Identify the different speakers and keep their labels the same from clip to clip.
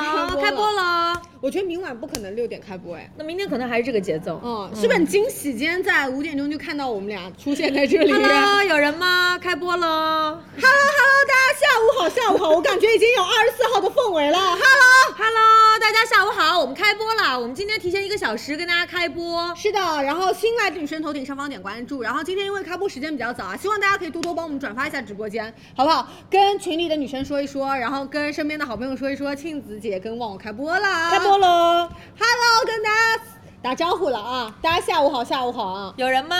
Speaker 1: 播
Speaker 2: 开播
Speaker 1: 了。
Speaker 2: 了，
Speaker 1: 我觉得明晚不可能六点开播哎，
Speaker 2: 那明天可能哦还是这个节奏。
Speaker 1: 嗯，是不是很惊喜？今天在五点钟就看到我们俩出现在
Speaker 2: 啊
Speaker 1: 这里。
Speaker 2: Hello，有人吗？开播喽
Speaker 1: Hello Hello，大家下午好，下午好，我感觉已经有二十四号的氛 围了。Hello，
Speaker 2: ！Hello，大家下午好，我们开播了。我们今天提前一个小时跟大家开播。
Speaker 1: 是的，然后新来的女生头顶上方点关注，然后今天因为开播时间比较早啊，希望大家可以多多帮我们转发一下直播间，好不好？跟群里的女生说一说，然后跟身边的好朋友说一说，庆子姐跟旺我开播了，
Speaker 2: 开播喽！
Speaker 1: Hello，跟大家打招呼了啊，大家下午好，下午好啊，
Speaker 2: 有人吗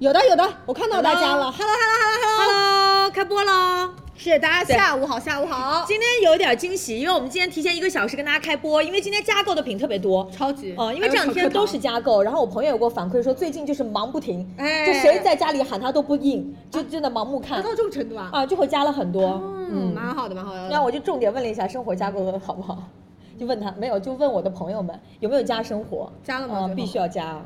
Speaker 1: 有的有的，我看到大家了 Hello Hello Hello Hello，
Speaker 2: ？Hello，开播喽！
Speaker 1: 是大家
Speaker 2: 对
Speaker 1: 下午好，下午好，
Speaker 2: 今天有点惊喜，因为我们今天提前一个小时跟大家开播，因为今天加购的品特别多。
Speaker 1: 超级
Speaker 2: 哦，因为这两天都是加购，然后我朋友有给我反馈说，最近就是忙不停，
Speaker 1: 哎
Speaker 2: 就谁在家里喊他都不应，就真的盲目
Speaker 1: 达
Speaker 2: 看
Speaker 1: 到这种程度啊，
Speaker 2: 啊，就会加了很多。
Speaker 1: 嗯，蛮好的，蛮好的。
Speaker 2: 那我就重点问了一下生活加购的好不好，就问他没有，就问我的朋友们有没有加生活，
Speaker 1: 加了吗
Speaker 2: 啊
Speaker 1: 最后
Speaker 2: 必须要加。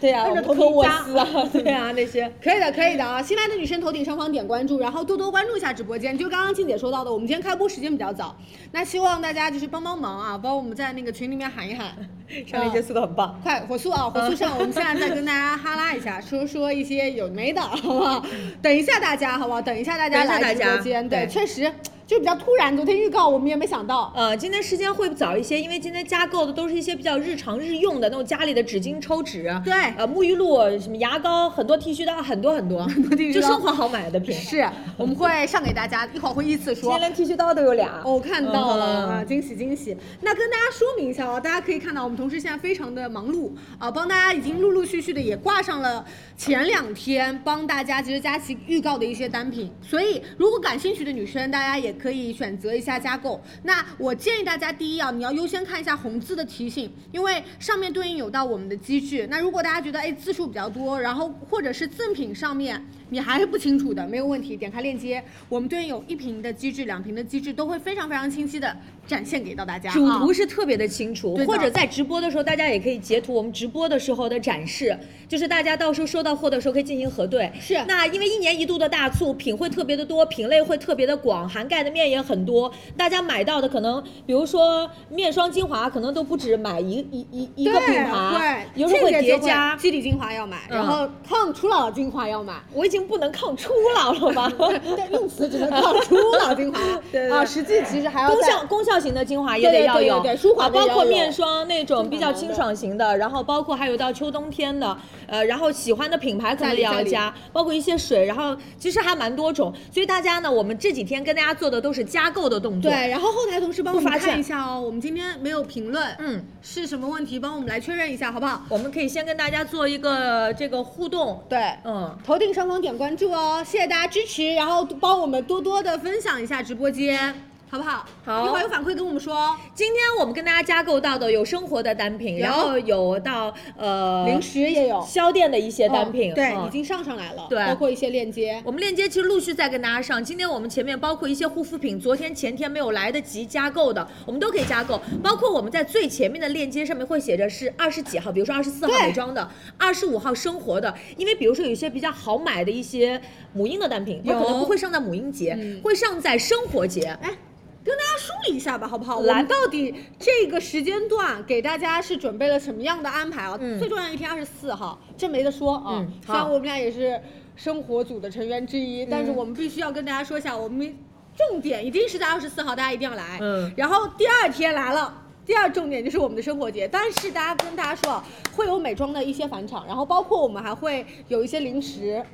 Speaker 2: 对 呀、啊，
Speaker 1: 按
Speaker 2: 我
Speaker 1: 照
Speaker 2: 们
Speaker 1: 头
Speaker 2: 科
Speaker 1: 皮
Speaker 2: 沃
Speaker 1: 加
Speaker 2: 斯啊， 对啊，那些。
Speaker 1: 可以的，可以的啊！新来的女生头顶上方点关注，然后多多关注一下直播间。就刚刚静姐说到的，我们今天开播时间比较早，那希望大家就是帮帮忙啊，帮我们在那个群里面喊一喊，
Speaker 2: 上链接速度很棒。
Speaker 1: 快火速啊，火速上！我们现在再跟大家哈拉一
Speaker 2: 嗯
Speaker 1: 下，说说一些有没的，好不好？等一下大家，好不好？等一下大家
Speaker 2: 等一下
Speaker 1: 来
Speaker 2: 大
Speaker 1: 直
Speaker 2: 家
Speaker 1: 播间，对，
Speaker 2: 对
Speaker 1: 确实就比较突然，昨天预告我们也没想到。
Speaker 2: 呃，今天时间会早一些，因为今天加购的都是一些比较日常日用的那种家里的纸巾、抽纸，
Speaker 1: 对
Speaker 2: 呃，沐浴露、什么牙膏，很多剃须刀，很多很多，
Speaker 1: 剃须
Speaker 2: 就
Speaker 1: 刀
Speaker 2: 生活好买的品。
Speaker 1: 是，我们会上给大家，一会儿会依次
Speaker 2: 今
Speaker 1: 说。
Speaker 2: 天连剃须刀都有俩。
Speaker 1: 哦，我看到了
Speaker 2: 嗯
Speaker 1: 啊，惊喜惊喜！那跟大家说明一下啊，大家可以看到我们同事现在非常的忙碌啊，帮大家已经陆陆续续的也挂上了前两天帮大家其实佳琦预告的一些单品，所以如果感兴趣的女生，大家也可以选择一下加购。那我建议大家第一啊，你要优先看一下红字的提醒，因为上面对应有到我们的机制。那如果大家觉得哎字数比较多，然后或者是赠品上面你还是不清楚的，没有问题，点开链接，我们对应有一屏的机制、两屏的机制都会非常非常清晰的展现给到大家。
Speaker 2: 主
Speaker 1: 啊
Speaker 2: 图是特别的清楚，
Speaker 1: 对的
Speaker 2: 或者在直播的时候，大家也可以截图我们直播的时候的展示，就是大家到时候收到货的时候可以进行核对。
Speaker 1: 是
Speaker 2: 那因为一年一度的大促，品会特别的多，品类会特别的广，涵盖的面也很多。大家买到的可能，比如说面霜、精华，可能都不止买一一一一
Speaker 1: 对
Speaker 2: 个品牌，
Speaker 1: 对，
Speaker 2: 有时候会
Speaker 1: 倩姐
Speaker 2: 叠
Speaker 1: 就
Speaker 2: 加。
Speaker 1: 基底精华要买，
Speaker 2: 嗯
Speaker 1: 然后抗初老精华要买。
Speaker 2: 我已经不能抗初老了 吧？
Speaker 1: 对，用词只能靠初老 精华
Speaker 2: 对对
Speaker 1: 啊，实际其实还要
Speaker 2: 功
Speaker 1: 再
Speaker 2: 效功效型的精华也
Speaker 1: 对对
Speaker 2: 得要
Speaker 1: 对对
Speaker 2: 有，
Speaker 1: 对舒缓
Speaker 2: 啊，
Speaker 1: 的也
Speaker 2: 包
Speaker 1: 要
Speaker 2: 括
Speaker 1: 有
Speaker 2: 面霜那种比较
Speaker 1: 舒缓的
Speaker 2: 清爽型的，然后包括还有到秋冬天的，呃，然后喜欢的品牌可能也
Speaker 1: 家
Speaker 2: 要
Speaker 1: 里家
Speaker 2: 加，包括一些水，然后其实还蛮多种。所以大家呢，我们这几天跟大家做的都是加购的动作，
Speaker 1: 对，，然后后台同事帮我
Speaker 2: 不
Speaker 1: 们
Speaker 2: 发
Speaker 1: 看
Speaker 2: 券
Speaker 1: 一下哦，我们今天没有评论，
Speaker 2: 嗯，
Speaker 1: 是什么问题？帮我们来确认一下，好不好？
Speaker 2: 我们可以先跟大家做一个这个互动，
Speaker 1: 对，
Speaker 2: 嗯。
Speaker 1: 头顶上方点关注哦，谢谢大家支持，然后帮我们多多的分享一下直播间，好不好？
Speaker 2: 好
Speaker 1: 一会儿有反馈跟我们说哦。
Speaker 2: 今天我们跟大家加购到的有生活的单品，
Speaker 1: 有
Speaker 2: 然后有到呃
Speaker 1: 零食也有
Speaker 2: 销店的一些单品，
Speaker 1: 哦哦对，
Speaker 2: 嗯
Speaker 1: 已经上上来了，
Speaker 2: 对
Speaker 1: 包括一些链接。
Speaker 2: 我们链接其实陆续在跟大家上。今天我们前面包括一些护肤品，昨天前天没有来得及加购的，我们都可以加购。包括我们在最前面的链接上面会写着是二十几号，比如说二十四号
Speaker 1: 对
Speaker 2: 美妆的，二十五号生活的。因为比如说有一些比较好买的一些母婴的单品，它
Speaker 1: 有
Speaker 2: 可能不会上在母婴节，
Speaker 1: 嗯
Speaker 2: 会上在生活节。
Speaker 1: 哎，跟大家梳理一下吧，好不好？
Speaker 2: 来
Speaker 1: 我们到底这个时间段给大家是准备了什么样的安排啊？
Speaker 2: 嗯
Speaker 1: 最重要一天二十四号，这没得说啊。
Speaker 2: 嗯
Speaker 1: 虽然
Speaker 2: 好
Speaker 1: 我们俩也是生活组的成员之一，但是
Speaker 2: 嗯
Speaker 1: 我们必须要跟大家说一下，我们重点一定是在二十四号，大家一定要来。
Speaker 2: 嗯
Speaker 1: 然后第二天来了。第二重点就是我们的生活节，但是大家跟大家说啊，会有美妆的一些返场，然后包括我们还会有一些零食，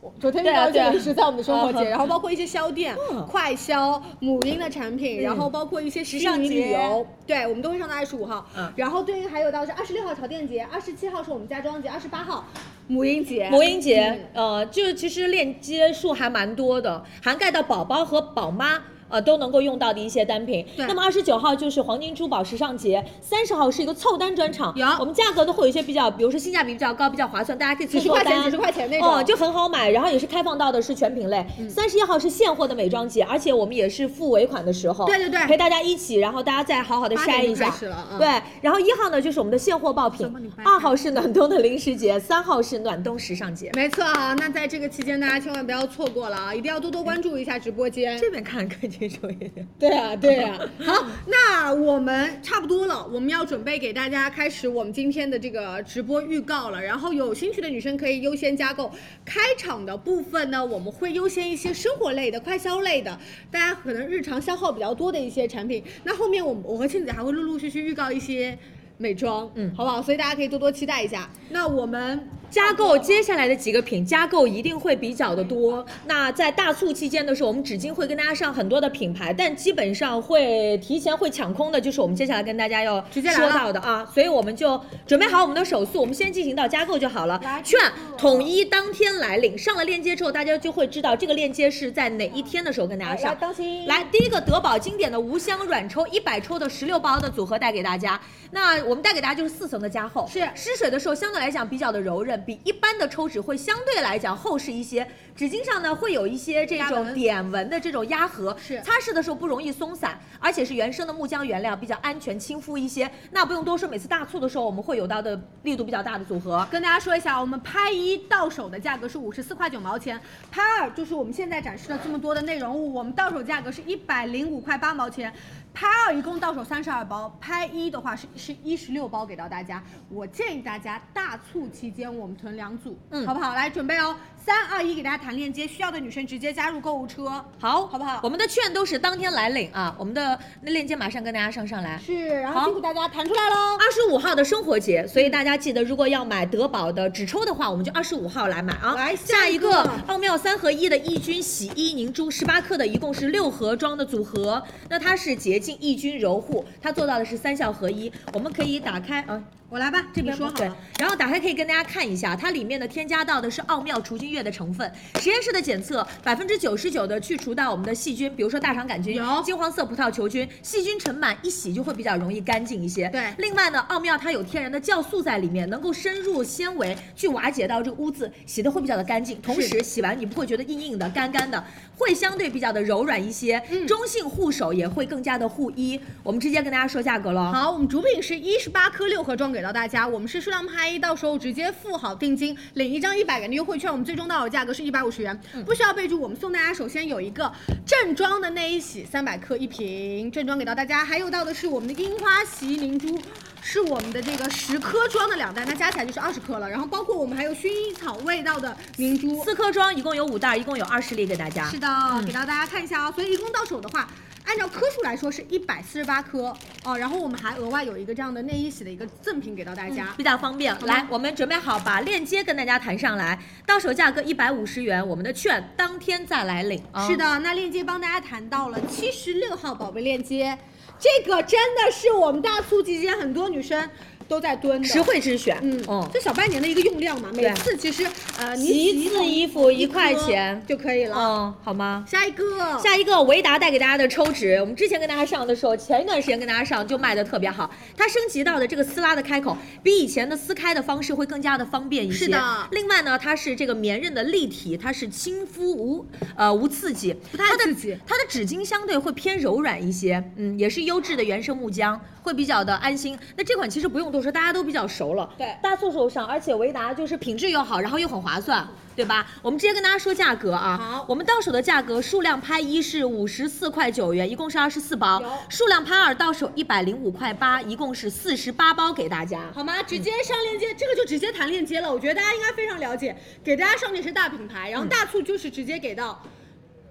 Speaker 1: 我昨天遇
Speaker 2: 对啊
Speaker 1: 到
Speaker 2: 对
Speaker 1: 一些
Speaker 2: 啊
Speaker 1: 零食在我们的生活
Speaker 2: 啊
Speaker 1: 节，
Speaker 2: 哈
Speaker 1: 然后包括一些销店、
Speaker 2: 嗯
Speaker 1: 快消、母婴的产品，然后包括一些
Speaker 2: 时
Speaker 1: 虚
Speaker 2: 尚
Speaker 1: 拟旅
Speaker 2: 节
Speaker 1: 游，对，我们都会上到二十五号。
Speaker 2: 嗯
Speaker 1: 然后对应还有到是二十六号潮店节，二十七号是我们家装节，二十八号母婴节。
Speaker 2: 母婴节
Speaker 1: 嗯，
Speaker 2: 呃，就是其实链接数还蛮多的，涵盖到宝宝和宝妈。呃，都能够用到的一些单品。
Speaker 1: 对
Speaker 2: 那么二十九号就是黄金珠宝时尚节，三十号是一个凑单专场。
Speaker 1: 有
Speaker 2: 我们价格都会有一些比较，比如说性价比比较高、比较划算，大家可以凑
Speaker 1: 几十
Speaker 2: 凑
Speaker 1: 块
Speaker 2: 单。
Speaker 1: 钱，几十块钱那
Speaker 2: 哦，
Speaker 1: 种，嗯
Speaker 2: 就很好买，然后也是开放到的是全品类。三十一号是现货的美妆节，而且我们也是付尾款的时候，
Speaker 1: 对对对
Speaker 2: 陪大家一起，然后大家再好好的
Speaker 1: 八
Speaker 2: 筛
Speaker 1: 点
Speaker 2: 一
Speaker 1: 就开
Speaker 2: 下。
Speaker 1: 始了。嗯，
Speaker 2: 对，然后一号呢就是我们的现货爆品
Speaker 1: 小帮你掰，开
Speaker 2: 二号是暖冬的零食节，三号是暖冬时尚节。
Speaker 1: 没错啊。那在这个期间，大家千万不要错过了啊，一定要多多关注一下直播间。
Speaker 2: 这边看感觉接受一点。
Speaker 1: 对啊，对啊。好，那我们差不多了，我们要准备给大家开始我们今天的这个直播预告了。然后有兴趣的女生可以优先加购。开场的部分呢，我们会优先一些生活类的、快消类的，大家可能日常消耗比较多的一些产品。那后面我们我和庆子还会陆陆续续预告一些。美妆，
Speaker 2: 嗯
Speaker 1: 好不好？所以大家可以多多期待一下。那我们
Speaker 2: 加购接下来的几个品，加购一定会比较的多。那在大促期间的时候，我们纸巾会跟大家上很多的品牌，但基本上会提前会抢空的，就是我们接下来跟大家要
Speaker 1: 直接来
Speaker 2: 说
Speaker 1: 了
Speaker 2: 到的啊。所以我们就准备好我们的手速，我们先进行到加购就好了
Speaker 3: 来。
Speaker 2: 券统一当天来领，上了链接之后，大家就会知道这个链接是在哪一天的时候跟大家
Speaker 1: 哎
Speaker 2: 上。
Speaker 3: 当心
Speaker 2: 来，第一个德宝经典的无香软抽一百抽的十六包的组合带给大家。那我们带给大家就是四层的加厚，
Speaker 1: 是
Speaker 2: 湿水的时候相对来讲比较的柔韧，比一般的抽纸会相对来讲厚实一些。纸巾上呢会有一些这
Speaker 1: 压
Speaker 2: 种
Speaker 1: 纹
Speaker 2: 点纹的这种压合，
Speaker 1: 是
Speaker 2: 擦拭的时候不容易松散，而且是原生的木浆原料，比较安全亲肤一些。那不用多说，每次大促的时候我们会有到的力度比较大的组合。
Speaker 1: 跟大家说一下，我们拍一到手的价格是五十四块九毛钱，拍二就是我们现在展示的这么多的内容物，我们到手价格是一百零五块八毛钱，拍二一共到手三十二包，拍一的话是是一十六包给到大家。我建议大家大促期间我们囤两组，
Speaker 2: 嗯
Speaker 1: 好不好？来准备哦，三二一给大家弹链接，需要的女生直接加入购物车，
Speaker 2: 好，
Speaker 1: 好不好
Speaker 2: 我们的券都是当天来领啊，我们的那链接马上跟大家上上来。
Speaker 1: 是，然
Speaker 2: 好
Speaker 1: 后辛苦大家弹出来喽。
Speaker 2: 二十五号的生活节，所以大家记得，如果要买德宝的纸抽的话，我们就二十五号来买啊。
Speaker 1: 来
Speaker 2: 下
Speaker 1: 下
Speaker 2: 一
Speaker 1: 一
Speaker 2: 个
Speaker 1: 个
Speaker 2: 奥妙三合一的抑菌洗衣凝珠，十八克的，一共是六盒装的组合。那它是洁净、抑菌、柔护，它做到的是三效合一。我们可以打开啊，
Speaker 1: 呃我来吧，
Speaker 2: 这
Speaker 1: 你
Speaker 2: 边
Speaker 1: 说好
Speaker 2: 对
Speaker 1: 了。，
Speaker 2: 然后打开可以跟大家看一下，它里面的添加到的是奥妙除菌液的成分。实验室的检测，百分之九十九的去除到我们的细菌，比如说大肠杆菌、
Speaker 1: 有
Speaker 2: 金黄色葡萄球菌，细菌尘螨一洗就会比较容易干净一些。
Speaker 1: 对
Speaker 2: 另外呢，奥妙它有天然的酵素在里面，能够深入纤维去瓦解到这个污渍，洗的会比较的干净。同时洗完你不会觉得硬硬的、干干的，会相对比较的柔软一些。
Speaker 1: 嗯
Speaker 2: 中性护手也会更加的护衣。我们直接跟大家说价格哦喽。
Speaker 1: 好，我们主品是一十八颗六盒装给到大家，我们是数量拍一，到时候直接付好定金，领一张一百元的优惠券，我们最终到手价格是一百五十元，不需要备注。我们送大家首先有一个正装的内衣洗三百克一瓶，正装给到大家，还有到的是我们的樱花洗衣凝珠。是我们的这个十颗装的两袋，那加起来就是二十颗了。然后包括我们还有薰衣草味道的凝珠，
Speaker 2: 四颗装，一共有五袋，一共有二十粒给大家。
Speaker 1: 是的，给到大家看一下哦。所以一共到手的话，按照颗数来说是一百四十八颗哦。然后我们还额外有一个这样的内衣洗的一个赠品给到大家。
Speaker 2: 比较方便。
Speaker 1: 吗
Speaker 2: 来，我们准备好把链接跟大家谈上来，到手价格一百五十元，我们的券当天再来领。啊
Speaker 1: 是，的，那链接帮大家谈到了七十六号宝贝链接，这个真的是我们大促期间很多女生都在蹲的。
Speaker 2: 实惠之选。
Speaker 1: 嗯，
Speaker 2: 嗯，
Speaker 1: 这小半年的一个用量嘛，
Speaker 2: 对
Speaker 1: 每次其实呃，你
Speaker 2: 洗一
Speaker 1: 一
Speaker 2: 次
Speaker 1: 桶
Speaker 2: 衣服一
Speaker 1: 颗
Speaker 2: 块钱
Speaker 1: 就可以了。
Speaker 2: 嗯，好吗？
Speaker 1: 下一个，
Speaker 2: 下一个维达带给大家的抽纸，我们之前跟大家上的时候，前一段时间跟大家上就卖的特别好。它升级到的这个撕拉的开口，比以前的撕开的方式会更加的方便一些。
Speaker 1: 是的
Speaker 2: 另外呢，它是这个棉韧的立体，它是亲肤无呃无刺激，
Speaker 1: 不太
Speaker 2: 它的
Speaker 1: 刺激
Speaker 2: 它的纸巾相对会偏柔软一些，嗯，也是优质的原生木浆，会比较的安心。那这款其实不用多说，大家都比较熟了。
Speaker 1: 对
Speaker 2: 大促时候上，而且维达就是品质又好，然后又很划算，对吧？我们直接跟大家说价格啊。
Speaker 1: 好
Speaker 2: 我们到手的价格数量拍一是五十四块九元，一共是二十四包
Speaker 1: 有；
Speaker 2: 数量拍二到手一百零五块八，一共是四十八包给大家。
Speaker 1: 好吗？直接上链接，这个就直接谈链接了。我觉得大家应该非常了解，给大家上的是大品
Speaker 2: 嗯
Speaker 1: 牌，然后大促就是直接给到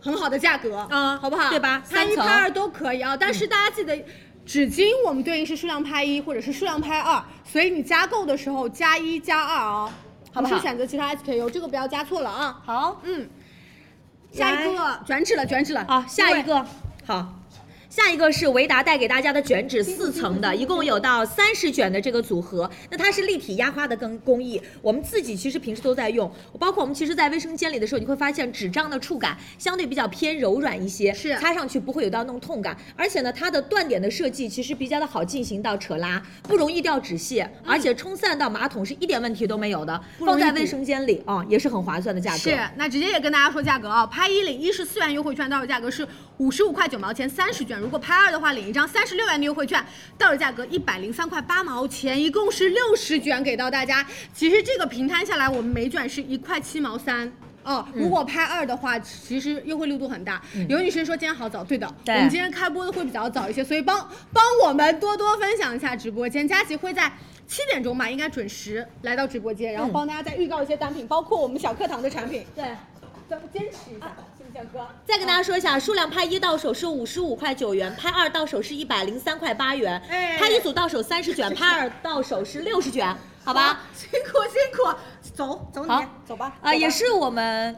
Speaker 1: 很好的价格，
Speaker 2: 嗯
Speaker 1: 好不好？
Speaker 2: 对吧
Speaker 1: 拍一
Speaker 2: 三层嗯
Speaker 1: 拍二都可以啊，但是大家记得。纸巾我们对应是数量拍一或者是数量拍二，所以你加购的时候加一加二哦，
Speaker 2: 好不好
Speaker 1: 是选择其他 SKU，这个不要加错了啊。
Speaker 2: 好
Speaker 1: 嗯，下一个卷纸了，卷纸了
Speaker 2: 啊，下一个好。下一个是维达带给大家的卷纸四层的，一共有到三十卷的这个组合。那它是立体压花的跟工艺，我们自己其实平时都在用，包括我们其实，在卫生间里的时候，你会发现纸张的触感相对比较偏柔软一些，
Speaker 1: 是
Speaker 2: 擦上去不会有到那种痛感。而且呢，它的断点的设计其实比较的好进行到扯拉，不容易掉纸屑，而且冲散到马桶是一点问题都没有的，
Speaker 1: 不容
Speaker 2: 放
Speaker 1: 易
Speaker 2: 在
Speaker 1: 堵
Speaker 2: 卫生间里啊、也是很划算的价格。
Speaker 1: 是，那直接也跟大家说价格啊，拍一领一十四元优惠券，到手价格是五十五块九毛钱三十卷；如果拍二的话，领一张三十六元的优惠券，到手价格一百零三块八毛钱，一共是六十卷给到大家。其实这个平摊下来，我们每卷是一块七毛三。哦，如
Speaker 2: 嗯
Speaker 1: 果拍二的话，其实优惠力度很大。有女生说今天好早，对的，
Speaker 2: 对
Speaker 1: 我们今天开播的会比较早一些，所以帮帮我们多多分享一下直播间。佳琪会在七点钟吧，应该准时来到直播间，然后
Speaker 2: 嗯
Speaker 1: 帮大家再预告一些单品，包括我们小课堂的产品。
Speaker 2: 对。
Speaker 1: 咱们坚持一下，信不信哥？
Speaker 2: 再跟大
Speaker 1: 嗯
Speaker 2: 家说一下，数量拍一到手是五十五块九元，拍二到手是一百零三块八元，
Speaker 1: 哎
Speaker 2: 拍一组到手三十卷，拍二到手是六十卷，好
Speaker 1: 好
Speaker 2: 吧？，
Speaker 1: 辛苦辛苦，走走你
Speaker 2: 好
Speaker 1: 走吧。
Speaker 2: 啊，
Speaker 1: 走吧
Speaker 2: 也是我们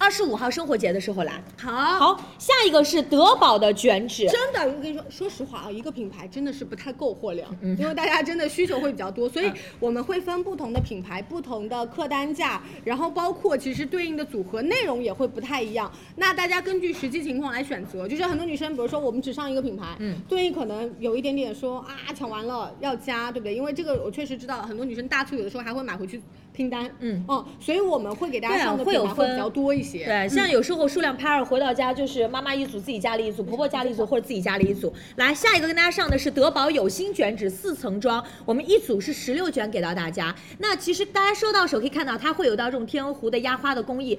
Speaker 2: 二十五号生活节的时候来。
Speaker 1: 好。
Speaker 2: 好，下一个是德宝的卷纸，
Speaker 1: 真的，我跟你说，说实话啊，一个品牌真的是不太够货量，
Speaker 2: 嗯
Speaker 1: 因为大家真的需求会比 较多，所以我们会分不同的品牌、不同的客单价，然后包括其实对应的组合内容也会不太一样。那大家根据实际情况来选择，就是很多女生，比如说我们只上一个品牌，
Speaker 2: 嗯，
Speaker 1: 对应可能有一点点说啊抢完了要加，对不对？因为这个我确实知道，很多女生大促有的时候还会买回去拼单，
Speaker 2: 嗯
Speaker 1: 哦，所以我们会给大
Speaker 2: 对
Speaker 1: 家
Speaker 2: 啊
Speaker 1: 上的
Speaker 2: 会
Speaker 1: 品
Speaker 2: 有
Speaker 1: 牌会比
Speaker 2: 分
Speaker 1: 较多一些，
Speaker 2: 对，像有时候数量拍二回到家就是妈妈一组，自己家里一组，婆婆家里一组，或者自己家里一组。来，下一个跟大家上的是德宝有心卷纸四层装，我们一组是十六卷给到大家。那其实大家收到手可以看到，它会有到这种天鹅湖的压花的工艺。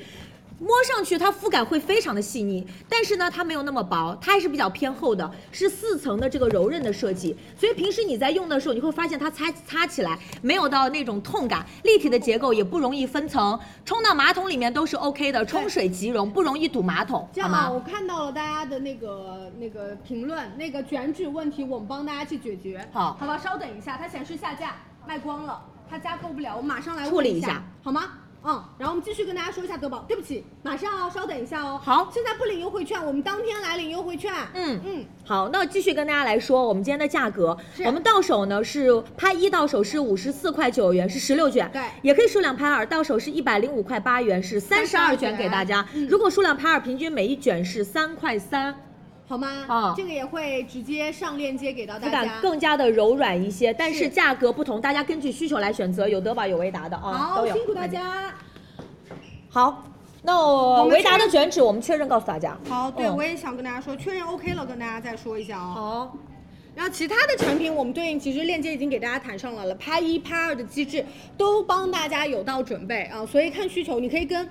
Speaker 2: 摸上去它肤感会非常的细腻，但是呢它没有那么薄，它还是比较偏厚的，是四层的这个柔韧的设计。所以平时你在用的时候，你会发现它擦擦起来没有到那种痛感，立体的结构也不容易分层，冲到马桶里面都是 OK 的，冲水即溶，不容易堵马桶，
Speaker 1: 这
Speaker 2: 好
Speaker 1: 样啊吧，
Speaker 2: 吗？
Speaker 1: 我看到了大家的那个那个评论，那个卷纸问题，我们帮大家去解决。
Speaker 2: 好
Speaker 1: 好吧，稍等一下，它显示下架，卖光了，它加购不了，我马上来问
Speaker 2: 处理一
Speaker 1: 一
Speaker 2: 下，
Speaker 1: 好吗？嗯，然后我们继续跟大家说一下德宝，对不起，马上哦，稍等一下哦。
Speaker 2: 好
Speaker 1: 现在不领优惠券，我们当天来领优惠券。
Speaker 2: 嗯。
Speaker 1: 嗯，
Speaker 2: 好，那继续跟大家来说我们今天的价格
Speaker 1: 是，
Speaker 2: 我们到手呢是拍一到手是五十四块九元，是十六卷，
Speaker 1: 对
Speaker 2: 也可以数量拍二，到手是一百零五块八元，是三十二卷
Speaker 1: 卷
Speaker 2: 给大家。
Speaker 1: 嗯
Speaker 2: 如果数量拍二，平均每一卷是三块三，
Speaker 1: 好吗？
Speaker 2: 哦
Speaker 1: 这个也会直接上链接给到
Speaker 2: 质
Speaker 1: 大
Speaker 2: 感
Speaker 1: 家。
Speaker 2: 更加的柔软一些，但是
Speaker 1: 是
Speaker 2: 价格不同，大家根据需求来选择，有德宝有维达的啊，
Speaker 1: 好，
Speaker 2: 都有。
Speaker 1: 辛苦大。家。
Speaker 2: 好，那我
Speaker 1: 我们
Speaker 2: 维达
Speaker 1: 确认
Speaker 2: 的卷纸我们确认告诉大家。
Speaker 1: 好，对，
Speaker 2: 嗯
Speaker 1: 我也想跟大家说，确认 OK 了，跟大家再说一下哦。
Speaker 2: 好，
Speaker 1: 然后其他的产品，我们对应其实链接已经给大家谈上了了，拍一拍二的机制都帮大家有到准备啊，所以看需求，你可以跟。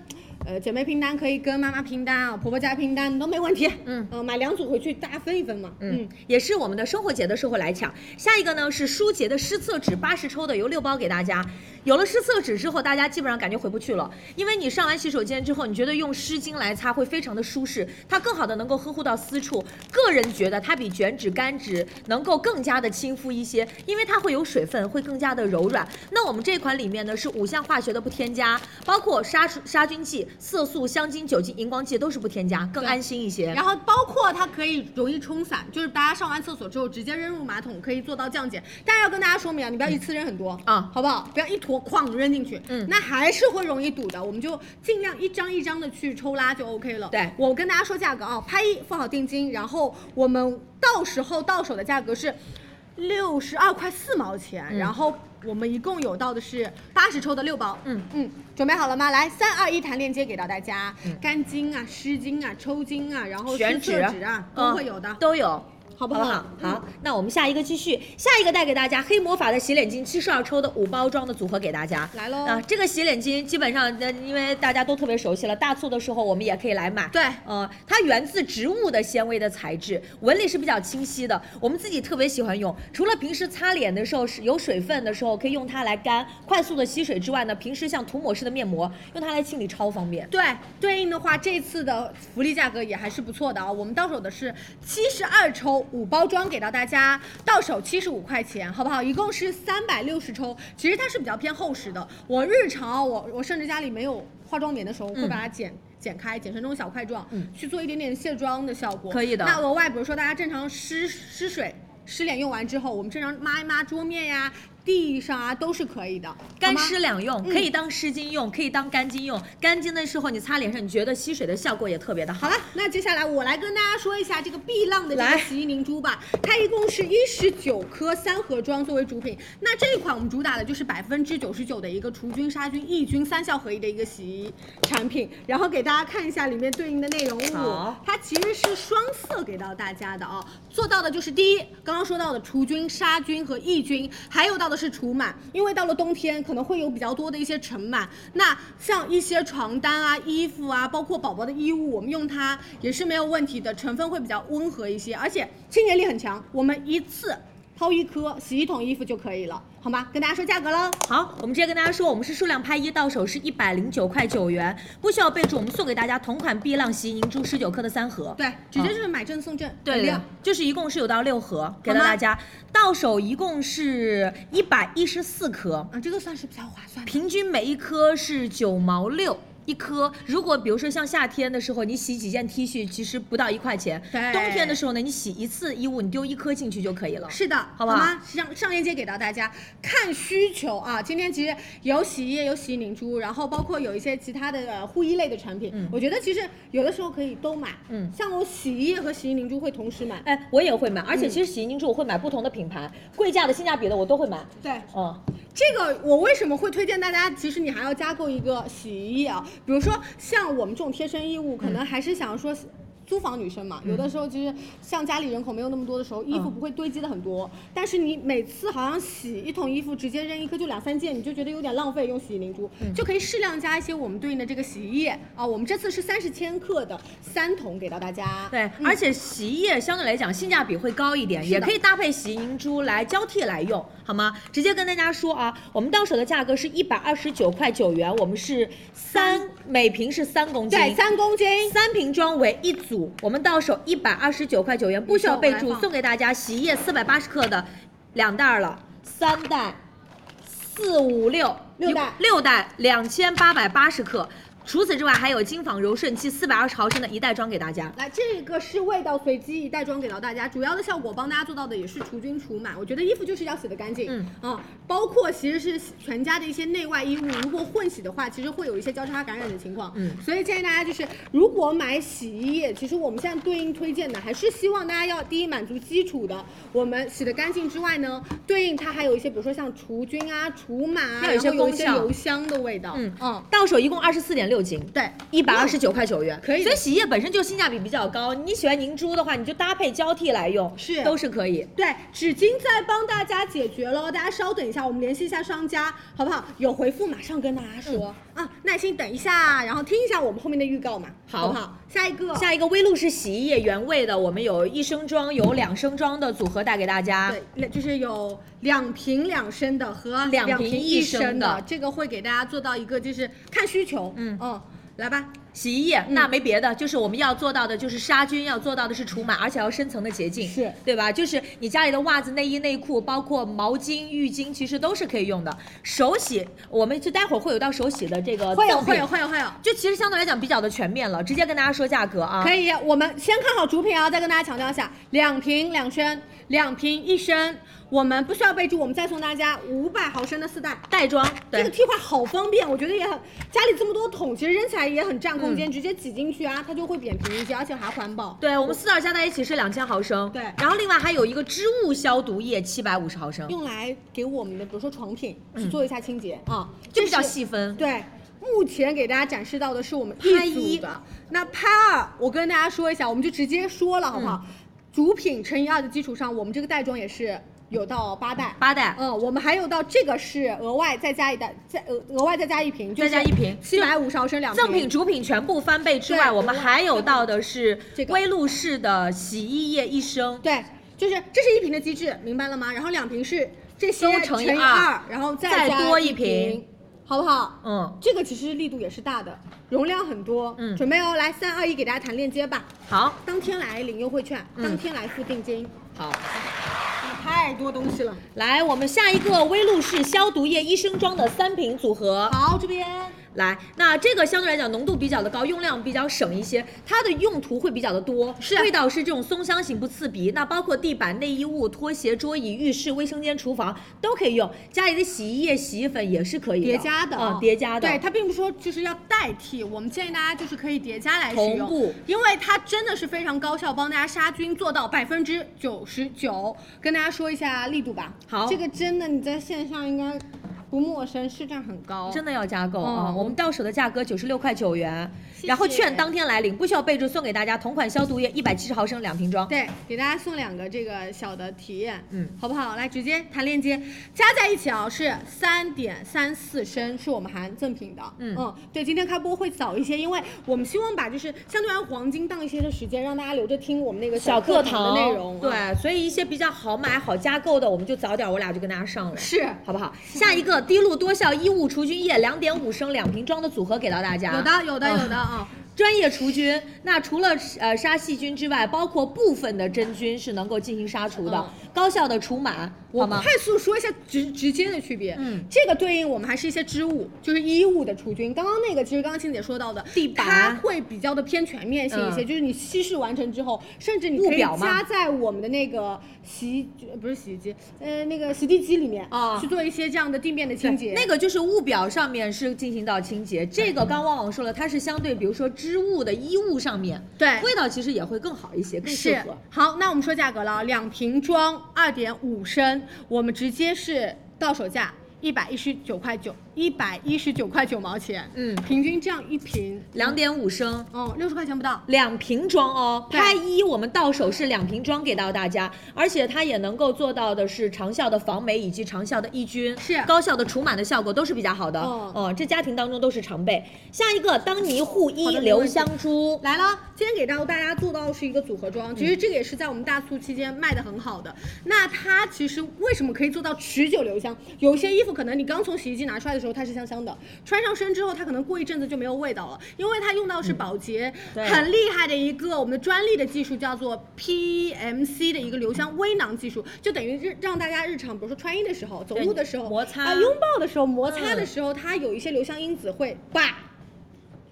Speaker 1: 呃，姐妹拼单可以跟妈妈拼单啊，婆婆家拼单都没问题。
Speaker 2: 嗯
Speaker 1: 呃，买两组回去大家分一分嘛。
Speaker 2: 嗯，也是我们的生活节的时候来抢。下一个呢是舒洁的湿厕纸，八十抽的有六包给大家。有了湿厕纸之后，大家基本上感觉回不去了，因为你上完洗手间之后，你觉得用湿巾来擦会非常的舒适，它更好的能够呵护到私处。个人觉得它比卷纸、干纸能够更加的亲肤一些，因为它会有水分，会更加的柔软。那我们这款里面呢是五项化学的不添加，包括杀鼠杀菌剂、色素、香精、酒精、荧光剂都是不添加，更
Speaker 1: 对
Speaker 2: 安心一些。
Speaker 1: 然后包括它可以容易冲散，就是大家上完厕所之后直接扔入马桶，可以做到降解。但是要跟大家说明啊，你不要一次扔很多
Speaker 2: 啊
Speaker 1: 好不好？不要一坨哐扔进去，
Speaker 2: 嗯
Speaker 1: 那还是会容易堵的。我们就尽量一张一张的去抽拉就 OK 了。
Speaker 2: 对
Speaker 1: 我跟大家说价格啊，拍一付好定金，然后我们到时候到手的价格是六十二块四毛钱，
Speaker 2: 嗯
Speaker 1: 然后我们一共有到的是八十抽的六包，
Speaker 2: 嗯
Speaker 1: 嗯，准备好了吗？来，三二一，弹链接给到大家，干巾啊、湿巾啊、抽筋啊，然后
Speaker 2: 嗯选
Speaker 1: 湿
Speaker 2: 址嗯
Speaker 1: 厕纸啊，都会有的，
Speaker 2: 都有。
Speaker 1: 好不
Speaker 2: 好？
Speaker 1: 好嗯
Speaker 2: 好？那我们下一个继续，下一个带给大家黑魔法的洗脸巾七十二抽的五包装的组合给大家
Speaker 1: 来喽
Speaker 2: 啊！这个洗脸巾基本上，那因为大家都特别熟悉了，大促的时候我们也可以来买。
Speaker 1: 对
Speaker 2: 呃，它源自植物的纤维的材质，纹理是比较清晰的，我们自己特别喜欢用。除了平时擦脸的时候是有水分的时候可以用它来干，快速的吸水之外呢，平时像涂抹式的面膜用它来清理超方便。
Speaker 1: 对，对应的话，这次的福利价格也还是不错的啊。我们到手的是七十二抽五包装，给到大家到手七十五块钱，好不好？一共是三百六十抽，其实它是比较偏厚实的。我日常啊我我甚至家里没有化妆棉的时候，会把它剪。剪开，剪成这种小块状，
Speaker 2: 嗯
Speaker 1: 去做一点点卸妆的效果，
Speaker 2: 可以的
Speaker 1: 那额外，比如说大家正常湿湿水、湿脸用完之后，我们正常抹一抹桌面呀、地上啊，都是可以的。
Speaker 2: 干
Speaker 1: 好吗
Speaker 2: 湿两用，
Speaker 1: 嗯
Speaker 2: 可以当湿巾用，可以当干巾用。干巾的时候你擦脸上，你觉得吸水的效果也特别的
Speaker 1: 好
Speaker 2: 好。
Speaker 1: 了，那接下来我来跟大家说一下这个碧浪的这
Speaker 2: 来
Speaker 1: 个洗衣凝珠吧，它一共是一十九颗三盒装作为主品。那这一款我们主打的就是百分之九十九的一个除菌、杀菌、抑菌三效合一的一个洗衣产品。然后给大家看一下里面对应的内容物
Speaker 2: 好，
Speaker 1: 它其实是双色给到大家的啊、做到的就是第一，刚刚说到的除菌、杀菌和抑菌，还有到的是除螨，因为到了冬天可能会有比较多的一些尘螨。那像一些床单啊、衣服啊，包括宝宝的衣物，我们用它也是没有问题的，成分会比较温和一些，而且清洁力很强。我们一次抛一颗，洗一桶衣服就可以了，好吗？跟大家说价格喽。
Speaker 2: 好，我们直接跟大家说，我们是数量拍一，到手是一百零九块九元，不需要备注，我们送给大家同款碧浪洗凝珠十九克的三盒。
Speaker 1: 对，直接就是买正送正，
Speaker 2: 对
Speaker 1: 很亮
Speaker 2: 的，就是一共是有到六盒给到
Speaker 1: 好吗
Speaker 2: 大家，到手一共是一百一十四颗，
Speaker 1: 啊，这个算是比较划算的。
Speaker 2: 平均每一颗是九毛六。一颗，如果比如说像夏天的时候，你洗几件 T 恤，其实不到一块钱。
Speaker 1: 对
Speaker 2: 冬天的时候呢，你洗一次衣物，你丢一颗进去就可以了。
Speaker 1: 是的，
Speaker 2: 啊好不好
Speaker 1: 吗？上上链接给到大家，看需求啊。今天其实有洗衣液，有洗衣凝珠，然后包括有一些其他的呃护衣类的产品，
Speaker 2: 嗯
Speaker 1: 我觉得其实有的时候可以都买。
Speaker 2: 嗯
Speaker 1: 像我洗衣液和洗衣凝珠会同时买。
Speaker 2: 哎，我也会买，而且其实洗衣凝珠我会买不同的品牌，贵价的、性价比的我都会买。
Speaker 1: 对，
Speaker 2: 嗯，
Speaker 1: 这个我为什么会推荐大家？其实你还要加购一个洗衣液啊，比如说像我们这种贴身衣物，可能还是想说。
Speaker 2: 嗯
Speaker 1: 租房女生嘛，有的时候其实像家里人口没有那么多的时候，
Speaker 2: 嗯
Speaker 1: 衣服不会堆积的很多。但是你每次好像洗一桶衣服，直接扔一颗就两三件，你就觉得有点浪费，用洗衣凝珠、
Speaker 2: 嗯
Speaker 1: 就可以适量加一些我们对应的这个洗衣液啊。我们这次是三十千克的三桶给到大家。
Speaker 2: 对，
Speaker 1: 嗯
Speaker 2: 而且洗衣液相对来讲性价比会高一点，
Speaker 1: 是的
Speaker 2: 也可以搭配洗银珠来交替来用，好吗？直接跟大家说啊，我们到手的价格是一百二十九块九元，我们是三每瓶是三公斤，
Speaker 1: 对，三公斤。
Speaker 2: 三瓶装为一组，我们到手一百二十九块九元，不需要备
Speaker 1: 你
Speaker 2: 注
Speaker 1: 说我来，放
Speaker 2: 送给大家洗衣液四百八十克的两袋儿了，三袋，四五六
Speaker 1: 六袋
Speaker 2: 六袋两千八百八十克。除此之外，还有金纺柔顺剂四百二十毫升的一袋装给大家。
Speaker 1: 来，这个是味道随机一袋装给到大家，主要的效果帮大家做到的也是除菌除螨。我觉得衣服就是要洗得干净，
Speaker 2: 嗯
Speaker 1: 啊，包括其实是全家的一些内外衣物，如果混洗的话，其实会有一些交叉感染的情况，
Speaker 2: 嗯
Speaker 1: 所以建议大家就是，如果买洗衣液，其实我们现在对应推荐的还是希望大家要第一满足基础的，我们洗得干净之外呢，对应它还有一些比如说像除菌啊、除螨啊，
Speaker 2: 要有一些
Speaker 1: 然后有一些
Speaker 2: 功效
Speaker 1: 油香的味道，
Speaker 2: 嗯
Speaker 1: 嗯，
Speaker 2: 到手一共二十四点六斤，
Speaker 1: 对，
Speaker 2: 一百二十九块九元，
Speaker 1: 哦可以的
Speaker 2: 所以洗衣液本身就性价比比较高，你喜欢凝珠的话，你就搭配交替来用，
Speaker 1: 是
Speaker 2: 都是可以。
Speaker 1: 对，纸巾在帮大家解决了，大家稍等一下，我们联系一下商家，好不好？有回复马上跟大家说、
Speaker 2: 嗯
Speaker 1: 啊，耐心等一下，然后听一下我们后面的预告嘛，
Speaker 2: 好
Speaker 1: 不好？下一 个，
Speaker 2: 下一个微露是洗衣液原味的，我们有一升装、有两升装的组合带给大家。
Speaker 1: 对，就是有两瓶两升的和
Speaker 2: 两瓶
Speaker 1: 瓶
Speaker 2: 一
Speaker 1: 升
Speaker 2: 升的
Speaker 1: 这个会给大家做到一个就是看需求，
Speaker 2: 嗯
Speaker 1: 哦，来吧，
Speaker 2: 洗衣液、
Speaker 1: 嗯
Speaker 2: 那没别的，就是我们要做到的就是杀菌，要做到的是除螨，而且要深层的洁净，
Speaker 1: 是
Speaker 2: 对吧？就是你家里的袜子、内衣、内裤，包括毛巾、浴巾，其实都是可以用的。手洗，我们就待会儿会有到手洗的这个
Speaker 1: 会有
Speaker 2: 赠品
Speaker 1: 会有会有会有。
Speaker 2: 就其实相对来讲比较的全面了，直接跟大家说价格啊。
Speaker 1: 可以，我们先看好主品啊，再跟大家强调一下，两瓶两升，两瓶一升，我们不需要备注，我们再送大家五百毫升的四袋，
Speaker 2: 袋装，
Speaker 1: 这个
Speaker 2: 对，
Speaker 1: 替换好方便，我觉得也很，家里这么多桶，其实扔起来也很占空
Speaker 2: 嗯
Speaker 1: 间，直接挤进去啊，它就会扁平一些，而且还环保。
Speaker 2: 对我们四袋加在一起是两千毫升，
Speaker 1: 对
Speaker 2: 然后另外还有一个织物消毒液七百五十毫升，
Speaker 1: 用来给我们的，比如说床品去
Speaker 2: 嗯
Speaker 1: 做一下清洁、啊，
Speaker 2: 就
Speaker 1: 这
Speaker 2: 比较
Speaker 1: 是
Speaker 2: 细分。
Speaker 1: 对，目前给大家展示到的是我们
Speaker 2: 拍
Speaker 1: 一
Speaker 2: 一
Speaker 1: 组的，那拍二，我跟大家说一下，我们就直接说了好不好？
Speaker 2: 嗯
Speaker 1: 主品乘以二的基础上，我们这个袋装也是有到八袋。
Speaker 2: 八袋，
Speaker 1: 嗯，我们还有到这个是额外再加一袋，再额额外再加一瓶，就
Speaker 2: 再加一瓶
Speaker 1: 七百五十毫升两瓶。
Speaker 2: 赠品、主品全部翻倍之外，
Speaker 1: 对嗯
Speaker 2: 我们还有到的是
Speaker 1: 这个
Speaker 2: 威露士的洗衣液一升，
Speaker 1: 对，就是这是一瓶的机制，明白了吗？然后两瓶是这些
Speaker 2: 都乘
Speaker 1: 乘
Speaker 2: 以
Speaker 1: 以
Speaker 2: 二
Speaker 1: 二，然后再
Speaker 2: 再
Speaker 1: 加
Speaker 2: 多一
Speaker 1: 一
Speaker 2: 瓶，
Speaker 1: 好不好？
Speaker 2: 嗯，
Speaker 1: 这个其实力度也是大的，容量很多。
Speaker 2: 嗯
Speaker 1: 准备哦，来三二一，给大家谈链接吧。
Speaker 2: 好，
Speaker 1: 当天来领优惠券，
Speaker 2: 嗯
Speaker 1: 当天来付定金，
Speaker 2: 好，
Speaker 1: 太多东西了。
Speaker 2: 来，我们下一个威露士消毒液一升装的三瓶组合，
Speaker 1: 好，这边
Speaker 2: 来，那这个相对来讲浓度比较的高，用量比较省一些，它的用途会比较的多，
Speaker 1: 是啊
Speaker 2: 味道是这种松香型不刺鼻，那包括地板、内衣物、拖鞋、桌椅、浴室、卫生间、厨房都可以用，家里的洗衣液、洗衣粉也是可以的
Speaker 1: 叠加的哦
Speaker 2: 嗯，叠加的，
Speaker 1: 对，它并不说就是要代替，我们建议大家就是可以叠加来使用，
Speaker 2: 同步
Speaker 1: 因为它真的是非常高效，帮大家杀菌做到百分之九十九。跟大家说一下力度吧，
Speaker 2: 好
Speaker 1: 这个真的你在线上应该不陌生，市占很高，
Speaker 2: 真的要加购
Speaker 1: 嗯
Speaker 2: 啊！我们到手的价格九十六块九元，
Speaker 1: 谢
Speaker 2: 然后
Speaker 1: 谢
Speaker 2: 券当天来领，不需要备注，送给大家同款消毒液一百七十毫升两瓶装。
Speaker 1: 对，给大家送两个这个小的体验，
Speaker 2: 嗯，
Speaker 1: 好不好？来直接弹链接，加在一起啊是三点三四升，是我们含赠品的，
Speaker 2: 嗯
Speaker 1: 对，今天开播会早一些，因为我们希望把就是相对来黄金档一些的时间，让大家留着听我们那个
Speaker 2: 小
Speaker 1: 课
Speaker 2: 课堂
Speaker 1: 堂的内容，啊，
Speaker 2: 对，所以一些比较好买、好加购的，我们就早点，我俩就跟大家上了。
Speaker 1: 是。
Speaker 2: 好不好？下一个滴露多效衣物除菌液两点五升两瓶装的组合给到大家，
Speaker 1: 有的，有的，
Speaker 2: 嗯
Speaker 1: 有的啊！
Speaker 2: 专业除菌。那除了呃杀细菌之外，包括部分的真菌是能够进行杀除的，高效的除螨，好
Speaker 1: 嗯我
Speaker 2: 吗
Speaker 1: 快？速说一下直直接的区别。
Speaker 2: 嗯
Speaker 1: 这个对应我们还是一些织物，就是衣物的除菌。刚刚那个其实刚刚青姐说到的
Speaker 2: 地板
Speaker 1: 它会比较的偏全面性一些，
Speaker 2: 嗯
Speaker 1: 就是你稀释完成之后，甚至你
Speaker 2: 物
Speaker 1: 可以
Speaker 2: 表嘛
Speaker 1: 加在我们的那个洗衣呃不是洗衣机，呃那个洗地机里面
Speaker 2: 啊
Speaker 1: 去做一些这样的地面的清洁。嗯
Speaker 2: 那个就是物表上面是进行到清洁，这个刚旺旺说了，它是相对比如说织物的衣物上面，
Speaker 1: 对
Speaker 2: 味道其实也会更好一些，更适
Speaker 1: 是
Speaker 2: 合。
Speaker 1: 好，那我们说价格了啊，两瓶装二点五升，我们直接是到手价一百一十九块九，一百一十九块九毛钱，
Speaker 2: 嗯
Speaker 1: 平均这样一瓶，
Speaker 2: 两点五升。
Speaker 1: 嗯，六十块钱不到。
Speaker 2: 两瓶装哦，
Speaker 1: 对
Speaker 2: 拍一我们到手是两瓶装给到大家，而且它也能够做到的是长效的防霉以及长效的抑菌，
Speaker 1: 是
Speaker 2: 高效的除螨的效果都是比较好的。
Speaker 1: 嗯
Speaker 2: 哦，这家庭当中都是常备。下一个当妮护
Speaker 1: 好
Speaker 2: 衣
Speaker 1: 的
Speaker 2: 留香珠，
Speaker 1: 来了，今天给到大家做到的是一个组合装，其
Speaker 2: 嗯
Speaker 1: 实这个也是在我们大促期间卖的很好的。那它其实为什么可以做到持久留香？有一些衣服可能你刚从洗衣机拿出来的时候它是香香的，穿上身之后它可能过一阵子就没有味道了，因为它用到是保洁、
Speaker 2: 嗯对
Speaker 1: 很厉害的一个我们的专利的技术，叫做 PMC 的一个留香微囊技术，就等于日让大家日常，比如说穿衣的时候、走路的时候、
Speaker 2: 摩擦
Speaker 1: 啊、拥抱的时候、摩擦的
Speaker 2: 嗯
Speaker 1: 时候，它有一些留香因子会叭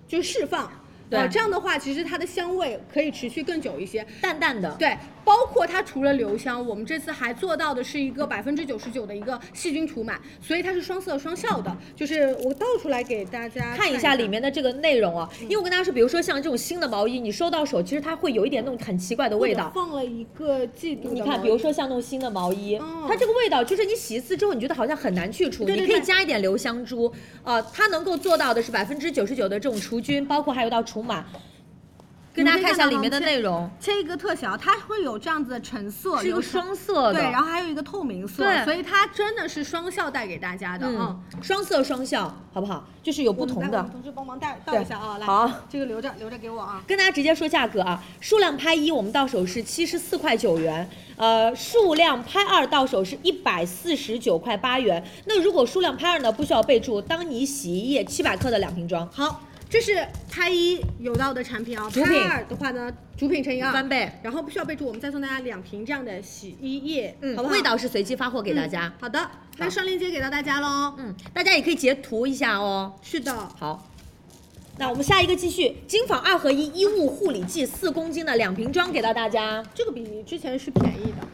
Speaker 1: 就释放。
Speaker 2: 对
Speaker 1: 啊这样的话，其实它的香味可以持续更久一些。
Speaker 2: 淡淡的，
Speaker 1: 对，包括它除了留香，我们这次还做到的是一个百分之九十九的一个细菌除螨，所以它是双色双效的。就是我倒出来给大家
Speaker 2: 看一
Speaker 1: 一嗯
Speaker 2: 下里。面的这个内容啊，因为我跟大家说，比如说像这种新的毛衣，你收到手，其实它会有一点那种很奇怪的味
Speaker 1: 或
Speaker 2: 道
Speaker 1: 者。放了一个季嗯度的
Speaker 2: 你
Speaker 1: 毛
Speaker 2: 看，
Speaker 1: 衣
Speaker 2: 比如说像那种新的毛衣，
Speaker 1: 嗯
Speaker 2: 它这个味道就是你洗一次之后，你觉得好像很难去除，
Speaker 1: 对
Speaker 2: 你
Speaker 1: 对
Speaker 2: 可以
Speaker 1: 对
Speaker 2: 加一点留香珠，呃，它能够做到的是百分之九十九的这种除菌，包括还有到除螨。跟大家看一下里面的内容，
Speaker 1: 切一个特小，它会有这样子的橙色，
Speaker 2: 是一
Speaker 1: 有
Speaker 2: 个双色的，
Speaker 1: 对，然后还有一个透明色，
Speaker 2: 对
Speaker 1: 所以它真的是双效带给大家的。
Speaker 2: 嗯，双色双效，好不好？就是有不同
Speaker 1: 我
Speaker 2: 的
Speaker 1: 们。同事帮忙带倒一下啊，来，
Speaker 2: 好，
Speaker 1: 这个留着留着给我啊。
Speaker 2: 跟大家直接说价格啊，数量拍一我们到手是七十四块九元，呃，数量拍二到手是一百四十九块八元。那如果数量拍二呢，不需要备注，当你洗衣液七百克的两瓶装，
Speaker 1: 好，这是拍一有到的产品啊，
Speaker 2: 主
Speaker 1: 拍
Speaker 2: 品
Speaker 1: 二的话呢，主品乘以二
Speaker 2: 翻。倍，
Speaker 1: 然后不需要备注，我们再送大家两瓶这样的洗衣液，
Speaker 2: 嗯，
Speaker 1: 好不好？
Speaker 2: 味道是随机发货给大家
Speaker 1: 嗯，好的，那上链接给到大家喽。
Speaker 2: 嗯，大家也可以截图一下哦。
Speaker 1: 是的，
Speaker 2: 好，那我们下一个继续，金纺二合一衣物护理剂四公斤的两瓶装给到大家。
Speaker 1: 这个比之前是便宜的，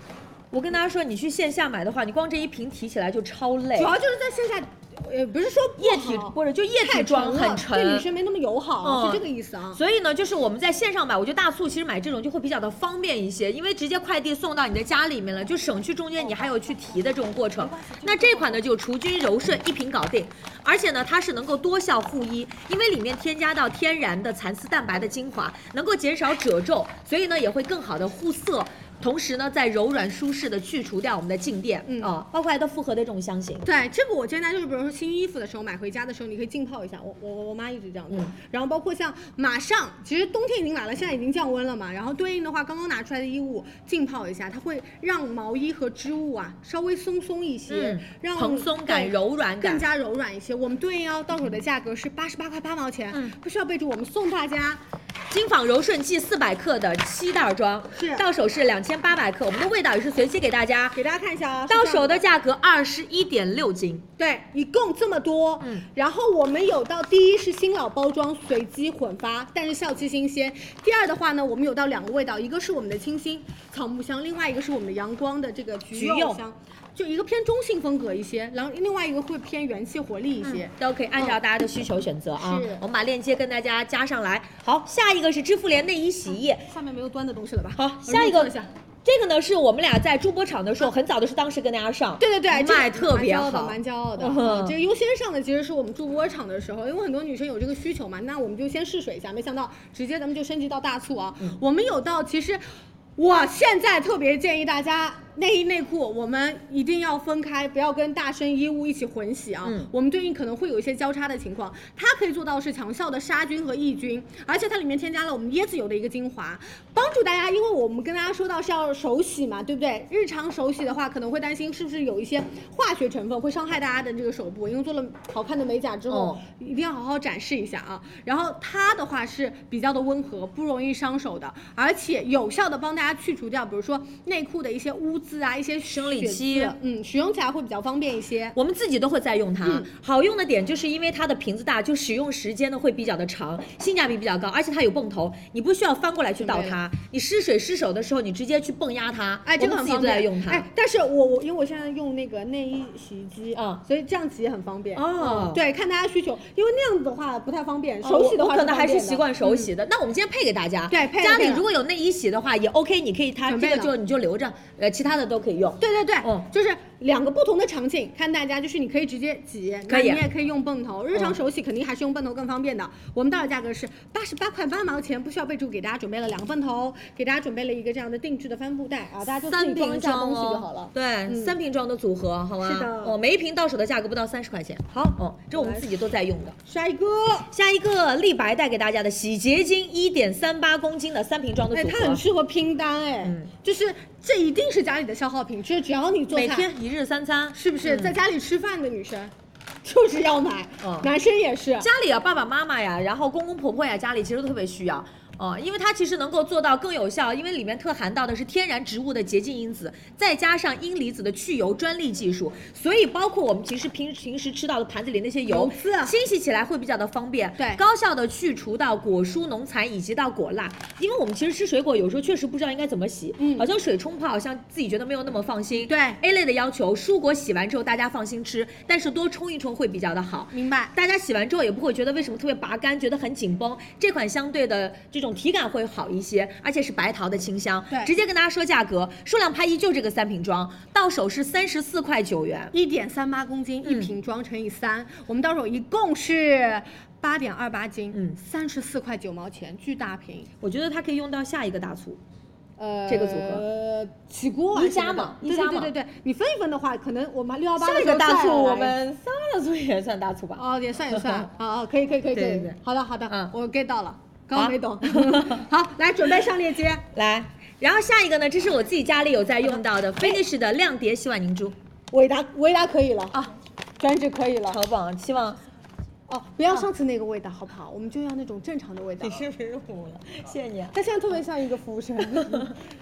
Speaker 2: 我跟大家说，你去线下买的话，你光这一瓶提起来就超累
Speaker 1: 主，要就是在线下，呃，不是说不
Speaker 2: 液体
Speaker 1: 好
Speaker 2: 不是就液体
Speaker 1: 太
Speaker 2: 装
Speaker 1: 了
Speaker 2: 很
Speaker 1: 对女
Speaker 2: 哦沉。
Speaker 1: 生没那么友好，
Speaker 2: 嗯
Speaker 1: 是这个意思啊。
Speaker 2: 所以呢，就是我们在线上买，我觉得大促其实买这种就会比较的方便一些，因为直接快递送到你的家里面了，就省去中间你还有去提的这种过程。那这款呢就除菌柔顺，一瓶搞定，而且呢它是能够多效护衣，因为里面添加到天然的蚕丝蛋白的精华，能够减少褶皱，所以呢也会更好的护色。同时呢，在柔软舒适的去除掉我们的静电，
Speaker 1: 嗯
Speaker 2: 啊，包括还有它复合的这种香型，
Speaker 1: 对，这个我建议大家就是，比如说新衣服的时候买回家的时候，你可以浸泡一下。我我我我妈一直这样做。
Speaker 2: 嗯
Speaker 1: 然后包括像马上，其实冬天已经来了，现在已经降温了嘛。然后对应的话，刚刚拿出来的衣物浸泡一下，它会让毛衣和织物啊稍微松松一些，
Speaker 2: 嗯
Speaker 1: 让
Speaker 2: 蓬松感、
Speaker 1: 对
Speaker 2: 柔软
Speaker 1: 更
Speaker 2: 感，
Speaker 1: 加柔软一些。我们对应要到手的价格是八十八块八毛钱，
Speaker 2: 嗯
Speaker 1: 不需要备注，我们送大家
Speaker 2: 金纺柔顺剂四百克的七袋装，
Speaker 1: 是
Speaker 2: 到手是两千八百克，我们的味道也是随机给大家，
Speaker 1: 给大家看一下啊，是
Speaker 2: 到
Speaker 1: 这样
Speaker 2: 手的价格二十一点六斤，
Speaker 1: 对，一共这么多。
Speaker 2: 嗯，
Speaker 1: 然后我们有到第一是新老包装随机混发，但是效期新鲜。第二的话呢，我们有到两个味道，一个是我们的清新草木香，另外一个是我们的阳光的这个橘
Speaker 2: 橘
Speaker 1: 柚
Speaker 2: 柚
Speaker 1: 香，就一个偏中性风格一些，然后另外一个会偏元气活力一些。
Speaker 2: 都可以按照大家的需求选择啊
Speaker 1: 是。
Speaker 2: 我们把链接跟大家加上来。好，下一个是支付莲内衣洗衣液。
Speaker 1: 嗯下面没有端的东西了吧？
Speaker 2: 好，
Speaker 1: 我
Speaker 2: 下一
Speaker 1: 入座
Speaker 2: 个
Speaker 1: 一下
Speaker 2: 这个呢是我们俩在助播场的时候，很早的是当时跟大家上，
Speaker 1: 对对对，这
Speaker 2: 卖
Speaker 1: 个
Speaker 2: 特别好
Speaker 1: 蛮骄傲的，
Speaker 2: 嗯
Speaker 1: 蛮骄
Speaker 2: 哼
Speaker 1: 傲的。这个优先上的其实是我们助播场的时候，因为很多女生有这个需求嘛，那我们就先试水一下，没想到直接咱们就升级到大促啊。
Speaker 2: 嗯
Speaker 1: 我们有到其实。我现在特别建议大家内衣内裤，我们一定要分开，不要跟大身衣物一起混洗啊。
Speaker 2: 嗯
Speaker 1: 我们对应可能会有一些交叉的情况。它可以做到是强效的杀菌和抑菌，而且它里面添加了我们椰子油的一个精华，帮助大家，因为我们跟大家说到是要手洗嘛，对不对？日常手洗的话，可能会担心是不是有一些化学成分会伤害大家的这个手部，因为做了好看的美甲之后，
Speaker 2: 哦
Speaker 1: 一定要好好展示一下啊。然后它的话是比较的温和，不容易伤手的，而且有效的帮大家去除掉，比如说内裤的一些污渍啊，一些
Speaker 2: 生理
Speaker 1: 血
Speaker 2: 期
Speaker 1: 渍嗯，使用起来会比较方便一些。
Speaker 2: 我们自己都会在用它。
Speaker 1: 嗯
Speaker 2: 好用的点就是因为它的瓶子大，就使用时间呢会比较的长，性价比比较高，而且它有泵头，你不需要翻过来去倒它，你湿水湿手的时候，你直接去泵压它。
Speaker 1: 哎，这个
Speaker 2: 我们
Speaker 1: 很
Speaker 2: 自己
Speaker 1: 方
Speaker 2: 都在
Speaker 1: 便。
Speaker 2: 用它。
Speaker 1: 哎，但是我我因为我现在用那个内衣洗衣机
Speaker 2: 嗯
Speaker 1: 所以这样洗也很方便。
Speaker 2: 哦
Speaker 1: 嗯对，看大家需求，因为那样子的话不太方便，
Speaker 2: 哦
Speaker 1: 手洗的
Speaker 2: 我
Speaker 1: 话
Speaker 2: 我可能还是
Speaker 1: 方便的嗯
Speaker 2: 习惯手。洗的。那我们今天配给大家，
Speaker 1: 对配了
Speaker 2: 家
Speaker 1: 配
Speaker 2: 里
Speaker 1: 了
Speaker 2: 如果有内衣洗的话也 OK，你可以它
Speaker 1: 准
Speaker 2: 这个
Speaker 1: 备了
Speaker 2: 就你就留着，呃，其他的都可以用
Speaker 1: 嗯。对对对，
Speaker 2: 嗯
Speaker 1: 就是两个不同的场景，看大家就是你可以直接挤，
Speaker 2: 可以
Speaker 1: 那你也可以用泵头。日
Speaker 2: 嗯
Speaker 1: 常手洗肯定还是用泵头更方便的。我们到手价格是八十八块八毛钱，不需要备注，给大家准备了两个泵头，给大家准备了一个这样的定制的帆布袋啊，大家就自
Speaker 2: 三
Speaker 1: 己装
Speaker 2: 瓶
Speaker 1: 一下
Speaker 2: 装
Speaker 1: 东西就
Speaker 2: 哦，
Speaker 1: 好了。嗯
Speaker 2: 对，三瓶装的组合，好吗？
Speaker 1: 是的
Speaker 2: 哦，每一瓶到手的价格不到三十块钱。
Speaker 1: 好
Speaker 2: 哦，这我们自己都在用的。
Speaker 1: 下一个，
Speaker 2: 下一个立白带给大家的洗洁精一点三八公斤的三瓶装的
Speaker 1: 哎，
Speaker 2: 组
Speaker 1: 它
Speaker 2: 合
Speaker 1: 很，适合拼单哎，
Speaker 2: 嗯
Speaker 1: 就是这一定是家里的消耗品，就是只要你做
Speaker 2: 每
Speaker 1: 菜，
Speaker 2: 天一日三餐。
Speaker 1: 是不是在家里吃饭的女生， 就是要买，
Speaker 2: 嗯
Speaker 1: 男生也是。
Speaker 2: 家里啊，爸爸妈妈呀，然后公公婆婆呀，家里其实都特别需要。哦，因为它其实能够做到更有效，因为里面特含到的是天然植物的洁净因子，再加上阴离子的去油专利技术，所以包括我们平时平平时吃到的盘子里那些油
Speaker 1: 油渍
Speaker 2: 清洗起来会比较的方便，
Speaker 1: 对
Speaker 2: 高效的去除到果蔬农残以及到果蜡，因为我们其实吃水果有时候确实不知道应该怎么洗，
Speaker 1: 嗯
Speaker 2: 好像水冲泡好像自己觉得没有那么放心，
Speaker 1: 对
Speaker 2: A 类的要求，蔬果洗完之后大家放心吃，但是多冲一冲会比较的好，
Speaker 1: 明白，
Speaker 2: 大家洗完之后也不会觉得为什么特别拔干，觉得很紧绷。这款相对的这种体感会好一些，而且是白桃的清香。
Speaker 1: 对
Speaker 2: 直接跟大家说价格，数量拍一就这个三瓶装，到手是三十四块九元。
Speaker 1: 一点三八公斤一
Speaker 2: 嗯
Speaker 1: 瓶装乘以三，我们到手一共是八点二八斤，
Speaker 2: 嗯
Speaker 1: 三十四块九毛钱，巨大瓶。
Speaker 2: 我觉得它可以用到下一个大促。
Speaker 1: 呃，
Speaker 2: 这个组
Speaker 1: 合起锅啊
Speaker 2: 一家嘛
Speaker 1: 什么的
Speaker 2: 一家嘛
Speaker 1: 对对对对，对你分一分的话，可能我们六幺八
Speaker 2: 下一个大促我们三八大促也算大促吧？
Speaker 1: 哦也算 也算，啊啊可以可以可以可
Speaker 2: 对对
Speaker 1: 以
Speaker 2: 对，
Speaker 1: 好的好的
Speaker 2: 嗯，
Speaker 1: 我 get 到了，刚刚没 懂，好来准备上链接，
Speaker 2: 来，然后下一个呢，这是我自己家里有在用到的 Finish 的亮蝶洗碗凝珠，
Speaker 1: 维达维达可以了
Speaker 2: 啊，
Speaker 1: 专治可以了
Speaker 2: 好棒！啊希望
Speaker 1: 哦，不要上次那个味道好不好？我们就要那种正常的味道
Speaker 2: 你。是不是我了？谢谢你啊。
Speaker 1: 他现在特别像一个服 务生。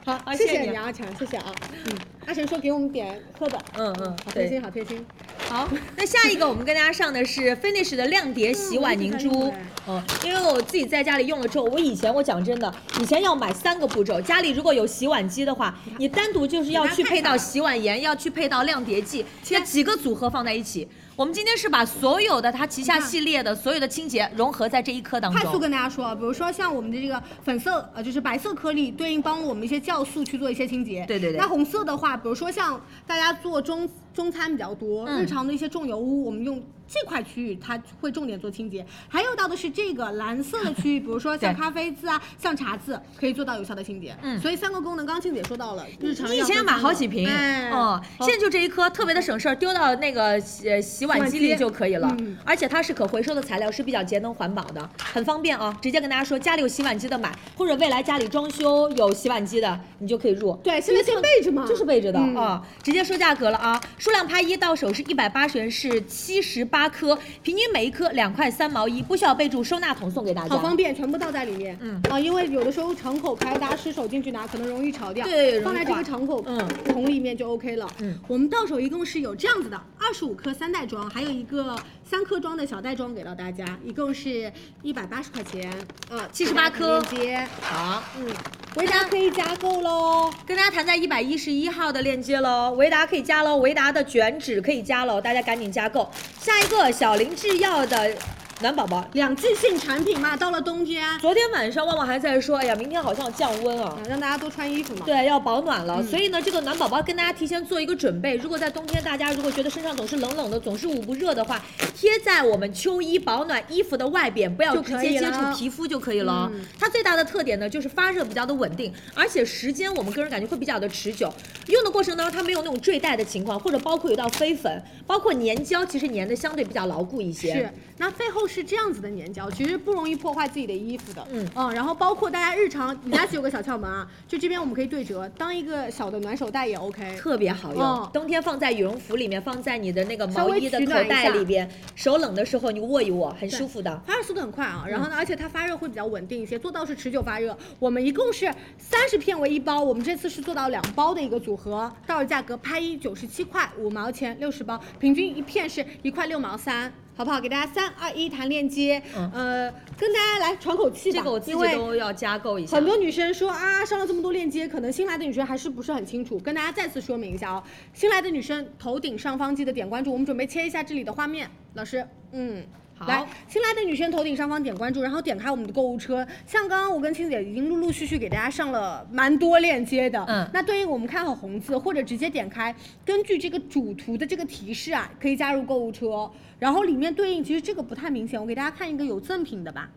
Speaker 2: 啊
Speaker 1: 好，
Speaker 2: 谢
Speaker 1: 谢
Speaker 2: 谢
Speaker 1: 谢
Speaker 2: 你
Speaker 1: 你
Speaker 2: 啊
Speaker 1: 阿强，谢谢啊。嗯，阿晨说给我们点喝的，
Speaker 2: 嗯嗯
Speaker 1: 好贴
Speaker 2: 对
Speaker 1: 心，好贴心。
Speaker 2: 好，那下一个我们跟大家上的是 Finish 的亮蝶洗碗凝珠。嗯，因为我自己在家里用了之后，我以前我讲真的，以前要买三个步骤，家里如果有洗碗机的话，你单独就是要去配到洗碗盐，要去配到亮蝶剂，那几个组合放在一起。我们今天是把所有的它旗下系列的所有的清洁融合在这一颗当
Speaker 1: 快速
Speaker 2: 中。
Speaker 1: 跟大家说啊，比如说像我们的这个粉色，呃，就是白色颗粒，对应帮我们一些酵素去做一些清洁。
Speaker 2: 对对对
Speaker 1: 那红色的话，比如说像大家做中中餐比较多，
Speaker 2: 嗯
Speaker 1: 日常的一些重油污，我们用这块区域它会重点做清洁。还有到的是这个蓝色的区域，比如说像
Speaker 2: 对
Speaker 1: 咖啡渍啊，像茶渍，可以做到有效的清洁。
Speaker 2: 嗯
Speaker 1: 所以三个功能，刚刚静姐说到了，日常
Speaker 2: 你以
Speaker 1: 要
Speaker 2: 前要
Speaker 1: 分
Speaker 2: 买
Speaker 1: 三
Speaker 2: 好
Speaker 1: 个
Speaker 2: 几瓶，
Speaker 1: 哎，
Speaker 2: 哦，
Speaker 1: 好
Speaker 2: 现在就这一颗，特别的省事儿，丢到那个洗呃洗碗机里就可以了
Speaker 1: 洗碗机嗯。
Speaker 2: 而且它是可回收的材料，是比较节能环保的，很方便啊。直接跟大家说，家里有洗碗机的买，或者未来家里装修有洗碗机的，你就可以入。
Speaker 1: 对，现在
Speaker 2: 这
Speaker 1: 就
Speaker 2: 个
Speaker 1: 备着嘛，
Speaker 2: 就是备着的
Speaker 1: 嗯
Speaker 2: 啊、直接说价格了啊！数量拍一到手是一百八十元，是七十八颗，平均每一颗两块三毛一，不需要备注，收纳桶送给大家。
Speaker 1: 好方便，全部倒在里面。
Speaker 2: 啊嗯
Speaker 1: 啊，因为有的时候敞口开，大家湿手进去拿，可能容易潮掉。
Speaker 2: 对容易
Speaker 1: 放在这
Speaker 2: 化
Speaker 1: 个敞口
Speaker 2: 嗯
Speaker 1: 桶里面就 OK 了。
Speaker 2: 嗯，
Speaker 1: 我们到手一共是有这样子的二十五颗三袋装，还有一个三颗装的小袋装给到大家，一共是一百八十块钱。啊，
Speaker 2: 78颗
Speaker 1: 链接，
Speaker 2: 好。
Speaker 1: 嗯，回答可以加购喽。
Speaker 2: 跟大家谈在一百一十一号的链接喽，维达可以加喽，维达的卷纸可以加喽，大家赶紧加购。下一个小林制药的暖宝宝。
Speaker 1: 两季性产品嘛，到了冬天，啊，
Speaker 2: 昨天晚上旺旺还在说，哎呀，明天好像降温啊。
Speaker 1: 让大家多穿衣服嘛。
Speaker 2: 对，要保暖
Speaker 1: 嗯
Speaker 2: 了，所以呢，这个暖宝宝跟大家提前做一个准备。如果在冬天，大家如果觉得身上总是冷冷的，总是捂不热的话，贴在我们秋衣保暖衣服的外边，不要
Speaker 1: 就
Speaker 2: 直
Speaker 1: 可以
Speaker 2: 接接
Speaker 1: 了
Speaker 2: 触皮肤就可以了。
Speaker 1: 嗯
Speaker 2: 它最大的特点呢，就是发热比较的稳定，而且时间我们个人感觉会比较的持久。用的过程当中，它没有那种坠带的情况，或者包括有到飞粉，包括粘胶，其实粘的相对比较牢固一些。
Speaker 1: 是，那背后是这样子的粘胶，其实不容易破坏自己的衣服的。
Speaker 2: 嗯
Speaker 1: 然后包括大家日常，李佳琦有个小窍门啊， 就这边我们可以对折，当一个小的暖手袋也 OK。
Speaker 2: 特别好用，
Speaker 1: 嗯
Speaker 2: 冬天放在羽绒服里面，放在你的那个毛
Speaker 1: 稍微
Speaker 2: 衣的
Speaker 1: 取
Speaker 2: 口
Speaker 1: 暖一
Speaker 2: 袋
Speaker 1: 下
Speaker 2: 里边，手冷的时候你握一握，很
Speaker 1: 对
Speaker 2: 舒服的。
Speaker 1: 发热速度很快啊，
Speaker 2: 嗯
Speaker 1: 然后呢，而且它发热会比较稳定一些，做到是持久发热。我们一共是三十片为一包，我们这次是做到两包的一个组合，到手价格拍一九十七块五毛钱，六十包，平均一片是一块六毛三，好不好？给大家三二一弹链接，
Speaker 2: 嗯
Speaker 1: 呃，跟大家来喘口气吧，
Speaker 2: 这个我自己
Speaker 1: 因为
Speaker 2: 都要加购一下。
Speaker 1: 很多女生说啊，上了这么多链接，可能新来的女生还是不是很清楚，跟大家再次说明一下哦。新来的女生头顶上方记得点关注，我们准备切一下这里的画面，老师，嗯。
Speaker 2: 好
Speaker 1: 来，新来的女生头顶上方点关注，然后点开我们的购物车。像刚刚我跟青姐已经陆陆续续给大家上了蛮多链接的，
Speaker 2: 嗯
Speaker 1: 那对应我们看好红字或者直接点开，根据这个主图的这个提示啊，可以加入购物车。哦然后里面对应其实这个不太明显，我给大家看一个有赠品的吧。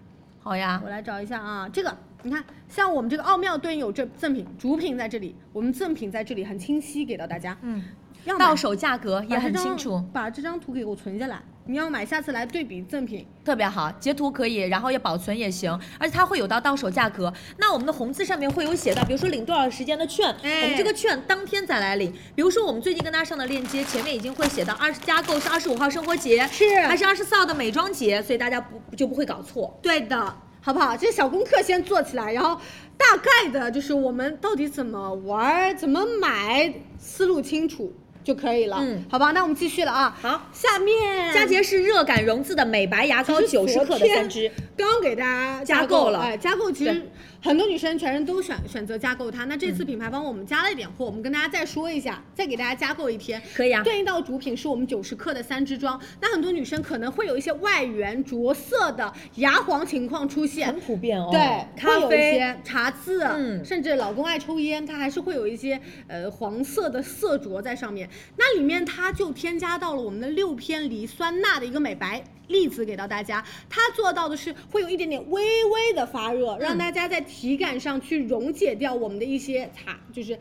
Speaker 2: 好呀
Speaker 1: 我，来找一下啊，这个你看，像我们这个奥妙对应有这赠品，主品在这里，我们赠品在这里很清晰给到大家，
Speaker 2: 嗯，
Speaker 1: 要买
Speaker 2: 到手价格也
Speaker 1: 把这
Speaker 2: 很
Speaker 1: 张
Speaker 2: 清楚，
Speaker 1: 把这张图给我存下来，你要买下次来对比赠品，
Speaker 2: 特别好，截图可以，然后也保存也行，而且它会有到到手价格。那我们的红字上面会有写到，比如说领多少时间的券，
Speaker 1: 哎
Speaker 2: 我们这个券当天再来领。比如说我们最近跟大家上的链接，前面已经会写到二十加购是二十五号生活节，
Speaker 1: 是
Speaker 2: 还是二十四号的美妆节，所以大家不就不会搞错。
Speaker 1: 对的，好不好？这小功课先做起来，然后大概的就是我们到底怎么玩儿、怎么买，思路清楚就可以了，
Speaker 2: 嗯
Speaker 1: 好吧？那我们继续了啊，
Speaker 2: 好，
Speaker 1: 下面
Speaker 2: 佳洁是热感溶自的美白牙膏
Speaker 1: 其实
Speaker 2: 九十
Speaker 1: 嗯昨
Speaker 2: 克的
Speaker 1: 天
Speaker 2: 三支，
Speaker 1: 刚给大家
Speaker 2: 加
Speaker 1: 购
Speaker 2: 购了
Speaker 1: 哎，加购其
Speaker 2: 对嗯
Speaker 1: 实很多女生全身都选选择加购它。那这次品牌帮我们加了一点货，我们跟大家再说一下，再给大家加购一天。
Speaker 2: 可以啊。
Speaker 1: 对应到主品是我们九十克的三支装，那很多女生可能会有一些外缘着色的牙黄情况出现
Speaker 2: 很，普遍哦，
Speaker 1: 对，
Speaker 2: 咖
Speaker 1: 会有一
Speaker 2: 啡
Speaker 1: 些茶渍，啊
Speaker 2: 嗯
Speaker 1: 甚至老公爱抽烟，它还是会有一些呃黄色的色浊在上面。那里面它就添加到了我们的六偏离酸钠的一个美白粒子给到大家，它做到的是会有一点点微微的发
Speaker 2: 嗯
Speaker 1: 热，让大家在体感上去溶解掉我们的一些茶，就是。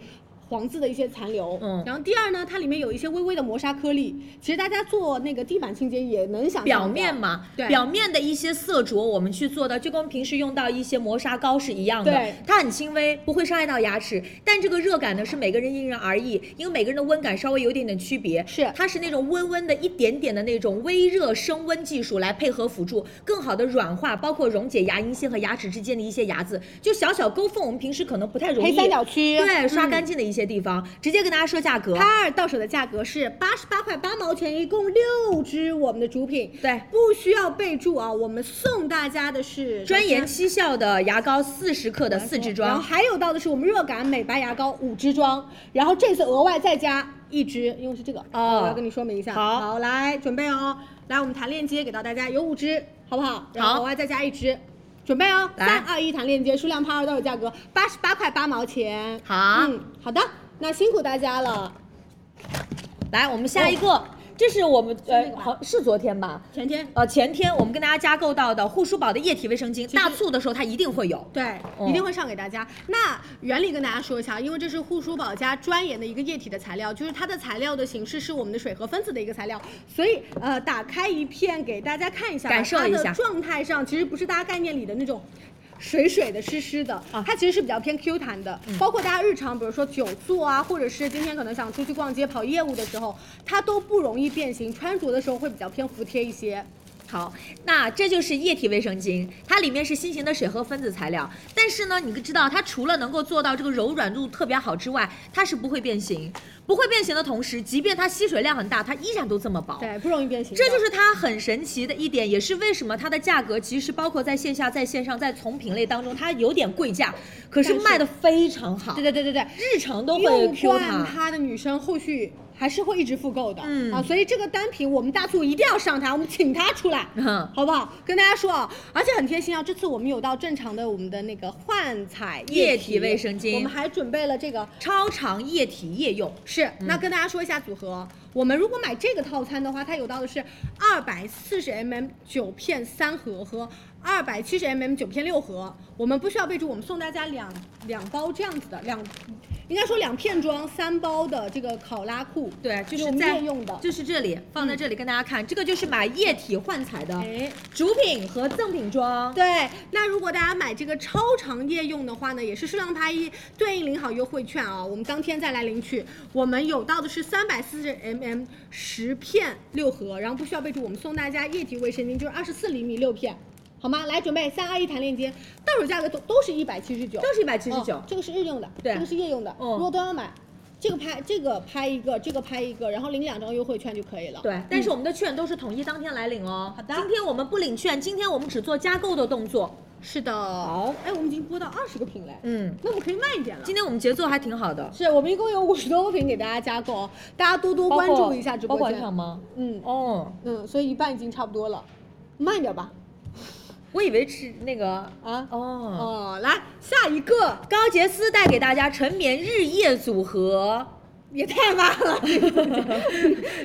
Speaker 1: 黄渍的一些残留，
Speaker 2: 嗯
Speaker 1: 然后第二呢，它里面有一些微微的磨砂颗粒，其实大家做那个地板清洁也能想象
Speaker 2: 表
Speaker 1: 得到
Speaker 2: 面嘛，
Speaker 1: 对
Speaker 2: 表面的一些色浊，我们去做的，就跟平时用到一些磨砂膏是一样的
Speaker 1: 对，
Speaker 2: 它很轻微，不会伤害到牙齿。但这个热感呢，是每个人因人而异，因为每个人的温感稍微有一点点区别。
Speaker 1: 是
Speaker 2: 它是那种温温的一点点的那种微热升温技术来配合辅助，更好的软化，包括溶解牙龈线和牙齿之间的一些牙渍，就小小沟缝，我们平时可能不太容易
Speaker 1: 黑三角区，
Speaker 2: 对刷
Speaker 1: 嗯
Speaker 2: 干净的一些地方，直接跟大家说价格。
Speaker 1: 拍二到手的价格是八十八块八毛钱，一共六支我们的主品，
Speaker 2: 对
Speaker 1: 不需要备注啊，我们送大家的是
Speaker 2: 专研七效的牙膏四十克的四支
Speaker 1: 然
Speaker 2: 装
Speaker 1: 后，还有到的是我们热感美白牙膏五支装，然后这次额外再加一支，因为是这个
Speaker 2: 哦
Speaker 1: 我要跟你说明一下。
Speaker 2: 好
Speaker 1: 来准备哦，来我们弹链接给到大家，有五支，好不好？然
Speaker 2: 好
Speaker 1: 后额外再加一支。准备哦，
Speaker 2: 来
Speaker 1: 三二一，弹链接，数量拍二到手价格八十八块八毛钱。
Speaker 2: 好
Speaker 1: 嗯，好的，那辛苦大家了。
Speaker 2: 来，我们下一个，这是我们
Speaker 1: 是那
Speaker 2: 呃，
Speaker 1: 哦个吧
Speaker 2: 好是昨天吧？
Speaker 1: 前天
Speaker 2: 呃，前天我们跟大家加购到的护舒宝的液体卫生巾，
Speaker 1: 实
Speaker 2: 大促的时候它一定会有。
Speaker 1: 对，
Speaker 2: 哦
Speaker 1: 一定会上给大家。那原理跟大家说一下，因为这是护舒宝家专研的一个液体的材料，就是它的材料的形式是我们的水合分子的一个材料，所以呃，打开一片给大家看一下吧，
Speaker 2: 感受一下
Speaker 1: 它的状态上其实不是大家概念里的那种。水水的、湿湿的，
Speaker 2: 啊嗯
Speaker 1: 它其实是比较偏 Q 弹的。包括大家日常，比如说久坐啊，或者是今天可能想出去逛街、跑业务的时候，它都不容易变形，穿着的时候会比较偏服帖一些。
Speaker 2: 好，那这就是液体卫生巾，它里面是新型的水合分子材料，但是呢，你知道它除了能够做到这个柔软度特别好之外，它是不会变形。不会变形的同时，即便它吸水量很大，它依然都这么薄。
Speaker 1: 对，不容易变形的。
Speaker 2: 哦这就是它很神奇的一点，也是为什么它的价格其实包括在线下、在线上、在从品类当中，它有点贵价，可是
Speaker 1: 但是
Speaker 2: 卖的非常好
Speaker 1: 对。对对对对，
Speaker 2: 日常都会
Speaker 1: 用
Speaker 2: Q
Speaker 1: 惯
Speaker 2: 它。
Speaker 1: 它的女生，后续还是会一直复购的，
Speaker 2: 嗯
Speaker 1: 啊，所以这个单品我们大促一定要上它，我们请它出来，
Speaker 2: 嗯
Speaker 1: 好不好？跟大家说啊，而且很贴心啊，这次我们有到正常的我们的那个幻彩
Speaker 2: 液
Speaker 1: 体
Speaker 2: 体卫生巾
Speaker 1: 我们还准备了这个
Speaker 2: 超长液体夜用，
Speaker 1: 是，那跟大家说一下组合。哦我们如果买这个套餐的话，它有到的是二百四十 mm 九片三盒和二百七十 mm 九片六盒。我们不需要备注，我们送大家两两包这样子的两，应该说两片装三包的这个考拉裤。
Speaker 2: 对，就
Speaker 1: 我
Speaker 2: 是
Speaker 1: 们
Speaker 2: 在
Speaker 1: 夜用的。
Speaker 2: 就是这里放在这里跟大家看，这个就是买液体幻彩的
Speaker 1: 哎，
Speaker 2: 主品和赠品装。
Speaker 1: 对，那如果大家买这个超长夜用的话呢，也是数量拍一对应领好优惠券啊，我们当天再来领取。我们有到的是三百四十 mm 十片六盒，然后不需要备注，我们送大家液体卫生巾，就是二十四厘米六片，好吗？来准备三二一弹链接，到手价格都都是一百七十九，
Speaker 2: 都是一百七十九
Speaker 1: 哦，这个是日用的，
Speaker 2: 对
Speaker 1: 这个是夜用的，
Speaker 2: 嗯
Speaker 1: 如果都要买。这个拍这个拍一个，这个拍一个，然后领两张优惠券就可以了。
Speaker 2: 对，嗯但是我们的券都是统一当天来领哦。
Speaker 1: 好的
Speaker 2: 今天我们不领券，今天我们只做加购的动作。
Speaker 1: 是的。好，哎，我们已经播到二十个品类，
Speaker 2: 嗯，
Speaker 1: 那我们可以慢一点了。
Speaker 2: 今天我们节奏还挺好的，
Speaker 1: 是我们一共有五十多个品给大家加购，哦大家多多关注一下直播
Speaker 2: 包括
Speaker 1: 间。
Speaker 2: 场吗？
Speaker 1: 嗯
Speaker 2: 哦，
Speaker 1: 嗯，所以一半已经差不多了，慢点吧。
Speaker 2: 我以为是那个
Speaker 1: 啊
Speaker 2: 哦。
Speaker 1: 哦，来下一个，
Speaker 2: 高洁丝带给大家纯棉日夜组合，
Speaker 1: 也太慢 了，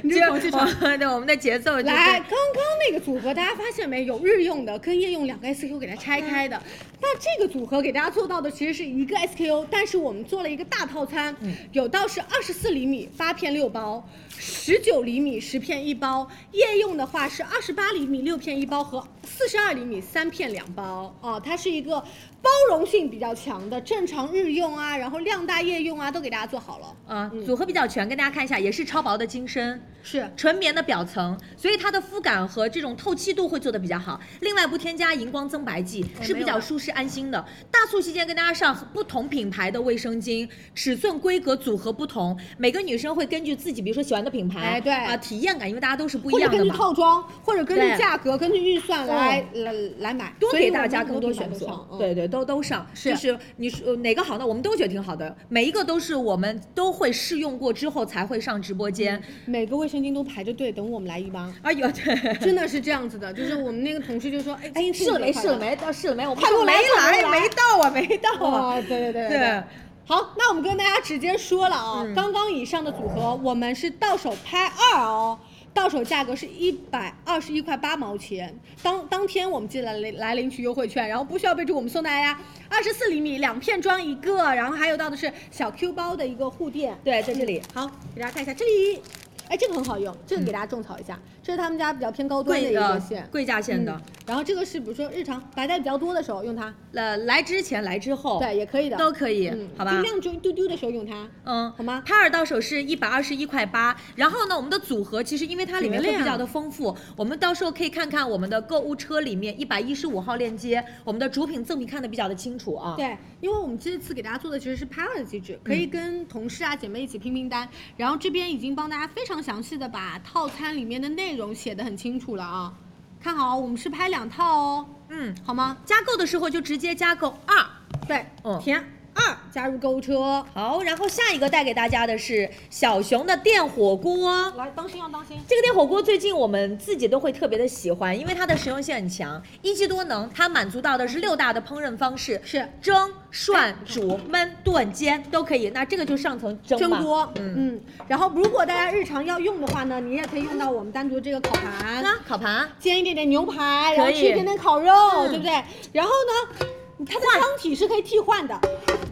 Speaker 1: 你这口气喘。
Speaker 2: 对我们的节奏就是
Speaker 1: 来，刚刚那个组合，大家发现没有？日用的跟夜用两个 SKU 给它拆开
Speaker 2: 嗯
Speaker 1: 的，那这个组合给大家做到的其实是一个 SKU，但是我们做了一个大套餐，
Speaker 2: 嗯
Speaker 1: 有到是二十四厘米八片六包，十九厘米十片一包，夜用的话是二十八厘米六片一包和四十二厘米三片两包啊，它是一个包容性比较强的，正常日用啊，然后量大夜用啊都给大家做好了，
Speaker 2: 啊，组合比较全，跟大家看一下，也是超薄的金身，
Speaker 1: 嗯是
Speaker 2: 纯棉的表层，所以它的肤感和这种透气度会做的比较好。另外不添加荧光增白剂，
Speaker 1: 哎
Speaker 2: 是比
Speaker 1: 没有
Speaker 2: 较
Speaker 1: 了
Speaker 2: 舒适安心的。大促期间跟大家上不同品牌的卫生巾，尺寸规格组合不同，每个女生会根据自己，比如说喜欢的品牌，
Speaker 1: 哎对
Speaker 2: 啊，体验感，因为大家都是不一
Speaker 1: 或者
Speaker 2: 样
Speaker 1: 根
Speaker 2: 的
Speaker 1: 据
Speaker 2: 嘛。
Speaker 1: 套装，或者根据
Speaker 2: 对哦
Speaker 1: 价格、根据预算来、来来买，
Speaker 2: 多
Speaker 1: 所以
Speaker 2: 给
Speaker 1: 我
Speaker 2: 大
Speaker 1: 们
Speaker 2: 家
Speaker 1: 很
Speaker 2: 更多
Speaker 1: 品牌
Speaker 2: 选
Speaker 1: 都
Speaker 2: 择
Speaker 1: 上，嗯
Speaker 2: 对对，都都上，
Speaker 1: 是
Speaker 2: 就是你说呃哪个好呢？我们都觉得挺好的，每一个都是我们都会试用过之后才会上直播间。
Speaker 1: 每个卫生巾都排着队等我们来一 帮，
Speaker 2: 哎呦，对，
Speaker 1: 真的是这样子的，就是我们那个同事就说，哎，今天
Speaker 2: 试了没？
Speaker 1: 快
Speaker 2: 试了？没？到试了没？我们
Speaker 1: 快
Speaker 2: 都
Speaker 1: 过
Speaker 2: 没
Speaker 1: 来快过来
Speaker 2: 没到啊，没到啊。
Speaker 1: 哦，对对对
Speaker 2: 对
Speaker 1: 对。好，那我们跟大家直接说了啊、
Speaker 2: 嗯
Speaker 1: 刚刚以上的组合我们是到手拍二哦，到手价格是一百二十一块八毛钱。当当天我们记得来来领取优惠券，然后不需要备注，我们送大家二十四厘米两片装一个，然后还有到的是小 Q 包的一个护垫，
Speaker 2: 对，在这里
Speaker 1: 好，嗯给大家看一下这里，哎，这个很好用，这个给大家种草一下，这是他们家比较偏高端
Speaker 2: 嗯
Speaker 1: 的
Speaker 2: 贵
Speaker 1: 一个
Speaker 2: 的
Speaker 1: 线。
Speaker 2: 贵价线的
Speaker 1: 嗯，，然后这个是比如说日常白带比较多的时候用它，
Speaker 2: 来来之前来之后，
Speaker 1: 对，也可以的，
Speaker 2: 哦都可以
Speaker 1: 嗯，
Speaker 2: 好吧
Speaker 1: 尽？量就丢丢的时候用它，
Speaker 2: 嗯，
Speaker 1: 好吗？
Speaker 2: 拍二到手是一百二十一块八，然后呢，我们的组合其实因为它里面
Speaker 1: 怎么
Speaker 2: 会
Speaker 1: 啊了呀
Speaker 2: 比较的丰富，我们到时候可以看看我们的购物车里面一百一十五号链接，我们的主品赠品看的比较的清楚啊。嗯
Speaker 1: 对，因为我们这次给大家做的其实是拍二的机制，可以跟同事啊、姐妹一起拼拼单。然后这边已经帮大家非常详细的把套餐里面的内容写的很清楚了啊。看好，我们是拍两套哦，
Speaker 2: 嗯，
Speaker 1: 好吗？
Speaker 2: 加购的时候就直接加购二。
Speaker 1: 对，
Speaker 2: 嗯
Speaker 1: 填二加入购物车。
Speaker 2: 好，然后下一个带给大家的是小熊的电火锅。
Speaker 1: 来，当心要啊当心。
Speaker 2: 这个电火锅最近我们自己都会特别的喜欢，因为它的实用性很强，一机多能，它满足到的是六大的烹饪方式，
Speaker 1: 是
Speaker 2: 蒸、
Speaker 1: 哎
Speaker 2: 涮、煮、焖、炖、煎都可以。那这个就上层蒸
Speaker 1: 蒸
Speaker 2: 吧
Speaker 1: 锅，
Speaker 2: 嗯，
Speaker 1: 嗯然后如果大家日常要用的话呢，你也可以用到我们单独这个烤盘，
Speaker 2: 那烤盘
Speaker 1: 煎一点点牛排，然
Speaker 2: 可
Speaker 1: 后
Speaker 2: 以
Speaker 1: 吃一点点烤肉，
Speaker 2: 嗯
Speaker 1: 对不对？然后呢，它的汤体是可以替换的。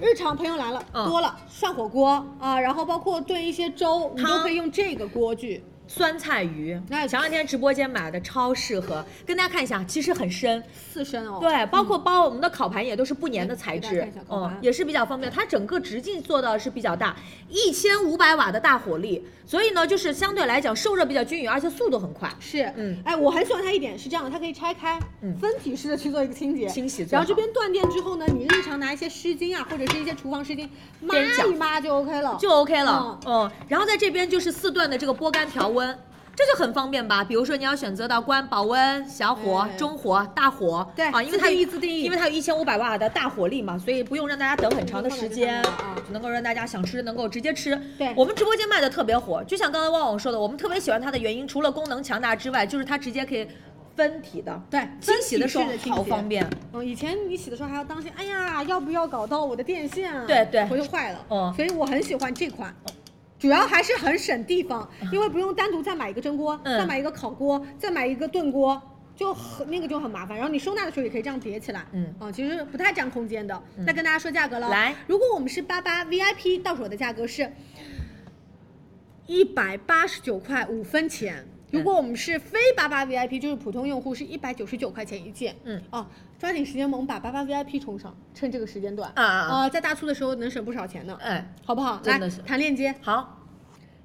Speaker 1: 日常朋友来了、
Speaker 2: 嗯
Speaker 1: 多了，涮火锅啊，然后包括炖一些粥，你都
Speaker 2: 汤
Speaker 1: 可以用这个锅具。
Speaker 2: 酸菜鱼，
Speaker 1: 那
Speaker 2: 前两天直播间买的超适合，跟大家看一下，其实很深，
Speaker 1: 刺身哦，哎
Speaker 2: 对，包括包我们的烤盘也都是不粘的材
Speaker 1: 给大
Speaker 2: 质
Speaker 1: 家看一下，烤
Speaker 2: 嗯
Speaker 1: 盘，
Speaker 2: 也是比较方便。它整个直径做的是比较大，一千五百瓦的大火力，所以呢，就是相对来讲受热比较均匀，而且速度很快。
Speaker 1: 是，
Speaker 2: 嗯
Speaker 1: 哎，我很喜欢它一点是这样的，它可以拆开，
Speaker 2: 嗯
Speaker 1: 分体式的去做一个清洁，
Speaker 2: 清洗最
Speaker 1: 然后这
Speaker 2: 好
Speaker 1: 边断电之后呢，你日常拿一些湿巾啊，或者是一些厨房湿巾，抹
Speaker 2: 边角
Speaker 1: 一抹就 OK 了，
Speaker 2: 嗯就 OK 了，嗯，然后在这边就是四段的这个锅干调温，这就很方便吧？比如说你要选择到关保温、小火、
Speaker 1: 嗯
Speaker 2: 中火、大火，
Speaker 1: 对
Speaker 2: 啊，因为它
Speaker 1: 自定义自定义
Speaker 2: 因为它有一千五百瓦的大火力嘛，所以不用让大家等很长的时间
Speaker 1: 放在这上面啊，
Speaker 2: 只能够让大家想吃能够直接吃。
Speaker 1: 对
Speaker 2: 我们直播间卖的特别火，就像刚才旺旺说的，我们特别喜欢它的原因，除了功能强大之外，就是它直接可以分体的，
Speaker 1: 对
Speaker 2: 清洗的时候
Speaker 1: 分体式的清
Speaker 2: 好
Speaker 1: 洁
Speaker 2: 方便。
Speaker 1: 嗯，以前你洗的时候还要担心，哎呀，要不要搞到我的电线啊？
Speaker 2: 对对
Speaker 1: 我就坏了。
Speaker 2: 嗯
Speaker 1: 所以我很喜欢这款。主要还是很省地方，因为不用单独再买一个蒸锅，
Speaker 2: 嗯
Speaker 1: 再买一个烤锅，再买一个炖锅，就很那个就很麻烦。然后你收纳的时候也可以这样叠起来，
Speaker 2: 嗯
Speaker 1: 啊、其实不太占空间的。那跟大家说价格了，
Speaker 2: 来，
Speaker 1: 如果我们是八八 VIP 到手的价格是一百八十九块五分钱。
Speaker 2: 嗯
Speaker 1: 如果我们是非八八 VIP，就是普通用户，是一百九十九块钱一件。
Speaker 2: 嗯，
Speaker 1: 哦，抓紧时间我们把八八 VIP 冲上，趁这个时间段
Speaker 2: 啊啊啊
Speaker 1: 呃在大促的时候能省不少钱呢，
Speaker 2: 哎，
Speaker 1: 好不好？
Speaker 2: 真
Speaker 1: 来
Speaker 2: 的是
Speaker 1: 谈链接，
Speaker 2: 好，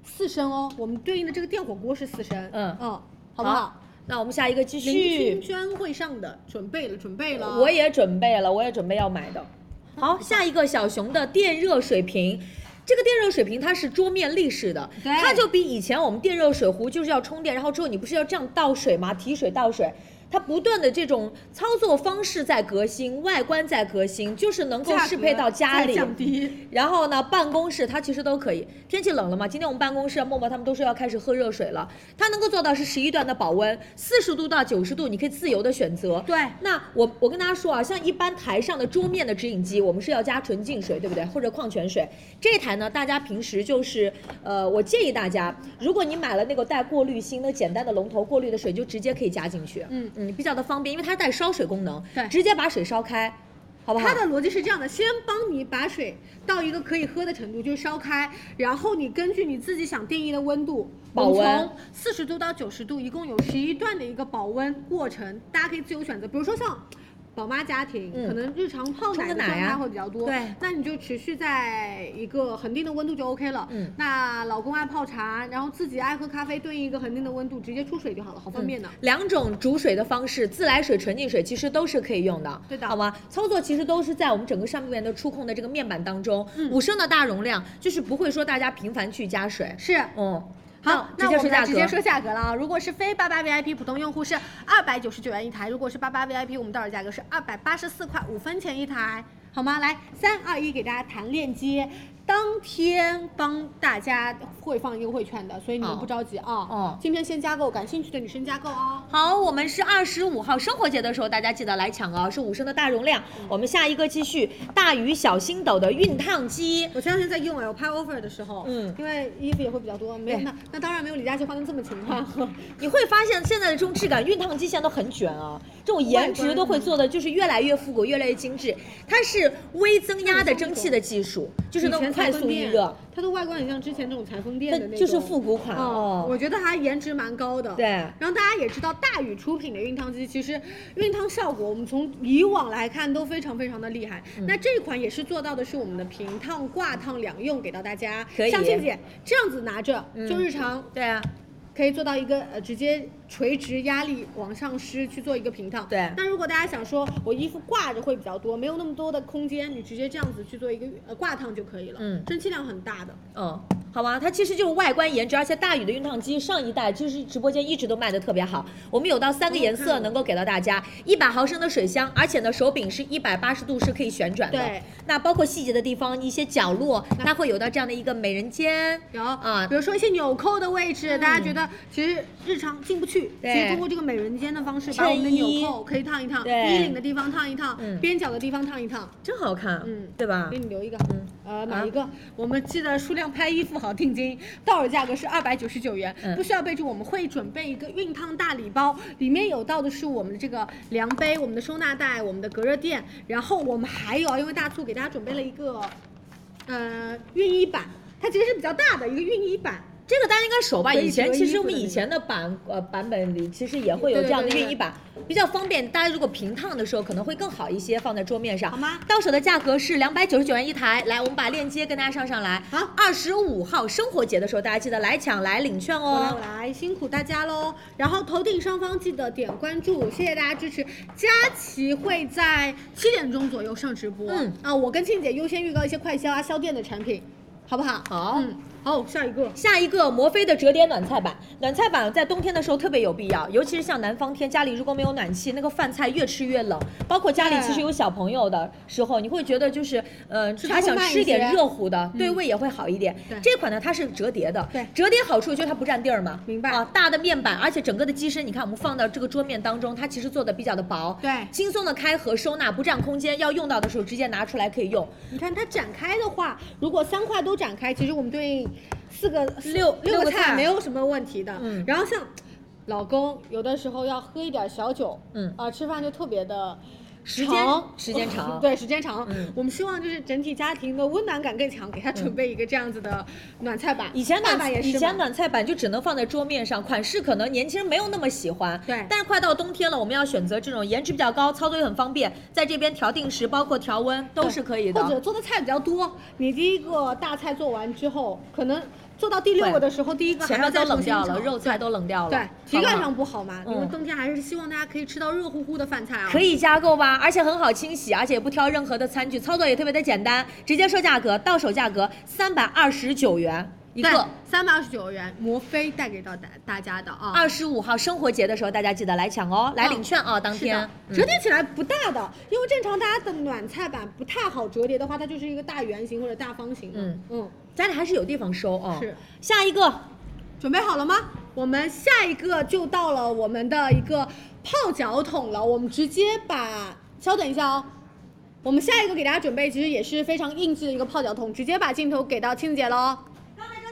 Speaker 1: 四升哦，我们对应的这个电火锅是四升，
Speaker 2: 嗯
Speaker 1: 好不好？
Speaker 2: 好那我们下一个继续
Speaker 1: 林君。娟会上的，准备了，准备了。
Speaker 2: 我也准备了，我也准备要买的。好，下一个小熊的电热水瓶。这个电热水瓶它是桌面立式的，
Speaker 1: 对
Speaker 2: 它就比以前我们电热水壶就是要充电，然后之后你不是要这样倒水吗？提水倒水，它不断的这种操作方式在革新，外观在革新，就是能够
Speaker 1: 价格
Speaker 2: 适配到家
Speaker 1: 再
Speaker 2: 里。
Speaker 1: 降低，
Speaker 2: 然后呢，办公室它其实都可以。天气冷了嘛，今天我们办公室啊默默他们都说要开始喝热水了。它能够做到是十一段的保温，四十度到九十度你可以自由的选择。
Speaker 1: 对
Speaker 2: 那我我跟大家说啊，像一般台上的桌面的直饮机，我们是要加纯净水，对不对？或者矿泉水。这一台呢，大家平时就是呃，我建议大家，如果你买了那个带过滤芯的简单的龙头过滤的水，就直接可以加进去。
Speaker 1: 嗯
Speaker 2: 嗯，比较的方便，因为它带烧水功能，
Speaker 1: 对
Speaker 2: 直接把水烧开，好不好？
Speaker 1: 它的逻辑是这样的：先帮你把水到一个可以喝的程度，就烧开，然后你根据你自己想定义的温度，
Speaker 2: 保温
Speaker 1: 四十度到九十度，一共有十一段的一个保温过程，大家可以自由选择。比如说像。宝妈家庭、
Speaker 2: 嗯
Speaker 1: 可能日常泡
Speaker 2: 冲
Speaker 1: 奶
Speaker 2: 个
Speaker 1: 的
Speaker 2: 奶
Speaker 1: 状态
Speaker 2: 啊
Speaker 1: 会比较多，
Speaker 2: 对
Speaker 1: 那你就持续在一个恒定的温度就 OK 了。
Speaker 2: 嗯
Speaker 1: 那老公爱泡茶，然后自己爱喝咖啡，对应一个恒定的温度，直接出水就好了，好方便的。
Speaker 2: 嗯两种煮水的方式，自来水、纯净水其实都是可以用的，
Speaker 1: 对的
Speaker 2: 好吗？操作其实都是在我们整个上面的触控的这个面板当中，
Speaker 1: 嗯
Speaker 2: 五升的大容量，就是不会说大家频繁去加水，
Speaker 1: 是，
Speaker 2: 嗯。
Speaker 1: 好，
Speaker 2: 直
Speaker 1: 那
Speaker 2: 接
Speaker 1: 我
Speaker 2: 说
Speaker 1: 们
Speaker 2: 价
Speaker 1: 来
Speaker 2: 格，
Speaker 1: 直接说价格了啊！如果是非八八 VIP 普通用户是二百九十九元一台，如果是八八 VIP，我们到手价格是二百八十四块五分钱一台，好吗？来，三二一，给大家弹链接，当天帮大家会放优惠券的，所以你们
Speaker 2: 哦
Speaker 1: 不着急啊。
Speaker 2: 哦
Speaker 1: 今天先加购，感兴趣的女生加购哦。
Speaker 2: 好，我们是二十五号生活节的时候，大家记得来抢哦，是五升的大容量。我们下一个继续大鱼小星斗的熨烫机，
Speaker 1: 我前两天在用哎，我拍 offer 的时候，
Speaker 2: 嗯
Speaker 1: 因为衣服也会比较多，没有
Speaker 2: 对
Speaker 1: 那那当然没有李佳琦化妆这么勤快了。
Speaker 2: 你会发现现在的这种质感，熨烫机现在都很卷啊，这种颜值都会做的就是越来越复古，越来越精致。它是微增压的蒸汽的技术， 就是
Speaker 1: 以
Speaker 2: 能
Speaker 1: 前
Speaker 2: 快
Speaker 1: 裁缝
Speaker 2: 速预
Speaker 1: 店
Speaker 2: 热。，
Speaker 1: 它的外观很像之前那种裁缝店的
Speaker 2: 它
Speaker 1: 那种，
Speaker 2: 就是复古款
Speaker 1: 哦，
Speaker 2: 哦
Speaker 1: 我，觉得它颜值蛮高的。
Speaker 2: 对
Speaker 1: 然后大家也知道，大宇出品的熨烫机其实熨烫效果，我们从以往来看都非常非常的厉害。
Speaker 2: 嗯
Speaker 1: 那这款也是做到的是我们的平烫、挂烫两用，给到大家。
Speaker 2: 可以嗯
Speaker 1: 像倩姐这样子拿着，就日常
Speaker 2: 对啊，
Speaker 1: 可以做到一个呃直接垂直压力往上施去做一个平烫。
Speaker 2: 对
Speaker 1: 那如果大家想说我衣服挂着会比较多，没有那么多的空间，你直接这样子去做一个呃挂烫就可以了。
Speaker 2: 嗯
Speaker 1: 蒸汽量很大的。
Speaker 2: 嗯，好吧，它其实就是外观颜值，而且大宇的熨烫机上一代就是直播间一直都卖的特别好，我们有到三个颜
Speaker 1: 嗯我看
Speaker 2: 色
Speaker 1: 了
Speaker 2: 能够给到大家，一百毫升的水箱，而且呢手柄是一百八十度是可以旋转的
Speaker 1: 对，
Speaker 2: 那包括细节的地方一些角落，它会有到这样的一个美人尖，
Speaker 1: 有
Speaker 2: 啊
Speaker 1: 比如说一些纽扣的位置，大家觉得其实日常进不去，其
Speaker 2: 嗯对
Speaker 1: 实通过这个美人尖的方式，
Speaker 2: 衬
Speaker 1: 把我们的
Speaker 2: 衣
Speaker 1: 纽扣可以烫一烫，
Speaker 2: 对
Speaker 1: 衣领的地方烫一烫
Speaker 2: 嗯，
Speaker 1: 边角的地方烫一烫，
Speaker 2: 真好看，
Speaker 1: 嗯
Speaker 2: 对吧
Speaker 1: 给？你留一个。
Speaker 2: 嗯
Speaker 1: 呃，买一个，我们记得数量拍一付好定金，到手价格是二百九十九元，
Speaker 2: 嗯
Speaker 1: 不需要备注，我们会准备一个熨烫大礼包，里面有到的是我们的这个量杯、我们的收纳袋、我们的隔热垫，然后我们还有啊，因为大促给大家准备了一个，呃，熨衣板，它其实是比较大的一个熨衣板，
Speaker 2: 这个大家应该熟吧？
Speaker 1: 可以
Speaker 2: 以前其
Speaker 1: 折衣
Speaker 2: 实
Speaker 1: 服
Speaker 2: 我们
Speaker 1: 的
Speaker 2: 以
Speaker 1: 那
Speaker 2: 前的版呃版本里，其实也会有这样的熨衣板，比较方便。大家如果平烫的时候，可能会更好一些，放在桌面上。
Speaker 1: 好吗
Speaker 2: 到手的价格是两百九十九元一台。来，我们把链接跟大家上上来。
Speaker 1: 好
Speaker 2: 二十五号生活节的时候，大家记得来抢来领券
Speaker 1: 我来，
Speaker 2: 哦
Speaker 1: 我。来，辛苦大家喽！然后头顶上方记得点关注，谢谢大家支持。佳琪会在七点钟左右上直播，
Speaker 2: 嗯
Speaker 1: 啊，我跟庆姐优先预告一些快销啊、销店的产品，好不好？
Speaker 2: 好
Speaker 1: 嗯，好，下一个，
Speaker 2: 下一个摩飞的折叠暖菜板，暖菜板在冬天的时候特别有必要，尤其是像南方天，家里如果没有暖气，那个饭菜越吃越冷。包括家里
Speaker 1: 对
Speaker 2: 其实有小朋友的时候，你会觉得就是，呃，
Speaker 1: 吃
Speaker 2: 他
Speaker 1: 得
Speaker 2: 想
Speaker 1: 慢一
Speaker 2: 吃点
Speaker 1: 些
Speaker 2: 热乎的，对胃也会好一点。
Speaker 1: 嗯对
Speaker 2: 这款呢，它是折叠的，
Speaker 1: 对
Speaker 2: 折叠好处就是它不占地儿嘛，
Speaker 1: 明白
Speaker 2: 啊，大的面板，而且整个的机身，你看我们放到这个桌面当中，它其实做的比较的薄，
Speaker 1: 对
Speaker 2: 轻松的开合收纳，不占空间，要用到的时候直接拿出来可以用。
Speaker 1: 你看它展开的话，如果三块都展开，其实我们对应四个四
Speaker 2: 六
Speaker 1: 六
Speaker 2: 六个
Speaker 1: 个
Speaker 2: 菜
Speaker 1: 菜没有什么问题的。
Speaker 2: 嗯
Speaker 1: 然后像老公有的时候要喝一点小酒，
Speaker 2: 嗯
Speaker 1: 啊、吃饭就特别的。
Speaker 2: 时间
Speaker 1: 长
Speaker 2: 时间长
Speaker 1: 对时间长、
Speaker 2: 嗯
Speaker 1: 我们希望就是整体家庭的温暖感更强，给他准备一个这样子的暖菜板。
Speaker 2: 以前
Speaker 1: 爸
Speaker 2: 暖
Speaker 1: 爸也是
Speaker 2: 以前
Speaker 1: 嘛
Speaker 2: 暖菜板就只能放在桌面上，款式可能年轻人没有那么喜欢。
Speaker 1: 对
Speaker 2: 但是快到冬天了，我们要选择这种颜值比较高、操作又很方便，在这边调定时，包括调温都是可以
Speaker 1: 或者
Speaker 2: 的。
Speaker 1: 做的菜比较多，你第一个大菜做完之后，可能做到第六
Speaker 2: 对
Speaker 1: 个的时候，第一个还
Speaker 2: 前
Speaker 1: 要
Speaker 2: 面
Speaker 1: 再
Speaker 2: 都冷
Speaker 1: 重新
Speaker 2: 掉了，
Speaker 1: 炒
Speaker 2: 肉菜都冷掉了，
Speaker 1: 对体
Speaker 2: 好不
Speaker 1: 感
Speaker 2: 好
Speaker 1: 上不好嘛，因为
Speaker 2: 嗯
Speaker 1: 冬天还是希望大家可以吃到热乎乎的饭菜啊。
Speaker 2: 可以加购吧，而且很好清洗，而且也不挑任何的餐具，操作也特别的简单，直接说价格，到手价格三百二十九元一个。
Speaker 1: 三百二十九元，摩飞带给到大大家的啊。
Speaker 2: 二十五号生活节的时候，大家记得来抢哦，来领券啊、当
Speaker 1: 嗯是的
Speaker 2: 天，
Speaker 1: 折叠起来不大的，因为正常大家的暖菜板不太好折叠的话，它就是一个大圆形或者大方形的。
Speaker 2: 嗯
Speaker 1: 嗯，
Speaker 2: 家里还是有地方收啊、
Speaker 1: 是，
Speaker 2: 下一个
Speaker 1: 准备好了吗？我们下一个就到了我们的一个泡脚桶了，我们直接把，稍等一下哦。我们下一个给大家准备，其实也是非常应季的一个泡脚桶，直接把镜头给到青姐喽。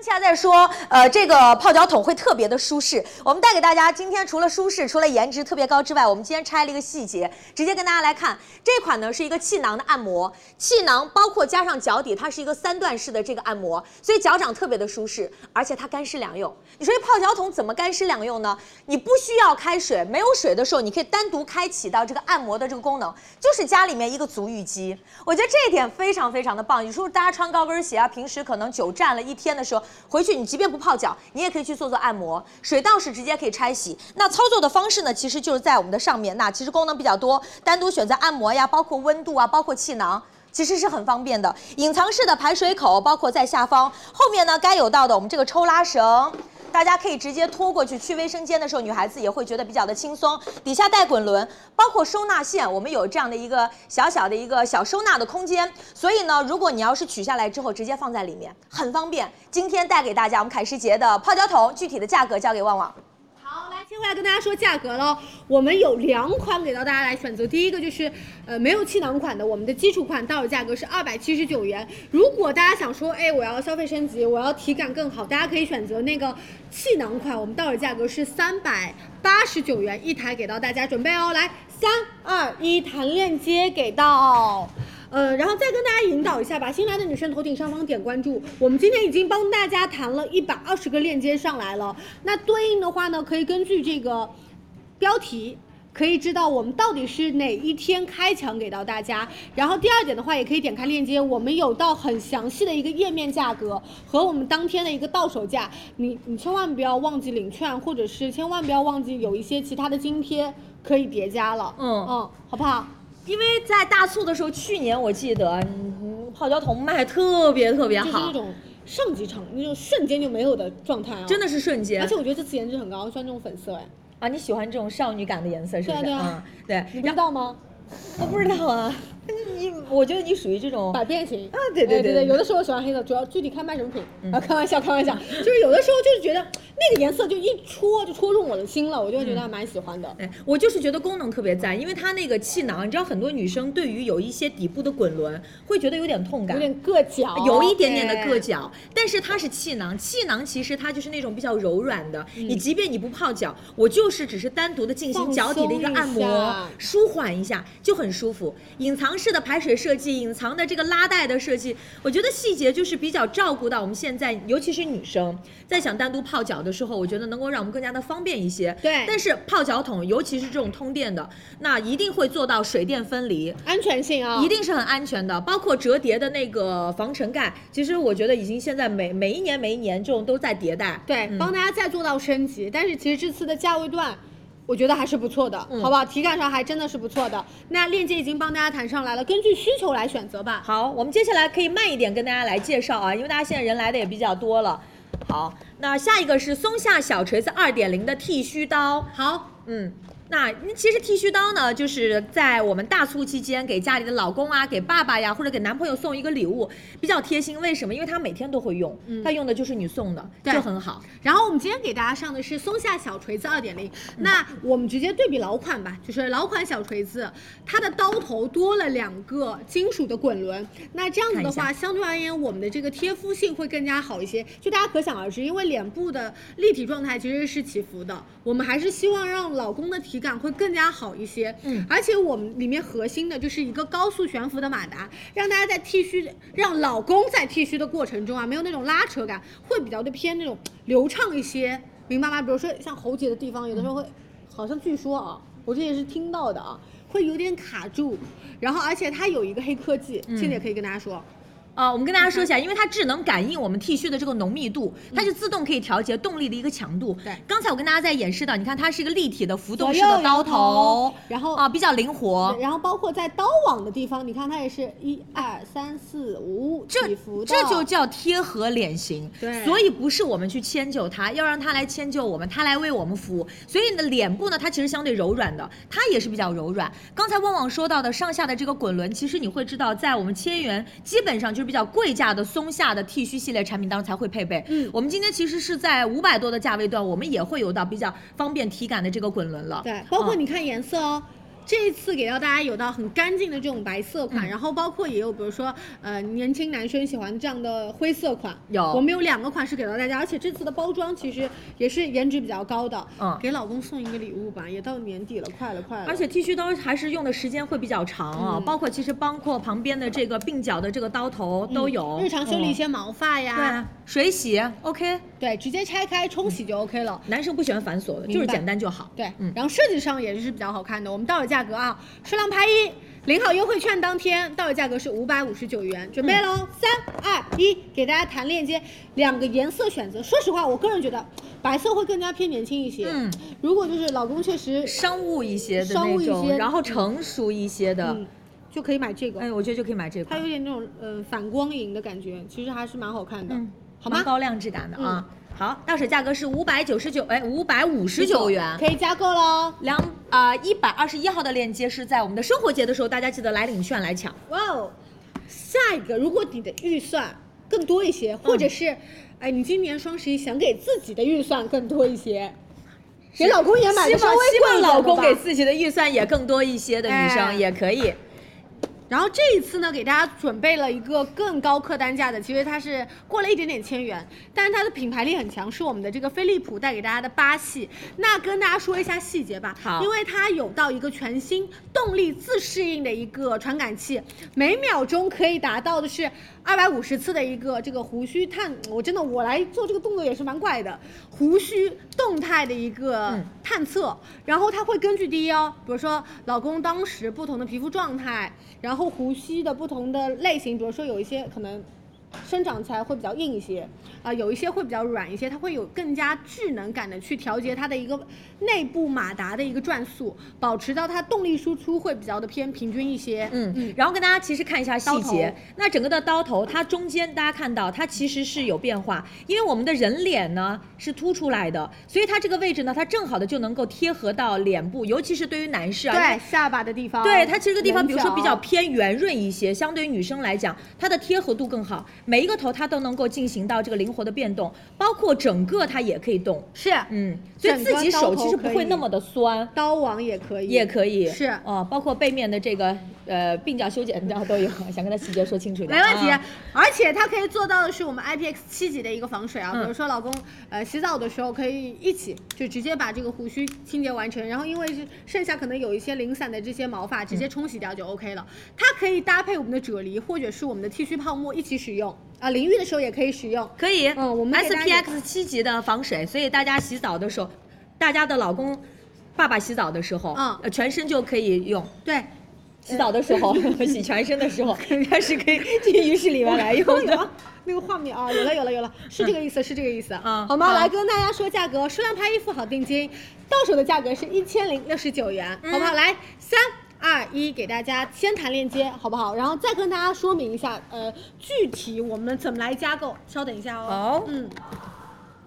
Speaker 2: 刚才在说，呃，这个泡脚桶会特别的舒适。我们带给大家，今天除了舒适，除了颜值特别高之外，我们今天拆了一个细节，直接跟大家来看。这款呢是一个气囊的按摩，气囊包括加上脚底，它是一个三段式的这个按摩，所以脚掌特别的舒适，而且它干湿两用。你说这泡脚桶怎么干湿两用呢？你不需要开水，没有水的时候，你可以单独开启到这个按摩的这个功能，就是家里面一个足浴机。我觉得这一点非常非常的棒。你说大家穿高跟鞋啊，平时可能久站了一天的时候，回去你即便不泡脚，你也可以去做做按摩，水道是直接可以拆洗。那操作的方式呢，其实就是在我们的上面，那其实功能比较多，单独选择按摩呀，包括温度啊，包括气囊。其实是很方便的，隐藏式的排水口包括在下方，后面呢该有到的我们这个抽拉绳，大家可以直接拖过去。去卫生间的时候，女孩子也会觉得比较的轻松。底下带滚轮，包括收纳线，我们有这样的一个小小的一个小收纳的空间。所以呢，如果你要是取下来之后直接放在里面，很方便。今天带给大家我们凯诗杰的泡脚桶，具体的价格交给旺旺。
Speaker 1: 好，来，先回来跟大家说价格喽。我们有两款给到大家来选择，第一个就是呃没有气囊款的，我们的基础款到手价格是二百七十九元。如果大家想说，哎，我要消费升级，我要体感更好，大家可以选择那个气囊款，我们到手价格是三百八十九元一台，给到大家准备哦。来，三二一，弹链接给到。呃，然后再跟大家引导一下吧，新来的女生头顶上方点关注。我们今天已经帮大家谈了一百二十个链接上来了，那对应的话呢，可以根据这个标题。可以知道我们到底是哪一天开抢给到大家。然后第二点的话，也可以点开链接，我们有到很详细的一个页面价格和我们当天的一个到手价。你你千万不要忘记领券，或者是千万不要忘记有一些其他的津贴可以叠加了。
Speaker 2: 嗯
Speaker 1: 嗯，好不好？
Speaker 2: 因为在大促的时候，去年我记得嗯泡脚桶卖特别特别
Speaker 1: 就是那
Speaker 2: 好，
Speaker 1: 种上几场那种瞬间就没有的状态啊，
Speaker 2: 真。的是瞬间
Speaker 1: 而。且我觉得这次颜值很高，穿这种粉色哎，
Speaker 2: 啊，你喜欢这种少女感的颜色是不是？
Speaker 1: 对啊对
Speaker 2: 嗯，
Speaker 1: 啊
Speaker 2: 对。
Speaker 1: 你不知道吗？
Speaker 2: 我不知道啊， 你我觉得你属于这种
Speaker 1: 百变型
Speaker 2: 啊对对
Speaker 1: 哎
Speaker 2: 对
Speaker 1: 对
Speaker 2: 对
Speaker 1: 有的时候喜欢黑的，主要具体看卖什么品
Speaker 2: 嗯
Speaker 1: 啊，开玩笑开玩笑，就是有的时候就是觉得那个颜色就一戳就戳中我的心了，我就会觉得还蛮喜欢的。
Speaker 2: 哎，我就是觉得功能特别赞，因为它那个气囊，你知道很多女生对于有一些底部的滚轮会觉得有点痛感，
Speaker 1: 有点硌脚，
Speaker 2: 啊有一点点的硌
Speaker 1: 对。
Speaker 2: 脚，但是它是气囊，气囊其实它就是那种比较柔软的，你即便你不泡脚，我就是只是单独的进行
Speaker 1: 嗯放
Speaker 2: 脚底的一个
Speaker 1: 松一
Speaker 2: 按摩
Speaker 1: 下，
Speaker 2: 舒缓一下就很舒服。隐藏式的排水设计，隐藏的这个拉带的设计，我觉得细节就是比较照顾到我们现在，尤其是女生在想单独泡脚的时候，我觉得能够让我们更加的方便一些。
Speaker 1: 对
Speaker 2: 但是泡脚桶，尤其是这种通电的，那一定会做到水电分离。
Speaker 1: 安全性啊，
Speaker 2: 一定是很安全的，包括折叠的那个防尘盖，其实我觉得已经现在每每一年每一年这种都在迭代。
Speaker 1: 对，
Speaker 2: 嗯
Speaker 1: 帮大家再做到升级。但是其实这次的价位段，我觉得还是不错的，
Speaker 2: 嗯
Speaker 1: 好不好？体感上还真的是不错的。那链接已经帮大家谈上来了，根据需求来选择吧。
Speaker 2: 好，我们接下来可以慢一点跟大家来介绍啊，因为大家现在人来的也比较多了。好，那下一个是松下小锤子二点零的剃须刀，
Speaker 1: 好，
Speaker 2: 嗯，那其实剃须刀呢，就是在我们大促期间给家里的老公啊、给爸爸呀，或者给男朋友送一个礼物，比较贴心。为什么？因为他每天都会用，
Speaker 1: 嗯
Speaker 2: 他用的就是你送的，
Speaker 1: 对
Speaker 2: 就很好。
Speaker 1: 然后我们今天给大家上的是松下小锤子二点零，那我们直接对比老款吧，就是老款小锤子，它的刀头多了两个金属的滚轮，那这样子的话，相对而言我们的这个贴肤性会更加好一些，就大家可想而知，因为脸部的立体状态其实是起伏的，我们还是希望让老公的体感会更加好一些，
Speaker 2: 嗯
Speaker 1: 而且我们里面核心的就是一个高速悬浮的马达，让大家在剃须，让老公在剃须的过程中啊，没有那种拉扯感，会比较的偏那种流畅一些，明白吗？比如说像喉结的地方，有的时候会，
Speaker 2: 嗯
Speaker 1: 好像据说啊，我这也是听到的啊，会有点卡住，然后而且它有一个黑科技，
Speaker 2: 嗯
Speaker 1: 倩姐可以跟大家说，
Speaker 2: 呃，我们跟
Speaker 1: 嗯
Speaker 2: 大家说一下，因为它智能感应我们剃须的这个浓密度，它就自动可以调节动力的一个强度。
Speaker 1: 对
Speaker 2: 刚才我跟大家在演示到，你看它是一个立体的浮动
Speaker 1: 左
Speaker 2: 式
Speaker 1: 右
Speaker 2: 的刀
Speaker 1: 摇头
Speaker 2: 头，
Speaker 1: 然后
Speaker 2: 啊、比较灵活。
Speaker 1: 然后包括在刀网的地方，你看它也是一二三四五
Speaker 2: 这
Speaker 1: 起伏的，
Speaker 2: 这就叫贴合脸型，
Speaker 1: 对
Speaker 2: 所以不是我们去迁就它，要让它来迁就我们，它来为我们服务。所以你的脸部呢，它其实相对柔软的，它也是比较柔软。刚才旺旺说到的上下的这个滚轮，其实你会知道，在我们千元基本上就是比较贵价的松下的剃须系列产品当中才会配备。
Speaker 1: 嗯
Speaker 2: 我们今天其实是在五百多的价位段，我们也会有到比较方便体感的这个滚轮了。
Speaker 1: 对，包括
Speaker 2: 嗯
Speaker 1: 你看颜色哦。这一次给到大家有到很干净的这种白色款，
Speaker 2: 嗯
Speaker 1: 然后包括也有比如说呃年轻男生喜欢这样的灰色款，
Speaker 2: 有
Speaker 1: 我们有两个款式给到大家，而且这次的包装其实也是颜值比较高的，
Speaker 2: 嗯
Speaker 1: 给老公送一个礼物吧，也到年底了，快了快了，
Speaker 2: 而且剃须刀还是用的时间会比较长啊，
Speaker 1: 嗯
Speaker 2: 包括其实包括旁边的这个鬓角的这个刀头
Speaker 1: 嗯
Speaker 2: 都有，
Speaker 1: 日常修理一
Speaker 2: 嗯
Speaker 1: 些毛发
Speaker 2: 对
Speaker 1: 呀，
Speaker 2: 啊，水洗 OK，
Speaker 1: 对，直接拆开冲洗就 OK 了。
Speaker 2: 男生不喜欢繁琐的，
Speaker 1: 明白
Speaker 2: 就是简单就好。
Speaker 1: 对，
Speaker 2: 嗯
Speaker 1: 然后设计上也是比较好看的。我们到手价格啊，数量拍一，领好优惠券当天到手价格是五百五十九元，准备
Speaker 2: 嗯
Speaker 1: 喽，三二一，给大家谈链接，两个颜色选择。说实话，我个人觉得白色会更加偏年轻一些。
Speaker 2: 嗯，
Speaker 1: 如果就是老公确实，
Speaker 2: 商务一些的
Speaker 1: 商务
Speaker 2: 那
Speaker 1: 一
Speaker 2: 种，
Speaker 1: 些
Speaker 2: 然后成熟一些的，
Speaker 1: 嗯，就可以买这个，
Speaker 2: 哎，我觉得就可以买这
Speaker 1: 它
Speaker 2: 款
Speaker 1: 有，点那种呃反光银的感觉，其实还是蛮好看的，
Speaker 2: 嗯，
Speaker 1: 好嗯
Speaker 2: 蛮
Speaker 1: 吗？
Speaker 2: 高亮质感的啊。好，到手价格是五百九十九，哎，五百五十九元。
Speaker 1: 可以加购喽。
Speaker 2: 两啊，一百二十一号的链接是在我们的生活节的时候，大家记得来领券来抢。
Speaker 1: 哇哦！下一个，如果你的预算更多一些，或者是，哎，你今年双十一想给自己的预算更多一些，给老公也买
Speaker 2: 希
Speaker 1: 个稍
Speaker 2: 望
Speaker 1: 微
Speaker 2: 希
Speaker 1: 贵
Speaker 2: 望
Speaker 1: 一点
Speaker 2: 老公给
Speaker 1: 的吧。
Speaker 2: 自己的预算也更多一些的女生
Speaker 1: 哎
Speaker 2: 也可以。
Speaker 1: 然后这一次呢，给大家准备了一个更高客单价的，其实它是过了一点点千元，但是它的品牌力很强，是我们的这个飞利浦带给大家的八系。那跟大家说一下细节吧，
Speaker 2: 好
Speaker 1: 因为它有到一个全新动力自适应的一个传感器，每秒钟可以达到的是二百五十次的一个这个胡须探，我真的我来做这个动作也是蛮怪的，胡须动态的一个
Speaker 2: 嗯
Speaker 1: 探测，然后它会根据第一哦，比如说老公当时不同的皮肤状态，然后胡须的不同的类型，比如说有一些可能。生长起来会比较硬一些，啊、有一些会比较软一些，它会有更加智能感的去调节它的一个内部马达的一个转速，保持到它动力输出会比较的偏平均一些。
Speaker 2: 嗯，然后跟大家其实看一下细
Speaker 1: 刀
Speaker 2: 节
Speaker 1: 头，
Speaker 2: 那整个的刀头，它中间大家看到它其实是有变化，因为我们的人脸呢是凸出来的，所以它这个位置呢，它正好的就能够贴合到脸部，尤其是对于男士啊，因为
Speaker 1: 对下巴的地方，
Speaker 2: 对它其实这个地方，比如说比较
Speaker 1: 棱角
Speaker 2: 偏圆润一些，相对于女生来讲，它的贴合度更好。每一个头它都能够进行到这个灵活的变动，包括整个它也可以动。
Speaker 1: 是，
Speaker 2: 嗯，所以自己手其实不会那么的酸，
Speaker 1: 刀网也可以，
Speaker 2: 也可以
Speaker 1: 是
Speaker 2: 哦，包括背面的这个呃鬓角修剪刀都有，想跟他细节说清楚一
Speaker 1: 没
Speaker 2: 点。
Speaker 1: 问题
Speaker 2: 啊。
Speaker 1: 而且它可以做到的是我们 IPX 七级的一个防水啊，
Speaker 2: 嗯
Speaker 1: 比如说老公呃洗澡的时候可以一起就直接把这个胡须清洁完成，然后因为是剩下可能有一些零散的这些毛发，直接
Speaker 2: 嗯
Speaker 1: 冲洗掉就 OK 了。它可以搭配我们的啫喱或者是我们的剃须泡沫一起使用啊，淋浴的时候也可以使用。
Speaker 2: 可以，
Speaker 1: 嗯我们给大家
Speaker 2: SPX 七级的防水，所以大家洗澡的时候，大家的老公、爸爸洗澡的时候，
Speaker 1: 嗯
Speaker 2: 呃全身就可以用。
Speaker 1: 对，
Speaker 2: 洗澡的时 候、洗全身的时 候，它是可以去浴室里面来用的。
Speaker 1: 那个画面啊，有了有了有了，是这个意思，是这个意思，啊
Speaker 2: 嗯
Speaker 1: 好吗？
Speaker 2: 好
Speaker 1: 来跟大家说价格，数量拍一付好定金，到手的价格是一千零六十九元，好不好？来三。二一，给大家先谈链接，好不好？然后再跟大家说明一下，呃，具体我们怎么来加购，稍等一下哦。
Speaker 2: 好
Speaker 1: 嗯，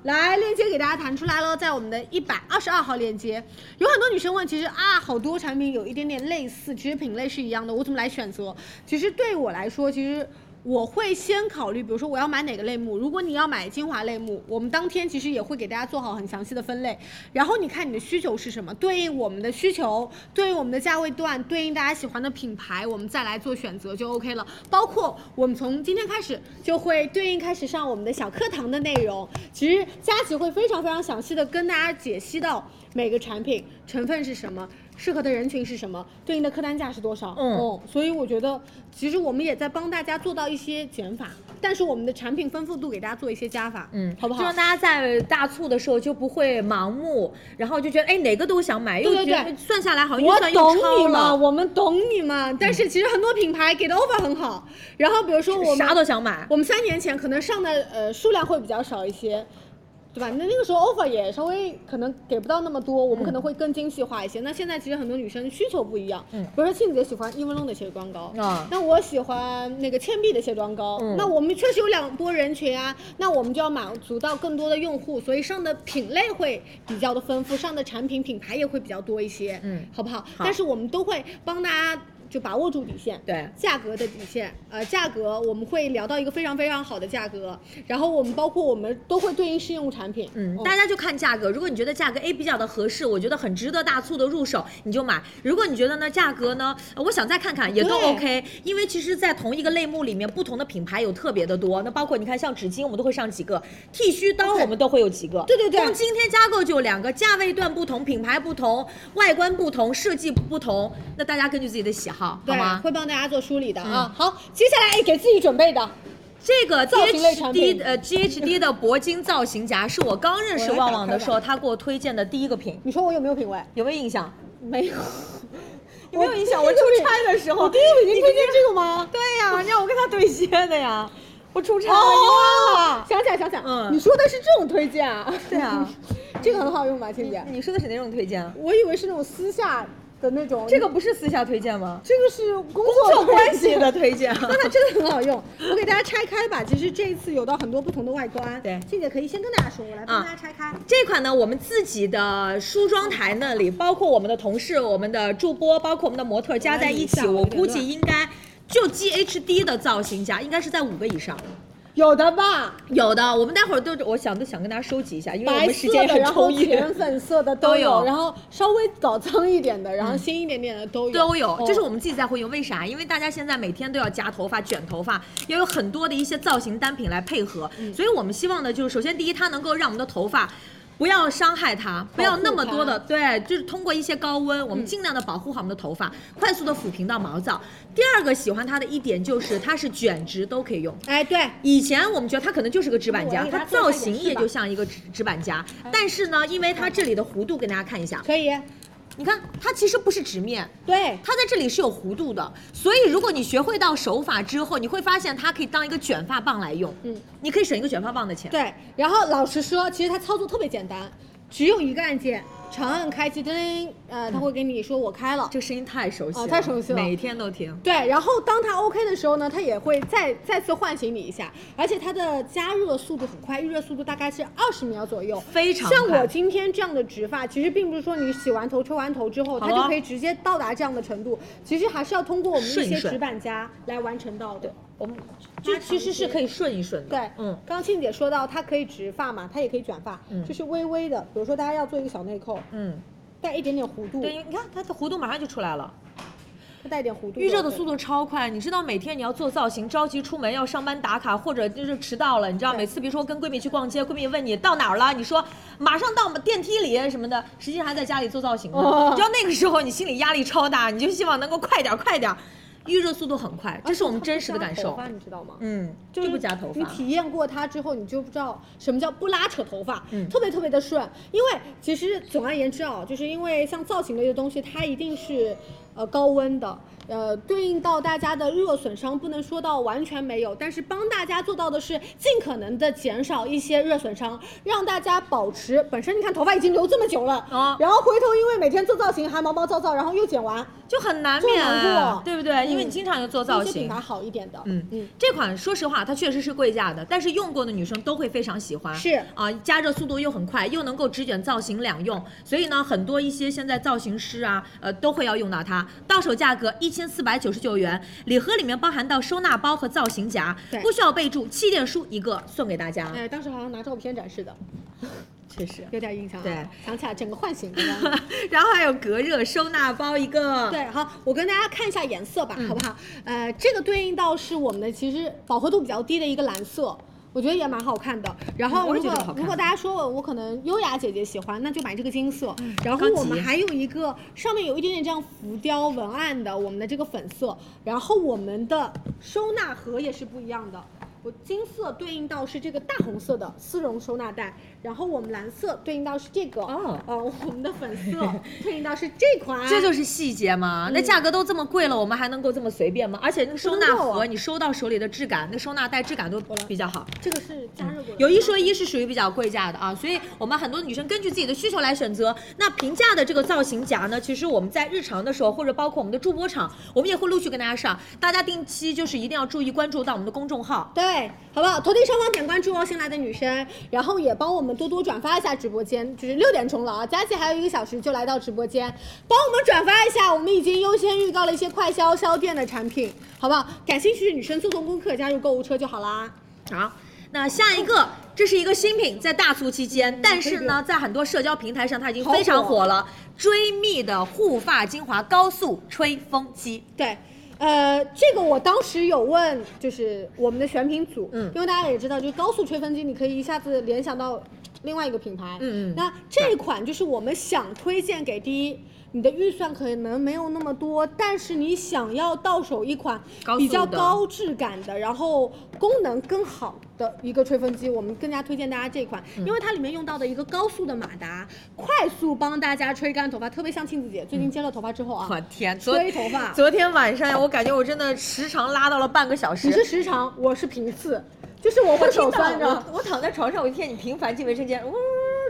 Speaker 1: 来，链接给大家弹出来了，在我们的一百二十二号链接，有很多女生问，其实啊，好多产品有一点点类似，其实品类是一样的，我怎么来选择？其实对我来说，其实。我会先考虑，比如说我要买哪个类目。如果你要买精华类目，我们当天其实也会给大家做好很详细的分类。然后你看你的需求是什么，对应我们的需求，对应我们的价位段，对应大家喜欢的品牌，我们再来做选择就 OK 了。包括我们从今天开始就会对应开始上我们的小课堂的内容。其实佳琪会非常非常详细的跟大家解析到每个产品成分是什么，适合的人群是什么，对应的客单价是多少。哦
Speaker 2: 嗯
Speaker 1: 所以我觉得其实我们也在帮大家做到一些减法，但是我们的产品丰富度给大家做一些加法，
Speaker 2: 嗯，
Speaker 1: 好不
Speaker 2: 就
Speaker 1: 好
Speaker 2: 让？大家在大促的时候就不会盲目，然后就觉得哎哪个都想买，又
Speaker 1: 对对
Speaker 2: 觉得
Speaker 1: 对
Speaker 2: 算下来好像预
Speaker 1: 我
Speaker 2: 算又
Speaker 1: 懂
Speaker 2: 超
Speaker 1: 你们，
Speaker 2: 了，
Speaker 1: 我们懂你们，但是其实很多品牌给的 offer 很好，然后比如说我们
Speaker 2: 啥都想买。
Speaker 1: 我们三年前可能上的呃数量会比较少一些，对吧？那那个时候 offer 也稍微可能给不到那么多，
Speaker 2: 嗯
Speaker 1: 我们可能会更精细化一些。那现在其实很多女生需求不一样，
Speaker 2: 嗯
Speaker 1: 比如说庆姐喜欢伊文龙的卸妆膏，
Speaker 2: 啊
Speaker 1: 那我喜欢那个倩碧的卸妆膏，
Speaker 2: 嗯
Speaker 1: 那我们确实有两波人群啊，那我们就要满足到更多的用户，所以上的品类会比较的丰富，上的产品品牌也会比较多一些，
Speaker 2: 嗯
Speaker 1: 好不好？但是我们都会帮大家就把握住底线，
Speaker 2: 对
Speaker 1: 价格的底线，呃，价格我们会聊到一个非常非常好的价格，然后我们包括我们都会对应试用产品，哦
Speaker 2: 嗯，大家就看价格。如果你觉得价格 A 比较的合适，我觉得很值得大促的入手，你就买。如果你觉得呢价格呢，呃我想再看看也都
Speaker 1: 对
Speaker 2: OK，因为其实，在同一个类目里面，不同的品牌有特别的多。那包括你看，像纸巾我们都会上几个，剃须刀
Speaker 1: OK
Speaker 2: 我们都会有几个。
Speaker 1: 对对对
Speaker 2: 光今天加购就有两个，价位段不同，品牌不同，外观不同，设计不同。那大家根据自己的喜好，好
Speaker 1: 对，
Speaker 2: 吗？嗯
Speaker 1: 会帮大家做梳理的啊。好，接下来哎给自己准备的，
Speaker 2: 这个
Speaker 1: 造型类产
Speaker 2: GHD
Speaker 1: 品
Speaker 2: 呃 GHD 的铂金造型夹是我刚认识
Speaker 1: 我来打
Speaker 2: 旺旺的
Speaker 1: 开吧
Speaker 2: 时候，他给我推荐的第一个品，
Speaker 1: 你说我有没有品味？
Speaker 2: 有没有印象？
Speaker 1: 没有，
Speaker 2: 有没有印象？我出差的时候，
Speaker 1: 我第一个已经推荐这个吗？
Speaker 2: 对呀、你让我跟他对接的呀。我出差了，你忘
Speaker 1: 哦
Speaker 2: 了，？
Speaker 1: 想起来想起来，
Speaker 2: 嗯
Speaker 1: 你说的是这种推荐啊？
Speaker 2: 对啊， 嗯
Speaker 1: 这个很好用吧，倩姐？
Speaker 2: 你说的是哪种推荐啊？
Speaker 1: 我以为是那种私下的那种，
Speaker 2: 这个不是私下推荐吗？
Speaker 1: 这个是
Speaker 2: 工
Speaker 1: 工作
Speaker 2: 作关系
Speaker 1: 的。
Speaker 2: 的推 荐啊。
Speaker 1: 但它真的很好用，我给大家拆开吧。其实这一次有到很多不同的外观，
Speaker 2: 对啊
Speaker 1: 倩姐可以先跟大家说，我来帮大家拆开。
Speaker 2: 这款呢，我们自己的梳妆台那里，包括我们的同事、我们的助播，包括我们的模特加在一起，
Speaker 1: 我来理一下
Speaker 2: 我估计应该就 GHD 的造型夹，应该是在五个以上。
Speaker 1: 有的吧，
Speaker 2: 有的，我们待会儿都我想都想跟大家收集一下，因为我
Speaker 1: 白
Speaker 2: 们时
Speaker 1: 色
Speaker 2: 间也
Speaker 1: 的，
Speaker 2: 很
Speaker 1: 然后
Speaker 2: 充裕。
Speaker 1: 浅粉色的
Speaker 2: 都
Speaker 1: 都
Speaker 2: 有嗯
Speaker 1: 然后稍微搞脏一点的，然后新一点点的都有，
Speaker 2: 都有，
Speaker 1: 哦
Speaker 2: 这是我们自己在会用。为啥？因为大家现在每天都要夹头发、卷头发，要有很多的一些造型单品来配合，
Speaker 1: 嗯
Speaker 2: 所以我们希望呢，就是首先第一，它能够让我们的头发。不要伤害它，不要那么多的对，就是通过一些高
Speaker 1: 嗯
Speaker 2: 温，我们尽量的保护好我们的头发，快速的抚平到毛躁。第二个喜欢它的一点就是它是卷直都可以用，
Speaker 1: 哎，对，
Speaker 2: 以前我们觉得它可能就是个直板夹，
Speaker 1: 我给
Speaker 2: 它
Speaker 1: 它
Speaker 2: 造型也就像一个直直板夹，但是呢，因为它这里的弧度，给大家看一下，
Speaker 1: 可以，
Speaker 2: 你看它其实不是直面，
Speaker 1: 对，
Speaker 2: 它在这里是有弧度的，所以如果你学会到手法之后，你会发现它可以当一个卷发棒来用。
Speaker 1: 嗯，
Speaker 2: 你可以省一个卷发棒的钱。
Speaker 1: 对，然后老实说，其实它操作特别简单，只有一个按键，长按开机，噔噔，呃，它会给你说我开了。
Speaker 2: 这个声音太熟悉了，
Speaker 1: 啊太熟悉了
Speaker 2: 每天都听。
Speaker 1: 对，然后当它 OK 的时候呢，它也会再再次唤醒你一下，而且它的加热速度很快，预热速度大概是二十秒左右，
Speaker 2: 非常
Speaker 1: 像
Speaker 2: 快
Speaker 1: 我今天这样的直发，其实并不是说你洗完头、吹完头之后，
Speaker 2: 好
Speaker 1: 它
Speaker 2: 啊
Speaker 1: 就可以直接到达这样的程度，其实还是要通过我们
Speaker 2: 顺
Speaker 1: 一
Speaker 2: 一
Speaker 1: 些
Speaker 2: 顺
Speaker 1: 直板夹来完成到的。
Speaker 2: 我们嗯就其实是可以顺一顺的。
Speaker 1: 对，
Speaker 2: 嗯，
Speaker 1: 刚刚庆姐说到，它可以直发嘛，它也可以卷发，
Speaker 2: 嗯
Speaker 1: 就是微微的，比如说大家要做一个小内扣，
Speaker 2: 嗯，
Speaker 1: 带一点点弧度，
Speaker 2: 对，你看它的弧度马上就出来了，
Speaker 1: 它带一点弧度。
Speaker 2: 预热的速
Speaker 1: 度，
Speaker 2: 度超快。你知道每天你要做造型，着急出门要上班打卡，或者就是迟到了，你知道
Speaker 1: 对
Speaker 2: 每次比如说跟闺蜜去逛街，闺蜜问你到哪儿了，你说马上到电梯里什么的，实际上还在家里做造型呢。
Speaker 1: 哦
Speaker 2: 你知道那个时候你心理压力超大，你就希望能够快点儿快点儿。预热速度很快，这是我们真实的感受。
Speaker 3: 而且它不夹头发你知道吗？
Speaker 2: 嗯，
Speaker 3: 就
Speaker 2: 就是不夹头
Speaker 1: 你
Speaker 2: 发。
Speaker 1: 体验过它之后，你就不知道什么叫不拉扯头发，
Speaker 2: 嗯
Speaker 1: 特别特别的顺。因为其实总而言之啊，就是因为像造型类的东西，它一定是呃高温的，呃对应到大家的热损伤，不能说到完全没有，但是帮大家做到的是尽可能的减少一些热损伤，让大家保持本身你看头发已经留这么久了，
Speaker 2: 哦
Speaker 1: 然后回头因为每天做造型还毛毛躁躁，然后又剪完。
Speaker 2: 就很难
Speaker 1: 就
Speaker 2: 免啊
Speaker 1: 难过，
Speaker 2: 对不对？因为
Speaker 1: 嗯
Speaker 2: 你经常要做造
Speaker 1: 一些品
Speaker 2: 型
Speaker 1: 牌。好一点的，
Speaker 2: 嗯
Speaker 1: 嗯，
Speaker 2: 这款说实话，它确实是贵价的，但是用过的女生都会非常喜欢。
Speaker 1: 是
Speaker 2: 啊、加热速度又很快，又能够直卷造型两用，所以呢，很多一些现在造型师啊，呃，都会要用到它。到手价格一千四百九十九元，礼盒里面包含到收纳包和造型夹
Speaker 1: 对，
Speaker 2: 不需要备注，气垫梳一个送给大家。
Speaker 1: 哎，当时好像拿照片展示的，
Speaker 2: 确实。
Speaker 1: 有点印象、啊，
Speaker 2: 对，
Speaker 1: 想起来整个唤醒刚刚。
Speaker 2: 然后还有隔热收纳包一个。
Speaker 1: 对，好，我跟大家看一下颜色吧，
Speaker 2: 嗯
Speaker 1: 好不好？呃，这个对应到是我们的其实饱和度比较低的一个蓝色。我觉得也蛮好看的。然
Speaker 2: 嗯
Speaker 1: 后，
Speaker 2: 我也觉
Speaker 1: 如果
Speaker 2: 得好看
Speaker 1: 如果大家说我我可能优雅姐姐喜欢，那就买这个金色。然
Speaker 2: 嗯
Speaker 1: 后
Speaker 2: 高级
Speaker 1: 我们还有一个上面有一点点这样浮雕文案的，我们的这个粉色。然后我们的收纳盒也是不一样的。我金色对应到是这个大红色的丝绒收纳袋，然后我们蓝色对应到是这个，
Speaker 2: 哦
Speaker 1: 呃，我们的粉 色对应到是这款，
Speaker 2: 这就是细节嘛。那价格都这么贵了，我们还能够这么随便吗？而且那个收纳
Speaker 1: 嗯不能够
Speaker 2: 盒，
Speaker 1: 啊
Speaker 2: 你收到手里的质感，那收纳袋质感都比较好。
Speaker 1: 这个是加热过的。
Speaker 2: 有一说一，是属于比较贵价的啊，所以我们很多女生根据自己的需求来选择。那平价的这个造型夹呢，其实我们在日常的时候，或者包括我们的助播场，我们也会陆续跟大家上。大家定期就是一定要注意关注到我们的公众号。
Speaker 1: 对，好不好？头顶上方点关注哦，新来的女生，然后也帮我们多多转发一下直播间，就是六点钟了啊，佳琪还有一个小时就来到直播间，帮我们转发一下，我们已经优先预告了一些快销销店的产品，好不好？感兴趣的女生做做功课，加入购物车就好啦。
Speaker 2: 好，啊那下一个，这是一个新品，在大促期间，但是呢，在很多社交平台上它已经非常火了。
Speaker 1: 啊
Speaker 2: 追觅的护发精华高速吹风机，
Speaker 1: 对。呃，这个我当时有问，就是我们的选品组，
Speaker 2: 嗯
Speaker 1: 因为大家也知道，就是高速吹风机，你可以一下子联想到另外一个品牌，
Speaker 2: 嗯嗯
Speaker 1: 那这一款就是我们想推荐给第一，你的预算可能没有那么多，但是你想要到手一款
Speaker 2: 高速的
Speaker 1: 比较高质感的，然后功能更好的一个吹风机，我们更加推荐大家这款，
Speaker 2: 嗯
Speaker 1: 因为它里面用到的一个高速的马达，快速帮大家吹干头发，特别像庆子姐
Speaker 2: 嗯
Speaker 1: 最近接了头发之后啊，
Speaker 2: 我天，昨
Speaker 1: 吹头发。
Speaker 2: 昨天晚上呀，我感觉我真的时长拉到了半个小时。
Speaker 1: 你是时长，我是频次，就是我
Speaker 2: 我
Speaker 1: 会
Speaker 2: 听
Speaker 1: 手
Speaker 2: 到
Speaker 1: 酸
Speaker 2: 我
Speaker 1: 着。
Speaker 2: 我躺在床上，我一天你频繁进卫生间，呜、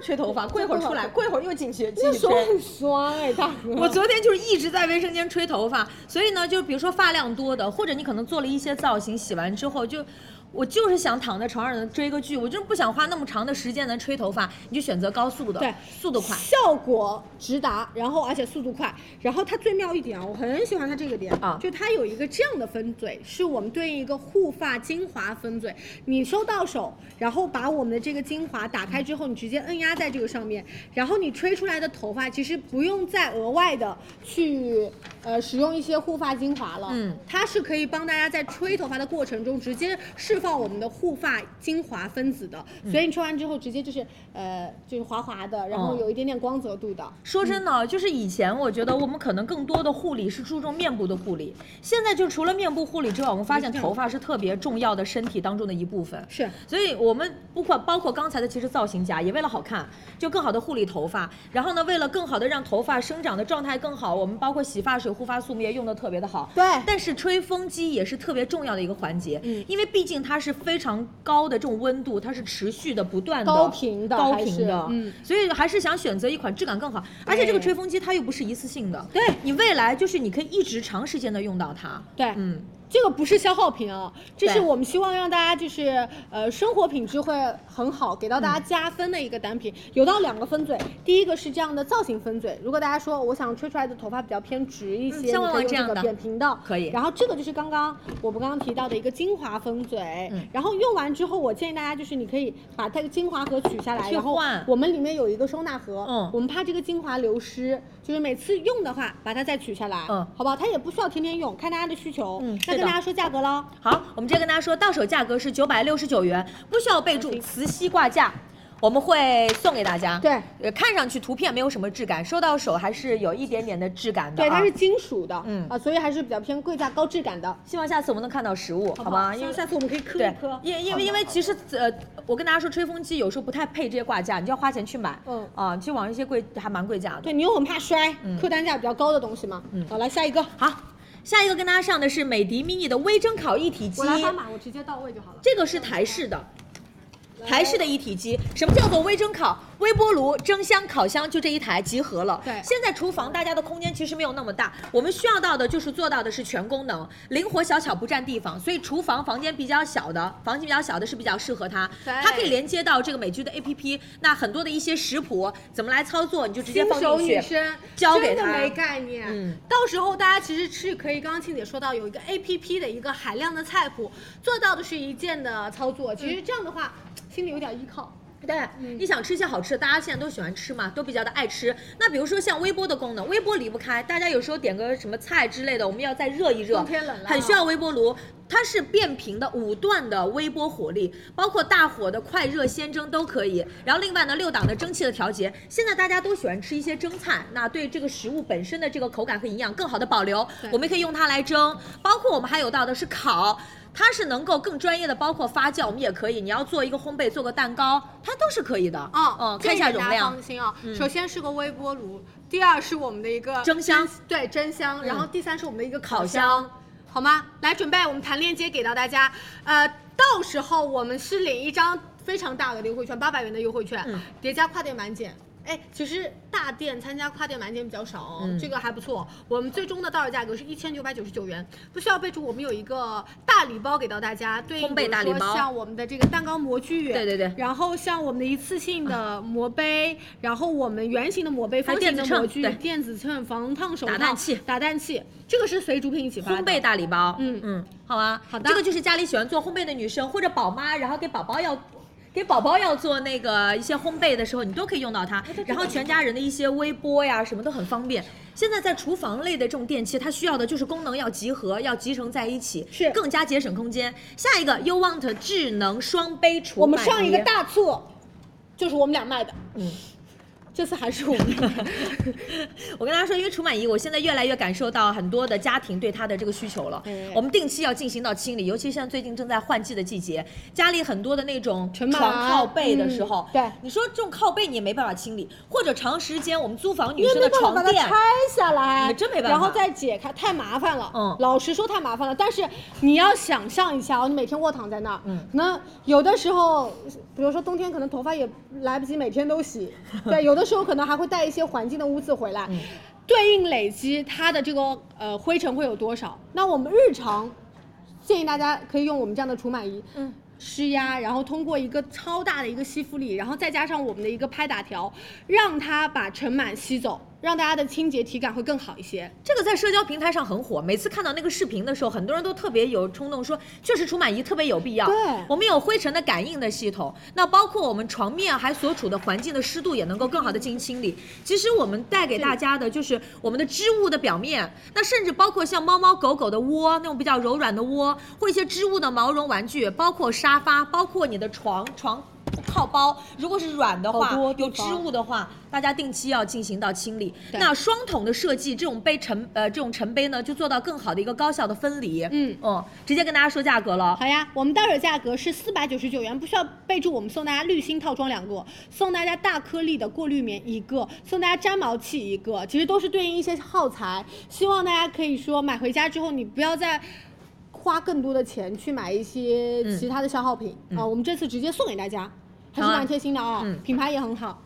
Speaker 2: 吹头发，过一会儿出来，过一会儿又进去，继
Speaker 1: 那
Speaker 2: 续
Speaker 1: 手
Speaker 2: 吹。嗯
Speaker 1: 很酸哎，大哥。
Speaker 2: 我昨天就是一直在卫生间吹头发，所以呢，就是比如说发量多的，或者你可能做了一些造型，洗完之后就，我就是想躺在床上追个剧，我就是不想花那么长的时间来吹头发，你就选择高速的，
Speaker 1: 对
Speaker 2: 速度快。
Speaker 1: 效果直达，然后而且速度快，然后它最妙一点啊，我很喜欢它这个点
Speaker 2: 啊
Speaker 1: 就它有一个这样的分嘴，是我们对应一个护发精华分嘴，你收到手，然后把我们的这个精华打开之后，你直接摁压在这个上面，然后你吹出来的头发其实不用再额外的去呃使用一些护发精华了，
Speaker 2: 嗯，
Speaker 1: 它是可以帮大家在吹头发的过程中直接释放我们的护发精华分子的，
Speaker 2: 嗯
Speaker 1: 所以你吹完之后直接就是呃就是滑滑的，然后
Speaker 2: 哦
Speaker 1: 有一点点光泽度的。
Speaker 2: 说真的，啊就是以前我觉得我们可能更多的护理是注重面部的护理，现在就除了面部护理之外，我们发现头发是特别重要的身体当中的一部分。
Speaker 1: 是
Speaker 2: 所以我们不括包括刚才的其实造型夹，也为了好看，就更好的护理头发。然后呢，为了更好的让头发生长的状态更好，我们包括洗发水、护发素也用的特别的好。
Speaker 1: 对
Speaker 2: 但是吹风机也是特别重要的一个环节，
Speaker 1: 嗯
Speaker 2: 因为毕竟它是非常高的这种温度，它是持续的、不断的
Speaker 1: 高频的
Speaker 2: 高
Speaker 1: 还
Speaker 2: 频
Speaker 1: 是
Speaker 2: 的，
Speaker 1: 嗯，
Speaker 2: 所以还是想选择一款质感更好，而且这个吹风机它又不是一次性的，
Speaker 1: 对
Speaker 2: 你未来就是你可以一直长时间的用到它，
Speaker 1: 对，
Speaker 2: 嗯，
Speaker 1: 这个不是消耗品啊，这是
Speaker 2: 对
Speaker 1: 我们希望让大家就是呃生活品质会很好，给到大家加分的一个单品。有到两个分嘴，第一个是这样的造型分嘴，如果大家说我想吹出来的头发比较偏直一些，
Speaker 2: 嗯像
Speaker 1: 你
Speaker 2: 旺
Speaker 1: 可
Speaker 2: 旺
Speaker 1: 以用
Speaker 2: 这样
Speaker 1: 个
Speaker 2: 的
Speaker 1: 扁平的，
Speaker 2: 可以
Speaker 1: 然后这个就是刚刚我们刚刚提到的一个精华分嘴，
Speaker 2: 嗯
Speaker 1: 然后用完之后，我建议大家就是你可以把它的精华盒取下来，
Speaker 2: 去
Speaker 1: 然后
Speaker 2: 换
Speaker 1: 我们里面有一个收纳盒，
Speaker 2: 嗯
Speaker 1: 我们怕这个精华流失，就是每次用的话把它再取下来，
Speaker 2: 嗯
Speaker 1: 好不好？它也不需要天天用，看大家的需求。
Speaker 2: 嗯
Speaker 1: 那
Speaker 2: 是
Speaker 1: 跟
Speaker 2: 的嗯
Speaker 1: 大家说价格喽。
Speaker 2: 好，我们直接跟大家说，到手价格是九百六十九元，不需要备注，磁吸挂架。我们会送给大家。
Speaker 1: 对
Speaker 2: 呃，看上去图片没有什么质感，收到手还是有一点点的质感的、啊。
Speaker 1: 对，它是金属的，
Speaker 2: 嗯
Speaker 1: 啊，所以还是比较偏贵价高质感的，
Speaker 2: 希望下次我们能看到实物，好
Speaker 1: 不
Speaker 2: 吧？
Speaker 1: 下
Speaker 2: 因为
Speaker 1: 下次我们可以磕
Speaker 2: 对
Speaker 1: 一磕，。
Speaker 2: 因因为因为其实呃，我跟大家说，吹风机有时候不太配这些挂架，你就要花钱去买。
Speaker 1: 嗯
Speaker 2: 啊，去网上一些贵还蛮贵价的。
Speaker 1: 对你又很怕摔
Speaker 2: 嗯，
Speaker 1: 客单价比较高的东西嘛。
Speaker 2: 嗯
Speaker 1: 好，来下一个，
Speaker 2: 好，下一个跟大家上的是美的 mini 的微蒸烤一体机，
Speaker 1: 码，我直接到位就好了。
Speaker 2: 这个是台式的。台式的一体机，什么叫做微蒸烤、微波炉、蒸箱、烤箱，就这一台集合了。
Speaker 1: 对
Speaker 2: 现在厨房大家的空间其实没有那么大，我们需要到的就是做到的是全功能、灵活小巧，不占地方。所以厨房房间比较小的，房间比较小的是比较适合它，
Speaker 1: 对
Speaker 2: 它可以连接到这个美剧的 APP，那很多的一些食谱怎么来操作，你就直接
Speaker 1: 新
Speaker 2: 放
Speaker 1: 手
Speaker 2: 进
Speaker 1: 女
Speaker 2: 去。
Speaker 1: 生
Speaker 2: 交给
Speaker 1: 真的
Speaker 2: 他
Speaker 1: 没概念。
Speaker 2: 嗯
Speaker 1: 到时候大家其实是可以，刚刚庆姐说到有一个 A P P 的一个海量的菜谱，做到的是一键的操作。其实这样的话，心里有点依靠。
Speaker 2: 对，
Speaker 1: 嗯
Speaker 2: 你想吃一些好吃的，大家现在都喜欢吃嘛，都比较的爱吃。那比如说像微波的功能，微波离不开，大家有时候点个什么菜之类的，我们要再热一热，
Speaker 1: 冬天冷了啊
Speaker 2: 很需要微波炉。它是变频的五段的微波火力，包括大火的快热、先蒸都可以。然后另外呢，六档的蒸汽的调节。现在大家都喜欢吃一些蒸菜，那对这个食物本身的这个口感和营养更好的保留
Speaker 1: 对，
Speaker 2: 我们可以用它来蒸。包括我们还有到的是烤。它是能够更专业的，包括发酵，我们也可以。你要做一个烘焙，做个蛋糕，它都是可以的。
Speaker 1: 哦，
Speaker 2: 嗯，
Speaker 1: 这
Speaker 2: 看一下
Speaker 1: 个大
Speaker 2: 容
Speaker 1: 家
Speaker 2: 量
Speaker 1: 放。心啊、
Speaker 2: 嗯
Speaker 1: 首先是个微波炉，第二是我们的一个
Speaker 2: 蒸箱，
Speaker 1: 对蒸箱，
Speaker 2: 嗯
Speaker 1: 然后第三是我们的一个
Speaker 2: 烤
Speaker 1: 烤
Speaker 2: 箱
Speaker 1: 好吗？来准备，我们弹链接给到大家。呃，到时候我们是领一张非常大的优惠券，八百元的优惠券，
Speaker 2: 嗯
Speaker 1: 叠加跨店满减。哎，其实大店参加跨店满减比较少、哦
Speaker 2: 嗯
Speaker 1: 这个还不错。我们最终的到手价格是一千九百九十九元，不需要备注，我们有一个大礼包给到大家，对应
Speaker 2: 烘焙大
Speaker 1: 比如
Speaker 2: 礼
Speaker 1: 说
Speaker 2: 包
Speaker 1: 像我们的这个蛋糕模具，
Speaker 2: 对对对
Speaker 1: 然后像我们的一次性的磨杯，然后我们圆形的磨杯、
Speaker 2: 还有
Speaker 1: 方形的
Speaker 2: 电子秤
Speaker 1: 模具
Speaker 2: 对、
Speaker 1: 电子秤、防烫手
Speaker 2: 打
Speaker 1: 套、
Speaker 2: 蛋器
Speaker 1: 打蛋器，这个是随主品一起发
Speaker 2: 烘
Speaker 1: 的
Speaker 2: 焙大礼包，
Speaker 1: 嗯
Speaker 2: 嗯，好啊，
Speaker 1: 好的
Speaker 2: 这个就是家里喜欢做烘焙的女生或者宝妈，然后给宝宝要。给宝宝要做那个一些烘焙的时候，你都可以用到
Speaker 1: 哎
Speaker 2: 它。然后全家人的一些微波呀，什么都很方便。现在在厨房类的这种电器，它需要的就是功能要集合，要集成在一起，
Speaker 1: 是
Speaker 2: 更加节省空间。下一个，You Want 智能双杯厨
Speaker 1: 我们
Speaker 2: 摆
Speaker 1: 上一个
Speaker 2: 仪
Speaker 1: 大促，就是我们俩卖的，
Speaker 2: 嗯，
Speaker 1: 这次还是 我们俩
Speaker 2: 我跟大家说，因为除螨仪，我现在越来越感受到很多的家庭对它的这个需求了
Speaker 1: 对。
Speaker 2: 我们定期要进行到清理，尤其现在最近正在换季的季节，家里很多的那种
Speaker 1: 尘
Speaker 2: 床
Speaker 1: 螨啊
Speaker 2: 靠被的时候
Speaker 1: 嗯，对
Speaker 2: 你说这种靠被你也没办法清理，或者长时间我们租房女
Speaker 1: 因为
Speaker 2: 生的
Speaker 1: 没办法
Speaker 2: 床
Speaker 1: 把它
Speaker 2: 垫
Speaker 1: 拆，下来，
Speaker 2: 你真没办法
Speaker 1: 然后再解开，太麻烦了。
Speaker 2: 嗯
Speaker 1: 老实说太麻烦了。但是你要想象一下哦，你每天卧躺在那儿，
Speaker 2: 嗯
Speaker 1: 可能有的时候，比如说冬天可能头发也来不及每天 都洗，对，有的时候可能还会带一些环境的污渍回来，
Speaker 2: 嗯
Speaker 1: 对应累积它的这个呃灰尘会有多少？那我们日常建议大家可以用我们这样的除螨仪，
Speaker 2: 嗯，
Speaker 1: 施压，然后通过一个超大的一个吸附力，然后再加上我们的一个拍打条，让它把尘螨吸走，让大家的清洁体感会更好一些。
Speaker 2: 这个在社交平台上很火，每次看到那个视频的时候，很多人都特别有冲动说，确实除螨仪特别有必要。
Speaker 1: 对
Speaker 2: 我们有灰尘的感应的系统，那包括我们床面还所处的环境的湿度也能够更好的进行清理。其实我们带给大家的就是我们的织物的表面，那甚至包括像猫猫狗狗的窝那种比较柔软的窝，或一些织物的毛绒玩具，包括沙发，包括你的床床。靠包，如果是软的话
Speaker 1: 好多，地
Speaker 2: 有
Speaker 1: 方
Speaker 2: 织物的话，大家定期要进行到清理。
Speaker 1: 对
Speaker 2: 那双桶的设计，这种杯尘呃这种尘杯呢，就做到更好的一个高效的分离。
Speaker 1: 嗯
Speaker 2: 嗯，直接跟大家说价格了。
Speaker 1: 好呀，我们到手价格是四百九十九元，不需要备注，我们送大家滤芯套装两个，送大家大颗粒的过滤棉一个，送大家粘毛器一个，其实都是对应一些耗材。希望大家可以说买回家之后，你不要再。花更多的钱去买一些
Speaker 2: 嗯
Speaker 1: 其他的消耗品啊、
Speaker 2: 嗯
Speaker 1: 我们这次直接送给大家，还
Speaker 2: 好
Speaker 1: 是
Speaker 2: 啊
Speaker 1: 蛮贴心的啊、
Speaker 2: 嗯
Speaker 1: 品牌也很好。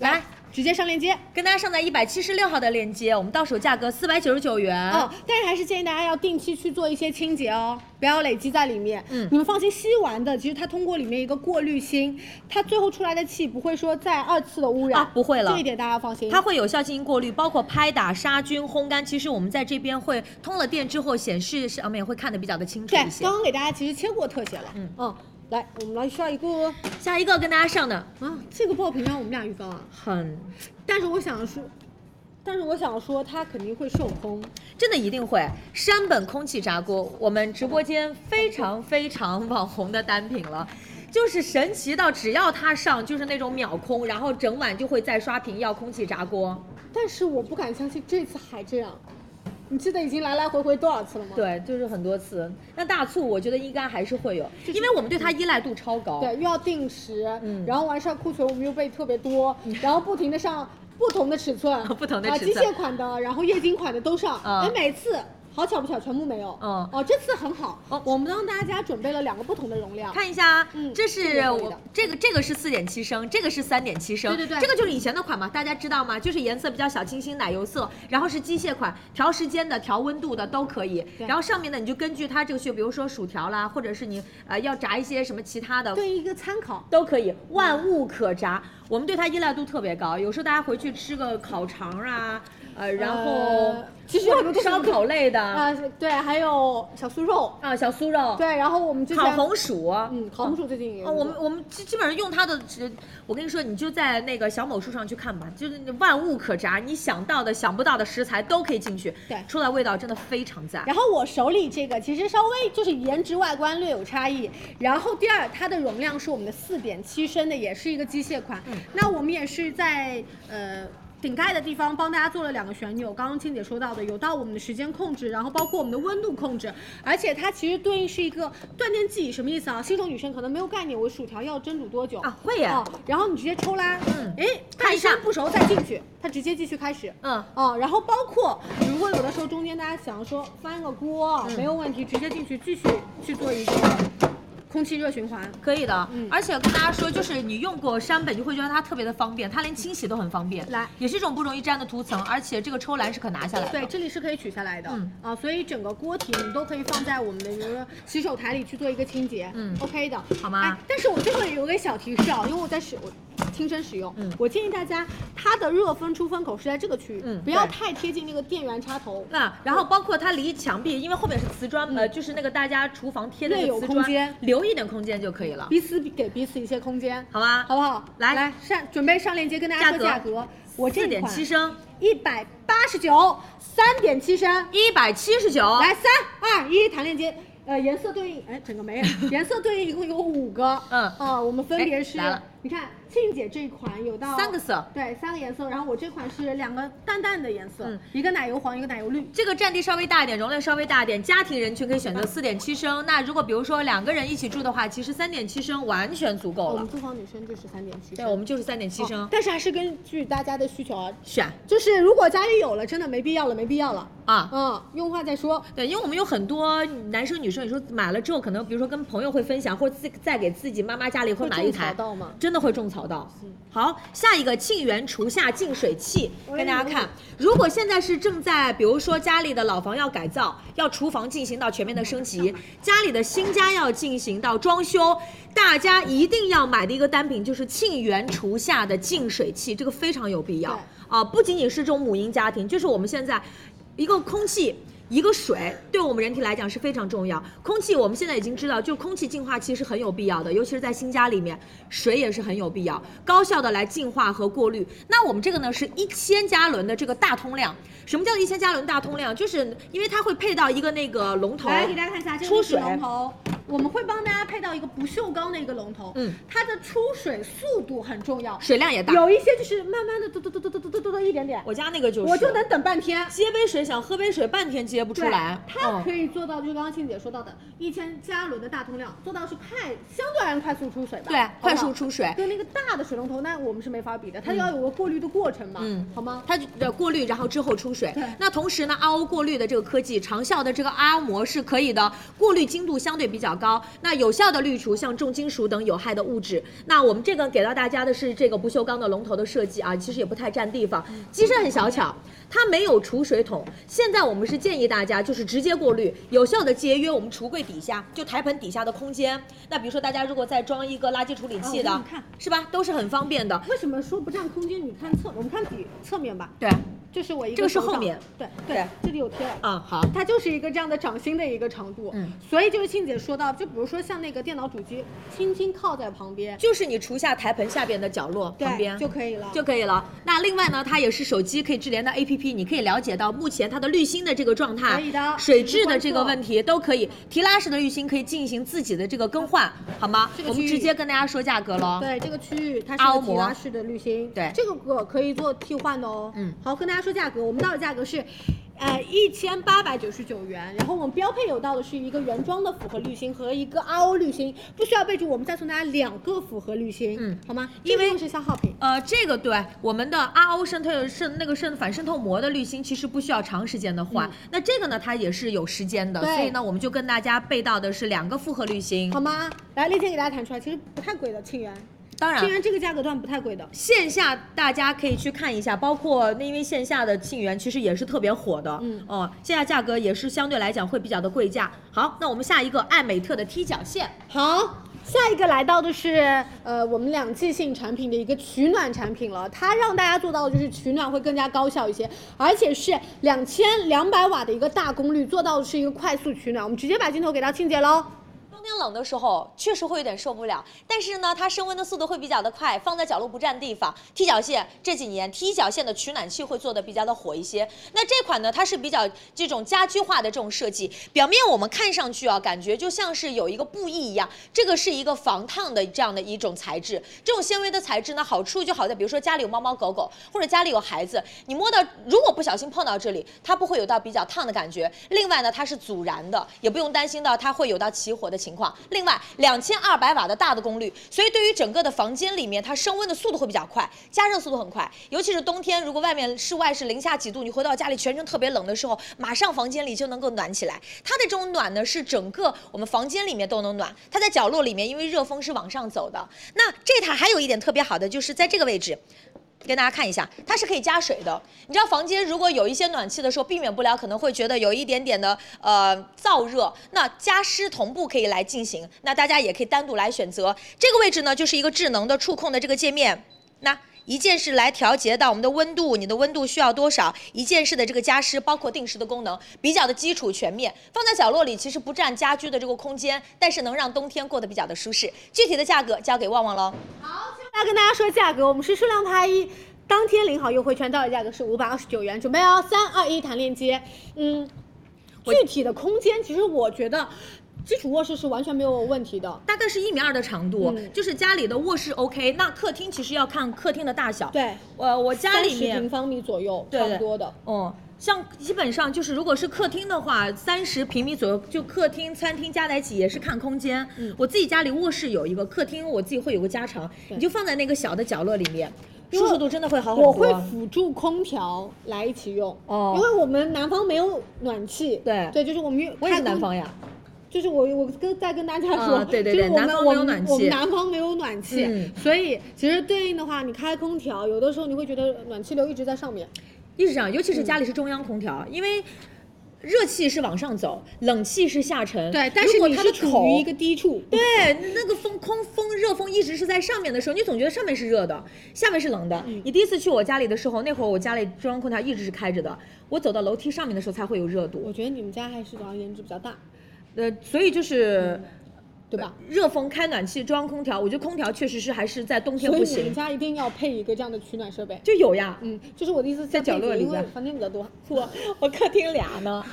Speaker 2: 来，
Speaker 1: 直接上链接。
Speaker 2: 跟大家上在一百七十六号的链接，我们到手价格四百九十九元。
Speaker 1: 哦，但是还是建议大家要定期去做一些清洁哦，不要累积在里面。
Speaker 2: 嗯
Speaker 1: 你们放心，吸完的其实它通过里面一个过滤芯，它最后出来的气不会说再二次的污染，
Speaker 2: 啊不会了
Speaker 1: 这一点大家放心。
Speaker 2: 它会有效进行过滤，包括拍打、杀菌、烘干。其实我们在这边会通了电之后，显示上面会看得比较的清楚
Speaker 1: 对
Speaker 2: 一，些
Speaker 1: 刚。刚给大家其实切过特写了。哦
Speaker 2: 嗯
Speaker 1: 来，我们来需要一个
Speaker 2: 下一个跟大家上的
Speaker 1: 啊，这个爆品让我们俩预告啊，
Speaker 2: 很，
Speaker 1: 但是我想说，但是我想说它肯定会受风。
Speaker 2: 真的一定会山本空气炸锅，我们直播间非常非常网红的单品了。 就是神奇到只要它上就是那种秒空，然后整晚就会再刷屏要空气炸锅。
Speaker 1: 但是我不敢相信这次还这样。你记得已经来来回回多少次了吗？
Speaker 2: 对，就是很多次。那大促我觉得应该还是会有，因为我们对它依赖度超高。
Speaker 1: 对，又要定时，
Speaker 2: 哦嗯
Speaker 1: 然后完事儿库存我们又备特别多，然后不停 的上不同的尺寸
Speaker 2: 哦，不同的
Speaker 1: 啊，
Speaker 2: 尺
Speaker 1: 机
Speaker 2: 寸
Speaker 1: 械款的，然后液晶款的都上，
Speaker 2: 嗯
Speaker 1: 哎、每次。好巧不巧，全部没有。
Speaker 2: 嗯
Speaker 1: 哦，这次很好，
Speaker 2: 哦
Speaker 1: 我们帮大家准备了两个不同的容量。
Speaker 2: 看一下啊
Speaker 1: 嗯，
Speaker 2: 这
Speaker 1: 这
Speaker 2: 是
Speaker 1: 个可以
Speaker 2: 我
Speaker 1: 的
Speaker 2: 这个这个是四点七升，这个是三点七升，
Speaker 1: 对对对
Speaker 2: 这个就是以前的款嘛，大家知道吗？就是颜色比较小清新奶油色，然后是机械款，调时间的、调温度的都可以。
Speaker 1: 对
Speaker 2: 然后上面呢，你就根据它这个需求，比如说薯条啦，或者是你呃要炸一些什么其他的，
Speaker 1: 对一个参考，
Speaker 2: 都可以，万物可炸。我们对它依赖度特别高，有时候大家回去吃个烤肠啊，呃，然后、
Speaker 1: 呃其实有很多都是
Speaker 2: 烧烤类的
Speaker 1: 啊、
Speaker 2: 啊
Speaker 1: 对，还有小酥肉，
Speaker 2: 小酥肉，
Speaker 1: 对，然后我们之前
Speaker 2: 烤，红薯，
Speaker 1: 嗯，烤红薯最近也有
Speaker 2: 哦，我们我们基基本上用它的，只我跟你说，你就在那个小某书上去看吧，就是万物可炸，你想到的、想不到的食材都可以进去，
Speaker 1: 对
Speaker 2: 出来味道真的非常赞。
Speaker 1: 然后我手里这个其实稍微就是颜值外观略有差异。然后第二，它的容量是我们的四点七升的，也是一个机械款。
Speaker 2: 嗯
Speaker 1: 那我们也是在呃。顶盖的地方帮大家做了两个旋钮，刚刚青姐说到的，有到我们的时间控制，然后包括我们的温度控制，而且它其实对应是一个断电计，什么意思啊？新手女生可能没有概念，我薯条要蒸煮多久
Speaker 2: 啊会耶
Speaker 1: 哦，然后你直接抽拉，
Speaker 2: 嗯
Speaker 1: 哎，
Speaker 2: 看一下
Speaker 1: 半生不熟再进去，它直接继续开始，
Speaker 2: 嗯
Speaker 1: 哦，然后包括如果有的时候中间大家想说翻个锅、啊
Speaker 2: 嗯
Speaker 1: 没有问题，直接进去继续去做一个空气热循环。
Speaker 2: 可以的，
Speaker 1: 嗯
Speaker 2: 而且跟大家说，就是你用过山本，你会觉得它特别的方便，它连清洗都很方便，
Speaker 1: 来
Speaker 2: 也是一种不容易粘的涂层，而且这个抽篮是可拿下来的。
Speaker 1: 对，这里是可以取下来的、
Speaker 2: 嗯
Speaker 1: 啊，所以整个锅体你都可以放在我们的，比如说洗手台里去做一个清洁，
Speaker 2: 嗯
Speaker 1: ，OK 的，
Speaker 2: 好吗
Speaker 1: 哎但是我这个有个小提示啊，因为我在使我亲身使用，
Speaker 2: 嗯
Speaker 1: 我建议大家它的热风出风口是在这个区域，
Speaker 2: 嗯
Speaker 1: 不要
Speaker 2: 对
Speaker 1: 太贴近那个电源插头，
Speaker 2: 那然后包括它离墙壁，因为后面是瓷砖，呃，就是那个大家厨房贴的那
Speaker 1: 嗯略
Speaker 2: 个
Speaker 1: 有
Speaker 2: 瓷
Speaker 1: 空间
Speaker 2: 砖，留一点空间就可以了，
Speaker 1: 彼此给彼此一些空间，
Speaker 2: 好吧？
Speaker 1: 好不好？
Speaker 2: 来
Speaker 1: 来上准备上链接跟大家说
Speaker 2: 价
Speaker 1: 价
Speaker 2: 格
Speaker 1: 格，我这
Speaker 2: 四点七升，
Speaker 1: 一百八十九三点七升，
Speaker 2: 一百七十九，
Speaker 1: 来三二一弹链接。呃，颜色对应，哎，整个没有， 颜色对应一共有五个，
Speaker 2: 嗯
Speaker 1: 啊、我们分别是
Speaker 2: 哎来了，
Speaker 1: 你看庆姐这款有到
Speaker 2: 三个，色。
Speaker 1: 对，三个颜色，然后我这款是两个淡淡的颜色，
Speaker 2: 嗯
Speaker 1: 一个奶油黄，一个奶油绿，
Speaker 2: 这个占地稍微大一点，容量稍微大一点，家庭人群可以选择四点七升。那如果比如说两个人一起住的话，其实三点七升完全足够
Speaker 1: 我
Speaker 2: 了
Speaker 1: 们。租房女生就是三点七升，
Speaker 2: 对，我们就是三点七
Speaker 1: 哦
Speaker 2: 升，
Speaker 1: 但是还是根据大家的需求啊，
Speaker 2: 选
Speaker 1: 就是如果家里有了，真的没必要了，没必要了，
Speaker 2: 啊。
Speaker 1: 嗯，用坏再说，
Speaker 2: 对，因为我们有很多男生女生，有时候买了之后，可能比如说跟朋友会分享，或者自己再给自己妈妈家里会买一
Speaker 1: 会种
Speaker 2: 台
Speaker 1: 草到吗，
Speaker 2: 真的会种草到
Speaker 1: 嗯。
Speaker 2: 好，下一个沁园厨下净水器，
Speaker 1: 哎
Speaker 2: 跟大家看，如果现在是正在，比如说家里的老房要改造，要厨房进行到全面的升 级，家里的新家要进行到装修，大家一定要买的一个单品就是沁园厨下的净水器，这个非常有必要
Speaker 1: 对
Speaker 2: 啊！不仅仅是这种母婴家庭，就是我们现在一个空气。一个水对我们人体来讲是非常重要。空气我们现在已经知道，就是空气净化器是很有必要的，尤其是在新家里面，水也是很有必要，高效的来净化和过滤。那我们这个呢是一千加仑的这个大通量。什么叫一千加仑大通量？就是因为它会配到一个那个龙头，
Speaker 1: 来给大家看一下，这
Speaker 2: 出
Speaker 1: 个是
Speaker 2: 水
Speaker 1: 龙头，我们会帮大家配到一个不锈钢的一个龙头，
Speaker 2: 嗯，
Speaker 1: 它的出水速度很重要，
Speaker 2: 水量也大。
Speaker 1: 有一些就是慢慢的嘟嘟嘟嘟嘟嘟嘟嘟嘟一点点，
Speaker 2: 我家那个就是，
Speaker 1: 我就能等半天。
Speaker 2: 接杯水，想喝杯水，半天接不出
Speaker 1: 对
Speaker 2: 来。
Speaker 1: 它
Speaker 2: 嗯
Speaker 1: 可以做到，就是刚刚庆姐说到的，一千加仑的大通量，做到是快，相对而言快速出水吧，
Speaker 2: 对
Speaker 1: 好，不好
Speaker 2: 快速出水，
Speaker 1: 跟那个大的水龙头，那我们是没法比的，它要有个过滤的过程嘛，
Speaker 2: 嗯
Speaker 1: 好吗？
Speaker 2: 它的过滤，然后之后出水
Speaker 1: 对。
Speaker 2: 那同时呢，RO 过滤的这个科技，长效的这个 RO 膜是可以的，过滤精度相对比较高，那有效的滤除像重金属等有害的物质。那我们这个给到大家的是这个不锈钢的龙头的设计啊，其实也不太占地方，
Speaker 1: 嗯
Speaker 2: 机身很小巧，它没有储水桶。现在我们是建议大家就是直接过滤，有效的节约我们橱柜底下就台盆底下的空间。那比如说大家如果再装一个垃圾处理器的，
Speaker 1: 啊我给你看
Speaker 2: 是吧，都是很方便的。
Speaker 1: 为什么说不占空间？你看侧，我们看底侧面吧，
Speaker 2: 对，
Speaker 1: 这是我一个
Speaker 2: 这个是
Speaker 1: 手掌
Speaker 2: 后面，
Speaker 1: 对
Speaker 2: 对
Speaker 1: 对，这里有贴。
Speaker 2: 啊，好，
Speaker 1: 它就是一个这样的掌心的一个长度，
Speaker 2: 嗯
Speaker 1: 所以就是庆姐说到，就比如说像那个电脑主机，轻轻靠在旁边，
Speaker 2: 就是你除下台盆下边的角落
Speaker 1: 对
Speaker 2: 旁边
Speaker 1: 就可以了。
Speaker 2: 就可以了。那另外呢，它也是手机可以智联的 APP，你可以了解到目前它的滤芯的这个状态
Speaker 1: 可以的、
Speaker 2: 水质的这个问题都可以。提拉式的滤芯可以进行自己的这个更换，好吗
Speaker 1: 这？个
Speaker 2: 我
Speaker 1: 区
Speaker 2: 们
Speaker 1: 域
Speaker 2: 直接跟大家说价格喽。
Speaker 1: 对这个区域，它
Speaker 2: 阿
Speaker 1: 是
Speaker 2: 欧
Speaker 1: 个提
Speaker 2: 摩
Speaker 1: 拉式的滤芯，
Speaker 2: 对
Speaker 1: 这个可可以做替换的哦。
Speaker 2: 嗯，
Speaker 1: 好，跟大家说价格，我们到的价格是，呃，一千八百九十九元。然后我们标配有到的是一个原装的复合滤芯和一个 RO 滤芯，不需要备注，我们再送大家两个复合滤芯，
Speaker 2: 嗯，
Speaker 1: 好吗？
Speaker 2: 因为
Speaker 1: 这个是消耗品，
Speaker 2: 呃，这个对我们的 RO 渗透渗那个渗反渗透膜的滤芯，其实不需要长时间的换。那这个呢，它也是有时间的，
Speaker 1: 嗯对
Speaker 2: 所以呢，我们就跟大家备到的是两个复合滤芯
Speaker 1: 好。吗？来，立天给大家谈出来，其实不太贵的，庆元，
Speaker 2: 当然
Speaker 1: 庆，元这个价格段不太贵的。
Speaker 2: 线下大家可以去看一下，包括那因为线下的沁园其实也是特别火的，
Speaker 1: 嗯
Speaker 2: 哦、线下价格也是相对来讲会比较的贵价。好，那我们下一个爱美特的踢脚线，
Speaker 1: 好，下一个来到的是呃我们两季性产品的一个取暖产品了，它让大家做到的就是取暖会更加高效一些，而且是两千两百瓦的一个大功率，做到的是一个快速取暖。我们直接把镜头给到庆姐喽。
Speaker 2: 冬天冷的时候确实会有点受不了，但是呢，它升温的速度会比较的快，放在角落不占地方。踢脚线这几年踢脚线的取暖器会做的比较的火一些。那这款呢，它是比较这种家居化的这种设计，表面我们看上去啊，感觉就像是有一个布艺一样，这个是一个防烫的这样的一种材质。这种纤维的材质呢，好处就好在，比如说家里有猫猫狗狗，或者家里有孩子，你摸到如果不小心碰到这里，它不会有到比较烫的感觉。另外呢，它是阻燃的，也不用担心到它会有到起火的情况。另外，两千二百瓦的大的功率，所以对于整个的房间里面，它升温的速度会比较快，加热速度很快。尤其是冬天，如果外面室外是零下几度，你回到家里全程特别冷的时候，马上房间里就能够暖起来。它的这种暖呢，是整个我们房间里面都能暖。它在角落里面，因为热风是往上走的。那这台还有一点特别好的，就是在这个位置，跟大家看一下，它是可以加水的。你知道房间如果有一些暖气的时候，避免不了可能会觉得有一点点的呃燥热，那加湿同步可以来进行。那大家也可以单独来选择这个位置呢，就是一个智能的触控的这个界面。那一键式来调节到我们的温度，你的温度需要多少？一键式的这个加湿，包括定时的功能，比较的基础全面。放在角落里其实不占家居的这个空间，但是能让冬天过得比较的舒适。具体的价格交给旺旺喽。
Speaker 1: 来跟大家说价格，我们是数量拍一。当天领好优惠券，到手价格是五百二十九元，准备哦，三二一，弹链接。嗯，具体的空间，其实我觉得基础卧室是完全没有问题的。
Speaker 2: 大概是一米二的长度，
Speaker 1: 嗯
Speaker 2: 就是家里的卧室 OK，那客厅其实要看客厅的大小。，
Speaker 1: 对，
Speaker 2: 呃，我家里
Speaker 1: 30平
Speaker 2: 面，
Speaker 1: 方米左右，
Speaker 2: 对
Speaker 1: 差不
Speaker 2: 对
Speaker 1: 多的。
Speaker 2: 哦、像基本上就是如果是客厅的话，三十平米左右，就客厅、餐厅加在一起也是看空间。
Speaker 1: 嗯
Speaker 2: 我自己家里卧室有一个，客厅我自己会有个加长，
Speaker 1: 对
Speaker 2: 你就放在那个小的角落里面，
Speaker 1: 因为
Speaker 2: 舒适度真的会好很多。啊
Speaker 1: 我会辅助空调来一起用，
Speaker 2: 哦
Speaker 1: 因为我们南方没有暖气，
Speaker 2: 对
Speaker 1: 对，就是我们
Speaker 2: 我也是
Speaker 1: 开空
Speaker 2: 南方，呀，
Speaker 1: 就是我我跟再跟大家说，
Speaker 2: 啊对对对
Speaker 1: 就是我们
Speaker 2: 南方没有
Speaker 1: 我们
Speaker 2: 暖气
Speaker 1: 我们南方没有暖气，
Speaker 2: 嗯
Speaker 1: 所以其实对应的话，你开空调，有的时候你会觉得暖气流一直在上面，
Speaker 2: 一直这样，尤其
Speaker 1: 嗯
Speaker 2: 是家里是中央空调，因为。热气是往上走，冷气是下沉。
Speaker 1: 但是
Speaker 2: 如果
Speaker 1: 你
Speaker 2: 它
Speaker 1: 是
Speaker 2: 的
Speaker 1: 处
Speaker 2: 口
Speaker 1: 于一个低处，
Speaker 2: 对，那个风空风热风一直是在上面的时候，你总觉得上面是热的，下面是冷的。
Speaker 1: 嗯
Speaker 2: 你第一次去我家里的时候，那会儿我家里中央空调一直是开着的，我走到楼梯上面的时候才会有热
Speaker 1: 我
Speaker 2: 度。
Speaker 1: 觉得你们家还是主要颜值比较大，
Speaker 2: 呃，所以就是
Speaker 1: 对吧？
Speaker 2: 热风开暖气，中央空调，我觉得空调确实是还是在冬天
Speaker 1: 所以
Speaker 2: 不
Speaker 1: 你们
Speaker 2: 行，
Speaker 1: 家一定要配一个这样的取暖设备。
Speaker 2: 就有呀。
Speaker 1: 嗯，就是我的意思，
Speaker 2: 在角落里啊
Speaker 1: 因为
Speaker 2: 边
Speaker 1: 房间比较多，
Speaker 2: 我我客厅俩呢，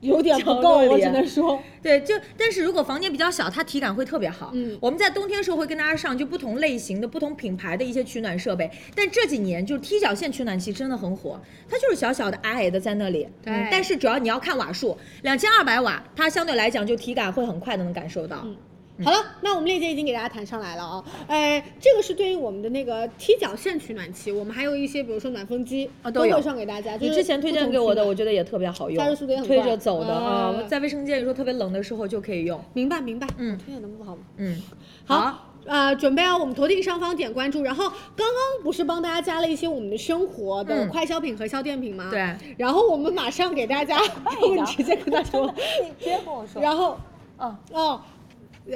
Speaker 1: 有点
Speaker 2: 角
Speaker 1: 不够，
Speaker 2: 落里啊
Speaker 1: 我只能说。
Speaker 2: 对，就但是如果房间比较小，它体感会特别好。
Speaker 1: 嗯
Speaker 2: 我们在冬天时候会跟大家上就不同类型的、不同品牌的一些取暖设备，但这几年就是踢脚线取暖器真的很火，它就是小小的、矮矮的在那里。嗯
Speaker 1: 对
Speaker 2: 但是主要你要看瓦数，两千二百瓦，它相对来讲就体感会很快的能感受到。
Speaker 1: 嗯好了，那我们链接已经给大家弹上来了啊、哎，这个是对于我们的那个踢脚线取暖器，我们还有一些，比如说暖风机
Speaker 2: 啊
Speaker 1: 都
Speaker 2: 都有
Speaker 1: 会上给大家。
Speaker 2: 你
Speaker 1: 就是
Speaker 2: 之前推荐给我的，
Speaker 1: 不
Speaker 2: 我
Speaker 1: 同取暖
Speaker 2: 觉得也特别好用，
Speaker 1: 加热速度也很快
Speaker 2: 推着走的啊、
Speaker 1: 嗯
Speaker 2: 在卫生间里说特别冷的时候就可以用。
Speaker 1: 明白明白，
Speaker 2: 嗯
Speaker 1: 推荐能不好吗？
Speaker 2: 嗯，
Speaker 1: 好，呃，准备啊，我们头顶上方点关注，然后刚刚不是帮大家加了一些我们的生活的
Speaker 2: 嗯
Speaker 1: 快消品和消电品吗？
Speaker 2: 对。
Speaker 1: 然后我们马上给 大家，我们直接跟他说，
Speaker 2: 你直接跟我说
Speaker 1: 然后
Speaker 2: 嗯。
Speaker 1: 哦，呃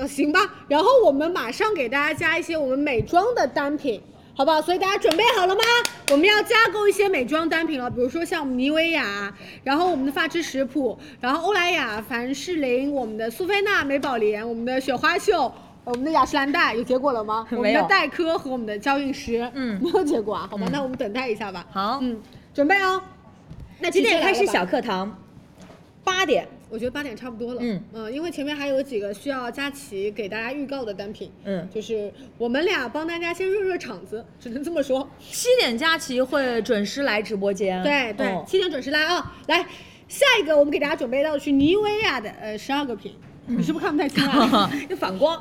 Speaker 1: 行吧。然后我们马上给大家加一些我们美妆的单品，好不好？所以大家准备好了吗？我们要加购一些美妆单品了，比如说像我们妮维雅，然后我们的发之食谱，然后欧莱雅、凡士林，我们的苏菲娜、美宝莲，我们的雪花秀。我们的雅诗兰黛有结果 了吗？我
Speaker 2: 没
Speaker 1: 们
Speaker 2: 有
Speaker 1: 的黛珂和我们的娇韵诗，
Speaker 2: 嗯
Speaker 1: 没有结果啊，好吧，
Speaker 2: 嗯
Speaker 1: 那我们等待一下吧。
Speaker 2: 好，
Speaker 1: 嗯，准备哦。那
Speaker 2: 几
Speaker 1: 直接
Speaker 2: 点
Speaker 1: 来
Speaker 2: 开始
Speaker 1: 吧
Speaker 2: 小课堂？八点。
Speaker 1: 我觉得八点差不多了。呃
Speaker 2: 嗯
Speaker 1: 因为前面还有几个需要佳琪给大家预告的单品。
Speaker 2: 嗯
Speaker 1: 就是我们俩帮大家先热热场子，只能这么说。
Speaker 2: 七点佳琪会准时来直播间。
Speaker 1: 对对
Speaker 2: 哦，
Speaker 1: 七、点准时来啊！来，下一个我们给大家准备到的是妮维雅的呃十二个品，
Speaker 2: 嗯
Speaker 1: 你是不是看不太 清啊？
Speaker 2: 就反光。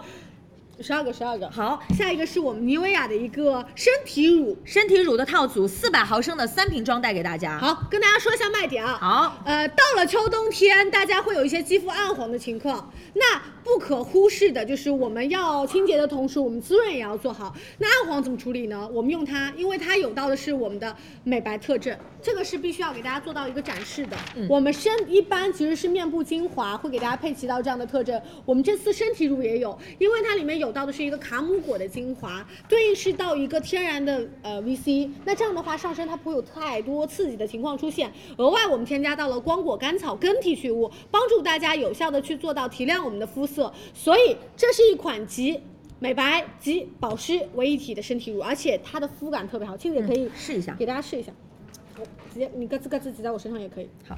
Speaker 1: 十二个，十二个。
Speaker 2: 好，
Speaker 1: 下一个是我们妮维雅的一个身体乳。
Speaker 2: 身体乳的套组，四百毫升的三瓶装带给大家。，
Speaker 1: 好，跟大家说一下卖点啊。
Speaker 2: 好，
Speaker 1: 呃，到了秋冬天，大家会有一些肌肤暗黄的情况。那不可忽视的就是，我们要清洁的同时，我们滋润也要做好。那暗黄怎么处理呢？我们用它，因为它有到的是我们的美白特征，这个是必须要给大家做到一个展示的。
Speaker 2: 嗯
Speaker 1: 我们身一般其实是面部精华会给大家配齐到这样的特征，我们这次身体乳也有，因为它里面有到的是一个卡姆果的精华，对应是到一个天然的呃 VC，那这样的话上身它不会有太多刺激的情况出现。额外我们添加到了光果甘草根提取物，帮助大家有效的去做到提亮我们的肤色，所以这是一款集。美白及保湿为一体的身体乳，而且它的肤感特别好，庆姐可以
Speaker 2: 试一下。
Speaker 1: 给大家试一下，我直接你咯吱咯吱挤在我身上也可以。
Speaker 2: 好，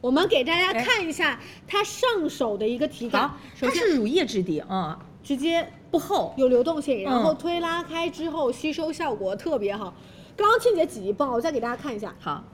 Speaker 1: 我们给大家
Speaker 2: 哎
Speaker 1: 看一下它上手的一个体感
Speaker 2: 好，，
Speaker 1: 首
Speaker 2: 它
Speaker 1: 先
Speaker 2: 是乳液质地，嗯，
Speaker 1: 直接
Speaker 2: 不厚。
Speaker 1: 有流动性，然后
Speaker 2: 嗯
Speaker 1: 推拉开之后吸收效果特别好。刚刚倩姐挤一泵，我再给大家看一下，
Speaker 2: 好，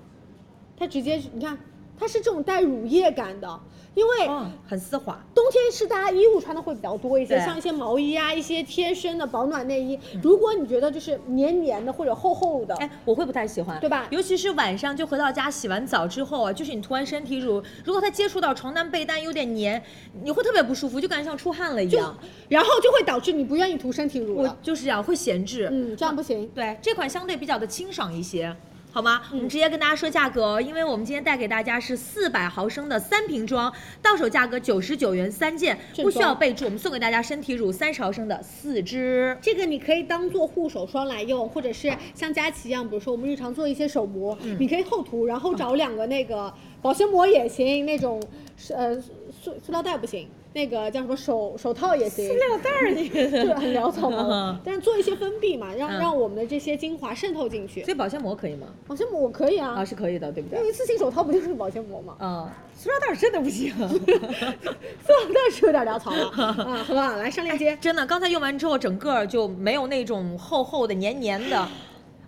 Speaker 1: 它直接你看，它是这种带乳液感的，因为
Speaker 2: 嗯，很丝滑。
Speaker 1: 冬天是大家衣物穿的会比较多一些，
Speaker 2: 对嗯
Speaker 1: 像一些毛衣啊、一些贴身的保暖内衣。如果你觉得就是黏黏的或者厚厚的，
Speaker 2: 哎，我会不太喜欢，
Speaker 1: 对吧
Speaker 2: 尤其是晚上就回到家洗完澡之后啊，就是你涂完身体乳，如果它接触到床单被单有点黏，你会特别不舒服，就感觉像出汗了一
Speaker 1: 就
Speaker 2: 样。
Speaker 1: 然后就会导致你不愿意涂身体乳
Speaker 2: 我
Speaker 1: 了。
Speaker 2: 就是这样，会闲置。
Speaker 1: 嗯，这样不行。
Speaker 2: 对，这款相对比较的清爽一些。好吗？
Speaker 1: 嗯
Speaker 2: 我们直接跟大家说价格哦，因为我们今天带给大家是四百毫升的三瓶装，到手价格九十九元三件，
Speaker 1: 正装
Speaker 2: 不需要备注。我们送给大家身体乳三十毫升的四支。。
Speaker 1: 这个你可以当做护手霜来用，或者是像佳琪一样，比如说我们日常做一些手膜，你可以厚涂，然后找两个那个保鲜膜也行，那种是呃塑塑料袋不行，那个叫什么手手套也行，塑料哎袋儿就很潦草嘛 但是做一些分泌嘛，让
Speaker 2: 嗯
Speaker 1: 让我们的这些精华渗透进去。
Speaker 2: 所以保鲜膜可以吗？
Speaker 1: 保鲜膜我可以
Speaker 2: 啊，
Speaker 1: 啊，
Speaker 2: 是可以的，对不对
Speaker 1: 用？一次性手套不就是保鲜膜吗？
Speaker 2: 嗯，塑料袋 真的不 行。
Speaker 1: 塑料袋是有点潦草了啊，好不好？来上链 接。
Speaker 2: 真的，刚才用完之后，整个就没有那种厚厚的、黏黏的，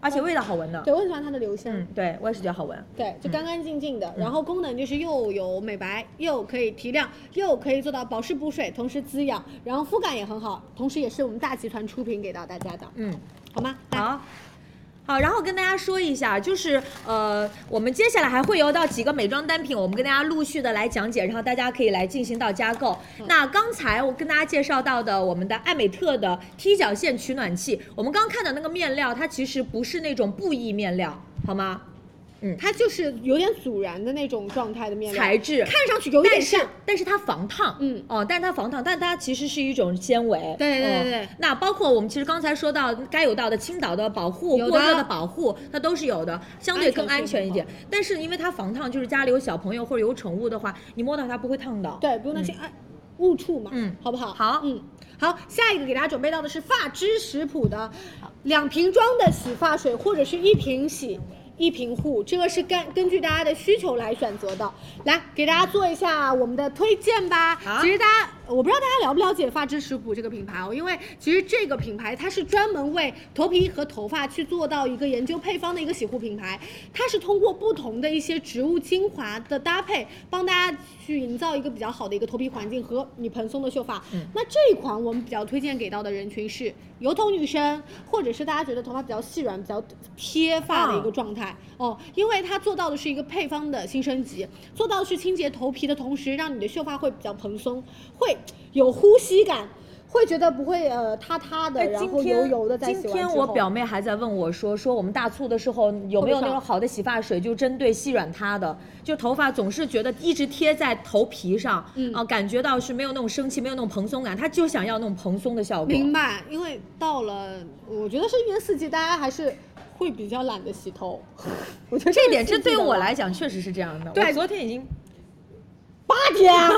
Speaker 2: 而且味道好闻的。
Speaker 1: 对，我很喜欢它的留香。
Speaker 2: 嗯，对我也是觉得好闻。
Speaker 1: 对，就干干净净
Speaker 2: 嗯
Speaker 1: 的，然后功能就是又有美白，又可以提亮，又可以做到保湿补水，同时滋养，然后肤感也很好，同时也是我们大集团出品给到大家的，
Speaker 2: 嗯，
Speaker 1: 好吗？来，
Speaker 2: 好。好，然后跟大家说一下，就是呃，我们接下来还会有到几个美妆单品，我们跟大家陆续的来讲解，然后大家可以来进行到加购。
Speaker 1: 嗯
Speaker 2: 那刚才我跟大家介绍到的我们的爱美特的踢脚线取暖器，我们刚看的那个面料，它其实不是那种布艺面料，好吗？
Speaker 1: 它就是有点阻燃的那种状态的面料，
Speaker 2: 材质，
Speaker 1: 看上去有点
Speaker 2: 但是
Speaker 1: 像。
Speaker 2: 但是它防烫，
Speaker 1: 嗯
Speaker 2: 哦，但是它防烫，但它其实是一种纤维，
Speaker 1: 对对对对
Speaker 2: 嗯那包括我们其实刚才说到该有到的青岛的保护、
Speaker 1: 有的
Speaker 2: 过热的保护，它都是有的，相对更安全一点
Speaker 1: 安。
Speaker 2: 但是因为它防烫，就是家里有小朋友或者有宠物的话，你摸到它不会烫到。
Speaker 1: 对，不用担心，哎、误触嘛，
Speaker 2: 嗯
Speaker 1: 好不好？
Speaker 2: 好
Speaker 1: 嗯，好，下一个给大家准备到的是发之食谱的两瓶装的洗发水，或者是一瓶洗。一瓶护，这个是根根据大家的需求来选择的。来给大家做一下我们的推荐吧。
Speaker 2: 好
Speaker 1: 其实大家，我不知道大家了不了解发之食谱这个品牌哦，因为其实这个品牌它是专门为头皮和头发去做到一个研究配方的一个洗护品牌，它是通过不同的一些植物精华的搭配，帮大家去营造一个比较好的一个头皮环境和你蓬松的秀发。
Speaker 2: 嗯
Speaker 1: 那这一款我们比较推荐给到的人群是油头女生，或者是大家觉得头发比较细软、比较贴发的一个状态、哦，因为它做到的是一个配方的新升级，做到的是清洁头皮的同时，让你的秀发会比较蓬松，会有呼吸感。会觉得不会呃塌塌的，
Speaker 2: 哎
Speaker 1: 然
Speaker 2: 今
Speaker 1: 后
Speaker 2: 天
Speaker 1: 油油的。在洗
Speaker 2: 今
Speaker 1: 完
Speaker 2: 天
Speaker 1: 之
Speaker 2: 我
Speaker 1: 后
Speaker 2: 表妹还在问我说，说我们大促的时候有没有那种好的洗发水，就针对细软塌的，就头发总是觉得一直贴在头皮上，
Speaker 1: 嗯
Speaker 2: 啊，感觉到是没有那种生气，没有那种蓬松感，她就想要那种蓬松的效果。
Speaker 1: 明白，因为到了我觉得是一年四季，大家还是会比较懒得洗头。我觉得
Speaker 2: 这点，
Speaker 1: 是
Speaker 2: 这
Speaker 1: 四季
Speaker 2: 对
Speaker 1: 的
Speaker 2: 我
Speaker 1: 吧
Speaker 2: 来讲确实是这样的。
Speaker 1: 对
Speaker 2: 我昨天已经，
Speaker 1: 八天啊，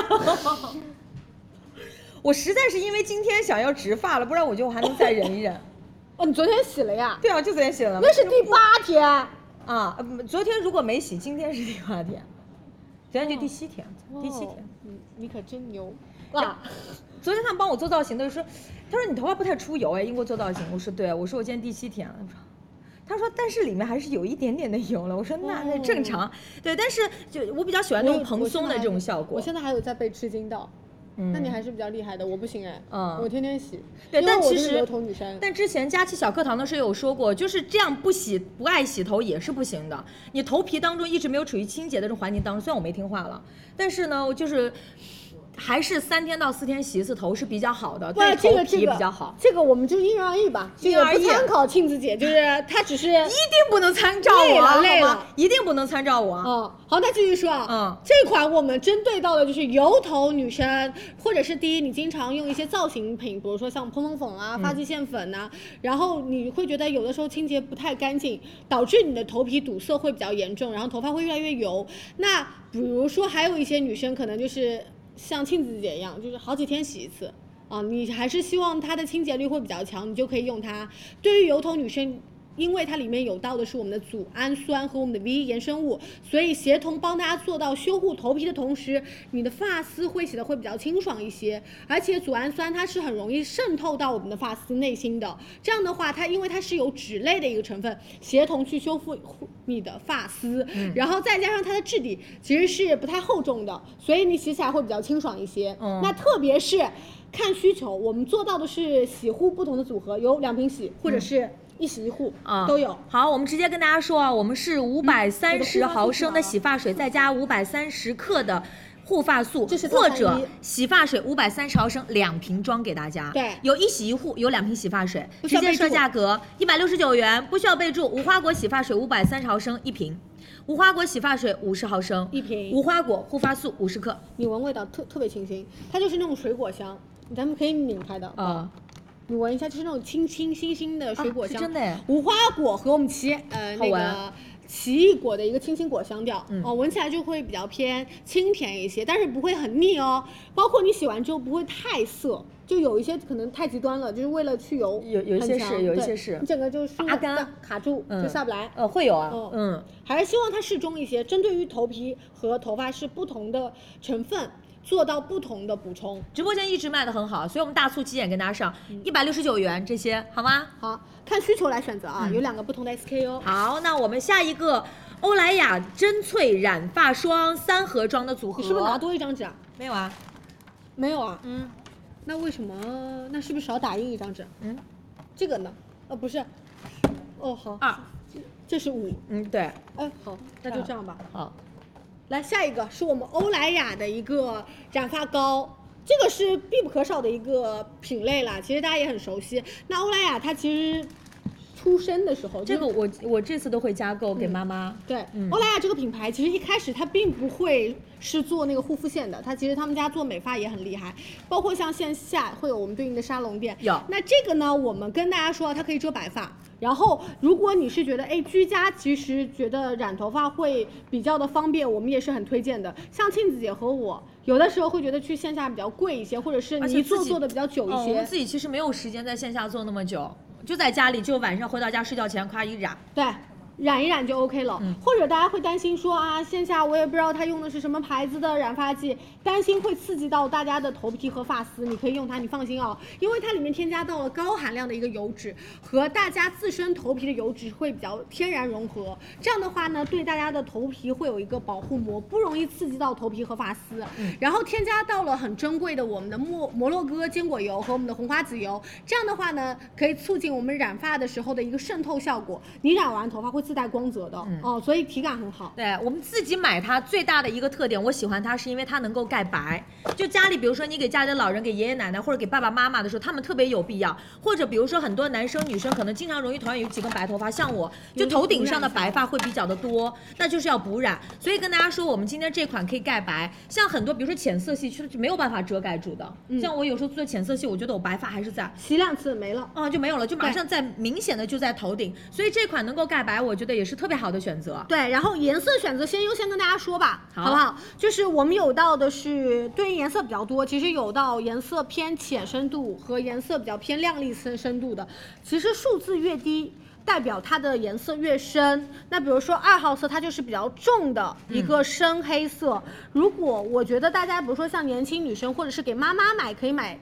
Speaker 2: 我实在是因为今天想要植发了，不然我觉得我还能再忍一 忍。
Speaker 1: 哦，你昨天洗 了呀？
Speaker 2: 对啊，就昨天洗了嘛。
Speaker 1: 那是第八天。
Speaker 2: 啊，呃不昨天如果没洗，今天是第八天，昨天就第七天，第七天。
Speaker 1: 哇哦你你可真牛哇！
Speaker 2: 昨天他们帮我做造型的时候，他说你头发不太出油哎，英国做造型。我说对啊，我说我今天第七天了。他说他说但是里面还是有一点点的油了。我说那那正常，对，但是就我比较喜欢那种
Speaker 1: 哦我
Speaker 2: 蓬松的这种效果
Speaker 1: 我。现在还有在被吃惊到，
Speaker 2: 嗯
Speaker 1: 那你还是比较厉害的，我不行哎，
Speaker 2: 嗯
Speaker 1: 我天天洗，
Speaker 2: 对，
Speaker 1: 因为
Speaker 2: 但
Speaker 1: 我
Speaker 2: 其
Speaker 1: 是
Speaker 2: 实
Speaker 1: 油头女生，
Speaker 2: 但之前佳琪小课堂的时候有说过，就是这样不洗不爱洗头也是不行的。你头皮当中一直没有处于清洁的这种环境当中，虽然我没听话了，但是呢，我就是还是三天到四天洗一次头是比较好的，
Speaker 1: 哇，
Speaker 2: 对
Speaker 1: 这
Speaker 2: 头
Speaker 1: 个这
Speaker 2: 皮
Speaker 1: 个
Speaker 2: 比较好。
Speaker 1: 这个我们就因人而异吧，这
Speaker 2: 因
Speaker 1: 个
Speaker 2: 人而
Speaker 1: 不
Speaker 2: 异
Speaker 1: 参考庆子姐，就是她只 是
Speaker 2: 一定不能参照我，啊好吗
Speaker 1: 累了累了
Speaker 2: 一定不能参照我。啊
Speaker 1: 哦，好，那继续说啊。
Speaker 2: 嗯
Speaker 1: 这款我们针对到的就是油头女生，或者是第一，你经常用一些造型品，比如说像蓬蓬粉啊、发际线粉呐、然后你会觉得有的时候清洁不太干净，导致你的头皮堵塞会比较严重，然后头发会越来越油。那比如说还有一些女生可能就是像庆子姐一样，就是好几天洗一次。啊，你还是希望它的清洁力会比较强，你就可以用它。对于油头女生，因为它里面有到的是我们的组氨酸和我们的 V 衍生物，所以协同帮大家做到修护头皮的同时，你的发丝会洗的会比较清爽一些。而且组氨酸它是很容易渗透到我们的发丝内心的，这样的话，它因为它是有脂类的一个成分，协同去修复你的发丝，然后再加上它的质地其实是不太厚重的，所以你洗起来会比较清爽一些。
Speaker 2: 嗯
Speaker 1: 那特别是看需求，我们做到的是洗护不同的组合，有两瓶洗或者是一洗一护、
Speaker 2: 啊，
Speaker 1: 都有。嗯
Speaker 2: 好，我们直接跟大家说啊，我们是五百三十毫升的洗发水，再加五百三十克的护发素
Speaker 1: 这是，套
Speaker 2: 或
Speaker 1: 餐
Speaker 2: 者
Speaker 1: 一
Speaker 2: 洗发水五百三十毫升两瓶装给大家。
Speaker 1: 对
Speaker 2: 有一洗一护，有两瓶洗发水，
Speaker 1: 不
Speaker 2: 直
Speaker 1: 需要
Speaker 2: 接
Speaker 1: 备
Speaker 2: 设
Speaker 1: 注
Speaker 2: 价格一百六十九元，不需要备注。无花果洗发水五百三十毫升一瓶，无花果洗发水五十毫升
Speaker 1: 一瓶
Speaker 2: 无花果护发素五十克
Speaker 1: 你闻味道特特别清新，它就是那种水果香，咱们可以拧开的，
Speaker 2: 啊，
Speaker 1: 你闻一下，就是那种清清新新的水果
Speaker 2: 啊是
Speaker 1: 香，
Speaker 2: 真的哎
Speaker 1: 无花果和我们奇呃
Speaker 2: 好
Speaker 1: 那
Speaker 2: 闻
Speaker 1: 个奇异果的一个清新果香调，
Speaker 2: 嗯
Speaker 1: 哦，闻起来就会比较偏清甜一些，但是不会很腻哦。包括你洗完之后不会太涩，就有一些可能太极端了，就是为了去油很
Speaker 2: 有有一
Speaker 1: 强，
Speaker 2: 些是有一些
Speaker 1: 对
Speaker 2: 是
Speaker 1: 你整个就是
Speaker 2: 拔干
Speaker 1: 卡住，就
Speaker 2: 嗯
Speaker 1: 下不来。
Speaker 2: 呃，会有啊，
Speaker 1: 哦
Speaker 2: 嗯
Speaker 1: 还是希望它适中一些，针对于头皮和头发是不同的成分，做到不同的补充。
Speaker 2: 直播间一直卖的很好，所以我们大促期间跟大家上一百六十九元这些，好吗？
Speaker 1: 好看需求来选择啊，有两个不同的 SKU。
Speaker 2: 嗯好，那我们下一个欧莱雅真萃染发霜三盒装的组合，
Speaker 1: 你是不是拿多一张纸啊？
Speaker 2: 没有啊？
Speaker 1: 没有啊，
Speaker 2: 嗯，
Speaker 1: 那为什么？那是不是少打印一张纸？啊
Speaker 2: 嗯，
Speaker 1: 这个呢？呃，不是，哦好，
Speaker 2: 二，
Speaker 1: 这是五，
Speaker 2: 嗯，对，
Speaker 1: 哎好，那就这样吧。
Speaker 2: 好，
Speaker 1: 来下一个是我们欧莱雅的一个染发膏。这个是必不可少的一个品类啦，其实大家也很熟悉。那欧莱雅它其实出生的时候，
Speaker 2: 这
Speaker 1: 就
Speaker 2: 个我我这次都会加购给妈妈。
Speaker 1: 对，
Speaker 2: 嗯
Speaker 1: 欧莱雅这个品牌其实一开始它并不会是做那个护肤线的，它其实他们家做美发也很厉害，包括像线下会有我们对应的沙龙店。
Speaker 2: 有
Speaker 1: 那这个呢，我们跟大家说，它可以遮白发。然后，如果你是觉得哎居家其实觉得染头发会比较的方便，我们也是很推荐的。像庆子姐和我，有的时候会觉得去线下比较贵一些，或者是
Speaker 2: 而
Speaker 1: 你
Speaker 2: 且
Speaker 1: 一做
Speaker 2: 自己
Speaker 1: 做的比较久一
Speaker 2: 哦，我
Speaker 1: 些。
Speaker 2: 们自己其实没有时间在线下做那么久，就在家里，就晚上回到家睡觉前夸一染。
Speaker 1: 对，染一染就 OK 了。
Speaker 2: 嗯
Speaker 1: 或者大家会担心说啊，线下我也不知道他用的是什么牌子的染发剂，担心会刺激到大家的头皮和发丝。你可以用它，你放心哦，因为它里面添加到了高含量的一个油脂，和大家自身头皮的油脂会比较天然融合。这样的话呢，对大家的头皮会有一个保护膜，不容易刺激到头皮和发丝。然后添加到了很珍贵的我们的摩摩洛哥坚果油和我们的红花籽油，这样的话呢，可以促进我们染发的时候的一个渗透效果。你染完头发会自带光泽的，
Speaker 2: 嗯
Speaker 1: 哦，所以体感很好。
Speaker 2: 对我们自己买它最大的一个特点，我喜欢它是因为它能够盖白。就家里，比如说你给家里的老人、给爷爷奶奶或者给爸爸妈妈的时候，他们特别有必要。或者比如说很多男生女生可能经常容易头上有几根白头发，像我就头顶上的白发会比较的多，那就是要补染。所以跟大家说，我们今天这款可以盖白，像很多比如说浅色系是没有办法遮盖住的。
Speaker 1: 嗯
Speaker 2: 像我有时候做浅色系，我觉得我白发还是在。
Speaker 1: 洗两次没了。
Speaker 2: 啊、就没有了，就马上在明显的就在头顶，所以这款能够盖白，我觉得也是特别好的选择。
Speaker 1: 对，然后颜色选择先优先跟大家说吧，
Speaker 2: 啊好
Speaker 1: 好不好？就是我们有到的是对应颜色比较多，其实有到颜色偏浅深度和颜色比较偏亮丽深深度的。其实数字越低，代表它的颜色越深。那比如说二号色，它就是比较重的一个深黑色。如果我觉得大家，比如说像年轻女生，或者是给妈妈买，可以买。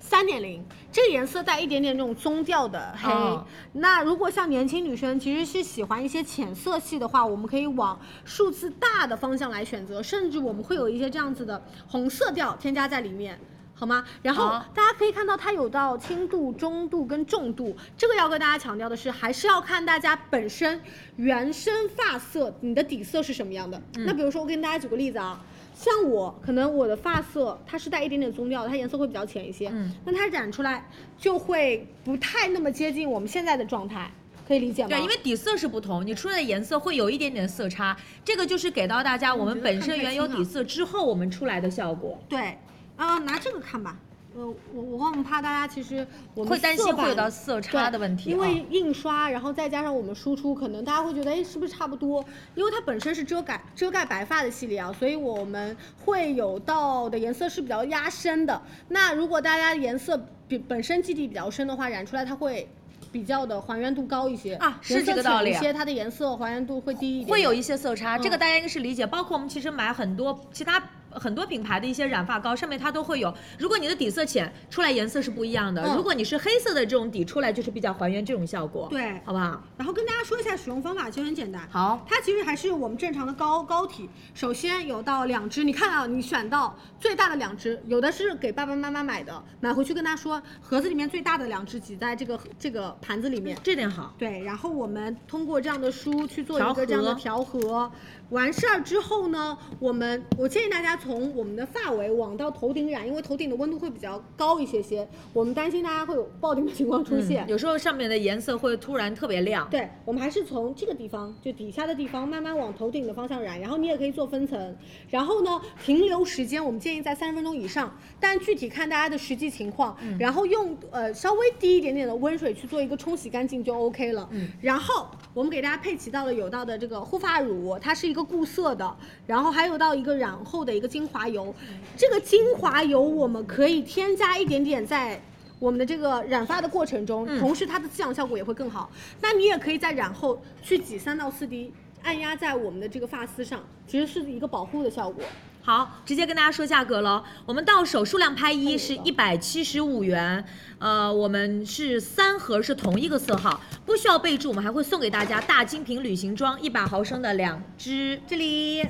Speaker 1: 三点零，这个颜色带一点点这种棕调的黑，
Speaker 2: 哦
Speaker 1: 那如果像年轻女生其实是喜欢一些浅色系的话，我们可以往数字大的方向来选择，甚至我们会有一些这样子的红色调添加在里面。好吗？然后
Speaker 2: 好
Speaker 1: 大家可以看到，它有到轻度、中度跟重度。这个要跟大家强调的是，还是要看大家本身原生发色，你的底色是什么样的。
Speaker 2: 嗯
Speaker 1: 那比如说，我跟大家举个例子啊，像我，可能我的发色它是带一点点棕调的，它颜色会比较浅一些。
Speaker 2: 嗯
Speaker 1: 那它染出来就会不太那么接近我们现在的状态，可以理解吗？
Speaker 2: 对，因为底色是不同，你出来的颜色会有一点点色差，这个就是给到大家我们本身原有底色之后我们出来的效果。
Speaker 1: 对，啊、拿这个看吧。呃，我我很怕大家其实我们
Speaker 2: 会担心
Speaker 1: 色板
Speaker 2: 会有到色差的问题
Speaker 1: 对因为
Speaker 2: 啊
Speaker 1: 印刷，然后再加上我们输出，可能大家会觉得，哎，是不是差不多？因为它本身是遮盖遮盖白发的系列啊，所以我们会有到的颜色是比较压深的。那如果大家颜色比本身基底比较深的话，染出来它会。比较的还原度高一些
Speaker 2: 啊是
Speaker 1: 颜色
Speaker 2: 这个道
Speaker 1: 浅
Speaker 2: 理
Speaker 1: 一些它的颜色还原度会低一点，
Speaker 2: 会有一些色差，这个
Speaker 1: 嗯
Speaker 2: 大家应该是理解。包括我们其实买很多其他很多品牌的一些染发膏，上面它都会有。如果你的底色浅，出来颜色是不一样的；
Speaker 1: 嗯
Speaker 2: 如果你是黑色的这种底，出来就是比较还原这种效果。
Speaker 1: 对
Speaker 2: 好不好？
Speaker 1: 然后跟大家说一下使用方法，其实很简单。
Speaker 2: 好，
Speaker 1: 它其实还是我们正常的膏膏体。首先有到两支，你看啊，你选到最大的两支，有的是给爸爸妈妈买的，买回去跟他说盒子里面最大的两支挤在这个这个盘子里面。
Speaker 2: 这点好。
Speaker 1: 对，然后我们通过这样的梳去做一
Speaker 2: 调和
Speaker 1: 个这样的调和，完事儿之后呢，我们我建议大家从我们的发尾往到头顶染，因为头顶的温度会比较高一些些，我们担心大家会有爆顶的情况出现。
Speaker 2: 嗯有时候上面的颜色会突然特别亮。
Speaker 1: 对，我们还是从这个地方，就底下的地方，慢慢往头顶的方向染。然后你也可以做分层，然后呢，停留时间我们建议在三十分钟以上，但具体看大家的实际情况，然后用呃稍微低一点点的温水去做一个冲洗干净就 OK 了。
Speaker 2: 嗯
Speaker 1: 然后我们给大家配齐到了有到的这个护发乳，它是一个固色的，然后还有到一个染后的一个精华油，这个精华油我们可以添加一点点在。我们的这个染发的过程中，
Speaker 2: 嗯
Speaker 1: 同时它的滋养效果也会更好。那你也可以在染后去挤三到四滴，按压在我们的这个发丝上，其实是一个保护的效果。
Speaker 2: 好，直接跟大家说价格喽。我们到手数量拍一
Speaker 1: 嗯
Speaker 2: 是一百七十五元，呃，我们是三盒是同一个色号，不需要备注，我们还会送给大家大精品旅行装一百毫升的两支。
Speaker 1: 这里。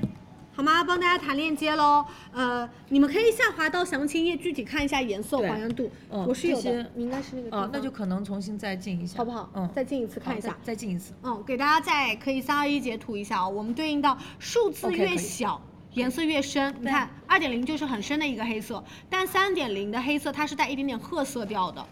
Speaker 1: 好吗？帮大家弹链接喽。呃，你们可以下滑到详情页，具体看一下颜色
Speaker 2: 对
Speaker 1: 还原度。
Speaker 2: 嗯
Speaker 1: 我是有
Speaker 2: 这些
Speaker 1: 的，你应该是那个地
Speaker 2: 哦
Speaker 1: 方，
Speaker 2: 那就可能重新再进一下，
Speaker 1: 好不好？
Speaker 2: 嗯，
Speaker 1: 再进一次看一下
Speaker 2: 好。再再进一次。
Speaker 1: 嗯，给大家再可以三二一截图一下哦。我们对应到数字
Speaker 2: OK，可
Speaker 1: 越
Speaker 2: 以
Speaker 1: 小。颜色越深，你看二点零就是很深的一个黑色，但三点零的黑色它是带一点点褐色调的，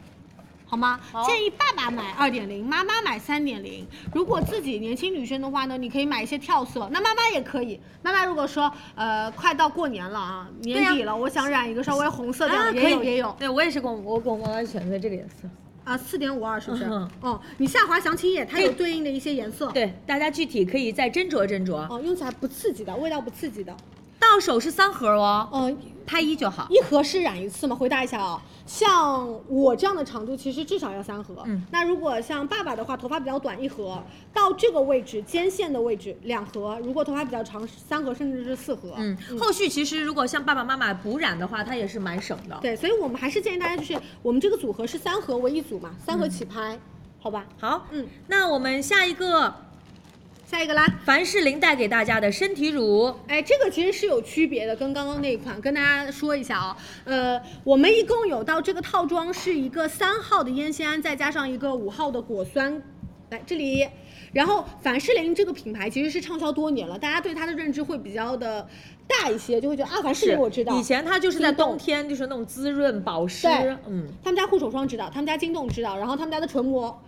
Speaker 1: 好吗？
Speaker 2: 好
Speaker 1: 建议爸爸买二点零，妈妈买三点零。如果自己年轻女生的话呢，你可以买一些跳色，那妈妈也可以。妈妈如果说呃快到过年了啊，年
Speaker 2: 对啊
Speaker 1: 底了，我想染一个稍微红色调的，
Speaker 2: 啊，
Speaker 1: 也
Speaker 2: 可
Speaker 1: 有
Speaker 2: 以
Speaker 1: 也有。
Speaker 2: 对我也是跟我我跟我妈妈选择这个颜色。
Speaker 1: 啊，四点五二是不是？
Speaker 2: 嗯哼
Speaker 1: 哦，你下滑详情页它有
Speaker 2: 对
Speaker 1: 对应的一些颜色。
Speaker 2: 对，大家具体可以再斟酌斟酌。
Speaker 1: 哦，用起来不刺激的，味道不刺激的。
Speaker 2: 到手是三盒哦，
Speaker 1: 嗯、
Speaker 2: 拍一就好。
Speaker 1: 一盒是染一次吗？回答一下啊、像我这样的长度，其实至少要三盒。
Speaker 2: 嗯，
Speaker 1: 那如果像爸爸的话，头发比较短，一盒到这个位置肩线的位置两盒；如果头发比较长，三盒甚至是四盒。
Speaker 2: 嗯，后续其实如果像爸爸妈妈补染的话，它也是蛮省的。
Speaker 1: 对，所以我们还是建议大家，就是我们这个组合是三盒为一组嘛，
Speaker 2: 嗯
Speaker 1: 三盒起拍，好吧？
Speaker 2: 好，
Speaker 1: 嗯，
Speaker 2: 那我们下一个
Speaker 1: 下一个啦。
Speaker 2: 凡士林带给大家的身体乳，
Speaker 1: 哎，这个其实是有区别的，跟刚刚那一款，跟大家说一下啊、呃，我们一共有到这个套装是一个三号的烟酰胺，再加上一个五号的果酸，来这里。然后凡士林这个品牌其实是畅销多年了，大家对它的认知会比较的大一些，就会觉得啊，凡士林我知道
Speaker 2: 以。前它就是在
Speaker 1: 冰冻
Speaker 2: 冬天，就是那种滋润保湿
Speaker 1: 对，
Speaker 2: 嗯，
Speaker 1: 他们家护手霜知道，他们家金冻知道，然后他们家的唇膜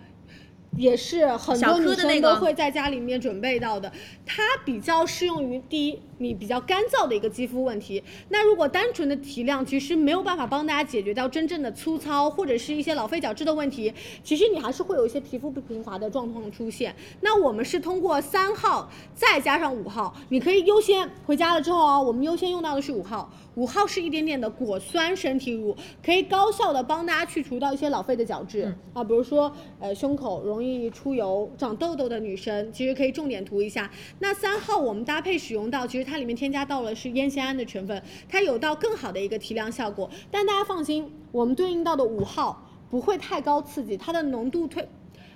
Speaker 1: 也是很
Speaker 2: 小
Speaker 1: 多
Speaker 2: 颗的
Speaker 1: 女
Speaker 2: 那
Speaker 1: 生
Speaker 2: 个
Speaker 1: 都会在家里面准备到的。它比较适用于第一，你比较干燥的一个肌肤问题。那如果单纯的提亮，其实没有办法帮大家解决掉真正的粗糙或者是一些老废角质的问题。其实你还是会有一些皮肤不平滑的状况出现。那我们是通过三号再加上五号，你可以优先回家了之后啊，我们优先用到的是五号。五号是一点点的果酸身体乳，可以高效的帮大家去除到一些老废的角
Speaker 2: 嗯
Speaker 1: 质、啊，比如说呃胸口容易出油、长痘痘的女生，其实可以重点涂一下。那三号我们搭配使用到，其实它里面添加到了是烟酰胺的成分，它有到更好的一个提亮效果。但大家放心，我们对应到的五号不会太高刺激，它的浓度退。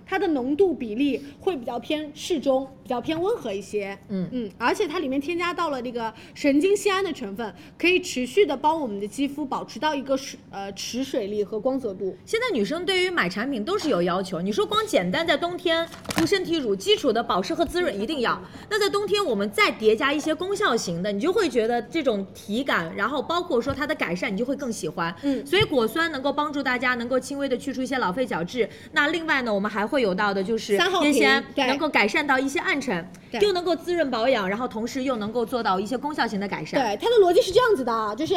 Speaker 1: 它的浓度比例会比较偏适中，比较偏温和一些。
Speaker 2: 嗯
Speaker 1: 嗯，而且它里面添加到了那个神经酰胺的成分，可以持续的帮我们的肌肤保持到一个水呃持水力和光泽度。
Speaker 2: 现在女生对于买产品都是有要求，你说光简单在冬天涂身体乳，基础的保湿和滋润一定要。那在冬天我们再叠加一些功效型的，你就会觉得这种体感，然后包括说它的改善，你就会更喜欢。
Speaker 1: 嗯
Speaker 2: 所以果酸能够帮助大家能够轻微的去除一些老废角质。那另外呢，我们还会有到的就是
Speaker 1: 三号
Speaker 2: 烟
Speaker 1: 瓶
Speaker 2: 酰胺
Speaker 1: 对
Speaker 2: 能够改善到一些暗沉，
Speaker 1: 对
Speaker 2: 又能够滋润保养，然后同时又能够做到一些功效型的改善。
Speaker 1: 对，它的逻辑是这样子的，啊，就是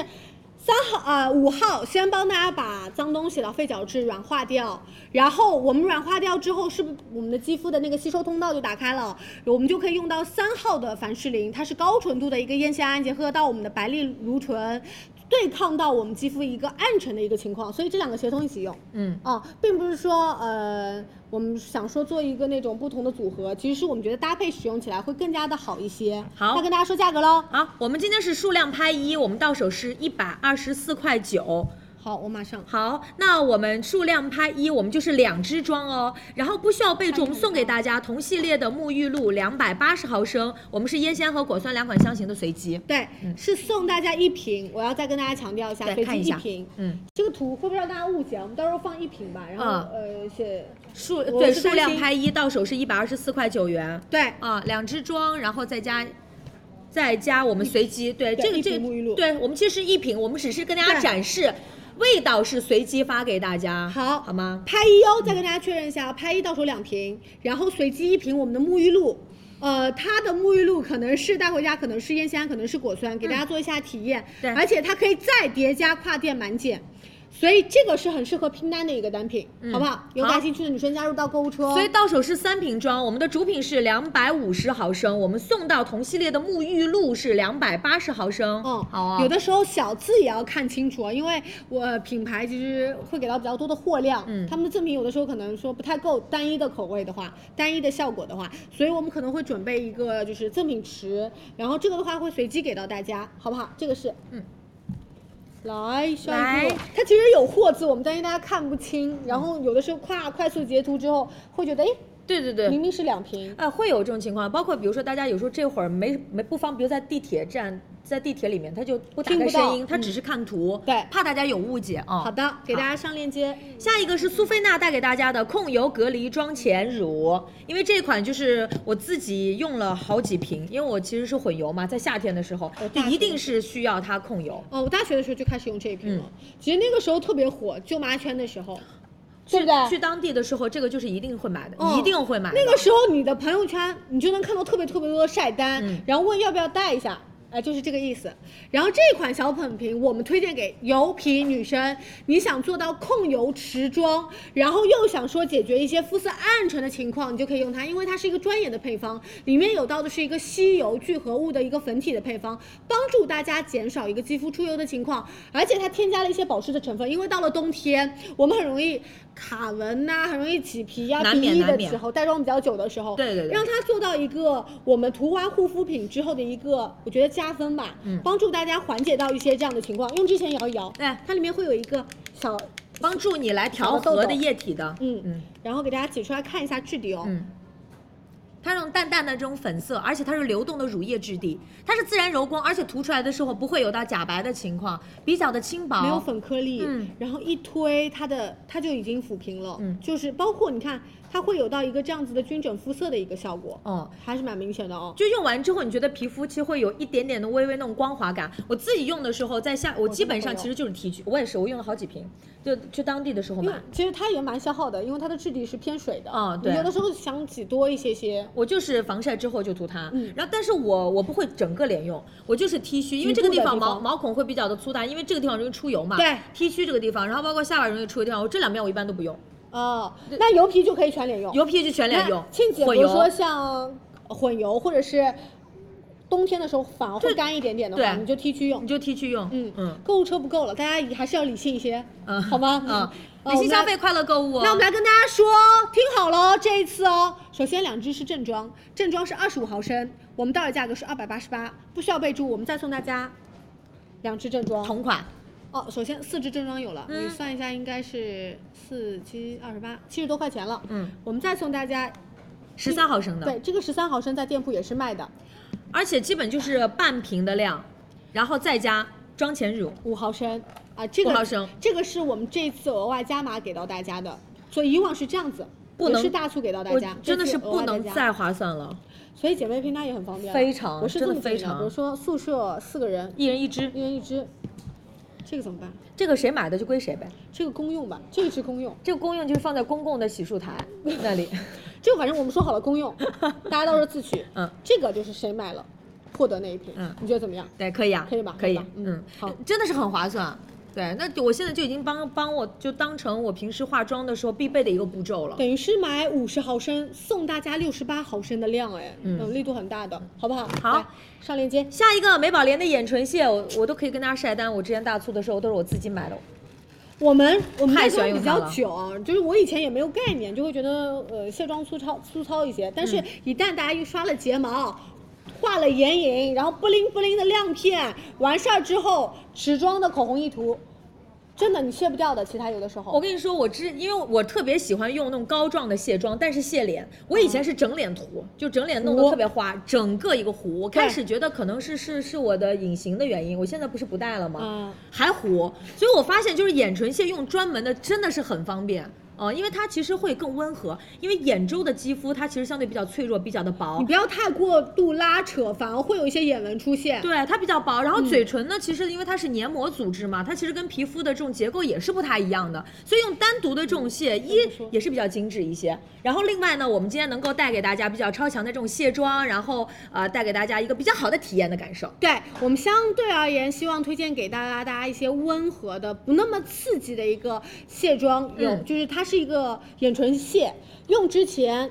Speaker 1: 三号啊五、号先帮大家把脏东西、老废角质软化掉，然后我们软化掉之后，是不是我们的肌肤的那个吸收通道就打开了？我们就可以用到三号的凡士林，它是高纯度的一个烟酰胺，结合到我们的白藜芦醇。对抗到我们肌肤一个暗沉的一个情况，所以这两个协同一起用。
Speaker 2: 嗯，
Speaker 1: 哦，并不是说呃，我们想说做一个那种不同的组合，其实是我们觉得搭配使用起来会更加的好一些。
Speaker 2: 好
Speaker 1: 那跟大家说价格喽。
Speaker 2: 好，我们今天是数量拍一，我们到手是一百二十四块九。
Speaker 1: 好，我马上。
Speaker 2: 好，那我们数量拍一，我们就是两支装哦，然后不需要备注，我们送
Speaker 1: 啊
Speaker 2: 给大家同系列的沐浴露两百八十毫升，我们是烟酰和果酸两款香型的随机。
Speaker 1: 对，是送大家一瓶。我要再跟大家强调一下，
Speaker 2: 嗯对，
Speaker 1: 飞
Speaker 2: 看
Speaker 1: 机
Speaker 2: 一
Speaker 1: 一
Speaker 2: 下
Speaker 1: 瓶。，
Speaker 2: 嗯，
Speaker 1: 这个图会不会让大家误解啊？我们到时候放一瓶吧，然后、
Speaker 2: 嗯
Speaker 1: 呃写
Speaker 2: 数
Speaker 1: 我
Speaker 2: 对
Speaker 1: 是
Speaker 2: 数
Speaker 1: 担
Speaker 2: 量
Speaker 1: 心
Speaker 2: 拍一，到手是一百二十四块九元
Speaker 1: 对
Speaker 2: 啊，两支装，然后再加。再加我们随机，对
Speaker 1: 对
Speaker 2: 这个
Speaker 1: 一瓶
Speaker 2: 这个
Speaker 1: 沐浴露
Speaker 2: 对我们其实是一瓶，我们只是跟大家
Speaker 1: 对
Speaker 2: 展示，味道是随机发给大家，
Speaker 1: 好
Speaker 2: 好吗？
Speaker 1: 拍一哦，再跟大家确认一下，拍一到手两瓶，然后随机一瓶我们的沐浴露。呃，它的沐浴露可能是带回家，可能是烟酰胺，可能是果酸，给大家做一下体验。
Speaker 2: 嗯对
Speaker 1: 而且它可以再叠加跨店满减，所以这个是很适合拼单的一个单品，
Speaker 2: 嗯
Speaker 1: 好不好？有
Speaker 2: 好
Speaker 1: 感兴趣的女生加入到购物车哦。
Speaker 2: 所以到手是三瓶装，我们的主品是两百五十毫升，我们送到同系列的沐浴露是两百八十毫升。
Speaker 1: 嗯，
Speaker 2: 好啊。
Speaker 1: 有的时候小字也要看清楚啊，因为我品牌其实会给到比较多的货量，
Speaker 2: 嗯
Speaker 1: 他们的赠品有的时候可能说不太够单一的口味的话，单一的效果的话，所以我们可能会准备一个就是赠品池，然后这个的话会随机给到大家，好不好？这个是
Speaker 2: 嗯。
Speaker 1: 来，下
Speaker 2: 来
Speaker 1: 一步，它其实有货字，我们担心大家看不清，然后有的时候跨快速截图之后，会觉得，哎，
Speaker 2: 对对对，
Speaker 1: 明明是两瓶，
Speaker 2: 呃，会有这种情况，包括比如说大家有时候这会儿没没不方，比如在地铁站，在地铁里面，他就不打
Speaker 1: 听
Speaker 2: 开
Speaker 1: 不
Speaker 2: 声
Speaker 1: 到
Speaker 2: 音，他只是看图，
Speaker 1: 对
Speaker 2: 怕大家有误解啊。
Speaker 1: 好的，给大家上链接，
Speaker 2: 下一个是苏菲娜带给大家的控油隔离妆前乳，因为这款就是我自己用了好几瓶，因为我其实是混油嘛，在夏天的时候就
Speaker 1: 我，大
Speaker 2: 一
Speaker 1: 学
Speaker 2: 定
Speaker 1: 的
Speaker 2: 是需要它控油。
Speaker 1: 哦，我大学的时候就开始用这一瓶了，
Speaker 2: 嗯
Speaker 1: 其实那个时候特别火，舅妈圈的时候，对不对？
Speaker 2: 去当地的时候，这个就是一定会买的，
Speaker 1: 嗯
Speaker 2: 一定会买的。
Speaker 1: 那个时候你的朋友圈你就能看到特别特别多的晒单，
Speaker 2: 嗯
Speaker 1: 然后问要不要带一下。哎，就是这个意思。然后这款小粉瓶我们推荐给油皮女生，你想做到控油持妆，然后又想说解决一些肤色暗沉的情况，你就可以用它，因为它是一个专业的配方，里面有到的是一个吸油聚合物的一个粉体的配方，帮助大家减少一个肌肤出油的情况，而且它添加了一些保湿的成分，因为到了冬天，我们很容易卡纹呐、很容易起皮呀、
Speaker 2: 难
Speaker 1: 鼻
Speaker 2: 免
Speaker 1: 翼
Speaker 2: 难
Speaker 1: 的
Speaker 2: 免
Speaker 1: 时候。带妆比较久的时候，
Speaker 2: 对对对
Speaker 1: 让它做到一个我们涂完护肤品之后的一个，我觉得加分吧，
Speaker 2: 嗯
Speaker 1: 帮助大家缓解到一些这样的情况。用之前摇一摇，
Speaker 2: 对
Speaker 1: 它里面会有一个小，
Speaker 2: 帮助你来调和的液体的，
Speaker 1: 嗯
Speaker 2: 嗯
Speaker 1: 然后给大家解出来看一下质地哦。
Speaker 2: 嗯，它这种淡淡的这种粉色，而且它是流动的乳液质地，它是自然柔光，而且涂出来的时候不会有到假白的情况，比较的轻薄，
Speaker 1: 没有粉颗粒，
Speaker 2: 嗯
Speaker 1: 然后一推它的它就已经抚平了，
Speaker 2: 嗯
Speaker 1: 就是包括你看它会有到一个这样子的均整肤色的一个效果，
Speaker 2: 哦，
Speaker 1: 还是蛮明显的哦。
Speaker 2: 就用完之后，你觉得皮肤其实会有一点点的微微那种光滑感。我自己用的时候，在夏我基本上其实就是提取，我也是，我用了好几瓶，就去当地的时候
Speaker 1: 因
Speaker 2: 买
Speaker 1: 为。其实它也蛮消耗的，因为它的质地是偏水的，
Speaker 2: 哦
Speaker 1: 你
Speaker 2: 对
Speaker 1: 有的时候想挤多一些些，
Speaker 2: 我就是防晒之后就涂它，
Speaker 1: 嗯
Speaker 2: 然后但是我我不会整个脸用，我就是 T 须，因为这个地
Speaker 1: 局部的
Speaker 2: 方
Speaker 1: 地
Speaker 2: 毛
Speaker 1: 方
Speaker 2: 毛孔会比较的粗大，因为这个地方容易出油嘛。
Speaker 1: 对
Speaker 2: ，T 须这个地方，然后包括下巴容易出油的地方，我这两边我一般都不用，
Speaker 1: 哦，
Speaker 2: 对
Speaker 1: 那油皮就可以全脸用，
Speaker 2: 油皮就全脸用
Speaker 1: 那，庆姐比
Speaker 2: 混
Speaker 1: 如
Speaker 2: 油。
Speaker 1: 说像混油或者是冬天的时候反而会
Speaker 2: 对
Speaker 1: 干一点点的话，
Speaker 2: 对
Speaker 1: 你就 T 区用
Speaker 2: 你。就 T 去用，
Speaker 1: 嗯
Speaker 2: 嗯
Speaker 1: 购物车不够了，大家也还是要理性一些，
Speaker 2: 嗯，
Speaker 1: 好吗？
Speaker 2: 嗯，
Speaker 1: 嗯
Speaker 2: 理性消。费，快乐购物
Speaker 1: 我
Speaker 2: 哦。
Speaker 1: 们来那我们来跟大家说，听好喽，这一次哦，首先两支是正装，正装是二十五毫升，我们到手价格是二百八十八，不需要备注，我们再送大家两支正装。
Speaker 2: 同款，
Speaker 1: 哦，首先四支正装有了，
Speaker 2: 嗯
Speaker 1: 你算一下应该是四七二十八，七十多块钱了。
Speaker 2: 嗯，
Speaker 1: 我们再送大家
Speaker 2: 十三毫升的，
Speaker 1: 对，这个十三毫升在店铺也是卖的，
Speaker 2: 而且基本就是半瓶的量，然后再加妆前乳，
Speaker 1: 五毫升啊，这个
Speaker 2: 5毫升
Speaker 1: 这个是我们这次额外加码给到大家的，所以以往是这样子，
Speaker 2: 不能
Speaker 1: 也是大促给到大
Speaker 2: 我
Speaker 1: 家，
Speaker 2: 真的
Speaker 1: 这
Speaker 2: 是
Speaker 1: 次额
Speaker 2: 不
Speaker 1: 外
Speaker 2: 能
Speaker 1: 加，
Speaker 2: 再划算了，
Speaker 1: 所以姐妹拼单也很方便了，
Speaker 2: 非常
Speaker 1: 我是
Speaker 2: 真的
Speaker 1: 这么建议
Speaker 2: 非常
Speaker 1: 比如说宿舍四个人，
Speaker 2: 一人一支，
Speaker 1: 一人一支，这个怎么办？
Speaker 2: 这个谁买的就归谁呗。
Speaker 1: 这个公用吧，这个是公用，
Speaker 2: 这个公用就是放在公共的洗漱 台那里，
Speaker 1: 这个反正我们说好了公用，大家到时候自取。
Speaker 2: 嗯，
Speaker 1: 这个就是谁买了，获得那一瓶。
Speaker 2: 嗯
Speaker 1: 你觉得怎么样？
Speaker 2: 对，可以啊，
Speaker 1: 可以吧
Speaker 2: 可以
Speaker 1: 可以吧，嗯
Speaker 2: 嗯，
Speaker 1: 好，
Speaker 2: 真的是很划算。对，那我现在就已经帮帮我就当成我平时化妆的时候必备的一个步骤了。
Speaker 1: 等于是买五十毫升送大家六十八毫升的量，哎，
Speaker 2: 嗯
Speaker 1: 力度很大的，好不好？
Speaker 2: 好
Speaker 1: 来，上链接。
Speaker 2: 下一个美宝莲的眼唇卸，我我都可以跟大家晒单。我之前大促的时候都是我自己买的，
Speaker 1: 我们我们
Speaker 2: 太
Speaker 1: 在
Speaker 2: 喜欢
Speaker 1: 妆
Speaker 2: 用
Speaker 1: 比
Speaker 2: 它
Speaker 1: 较
Speaker 2: 了
Speaker 1: 久啊，就是我以前也没有概念，就会觉得呃卸妆粗糙粗糙一些，但
Speaker 2: 嗯
Speaker 1: 是一旦大家又刷了睫毛。画了眼影，然后不灵不灵的亮片，完事儿之后持妆的口红一涂，真的你卸不掉的。其他有的时候，
Speaker 2: 我跟你说，我之因为我特别喜欢用那种膏状的卸妆，但是卸脸，我
Speaker 1: 哦
Speaker 2: 以前是整脸涂，就整脸弄得
Speaker 1: 糊
Speaker 2: 特别花，整个一个糊。我开
Speaker 1: 对
Speaker 2: 始觉得可能是是是我的隐形的原因，我现在不是不戴了吗？
Speaker 1: 嗯
Speaker 2: 还糊，所以我发现就是眼唇卸用专门的真的是很方便。哦，因为它其实会更温和，因为眼周的肌肤它其实相对比较脆弱，比较的薄
Speaker 1: 你，不要太过度拉扯，反而会有一些眼纹出现。
Speaker 2: 对，它比较薄。然后
Speaker 1: 嗯
Speaker 2: 嘴唇呢，其实因为它是黏膜组织嘛，它其实跟皮肤的这种结构也是不太一样的，所以用单独的这种卸一
Speaker 1: 不嗯说
Speaker 2: 也是比较精致一些。然后另外呢，我们今天能够带给大家比较超强的这种卸妆，然后呃带给大家一个比较好的体验的感受。
Speaker 1: 对我们相对而言，希望推荐给大家大家一些温和的、不那么刺激的一个卸妆用，
Speaker 2: 嗯
Speaker 1: 就是它是一个眼唇卸，用之前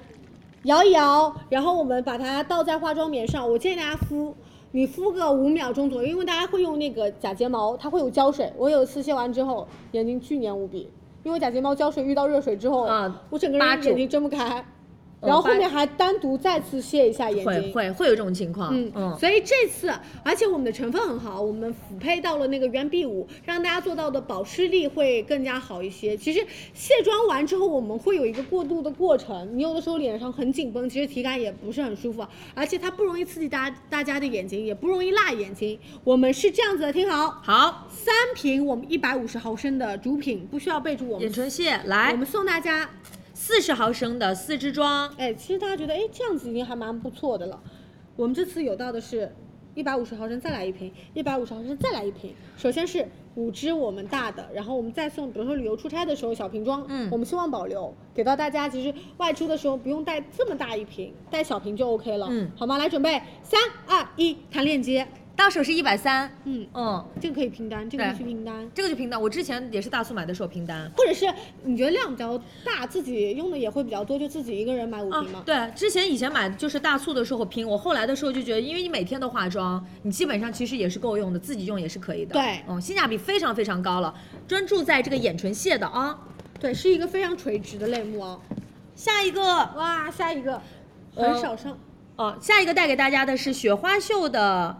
Speaker 1: 摇一摇，然后我们把它倒在化妆棉上，我建议大家敷。你敷个五秒钟左右，因为大家会用那个假睫毛，它会有胶水。我有一次卸完之后，眼睛巨黏无比，因为假睫毛胶水遇到热水之后，
Speaker 2: 啊
Speaker 1: 我整个
Speaker 2: 扒
Speaker 1: 人
Speaker 2: 住
Speaker 1: 眼睛睁不开，然后
Speaker 2: 扒
Speaker 1: 后面还单独再次卸一下眼睛，
Speaker 2: 会会会有这种情况，
Speaker 1: 嗯，所以这次，而且我们的成分很好，我们辅配到了那个原 B 五，让大家做到的保湿力会更加好一些。其实卸妆完之后，我们会有一个过渡的过程，你有的时候脸上很紧绷，其实体感也不是很舒服，而且它不容易刺激大家大家的眼睛，也不容易辣眼睛。我们是这样子的，听好，
Speaker 2: 好，
Speaker 1: 三瓶我们一百五十毫升的主品，不需要备注我
Speaker 2: 眼
Speaker 1: 们。
Speaker 2: 唇卸
Speaker 1: 我
Speaker 2: 来
Speaker 1: 们送大家，
Speaker 2: 四十毫升的四支装，
Speaker 1: 哎，其实大家觉得，哎，这样子已经还蛮不错的了。我们这次有到的是，一百五十毫升再来一瓶，一百五十毫升再来一瓶。首先是五支我们大的，然后我们再送，比如说旅游出差的时候小瓶装，
Speaker 2: 嗯
Speaker 1: 我们希望保留，给到大家。其实外出的时候不用带这么大一瓶，带小瓶就 OK 了，
Speaker 2: 嗯
Speaker 1: 好吗？来准备，三二一，弹链接，
Speaker 2: 到手是一百三，
Speaker 1: 嗯，
Speaker 2: 嗯，
Speaker 1: 这个可以拼单，这个可以
Speaker 2: 对
Speaker 1: 去拼单。
Speaker 2: 这个就平单，我之前也是大促买的时候拼单。
Speaker 1: 或者是你觉得量比较大，自己用的也会比较多，就自己一个人买五
Speaker 2: 啊
Speaker 1: 瓶嘛，。
Speaker 2: 对，之前以前买的就是大促的时候拼，我后来的时候就觉得，因为你每天都化妆，你基本上其实也是够用的，自己用也是可以的。
Speaker 1: 对
Speaker 2: 嗯，性价比非常非常高了。专注在这个眼唇卸的啊，
Speaker 1: 对，是一个非常垂直的类目哦。
Speaker 2: 下一个，
Speaker 1: 哇，下一个
Speaker 2: 呃
Speaker 1: 很少上，
Speaker 2: 哦，下一个带给大家的是雪花秀的。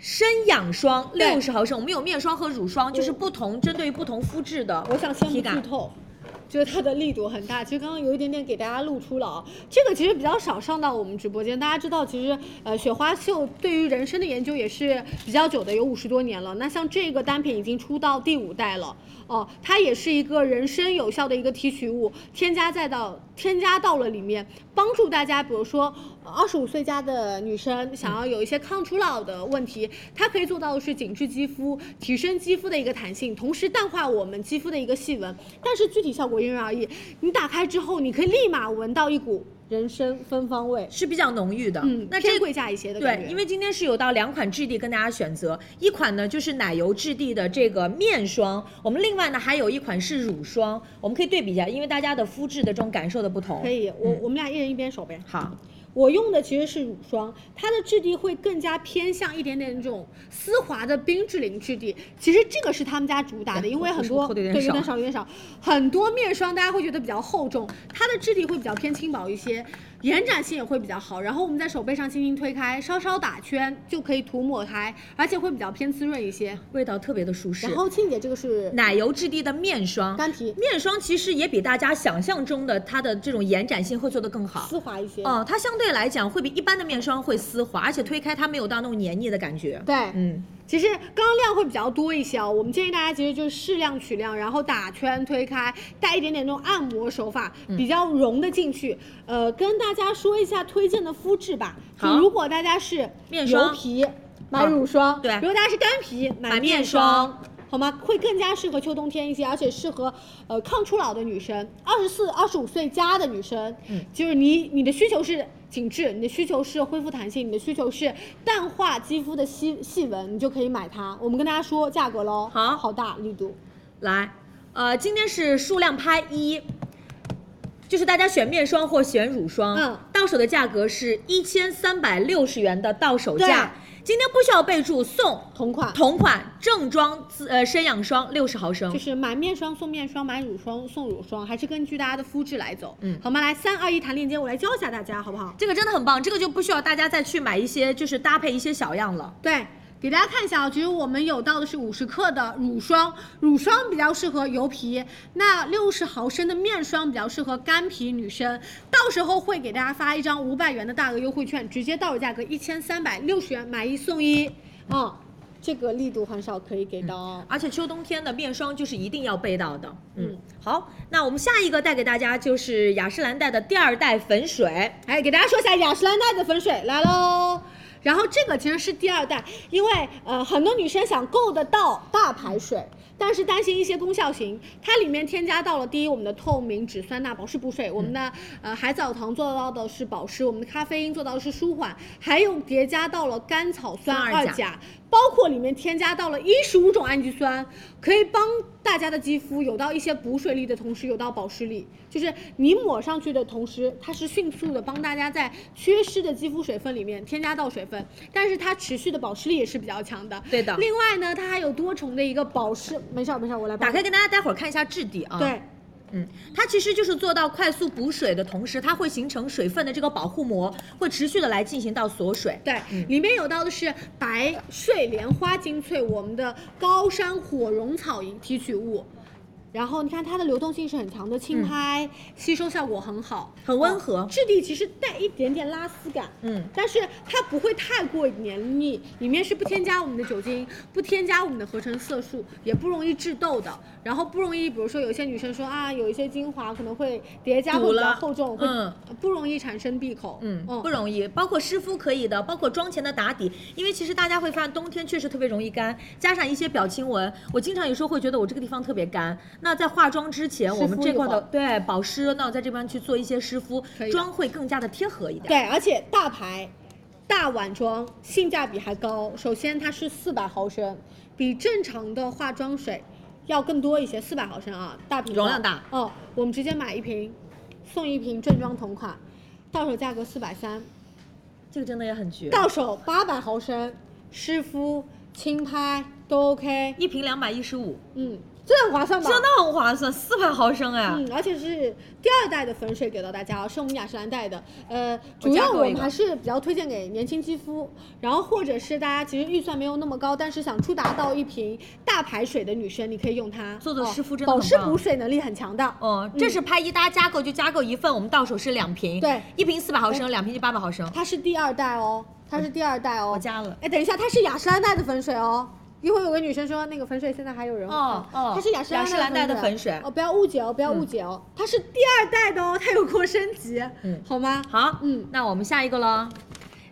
Speaker 2: 深养霜
Speaker 1: 对
Speaker 2: 六十毫升，我们有面霜和乳霜，就是不同针对于不同肤质的
Speaker 1: 我想先
Speaker 2: 体
Speaker 1: 不剧
Speaker 2: 感。
Speaker 1: 透，就是它的力度很大。其实刚刚有一点点给大家露出了啊，这个其实比较少上到我们直播间。大家知道，其实呃雪花秀对于人参的研究也是比较久的，有五十多年了。那像这个单品已经出到第五代了哦，它也是一个人参有效的一个提取物，添加再到添加到了里面，帮助大家，比如说二十五岁加的女生想
Speaker 2: 嗯
Speaker 1: 要有一些抗初老的问题，它可以做到的是紧致肌肤，提升肌肤的一个弹性，同时淡化我们肌肤的一个细纹。但是具体效果因人而异，你打开之后，你可以立马闻到一股人参芬芳味。
Speaker 2: 是比较浓郁的。
Speaker 1: 嗯，
Speaker 2: 那这
Speaker 1: 偏
Speaker 2: 个
Speaker 1: 贵价一些的感
Speaker 2: 对
Speaker 1: 觉，，
Speaker 2: 因为今天是有到两款质地跟大家选择，一款呢就是奶油质地的这个面霜，我们另外呢还有一款是乳霜，我们可以对比一下，因为大家的肤质的这种感受的不同。
Speaker 1: 可以，我我们俩一人一边手呗。
Speaker 2: 好，
Speaker 1: 我用的其实是乳霜，它的质地会更加偏向一点点这种丝滑的冰之灵质地。其实这个是他们家主打的，
Speaker 2: 对
Speaker 1: 因为
Speaker 2: 哎我
Speaker 1: 很
Speaker 2: 是
Speaker 1: 多
Speaker 2: 厚的有点
Speaker 1: 对有
Speaker 2: 少
Speaker 1: 点少有点少，很多面霜大家会觉得比较厚重，它的质地会比较偏轻薄一些，延展性也会比较好。然后我们在手背上轻轻推开，稍稍打圈就可以涂抹开，而且会比较偏滋润一些。
Speaker 2: 味道特别的舒适。
Speaker 1: 然后庆姐这个是
Speaker 2: 奶油质地的面霜，
Speaker 1: 干皮，
Speaker 2: 面霜其实也比大家想象中的它的这种延展性会做得更好。
Speaker 1: 丝滑一些。
Speaker 2: 哦，它相对来讲会比一般的面霜会丝滑，而且推开它没有到那种黏腻的感觉。
Speaker 1: 对，
Speaker 2: 嗯，
Speaker 1: 其实刚刚量会比较多一些哦，我们建议大家其实就是适量取量，然后打圈推开，带一点点那种按摩手法，
Speaker 2: 嗯
Speaker 1: 比较融得进去。呃，跟大家说一下推荐的肤质吧。
Speaker 2: 好
Speaker 1: 就如果大家是
Speaker 2: 面
Speaker 1: 油
Speaker 2: 霜
Speaker 1: 皮，买
Speaker 2: 好
Speaker 1: 乳霜；
Speaker 2: 对
Speaker 1: 如果大家是干皮，买
Speaker 2: 买面
Speaker 1: 面
Speaker 2: 霜
Speaker 1: 霜好吗？会更加适合秋冬天一些，而且适合呃抗初老的女生，二十四、二十五岁加的女生，
Speaker 2: 嗯
Speaker 1: 就是你你的需求是紧致，你的需求是恢复弹性，你的需求是淡化肌肤的细细纹，你就可以买它。我们跟大家说价格喽，
Speaker 2: 好
Speaker 1: 好大力度，
Speaker 2: 来，呃，今天是数量拍一，就是大家选面霜或选乳霜，
Speaker 1: 嗯
Speaker 2: 到手的价格是一千三百六十元的到手价。今天不需要备注，送
Speaker 1: 同款。
Speaker 2: 同款正装自呃生养霜六十毫升
Speaker 1: 就，是买面霜送面霜，买乳霜送乳霜，还是根据大家的肤质来走，
Speaker 2: 嗯
Speaker 1: 好吗？来三二一弹链接，我来教一下大家，好不好？
Speaker 2: 这个真的很棒，这个就不需要大家再去买一些就是搭配一些小样了。
Speaker 1: 对，给大家看一下啊，其实我们有到的是五十克的乳霜，乳霜比较适合油皮，那六十毫升的面霜比较适合干皮女生。到时候会给大家发一张五百元的大额优惠券，直接到手价格一千三百六十元，买一送一。嗯，这个力度很少可以给到哦。
Speaker 2: 而且秋冬天的面霜就是一定要备到的。嗯，
Speaker 1: 嗯
Speaker 2: 好，那我们下一个带给大家就是雅诗兰黛的第二代粉水，
Speaker 1: 哎，给大家说一下雅诗兰黛的粉水来喽。然后这个其实是第二代，因为呃很多女生想够得到大牌水，但是担心一些功效型，它里面添加到了第一我们的透明质酸钠保湿补水，我们的呃海藻糖做到的是保湿，我们的咖啡因做到的是舒缓，还有叠加到了甘草
Speaker 2: 酸
Speaker 1: 酸二
Speaker 2: 二
Speaker 1: 甲
Speaker 2: 甲。
Speaker 1: 包括里面添加到了一十五种氨基酸，可以帮大家的肌肤有到一些补水力的同时，有到保湿力。就是你抹上去的同时，它是迅速的帮大家在缺失的肌肤水分里面添加到水分，但是它持续的保湿力也是比较强的。
Speaker 2: 对的
Speaker 1: 另外呢，它还有多重的一个保湿，没事儿没事儿，我来帮
Speaker 2: 打
Speaker 1: 你
Speaker 2: 开跟大家待会儿看一下质地啊。
Speaker 1: 对，
Speaker 2: 嗯，它其实就是做到快速补水的同时，它会形成水分的这个保护膜，会持续的来进行到锁水。
Speaker 1: 对，里面有到的是白睡莲花精粹，我们的高山火绒草提取物。然后你看它的流动性是很强的，轻拍、吸收效果很好，
Speaker 2: 嗯很温和
Speaker 1: 哦质地其实带一点点拉丝感，
Speaker 2: 嗯，
Speaker 1: 但是它不会太过黏腻，里面是不添加我们的酒精，不添加我们的合成色素，也不容易致痘的。然后不容易，比如说有些女生说啊，有一些精华可能会叠加会
Speaker 2: 堵
Speaker 1: 比较
Speaker 2: 了
Speaker 1: 厚重，会
Speaker 2: 嗯
Speaker 1: 不容易产生闭口，哦
Speaker 2: 嗯，不容易，包括湿敷可以的，包括妆前的打底，因为其实大家会发现冬天确实特别容易干，加上一些表情纹，我经常有时候会觉得我这个地方特别干。那在化妆之前，
Speaker 1: 敷
Speaker 2: 我们这块
Speaker 1: 一会
Speaker 2: 的
Speaker 1: 儿
Speaker 2: 对保湿，那我在这边去做一些湿敷
Speaker 1: 可以，的
Speaker 2: 妆会更加的贴合一点。
Speaker 1: 对，而且大牌、大碗装性价比还高。首先它是四百毫升，比正常的化妆水要更多一些，四百毫升啊，大瓶的
Speaker 2: 容量大
Speaker 1: 哦。我们直接买一瓶，送一瓶正装同款，到手价格四百三，
Speaker 2: 这个真的也很绝，
Speaker 1: 到手八百毫升，湿敷、轻拍都 OK。
Speaker 2: 一瓶两百一十五，
Speaker 1: 嗯，这很划算吧？
Speaker 2: 真的很划算，四百毫升哎，
Speaker 1: 嗯，而且是第二代的粉水给到大家哦，是我们雅诗兰黛的。呃，主要
Speaker 2: 加购
Speaker 1: 我
Speaker 2: 一
Speaker 1: 们
Speaker 2: 个
Speaker 1: 还是比较推荐给年轻肌肤，然后或者是大家其实预算没有那么高，但是想触达到一瓶大牌水的女生，你可以用它。
Speaker 2: 做的湿敷真的
Speaker 1: 哦、保
Speaker 2: 很
Speaker 1: 湿
Speaker 2: 棒
Speaker 1: 补水能力很强的。嗯
Speaker 2: 哦，这是拍一，大家加购就加购一份，我们到手是两瓶，
Speaker 1: 对，
Speaker 2: 一瓶四百毫升，两瓶就八百毫升，
Speaker 1: 它是第二代哦，它是第二代哦。
Speaker 2: 我加了。
Speaker 1: 哎，等一下，它是雅诗兰黛的粉水哦。一会儿有个女生说那个粉水现在还有人
Speaker 2: 哦
Speaker 1: 问
Speaker 2: 哦
Speaker 1: 它是雅诗
Speaker 2: 雅诗兰黛的粉
Speaker 1: 粉
Speaker 2: 水
Speaker 1: 哦，不要误解哦，不要误解哦，它是第二代的哦，它有过升级，
Speaker 2: 嗯
Speaker 1: 好吗？
Speaker 2: 好，
Speaker 1: 嗯
Speaker 2: 那我们下一个喽。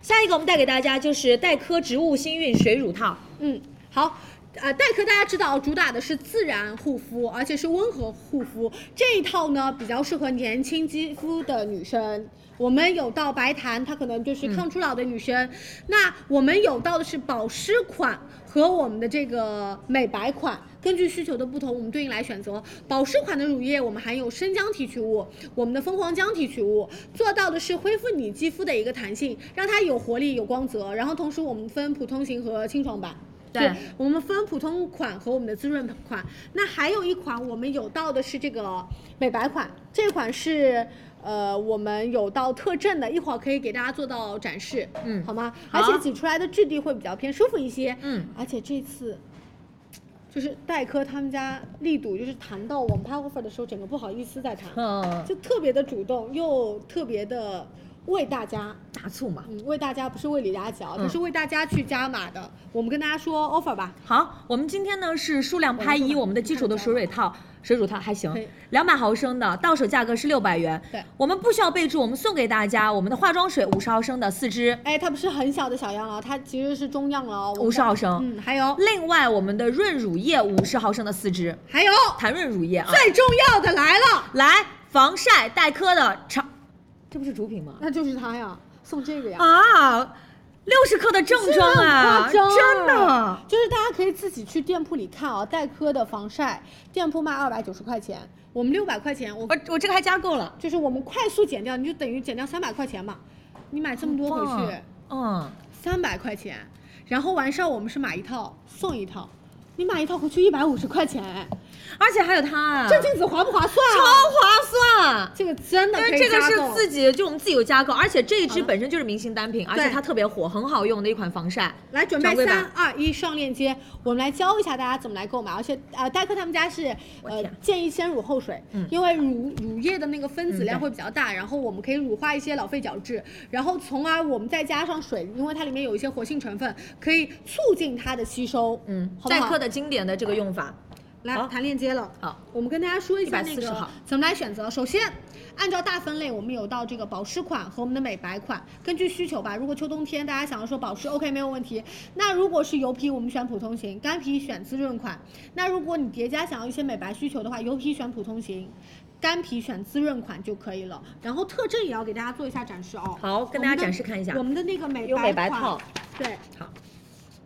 Speaker 2: 下一个我们带给大家就是黛珂植物星韵水乳套，
Speaker 1: 嗯，好。呃，黛珂大家知道主打的是自然护肤，而且是温和护肤。这一套呢比较适合年轻肌肤的女生。我们有到白檀，它可能就是抗初老的女生。那我们有到的是保湿款和我们的这个美白款，根据需求的不同，我们对应来选择。保湿款的乳液我们含有生姜提取物，我们的蜂皇浆提取物，做到的是恢复你肌肤的一个弹性，让它有活力、有光泽。然后同时我们分普通型和清爽版。
Speaker 2: 对
Speaker 1: 我们分普通款和我们的滋润款。那还有一款我们有到的是这个呃美白款，这款是呃我们有到特证的，一会儿可以给大家做到展示，
Speaker 2: 嗯
Speaker 1: 好吗？
Speaker 2: 好
Speaker 1: 而且挤出来的质地会比较偏舒服一些，
Speaker 2: 嗯，
Speaker 1: 而且这次。就是黛珂他们家力度，就是谈到我们拍 offer 的时候，整个不好意思在谈，
Speaker 2: 嗯，
Speaker 1: 就特别的主动，又特别的为大家
Speaker 2: 大促嘛。
Speaker 1: 嗯，为大家不是为李佳琦啊，
Speaker 2: 嗯
Speaker 1: 它是为大家去加码的。我们跟大家说 offer 吧，
Speaker 2: 好，我们今天呢是数量拍一，我们的基础的水乳套，水乳套还行
Speaker 1: 可以，
Speaker 2: 两百毫升的，到手价格是六百元。
Speaker 1: 对，
Speaker 2: 我们不需要备注，我们送给大家我们的化妆水五十毫升的四支，
Speaker 1: 哎，它不是很小的小样了，它其实是中样了哦，我们
Speaker 2: 五十毫升。
Speaker 1: 嗯，还有
Speaker 2: 另外，我们的润乳液五十毫升的四支，
Speaker 1: 还有
Speaker 2: 弹润乳液啊。
Speaker 1: 最重要的来了，
Speaker 2: 来，防晒黛珂的长，这不是主品吗？
Speaker 1: 那就是它呀，送这个呀。
Speaker 2: 啊，六十克的正装啊，
Speaker 1: 真的很夸张啊
Speaker 2: 真的。
Speaker 1: 就是大家可以自己去店铺里看啊，黛珂的防晒，店铺卖二百九十块钱，我们六百块钱，我
Speaker 2: 我我这个还加购了，
Speaker 1: 就是我们快速减掉，你就等于减掉三百块钱嘛，你买这么多回去，
Speaker 2: 嗯，
Speaker 1: 三百块钱，然后完事儿我们是买一套送一套，你买一套回去一百五十块钱，哎
Speaker 2: 而且还有它啊，
Speaker 1: 这镜子划不划算
Speaker 2: 超
Speaker 1: 啊？
Speaker 2: 划算。
Speaker 1: 这个真的
Speaker 2: 因
Speaker 1: 可以
Speaker 2: 为这个
Speaker 1: 加
Speaker 2: 是
Speaker 1: 购
Speaker 2: 自己，就我们自己有加购，而且这一支
Speaker 1: 好的
Speaker 2: 本身就是明星单品，而且
Speaker 1: 对
Speaker 2: 它特别火，很好用的一款防晒。
Speaker 1: 来准
Speaker 2: 掌柜
Speaker 1: 备
Speaker 2: 吧
Speaker 1: 三二一上链接，我们来教一下大家怎么来购买。而且呃，黛珂他们家是
Speaker 2: 我
Speaker 1: 呃
Speaker 2: 天
Speaker 1: 建议先乳后水，
Speaker 2: 嗯
Speaker 1: 因为乳乳液的那个分子
Speaker 2: 嗯
Speaker 1: 量
Speaker 2: 对
Speaker 1: 会比较大，然后我们可以乳化一些老废角质，然后从而我们再加上水，因为它里面有一些活性成分，可以促进它的吸收。
Speaker 2: 嗯，
Speaker 1: 好不
Speaker 2: 黛
Speaker 1: 好
Speaker 2: 珂的经典的这个用法，
Speaker 1: 来
Speaker 2: 好
Speaker 1: 谈链接了。
Speaker 2: 好，
Speaker 1: 我们跟大家说一下那
Speaker 2: 140
Speaker 1: 个
Speaker 2: 号
Speaker 1: 怎么来选择。首先，按照大分类，我们有到这个保湿款和我们的美白款，根据需求吧。如果秋冬天大家想要说保湿，OK 没有问题。那如果是油皮，我们选普通型；干皮选滋润款。那如果你叠加想要一些美白需求的话，油皮选普通型。干皮选滋润款就可以了，然后特征也要给大家做一下展示哦。
Speaker 2: 好跟大家展示看一下
Speaker 1: 我们的那个美
Speaker 2: 有美白
Speaker 1: 款
Speaker 2: 套，
Speaker 1: 对，
Speaker 2: 好，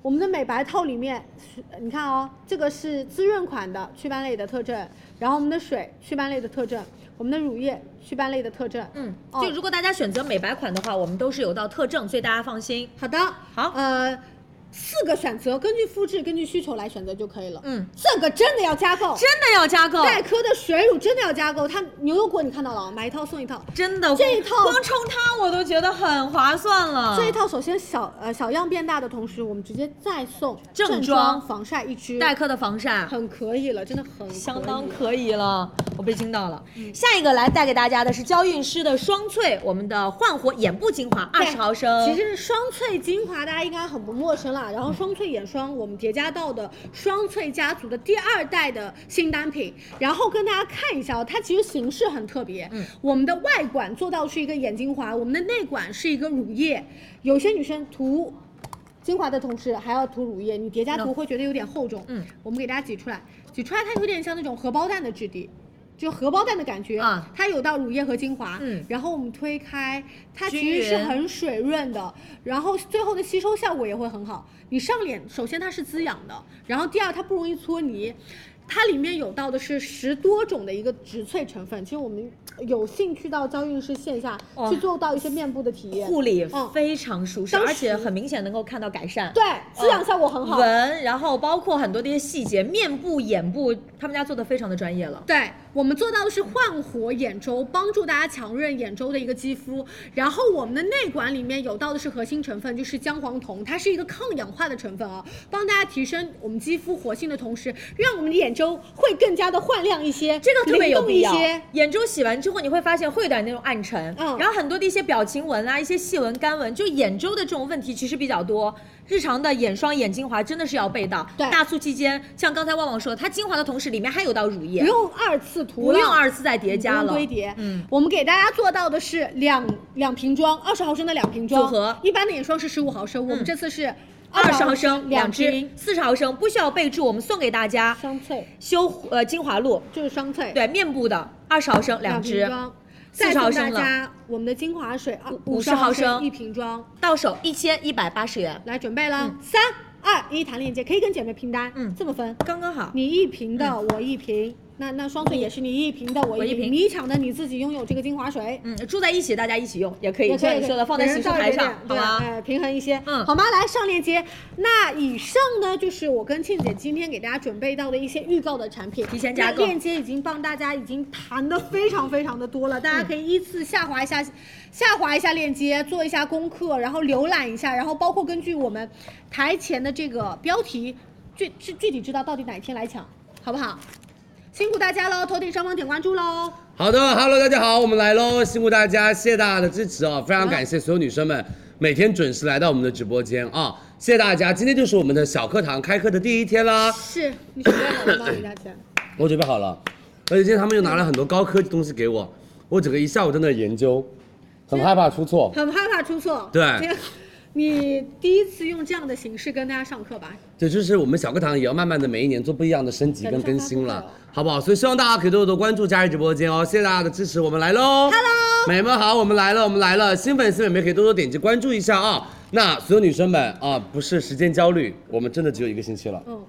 Speaker 1: 我们的美白套里面是，呃你看哦，这个是滋润款的祛斑类的特征，然后我们的水祛斑类的特征，我们的乳液祛斑类的特征。
Speaker 2: 嗯，
Speaker 1: 哦
Speaker 2: 就如果大家选择美白款的话，我们都是有到特证，所以大家放心。
Speaker 1: 好的，
Speaker 2: 好
Speaker 1: 呃，四个选择，根据肤质、根据需求来选择就可以了。
Speaker 2: 嗯，
Speaker 1: 这个真的要加购，
Speaker 2: 真的要加购，
Speaker 1: 黛珂的水乳真的要加购，它牛油果你看到了，买一套送一套。
Speaker 2: 真的，
Speaker 1: 这一套
Speaker 2: 光冲它我都觉得很划算了。
Speaker 1: 这一套首先小呃小样变大的同时，我们直接再送
Speaker 2: 正装
Speaker 1: 装防晒一支，
Speaker 2: 黛珂的防晒
Speaker 1: 很可以了，真的很
Speaker 2: 相
Speaker 1: 可
Speaker 2: 当
Speaker 1: 以
Speaker 2: 可以了，我被惊到了。
Speaker 1: 嗯
Speaker 2: 下一个来带给大家的是娇韵诗的双萃，我们的焕活眼部精华二
Speaker 1: 对
Speaker 2: 十毫升，
Speaker 1: 其实双萃精华大家应该很不陌生啦，然后双萃眼霜我们叠加到的双萃家族的第二代的新单品，然后跟大家看一下哦，它其实形式很特别，
Speaker 2: 嗯，
Speaker 1: 我们的外管做到是一个眼精华，我们的内管是一个乳液，有些女生涂。精华的同时还要涂乳液，你叠加涂
Speaker 2: 嗯
Speaker 1: 会觉得有点厚重。
Speaker 2: 嗯，
Speaker 1: 我们给大家挤出来，挤出来它有点像那种荷包蛋的质地，就荷包蛋的感觉。
Speaker 2: 啊
Speaker 1: 它有到乳液和精华。
Speaker 2: 嗯
Speaker 1: 然后我们推开，它
Speaker 2: 均
Speaker 1: 其实是
Speaker 2: 匀
Speaker 1: 很水润的，然后最后的吸收效果也会很好。你上脸，首先它是滋养的，然后第二它不容易搓泥。它里面有到的是十多种的一个植萃成分。其实我们有幸去到娇韵诗线下、
Speaker 2: 哦
Speaker 1: 去做到一些面部的体验，
Speaker 2: 护理
Speaker 1: 嗯
Speaker 2: 非常舒适，
Speaker 1: 当
Speaker 2: 而且
Speaker 1: 时
Speaker 2: 很明显能够看到改善。
Speaker 1: 对，滋养效果很好。
Speaker 2: 纹，然后包括很多的一些细节，面部、眼部，他们家做的非常的专业了。
Speaker 1: 对我们做到的是焕活眼周，帮助大家强韧眼周的一个肌肤。然后我们的内管里面有到的是核心成分，就是姜黄酮，它是一个抗氧化的成分啊，帮大家提升我们肌肤活性的同时，让我们的眼周会更加的焕亮一些，
Speaker 2: 这个特别有必要
Speaker 1: 灵动一些。。
Speaker 2: 眼周洗完之后，你会发现会有点那种暗沉，
Speaker 1: 嗯
Speaker 2: 然后很多的一些表情纹啊、一些细纹、干纹，就眼周的这种问题其实比较多。日常的眼霜、眼精华真的是要备到。
Speaker 1: 对
Speaker 2: 大促期间，像刚才旺旺说，它精华的同时里面还有道乳液
Speaker 1: 不，用二次涂
Speaker 2: 不用
Speaker 1: 料
Speaker 2: 二次再叠加了。
Speaker 1: 不用堆叠。
Speaker 2: 嗯，
Speaker 1: 我们给大家做到的是两两瓶装，二十毫升的两瓶装
Speaker 2: 组合嗯
Speaker 1: 一般的眼霜是十五毫升，我们这次是
Speaker 2: 二十
Speaker 1: 20
Speaker 2: 毫升两
Speaker 1: 两
Speaker 2: 支
Speaker 1: 瓶，
Speaker 2: 四十毫升不需要备注，我们送给大家
Speaker 1: 双萃，
Speaker 2: 修呃精华露，
Speaker 1: 就是双萃，
Speaker 2: 对面部的二十毫升两
Speaker 1: 瓶
Speaker 2: 支，
Speaker 1: 装。
Speaker 2: 40毫升
Speaker 1: 再送大家我们的精华水啊二
Speaker 2: 五
Speaker 1: 50
Speaker 2: 50毫升
Speaker 1: 一瓶装，
Speaker 2: 到手一千一百八十元，
Speaker 1: 来准备了，三二一，弹链接，可以跟姐妹拼单，
Speaker 2: 嗯
Speaker 1: 这么分，
Speaker 2: 刚刚好。
Speaker 1: 你一瓶的我一瓶，那那双萃也是你一瓶的我
Speaker 2: 我一
Speaker 1: 一
Speaker 2: 瓶
Speaker 1: 瓶，你抢的你自己拥有这个精华水，
Speaker 2: 嗯，住在一起，大家一起用也可以。
Speaker 1: 也可以
Speaker 2: 像你说的，放在
Speaker 1: 每
Speaker 2: 洗
Speaker 1: 人
Speaker 2: 手
Speaker 1: 倒一
Speaker 2: 台
Speaker 1: 点
Speaker 2: 上，好
Speaker 1: 对，
Speaker 2: 吗？
Speaker 1: 哎，平衡一些，
Speaker 2: 嗯
Speaker 1: 好吗？来上链接。那以上呢，就是我跟倩姐今天给大家准备到的一些预告的产品，
Speaker 2: 提前加
Speaker 1: 那
Speaker 2: 购
Speaker 1: 链接已经帮大家已经谈的非常非常的多
Speaker 2: 嗯
Speaker 1: 了，大家可以依次下滑一下，下滑一下链接，做一下功课，然后浏览一下，然后包括根据我们台前的这个标题，具具具体知道到底哪一天来抢，好不好？辛苦大家哦喽，头顶上方点关注 喽。
Speaker 4: 好的，Hello，大家好，我们来喽，辛苦大家，谢谢大家的支持啊，非常感谢所有女生们每天准时来到我们的直播间啊，谢谢大家，今天就是我们的小课堂开课的第一天啦，
Speaker 1: 是你准备好了吗，李佳琦？
Speaker 4: 我准备好了，而且今天他们又拿了很多高科技东西给我，我整个一下午在那研究，很害怕出错，
Speaker 1: 很害怕出错。
Speaker 4: 对
Speaker 1: 这个你第一次用这样的形式跟大家上课吧？
Speaker 4: 对，就是我们小课堂也要慢慢的每一年做不一样的升级跟更新了，
Speaker 1: 哦
Speaker 4: 好不好？所以希望大家可以多多关注佳怡直播间哦，谢谢大家的支持，我们来喽！Hello，美们好，我们来了，我们来了，新粉丝美眉可以多多点击关注一下啊。那所有女生们啊，不是时间焦虑，我们真的只有一个星期了，
Speaker 1: 嗯，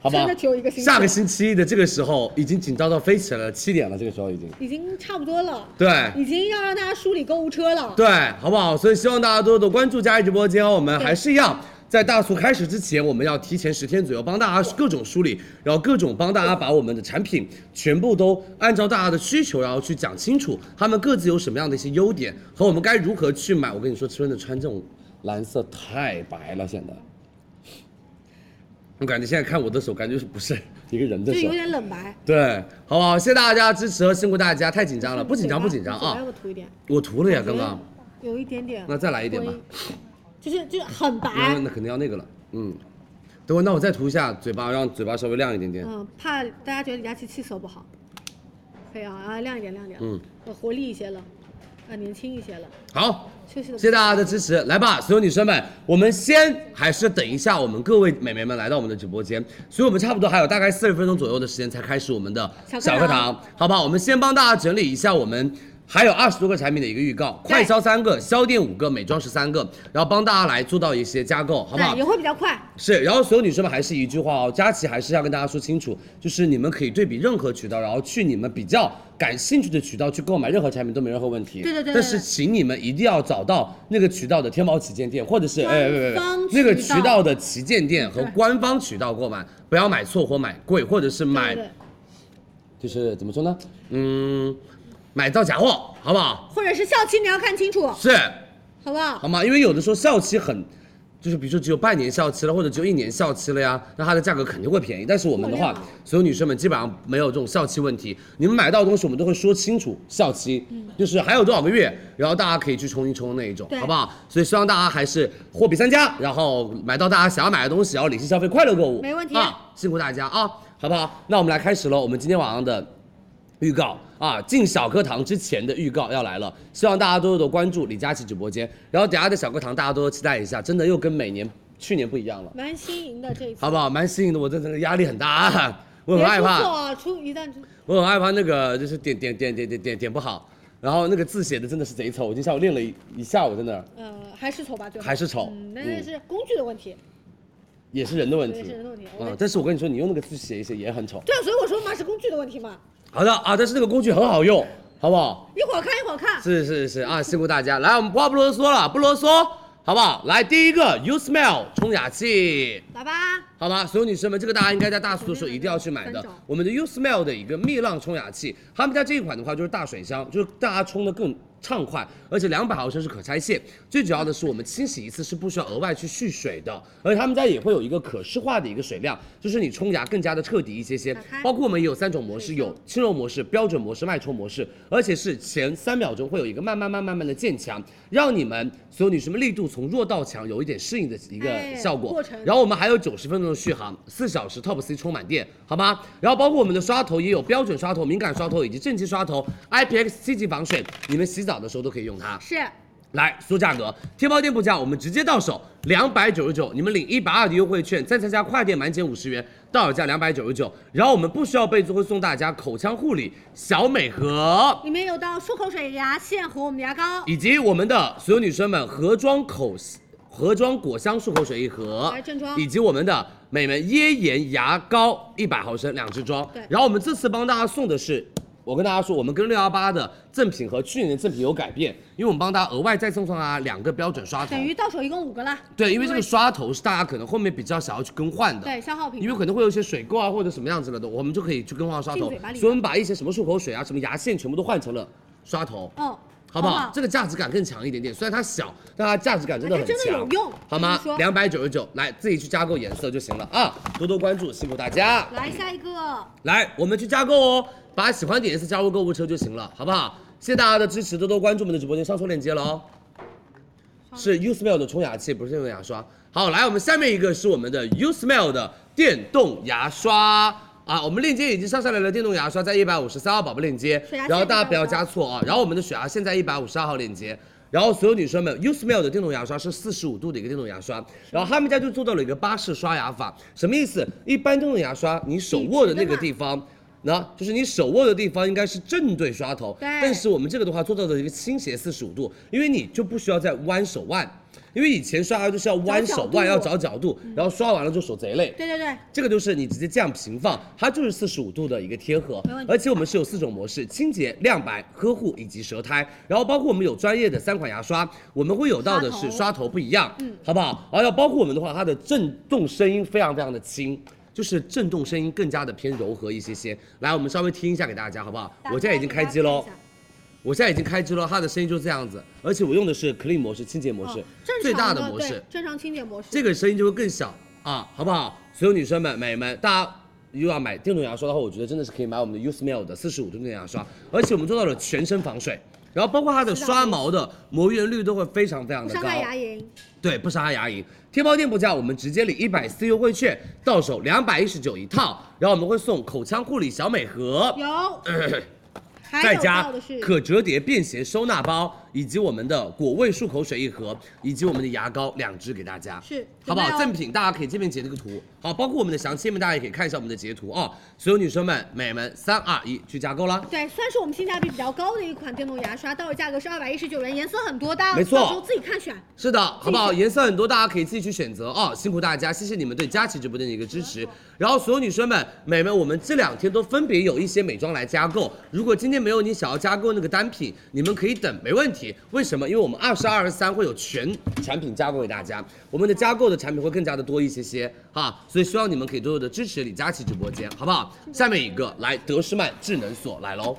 Speaker 4: 好不好
Speaker 1: 真的只有一个星期
Speaker 4: 下个星期的这个时候已经紧张到飞起来了，七点了，这个时候已经。
Speaker 1: 已经差不多了，
Speaker 4: 对
Speaker 1: 已经要让大家梳理购物车了。
Speaker 4: 对，好不好？所以希望大家多多关注佳怡直播间哦。我们还是一样，在大促开始之前，我们要提前十天左右帮大家各种梳理，然后各种帮大家把我们的产品全部都按照大家的需求，然后去讲清楚，他们各自有什么样的一些优点和我们该如何去买。我跟你说，真的穿这种蓝色太白了，显得。我感觉现在看我的手，感觉是不是一个人的
Speaker 1: 就
Speaker 4: 手
Speaker 1: 有？点冷白，
Speaker 4: 对，好不好？谢谢大家支持和辛苦大家，太紧张了，不紧张不
Speaker 1: 吧
Speaker 4: 紧张
Speaker 1: 嘴巴
Speaker 4: 啊！
Speaker 1: 我涂一点，
Speaker 4: 我涂了呀，刚刚。
Speaker 1: 有一点点灰，
Speaker 4: 那再来一点吧
Speaker 1: 就是就是很
Speaker 4: 那那
Speaker 1: 白，
Speaker 4: 那肯定要那个了，嗯。等会，那我再涂一下嘴巴，让嘴巴稍微亮一点点。
Speaker 1: 嗯，怕大家觉得李佳琦气色不好，可以啊啊，亮一点亮一点，
Speaker 4: 嗯，
Speaker 1: 活力一些了，啊，年轻一些了，
Speaker 4: 好，
Speaker 1: 休息的
Speaker 4: 谢谢大家的支持，来吧，所有女生们，我们先还是等一下我们各位美眉们来到我们的直播间，所以我们差不多还有大概四十分钟左右的时间才开始我们的
Speaker 1: 小课堂
Speaker 4: 小课堂，好不好？我们先帮大家整理一下我们。还有二十多个产品的一个预告，快消三个，销店五个，美妆十三个，然后帮大家来做到一些加购，好不好
Speaker 1: 对，也？会比较快，
Speaker 4: 是，然后所有女生们还是一句话哦，佳琪还是要跟大家说清楚，就是你们可以对比任何渠道，然后去你们比较感兴趣的渠道去购买任何产品都没有任何问题。
Speaker 1: 对对对对
Speaker 4: 但是请你们一定要找到那个渠道的天猫旗舰店，或者是哎别别别
Speaker 1: 官方，渠道
Speaker 4: 那个渠道的旗舰店和官方渠道购买，不要买错或买贵，或者是买
Speaker 1: 对对对
Speaker 4: 就是怎么说呢？嗯，买造假货，好不好？
Speaker 1: 或者是校期你要看清楚，
Speaker 4: 是，
Speaker 1: 好不好？
Speaker 4: 好吗？因为有的时候效期很，就是比如说只有半年效期了，或者只有一年效期了呀，那它的价格肯定会便宜。但是我们的
Speaker 1: 我
Speaker 4: 话
Speaker 1: 量啊，
Speaker 4: 所有女生们基本上没有这种效期问题。你们买到的东西，我们都会说清楚效期，就是还有多少个月，然后大家可以去冲一冲那一种
Speaker 1: 嗯对，
Speaker 4: 好不好？所以希望大家还是货比三家，然后买到大家想要买的东西，然后理性消费，快乐购物，
Speaker 1: 没问题
Speaker 4: 啊！辛苦大家啊，好不好？那我们来开始喽，我们今天晚上的。预告啊，进小课堂之前的预告要来了，希望大家多多关注李佳琦直播间，然后等下的小课堂大家多多期待一下，真的又跟每年去年不一样了，
Speaker 1: 蛮新颖的这一次，
Speaker 4: 好不好？蛮新颖的，我真的压力很大、啊，我
Speaker 1: 别
Speaker 4: 很害
Speaker 1: 出错
Speaker 4: 怕，
Speaker 1: 啊，出一旦出。
Speaker 4: 我很害怕那个就是点点点点点点点不好，然后那个字写的真的是贼丑，我今天下午练了一一下午在那儿，
Speaker 1: 呃，还是丑吧，最后
Speaker 4: 还是丑
Speaker 1: 嗯，那
Speaker 4: 嗯
Speaker 1: 那是工具的问题。
Speaker 4: 也是人的问
Speaker 1: 对
Speaker 4: 题
Speaker 1: 是人的问题我
Speaker 4: 啊
Speaker 1: 们。
Speaker 4: 但是我跟你说，你用那个字写一写也很丑。
Speaker 1: 对啊，所以我说嘛是工具的问题嘛，
Speaker 4: 好的啊，但是那个工具很好用，好不好？
Speaker 1: 一会儿看一会儿看。
Speaker 4: 是是是啊，辛苦大家。来，我们话不啰嗦了，不啰嗦，好不好？来，第一个 You Smell 冲牙器。
Speaker 1: 来吧，
Speaker 4: 好吧，所有女生们，这个大家应该在大促的时候一定要去买
Speaker 1: 三
Speaker 4: 的
Speaker 1: 种。
Speaker 4: 我们的 You Smell 的一个蜜浪冲牙器，他们家这一款的话就是大水箱，就是大家冲的更畅快，而且两百毫升是可拆卸。最主要的是，我们清洗一次是不需要额外去蓄水的，而且他们家也会有一个可视化的一个水量，就是你冲牙更加的彻底一些些
Speaker 1: 打开。
Speaker 4: 包括我们也有三种模式，有轻柔模式、标准模式、外抽模式，而且是前三秒钟会有一个慢慢慢慢慢的渐强，让你们所有女生们力度从弱到强有一点适应的一个
Speaker 1: 哎
Speaker 4: 效果。
Speaker 1: 过程
Speaker 4: 然后。然后我们还有九十分钟的续航，四小时 Top C 充满电，好吗？然后包括我们的刷头也有标准刷头、敏感刷头以及正畸刷头，IPX 七级防水，你们洗澡的时候都可以用它。
Speaker 1: 是
Speaker 4: 来说价格，天猫店铺价我们直接到手两百九十九，你们领一百二的优惠券，再参加跨店满减五十元，到手价两百九十九。然后我们不需要备注，会送大家口腔护理小美盒。
Speaker 1: 里面有到漱口水、牙线和我们的牙膏，
Speaker 4: 以及我们的所有女生们盒装口盒装果香漱口水一盒
Speaker 1: 来正装，
Speaker 4: 以及我们的美们椰盐牙膏一百毫升两支装。
Speaker 1: 对
Speaker 4: 然后我们这次帮大家送的是。我跟大家说，我们跟六幺八的赠品和去年的赠品有改变，因为我们帮大家额外再送送啊两个标准刷头
Speaker 1: 等，于到手一共五个了。
Speaker 4: 对，因为这个刷头是大家可能后面比较想要去更换的，
Speaker 1: 对消耗品
Speaker 4: 因为可能会有一些水垢啊或者什么样子了的，我们就可以去更换刷
Speaker 1: 进
Speaker 4: 头
Speaker 1: 嘴巴，里
Speaker 4: 所以我们把一些什么漱口水啊、什么牙线全部都换成了刷头，
Speaker 1: 哦，
Speaker 4: 好不好？这个价值感更强一点点，虽然它小，但它价值感真的很
Speaker 1: 哎它
Speaker 4: 强，
Speaker 1: 真的有用
Speaker 4: 好吗
Speaker 1: 我跟？你
Speaker 4: 两百九十九，来自己去加购颜色就行了啊！多多关注，辛苦大家。
Speaker 1: 来下一个，
Speaker 4: 来，我们去加购哦，把喜欢的颜色加入购物车就行了，好不好？谢谢大家的支持，多多关注我们的直播间，上错链接了哦。是 U Smell 的冲牙器，不是电动牙刷。好，来，我们下面一个是我们的 U Smell 的电动牙刷啊，我们链接已经上上来了，电动牙刷在一百五十三号宝贝链接
Speaker 1: 水牙，线
Speaker 4: 然后大家不要
Speaker 1: 152
Speaker 4: 加错啊。然后我们的水牙线在一百五十二号链接。然后所有女生们，U Smell 的电动牙刷是四十五度的一个电动牙刷，然后他们家就做到了一个巴氏刷牙法，什么意思？一般电动牙刷你手握的那个地方，那就是你手握的地方应该是正对刷头，
Speaker 1: 对
Speaker 4: 但是我们这个的话做到的一个倾斜四十五度，因为你就不需要再弯手腕，因为以前刷牙就是要弯手
Speaker 1: 找角
Speaker 4: 腕要
Speaker 1: 度
Speaker 4: 找角度，然后刷完了就手贼累，
Speaker 1: 对对对，
Speaker 4: 这个就是你直接这样平放，它就是四十五度的一个贴合
Speaker 1: 没问，题
Speaker 4: 而且我们是有四种模式：清洁、亮白、呵护以及舌苔。然后包括我们有专业的三款牙刷，我们会有到的
Speaker 1: 刷
Speaker 4: 是
Speaker 1: 头
Speaker 4: 刷头不一样，嗯，好不好？然后包括我们的话，它的震动声音非常非常的轻。就是震动声音更加的偏柔和一些些，来，我们稍微听一下给大家，好不好？我现在已经开机哦喽，我现在已经开机喽，它的声音就是这样子，而且我用的是 clean 模式，清洁模
Speaker 1: 哦
Speaker 4: 式，
Speaker 1: 正常
Speaker 4: 最大的模
Speaker 1: 对
Speaker 4: 式，
Speaker 1: 正常清洁模式。
Speaker 4: 这个声音就会更小啊，好不好？所有女生们、美们，大家如果要买电动牙刷的话，我觉得真的是可以买我们的 U Smell 的四十五度电动牙刷，而且我们做到了全身防水，然后包括它的刷毛的磨圆率都会非常非常
Speaker 1: 不
Speaker 4: 的
Speaker 1: 伤
Speaker 4: 高，
Speaker 1: 害牙龈，
Speaker 4: 对，不伤害牙龈。天猫店铺价我们直接领一百四优惠券，到手两百一十九一套，然后我们会送口腔护理小美盒，
Speaker 1: 有，还
Speaker 4: 再
Speaker 1: 有
Speaker 4: 加
Speaker 1: 到的是
Speaker 4: 可折叠便携收纳包，以及我们的果味漱口水一盒，以及我们的牙膏两支给大家，
Speaker 1: 是
Speaker 4: 好不
Speaker 1: 准备
Speaker 4: 好？
Speaker 1: 哦
Speaker 4: 赠品大家可以这边截这个图，好，包括我们的详情页面，大家也可以看一下我们的截图啊、所有女生们、美们，三二一，去加购啦！
Speaker 1: 对，算是我们性价比比较高的一款电动牙刷，到手价格是二百一十九元，颜色很多，大家
Speaker 4: 没错
Speaker 1: 到时候自己看选。
Speaker 4: 是的，好不好？颜色很多，大家可以自己去选择哦。辛苦大家，谢谢你们对佳琦直播间的一个支持。然后所有女生们、美们，我们这两天都分别有一些美妆来加购。如果今天没有你想要加购那个单品，你们可以等，没问题。为什么？因为我们二十二、二十三会有全产品加购给大家，我们的加购的产品会更加的多一些些哈。所以希望你们可以多多的支持李佳琦直播间，好不好？下面一个来德诗曼智能锁来喽。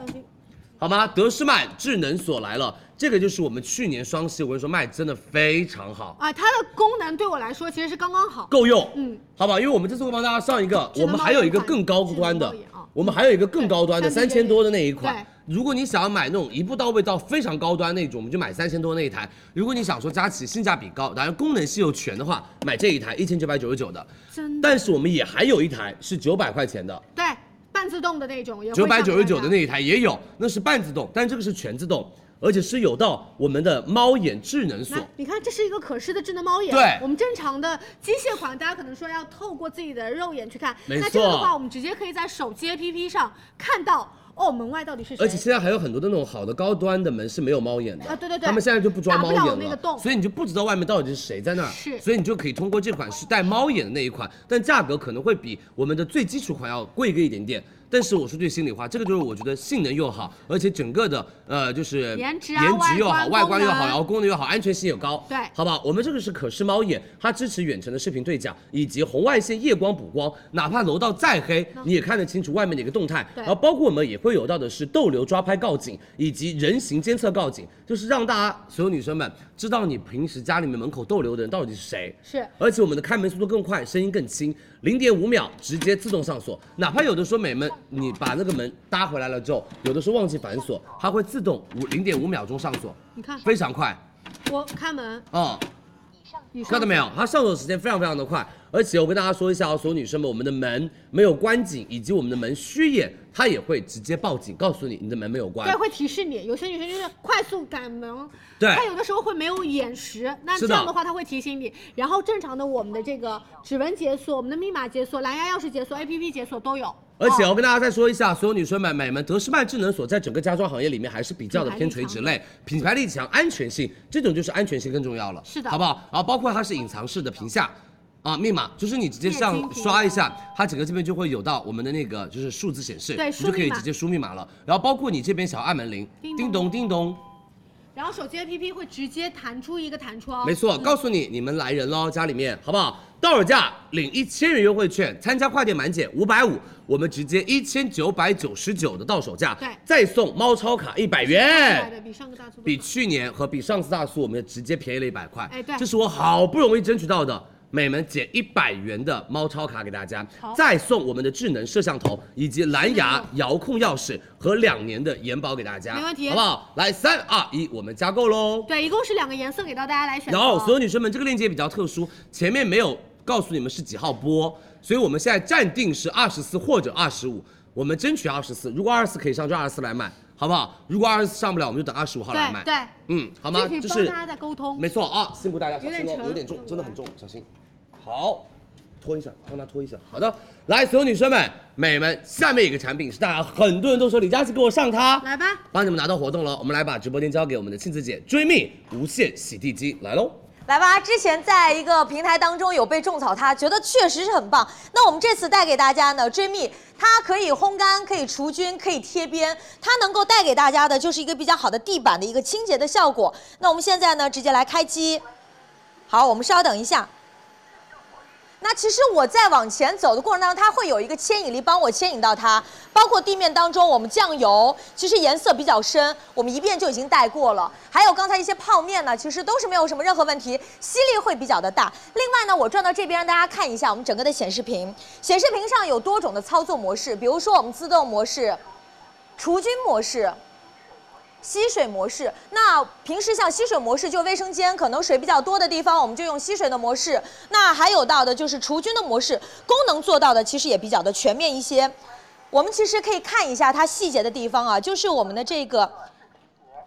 Speaker 4: 好吗？德诗曼智能锁来了，这个就是我们去年双十一，我跟你说卖真的非常好，
Speaker 1: 啊，它的功能对我来说其实是刚刚好。
Speaker 4: 够用，
Speaker 1: 嗯，
Speaker 4: 好不好？因为我们这次会帮大家上一个，
Speaker 1: 智能猫
Speaker 4: 我
Speaker 1: 眼款
Speaker 4: 们还有一个更高端的
Speaker 1: 智能猫眼啊，
Speaker 4: 我们还有一个更高端的
Speaker 1: 对
Speaker 4: 哦三千多的那一款
Speaker 1: 对。
Speaker 4: 如果你想要买那种一步到位到非常高端那种，我们就买三千多那一台。如果你想说佳琦性价比高，当然功能性又全的话，买这一台一千九百九十九的。
Speaker 1: 真的
Speaker 4: 但是我们也还有一台是九百块钱的，
Speaker 1: 对，半自动的那种，也会
Speaker 4: 九百
Speaker 1: 上给
Speaker 4: 九十九
Speaker 1: 大
Speaker 4: 的
Speaker 1: 家
Speaker 4: 那一台也有，那是半自动，但这个是全自动，而且是有到我们的猫眼智能锁。
Speaker 1: 来，你看，这是一个可视的智能猫眼。
Speaker 4: 对
Speaker 1: 我们正常的机械款，大家可能说要透过自己的肉眼去看。
Speaker 4: 没错
Speaker 1: 那这个的话，我们直接可以在手机 APP 上看到哦，门外到底是谁？
Speaker 4: 而且现在还有很多的那种好的高端的门是没有猫眼的
Speaker 1: 啊对对对
Speaker 4: 他们现在就不装猫眼
Speaker 1: 打不了那个洞
Speaker 4: 了，所以你就不知道外面到底是谁在那儿，
Speaker 1: 是
Speaker 4: 所以你就可以通过这款是带猫眼的那一款，但价格可能会比我们的最基础款要贵个一点点。但是我说句心里话，这个就是我觉得性能又好，而且整个的呃就是
Speaker 1: 颜值啊
Speaker 4: 又好，
Speaker 1: 外观
Speaker 4: 外观
Speaker 1: 功
Speaker 4: 又好，
Speaker 1: 能啊
Speaker 4: 然后功能又好，安全性也高，
Speaker 1: 对
Speaker 4: 好不好？我们这个是可视猫眼，它支持远程的视频对讲，以及红外线夜光补光，哪怕楼道再黑，你也看得清楚外面的一个动态。
Speaker 1: 对
Speaker 4: 然后包括我们也会有到的是逗留抓拍告警，以及人形监测告警，就是让大家所有女生们知道你平时家里面门口逗留的人到底是谁。
Speaker 1: 是
Speaker 4: 而且我们的开门速度更快，声音更轻，零点五秒直接自动上锁。哪怕有的时候美们你把那个门搭回来了之后，有的时候忘记反锁，它会自动五零点五秒钟上锁，
Speaker 1: 你看
Speaker 4: 非常快
Speaker 1: 我看门，
Speaker 4: 哦。
Speaker 1: 你
Speaker 4: 看到没
Speaker 1: 有？
Speaker 4: 有？它上手时间非常非常的快，而且我跟大家说一下哦，所有女生们，我们的门没有关紧，以及我们的门虚掩，它也会直接报警，告诉你你的门没有关
Speaker 1: 对，。会提示你。有些女生就是快速赶门，
Speaker 4: 对
Speaker 1: 她有的时候会没有眼识，那
Speaker 4: 是
Speaker 1: 这
Speaker 4: 的
Speaker 1: 样的话她会提醒你。然后正常的我们的这个指纹解锁、我们的密码解锁、蓝牙钥匙解锁、APP 解锁都有。
Speaker 4: 而且
Speaker 1: 哦
Speaker 4: 我跟大家再说一下，所有女生们、美们，德诗曼智能锁在整个家装行业里面还是比较的偏垂直类，品牌力强，安全性，这种就是安全性更重要了，
Speaker 1: 是的
Speaker 4: 好不好？然后包括它是隐藏式的屏下。啊，密码就是你直接
Speaker 1: 液晶
Speaker 4: 上
Speaker 1: 屏
Speaker 4: 刷一下，它整个这边就会有到我们的那个就是数字显示，
Speaker 1: 对
Speaker 4: 你
Speaker 1: 输
Speaker 4: 就可
Speaker 1: 密
Speaker 4: 以
Speaker 1: 码
Speaker 4: 直接输密码了。然后包括你这边小按门铃，
Speaker 1: 叮
Speaker 4: 叮
Speaker 1: 咚
Speaker 4: 咚叮咚，
Speaker 1: 然后手机 APP 会直接弹出一个弹窗，
Speaker 4: 没错，嗯告诉你你们来人喽，家里面好不好？到手价领一千元优惠券，参加快店满减五百五，我们直接一千九百九十九的到手价，
Speaker 1: 对
Speaker 4: 再送猫超卡一百
Speaker 1: 对
Speaker 4: 元。
Speaker 1: 的，比上个大促多
Speaker 4: 哎比
Speaker 1: 了
Speaker 4: 去年和比上次大促，我们直接便宜了一百块。
Speaker 1: 哎对
Speaker 4: 这是我好不容易争取到的，每门减一百元的猫超卡给大家
Speaker 1: 好，
Speaker 4: 再送我们的智能摄像头以及蓝牙遥控钥匙和两年的延保给大家，
Speaker 1: 没问题
Speaker 4: 好不好？来，三二一，我们加购喽。
Speaker 1: 对，一共是两个颜色给到大家来选择
Speaker 4: 然
Speaker 1: 哦。
Speaker 4: 后所有女生们，这个链接比较特殊，前面没有告诉你们是几号播，所以我们现在暂定是二十四或者二十五，我们争取二十四，如果二十四可以上就二十四来买，好不好？如果二十四上不了，我们就等二十五号来
Speaker 1: 对
Speaker 4: 买。
Speaker 1: 对，
Speaker 4: 嗯，好吗？
Speaker 1: 具
Speaker 4: 这
Speaker 1: 体帮
Speaker 4: 是
Speaker 1: 大家在沟通。
Speaker 4: 没错啊，辛苦大家，小心
Speaker 1: 有点
Speaker 4: 哦，
Speaker 1: 沉
Speaker 4: 有点重，真的很重，小心。好，拖一下，帮他拖一下。好的，来，所有女生们、美们，下面一个产品是大家很多人都说李佳琦给我上它，
Speaker 1: 来吧，
Speaker 4: 帮你们拿到活动了，我们来把直播间交给我们的庆子姐，追觅无线洗地机来喽。
Speaker 2: 来吧，之前在一个平台当中有被种草它，觉得确实是很棒。那我们这次带给大家呢，追觅它可以烘干，可以除菌，可以贴边，它能够带给大家的就是一个比较好的地板的一个清洁的效果。那我们现在呢，直接来开机。好，我们稍等一下。那其实我在往前走的过程当中，它会有一个牵引力帮我牵引到它，包括地面当中我们酱油，其实颜色比较深，我们一遍就已经带过了。还有刚才一些泡面呢，其实都是没有什么任何问题，吸力会比较的大。另外呢，我转到这边让大家看一下我们整个的显示屏，显示屏上有多种的操作模式，比如说我们自动模式、除菌模式。吸水模式。那平时像吸水模式，就卫生间可能水比较多的地方，我们就用吸水的模式。那还有到的就是除菌的模式，功能做到的其实也比较的全面一些。我们其实可以看一下它细节的地方啊，就是我们的这个。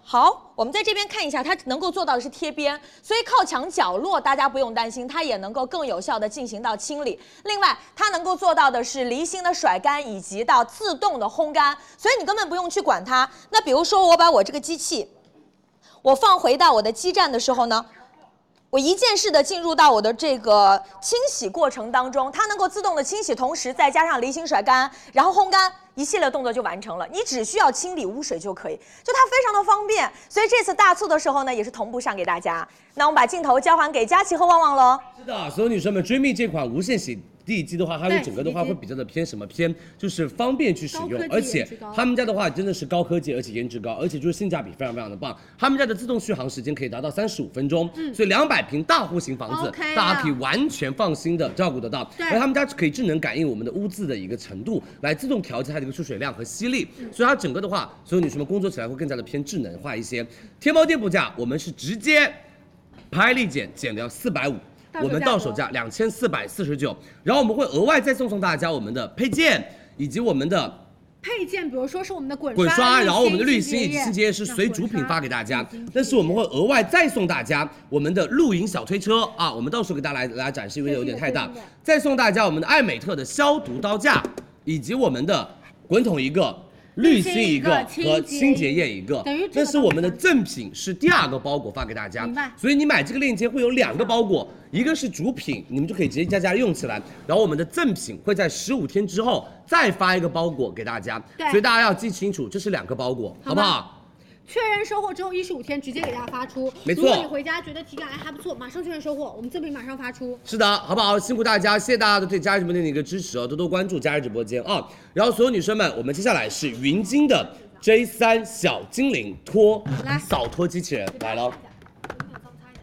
Speaker 2: 好，我们在这边看一下，它能够做到的是贴边，所以靠墙角落大家不用担心，它也能够更有效的进行到清理。另外，它能够做到的是离心的甩干以及到自动的烘干，所以你根本不用去管它。那比如说，我把我这个机器，我放回到我的基站的时候呢，我一键式的进入到我的这个清洗过程当中，它能够自动的清洗，同时再加上离心甩干，然后烘干，一系列动作就完成了。你只需要清理污水就可以，就它非常的方便。所以这次大促的时候呢，也是同步上给大家。那我们把镜头交还给佳琪和旺旺喽。
Speaker 4: 是的，所有女生们，追觅这款无线洗地机的话，它
Speaker 1: 对
Speaker 4: 会整个的话
Speaker 1: 洗地机
Speaker 4: 会比较的偏什么偏，就是方便去使
Speaker 1: 高
Speaker 4: 用
Speaker 1: 科，技
Speaker 4: 而且
Speaker 1: 颜值高
Speaker 4: 他们家的话真的是高科技，而且颜值高，而且就是性价比非常非常的棒。他们家的自动续航时间可以达到三十五分钟，所以两百平大户型房
Speaker 1: 嗯
Speaker 4: 子
Speaker 1: OK 啊，
Speaker 4: 大家可以完全放心的照顾得到。
Speaker 1: 对
Speaker 4: 而他们家可以智能感应我们的污渍的一个程度，来自动调节它的一个出水量和吸力，
Speaker 1: 嗯
Speaker 4: 所以它整个的话，所有女生们工作起来会更加的偏智能化一些。天猫店铺价我们是直接拍立减减掉四百五。
Speaker 1: 到手价
Speaker 4: 我们到手价两千四百四十九，然后我们会额外再送送大家我们的配件以及我们的
Speaker 1: 配件，比如说是我们的滚
Speaker 4: 滚刷，
Speaker 1: 刷，
Speaker 4: 然后我们的滤
Speaker 1: 清
Speaker 4: 芯以及
Speaker 1: 液
Speaker 4: 清洁液是
Speaker 1: 那
Speaker 4: 随
Speaker 1: 滚
Speaker 4: 主品
Speaker 1: 刷
Speaker 4: 发给大家
Speaker 1: 滤芯，
Speaker 4: 但是我们会额外再送大家我们的露营小推车啊，我们到时候给大家来来展示，因为有点太大
Speaker 1: 对对对对，
Speaker 4: 再送大家我们的艾美特的消毒刀架以及我们的滚筒一个。滤
Speaker 1: 清
Speaker 4: 芯
Speaker 1: 一
Speaker 4: 一
Speaker 1: 个
Speaker 4: 个
Speaker 1: 清
Speaker 4: 和
Speaker 1: 洁
Speaker 4: 清
Speaker 1: 一
Speaker 4: 洁液一个
Speaker 1: 等于这，
Speaker 4: 但
Speaker 1: 个
Speaker 4: 是
Speaker 1: 东
Speaker 4: 我
Speaker 1: 西
Speaker 4: 们的
Speaker 1: 上
Speaker 4: 赠品是第二个包裹发给大家
Speaker 1: 明白，
Speaker 4: 所以你买这个链接会有两个包裹，一个是主品，你们就可以直接在家用起来，然后我们的赠品会在十五天之后再发一个包裹给大家
Speaker 1: 对，
Speaker 4: 所以大家要记清楚，这是两个包裹，好不好？
Speaker 1: 确认收货之后一十五天直接给大家发出。
Speaker 4: 没错
Speaker 1: 如果你回家觉得体感哎还不错，马上确认收货，我们赠品马上发出。
Speaker 4: 是的，好不好？辛苦大家，谢谢大家对佳怡直播间的一个支持哦，多多关注佳怡直播间啊、然后所有女生们，我们接下来是云鲸的 J 三小精灵拖
Speaker 1: 来
Speaker 4: 扫拖机器人来喽。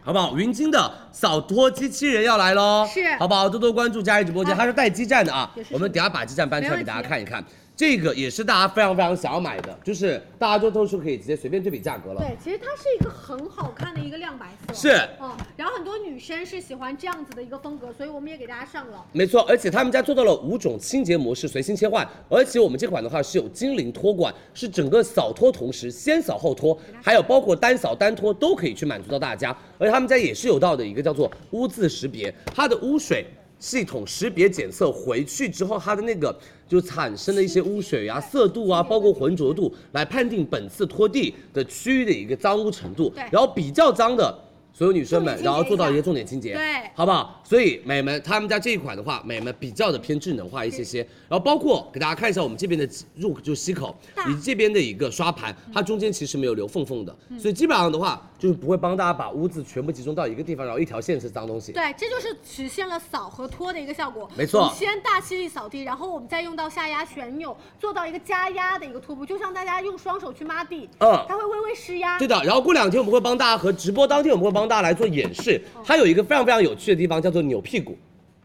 Speaker 4: 好不好？云鲸的扫拖机器人要来喽，
Speaker 1: 是
Speaker 4: 好不好？多多关注佳怡直播间，
Speaker 1: 好
Speaker 4: 它是带基站的啊
Speaker 1: 也是。
Speaker 4: 我们等下把基站搬出来
Speaker 1: 没问
Speaker 4: 给
Speaker 1: 题
Speaker 4: 大家看一看，这个也是大家非常非常想要买的，就是大家都都是可以直接随便对比价格了。
Speaker 1: 对，其实它是一个很好看的一个亮白色，
Speaker 4: 是
Speaker 1: 嗯，然后很多女生是喜欢这样子的一个风格，所以我们也给大家上了。
Speaker 4: 没错，而且他们家做到了五种清洁模式随心切换，而且我们这款的话是有精灵托管，是整个扫拖同时先扫后拖，还有包括单扫单拖都可以去满足到大家。而且他们家也是有到的一个叫做污渍识别，它的污水。系统识别检测回去之后，它的那个就产生的一些污水啊、色度啊，包括浑浊度，来判定本次拖地的区域的一个脏污程度
Speaker 1: 对。
Speaker 4: 然后比较脏的，所有女生们
Speaker 1: 重点清，洁
Speaker 4: 然后做到
Speaker 1: 一
Speaker 4: 一
Speaker 1: 下
Speaker 4: 个重点清洁。
Speaker 1: 对
Speaker 4: 好不好？所以美们他们家这一款的话，美们比较的偏智能化一些些，然后包括给大家看一下我们这边的入就吸口
Speaker 1: 大，
Speaker 4: 以及这边的一个刷盘，它中间其实没有留缝缝的，所以基本上的话就是不会帮大家把污渍全部集中到一个地方，然后一条线是脏东西。
Speaker 1: 对，这就是实现了扫和拖的一个效果。
Speaker 4: 没错
Speaker 1: 我们先大吸力扫地，然后我们再用到下压旋钮，做到一个加压的一个拖布，就像大家用双手去抹地，
Speaker 4: 嗯
Speaker 1: 它会微微施压。
Speaker 4: 对的，然后过两天我们会帮大家和直播当天我们会帮大家来做演示，它有一个非常非常有趣的地方叫做扭屁股，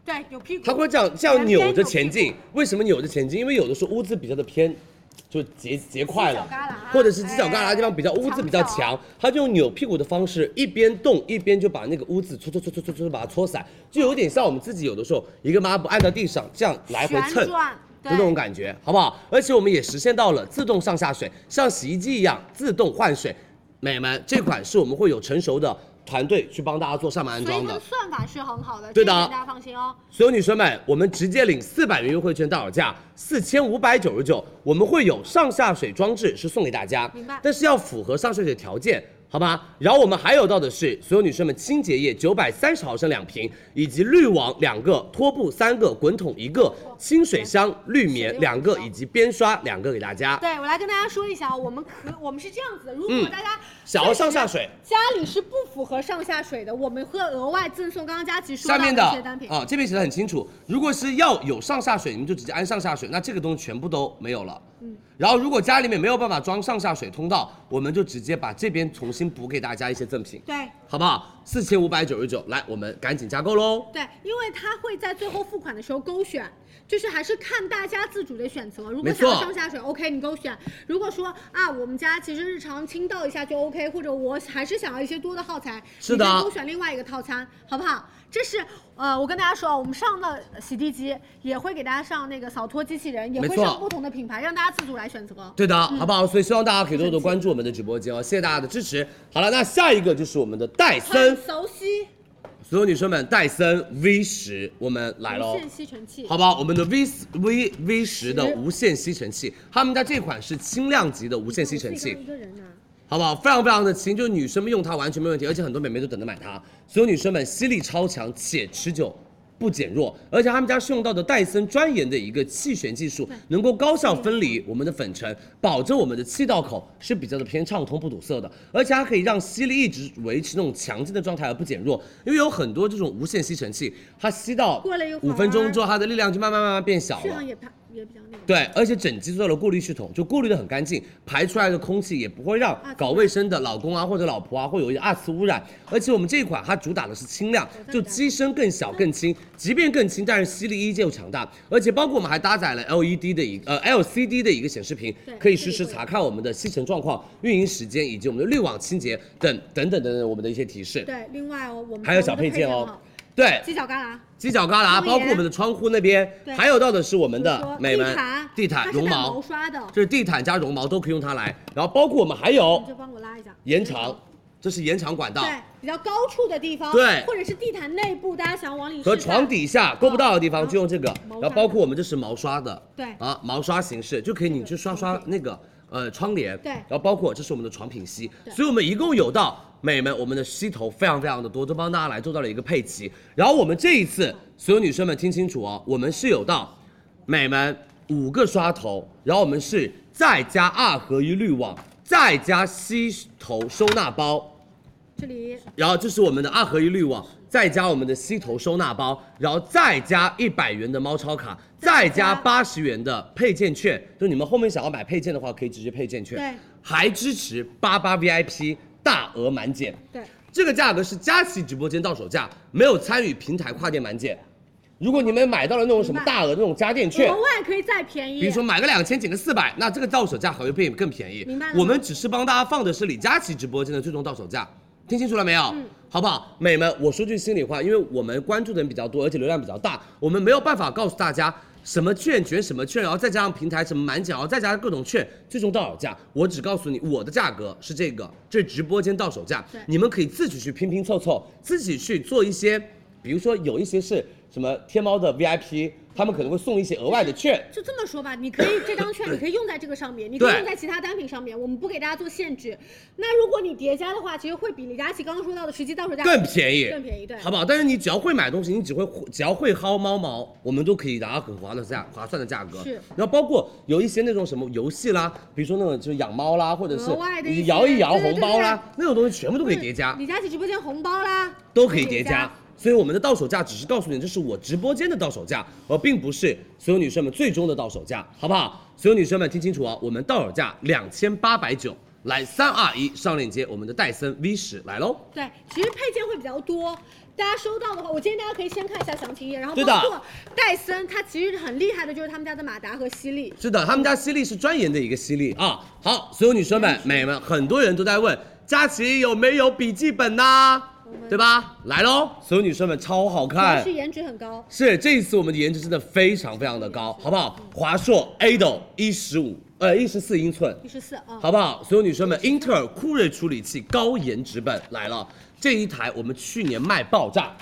Speaker 1: 对，有屁股。
Speaker 4: 它会这样这样扭着前进。为什么扭着前进？因为有的时候污渍比较的偏，就结结块
Speaker 1: 犄
Speaker 4: 了
Speaker 1: 角旮旯啊，
Speaker 4: 或者是犄角旮旯地
Speaker 1: 哎
Speaker 4: 方比较污渍比较
Speaker 1: 墙角
Speaker 4: 强，它就用扭屁股的方式，一边动一边就把那个污渍搓搓搓搓搓搓把它搓散，就有点像我们自己有的时候一个抹布按到地上这样来回蹭
Speaker 1: 旋。转，
Speaker 4: 的
Speaker 1: 对，
Speaker 4: 那种感觉，好不好？而且我们也实现到了自动上下水，像洗衣机一样自动换水。美们，这款是我们会有成熟的团队去帮大家做上门安
Speaker 1: 所
Speaker 4: 装
Speaker 1: 以
Speaker 4: 的
Speaker 1: 它。的算法是很好的，这
Speaker 4: 对的
Speaker 1: 一点大家放心哦。
Speaker 4: 所有女生们，我们直接领四百元优惠券到手价四千五百九十九，我们会有上下水装置是送给大家，
Speaker 1: 明白
Speaker 4: 但是要符合上下水的条件，好吗？然后我们还有到的是，所有女生们清洁液九百三十毫升两瓶，以及滤网两个，拖布三个，滚筒一个，清水箱、滤棉两个，以及边刷两个给大家。
Speaker 1: 对我来跟大家说一下啊，我们可我们是这样子的，如果
Speaker 4: 嗯
Speaker 1: 大家
Speaker 4: 想要上下水，
Speaker 1: 家里是不符合上下水的，我们会额外赠送刚刚佳琪说
Speaker 4: 下
Speaker 1: 到
Speaker 4: 面
Speaker 1: 的
Speaker 4: 的
Speaker 1: 一些单品。
Speaker 4: 啊，这边写的很清楚，如果是要有上下水，你们就直接安上下水，那这个东西全部都没有了。嗯，然后如果家里面没有办法装上下水通道，我们就直接把这边重新补给大家一些赠品，
Speaker 1: 对
Speaker 4: 好不好？四千五百九十九，来，我们赶紧加购喽。
Speaker 1: 对，因为它会在最后付款的时候勾选，就是还是看大家自主的选择。如果
Speaker 4: 没
Speaker 1: 想
Speaker 4: 错
Speaker 1: 要上下水，OK，你勾选；如果说啊，我们家其实日常清倒一下就 OK，或者我还是想要一些多的耗材，
Speaker 4: 是
Speaker 1: 你再
Speaker 4: 的
Speaker 1: 勾选另外一个套餐，好不好？这是呃，我跟大家说，啊，我们上的洗地机也会给大家上那个扫拖机器人，也
Speaker 4: 没
Speaker 1: 会
Speaker 4: 错
Speaker 1: 上不同的品牌，让大家自主来选择。
Speaker 4: 对的，好不好？所以希望大家可以多多关注我们的直播间哦，谢谢大家的支持。好了，那下一个就是我们的戴森
Speaker 1: 很，熟悉
Speaker 4: 所有女生们，戴森 V 十我们来喽
Speaker 1: 无。线吸尘器，
Speaker 4: 好吧，我们的 V V V 十的无线吸尘器，他们家这款是轻量级的无线吸尘
Speaker 1: 我自己
Speaker 4: 器
Speaker 1: 刚刚，一个人拿。啊
Speaker 4: 好不好？非常非常的轻，就是女生们用它完全没问题，而且很多美眉都等着买它。所有女生们吸力超强且持久。不减弱，而且他们家是用到的戴森专研的一个气旋技术，能够高效分离我们的粉尘，保证我们的气道口是比较的偏畅通不堵塞的，而且它可以让吸力一直维持那种强劲的状态而不减弱，因为有很多这种无线吸尘器，它吸到
Speaker 1: 过了一会儿
Speaker 4: 五分钟之后，它的力量就慢慢慢慢变小
Speaker 1: 续
Speaker 4: 了
Speaker 1: 航。也怕也比较那个。
Speaker 4: 啊对，而且整机做了过滤系统，就过滤的很干净，排出来的空气也不会让搞卫生的老公啊或者老婆啊会有一些二次污染。而且我们这一款它主打的是轻量，就机身更小更轻，即便更轻，但是吸力依旧强大。而且包括我们还搭载了 LED 的一个呃 LCD 的一个显示屏
Speaker 1: 对，
Speaker 4: 可以
Speaker 1: 这里
Speaker 4: 实时
Speaker 1: 会有
Speaker 4: 查看我们的吸尘状况、运营时间以及我们的滤网清洁等等等等等我们的一些提示。
Speaker 1: 对，另外哦，我们
Speaker 4: 还有小配件
Speaker 1: 我们
Speaker 4: 哦
Speaker 1: 的配件
Speaker 4: 对
Speaker 1: 哦，犄角旮旯。
Speaker 4: 犄角旮旯，
Speaker 1: 窗
Speaker 4: 包括
Speaker 1: 帘
Speaker 4: 我们的窗户那边
Speaker 1: 对，
Speaker 4: 还有到的是我们
Speaker 1: 就是说
Speaker 4: 的美
Speaker 1: 地
Speaker 4: 们
Speaker 1: 毯
Speaker 4: 地
Speaker 1: 它
Speaker 4: 毯
Speaker 1: 是
Speaker 4: 绒
Speaker 1: 带
Speaker 4: 毛哦
Speaker 1: 毛刷的
Speaker 4: 这是地毯加绒毛都可以用它来。然后包括我们还有
Speaker 1: 你就帮我拉一下。
Speaker 4: 延长，这是延长管道
Speaker 1: 对，比较高处的地方，
Speaker 4: 对
Speaker 1: 或者是地毯内部，大家想往里
Speaker 4: 和
Speaker 1: 试
Speaker 4: 床
Speaker 1: 的
Speaker 4: 底下够不到的地方就用这个，
Speaker 1: 啊毛
Speaker 4: 然
Speaker 1: 刷
Speaker 4: 后包括我们这是毛刷的，
Speaker 1: 对
Speaker 4: 啊，毛刷形式就可以你去刷刷那个呃窗帘，
Speaker 1: 对
Speaker 4: 然后包括这是我们的床品吸，
Speaker 1: 对
Speaker 4: 所以我们一共有到美们我们的吸头非常非常的多，都帮大家来做到了一个配齐。然后我们这一次所有女生们听清楚哦，我们是有到美们五个刷头，然后我们是再加二合一滤网，再加吸头收纳包。
Speaker 1: 这里
Speaker 4: 然后这是我们的二合一滤网，再加我们的吸头收纳包，然后再加一百元的猫超卡，再加八十元的配件券，就你们后面想要买配件的话，可以直接配件券，
Speaker 1: 对，
Speaker 4: 还支持八八 VIP 大额满减，
Speaker 1: 对，
Speaker 4: 这个价格是佳琦直播间到手价，没有参与平台跨店满减。如果你们买到了那种什么大额的那种家电券，
Speaker 1: 额外可以再便宜，
Speaker 4: 比如说买个两千减个四百，那这个到手价还会变更便宜。
Speaker 1: 明白了吗
Speaker 4: 我们只是帮大家放的是李佳琦直播间的最终到手价，听清楚了没有？
Speaker 1: 嗯
Speaker 4: 好不好，美们？我说句心里话，因为我们关注的人比较多，而且流量比较大，我们没有办法告诉大家什么券卷什么券，然后再加上平台什么满减，然后再加上各种券，最终到手价。我只告诉你我的价格是这个，这是直播间到手价
Speaker 1: 对，
Speaker 4: 你们可以自己去拼拼凑凑，自己去做一些，比如说有一些是什么天猫的 VIP，他们可能会送一些额外的券。
Speaker 1: 就这么说吧，你可以这张券你可以用在这个上面，你可以
Speaker 4: 对
Speaker 1: 用在其他单品上面，我们不给大家做限制。那如果你叠加的话，其实会比李佳琦刚刚说到的实际到手价
Speaker 4: 更便宜，
Speaker 1: 更便宜对
Speaker 4: 好不好？但是你只要会买东西，你只会只要会薅猫毛，我们都可以达到很划算的价划算的价格。
Speaker 1: 是
Speaker 4: 然后包括有一些那种什么游戏啦，比如说那种就是养猫啦，或者是
Speaker 1: 额外的一些
Speaker 4: 你摇一摇
Speaker 1: 对对
Speaker 4: 红包啦，
Speaker 1: 对对
Speaker 4: 那种东西全部都可以叠加，
Speaker 1: 李佳琦直播间红包啦，
Speaker 4: 都可以叠加。。所以我们的到手价只是告诉你，这是我直播间的到手价，而并不是所有女生们最终的到手价，好不好？所有女生们听清楚啊，我们到手价两千八百九，来三二一上链接，我们的戴森 V 十来喽。
Speaker 1: 对，其实配件会比较多。大家收到的话，我建议大家可以先看一下详情页，然后
Speaker 4: 对的
Speaker 1: 包括戴森，它其实很厉害的就是他们家的马达和吸力，
Speaker 4: 是的，他们家犀利是专研的一个犀利啊。好，所有女生们、美们，很多人都在问佳琪有没有笔记本呐、对吧？来喽，所有女生们超好
Speaker 1: 主要
Speaker 4: 看
Speaker 1: 是。颜值很高。
Speaker 4: 是这一次我们的颜值真的非常非常的高，好不好？华硕 Ado 一十五呃一十四英寸，
Speaker 1: 一十四啊，
Speaker 4: 好不好？所有女生们，英特尔酷睿处理器高颜值本来了，这一台我们去年卖爆炸，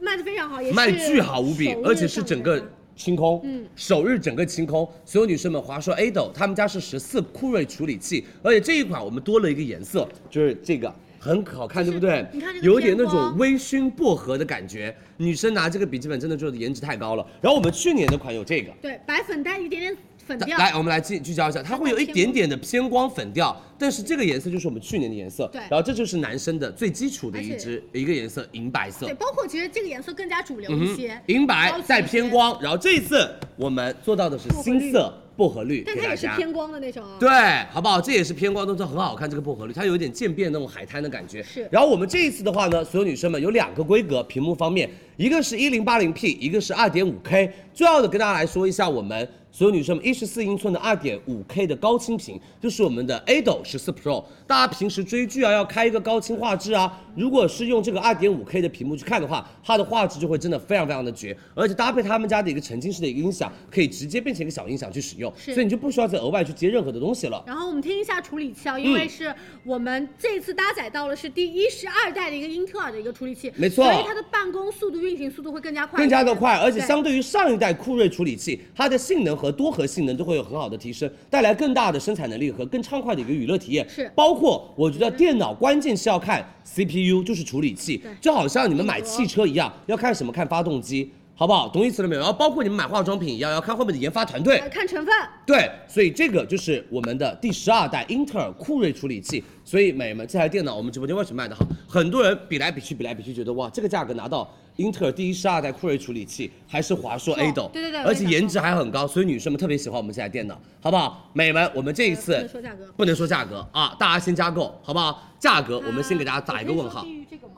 Speaker 1: 卖的非常好，也是
Speaker 4: 卖巨好无比
Speaker 1: 首日，
Speaker 4: 而且是整
Speaker 1: 上
Speaker 4: 个
Speaker 1: 架
Speaker 4: 清空，
Speaker 1: 嗯
Speaker 4: 首日整个清空。所有女生们，华硕 Ado 他们家是十四酷睿处理器，而且这一款我们多了一个颜色，就是这个。很好看，对不对？
Speaker 1: 你看这个
Speaker 4: 有点那
Speaker 1: 偏光
Speaker 4: 种微醺薄荷的感觉。女生拿这个笔记本真的就是颜值太高了。然后我们去年的款有这个，
Speaker 1: 对白粉带一点点粉调，
Speaker 4: 来，我们来聚聚焦一下，它会有一点点的偏光粉调，但是这个颜色就是我们去年的颜色。
Speaker 1: 对
Speaker 4: 然后这就是男生的最基础的一
Speaker 1: 而且
Speaker 4: 支一个颜色，银白色。
Speaker 1: 对，包括其实这个颜色更加主流一些，
Speaker 4: 嗯银
Speaker 1: 高
Speaker 4: 白
Speaker 1: 级一
Speaker 4: 再
Speaker 1: 些
Speaker 4: 偏，光，然后这一次我们做到的是新色薄荷绿
Speaker 1: 但
Speaker 4: 给
Speaker 1: 它
Speaker 4: 大
Speaker 1: 也是
Speaker 4: 家。
Speaker 1: 偏光的那种啊。
Speaker 4: 对，好不好？这也是偏光，但是很好看。这个薄荷绿，它有一点渐变那种海滩的感觉。
Speaker 1: 是
Speaker 4: 然后我们这一次的话呢，所有女生们有两个规格，屏幕方面，一个是一零八零 P，一个是二点五 K。重要的跟大家来说一下，我们所有女生们一十四英寸的二点五 K 的高清屏，就是我们的 Ado 十四 Pro。大家平时追剧啊，要开一个高清画质啊，如果是用这个二点五 K 的屏幕去看的话，它的画质就会真的非常非常的绝，而且搭配他们家的一个沉浸式的一个音响，可以直接变成一个小音响去使用，
Speaker 1: 是
Speaker 4: 所以你就不需要再额外去接任何的东西了。
Speaker 1: 然后我们听一下处理器啊，
Speaker 4: 嗯
Speaker 1: 因为是我们这次搭载到了是第一十二代的一个英特尔的一个处理器，
Speaker 4: 没错
Speaker 1: 所以它的办公速度、运行速度会更加快，
Speaker 4: 更加的快，而且
Speaker 1: 对
Speaker 4: 相对于上一代酷睿处理器，它的性能和多核性能都会有很好的提升，带来更大的生产能力和更畅快的一个娱乐体验。
Speaker 1: 是嗯
Speaker 4: 包括我觉得电脑关键是要看 CPU，就是处理器
Speaker 1: 对，
Speaker 4: 就好像你们买汽车一样，要看什么？看发动机，好不好？懂意思了没有？然后包括你们买化妆品一样，要看后面的研发团队
Speaker 1: 呃。看成分。
Speaker 4: 对，所以这个就是我们的第十二代英特尔酷睿处理器。所以美们，这台电脑我们直播间为什么卖的好？很多人比来比去，比来比去，觉得哇，这个价格拿到英特尔第十二代酷睿处理器，还是华硕
Speaker 1: 没
Speaker 4: A
Speaker 1: 错
Speaker 4: d
Speaker 1: 对对对我
Speaker 4: 而
Speaker 1: 也
Speaker 4: 且
Speaker 1: 想
Speaker 4: 颜
Speaker 1: 说
Speaker 4: 值还很高，所以女生们特别喜欢我们这台电脑，好不好？美们，我们这一次
Speaker 1: 呃不能说价格
Speaker 4: 不能说价格啊，大家先加购，好不好？价格我们先给大家打一个问
Speaker 1: 呃我
Speaker 4: 号
Speaker 1: 可以说低于这个吗？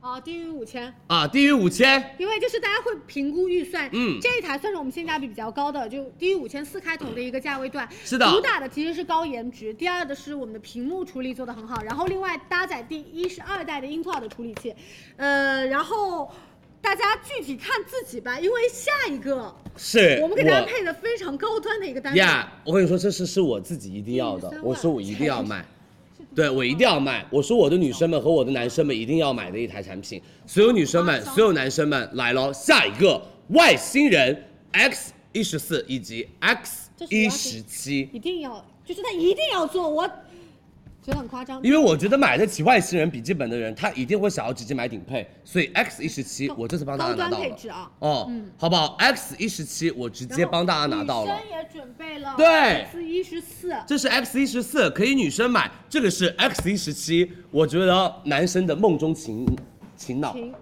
Speaker 1: 啊，低于五千，
Speaker 4: 啊，低于五千，
Speaker 1: 因为就是大家会评估预算，
Speaker 4: 嗯
Speaker 1: 这一台算是我们性价比比较高的，就低于五千四开头的一个价位段。
Speaker 4: 是的
Speaker 1: 主打的其实是高颜值，第二的是我们的屏幕处理做的很好，然后另外搭载第一十二代的英特尔的处理器，呃，然后大家具体看自己吧，因为下一个
Speaker 4: 是
Speaker 1: 我们给大家配的非常高端的一个单品。
Speaker 4: 呀我跟你说，这是是我自己一定要
Speaker 1: 嗯
Speaker 4: 的
Speaker 1: 三，万
Speaker 4: 我说我一定要买。对我一定要卖。我说我的女生们和我的男生们一定要买的一台产品，所有女生们、
Speaker 1: 啊
Speaker 4: 所有男生们来喽！下一个外星人 X 一十四以及 X 一十七，
Speaker 1: 一定要，就是他一定要做，我觉得很夸张。
Speaker 4: 因为我觉得买得起外星人笔记本的人，他一定会想要直接买顶配，所以 X 一十七我这次帮大家
Speaker 1: 高
Speaker 4: 拿到
Speaker 1: 端配
Speaker 4: 了
Speaker 1: 置啊，
Speaker 4: 哦，好不好？X 一十七我直接帮大家拿到了。
Speaker 1: 女生也准备了，
Speaker 4: 对
Speaker 1: 四一十四，
Speaker 4: 这是 X 一十四，可以女生买；这个是 X 一十七，我觉得男生的梦中情情脑
Speaker 1: 停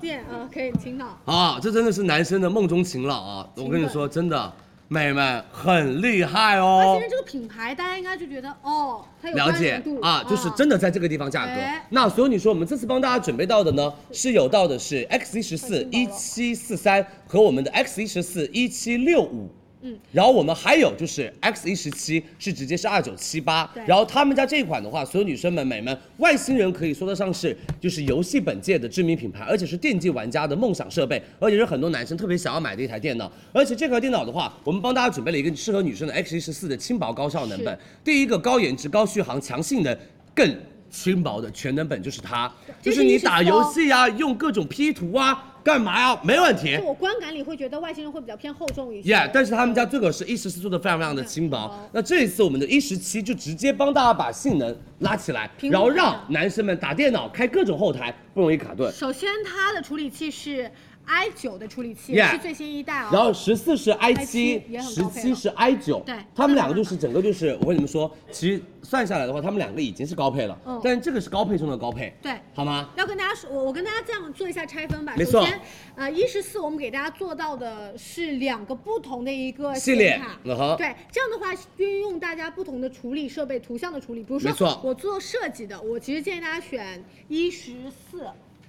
Speaker 1: 电啊，可以听到。
Speaker 4: 啊，这真的是男生的梦中情脑啊！我跟你说，真的，美们很厉害
Speaker 1: 那
Speaker 4: 哦
Speaker 1: 其实。这个品牌大家应该就觉得哦，它有
Speaker 4: 了
Speaker 1: 关
Speaker 4: 解
Speaker 1: 注度
Speaker 4: 啊，就是真的在这个地方价格
Speaker 1: 哎。
Speaker 4: 那所以你说我们这次帮大家准备到的呢，是有到的是 X 一十四一七四三和我们的 X 一十四一七六五。嗯，然后我们还有就是 X 一十七是直接是二九七八
Speaker 1: 对，
Speaker 4: 然后他们家这一款的话，所有女生们、美们，外星人可以说得上是就是游戏本界的知名品牌，而且是电竞玩家的梦想设备，而且是很多男生特别想要买的一台电脑。而且这台电脑的话，我们帮大家准备了一个适合女生的 X 一十四的轻薄高效能本，第一个高颜值、高续航、强性能，更轻薄的全能本就是它，
Speaker 1: 这
Speaker 4: 就是是你
Speaker 1: 114
Speaker 4: 打
Speaker 1: 哦
Speaker 4: 游戏啊，用各种 P 图啊，干嘛呀、没问题。
Speaker 1: 就我观感里会觉得外星人会比较偏厚重一些。
Speaker 4: Yeah，但是他们家这个是一十四做的非常非常的轻薄。那这一次我们的一十七就直接帮大家把性能拉起来，
Speaker 1: 屏幕
Speaker 4: 然后
Speaker 1: 大
Speaker 4: 让男生们打电脑、开各种后台不容易卡顿。
Speaker 1: 首先它的处理器是 i 9的处理器
Speaker 4: Yeah
Speaker 1: 是最新一代啊、
Speaker 4: 然后十四是 i 七
Speaker 1: i7，也很
Speaker 4: 十
Speaker 1: 高配
Speaker 4: 七
Speaker 1: 了
Speaker 4: 是 i 九，
Speaker 1: 对
Speaker 4: 他们两个就是整个就是我跟你们说，其实算下来的话，他们两个已经是高配了，
Speaker 1: 嗯
Speaker 4: 但是这个是高配中的高配，
Speaker 1: 对
Speaker 4: 好吗？
Speaker 1: 要跟大家说，我我跟大家这样做一下拆分吧。
Speaker 4: 没错
Speaker 1: 首先，呃，一十四我们给大家做到的是两个不同的一个
Speaker 4: 系列
Speaker 1: 显卡
Speaker 4: 嗯哼
Speaker 1: 对，这样的话运用大家不同的处理设备、图像的处理。比如
Speaker 4: 没错
Speaker 1: 说，我做设计的，我其实建议大家选一十四。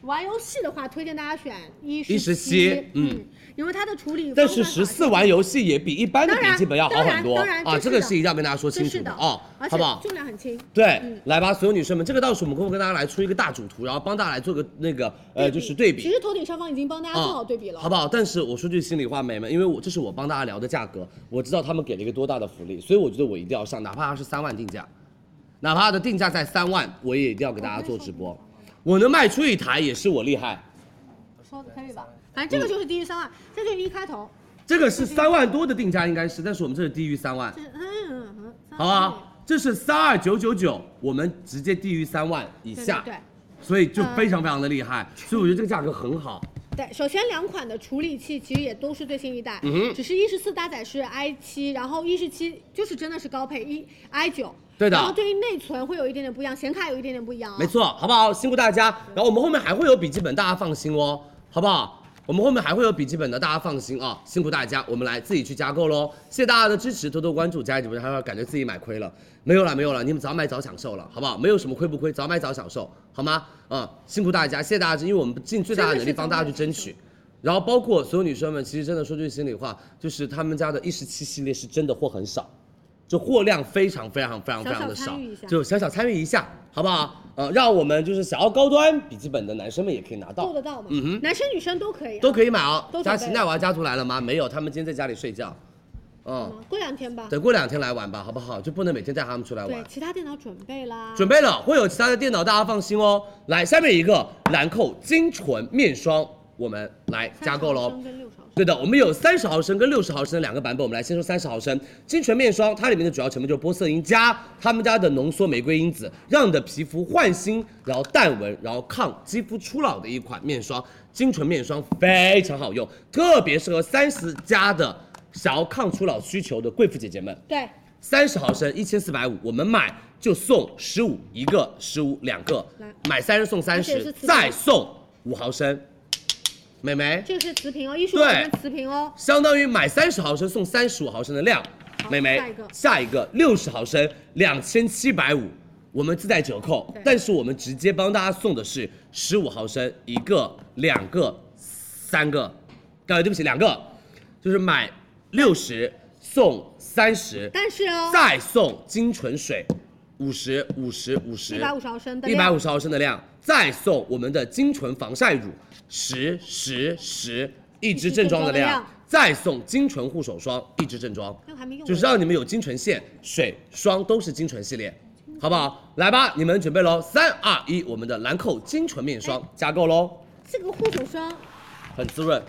Speaker 1: 玩游戏的话，推荐大家选一
Speaker 4: 117嗯，
Speaker 1: 因为它的处理
Speaker 4: 但
Speaker 1: 方
Speaker 4: 是
Speaker 1: 法
Speaker 4: 十四玩游戏也比一般的
Speaker 1: 当
Speaker 4: 笔
Speaker 1: 然
Speaker 4: 记本要好
Speaker 1: 当然
Speaker 4: 很多
Speaker 1: 当然
Speaker 4: 啊，
Speaker 1: 这
Speaker 4: 这
Speaker 1: 是
Speaker 4: 个
Speaker 1: 的
Speaker 4: 是一定要跟大家说
Speaker 1: 真
Speaker 4: 清
Speaker 1: 是
Speaker 4: 楚
Speaker 1: 的
Speaker 4: 哦，
Speaker 1: 而且
Speaker 4: 好不好？
Speaker 1: 重量很轻。
Speaker 4: 对，
Speaker 1: 嗯
Speaker 4: 来吧，所有女生们，这个到时候我们会跟大家来出一个大主图，然后帮大家来做个那个呃，就是对比啊嗯
Speaker 1: 其。实头顶上方已经帮大家做好对比了，
Speaker 4: 好不好？但是我说句心里话，美们，因为我这是我帮大家聊的价格，我知道他们给了一个多大的福利，所以我觉得我一定要上，哪怕它是三万定价，哪怕它的定价在三万，我也一定要给大家做直播。我能卖出一台也是我厉害，
Speaker 1: 说的可以吧？反正这个就是低于三万，这就是一开头，
Speaker 4: 这个是三万多的定价应该是，但是我们这是低于三万
Speaker 1: 这，是嗯嗯嗯，三
Speaker 4: 好啊
Speaker 1: 万
Speaker 4: 不好？这是三二九九九，我们直接低于三万以
Speaker 1: 对
Speaker 4: 下，
Speaker 1: 对对嗯
Speaker 4: 所以就非常非常的厉害，所以我觉得这个价格很好。
Speaker 1: 对，首先两款的处理器其实也都是最新一代，
Speaker 4: 嗯哼
Speaker 1: 只是一十四搭载是 i 七，然后一十七就是真的是高配一 i 九，
Speaker 4: 对的
Speaker 1: 然后对于内存会有一点点不一样，显卡有一点点不一样啊、
Speaker 4: 没错，好不好？辛苦大家。然后我们后面还会有笔记本，大家放心哦，好不好？我们后面还会有笔记本的，大家放心啊、辛苦大家，我们来自己去加购喽。谢谢大家的支持，多多关注，加一直播间，还有感觉自己买亏了，没有了，没有了，你们早买早享受了，好不好？没有什么亏不亏，早买早享受，好吗？啊、辛苦大家，谢谢大家，因为我们尽最大的能力帮大家去争取。然后包括所有女生们，其实真的说句心里话，就是他们家的一十七系列是真的货很少，就货量非常非常非常非常的
Speaker 1: 小小
Speaker 4: 少
Speaker 1: 参与一下，
Speaker 4: 就小小参与一下，好不好？呃，让我们就是想要高端笔记本的男生们也可以拿
Speaker 1: 够
Speaker 4: 到
Speaker 1: 得，到吗？
Speaker 4: 嗯哼
Speaker 1: 男生女生都可以、啊，
Speaker 4: 都可以买哦
Speaker 1: 都。准备
Speaker 4: 佳
Speaker 1: 了
Speaker 4: 琪奈娃家族来了吗？没有，他们今天在家里睡觉。嗯，
Speaker 1: 嗯过两天吧。
Speaker 4: 等过两天来玩吧，好不好？就不能每天带他们出来
Speaker 1: 对，。
Speaker 4: 玩
Speaker 1: 其他电脑准备啦。
Speaker 4: 准备了，会有其他的电脑，大家放心哦。来，下面一个兰蔻精纯面霜，我们来加购
Speaker 1: 三
Speaker 4: 喽
Speaker 1: 十毫。升跟六十毫升
Speaker 4: 对的，我们有三十毫升跟六十毫升的两个版本，我们来先说三十毫升精纯面霜，它里面的主要成分就是玻色因加他们家的浓缩玫瑰因子，让你的皮肤焕新，然后淡纹，然后抗肌肤初老的一款面霜。精纯面霜非常好用，特别适合三十加的想要抗初老需求的贵妇姐姐们。
Speaker 1: 对，
Speaker 4: 三十毫升一千四百五，我们买就送十五一个，十五两个
Speaker 1: 来，
Speaker 4: 买三十送三
Speaker 1: 而且
Speaker 4: 十
Speaker 1: 是，自
Speaker 4: 再
Speaker 1: 己
Speaker 4: 送五毫升，美眉。
Speaker 1: 这个是瓷瓶哦，一十五
Speaker 4: 对
Speaker 1: 毫升瓷瓶哦。
Speaker 4: 相当于买三十毫升送三十五毫升的量。
Speaker 1: 好
Speaker 4: 美眉
Speaker 1: 下一个，
Speaker 4: 下一个六十毫升两千七百五，我们自带折扣
Speaker 1: 对，
Speaker 4: 但是我们直接帮大家送的是十五毫升一个、两个、三个，呃，对不起，两个，就是买六十送三十，
Speaker 1: 但是哦，
Speaker 4: 再送精纯水五十五十五十
Speaker 1: 150毫升的
Speaker 4: 一
Speaker 1: 量
Speaker 4: 百五十毫升的量，再送我们的精纯防晒乳十十十一支正装的
Speaker 1: 一支正装的
Speaker 4: 量
Speaker 1: 量，
Speaker 4: 再送精纯护手霜一支正装，
Speaker 1: 那个还没用完，
Speaker 4: 就是让你们有精纯线、水霜都是精纯系列，好不好？来吧，你们准备喽，三二一，我们的兰蔻精纯面
Speaker 1: 哎
Speaker 4: 霜加购喽，
Speaker 1: 这个护手霜
Speaker 4: 很滋润，
Speaker 1: 哦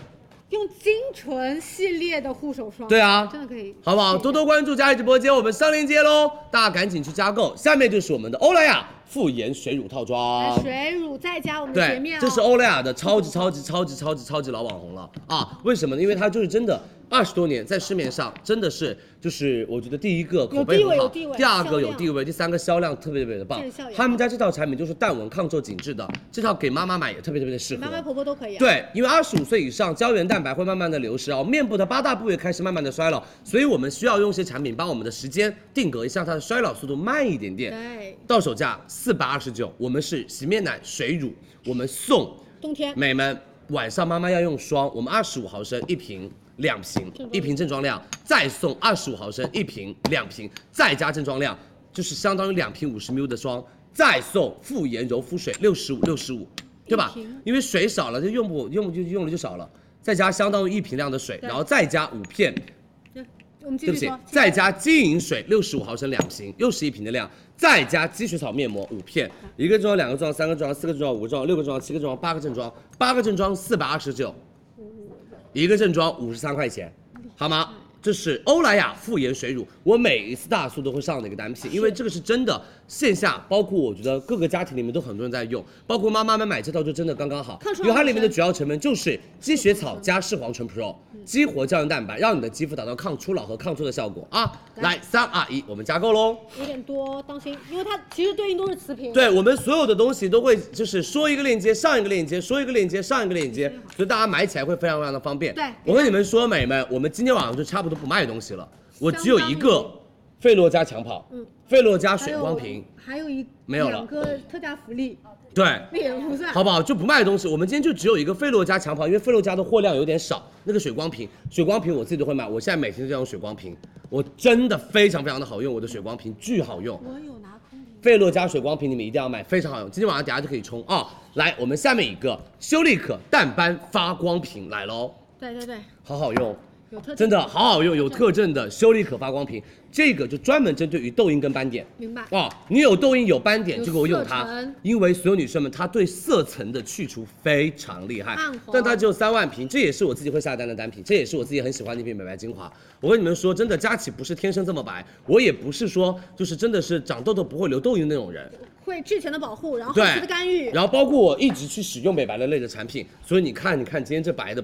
Speaker 1: 用精纯系列的护手霜，
Speaker 4: 对啊
Speaker 1: 真的可以，
Speaker 4: 好不好？多多关注佳怡直播间，我们上链接喽，大家赶紧去加购。下面就是我们的欧莱雅复颜水乳套装
Speaker 1: 来。水乳再加我们的洁
Speaker 4: 啊对
Speaker 1: 面、哦，，
Speaker 4: 这是欧莱雅的超级超级超级超级超级老网红了啊！为什么呢？因为它就是真的二十多年在市面上真的是就是我觉得第一个口碑
Speaker 1: 地位
Speaker 4: 很好
Speaker 1: 有地，位
Speaker 4: 第二个
Speaker 1: 销
Speaker 4: 有
Speaker 1: 量
Speaker 4: 地位，第三个销量特别特别的棒
Speaker 1: 这是效。应
Speaker 4: 他们家这套产品就是淡纹抗皱紧致的，这套给妈妈买也特别特别的适合。
Speaker 1: 妈妈婆婆都可以、啊，，
Speaker 4: 对，因为二十五岁以上，胶原蛋白会慢慢的流失啊，面部的八大部位开始慢慢的衰老，所以我们需要用一些产品帮我们的时间定格一下它的衰老速度慢一点点。
Speaker 1: 对，
Speaker 4: 到手价四百二十九，我们是洗面奶、水乳，我们送
Speaker 1: 冬天
Speaker 4: 美们，晚上妈妈要用霜，我们二十五毫升一瓶。两瓶
Speaker 1: 正装，
Speaker 4: 一瓶正装量，再送二十五毫升一瓶，两瓶，再加正装量，就是相当于两瓶五十 ml 的霜，再送复颜柔肤水六十五六十五，对吧
Speaker 1: 一瓶？
Speaker 4: 因为水少了就用不用就用了就少了，再加相当于一瓶量的水，
Speaker 1: 对
Speaker 4: 然后再加五片
Speaker 1: 嗯我们继
Speaker 4: 对不
Speaker 1: 续
Speaker 4: 起
Speaker 1: 说，，
Speaker 4: 再加金银水六十五毫升两瓶，又是一瓶的量，再加积雪草面膜五片，一个正装，两个正装，三个正装，四个正装，五个正装，六个正装，七个正装，八个正装，八个正装四百二十九，一个正装五十三块钱，好吗？这是欧莱雅复颜水乳，我每一次大促都会上的一个单品，因为这个是真的线下，包括我觉得各个家庭里面都很多人在用，包括妈妈们买这套就真的刚刚好
Speaker 1: 抗，
Speaker 4: 因
Speaker 1: 衰
Speaker 4: 为它里
Speaker 1: 老
Speaker 4: 面的
Speaker 1: 成
Speaker 4: 主要成分就是积雪草加视黄醇 Pro，激活胶原蛋白，让你的肌肤达到抗初老和抗皱的效果啊！来，三二一，我们加购喽。
Speaker 1: 有点多，当心，因为它其实对应都是瓷瓶，，
Speaker 4: 对我们所有的东西都会就是说一个链接上一个链接，说一个链接上一个链接，所以大家买起来会非常非常的方便。
Speaker 1: 对
Speaker 4: 我跟你们说，美们，我们今天晚上就差不多不卖东西了，我只有一
Speaker 1: 相当
Speaker 4: 个费洛嘉抢跑，
Speaker 1: 嗯，
Speaker 4: 费洛嘉
Speaker 1: 还
Speaker 4: 啊水
Speaker 1: 有
Speaker 4: 光瓶，
Speaker 1: 还有一
Speaker 4: 没有了
Speaker 1: 两个特价福利，
Speaker 4: 对，
Speaker 1: 那也不算，
Speaker 4: 好不好？就不卖东西，我们今天就只有一个费洛嘉抢跑，因为费洛嘉的货量有点少。那个水光瓶，水光瓶我自己都会买，我现在每天都在用水光瓶，我真的非常非常的好用，我的水光瓶巨好用。
Speaker 1: 我有拿空瓶，
Speaker 4: 费洛嘉水光瓶你们一定要买，非常好用，今天晚上等下就可以冲啊、来，我们下面一个修丽可淡斑发光瓶来喽，
Speaker 1: 对对对，
Speaker 4: 好好用。
Speaker 1: 有特
Speaker 4: 真的好好用，有特征的修丽可发光瓶，这个就专门针对于痘印跟斑点。
Speaker 1: 明白
Speaker 4: 啊，你有痘印有斑点
Speaker 1: 有
Speaker 4: 就给我用
Speaker 1: 色
Speaker 4: 它
Speaker 1: 沉，
Speaker 4: 因为所有女生们它对色层的去除非常厉害
Speaker 1: 暗红。
Speaker 4: 但它只有三万瓶，这也是我自己会下单的单品，这也是我自己很喜欢的一瓶美白精华。我跟你们说，真的，佳琪不是天生这么白，我也不是说就是真的是长痘痘不会留痘印的那种人。
Speaker 1: 会之前的保护，然后后
Speaker 4: 对
Speaker 1: 期的干预，
Speaker 4: 然后包括我一直去使用美白的类的产品，所以你看，你看今天这白的，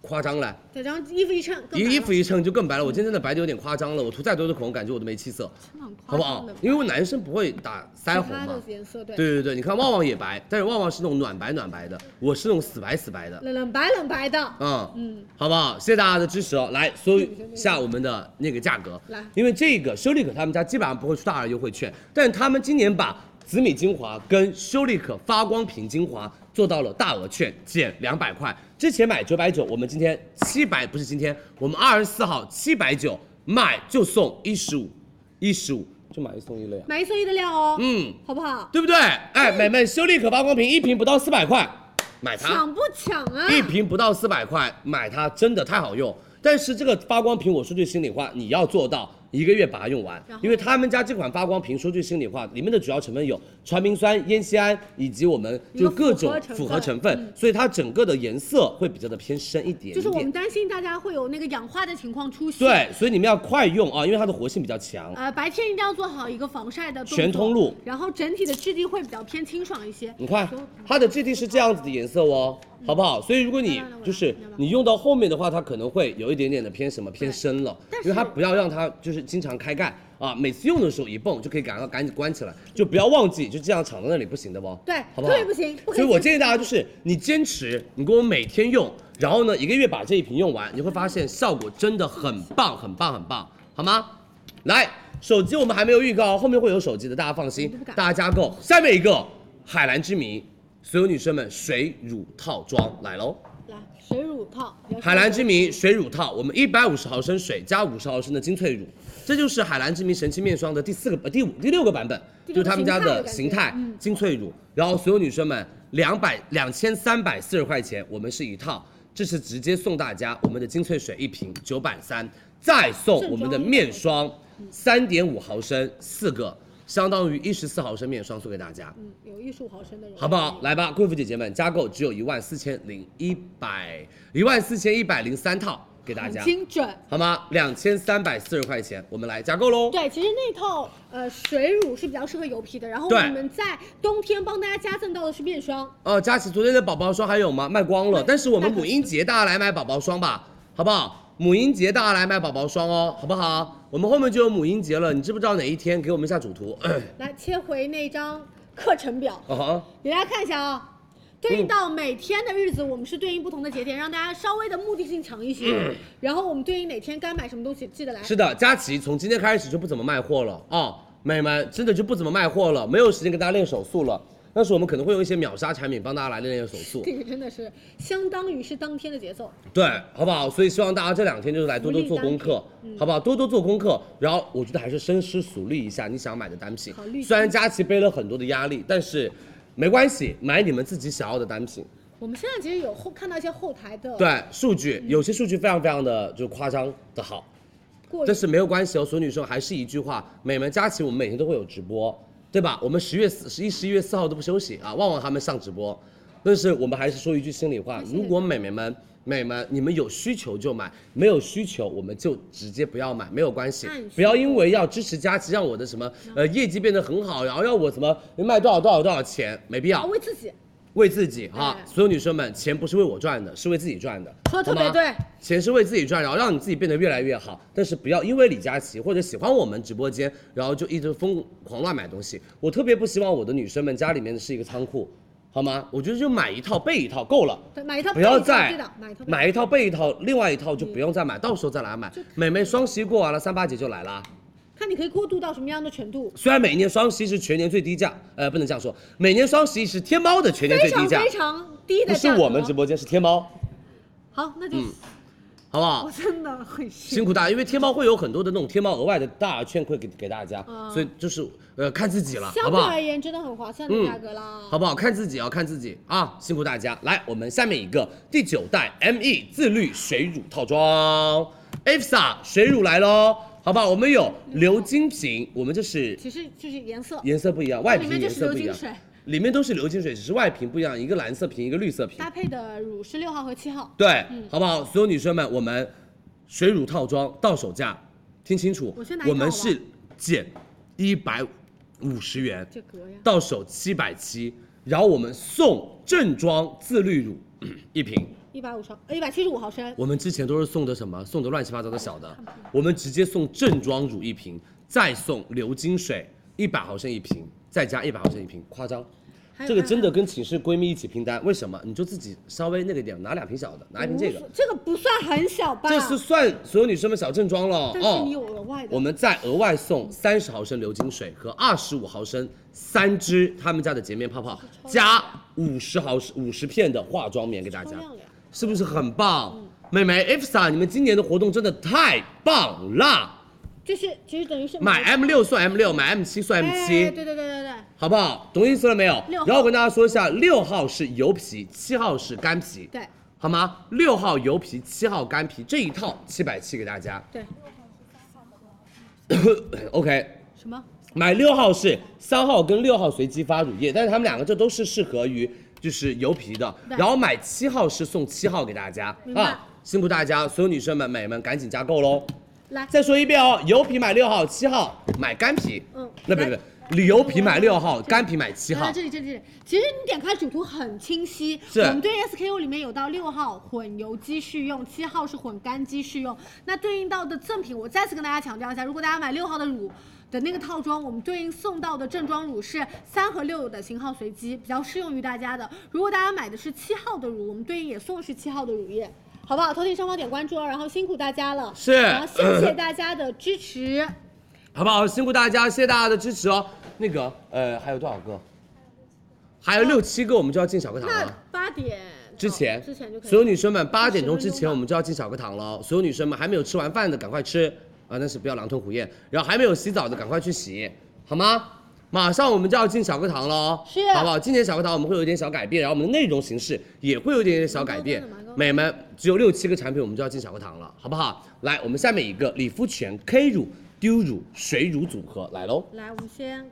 Speaker 4: 夸张了。
Speaker 1: 对，然后衣服一衬，更白
Speaker 4: 一衣服
Speaker 1: 了
Speaker 4: 一衬就更白了。我今天真的白的有点夸张了，我涂再多的口红，感觉我都没气色，
Speaker 1: 真的很夸
Speaker 4: 好不
Speaker 1: 张
Speaker 4: 好
Speaker 1: 的？
Speaker 4: 因为我男生不会打腮红
Speaker 1: 其他
Speaker 4: 嘛
Speaker 1: 的。颜色对
Speaker 4: 对对对，你看旺旺也白，但是旺旺是那种暖白暖白的，我是那种死白死白的。
Speaker 1: 冷冷白冷白的，
Speaker 4: 嗯
Speaker 1: 嗯，
Speaker 4: 好不好？谢谢大家的支持哦。来搜一下我们的那个价格，
Speaker 1: 来
Speaker 4: 因为这个修丽可他们家基本上不会出大额优惠券，但是他们今年把紫米精华跟修丽可发光瓶精华做到了大额券，减两百块。之前买九百九，我们今天七百，不是今天，我们二十四号七百九买就送一十五，一十五就买一送一了呀，
Speaker 1: 买一送一的量哦，
Speaker 4: 嗯，
Speaker 1: 好不好？
Speaker 4: 对不对？哎，美们，修丽可发光瓶一瓶不到四百块，买它。
Speaker 1: 抢不抢啊？
Speaker 4: 一瓶不到四百块，买它真的太好用。但是这个发光瓶，我说句心里话，你要做到一个月把它用完
Speaker 1: 然，后
Speaker 4: 因为他们家这款发光瓶，说句心里话，里面的主要成分有传明酸、烟酰胺以及我们
Speaker 1: 一个
Speaker 4: 就各
Speaker 1: 复合成分嗯
Speaker 4: 种复合成分，所以它整个的颜色会比较的偏深一点点。
Speaker 1: 就是我们担心大家会有那个氧化的情况出现。
Speaker 4: 对，所以你们要快用啊，因为它的活性比较强。
Speaker 1: 呃，白天一定要做好一个防晒的动作
Speaker 4: 全通路
Speaker 1: 然后整体的质地会比较偏清爽一些。嗯
Speaker 4: 你看它的质地是这样子的颜色哦，好不好？所以如果你就是你用到后面的话，它可能会有一点点的偏什么偏深了，
Speaker 1: 但是
Speaker 4: 因为它不要让它就是经常开盖啊，每次用的时候一蹦就可以赶快赶紧关起来，就不要忘记就这样躺在那里不行的哦，
Speaker 1: 对
Speaker 4: 好不好？
Speaker 1: 特别不行不可以
Speaker 4: 所以我
Speaker 1: 坚持
Speaker 4: 建议大家就是你坚持，你给我每天用，然后呢一个月把这一瓶用完，你会发现效果真的很棒，很棒，很棒，好吗？来，手机我们还没有预告，哦后面会有手机的，大家放心
Speaker 1: 我都不，敢
Speaker 4: 大家加购。下面一个海蓝之谜，所有女生们水乳套装来喽！
Speaker 1: 来水乳套，
Speaker 4: 海蓝之谜水乳套，我们一百五十毫升水加五十毫升的精粹乳，这就是海蓝之谜神奇面霜的第四个、呃第五、第六个版本，
Speaker 1: 第
Speaker 4: 就
Speaker 1: 六
Speaker 4: 是
Speaker 1: 个
Speaker 4: 他们家的
Speaker 1: 形
Speaker 4: 形
Speaker 1: 态
Speaker 4: 态
Speaker 1: 嗯
Speaker 4: 精粹乳。然后所有女生们，两百两千三百四十块钱，我们是一套，这是直接送大家我们的精粹水一瓶九百三，再送我们的面霜三点五毫升四个，相当于一十四毫升面霜送给大家，
Speaker 1: 嗯，有一十五毫升的柔，
Speaker 4: 好不好？？来吧，贵妇姐姐们，加购只有一万四千零一百一万四千一百零三套给大
Speaker 1: 很
Speaker 4: 家，
Speaker 1: 精准。
Speaker 4: 好吗？两千三百四十块钱，我们来加购喽。
Speaker 1: 对，其实那套呃水乳是比较适合油皮的，然后
Speaker 4: 对
Speaker 1: 我们在冬天帮大家加赠到的是面霜，
Speaker 4: 哦，佳琪，昨天的宝宝霜还有吗？卖光了。
Speaker 1: 对
Speaker 4: 但是我们
Speaker 1: 那可
Speaker 4: 母婴节大家来买宝宝霜吧，好不好？母婴节大家来买宝宝霜哦，好不好？我们后面就有母婴节了，你知不知道哪一天？给我们一下主图。
Speaker 1: 来切回那张课程表，
Speaker 4: 哦吼，
Speaker 1: 给大家看一下啊。
Speaker 4: 嗯
Speaker 1: 对应到每天的日子，我们是对应不同的节点，让大家稍微的目的性强一些。然后我们对应哪天该买什么东西，记得来。
Speaker 4: 嗯是的，佳琪从今天开始就不怎么卖货了哦，美们真的就不怎么卖货了，没有时间跟大家练手速了。但是我们可能会用一些秒杀产品帮大家来练练手速，
Speaker 1: 这个真的是相当于是当天的节奏，
Speaker 4: 对，好不好？所以希望大家这两天就是来多多做功课，
Speaker 1: 嗯
Speaker 4: 好不好？多多做功课，然后我觉得还是深思熟虑一下你想买的单品
Speaker 1: 考虑。
Speaker 4: 虽然佳琪背了很多的压力，但是没关系，买你们自己想要的单品。
Speaker 1: 我们现在其实有后看到一些后台的
Speaker 4: 对，数据
Speaker 1: 嗯
Speaker 4: 有些数据非常非常的就是夸张的好，
Speaker 1: 过于
Speaker 4: 但是没有关系哦，所有女生还是一句话，美们佳琪，我们每天都会有直播，对吧？我们十月四、十一、十一月四号都不休息啊，旺旺他们上直播，但是我们还是说一句心里话，如果美眉们、美们你们有需求就买，没有需求我们就直接不要买，没有关系
Speaker 1: 按需，嗯
Speaker 4: 不要因为要支持佳琪，让我的什么呃业绩变得很好，然后要我什么卖多少多少多少钱，没必
Speaker 1: 啊
Speaker 4: 要，
Speaker 1: 为自己
Speaker 4: 为自己哈、
Speaker 1: 对
Speaker 4: 所有女生们，钱不是为我赚的，是为自己赚的，
Speaker 1: 说得特别
Speaker 4: 好吗
Speaker 1: 对，
Speaker 4: 钱是为自己赚，然后让你自己变得越来越好，但是不要因为李佳琦或者喜欢我们直播间，然后就一直疯狂乱买东西。我特别不希望我的女生们家里面是一个仓库，好吗？我觉得就买一套备一套够了。
Speaker 1: 对买一套
Speaker 4: 不要
Speaker 1: 配一套
Speaker 4: 再
Speaker 1: 对的，买一套配
Speaker 4: 买一套备一套，另外一套就不用再买，到时候再来买。美眉双十一过完了，三八节就来啦。
Speaker 1: 看你可以过渡到什么样的程度，
Speaker 4: 虽然每年双十一是全年最低价，呃，不能这样说，每年双十一是天猫的全年
Speaker 1: 非
Speaker 4: 最低
Speaker 1: 常
Speaker 4: 价
Speaker 1: 非，常低的
Speaker 4: 不是
Speaker 1: 价格
Speaker 4: 我们直播嗯间，是天猫，
Speaker 1: 好，那就、
Speaker 4: 好不好？
Speaker 1: 我真的很
Speaker 4: 辛苦大家，因为天猫会有很多的那种天猫额外的大券会给给大家，
Speaker 1: 嗯
Speaker 4: 所以就是呃看自己了，好
Speaker 1: 啊相
Speaker 4: 不
Speaker 1: 对
Speaker 4: 好
Speaker 1: 而？言真的很划算的
Speaker 4: 嗯
Speaker 1: 价格啦。
Speaker 4: 好不好？看自己啊，看自己啊，辛苦大家。来，我们下面一个第九代 ME 自律水乳套装 e f s a 水乳来喽，好不好？我们有鎏金瓶，我们这是
Speaker 1: 其实就是颜色，
Speaker 4: 颜色不一样，外
Speaker 1: 里
Speaker 4: 瓶
Speaker 1: 面就
Speaker 4: 颜
Speaker 1: 是
Speaker 4: 色不一样
Speaker 1: 鎏金水，
Speaker 4: 里面都是鎏金水，只是外瓶不一样，一个蓝色瓶，一个绿色瓶。
Speaker 1: 搭配的乳是六号和七号，
Speaker 4: 对，好不好？所有女生们，我们水乳套装到手价，听清楚，
Speaker 1: 我先拿一
Speaker 4: 我
Speaker 1: 套
Speaker 4: 们
Speaker 1: 好不好
Speaker 4: 是减一百五十元，
Speaker 1: 这格呀，
Speaker 4: 到手七百七，然后我们送正装自律乳 一瓶。
Speaker 1: 一百五十，呃一百七十五毫升，
Speaker 4: 我们之前都是送的什么？送的乱七八糟的小的，我们直接送正装乳一瓶，再送鎏金水一百毫升一瓶，再加一百毫升一瓶，夸张。
Speaker 1: 还有
Speaker 4: 这个真的跟寝室闺蜜一起拼单，为什么？你就自己稍微那个一点，拿两瓶小的，拿一瓶这个
Speaker 1: 无，所这个不算很小吧？
Speaker 4: 这是算所有女生们小正装了
Speaker 1: 啊但是你
Speaker 4: 哦。
Speaker 1: 有额外的，
Speaker 4: 我们再额外送三十毫升鎏金水和二十五毫升三支他们家的洁面泡泡，加五十毫升五十片的化妆棉给大
Speaker 1: 超
Speaker 4: 家，
Speaker 1: 亮嗯了呀，
Speaker 4: 是不是很棒？妹妹 e f s a 你们今年的活动真的太棒啦！
Speaker 1: 就是其实等于是
Speaker 4: 买 M 六送 M 六，买 M 七送 M
Speaker 1: 哎，
Speaker 4: 七
Speaker 1: 对，对对对对，
Speaker 4: 好不好？懂意思了没有
Speaker 1: 六？号
Speaker 4: 然后我跟大家说一下，六号是油皮，七号是干皮，
Speaker 1: 对
Speaker 4: 好吗？六号油皮，七号干皮，这一套七百七给大家。
Speaker 1: 对，
Speaker 4: OK，
Speaker 1: 什么？
Speaker 4: 买六号是三号跟六号随机发乳液，但是他们两个这都是适合于就是油皮的，
Speaker 1: 对
Speaker 4: 然后买七号是送七号给大家
Speaker 1: 明白
Speaker 4: 啊，辛苦大家，所有女生们、美们赶紧加购喽！
Speaker 1: 来，
Speaker 4: 再说一遍哦，油皮买六号，七号买干皮，
Speaker 1: 嗯
Speaker 4: 那不
Speaker 1: 来
Speaker 4: 对不对，油皮买六号，干皮买七
Speaker 1: 来
Speaker 4: 号
Speaker 1: 来，啊这里这里这里，其实你点开主图很清晰。
Speaker 4: 是
Speaker 1: 我们对 SKU 里面有到六号混油肌适用，七号是混干肌适用。那对应到的赠品，我再次跟大家强调一下，如果大家买六号的乳的那个套装，我们对应送到的正装乳是三和六的型号随机，比较适用于大家的。如果大家买的是七号的乳，我们对应也送的是七号的乳液。好不好？头顶上方点关注哦，然后辛苦大家了，
Speaker 4: 是
Speaker 1: 然后谢 谢大家的支持。
Speaker 4: 好不好？辛苦大家，谢谢大家的支持哦。那个呃，还有多少个？还有六七个，我们就要进小课堂
Speaker 1: 那
Speaker 4: 了。
Speaker 1: 八点哦
Speaker 4: 之前，
Speaker 1: 之前就可以。
Speaker 4: 所有女生们八点
Speaker 1: 10
Speaker 4: 钟
Speaker 1: 分
Speaker 4: 之
Speaker 1: 钟
Speaker 4: 前
Speaker 1: 吧
Speaker 4: 我们就要进小课堂了哦，所有女生们还没有吃完饭的赶快吃啊，但是不要狼吞虎咽，然后还没有洗澡的赶快去洗，好吗？马上我们就要进小课堂了哦，
Speaker 1: 是
Speaker 4: 好不好？今年小课堂我们会有一点小改变，然后我们的内容形式也会有一点点小改变
Speaker 1: 蛮高端的蛮高。端的
Speaker 4: 美们，只有六七个产品，我们就要进小课堂了，好不好？来，我们下面一个理肤泉 K 乳丢乳水乳组合来喽，
Speaker 1: 来，我们先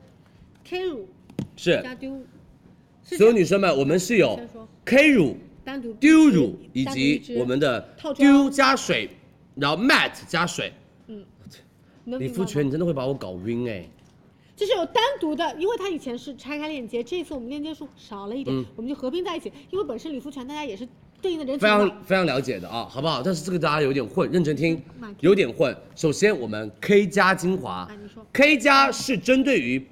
Speaker 1: K 乳
Speaker 4: 是
Speaker 1: 加丢乳，是
Speaker 4: 所有
Speaker 1: 这
Speaker 4: 女生们，我们是有
Speaker 1: 先说
Speaker 4: K 乳、
Speaker 1: 单独
Speaker 4: 丢乳以
Speaker 1: 单独一
Speaker 4: 及
Speaker 1: 支
Speaker 4: 我们的
Speaker 1: 套装
Speaker 4: 丢加水，然后 matte 加水。
Speaker 1: 能
Speaker 4: 李
Speaker 1: 明白
Speaker 4: 富
Speaker 1: 吗
Speaker 4: 全，你真的会把我搞晕哎、
Speaker 1: 就是有单独的，因为它以前是拆开链接，这次我们链接数少了一点，
Speaker 4: 嗯
Speaker 1: 我们就合并在一起。因为本身理肤泉大家也是对应的人
Speaker 4: 非
Speaker 1: 群嘛，
Speaker 4: 常非常了解的啊，好不好？但是这个大家有点混，认真听
Speaker 1: 马克，
Speaker 4: 有点混。首先我们 K 加精华
Speaker 1: 啊你说
Speaker 4: ，K 加是针对于，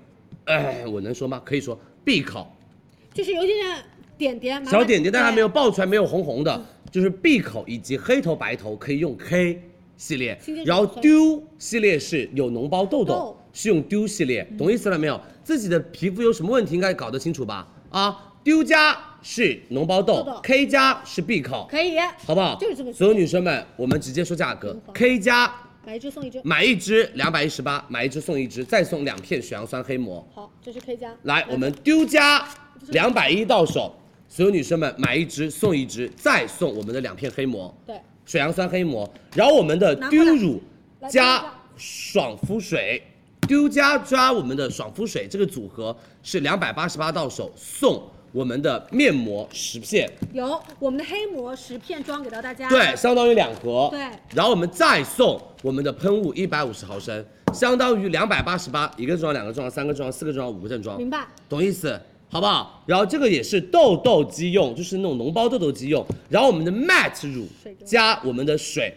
Speaker 4: 哎，我能说吗？可以说闭口
Speaker 1: 就是有一点点点点麻烦
Speaker 4: 小点点，但它
Speaker 1: 对嗯
Speaker 4: 没有爆出来，没有红红的，就是闭口以及黑头白头可以用 K 系列
Speaker 1: 新，鲜
Speaker 4: 然后
Speaker 1: 手工
Speaker 4: 丢系列是有脓包痘痘
Speaker 1: 痘，嗯
Speaker 4: 是用丢系列，懂意思了没有？自己的皮肤有什么问题应该搞得清楚吧？啊，丢加是脓包
Speaker 1: 痘
Speaker 4: 痘
Speaker 1: 痘
Speaker 4: ，K 加是闭口。
Speaker 1: 可以，
Speaker 4: 好不好？
Speaker 1: 就是这么嗯
Speaker 4: 所有女生们，我们直接说价格
Speaker 1: 明白
Speaker 4: ，K 加
Speaker 1: 买一支送一支。
Speaker 4: 买一支两百一十八，买一支送一支，再送两片水杨酸黑膜。
Speaker 1: 好，这是 K 加。
Speaker 4: 来，我们丢加
Speaker 1: 这是
Speaker 4: 两百一到手，所有女生们买一支送一支，再送我们的两片黑膜，
Speaker 1: 对
Speaker 4: 水杨酸黑膜。然后我们的
Speaker 1: 拿过
Speaker 4: 丢
Speaker 1: 来
Speaker 4: 乳
Speaker 1: 来丢
Speaker 4: 加
Speaker 1: 加
Speaker 4: 爽肤水，丢加抓我们的爽肤水这个组合是两百八十八到手，送我们的面膜十片。
Speaker 1: 有我们的黑膜十片装给到大家。
Speaker 4: 对，相当于两盒。
Speaker 1: 对
Speaker 4: 然后我们再送我们的喷雾一百五十毫升，相当于两百八十八，一个正装、两个正装、三个正装、四个正装、五个正装，
Speaker 1: 明白？
Speaker 4: 懂意思？好不好？然后这个也是痘痘肌用，就是那种脓包痘痘肌用。然后我们的 matte 乳
Speaker 1: 水跟
Speaker 4: 加我们的水，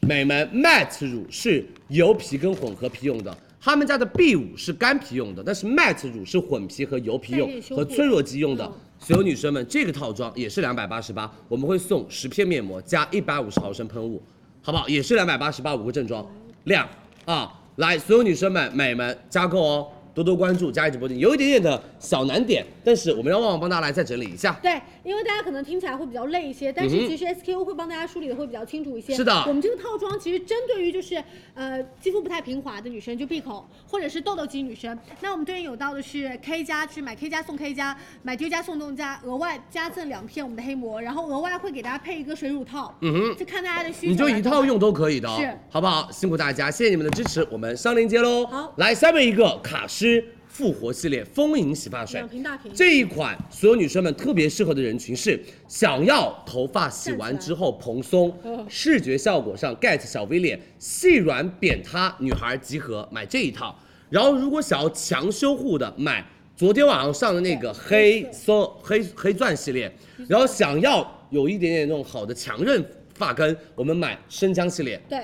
Speaker 4: 美们 matte 乳是油皮跟混合皮用的，他们家的 B 五是干皮用的，但是 matte 乳是混皮和油皮用
Speaker 1: 概念修复
Speaker 4: 和脆弱肌用的
Speaker 1: 嗯。
Speaker 4: 所有女生们，这个套装也是两百八十八，我们会送十片面膜加一百五十毫升喷雾，好不好？也是两百八十八五个正装量啊！来，所有女生们、美们加购哦，多多关注佳怡直播间，有一点点的小难点，但是我们让旺旺帮大家来再整理一下。
Speaker 1: 对，因为大家可能听起来会比较累一些，但是
Speaker 4: 嗯哼
Speaker 1: 其实 SKU 会帮大家梳理的会比较清楚一些。
Speaker 4: 是的
Speaker 1: 我们这个套装其实针对于就是呃肌肤不太平滑的女生就闭口，或者是痘痘肌女生，那我们对应有到的是 K 加去买 K 加送 K 加，买丢加送丢加，额外加赠两片我们的黑膜，然后额外会给大家配一个水乳套，嗯
Speaker 4: 哼，
Speaker 1: 就看大家的需求。
Speaker 4: 你就一套。用都可以的、哦，
Speaker 1: 是
Speaker 4: 好不好？辛苦大家，谢谢你们的支持，我们上链接喽。
Speaker 1: 好
Speaker 4: 来下面一个卡诗复活系列丰盈洗发水，
Speaker 1: 两瓶大瓶
Speaker 4: 这一款所有女生们特别适合的人群是想要头发洗完之后蓬松
Speaker 1: 嗯，
Speaker 4: 视觉效果上 get 小 V 脸细软扁塌女孩集合买这一套，然后如果想要强修护的买。昨天晚上上的那个黑色嗯黑黑钻系列，然后想要有一点点那种好的强韧发根，我们买生姜系列。
Speaker 1: 对，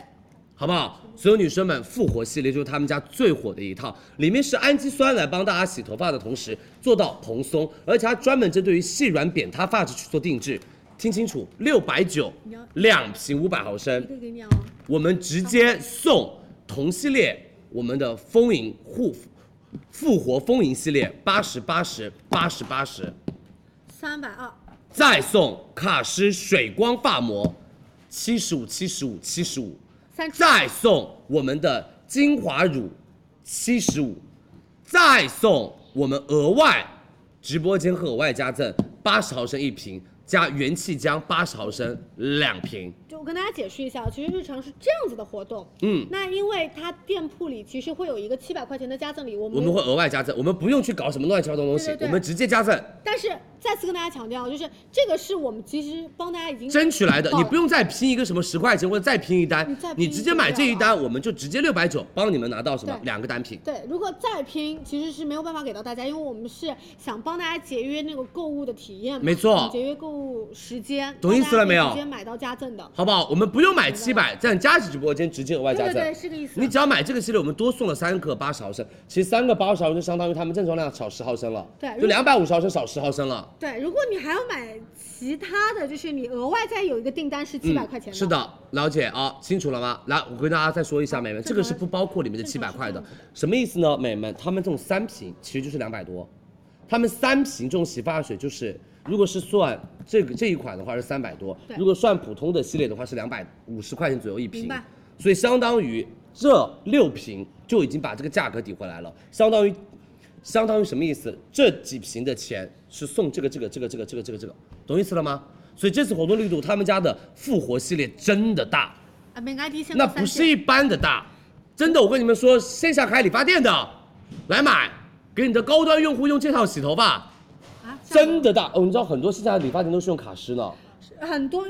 Speaker 4: 好不好？所有女生们，复活系列就是他们家最火的一套，里面是氨基酸来帮大家洗头发的同时做到蓬松，而且它专门针对于细软扁塌发质去做定制。听清楚，六百九
Speaker 1: 你要，
Speaker 4: 两瓶五百毫
Speaker 1: 一
Speaker 4: 升，
Speaker 1: 个给你哦。
Speaker 4: 我们直接送同系列我们的丰盈护肤复活丰盈系列八十八十八十八十。80, 80, 80,
Speaker 1: 三百二，
Speaker 4: 再送卡诗水光发膜，七十五七十五七十五
Speaker 1: 三，支
Speaker 4: 再送我们的精华乳，七十五，再送我们额外直播间和额外加赠八十毫升一瓶，加元气浆八十毫升两瓶。
Speaker 1: 就我跟大家解释一下，其实日常是这样子的活动，
Speaker 4: 嗯
Speaker 1: 那因为它店铺里其实会有一个七百块钱的加赠礼，我们
Speaker 4: 我们会额外加赠，我们不用去搞什么乱七八糟的东西，
Speaker 1: 对对对
Speaker 4: 我们直接加赠，
Speaker 1: 但是再次跟大家强调，就是这个是我们其实帮大家已经
Speaker 4: 争取来的。
Speaker 1: 搞
Speaker 4: 你不用再拼一个什么十块钱或者再拼一单
Speaker 1: 哦你再，拼
Speaker 4: 你直接买这一单，我们就直接六百九帮你们拿到什么
Speaker 1: 对
Speaker 4: 两个单品。
Speaker 1: 对，如果再拼，其实是没有办法给到大家，因为我们是想帮大家节约那个购物的体验嘛，嗯
Speaker 4: 没错
Speaker 1: 节约购物时间，
Speaker 4: 懂意思了没有
Speaker 1: 帮大家可以直接买到加赠的，
Speaker 4: 好不好？我们不用买七百，在佳琦直播间直接额外加赠。
Speaker 1: 对对对是这个意思
Speaker 4: 你只要买这个系列，我们多送了三个八十毫升，其实三个八十毫升就相当于他们正装量少十毫升了，
Speaker 1: 对
Speaker 4: 就
Speaker 1: 如果
Speaker 4: 两百五十毫升少十毫升了。
Speaker 1: 对，如果你还要买其他的，就是你额外再有一个订单是七百块钱
Speaker 4: 嗯
Speaker 1: 的，
Speaker 4: 是，的，了解啊，清楚了吗？来，我跟大家再说一下，美们，
Speaker 1: 正
Speaker 4: 这
Speaker 1: 常
Speaker 4: 个是不包括里面的七
Speaker 1: 正
Speaker 4: 百
Speaker 1: 常是
Speaker 4: 块的
Speaker 1: 哦这样，
Speaker 4: 什么意思呢？美们，他们这种三瓶其实就是两百多，他们三瓶这种洗发水就是，如果是算这个这一款的话是三百多
Speaker 1: 对，
Speaker 4: 如果算普通的系列的话是两百五十块钱左右一瓶
Speaker 1: 明白，
Speaker 4: 所以相当于这六瓶就已经把这个价格抵回来了，相当于。相当于什么意思？这几瓶的钱是送这个这个这个这个这个这个这个，懂意思了吗？所以这次活动力度，他们家的复活系列真的大，
Speaker 1: 啊，每个 ID 限
Speaker 4: 那
Speaker 1: 购
Speaker 4: 不
Speaker 1: 三
Speaker 4: 是
Speaker 1: 件，
Speaker 4: 一般的大，真的，我跟你们说，线下开理发店的，来买，给你的高端用户用这套洗头发，
Speaker 1: 啊，
Speaker 4: 真的大哦！你知道很多线下的理发店都是用卡诗呢，
Speaker 1: 很多，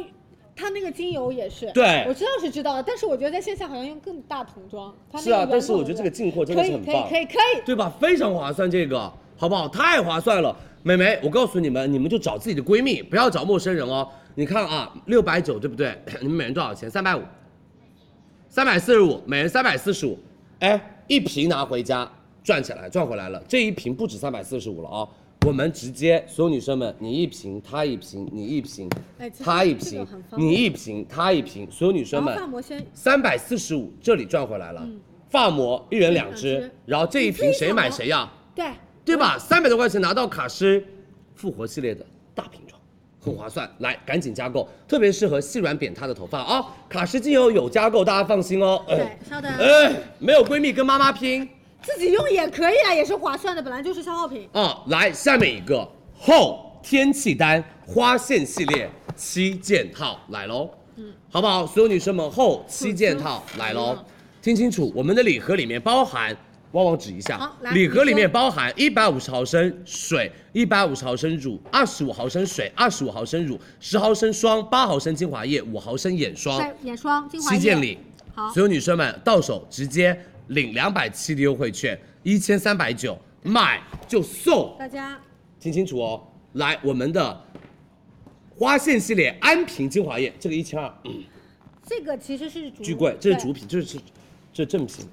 Speaker 1: 它那个精油也是，
Speaker 4: 对
Speaker 1: 我知道是知道的，但是我觉得在线下好像用更大桶装。它那
Speaker 4: 是啊
Speaker 1: 个，
Speaker 4: 但是
Speaker 1: 圆
Speaker 4: 我
Speaker 1: 筒
Speaker 4: 觉得
Speaker 1: 的
Speaker 4: 这个进货真
Speaker 1: 可
Speaker 4: 的是
Speaker 1: 以
Speaker 4: 很
Speaker 1: 可
Speaker 4: 棒
Speaker 1: 以，可以可以，
Speaker 4: 对吧？非常划算，这个好不好？太划算了，美眉，我告诉你们，你们就找自己的闺蜜，不要找陌生人哦。你看啊，六百九对不对？ 你们每人多少钱？三百五，三百四十五，每人三百四十五，哎，一瓶拿回家赚起来，赚回来了。这一瓶不止三百四十五了啊、我们直接所有女生们，你一瓶，她一瓶，你一瓶
Speaker 1: 哎其，实
Speaker 4: 她一
Speaker 1: 这个
Speaker 4: 瓶
Speaker 1: 很，方便
Speaker 4: 你一瓶，她一瓶，所有女
Speaker 1: 然
Speaker 4: 生
Speaker 1: 后
Speaker 4: 们，
Speaker 1: 发膜先
Speaker 4: 三百四十五，这里赚回来了。发膜一人
Speaker 1: 嗯
Speaker 4: 两
Speaker 1: 一人
Speaker 4: 支
Speaker 1: 两支，
Speaker 4: 然后这一瓶谁买谁要，
Speaker 1: 对
Speaker 4: 对吧？
Speaker 1: 嗯
Speaker 4: 三百多块钱拿到卡诗复活系列的大瓶装，很划算，来赶紧加购，特别适合细软扁塌的头发啊、卡诗精油有加购，大家放心哦。
Speaker 1: 对，稍等啊，
Speaker 4: 哎，没有闺蜜跟妈妈拼
Speaker 1: 自己用也可以啊，也是划算的，本来就是消耗品。
Speaker 4: 啊、来，下面一个后天气丹花线系列七件套来喽，嗯，好不好？所有女生们，后七件套来喽，
Speaker 1: 嗯
Speaker 4: 听清楚，我们的礼盒里面包含。汪汪指一下
Speaker 1: 好来，
Speaker 4: 礼盒里
Speaker 1: 你说
Speaker 4: 面包含一百五十毫升水、一百五十毫升乳、二十五毫升水、二十五毫升乳、十毫升霜、八毫升精华液、五毫升眼霜，
Speaker 1: 在眼霜、精华
Speaker 4: 七
Speaker 1: 液。
Speaker 4: 件礼，
Speaker 1: 好
Speaker 4: 所有女生们到手直接领两百七的优惠券，一千三百九，买就送，
Speaker 1: 大家
Speaker 4: 听清楚哦。来，我们的花线系列安瓶精华液，这个一千二，
Speaker 1: 这个其实是主
Speaker 4: 巨贵，这
Speaker 1: 嗯
Speaker 4: 是
Speaker 1: 对
Speaker 4: 主品，这是这是正品。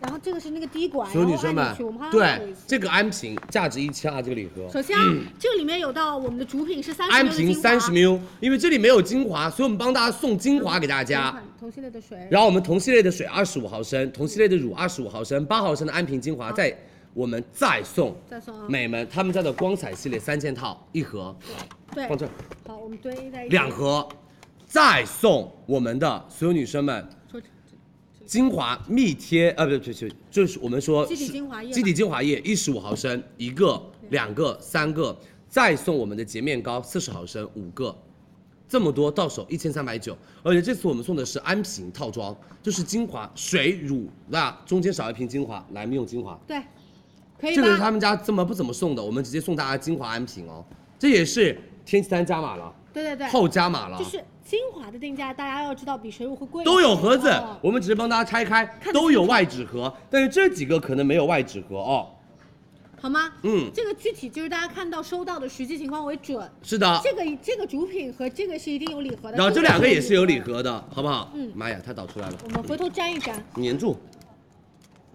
Speaker 1: 然后这个是那个滴管，
Speaker 4: 所有女
Speaker 1: 然后
Speaker 4: 生
Speaker 1: 按
Speaker 4: 们
Speaker 1: 进去我们还，要按
Speaker 4: 对
Speaker 1: 进去
Speaker 4: 这个安瓶价值一千二，这个礼盒。
Speaker 1: 首先啊，这个里面有到我们的主品是三十啊
Speaker 4: 安瓶三十 ml，因为这里没有精华，所以我们帮大家送精华给大家。
Speaker 1: 同系列的水，
Speaker 4: 然后我们同系列的水二十五毫升，同系列的乳二十五毫升，八毫升的安瓶精华
Speaker 1: 嗯
Speaker 4: 再我们再送
Speaker 1: 再送啊
Speaker 4: 美们他们家的光彩系列三件套一盒，
Speaker 1: 对，
Speaker 4: 放这儿
Speaker 1: 好，我们堆在一起
Speaker 4: 两盒，再送我们的所有女生们
Speaker 1: 说这
Speaker 4: 精华密贴，呃，不是，不是，就是我们说
Speaker 1: 基底
Speaker 4: 是
Speaker 1: 精华液吧
Speaker 4: 基底精华液一十五毫升一个、两个、三个，再送我们的洁面膏四十毫升五个，这么多到手一千三百九，而且这次我们送的是安瓶套装，就是精华、水、乳，那中间少一瓶精华，来，我们用精华，
Speaker 1: 对，可以
Speaker 4: 这
Speaker 1: 吧？
Speaker 4: 个是他们家这么不怎么送的，我们直接送大家精华安瓶哦，这也是天气丹加码了，
Speaker 1: 对对对，
Speaker 4: 后加码了，
Speaker 1: 就是精华的定价，大家要知道比水乳会贵一点，
Speaker 4: 都有盒子，
Speaker 1: 哦
Speaker 4: 我们只是帮大家拆开，都有外纸盒，但是这几个可能没有外纸盒哦。
Speaker 1: 好吗？
Speaker 4: 嗯
Speaker 1: 这个具体就是大家看到收到的实际情况为准。
Speaker 4: 是的，
Speaker 1: 这个这个主品和这个是一定有礼盒的，
Speaker 4: 啊然后这两个也是有礼
Speaker 1: 的。
Speaker 4: 盒的，好不好？
Speaker 1: 嗯
Speaker 4: 妈呀，它倒出来了，
Speaker 1: 我们回头粘一粘，啊，
Speaker 4: 粘住，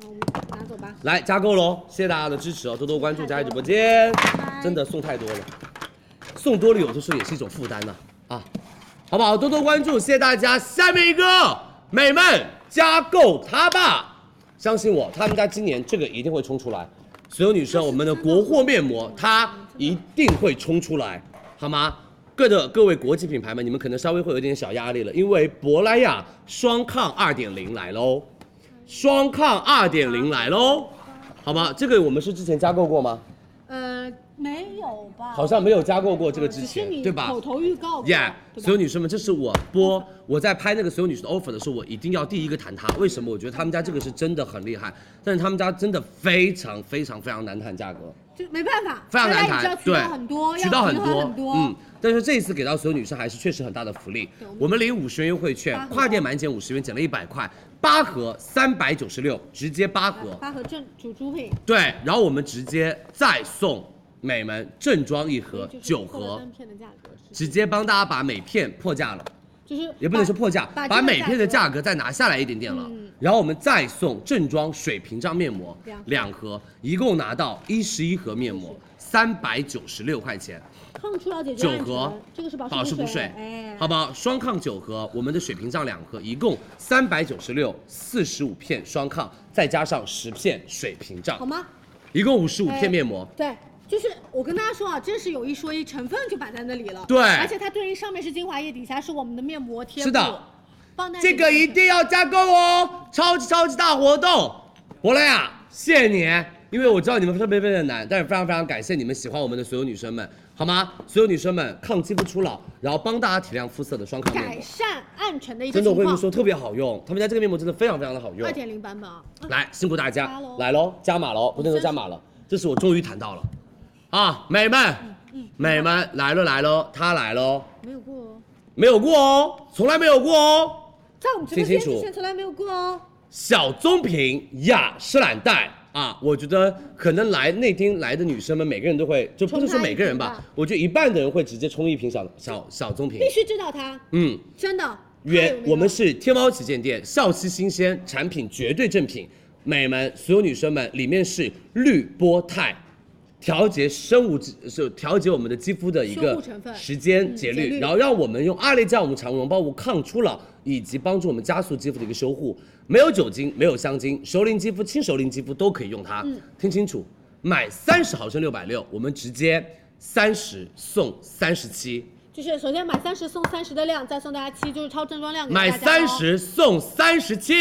Speaker 1: 我们拿走吧。
Speaker 4: 来加购喽！谢谢大家的支持哦，多多关注佳怡直播间
Speaker 1: 拜，
Speaker 4: 真的送太多了，送多了有的时候也是一种负担呐啊好不好？多多关注，谢谢大家。下面一个美们加购它吧，相信我，他们家今年这个一定会冲出来。所有女生，我们的国货面膜它一定会冲出来，好吗？各的各位国际品牌们，你们可能稍微会有点小压力了，因为珀莱雅双抗二点零来喽，双抗二点零来喽，好吗？这个我们是之前加购过吗？
Speaker 1: 呃，没有吧？
Speaker 4: 好像没有加购过这个之
Speaker 1: 只是
Speaker 4: 前
Speaker 1: 你，
Speaker 4: 对吧？
Speaker 1: 口头预告过
Speaker 4: 耶、
Speaker 1: 对吧
Speaker 4: 所有女生们，这是我播我在拍那个所有女生的 offer 的时候，我一定要第一个谈它。为什么？我觉得他们家这个是真的很厉害，但是他们家真的非常非常非常难谈价格，
Speaker 1: 就没办法，
Speaker 4: 非常难
Speaker 1: 大家也
Speaker 4: 谈。
Speaker 1: 知道渠
Speaker 4: 对
Speaker 1: 道很，多，
Speaker 4: 渠道
Speaker 1: 要
Speaker 4: 很
Speaker 1: 平衡很
Speaker 4: 多，嗯。但是这一次给到所有女生还是确实很大的福利
Speaker 1: 对我，们
Speaker 4: 我们领五十元优惠券
Speaker 1: 八，盒
Speaker 4: 跨店满减五十元，减了一百块，八盒三百九十六，直接八盒。
Speaker 1: 八盒正主主品，
Speaker 4: 对，然后我们直接再送美们正装一盒
Speaker 1: 哎就是
Speaker 4: 九
Speaker 1: 破了
Speaker 4: 盒
Speaker 1: 单，片的价格是，
Speaker 4: 直接帮大家把每片破价了。
Speaker 1: 就是
Speaker 4: 也不能说破价，
Speaker 1: 把这个
Speaker 4: 把每片的价格再拿下来一点点了，
Speaker 1: 嗯
Speaker 4: 然后我们再送正装水屏障面膜
Speaker 1: 两盒
Speaker 4: 两盒，一共拿到一十一盒面膜，三百九十六块钱，
Speaker 1: 抗初老解决
Speaker 4: 九
Speaker 1: 暗
Speaker 4: 盒
Speaker 1: 沉，这个是
Speaker 4: 保
Speaker 1: 湿
Speaker 4: 湿补水，
Speaker 1: 哎，
Speaker 4: 好不好？双抗九盒，我们的水屏障两盒，一共三百九十六，四十五片双抗，再加上十片水屏障
Speaker 1: 好，吗？
Speaker 4: 一共五十五
Speaker 1: 哎
Speaker 4: 片面膜。
Speaker 1: 对，就是我跟大家说啊，真是有一说一，成分就摆在那里了。
Speaker 4: 对
Speaker 1: 而且它对应上面是精华液，底下是我们的面膜贴布。
Speaker 4: 是的，
Speaker 1: 棒蛋
Speaker 4: 这个一定要加购哦，超级超级大活动！啊珀莱雅，谢谢你，因为我知道你们特别特别的难，但是非常非常感谢你们喜欢我们的所有女生们。好吗？所有女生们，抗肌肤初老，然后帮大家提亮肤色的双抗面
Speaker 1: 改
Speaker 4: 膜，
Speaker 1: 善暗沉的一个
Speaker 4: 真的
Speaker 1: 情
Speaker 4: 我跟你
Speaker 1: 况
Speaker 4: 们。说特别好用，他们家这个面膜真的非常非常的好用
Speaker 1: 二。点零版本啊，
Speaker 4: 来，辛苦大家
Speaker 1: 加喽，
Speaker 4: 来喽，加码喽，不能说加码了，这是我终于谈到了，啊，美们，
Speaker 1: 嗯
Speaker 4: 美们来了来了，他来喽，
Speaker 1: 没有过哦，
Speaker 4: 没有过哦，从来没有过哦。
Speaker 1: 在我们直播
Speaker 4: 听
Speaker 1: 间
Speaker 4: 清楚
Speaker 1: 之前从来没有过哦。
Speaker 4: 小棕瓶雅诗兰黛啊，我觉得可能来那天来的女生们，每个人都会，就不
Speaker 1: 冲
Speaker 4: 是说
Speaker 1: 它一
Speaker 4: 每个人
Speaker 1: 瓶
Speaker 4: 吧
Speaker 1: 吧，
Speaker 4: 我觉得一半的人会直接冲一瓶小小小棕瓶
Speaker 1: 必。须知道它，
Speaker 4: 嗯，
Speaker 1: 真的。太有
Speaker 4: 原
Speaker 1: 名了
Speaker 4: 我们是天猫旗舰店，效期新鲜，产品绝对正品，美们，所有女生们，里面是绿波肽。调节生物质是调节我们的肌肤的一
Speaker 1: 修
Speaker 4: 个
Speaker 1: 护成分嗯
Speaker 4: 时间节
Speaker 1: 节
Speaker 4: 律，
Speaker 1: 律
Speaker 4: 然后让我们用阿丽加我们产物绒包物抗初老，以及帮助我们加速肌肤的一个修护。没有酒精，没有香精，熟龄肌肤、轻熟龄肌肤都可以用它。
Speaker 1: 嗯
Speaker 4: 听清楚，买三十毫升六百六，我们直接三十送三十七。
Speaker 1: 哦就是首先买三十送三十的量，再送大家七，就是超正装量给大
Speaker 4: 买
Speaker 1: 家、哦。
Speaker 4: 三十送三十七，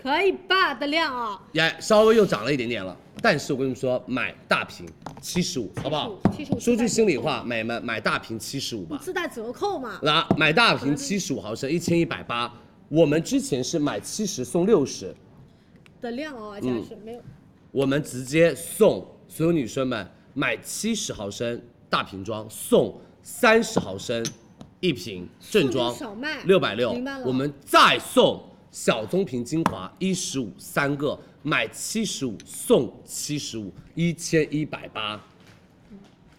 Speaker 1: 可以吧的量啊，
Speaker 4: 也稍微又涨了一点点了。但是我跟你们说，买大瓶七十五，好不好？
Speaker 1: 75
Speaker 4: 说句心里话，美们买大瓶七十五吧。
Speaker 1: 自带折扣嘛。
Speaker 4: 来，买大瓶七十五毫升，一千一百八。我们之前是买七十送六十，
Speaker 1: 的量哦，而且
Speaker 4: 嗯
Speaker 1: 还是没有。
Speaker 4: 我们直接送所有女生们买七十毫升大瓶装，送三十毫升一瓶正装
Speaker 1: 送，那个
Speaker 4: 六
Speaker 1: 小
Speaker 4: 百
Speaker 1: 麦
Speaker 4: 六
Speaker 1: 明白了。
Speaker 4: 我们再送小棕瓶精华一十五三个，买七十五送七十五，一千一百八，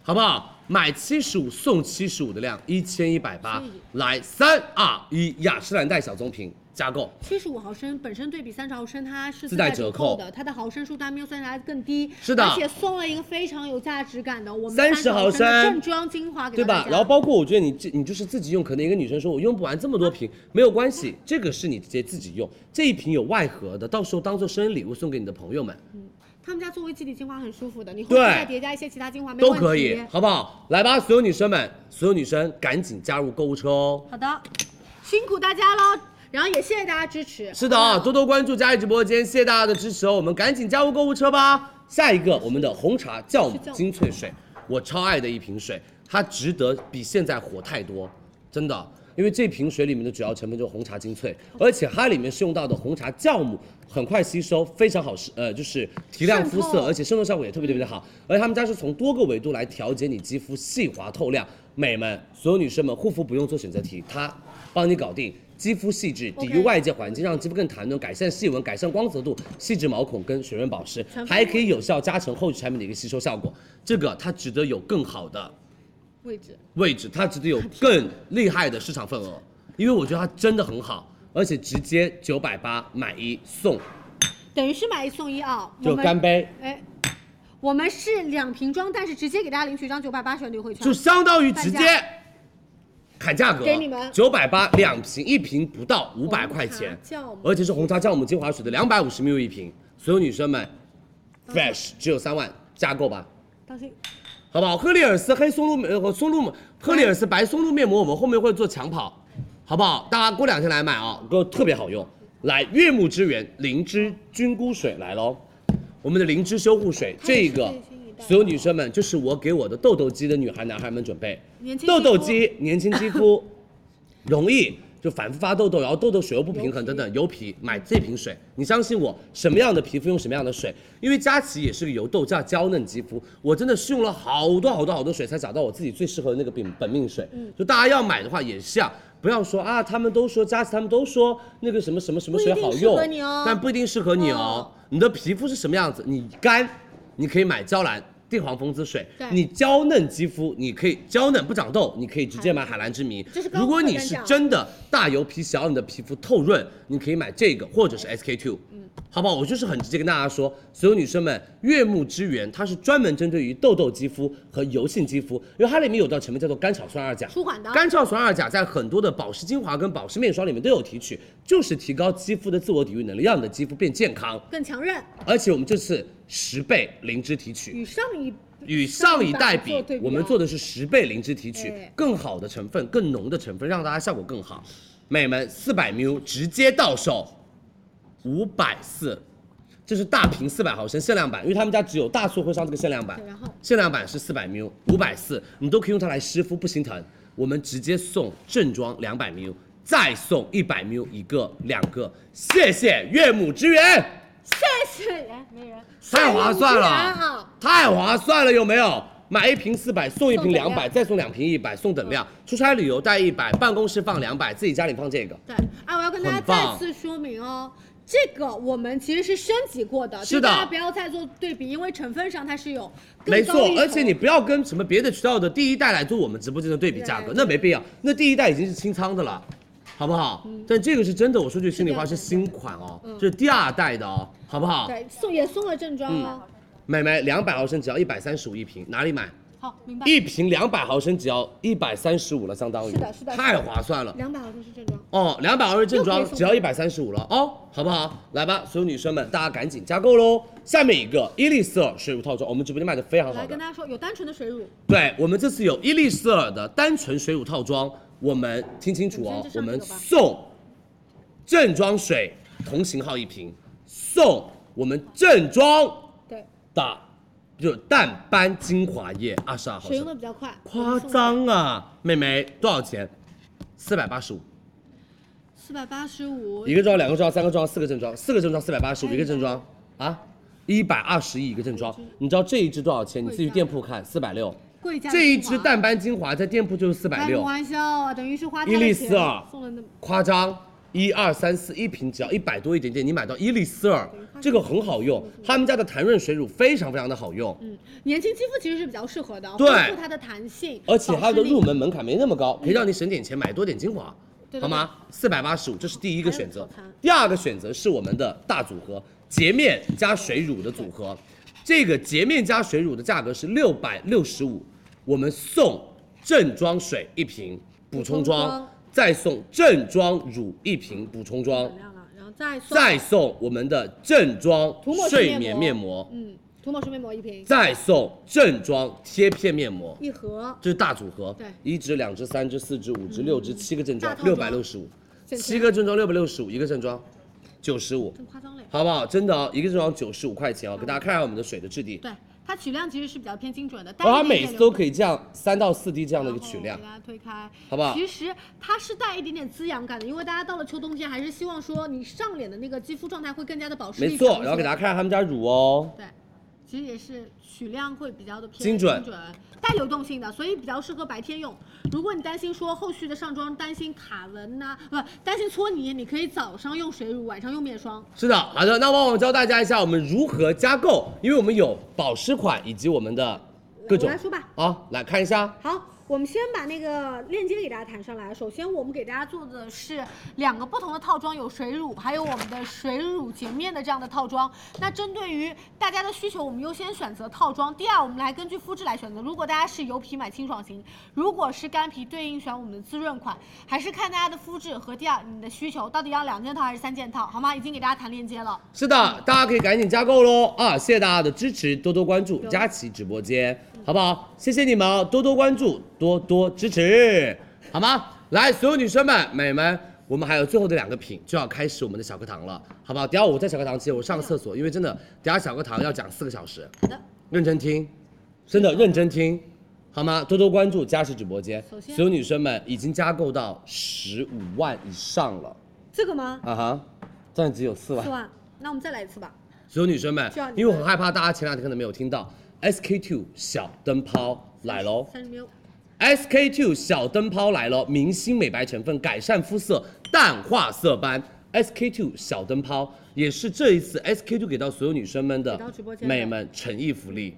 Speaker 4: 好不好？买七十五送七十五的量，一千一百八
Speaker 1: 所以。
Speaker 4: 来，三二一，雅诗兰黛小棕瓶加购。
Speaker 1: 七十五毫升本身对比三十毫升，它是
Speaker 4: 自
Speaker 1: 自
Speaker 4: 带
Speaker 1: 带
Speaker 4: 折
Speaker 1: 折
Speaker 4: 扣
Speaker 1: 的，它的毫升数单没有三十来更低。
Speaker 4: 是的
Speaker 1: 而且送了一个非常有价值感的我们
Speaker 4: 30
Speaker 1: 30
Speaker 4: 毫
Speaker 1: 毫
Speaker 4: 升
Speaker 1: 的正装精华给
Speaker 4: 对
Speaker 1: 大
Speaker 4: 吧
Speaker 1: 家。？
Speaker 4: 然后包括我觉得你这你就是自己用，可能一个女生说我用不完这么
Speaker 1: 啊
Speaker 4: 多瓶，没有关系，这个是你直接自己用，这一瓶有外盒的，到时候当做生日礼物送给你的朋友们
Speaker 1: 他们家作为基底精华很舒服的，你后
Speaker 4: 对
Speaker 1: 面再叠加一些其他精华没
Speaker 4: 都
Speaker 1: 问题。
Speaker 4: 可以，好不好？来吧，所有女生们，所有女生赶紧加入购物车哦。
Speaker 1: 好的，辛苦大家喽，然后也谢谢大家支持。
Speaker 4: 是的啊，多多关注佳怡直播间，谢谢大家的支持哦，我们赶紧加入购物车吧。下一个我们的红茶酵母精粹水，我超爱的一瓶水，它值得比现在火太多，真的。因为这瓶水里面的主要成分就是红茶精粹，而且它里面是用到的红茶酵母，很快吸收，非常好是呃，就是提亮肤
Speaker 1: 渗
Speaker 4: 色，
Speaker 1: 透
Speaker 4: 而且渗透效果也特别特别的好。而且他们家是从多个维度来调节你肌肤细滑透亮，美们，所有女生们护肤不用做选择题，它帮你搞定肌肤细致，抵
Speaker 1: OK
Speaker 4: 御外。外界环境，让肌肤更弹润，改善细纹，改善光泽度，细致毛孔跟水润保湿，
Speaker 1: 分
Speaker 4: 还可以有效加成后续产品的一个吸收效果。这个它值得有更好的
Speaker 1: 位置，
Speaker 4: 位置，它值得 有更厉害的市场份额，因为我觉得它真的很好，而且直接九百八买一送，
Speaker 1: 等于是买一送一啊。
Speaker 4: 就
Speaker 1: 我们
Speaker 4: 干杯，
Speaker 1: 哎，我们是两瓶装，但是直接给大家领取一张九百八十元的优惠券，
Speaker 4: 就相当于直接
Speaker 1: 半价
Speaker 4: 砍价格，
Speaker 1: 给你们
Speaker 4: 九百八两瓶，一瓶不到五百块钱
Speaker 1: 红茶酵母，
Speaker 4: 而且是红茶酵母精华水的两百五十 ml 一瓶，所有女生们，fresh
Speaker 1: 嗯
Speaker 4: 只有三万，加购吧。
Speaker 1: 当心
Speaker 4: 好不好？赫丽尔斯黑松露面呃松露赫丽尔斯白松露面膜，我们后面会做抢跑，好不好？大家过两天来买啊，哥特别好用。来，悦木之源灵芝菌菇水来喽，我们的灵芝修护水，
Speaker 1: 它也是
Speaker 4: 这个
Speaker 1: 最新一代的
Speaker 4: 所有女生们，就是我给我的痘痘肌的女孩、男孩们准备
Speaker 1: 年，轻肌
Speaker 4: 痘
Speaker 1: 肤
Speaker 4: 痘肌、年轻肌肤容易就反复发痘痘，然后痘痘水又不平衡
Speaker 1: 油皮
Speaker 4: 等等，油皮买这瓶水，你相信我，什么样的皮肤用什么样的水，因为佳琪也是个油痘加娇嫩肌肤，我真的试用了好多好多好多水才找到我自己最适合的那个本本命水，
Speaker 1: 嗯
Speaker 4: 就大家要买的话也是啊。不要说啊，他们都说佳琪，他们都说那个什么什么什么水好
Speaker 1: 不一定
Speaker 4: 用，
Speaker 1: 适合你哦
Speaker 4: 但不一定适合你哦
Speaker 1: 哦
Speaker 4: 你的皮肤是什么样子，你干，你可以买娇兰地黄蜂姿水
Speaker 1: 对；
Speaker 4: 你娇嫩肌肤，你可以娇嫩不长痘，你可以直接买海蓝之谜
Speaker 1: 这是。高
Speaker 4: 如
Speaker 1: 科
Speaker 4: 果你
Speaker 1: 专
Speaker 4: 是
Speaker 1: 家啊
Speaker 4: 真的大油皮，想要你的皮肤透润，你可以买这
Speaker 1: 嗯
Speaker 4: 个或者是 SK two，好不好？我就是很直接跟大家说，所有女生们，悦木之源它是专门针对于痘痘肌肤和油性肌肤，因为它里面有道成分叫做甘草酸二钾，
Speaker 1: 舒缓的。
Speaker 4: 甘草酸二钾在很多的保湿精华跟保湿面霜里面都有提取，就是提高肌肤的自我抵御能力，让你的肌肤变健康。
Speaker 1: 更强韧，
Speaker 4: 而且我们这次十倍灵芝提取，
Speaker 1: 与上一
Speaker 4: 与上一代
Speaker 1: 做
Speaker 4: 比
Speaker 1: 对，哦
Speaker 4: 我们做
Speaker 1: 的
Speaker 4: 的是十倍灵芝提取
Speaker 1: 哎，
Speaker 4: 更好的成分，更浓的成分，让大家效果更好。美们，四百 ml 直接到手，五百四，这是大瓶四百毫升限量版，因为他们家只有大促会上这个限量版
Speaker 1: 对，然后
Speaker 4: 限量版是四百 ml，五百四，你都可以用它来湿敷，不心疼。我们直接送正装两百 ml，再送一百 ml 一个两个，谢谢岳母支援，
Speaker 1: 谢谢人哎没人，
Speaker 4: 太划算了，
Speaker 1: 太有钱啊
Speaker 4: 太划算了，有没有？买一瓶四百，送一瓶
Speaker 1: 送等
Speaker 4: 两
Speaker 1: 量
Speaker 4: 百，再送两瓶一百，送等量。
Speaker 1: 嗯
Speaker 4: 出差旅游带一百，办公室放两百，自己家里放这个。
Speaker 1: 对，哎，我要跟大家
Speaker 4: 很棒
Speaker 1: 再次说明哦。这个我们其实是升级过的，
Speaker 4: 是
Speaker 1: 就大
Speaker 4: 的
Speaker 1: 家不要再做对比，因为成分上它是有
Speaker 4: 没
Speaker 1: 更高
Speaker 4: 错
Speaker 1: 一，筹
Speaker 4: 而且你不要跟什么别的渠道的第一代来做我们直播间的对比价格，
Speaker 1: 对
Speaker 4: 那没必要。那第一代已经是清仓的了，好不好？但这个是真的，我说句心里话，
Speaker 1: 嗯是
Speaker 4: 是
Speaker 1: 的嗯
Speaker 4: 新款哦，这是第二代的哦，好不好？
Speaker 1: 对送也送了正装哦。
Speaker 4: 买买两百毫升只要一百三十五一瓶，哪里买？
Speaker 1: 好，明白。
Speaker 4: 一瓶两百毫升只要一百三十五了，相当于
Speaker 1: 是的是的是的
Speaker 4: 太划算了。
Speaker 1: 两百毫升是正装，
Speaker 4: 哦，两百毫升正
Speaker 1: 又
Speaker 4: 装
Speaker 1: 可以送
Speaker 4: 只要一百三十五了哦，好不好？来吧，所有女生们，大家赶紧加购喽！下面一个伊丽丝尔水乳套装，我们直播间卖的非常好
Speaker 1: 来
Speaker 4: 的
Speaker 1: 跟。大家说，有单纯的水乳，
Speaker 4: 对我们这次有伊丽丝尔的单纯水乳套装，我们听清楚哦
Speaker 1: 你，先
Speaker 4: 我
Speaker 1: 去上这个
Speaker 4: 们
Speaker 1: 吧
Speaker 4: 送正装水同型号一瓶，送我们正装
Speaker 1: 对，
Speaker 4: 的就是淡斑精华液二十二毫
Speaker 1: 水用
Speaker 4: 升
Speaker 1: 的，比较快，
Speaker 4: 夸张啊，妹妹多少钱？四百八十五，
Speaker 1: 四百八十五
Speaker 4: 一，个正装，两个正装，三个正装，四个正装，四个正装四百八十五，
Speaker 1: 还有
Speaker 4: 一个正装啊，一百二十一一个正装
Speaker 1: 这一支。
Speaker 4: 你知道这一支多少钱？你
Speaker 1: 贵
Speaker 4: 自己去
Speaker 1: 价
Speaker 4: 店铺看，四百六。
Speaker 1: 贵价的
Speaker 4: 这一
Speaker 1: 精华
Speaker 4: 支淡斑精华在店铺就是四百
Speaker 1: 开什么
Speaker 4: 六，
Speaker 1: 玩笑啊，等于是花他的
Speaker 4: 伊
Speaker 1: 钱
Speaker 4: 丽丝啊尔
Speaker 1: 送了那么
Speaker 4: 夸张。一二三四，一瓶只要一百多一点点，你买到伊丽丝尔，这个很好用，他们家的弹润水乳非常非常的好用，
Speaker 1: 嗯，年轻肌肤其实是比较适合的，
Speaker 4: 对
Speaker 1: 恢复它的弹性，
Speaker 4: 而且它的
Speaker 1: 保湿力嗯
Speaker 4: 入门门槛没那么高，可以让你省点钱买多点精华，
Speaker 1: 对对
Speaker 4: 好吗？四百八十五，这是第一个选择
Speaker 1: 还有套餐。
Speaker 4: 第二个选择是我们的大组合，洁面加水乳的组合，这个洁面加水乳的价格是六百六十五，我们送正装水一瓶补充
Speaker 1: 补充
Speaker 4: 装
Speaker 1: 装，
Speaker 4: 再送正装乳一瓶补充装
Speaker 1: 等。量了，
Speaker 4: 呃
Speaker 1: 然后再送
Speaker 4: 再送我们的正装
Speaker 1: 涂抹式
Speaker 4: 睡眠面膜，
Speaker 1: 嗯，涂抹式面膜一瓶，
Speaker 4: 再送正装贴片面膜，
Speaker 1: 一盒
Speaker 4: 这是大组合，
Speaker 1: 对嗯
Speaker 4: 一支、两支、三支、四支、五支、六支、七个正装，
Speaker 1: 大
Speaker 4: 六
Speaker 1: 套
Speaker 4: 百
Speaker 1: 装嗯
Speaker 4: 六十五，
Speaker 1: 省钱
Speaker 4: 七个正装六百六十五，一个正装九十五，
Speaker 1: 更夸张嘞。
Speaker 4: 好不好？真的哦，一个正装九十五块钱哦，给大家看一下我们的水的质地，
Speaker 1: 嗯对，它取量其实是比较偏精准的，
Speaker 4: 然后哦它每次都可
Speaker 1: 以
Speaker 4: 以这样三到四滴这
Speaker 1: 这
Speaker 4: 样的一个取量
Speaker 1: 给，大家推开，
Speaker 4: 好不好
Speaker 1: 其实它是带一点点滋养感的，因为大家到了秋冬天，还是希望说你上脸的那个肌肤状态会更加的保湿力
Speaker 4: 没
Speaker 1: 强一
Speaker 4: 错。
Speaker 1: 些。
Speaker 4: 然后给大家看一下他们家乳哦，
Speaker 1: 对，其实也是取量会比较的偏
Speaker 4: 精准
Speaker 1: 带流动性的，所以比较适合白天用。如果你担心说后续的上妆担心卡纹呐、不担心搓泥，你可以早上用水乳，晚上用面霜。
Speaker 4: 是的，好的，那汪汪教大家一下我们如何加购，因为我们有保湿款以及我们的各种
Speaker 1: 我来说吧。
Speaker 4: 啊，来看一下，
Speaker 1: 好，我们先把那个链接给大家弹上来。首先，我们给大家做的是两个不同的套装，有水乳，还有我们的水乳洁面的这样的套装。那针对于大家的需求，我们优先选择套装。第二，我们来根据肤质来选择。如果大家是油皮，买清爽型；如果是干皮，对应选我们的滋润款。还是看大家的肤质和第二你的需求，到底要两件套还是三件套，好吗？已经给大家弹链接了。
Speaker 4: 是的，大家可以赶紧加购喽啊！谢谢大家的支持，多多关注佳琦直播间，好不好？谢谢你们哦，多多关注，多多支持，好吗？来，所有女生们、美们，我们还有最后的两个品就要开始我们的小课堂了，好不好？等一下我在小课堂之前我上个厕所，因为真的等一下小课堂要讲四个小时，
Speaker 1: 好的，
Speaker 4: 认真听，真的认真听，好吗？多多关注佳琦直播间，
Speaker 1: 首先
Speaker 4: 所有女生们已经加购到十五万以上了
Speaker 1: 这个吗？
Speaker 4: 啊哈，钻只有四万
Speaker 1: 四。万。那我们再来一次吧。
Speaker 4: 所有女生们
Speaker 1: 需要你，们
Speaker 4: 因为我很害怕大家前两天可能没有听到，SK two 小灯泡来喽
Speaker 1: 三十 ml。
Speaker 4: ，SK two 小灯泡来喽，明星美白成分改善肤色，淡化色斑。SK two 小灯泡也是这一次 SK two 给到所有女生们的
Speaker 1: 给到直播间的
Speaker 4: 美们诚意福利，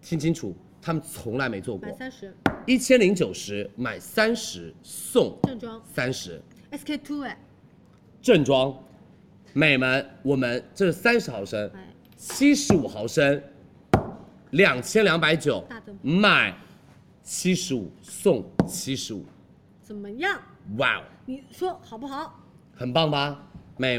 Speaker 4: 听清楚，他们从来没做过
Speaker 1: 买，三十
Speaker 4: 一千零九十买三十送
Speaker 1: 正装
Speaker 4: 三十。
Speaker 1: ，SK two 哎，
Speaker 4: 正装，美们，我们这是三十毫升
Speaker 1: 哎，
Speaker 4: 七十五毫升，两千两百九
Speaker 1: 大灯，
Speaker 4: 买七十五送七十五，
Speaker 1: 怎么样？
Speaker 4: 哇哦，
Speaker 1: 你说好不好？
Speaker 4: 很棒吧？美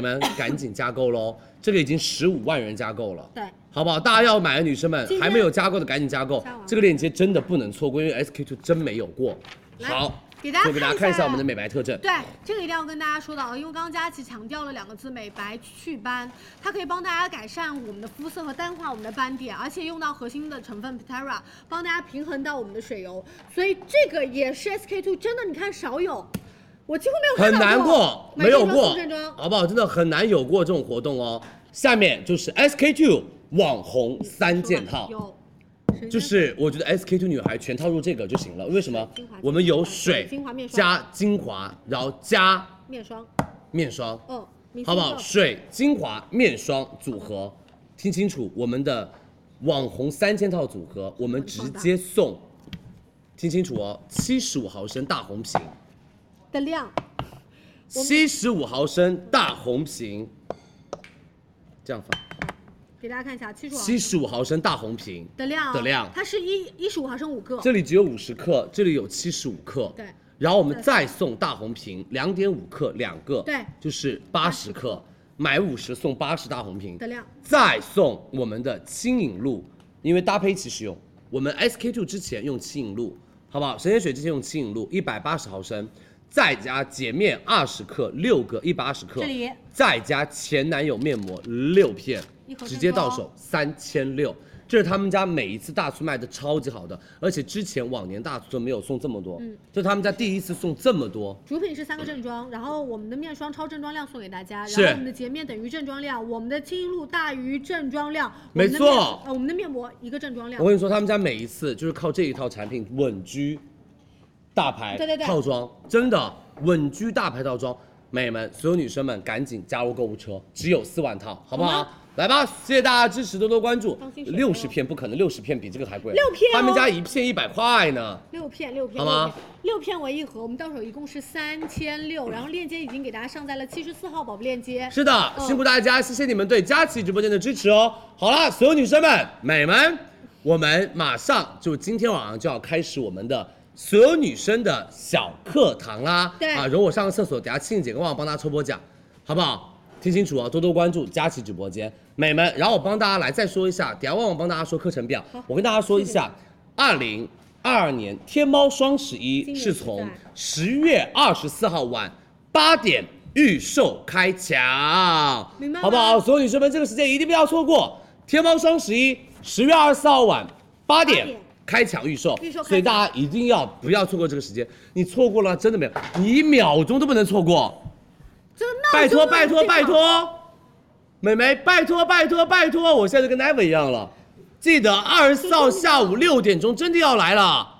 Speaker 4: 们，赶紧加购喽！这个已经十五万人加购了，
Speaker 1: 对，
Speaker 4: 好不好？大家要买的女生们
Speaker 1: 今，天
Speaker 4: 还没有加购的赶紧加购
Speaker 1: 加完，
Speaker 4: 这个链接真的不能错过，因为 SK two 真没有过。
Speaker 1: 来
Speaker 4: 好，
Speaker 1: 给大家
Speaker 4: 所以给大家看
Speaker 1: 看
Speaker 4: 一
Speaker 1: 一
Speaker 4: 下
Speaker 1: 下
Speaker 4: 我们的美白特征。
Speaker 1: 对，这个一定要跟大家说到啊，因为刚刚佳琪强调了两个字：美白祛斑，它可以帮大家改善我们的肤色和淡化我们的斑点，而且用到核心的成分 Pitera，帮大家平衡到我们的水油，所以这个也是 SK two 真的，你看少有，我几乎没有
Speaker 4: 很
Speaker 1: 看到
Speaker 4: 难过，没有过
Speaker 1: 买正装送正装，
Speaker 4: 好不好？真的很难有过这种活动哦。下面就是 SK two 网红三件套，
Speaker 1: 有，神仙
Speaker 4: 就是我觉得 SK two 女孩全套入这个就行了。为什么
Speaker 1: 精华？
Speaker 4: 我们有水
Speaker 1: 精华面霜
Speaker 4: 加精华，然后加
Speaker 1: 面霜，
Speaker 4: 面霜，
Speaker 1: 嗯，明
Speaker 4: 好
Speaker 1: 星
Speaker 4: 不好？
Speaker 1: 霜
Speaker 4: 水、精华、面霜组合，听清楚，我们的网红三件套组合，我们直接送，听清楚哦，七十五毫升大红瓶，
Speaker 1: 的量，
Speaker 4: 七十五毫升大红瓶，这样放，
Speaker 1: 给大家看一下，七十五毫升
Speaker 4: 七十五毫升大红瓶，
Speaker 1: 的量、
Speaker 4: 的量
Speaker 1: 它是一一十五毫升五个，
Speaker 4: 这里只有五十克，这里有七十五克，
Speaker 1: 对。
Speaker 4: 然后我们再送大红瓶两点五克两个，
Speaker 1: 对
Speaker 4: 就是八十克，买五十送八十大红瓶
Speaker 1: 的量，
Speaker 4: 再送我们的轻盈露，因为搭配一起使用。我们 SK two 之前用轻盈露，好不好？神仙水之前用轻盈露一百八十毫升，再加洁面二十克，六个一百二十克，
Speaker 1: 这里
Speaker 4: 再加前男友面膜六片
Speaker 1: 一，盒
Speaker 4: 直接到
Speaker 1: 正
Speaker 4: 手三千六。这是他们家每一次大促卖的超级好的，而且之前往年大促都没有送这么多，嗯，这是他们家第一次送这么多，
Speaker 1: 主品是三个正装，然后我们的面霜超正装量送给大家，然
Speaker 4: 是
Speaker 1: 后我们的洁面等于正装量，我们的轻盈露大于正装量，我
Speaker 4: 没
Speaker 1: 们的面
Speaker 4: 错
Speaker 1: 呃，我们的面膜一个正装量
Speaker 4: 我，跟你说，他们家每一次就是靠这一套产品稳居大牌
Speaker 1: 对对对
Speaker 4: 套装，真的稳居大牌套装。美们，所有女生们赶紧加入购物车，只有四万套，好不好？来吧，谢谢大家支持，多多关注
Speaker 1: 放。心水
Speaker 4: 六十片不可能，六十片比这个还贵。啊
Speaker 1: 六片哦
Speaker 4: 他们家一片一百块呢。
Speaker 1: 六片六片
Speaker 4: 好
Speaker 1: 六
Speaker 4: 吗
Speaker 1: 片六片为一盒，我们到手一共是三千六，然后链接已经给大家上在了七十四号宝贝链接，
Speaker 4: 是的，
Speaker 1: 嗯
Speaker 4: 辛苦大家，谢谢你们对佳琦直播间的支持哦。好啦，所有女生们、美们，我们马上就今天晚上就要开始我们的所有女生的小课堂啦。
Speaker 1: 对
Speaker 4: 啊，容我上个厕所，等下庆姐跟旺旺帮大家抽波奖，好不好？听清楚哦，多多关注佳琦直播间，美们。然后我帮大家来再说一下，等下旺旺帮大家说课程表
Speaker 1: 好，
Speaker 4: 我跟大家说一下，二零二二年天猫双十一
Speaker 1: 今年是
Speaker 4: 是从
Speaker 1: 在
Speaker 4: 十月二十四号晚八点预售开抢，
Speaker 1: 明白吗
Speaker 4: 好不好？所有女生们，这个时间一定不要错过。天猫双十一十月二十四号晚八
Speaker 1: 8
Speaker 4: 点
Speaker 1: 点
Speaker 4: 开抢预售，
Speaker 1: 预售开抢
Speaker 4: 所以大家一定要不要错过这个时间。你错过了，真的没有，你一秒钟都不能错过。
Speaker 1: 这个闹
Speaker 4: 拜
Speaker 1: 钟
Speaker 4: 托
Speaker 1: 啊都
Speaker 4: 拜托
Speaker 1: 不定
Speaker 4: 拜
Speaker 1: 了，
Speaker 4: 托，美眉，拜托拜托拜托，我现在就跟 Never 一样了，记得二十四号下午六点钟真的要来了。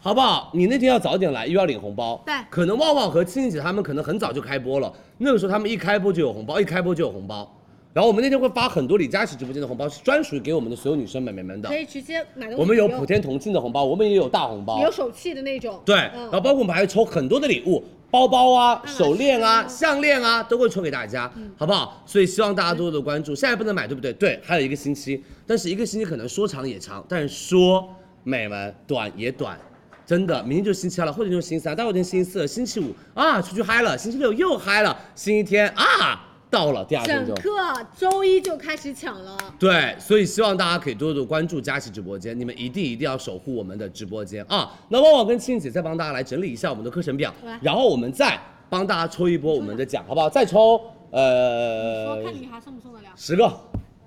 Speaker 4: 好不好？你那天要早点来，又要领红包。
Speaker 1: 对
Speaker 4: 可能旺旺和青姐他们可能很早就开播了，那个时候他们一开播就有红包，一开播就有红包。然后我们那天会发很多李佳琦直播间的红包，是专属于给我们的所有女生美眉们的
Speaker 1: 可。以直接买东西
Speaker 4: 我们有
Speaker 1: 不用
Speaker 4: 普天同庆的红包，我们也有大红包，
Speaker 1: 有手气的那种，
Speaker 4: 对，然后
Speaker 1: 嗯，
Speaker 4: 包括我们还会抽很多的礼物，包包啊、
Speaker 1: 嗯
Speaker 4: 手链啊、
Speaker 1: 是嗯
Speaker 4: 项链啊，都会抽给大家，好不好？所以希望大家多多关注。现在不能买，对不对？对，还有一个星期，但是一个星期可能说长也长，但是说美们短也短。真的，明天就星期二了，后天就星期三，大后天星期四了，星期五啊出去嗨了，星期六又嗨了，星期天啊到了第二天
Speaker 1: 整
Speaker 4: 就
Speaker 1: 个周一就开始抢了。
Speaker 4: 对，所以希望大家可以多多关注佳琦直播间，你们一定一定要守护我们的直播间啊！那旺旺跟庆姐再帮大家来整理一下我们的课程表
Speaker 1: 好啊，
Speaker 4: 然后我们再帮大家抽一波我们的奖，好不好？再抽呃
Speaker 1: 说看女孩送不送得了哎
Speaker 4: 十个，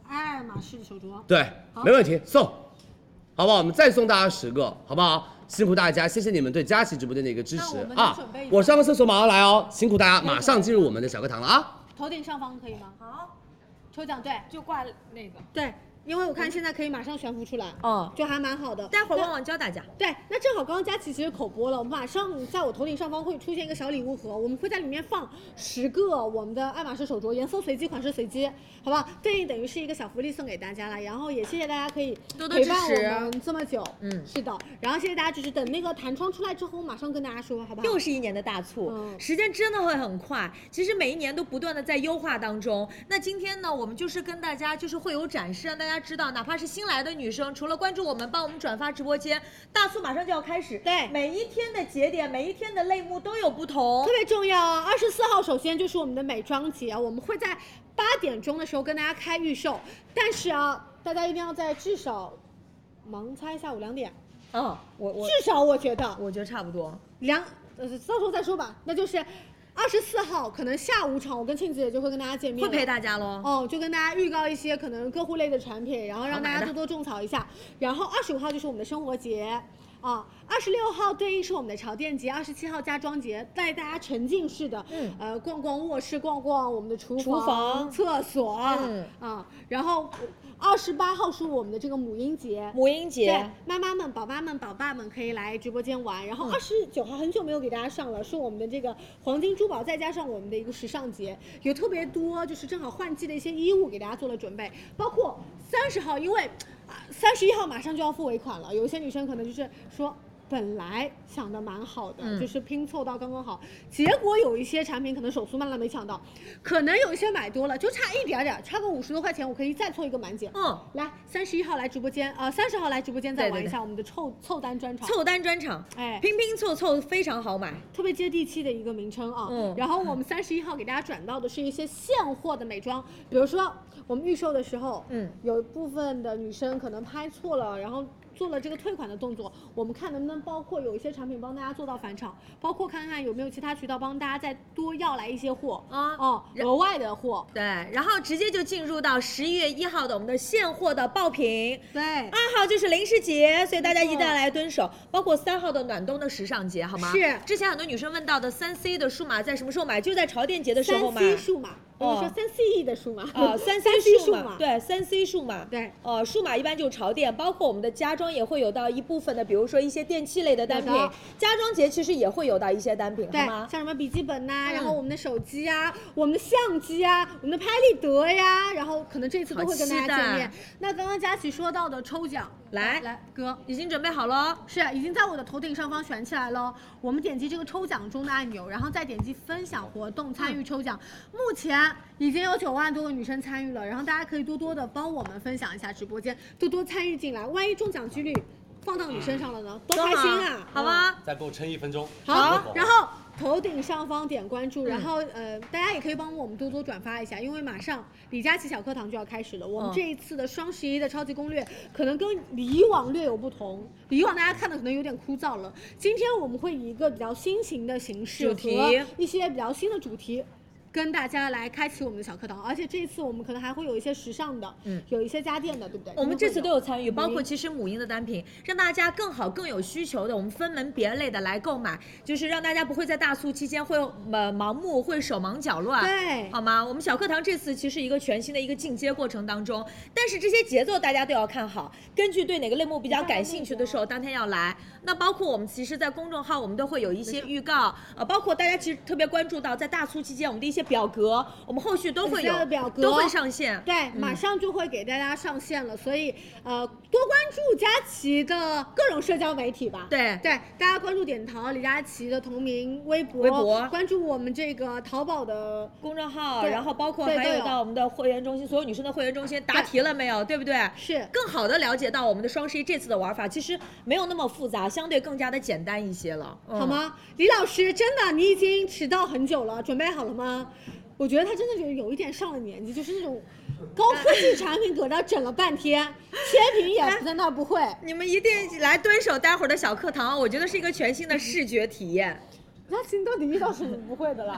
Speaker 1: 爱马仕的手镯，
Speaker 4: 对，
Speaker 1: 好
Speaker 4: 没问题，送，好不好？我们再送大家十个，好不好？辛苦大家，谢谢你们对佳琦直播间的一个支持
Speaker 1: 那我们
Speaker 4: 啊
Speaker 1: 先准备一！下
Speaker 4: 我上个厕所马上来哦，辛苦大家，马上进入我们的小课堂了啊！
Speaker 1: 头顶上方可以吗？
Speaker 5: 好，
Speaker 1: 抽奖对
Speaker 5: 就挂那个。
Speaker 1: 对，因为我看现在可以马上悬浮出来，
Speaker 2: 哦，
Speaker 1: 就还蛮好的。
Speaker 2: 待会儿
Speaker 1: 那
Speaker 2: 旺旺教大家。
Speaker 1: 对，那正好刚刚佳琪其实口播了，我们马上在我头顶上方会出现一个小礼物盒，我们会在里面放十个我们的爱马仕手镯，颜色随机，款式随机，好不好？对应等于是一个小福利送给大家了，然后也谢谢大家可以
Speaker 2: 多多
Speaker 1: 陪
Speaker 2: 支
Speaker 1: 伴
Speaker 2: 持
Speaker 1: 我们这么久，
Speaker 2: 嗯
Speaker 1: 是的，然后谢谢大家支持，等那个弹窗出来之后，我马上跟大家说，好不好？
Speaker 2: 又是一年的大促，
Speaker 1: 嗯
Speaker 2: 时间真的会很快。其实每一年都不断的在优化当中。那今天呢，我们就是跟大家就是会有展示，让大家知道，哪怕是新来的女生，除了关注我们，帮我们转发直播间，大促马上就要开始，
Speaker 1: 对
Speaker 2: 每一天的节点，每一天的类目都有不同
Speaker 1: 特。别重要啊！二十四号首先就是我们的美妆节，啊我们会在八点钟的时候跟大家开预售，但是啊，大家一定要在至少盲猜下午两点，
Speaker 2: 嗯，我我
Speaker 1: 至少我觉得
Speaker 2: 我觉得差不多。
Speaker 1: 两呃，到时候再说吧。那就是二十四号，可能下午场，我跟庆子姐就会跟大家见面
Speaker 6: 会
Speaker 1: 了，
Speaker 6: 陪大家喽。
Speaker 1: 哦，就跟大家预告一些可能个护类的产品，然后让大
Speaker 6: 好买
Speaker 1: 家
Speaker 6: 的
Speaker 1: 多多种草一下。然后二十五号就是我们的生活节。啊，二十六号对应是我们的潮店节，二十七号家装节，带大家沉浸式的，
Speaker 6: 嗯
Speaker 1: 呃，逛逛卧室，逛逛我们的厨
Speaker 6: 厨房
Speaker 1: 厕所，
Speaker 6: 嗯
Speaker 1: 啊，然后二十八号是我们的这个母婴节，
Speaker 6: 母婴
Speaker 1: 对
Speaker 6: 节，，
Speaker 1: 妈妈们、宝妈们、宝爸们可以来直播间玩。然
Speaker 6: 嗯
Speaker 1: 后二十九号很久没有给大家上了，是我们的这个黄金珠宝，再加上我们的一个时尚节，有特别多就是正好换季的一些衣物给大家做了准备，包括三十号，因为啊三十一号马上就要付尾款了，有一些女生可能就是说。本来想的蛮好的，
Speaker 6: 嗯
Speaker 1: 就是拼凑到刚刚好，结果有一些产品可能手速慢了没抢到，可能有一些买多了，就差一点点，差个五十多块钱，我可以再凑一个满减。
Speaker 2: 哦
Speaker 6: 嗯，
Speaker 1: 来，三十一号来直播间，呃，三十号来直播间再
Speaker 6: 对对
Speaker 1: 玩一
Speaker 6: 对
Speaker 1: 下我们的凑凑单专场，
Speaker 6: 凑单专场，
Speaker 1: 哎
Speaker 6: 拼拼凑凑非常好买。
Speaker 1: 特别接地气的一个名称啊。
Speaker 6: 嗯
Speaker 1: 然后我们三十一号给大家转到的是一些现货的美妆，比如说我们预售的时候，
Speaker 6: 嗯，
Speaker 1: 有部分的女生可能拍错了，然后。做了这个退款的动作，我们看能不能包括有一些产品帮大家做到返场，包括看看有没有其他渠道帮大家再多要来一些货
Speaker 6: 啊
Speaker 1: 哦，
Speaker 6: 然
Speaker 1: 额外的货。
Speaker 6: 对，然后直接就进入到十一月一号的我们的现货的爆品。
Speaker 1: 对，
Speaker 6: 二号就是零食节，所以大家一定
Speaker 1: 没错
Speaker 6: 要来蹲守，包括三号的暖冬的时尚节，好吗？
Speaker 1: 是
Speaker 6: 之前很多女生问到的三 C 的数码在什么时候买？就在潮店节的时候
Speaker 1: 三
Speaker 6: 买。
Speaker 1: C 数码，我
Speaker 6: 哦
Speaker 1: 们说三 CE 的数码
Speaker 6: 啊，三
Speaker 1: 三
Speaker 6: C
Speaker 1: 数
Speaker 6: 数
Speaker 1: 码，
Speaker 6: 对，三 C 数码，
Speaker 1: 对
Speaker 6: 呃，数码一般就是潮店，包括我们的家装也会有到一部分的，比如说一些电器类的单品
Speaker 1: 有的，
Speaker 6: 家装节其实也会有到一些单品，
Speaker 1: 对
Speaker 6: 好，吗？
Speaker 1: 像什么笔记本呐、
Speaker 6: 嗯
Speaker 1: 然后我们的手机啊，我们的相机啊，我们的拍立得呀，然后可能这次都会跟大家
Speaker 6: 好
Speaker 1: 见
Speaker 6: 期待
Speaker 1: 面。那刚刚佳琪说到的抽奖，
Speaker 6: 来
Speaker 1: 来哥。
Speaker 6: 已经准备好了哦，
Speaker 1: 是已经在我的头顶上方选起来了。我们点击这个抽奖中的按钮，然后再点击分享活
Speaker 6: 嗯
Speaker 1: 动参与抽奖。目前已经有九万多个女生参与了，然后大家可以多多的帮我们分享一下直播间，多多参与进来。万一中奖几率放到你身上了呢，多开心啊！
Speaker 6: 嗯好
Speaker 1: 嗯
Speaker 6: 吗？
Speaker 7: 再给我撑一分钟。
Speaker 1: 好，然后头顶上方点关
Speaker 6: 嗯
Speaker 1: 注，然后呃，大家也可以帮我们多多转发一下，因为马上李佳琦小课堂就要开始了。我们
Speaker 6: 嗯
Speaker 1: 这一次的双十一的超级攻略，可能跟以往略有不同，以往大家看的可能有点枯燥了。今天我们会以一个比较新型的形式
Speaker 6: 主题
Speaker 1: 和一些比较新的主题。跟大家来开启我们的小课堂，而且这一次我们可能还会有一些时尚的，
Speaker 6: 嗯
Speaker 1: 有一些家电的，对不对？
Speaker 6: 我们这次都有参与，
Speaker 1: 母婴
Speaker 6: 包括其实母婴的单品，让大家更好、更有需求的，我们分门别类的来购买，就是让大家不会在大促期间会呃盲目、会手忙脚乱。
Speaker 1: 对
Speaker 6: 好吗？我们小课堂这次其实一个全新的一个进阶过程当中，但是这些节奏大家都要看好，根据对哪个类目比较感兴趣的时候，当天要来。那包括我们其实，在公众号我们都会有一些预告，呃，包括大家其实特别关注到在大促期间我们的一些表格，我们后续都会
Speaker 1: 我们
Speaker 6: 有
Speaker 1: 的表格
Speaker 6: 都会上线。
Speaker 1: 对，马上就会给大家上线了，所以呃，多关注佳琪的各种社交媒体吧。
Speaker 6: 对
Speaker 1: 对，大家关注点淘李佳琪的同名微博，
Speaker 6: 微博
Speaker 1: 关注我们这个淘宝的。
Speaker 6: 公众号，
Speaker 1: 对
Speaker 6: 然后包括
Speaker 1: 对
Speaker 6: 还
Speaker 1: 都
Speaker 6: 有
Speaker 1: 有
Speaker 6: 到我们的会员中心，所有女生的会员中心答题了没有，对不对？
Speaker 1: 是
Speaker 6: 更好的了解到我们的双十一这次的玩法，其实没有那么复杂，相对更加的简单一些了，嗯
Speaker 1: 好？吗？李老师，真的，你已经迟到很久了，准备好了吗？我觉得他真的是有一点上了年纪，就是那种高科技产品搁那儿整了半 天，切屏也不在那儿不会。
Speaker 6: 你们一定来蹲守待会儿的小课堂，我觉得是一个全新的视觉体验。
Speaker 1: 嗯佳琪，你到底遇到什么不会的了？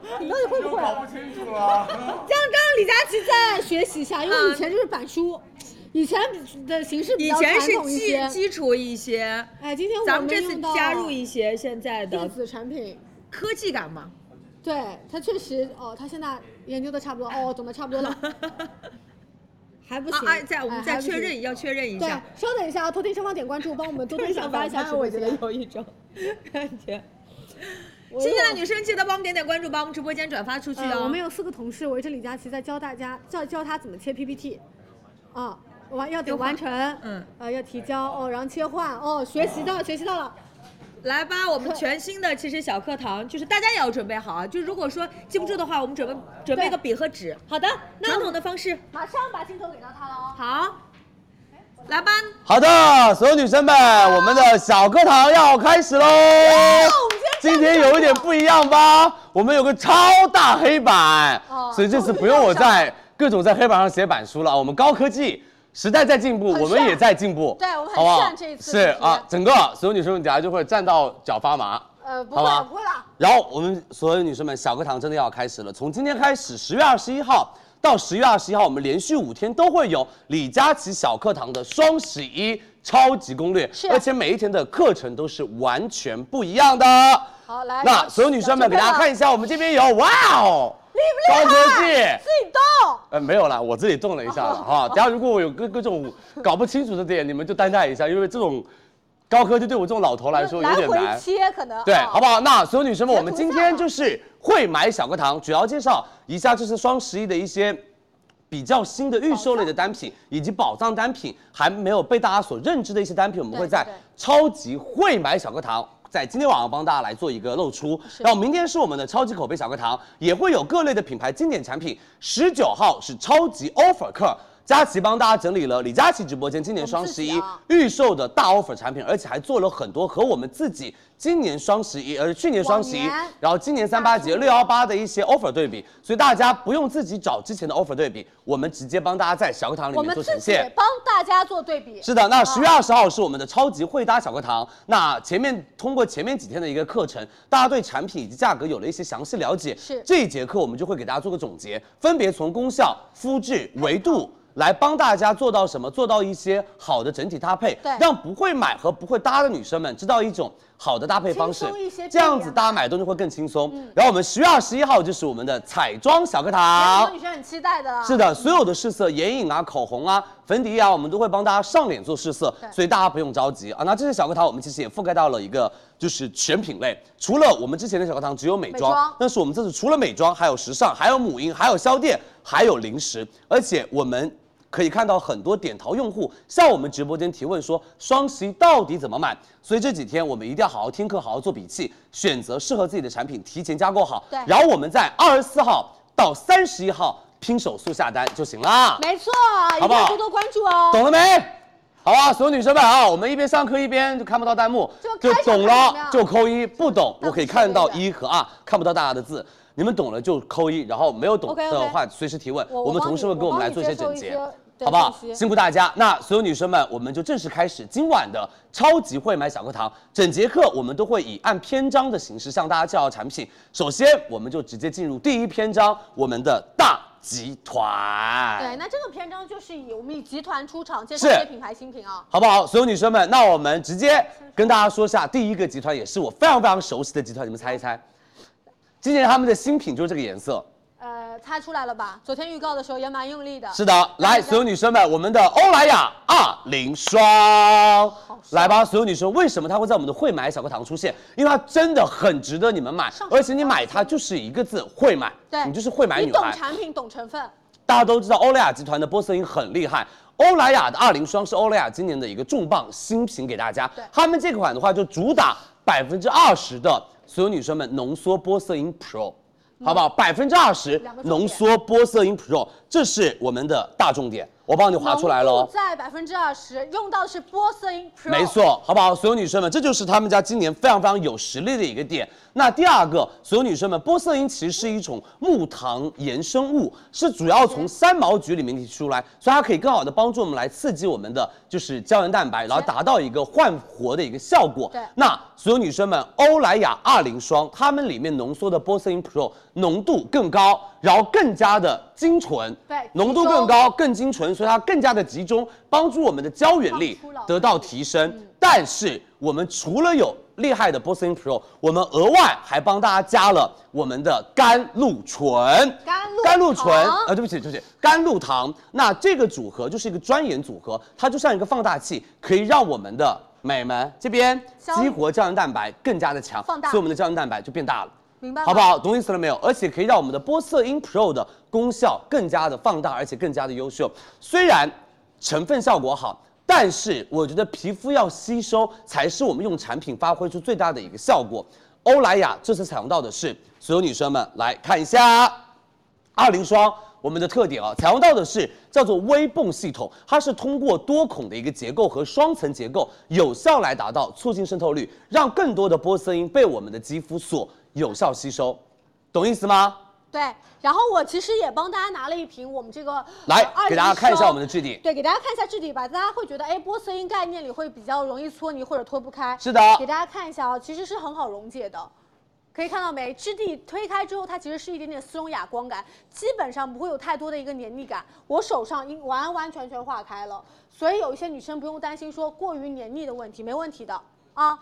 Speaker 1: 你到底会啊不会？
Speaker 4: 清楚了。
Speaker 1: 这样让李佳琦再学习一下，因为以前就是板书，以前的形式比
Speaker 6: 嗯以
Speaker 1: 较
Speaker 6: 前
Speaker 1: 传
Speaker 6: 是
Speaker 1: 统一
Speaker 6: 基
Speaker 1: 些。
Speaker 6: 基础一些，
Speaker 1: 哎，今天我
Speaker 6: 咱们这次
Speaker 1: 用到
Speaker 6: 加入一些现在
Speaker 1: 电
Speaker 6: 的
Speaker 1: 子产品，
Speaker 6: 科技感嘛。
Speaker 1: 对他确实哦，他现在研究的差不多哦，懂得差不 多了，还不
Speaker 6: 啊
Speaker 1: 行。
Speaker 6: 啊！再我们
Speaker 1: 哎
Speaker 6: 再
Speaker 1: 还不行
Speaker 6: 确认，要确认一
Speaker 1: 对
Speaker 6: 下。，
Speaker 1: 稍等一下啊，头顶上方点关注，帮我们多 多转发一下直播
Speaker 6: 我觉
Speaker 1: 间。
Speaker 6: 得 有一种 感觉。
Speaker 1: 我
Speaker 6: 新进来
Speaker 1: 有
Speaker 6: 女生记得帮我们点点关注，把我们直播间转发出去
Speaker 1: 呃
Speaker 6: 哦。
Speaker 1: 我们有四个同事围着李佳琦在教大家，教教他怎么切 PPT，啊，完要得
Speaker 6: 优化
Speaker 1: 完成，
Speaker 6: 嗯，
Speaker 1: 呃，要提交哦，然后切换哦，学习到了，学习到了。
Speaker 6: 来吧，我们全新的其实小课堂，就是大家也要准备好啊。就如果说记不住的话，我们准备准备个笔和纸。好的，传统的方式。
Speaker 1: 马上把镜头给到他了哦。
Speaker 6: 好，来吧，
Speaker 4: 好的，所有女生们，我们的小课堂要开始喽。今天有一点不一样吧？我们有个超大黑板
Speaker 1: 哦，
Speaker 4: 所以这次不用我在各种在黑板上写板书了。我们高科技时代在进步，
Speaker 1: 很
Speaker 4: 我们也
Speaker 1: 炫
Speaker 4: 在进步，
Speaker 1: 对我们很
Speaker 4: 好不好
Speaker 1: 炫这一次
Speaker 4: 是
Speaker 1: 其实
Speaker 4: 啊，整个所有女生们等下就会站到脚发麻。
Speaker 8: 呃，不
Speaker 4: 好吧
Speaker 8: 会不会啦。
Speaker 4: 然后我们所有女生们，小课堂真的要开始了。从今天开始，十月二十一号到十月二十一号，我们连续五天都会有李佳琦小课堂的双十一超级攻略，
Speaker 8: 是啊
Speaker 4: 而且每一天的课程都是完全不一样的。
Speaker 8: 好来
Speaker 4: 那所有女生们给大家看一下，我们这边有，哇哦，厉不厉害？高科技。
Speaker 8: 自己动，
Speaker 4: 呃，没有啦，我自己动了一下 了哈。等下如果我有各各种搞不清楚的点，你们就担待一下，因为这种高科技对我这种老头来说有
Speaker 8: 来
Speaker 4: 点难
Speaker 8: 回。切可能
Speaker 4: 对，
Speaker 8: 啊
Speaker 4: 好不好？那所有女生们，
Speaker 8: 截
Speaker 4: 我们
Speaker 8: 图
Speaker 4: 今
Speaker 8: 下
Speaker 4: 天
Speaker 8: 吧
Speaker 4: 就是会买小课堂，主要介绍一下就是双十一的一些。比较新的预售类的单品，以及宝藏单品，还没有被大家所认知的一些单品，我们
Speaker 8: 对
Speaker 4: 会在
Speaker 8: 对对
Speaker 4: 超级会买小课堂，在今天晚上帮大家来做一个露出。然后明天是我们的超级口碑小课堂，也会有各类的品牌经典产品。十九号是超级 offer 课，佳琪帮大家整理了李佳琦直播间今年
Speaker 8: 我
Speaker 4: 双
Speaker 8: 们自
Speaker 4: 十
Speaker 8: 己
Speaker 4: 一
Speaker 8: 啊
Speaker 4: 预售的大 offer 产品，而且还做了很多和我们自己今年双十一，呃，去年双十一
Speaker 8: 往年，
Speaker 4: 然后今年三八节、六幺八的一些 offer 对比，所以大家不用自己找之前的 offer 对比，我们直接帮大家在小课堂里
Speaker 8: 我
Speaker 4: 面
Speaker 8: 们
Speaker 4: 做
Speaker 8: 自
Speaker 4: 呈
Speaker 8: 己
Speaker 4: 现。
Speaker 8: 帮大家做对比。
Speaker 4: 是的，那十月二
Speaker 8: 哦
Speaker 4: 十号是我们的超级会搭小课堂。那前面通过前面几天的一个课程，大家对产品以及价格有了一些详细了解。
Speaker 8: 是
Speaker 4: 这一节课我们就会给大家做个总结，分别从功效、肤质、维度。
Speaker 8: 嗯
Speaker 4: 来帮大家做到什么？做到一些好的整体搭配，
Speaker 8: 对
Speaker 4: 让不会买和不会搭的女生们知道一种好的搭配方式
Speaker 8: 轻松一些，嗯
Speaker 4: 这样
Speaker 8: 便
Speaker 4: 子
Speaker 8: 利啊
Speaker 4: 大家买东西会更轻松。然后我们十月二十一号就是我们的彩妆小课堂，
Speaker 8: 很多女生很期待的。
Speaker 4: 是的，所有的试色，眼影啊、口红啊、粉底液啊，我们都会帮大家上脸做试色，
Speaker 8: 对
Speaker 4: 所以大家不用着急啊。那这些小课堂我们其实也覆盖到了一个就是全品类，除了我们之前的小课堂只有美妆，
Speaker 8: 美妆
Speaker 4: 但是我们这次除了美妆，还有时尚，还有母婴，还有宵店，还有零食，而且我们。可以看到很多点淘用户向我们直播间提问说双十一到底怎么买，所以这几天我们一定要好好听课，好好做笔记，选择适合自己的产品，提前加购好。
Speaker 8: 对
Speaker 4: 然后我们在二十四号到三十一号拼手速下单就行啦。
Speaker 8: 没错，一
Speaker 4: 好不
Speaker 8: 定
Speaker 4: 好
Speaker 8: 要多多关注哦。
Speaker 4: 懂了没？好吧，所有女生们啊，我们一边上课一边就看不到弹幕，
Speaker 8: 就开场
Speaker 4: 懂
Speaker 8: 看
Speaker 4: 了
Speaker 8: 怎么样
Speaker 4: 就扣一，不懂
Speaker 8: 那
Speaker 4: 我可以
Speaker 8: 不是
Speaker 4: 看到
Speaker 8: 那个
Speaker 4: 一和二，看不到大家的字。你们懂了就扣一，然后没有懂
Speaker 8: OK，OK
Speaker 4: 的话随时提问，
Speaker 8: 我
Speaker 4: 我们
Speaker 8: 我帮
Speaker 4: 同事会
Speaker 8: 你
Speaker 4: 给我
Speaker 8: 我
Speaker 4: 们
Speaker 8: 帮你
Speaker 4: 来做一些
Speaker 8: 接受
Speaker 4: 整
Speaker 8: 一
Speaker 4: 洁
Speaker 8: 些，对
Speaker 4: 好不好
Speaker 8: 信？息
Speaker 4: 辛苦大家。那所有女生们，我们就正式开始今晚的超级会买小课堂。整节课我们都会以按篇章的形式向大家介绍产品。首先，我们就直接进入第一篇章，我们的大集团。
Speaker 8: 对，那这个篇章就是以我们以集团出场介
Speaker 4: 是
Speaker 8: 绍一些品牌新品啊。
Speaker 4: 好不好？所有女生们，那我们直接跟大家说一下，第一个集团也是我非常非常熟悉的集团，你们猜一猜，今年他们的新品就是这个颜色。
Speaker 8: 呃，猜出来了吧？昨天预告的时候也蛮用力的。
Speaker 4: 是的，来，所有女生们，我们的欧莱雅二零霜，来吧，所有女生，为什么它会在我们的会买小课堂出现？因为它真的很值得你们买
Speaker 8: 上，手
Speaker 4: 而且你买它就是一个字会买，
Speaker 8: 对，
Speaker 4: 你就是会买
Speaker 8: 你
Speaker 4: 女
Speaker 8: 懂
Speaker 4: 孩。
Speaker 8: 产品，懂成分。
Speaker 4: 大家都知道欧莱雅集团的玻色因很厉害。欧莱雅的二零霜是欧莱雅今年的一个重磅新品给大家
Speaker 8: 对，
Speaker 4: 他们这款的话就主打百分之二十的所有女生们浓缩玻色因 Pro，好不好？百分之二十
Speaker 8: 嗯两个重点
Speaker 4: 浓缩玻色因 Pro，这是我们的大重点，我帮你划出来了
Speaker 8: 浓
Speaker 4: 哦
Speaker 8: 度。在百分之二十，用到的是玻色因 Pro。
Speaker 4: 没。错，好不好？所有女生们，这就是他们家今年非常非常有实力的一个点。那第二个，所有女生们，玻色因其实是一种木糖衍生物，是主要从三毛菊里面提取出来，所以它可以更好的帮助我们来刺激我们的就是胶原蛋白，然后达到一个焕活的一个效果。
Speaker 8: 对
Speaker 4: 那所有女生们，欧莱雅二零霜，它们里面浓缩的玻色因 Pro 浓度更高，然后更加的精纯，
Speaker 8: 对
Speaker 4: 浓度
Speaker 8: 集中
Speaker 4: 更高，更精纯，所以它更加的集中，帮助我们的胶原力
Speaker 8: 放出了
Speaker 4: 得到提升。
Speaker 8: 嗯
Speaker 4: 但是我们除了有厉害的 Bossing Pro，我们额外还帮大家加了我们的甘露醇。
Speaker 8: 甘露
Speaker 4: 甘露醇
Speaker 8: 糖
Speaker 4: 啊，对不起，对不起，甘露糖。那这个组合就是一个专研组合，它就像一个放大器，可以让我们的美们这边
Speaker 8: 消
Speaker 4: 激活胶原蛋白更加的强，
Speaker 8: 放大
Speaker 4: 所以我们的胶原蛋白就变大了。
Speaker 8: 明白吗
Speaker 4: 好不好？懂意思了没有？而且可以让我们的玻色因 Pro 的功效更加的放大，而且更加的优秀。虽然成分效果好，但是我觉得皮肤要吸收才是我们用产品发挥出最大的一个效果。欧莱雅这次采用到的是，所有女生们来看一下。二零霜我们的特点啊，采用到的是叫做微泵系统，它是通过多孔的一个结构和双层结构，有效来达到促进渗透率，让更多的玻色因被我们的肌肤所有效吸收，懂意思吗？
Speaker 8: 对，然后我其实也帮大家拿了一瓶我们这个
Speaker 4: 来
Speaker 8: 呃
Speaker 4: 给大家看一下我们
Speaker 8: 的。
Speaker 4: 的质地。
Speaker 8: 对，给大家看一下质地吧，大家会觉得，哎，玻色因概念里会比较容易搓泥或者脱不开。
Speaker 4: 是的
Speaker 8: 给大家看一下啊、其实是很好溶解的，可以看到没？质地推开之后，它其实是一点点丝绒哑光感，基本上不会有太多的一个黏腻感。我手上已经完完全全化开了，所以有一些女生不用担心说过于黏腻的问题，没问题的啊。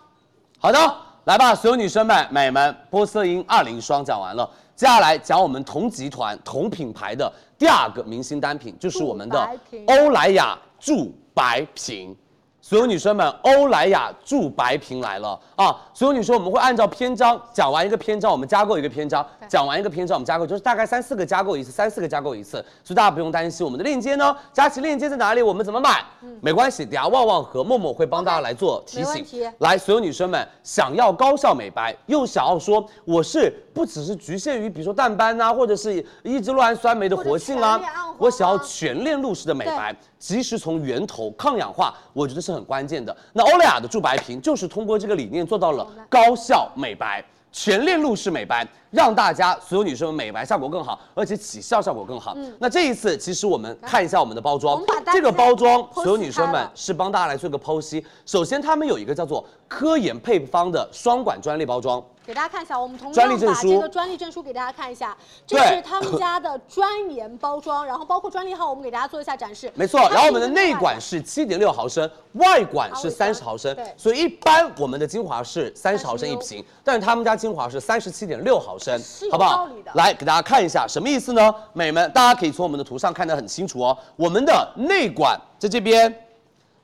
Speaker 4: 好的，来吧，所有女生们、美们，玻色因二零霜讲完了，接下来讲我们同集团、同品牌的第二个明星单品，就是我们的
Speaker 8: 驻白瓶
Speaker 4: 欧莱雅驻白瓶。所有女生们，欧莱雅驻白瓶来了啊！所有女生，我们会按照篇章讲完一个篇章，我们加购一个篇章，讲完一个篇章，我们加购就是大概三四个加购一次，三四个加购一次，所以大家不用担心。我们的链接呢，佳琦链接在哪里？我们怎么买？没关系，等下旺旺和默默会帮大家来做提
Speaker 8: 嗯没问
Speaker 4: 醒
Speaker 8: 题。
Speaker 4: 来，所有女生们想要高效美白，又想要说我是不只是局限于比如说淡斑啊，或者是抑制酪氨酸酶的活性
Speaker 8: 或者全面暗黄
Speaker 4: 啊
Speaker 8: 啊，
Speaker 4: 我想要全链路式的美白，及时从源头抗氧化，我觉得是很关键的。那欧莱雅的驻白瓶就是通过这个理念做到了高效美白。全链路式美白，让大家所有女生们美白效果更好，而且起效效果更好。那这一次，其实我们看一下我们的包装
Speaker 8: 嗯我们把单，
Speaker 4: 这个
Speaker 8: 子
Speaker 4: 包装，
Speaker 8: 剖析
Speaker 4: 所有女生
Speaker 8: 开
Speaker 4: 们
Speaker 8: 了
Speaker 4: 是帮大家来做一个剖析。首先，他们有一个叫做科研配方的双管专利包装，
Speaker 8: 给大家看一下，我们同
Speaker 4: 专利
Speaker 8: 样
Speaker 4: 证
Speaker 8: 把
Speaker 4: 书
Speaker 8: 这个专利证书给大家看一下，这
Speaker 4: 对
Speaker 8: 是他们家的专研包装，然后包括专利号，我们给大家做一下展示。
Speaker 4: 没错。
Speaker 8: 它是
Speaker 4: 然后我们的
Speaker 8: 一个内
Speaker 4: 内管是七点六毫升，外管是三十毫升
Speaker 8: 对，
Speaker 4: 所以一般我们的精华是三十毫升
Speaker 8: 30
Speaker 4: 一瓶，但是他们家精华是三十七点六毫升
Speaker 8: 是有，
Speaker 4: 好不
Speaker 8: 道
Speaker 4: 好
Speaker 8: 理的？
Speaker 4: 来给大家看一下什么意思呢？美们，大家可以从我们的图上看得很清楚哦。我们的内管在这边。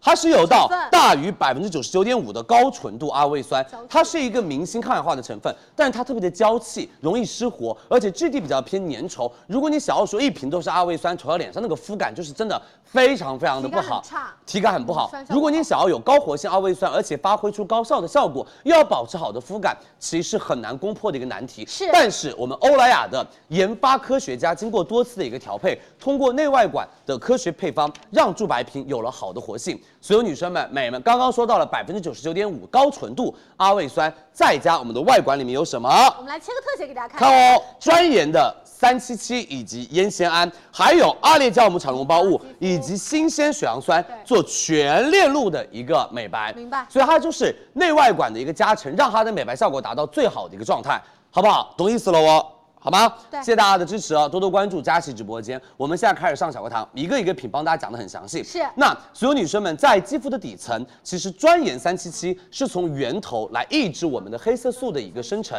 Speaker 4: 它是有
Speaker 8: 成
Speaker 4: 到
Speaker 8: 分
Speaker 4: 大于百分之九十九点五的高纯度阿魏酸
Speaker 8: 娇气，
Speaker 4: 它是一个明星抗氧化的成分，但是它特别的娇气，容易失活，而且质地比较偏粘稠。如果你想要说一瓶都是阿魏酸，涂到脸上那个肤感就是真的非常非常的
Speaker 8: 体
Speaker 4: 不好，
Speaker 8: 感很差
Speaker 4: 体感很不好
Speaker 8: 嗯酸效。不好
Speaker 4: 如果你想要有高活性二胃酸，而且发挥出高效的效果，又要保持好的肤感，其实是很难攻破的一个难题。
Speaker 8: 是
Speaker 4: 但是我们欧莱雅的研发科学家经过多次的一个调配，通过内外管的科学配方，让驻白瓶有了好的活性。所有女生们、美们，刚刚说到了百分之九十九点五高纯度阿魏酸，再加我们的外管里面有什么？
Speaker 8: 我们来切个特写给大家看。
Speaker 4: 看哦，专研的三七七以及烟酰胺，还有阿列酵母产绒孢物以及新鲜水杨酸
Speaker 8: 对，
Speaker 4: 做全链路的一个美白。
Speaker 8: 明白
Speaker 4: 所以它就是内外管的一个加成，让它的美白效果达到最好的一个状态，好不好？懂意思了哦。好吗？
Speaker 8: 对
Speaker 4: 谢谢大家的支持哦，多多关注佳琦直播间。我们现在开始上小课堂，一个一个品帮大家讲的很详细。
Speaker 8: 是
Speaker 4: 那所有女生们在肌肤的底层，其实专研三七七是从源头来抑制我们的黑色素的一个生成。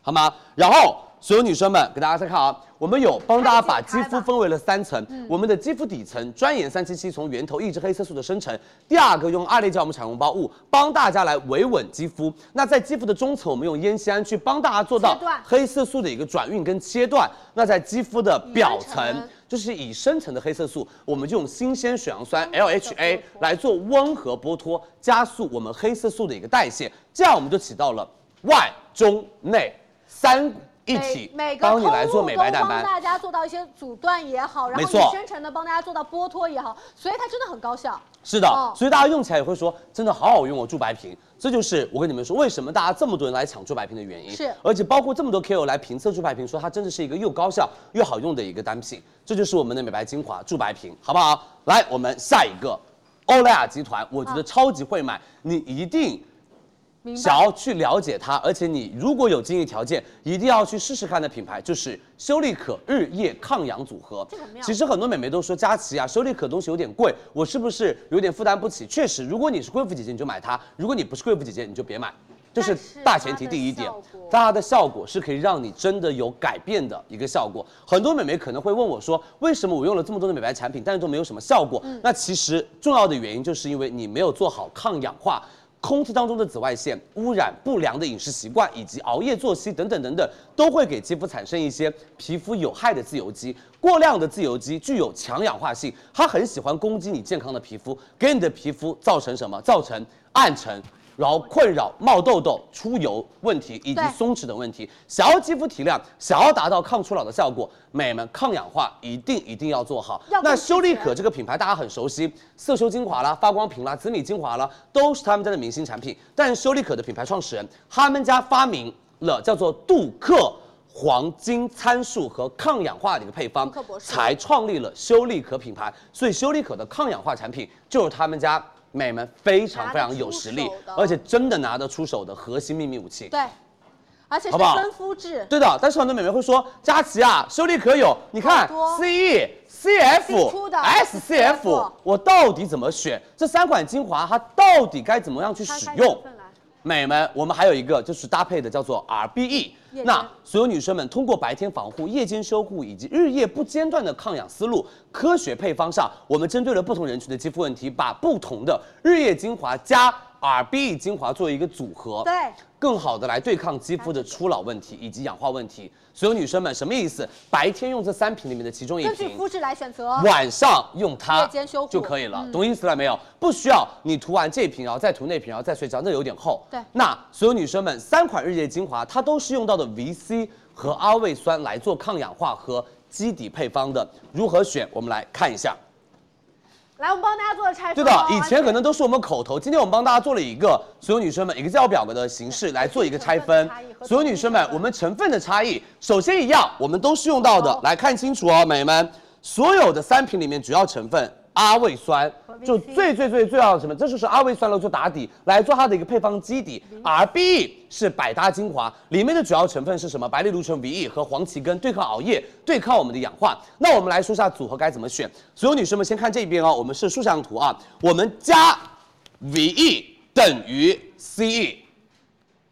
Speaker 4: 好吗？然后所有女生们，给大家再看啊，我们有帮大家把肌肤分为了三层，
Speaker 8: 嗯
Speaker 4: 我们的肌肤底层专研三七七从源头抑制黑色素的生成，第二个用二裂酵母产绒孢物帮大家来维稳肌肤，那在肌肤的中层，我们用烟酰胺去帮大家做到
Speaker 8: 切断
Speaker 4: 黑色素的一个转运跟切断，那在肌肤的表
Speaker 8: 深
Speaker 4: 层
Speaker 8: 层。
Speaker 4: 就是以深层的黑色素，我们就用新鲜水杨酸 LHA 来做温和剥脱，加速我们黑色素的一个代谢，这样我们就起到了外中内三一体
Speaker 8: 每每，个
Speaker 4: 帮你
Speaker 8: 通
Speaker 4: 来做
Speaker 8: 路
Speaker 4: 美
Speaker 8: 都
Speaker 4: 白淡
Speaker 8: 帮
Speaker 4: 斑。
Speaker 8: 大家做到一些阻断也好，然
Speaker 4: 没
Speaker 8: 后
Speaker 4: 错
Speaker 8: 你深层的帮大家做到剥脱也好，所以它真的很高效。
Speaker 4: 是的，
Speaker 8: 哦
Speaker 4: 所以大家用起来也会说，真的好好用哦，驻白瓶。这就是我跟你们说，为什么大家这么多人来抢驻白瓶的原因。
Speaker 8: 是
Speaker 4: 而且包括这么多 KOL 来评测驻白瓶，说它真的是一个又高效又好用的一个单品。这就是我们的美白精华驻白瓶，好不好？来，我们下一个，欧莱雅集团，我觉得超级会买，你一定
Speaker 8: 明白
Speaker 4: 想。要去了解它，而且你如果有经济条件，一定要去试试看的品牌就是修丽可日夜抗氧组合。
Speaker 8: 这个妙
Speaker 4: 其实很多美眉都说佳琦啊，修丽可东西有点贵，我是不是有点负担不起？确实，如果你是贵妇姐姐，你就买它；如果你不是贵妇姐姐，你就别买。这是大前提第一点
Speaker 8: 但是它的效果，
Speaker 4: 它的效果是可以让你真的有改变的一个效果。很多美眉可能会问我说，为什么我用了这么多的美白产品，但是都没有什么效果？那其实重要的原因就是因为你没有做好抗氧化。空气当中的紫外线污染、不良的饮食习惯以及熬夜作息等等等等，都会给肌肤产生一些皮肤有害的自由基。过量的自由基具有强氧化性，它很喜欢攻击你健康的皮肤，给你的皮肤造成什么？造成暗沉。然后困扰冒痘痘、出油问题以及
Speaker 8: 对
Speaker 4: 松弛等问题。想要肌肤提亮，想要达到抗初老的效果，美们抗氧化一定一定要做好
Speaker 8: 要。
Speaker 4: 那
Speaker 8: 更
Speaker 4: 修丽
Speaker 8: 齐全
Speaker 4: 可这个品牌大家很熟悉，色修精华啦、发光瓶啦、紫米精华啦，都是他们家的明星产品。但是修丽可的品牌创始人，他们家发明了叫做杜克黄金参数和抗氧化的一个配方
Speaker 8: 顾客博，士
Speaker 4: 才创立了修丽可品牌。所以修丽可的抗氧化产品就是他们家美们非常非常有实力
Speaker 8: 拿得出手的，
Speaker 4: 而且真的拿得出手的核心秘密武器。
Speaker 8: 对，而且是
Speaker 4: 好不好
Speaker 8: 分肤质，
Speaker 4: 对的，但是很多美眉会说，佳琪啊，修丽可有，你
Speaker 8: 好
Speaker 4: 看
Speaker 8: 多
Speaker 4: C E。C
Speaker 8: 新
Speaker 4: F
Speaker 8: 出的
Speaker 4: S C F，我到底怎么选？这三款精华它到底该怎么样去
Speaker 8: 摊
Speaker 4: 使
Speaker 8: 开
Speaker 4: 用
Speaker 8: 成？分来
Speaker 4: 美们，我们还有一个就是搭配的叫做 RBE
Speaker 8: 夜间。
Speaker 4: 那所有女生们通过白天防护、夜间修护以及日夜不间断的抗氧思路，科学配方上，我们针对了不同人群的肌肤问题，把不同的日夜精华加 RBE 精华做一个组合。
Speaker 8: 对。
Speaker 4: 更好的来对抗肌肤的初老问题以及氧化问题。所有女生们什么意思？白天用这三瓶里面的其中一
Speaker 8: 根
Speaker 4: 瓶，
Speaker 8: 据肤质来选择。
Speaker 4: 晚上用它
Speaker 8: 夜间修护嗯
Speaker 4: 就可以了，懂意思了没有？不需要你涂完这瓶，然后再涂那瓶，然后再睡觉，那有点厚。
Speaker 8: 对
Speaker 4: 那所有女生们，三款日夜精华它都是用到的 VC 和阿魏酸来做抗氧化和基底配方的，如何选？我们来看一下。
Speaker 8: 来，我们帮大家做个拆分
Speaker 4: 对
Speaker 8: 哦。
Speaker 4: 的，以前
Speaker 8: 而且
Speaker 4: 可能都是我们口头，今天我们帮大家做了一个所有女生们 Excel 表格的形式来做一个拆
Speaker 8: 成分的
Speaker 4: 分
Speaker 8: 差异和。
Speaker 4: 所有女生们
Speaker 8: 成，分
Speaker 4: 我们成分的差异，首先一样，我们都是用到的，来看清楚哦，美眉们，所有的三瓶里面主要成分阿魏酸
Speaker 8: 和 VC，
Speaker 4: 就最最最最要的成分，这就是阿魏酸来做打底，来做它的一个配方基底。RBE 是百搭精华，里面的主要成分是什么？白藜芦醇 VE 和黄芪根，对抗熬夜，对抗我们的氧化。那我们来说一下组合该怎么选。所有女生们先看这边哦，我们是竖向图啊，我们加 VE 等于 CE，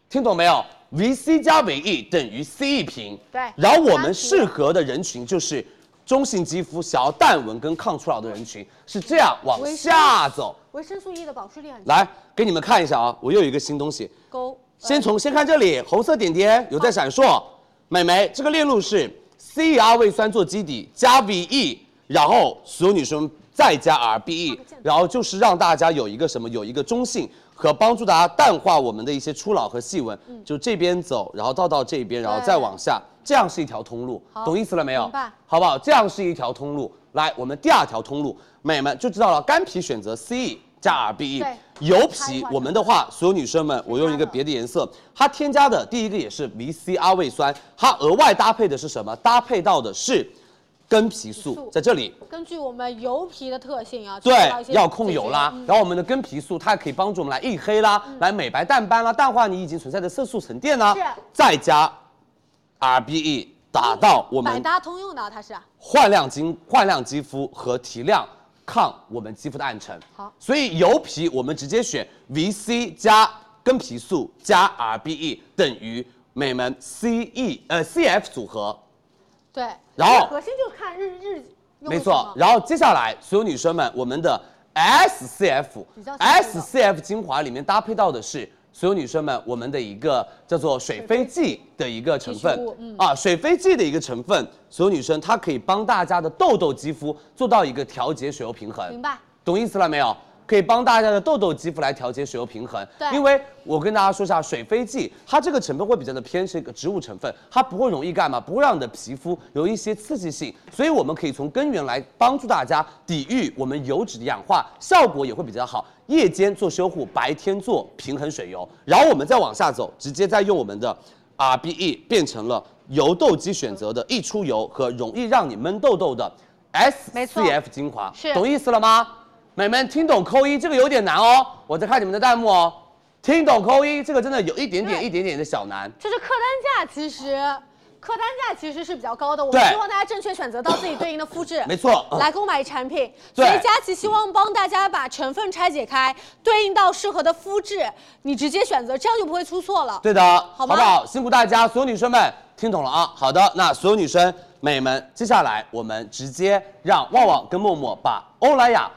Speaker 4: 听懂没有？VC 加 VE 等于 CE 瓶。
Speaker 8: 对
Speaker 4: 然后我
Speaker 8: 加
Speaker 4: 们
Speaker 8: 平
Speaker 4: 适合的人群就是中性肌肤、想要淡纹跟抗初老的人群，是这样往
Speaker 8: 微生
Speaker 4: 下走。
Speaker 8: 维生素 E 的保湿力很强。
Speaker 4: 来，给你们看一下啊，我又有一个新东西。
Speaker 8: 勾，呃
Speaker 4: 先从先看这里，红色点点有在闪烁。美眉，这个链路是 C R 胃酸做基底，加 V E，然后所有女生再加 R B
Speaker 8: 哦
Speaker 4: E，然后就是让大家有一个什么，有一个中性和帮助大家淡化我们的一些初老和细纹。
Speaker 8: 嗯
Speaker 4: 就这边走，然后到到这边，然后再往下，这样是一条通路，
Speaker 8: 好
Speaker 4: 懂意思了没有
Speaker 8: 明白？
Speaker 4: 好不好？这样是一条通路。来，我们第二条通路，美眉们就知道了，干皮选择 C E 加 R B E，
Speaker 8: 对
Speaker 4: 油
Speaker 8: 开
Speaker 4: 皮
Speaker 8: 花
Speaker 4: 我们的话，所有女生们，我用一个别的颜色，它添加的第一个也是 VC 阿魏酸，它额外搭配的是什么？搭配到的是根皮
Speaker 8: 皮
Speaker 4: 素
Speaker 8: 素，
Speaker 4: 在这里。
Speaker 8: 根据我们油皮的特性啊，
Speaker 4: 对
Speaker 8: 去找到一，些
Speaker 4: 要控油啦
Speaker 8: 解决嗯。
Speaker 4: 然后我们的根皮素，它可以帮助我们来抑黑啦，来美白淡斑啦，淡化你已经存在的色素沉淀啦
Speaker 8: 是。
Speaker 4: 再加 RBE，打到我
Speaker 8: 百
Speaker 4: 们
Speaker 8: 搭通用的啊它是。
Speaker 4: 焕亮肌焕亮肌肤和提亮抗我们肌肤的暗沉。
Speaker 8: 好
Speaker 4: 所以油皮我们直接选 VC 加根皮素加 RBE 等于美们 CE 呃 CF 组合，
Speaker 8: 对，
Speaker 4: 然
Speaker 8: 这
Speaker 4: 后
Speaker 8: 个核心就是看日日用的
Speaker 4: 没
Speaker 8: 什
Speaker 4: 错
Speaker 8: 么。
Speaker 4: 然后接下来所有女生们，我们的 SCF
Speaker 8: 比较常见的
Speaker 4: SCF 精华里面搭配到的是。所有女生们，我们的一个叫做水飞剂的一个成
Speaker 8: 提取
Speaker 4: 分
Speaker 8: 物，嗯
Speaker 4: 啊，水飞剂的一个成分，所有女生它可以帮大家的痘痘肌肤做到一个调节水油平衡。
Speaker 8: 明白。
Speaker 4: 懂意思了没有？可以帮大家的痘痘肌肤来调节水油平衡。
Speaker 8: 对
Speaker 4: 因为我跟大家说一下，水飞剂它这个成分会比较的偏是一个植物成分，它不会容易干嘛，不会让你的皮肤有一些刺激性，所以我们可以从根源来帮助大家抵御我们油脂的氧化，效果也会比较好。夜间做修护，白天做平衡水油，然后我们再往下走，直接再用我们的 RBE 变成了油痘肌选择的易出油和容易让你闷痘痘的
Speaker 8: 没错
Speaker 4: SCF 精华，
Speaker 8: 是
Speaker 4: 懂意思了吗？美们听懂扣一，这个有点难哦，我在看你们的弹幕哦。听懂扣一，这个真的有一点点、
Speaker 8: 对
Speaker 4: 一点点的小难。
Speaker 8: 就是客单价其实。客单价其实是比较高的，我
Speaker 4: 对
Speaker 8: 们希望大家正确选择到自己对应的肤质，
Speaker 4: 没错嗯
Speaker 8: 来购买产品。所
Speaker 4: 对
Speaker 8: 以佳琪希望帮大家把成分拆解开，对应到适合的肤质，你直接选择，这样就不会出错了。
Speaker 4: 对的，好不
Speaker 8: 吗
Speaker 4: 好？辛苦大家，所有女生们听懂了啊。好的，那所有女生美们，接下来我们直接让旺旺跟默默把欧莱雅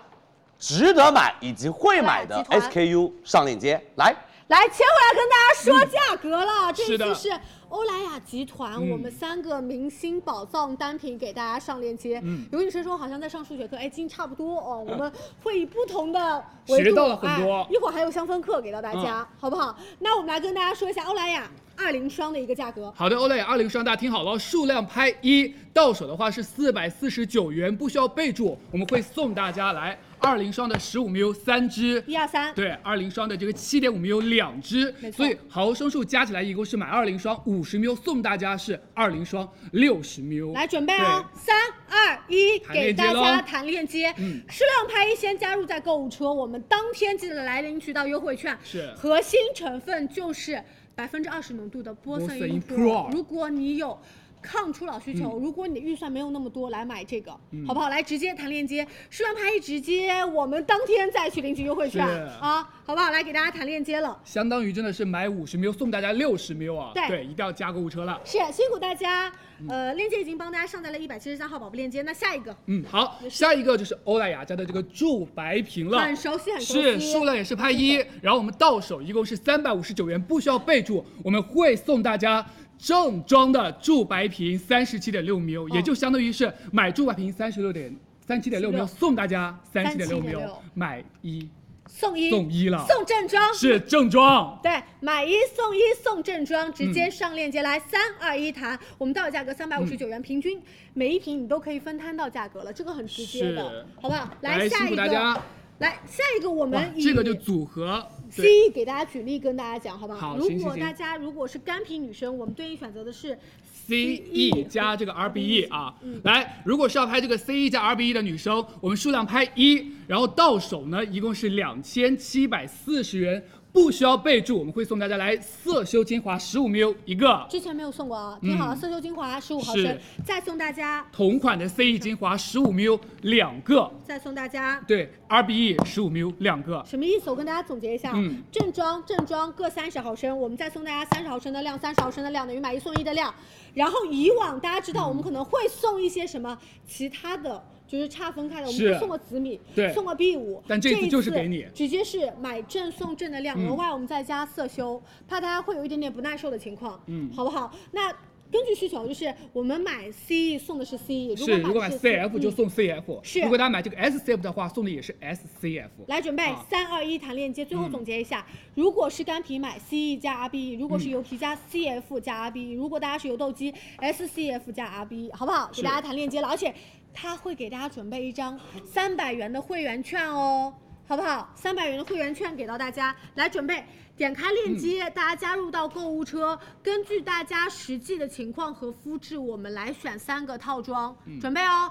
Speaker 4: 值得买以及会买的
Speaker 8: 集团
Speaker 4: SKU 上链接，来。
Speaker 1: 来，切回来跟大家说价格了。这
Speaker 9: 嗯是的嗯
Speaker 1: 次是欧莱雅集团，我们三个明星宝藏单品给大家上链接。
Speaker 9: 嗯
Speaker 1: 有女生说好像在上数学课，哎，今差不多哦。我们会以不同的
Speaker 9: 学
Speaker 1: 维度，
Speaker 9: 到了很多啊
Speaker 1: 哎一会儿还有香氛课给到大家，好不好？那我们来跟大家说一下欧莱雅二零霜的一个价格。
Speaker 9: 好的，欧莱雅二零霜，大家听好了，数量拍一，到手的话是四百四十九元，不需要备注，我们会送大家来。二零霜的十五 ml 三支，
Speaker 1: 一二三，
Speaker 9: 对，二零霜的这个七点五 ml 两支
Speaker 1: 没，错
Speaker 9: 所以毫升数加起来一共是买二零霜五十 ml 送大家是二零霜六十 ml。
Speaker 1: 来准备哦，三二一，
Speaker 9: 弹
Speaker 1: 给
Speaker 9: 链接
Speaker 1: 大家
Speaker 9: 喽
Speaker 1: 弹链接
Speaker 9: 嗯，
Speaker 1: 适量拍一先加入在购物车，我们当天记得来领取到优惠券，
Speaker 9: 是
Speaker 1: 核心成分就是百分之二十浓度的波色
Speaker 9: 波色嗯因
Speaker 1: Pro，
Speaker 9: Pro
Speaker 1: 如果你有。抗初老需求，如果你的预算没有那么多，来买这个，
Speaker 9: 嗯
Speaker 1: 好不好？来直接弹链接，适量拍一直接，我们当天再去领取优惠券
Speaker 9: 是
Speaker 1: 啊，好不好？来给大家弹链接了。
Speaker 9: 相当于真的是买五十 ml 送大家六十 ml 啊！
Speaker 1: 对
Speaker 9: 一定要加购物车了。
Speaker 1: 是辛苦大家，呃，链接已经帮大家上在了一百七十三号宝贝链接。那下一个
Speaker 9: 嗯，好，下一个就是欧莱雅家的这个驻白瓶了，
Speaker 1: 很熟悉很熟
Speaker 9: 啊是
Speaker 1: 悉
Speaker 9: 数量也是拍一，然后我们到手一共是三百五十九元，不需要备注，我们会送大家。正装的驻白瓶三十七点六 ml，也就相当于是买驻白瓶三十六点三七点六 ml，送大家三十点六 ml，
Speaker 1: 37.6
Speaker 9: 买一
Speaker 1: 送一
Speaker 9: 送一了，
Speaker 1: 送正装
Speaker 9: 是正装，
Speaker 1: 对，买一送一送正装，直接上链接来三二一
Speaker 9: 嗯
Speaker 1: 谈。我们到手价格三百五十九元，平均每一瓶你都可以分摊到价格了，这个很直接的，
Speaker 9: 是
Speaker 1: 好不好？
Speaker 9: 来
Speaker 1: 下
Speaker 9: 辛
Speaker 1: 一
Speaker 9: 苦
Speaker 1: 个，
Speaker 9: 大家
Speaker 1: 来下一个我
Speaker 9: 哇
Speaker 1: 们，以
Speaker 9: 这个就组合，对。
Speaker 1: C 给大家举例跟大家讲，好不
Speaker 9: 好
Speaker 1: 如
Speaker 9: 行行
Speaker 1: 果
Speaker 9: 行
Speaker 1: 大家如果是干皮女生，我们对应选择的是
Speaker 9: C E 加这个 R B E 啊
Speaker 1: 嗯，
Speaker 9: 来，如果是要拍这个 C E 加 R B E 的女生，我们数量拍一，然后到手呢一共是两千七百四十元，不需要备注，我们会送大家来色修精华十五 ml 一个，
Speaker 1: 之前没有送过啊，听好了，
Speaker 9: 嗯
Speaker 1: 色修精华十五毫
Speaker 9: 是
Speaker 1: 升，再送大家，
Speaker 9: 同款的 C E 精华十五 ml 两个，
Speaker 1: 再送大家。
Speaker 9: 对，R B E 十五 ml 两个，
Speaker 1: 什么意思？我跟大家总结一下啊，
Speaker 9: 嗯
Speaker 1: 正装正装各三十毫升，我们再送大家三十毫升的量，三十毫升的量等于买一送一的量。然后以往大家知道，我们可能会送一些什么其他的。就是差分开的，我们
Speaker 9: 是
Speaker 1: 会送个紫米，
Speaker 9: 对
Speaker 1: 送个 B 五，
Speaker 9: 但这
Speaker 1: 这
Speaker 9: 次就是给你
Speaker 1: 直接是买正送正的量，
Speaker 9: 嗯
Speaker 1: 额外我们再加色修，怕大家会有一点点不耐受的情况，
Speaker 9: 嗯
Speaker 1: 好不好？那根据需求，就是我们买 CE 送的是 CE，
Speaker 9: 是，如果买
Speaker 1: 的是
Speaker 9: C F 就
Speaker 1: 嗯
Speaker 9: 送 C F，
Speaker 1: 是
Speaker 9: 如果大家买这个 S C F 的话，送的也是 S C F，
Speaker 1: 来准备
Speaker 9: 啊嗯
Speaker 1: 三二一弹链接，最后总结一下：如果是干皮买 CE 加 RBE，如果是油皮加 CF 加 RBE，如果大家是油痘肌 SCF 加 RBE，好不好？给
Speaker 9: 是
Speaker 1: 大家弹链接了，而且他会给大家准备一张三百元的会员券哦，好不好？三百元的会员券给到大家，来准备。点开链
Speaker 9: 嗯
Speaker 1: 接，大家加入到购物车，根据大家实际的情况和肤质，我们来选三个套装，
Speaker 9: 嗯
Speaker 1: 准备哦。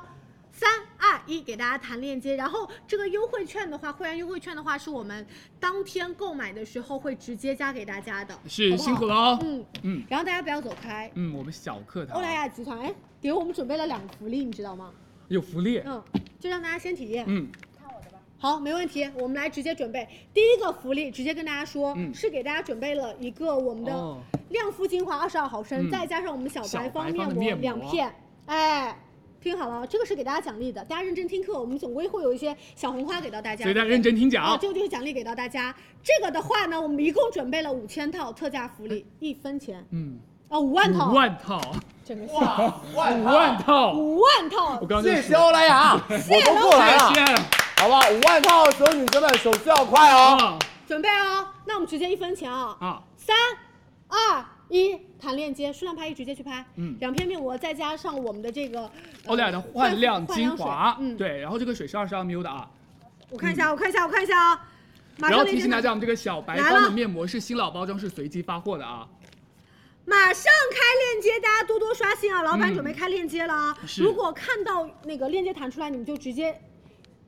Speaker 1: 三二一，给大家弹链接。然后这个优惠券的话，会员优惠券的话，是我们当天购买的时候会直接加给大家的，
Speaker 9: 是
Speaker 1: 好不好
Speaker 9: 辛苦了哦，
Speaker 1: 嗯，
Speaker 9: 嗯
Speaker 1: 然后大家不要走开。
Speaker 9: 嗯，我们小课堂
Speaker 1: 欧莱雅集团哎，给我们准备了两个福利，你知道吗？
Speaker 9: 有福利，
Speaker 1: 嗯，就让大家先体验。
Speaker 9: 嗯，
Speaker 1: 好，没问题，我们来直接准备第一个福利，直接跟大家说，
Speaker 9: 嗯
Speaker 1: 是给大家准备了一个我们的
Speaker 9: 哦
Speaker 1: 亮肤精华二十二毫升，
Speaker 9: 嗯
Speaker 1: 再加上我们小白方
Speaker 9: 小白方的
Speaker 1: 膜
Speaker 9: 面膜
Speaker 1: 两片，哎。听好了，这个是给大家奖励的，大家认真听课，我们总归会有一些小红花给到大家。
Speaker 9: 所以大
Speaker 1: 对
Speaker 9: 家
Speaker 1: 不对
Speaker 9: 认真听讲
Speaker 1: 啊，这个就是奖励给到大家。这个的话呢，我们一共准备了五千套特价福利，一分钱
Speaker 9: 嗯，
Speaker 1: 啊，五万套，
Speaker 9: 五万套，
Speaker 1: 整个下
Speaker 9: 五万套，
Speaker 1: 五万套
Speaker 9: 我，刚刚就
Speaker 4: 谢谢
Speaker 9: 说
Speaker 4: 欧莱雅，我都过来了，
Speaker 9: 谢谢
Speaker 4: 好不好？五万套，所有女生们手速要快哦。
Speaker 9: 啊
Speaker 1: 准备哦。那我们直接一分钱啊，
Speaker 9: 啊！
Speaker 1: 三、二、一，弹链接，数量拍一直接去拍。
Speaker 9: 嗯哦
Speaker 1: 两片面膜再加上我们的这个呃
Speaker 9: 欧莱雅的焕亮精华，
Speaker 1: 嗯，，
Speaker 9: 对，然后这个水是二十二 ml 的啊，
Speaker 1: 我看一下，我看一下，我看一下
Speaker 6: 哦
Speaker 1: 啊。马
Speaker 9: 然
Speaker 1: 上
Speaker 9: 后
Speaker 1: 链接
Speaker 9: 提醒大
Speaker 1: 上
Speaker 9: 家，我们这个小白
Speaker 1: 来
Speaker 9: 方
Speaker 1: 了
Speaker 9: 的面膜是新老包装，是随机发货的啊，
Speaker 1: 马上开链接，大家多多刷新啊！老板
Speaker 9: 嗯
Speaker 1: 准备开链接了
Speaker 6: 哦
Speaker 1: 啊！
Speaker 9: 是
Speaker 1: 如果看到那个链接弹出来，你们就直接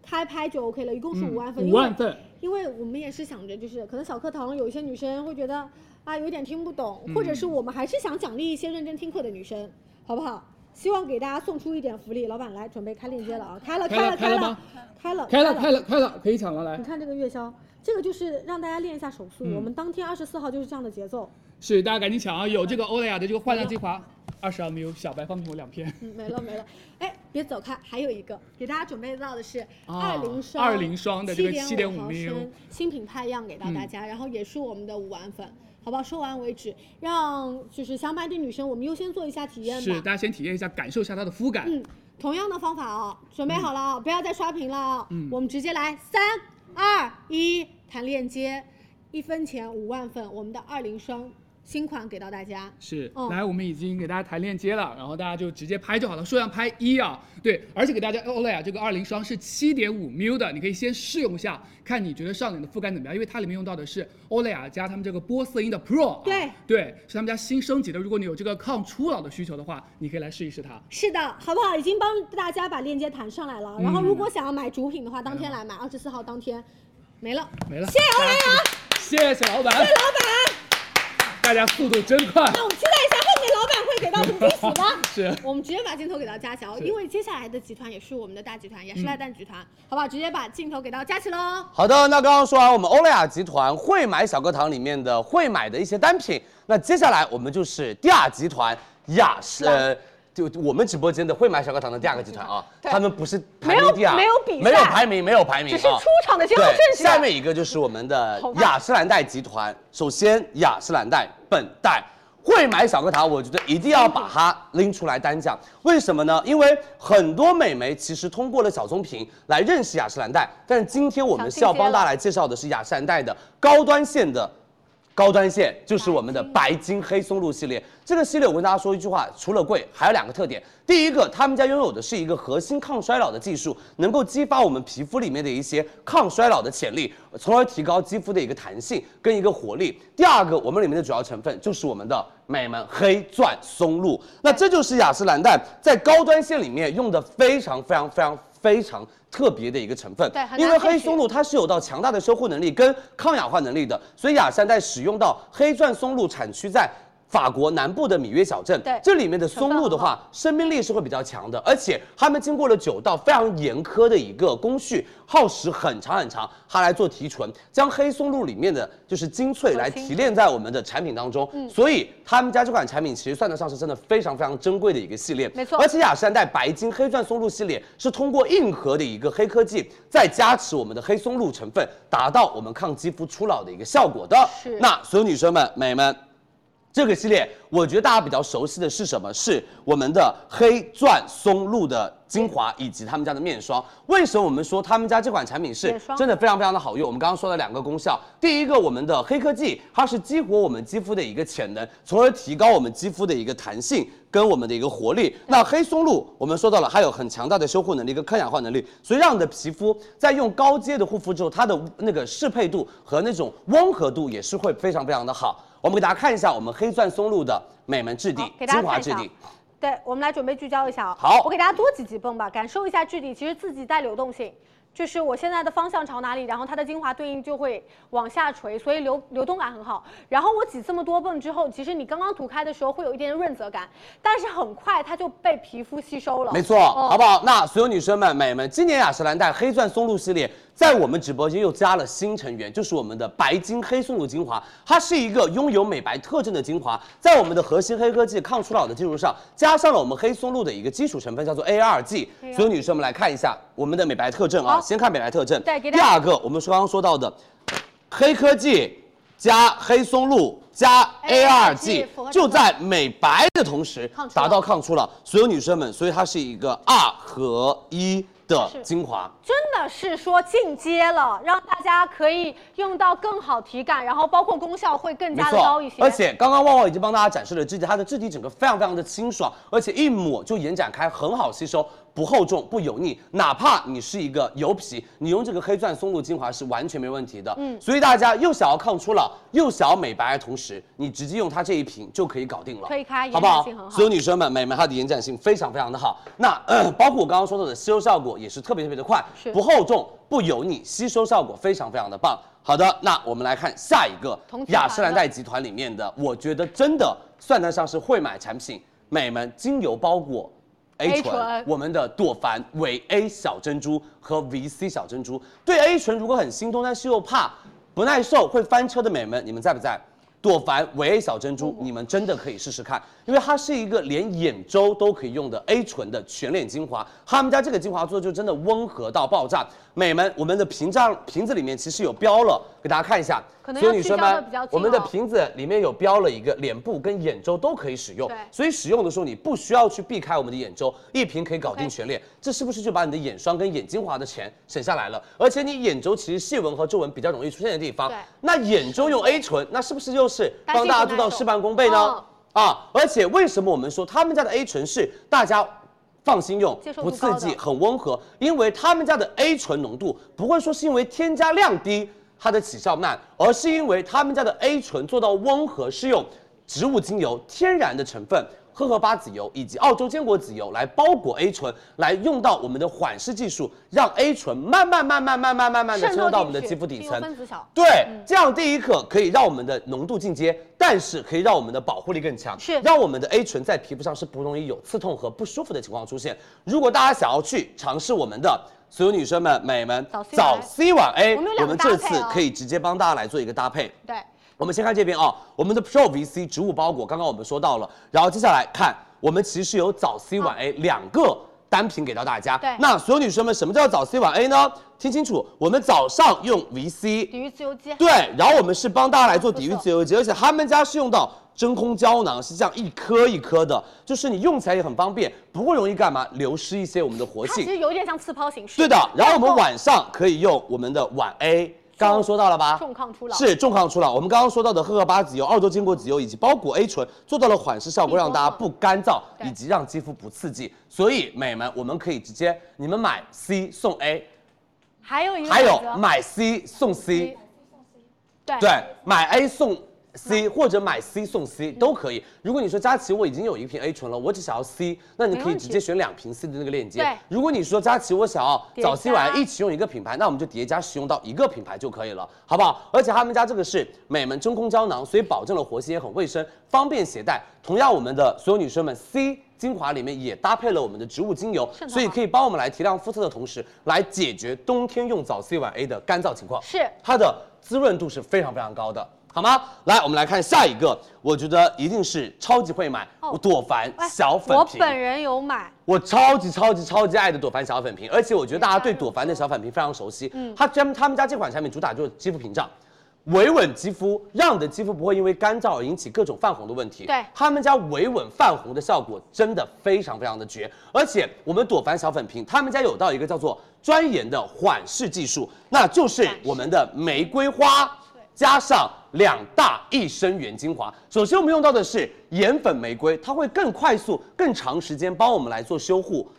Speaker 1: 开拍就 OK 了，一共是
Speaker 9: 嗯
Speaker 1: 五万份，
Speaker 9: 五
Speaker 1: 因为
Speaker 9: 万份，
Speaker 1: 因为我们也是想着，就是可能小课堂有一些女生会觉得啊有点听不懂，
Speaker 9: 嗯
Speaker 1: 或者是我们还是想奖励一些认真听课的女生，好不好？希望给大家送出一点福利。老板来准备开链接了啊，开了
Speaker 9: 开
Speaker 1: 了开
Speaker 9: 了开了
Speaker 1: 了
Speaker 9: 吗
Speaker 1: 开了
Speaker 9: 开了开了开了，可以抢了来
Speaker 1: 你，看这个月销，这个就是让大家练一下手速。我们当天二十四号就是这样的节奏，
Speaker 9: 是大家赶紧抢啊！有这个欧莱雅的这个焕亮精华，二十二 ml 小白方面膜两片，
Speaker 1: 嗯，没了没了。哎，别走开，还有一个给大家准备到的是
Speaker 9: 啊
Speaker 1: 二零霜，
Speaker 9: 20霜的这个
Speaker 1: 7.5
Speaker 9: 7.5
Speaker 1: 毫升
Speaker 9: ml
Speaker 1: 新品派样给到
Speaker 9: 嗯
Speaker 1: 大家，然后也是我们的五碗粉，好不好？说完为止，让就是想买的女生，我们优先做一下体验
Speaker 9: 是
Speaker 1: 吧。
Speaker 9: 大家先体验一下，感受一下它的肤感，
Speaker 1: 嗯，同样的方法啊、准备好了啊、不要再刷屏了啊、
Speaker 9: 嗯
Speaker 1: 我们直接来三二一，弹链接，一分钱五万份，我们的二零霜新款给到大家。
Speaker 9: 是，
Speaker 1: 嗯
Speaker 9: 来，我们已经给大家弹链接了，然后大家就直接拍就好了，数量拍一啊。对，而且给大家欧莱雅这个二零霜是七点五 ml 的，你可以先试用一下，看你觉得上脸的肤感怎么样，因为它里面用到的是欧莱雅加他们这个玻色因的 Pro，、啊、
Speaker 1: 对
Speaker 9: 对，是他们家新升级的。如果你有这个抗初老的需求的话，你可以来试一试它。
Speaker 1: 是的，好不好？已经帮大家把链接弹上来了。然后，如果想要买主品的话，当天来买，二十四号当天没了。
Speaker 9: 没了，
Speaker 1: 谢谢欧啊莱雅，
Speaker 9: 谢谢老板，谢谢老板，大家速度真快，
Speaker 1: 那我们期待一下后面老板会给到什么惊喜吧。
Speaker 9: 是
Speaker 1: 我们直接把镜头给到佳琪哦，
Speaker 9: 是
Speaker 1: 因为接下来的集团也是我们的大集团，也是赖蛋集团，好不好？直接把镜头给到佳琪喽。
Speaker 4: 好的，那刚刚说完我们欧莱雅集团会买小课堂里面的会买的一些单品，那接下来我们就是第二集团雅诗。呃就我们直播间的会买小课堂的第二个集团啊，
Speaker 8: 啊对
Speaker 4: 他们不是排名第二，
Speaker 8: 没有比赛
Speaker 4: 没有排名，没有排名，
Speaker 8: 只是
Speaker 4: 啊
Speaker 8: 出场的前后
Speaker 4: 对
Speaker 8: 顺序啊
Speaker 4: 下面一个就是我们的
Speaker 8: 好吧
Speaker 4: 雅诗兰黛集团。首先，雅诗兰黛本代会买小课堂，我觉得一定要把它拎出来单讲。为什么呢？因为很多美眉其实通过了小棕瓶来认识雅诗兰黛，但是今天我们是要帮大家来介绍的是雅诗兰黛的高端线的。高端线就是我们的白金黑松露系列，这个系列我跟大家说一句话，除了贵，还有两个特点。第一个，他们家拥有的是一个核心抗衰老的技术，能够激发我们皮肤里面的一些抗衰老的潜力，从而提高肌肤的一个弹性跟一个活力。第二个，我们里面的主要成分就是我们的美们黑钻松露，那这就是雅诗兰黛在高端线里面用的非常非常非常非常特别的一个成分。
Speaker 8: 对很难
Speaker 4: 因为
Speaker 8: 萃
Speaker 4: 黑
Speaker 8: 取
Speaker 4: 松露它是有到强大的修护能力跟抗氧化能力的，所以雅诗兰黛使用到黑钻松露产区在。法国南部的米约小镇，
Speaker 8: 对
Speaker 4: 这里面的松露的
Speaker 8: 成分很
Speaker 4: 话，生命力是会比较强的，而且他们经过了九道非常严苛的一个工序，耗时很长很长，它来做提纯，将黑松露里面的就是精粹来提炼在我们的产品当中，
Speaker 8: 嗯
Speaker 4: 所以他们家这款产品其实算得上是真的非常非常珍贵的一个系列，
Speaker 8: 没错
Speaker 4: 而且雅诗兰黛白金黑钻松露系列是通过硬核的一个黑科技，再加持我们的黑松露成分，达到我们抗肌肤初老的一个效果的。
Speaker 8: 是
Speaker 4: 那所有女生们、美们，这个系列，我觉得大家比较熟悉的是什么？是我们的黑钻松露的精华以及他们家的面霜。为什么我们说他们家这款产品是
Speaker 8: 面霜
Speaker 4: 真的非常非常的好用？我们刚刚说了两个功效，第一个我们的黑科技，它是激活我们肌肤的一个潜能，从而提高我们肌肤的一个弹性跟我们的一个活力。那
Speaker 8: 嗯
Speaker 4: 黑松露我们说到了，它有很强大的修护能力跟抗氧化能力，所以让你的皮肤在用高阶的护肤之后，它的那个适配度和那种温和度也是会非常非常的好。我们给大家看一下我们黑钻松露的美门质地
Speaker 8: 好、给大
Speaker 4: 精
Speaker 8: 家
Speaker 4: 华
Speaker 8: 看一
Speaker 4: 质
Speaker 8: 下
Speaker 4: 地。
Speaker 8: 啊。对，我们来准备聚焦一下啊。
Speaker 4: 好
Speaker 8: 我给大家多几几泵吧，感受一下质地，其实自己带流动性。就是我现在的方向朝哪里，然后它的精华对应就会往下垂，所以流流动感很好。然后我挤这么多泵之后，其实你刚刚涂开的时候会有一点润泽感，但是很快它就被皮肤吸收了。
Speaker 4: 没错，
Speaker 8: 嗯
Speaker 4: 好不好？那所有女生们、美们，今年雅诗兰黛黑钻松露系列在我们直播间又加了新成员，就是我们的白金黑松露精华。它是一个拥有美白特征的精华，在我们的核心黑科技抗初老的基础上，加上了我们黑松露的一个基础成分，叫做 ARG。所有女生们来看一下我们的美白特征
Speaker 8: 哎
Speaker 4: 啊，
Speaker 8: 好
Speaker 4: 先看美白特征。
Speaker 8: 对给大
Speaker 4: 第
Speaker 8: 家
Speaker 4: 二个，我们说刚刚说到的黑科技加黑松露加 ARG，
Speaker 8: ARG 哎符合
Speaker 4: 就在美白的同时
Speaker 8: 抗初老
Speaker 4: 达到抗初老。所有女生们，所以它是一个二合一的
Speaker 8: 是
Speaker 4: 精华。
Speaker 8: 真的是说进阶了，让大家可以用到更好体感，然后包括功效会更
Speaker 4: 没
Speaker 8: 加的
Speaker 4: 错
Speaker 8: 高一，些。
Speaker 4: 而且刚刚旺旺已经帮大家展示了质地，它的质地整个非常非常的清爽，而且一抹就延展开，很好吸收，不厚重不油腻。哪怕你是一个油皮，你用这个黑钻松露精华是完全没问题的。嗯，所以大家又想要抗初老，又想要美白的同时，你直接用它这一瓶就可以搞定了，
Speaker 8: 推开
Speaker 4: 好
Speaker 8: 延
Speaker 4: 不好
Speaker 8: 展性很？好
Speaker 4: 所有女生们、美们，它的延展性非常非常的好。那、呃包括我刚刚说到的吸收效果也是特别特别的快
Speaker 8: 是，
Speaker 4: 不厚重不油腻，吸收效果非常非常的棒。好的，那我们来看下一个
Speaker 8: 同质化
Speaker 4: 雅诗兰黛集团里面的，我觉得真的算得上是会买产品，美们精油包裹。A
Speaker 8: A
Speaker 4: 醇
Speaker 8: 醇，
Speaker 4: 我们的朵梵维 A 小珍珠和 VC 小珍珠，对 A 醇如果很心动，但是又怕不耐受会翻车的美们，你们在不在？朵梵维 A 小珍珠，你们真的可以试试看。因为它是一个连眼周都可以用的 A 醇的全脸精华。他们家这个精华做就真的温和到爆炸。美们，我们的屏障瓶子里面其实有标了，给大家看一下。
Speaker 8: 可能要
Speaker 4: 所以女生
Speaker 8: 聚焦得
Speaker 4: 们
Speaker 8: 比较近，
Speaker 4: 我们的
Speaker 8: 哦
Speaker 4: 瓶子里面有标了一个脸部跟眼周都可以使用
Speaker 8: 对，
Speaker 4: 所以使用的时候你不需要去避开我们的眼周，一瓶可以搞定
Speaker 8: OK
Speaker 4: 全脸。这是不是就把你的眼霜跟眼精华的钱省下来了？而且你眼周其实细纹和皱纹比较容易出现的地方
Speaker 8: 对，
Speaker 4: 那眼周用 A 醇，那是不是又是
Speaker 8: 担心
Speaker 4: 帮大家
Speaker 8: 不
Speaker 4: 做
Speaker 8: 耐
Speaker 4: 到
Speaker 8: 受
Speaker 4: 事半功倍呢？
Speaker 8: 嗯
Speaker 4: 啊，而且为什么我们说他们家的 A 醇是大家放心用
Speaker 8: 接，受度
Speaker 4: 不刺
Speaker 8: 高
Speaker 4: 激
Speaker 8: 的，
Speaker 4: 很温和？因为他们家的 A 醇浓度不会说是因为添加量低它的起效慢，而是因为他们家的 A 醇做到温和，是用植物精油天然的成分。荷荷巴籽油以及澳洲坚果籽油来包裹 A 醇，来用到我们的缓释技术，让 A 醇慢慢慢慢慢慢慢慢的渗透到我们的肌肤底
Speaker 8: 进入
Speaker 4: 层，
Speaker 8: 分子小。
Speaker 4: 对，这样第一课可以让我们的浓度进阶，但是可以让我们的保护力更强，
Speaker 8: 是
Speaker 4: 让我们的 A 醇在皮肤上是不容易有刺痛和不舒服的情况出现。如果大家想要去尝试我们的。所有女生们、美们
Speaker 8: 早 C 晚 A
Speaker 4: 早 C 晚 A，
Speaker 8: 我们有
Speaker 4: 我
Speaker 8: 两个
Speaker 4: 们
Speaker 8: 搭配
Speaker 4: 这
Speaker 8: 哦
Speaker 4: 次可以直接帮大家来做一个搭配。
Speaker 8: 对，
Speaker 4: 我们先看这边啊、我们的 Pro VC 植物包裹，刚刚我们说到了，然后接下来看，我们其实有早 C 晚 A 两个单品给到大家。
Speaker 8: 对
Speaker 4: 那所有女生们，什么叫早 C 晚 A 呢？听清楚，我们早上用 VC，
Speaker 8: 抵御自由基。
Speaker 4: 对，然后我们是帮大家来做抵御
Speaker 8: 不错
Speaker 4: 自由基，而且他们家是用到真空胶囊，是这样一颗一颗的，就是你用起来也很方便，不会容易干嘛流失一些我们的活
Speaker 8: 它其
Speaker 4: 性。
Speaker 8: 实有一点像刺抛形式。
Speaker 4: 对的，然后我们
Speaker 8: 重
Speaker 4: 晚上可以用我们的晚 A，刚刚说到了吧？
Speaker 8: 重抗初老
Speaker 4: 是重抗初老。我们刚刚说到的荷荷巴籽油、澳洲坚果籽油以及包裹 A 醇，做到了缓释效
Speaker 8: 避
Speaker 4: 果，让
Speaker 8: 光
Speaker 4: 大家
Speaker 8: 嘛
Speaker 4: 不干燥
Speaker 8: 对
Speaker 4: 以及让肌肤不刺激。所以美们，我们可以直接你们买 C 送 A，
Speaker 8: 还有一个
Speaker 4: 还有
Speaker 8: 选择
Speaker 4: 买 C 送 C。
Speaker 8: 对嗯
Speaker 4: 对，买 A 送 C 或者买 C 送 C 都可以。如果你说佳琪我已经有一瓶 A 醇了，我只想要 C，那你
Speaker 8: 没
Speaker 4: 可以
Speaker 8: 问题
Speaker 4: 直接选两瓶 C 的那个链接
Speaker 8: 对。
Speaker 4: 如果你说佳琪我想要
Speaker 8: 叠
Speaker 4: 早 C 晚
Speaker 8: 加
Speaker 4: A 一起用一个品牌，那我们就叠加使用到一个品牌就可以了，好不好？而且他们家这个是美门真空胶囊，所以保证了活性也很卫生，方便携带。同样，我们的所有女生们 C。精华里面也搭配了我们的植物精油，
Speaker 8: 渗透
Speaker 4: 所以
Speaker 8: 吗
Speaker 4: 可以帮我们来提亮肤色的同时，来解决冬天用早 C 晚 A 的干燥情况。
Speaker 8: 是
Speaker 4: 它的滋润度是非常非常高的，好吗？来，我们来看下一个，我觉得一定是超级会买
Speaker 8: 哦
Speaker 4: 朵凡
Speaker 8: 哎
Speaker 4: 小粉
Speaker 8: 我
Speaker 4: 瓶，
Speaker 8: 本人有买，
Speaker 4: 我超级超级超级爱的朵凡小粉瓶，而且我觉得大家对朵凡的小粉瓶非常熟悉。嗯，它专他们家这款产品主打就是肌肤屏障。维稳肌肤，让你的肌肤不会因为干燥而引起各种泛红的问题。
Speaker 8: 对
Speaker 4: 他们家维稳泛红的效果真的非常非常的绝，而且我们朵凡小粉瓶，他们家有到一个叫做专研的缓释技术，那就是我们的玫瑰花加上两大益生元精华。首先我们用到的是盐粉玫瑰，它会更快速、更长时间帮我们来做修护，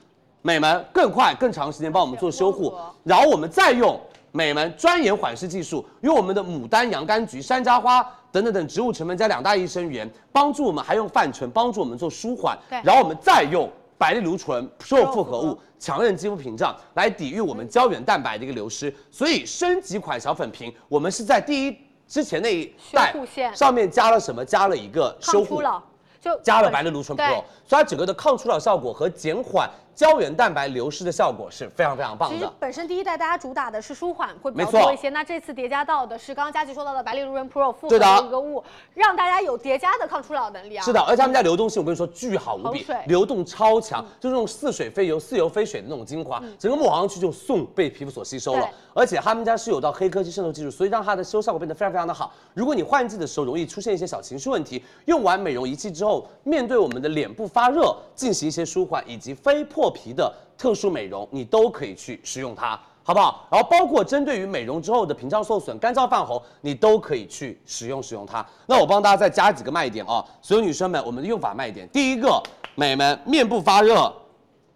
Speaker 4: 美们更快、更长时间帮我们做修护，然后我们再用美们专研缓释技术，用我们的牡丹、洋甘菊、山楂花等等等植物成分加两大益生元，帮助我们还用泛醇帮助我们做舒缓
Speaker 8: 对，
Speaker 4: 然后我们再用白藜芦醇 Pro
Speaker 8: 复
Speaker 4: 复合
Speaker 8: 合
Speaker 4: 物强韧肌肤屏障来抵御我们胶原蛋白的一个流失，所以升级款小粉瓶我们是在第一之前那一代
Speaker 8: 修护线
Speaker 4: 上面加了什么？加了一个
Speaker 8: 抗
Speaker 4: 修护
Speaker 8: 初老，就
Speaker 4: 加了白藜芦醇 Pro，
Speaker 8: 对
Speaker 4: 所以它整个的抗初老效果和减缓胶原蛋白流失的效果是非常非常棒
Speaker 8: 其实
Speaker 4: 的。
Speaker 8: 本身第一代大家主打的是舒缓会比较
Speaker 4: 没错
Speaker 8: 多一些，那这次叠加到的是刚刚佳琪说到的白藜芦醇 Pro 复合
Speaker 4: 对的
Speaker 8: 的一个物，让大家有叠加的抗初老能力啊。
Speaker 4: 是的，，而且他们家流动性我跟你说巨好无比
Speaker 8: 好水，嗯
Speaker 4: 流动超强，就是那种似水非油、似油非水的那种精华，整个抹上去就送被皮肤所吸收了
Speaker 8: 对。
Speaker 4: 而且他们家是有到黑科技渗透技术，所以让它的修效果变得非常非常的好。如果你换季的时候容易出现一些小情绪问题，用完美容仪器之后，面对我们的脸部发热，进行一些舒缓以及非破皮的特殊美容，你都可以去使用它。好不好？然后包括针对于美容之后的屏障受损、干燥泛红，你都可以去使用使用它。那我帮大家再加几个卖点啊、所有女生们，我们的用法卖点，第一个，美们面部发热，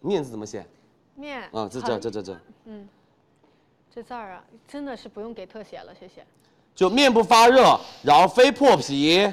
Speaker 4: 面字怎么写？
Speaker 8: 面
Speaker 4: 啊、这这
Speaker 8: 很
Speaker 4: 这这这，
Speaker 8: 这字儿啊，真的是不用给特写了，谢谢。
Speaker 4: 就面部发热，然后非破皮，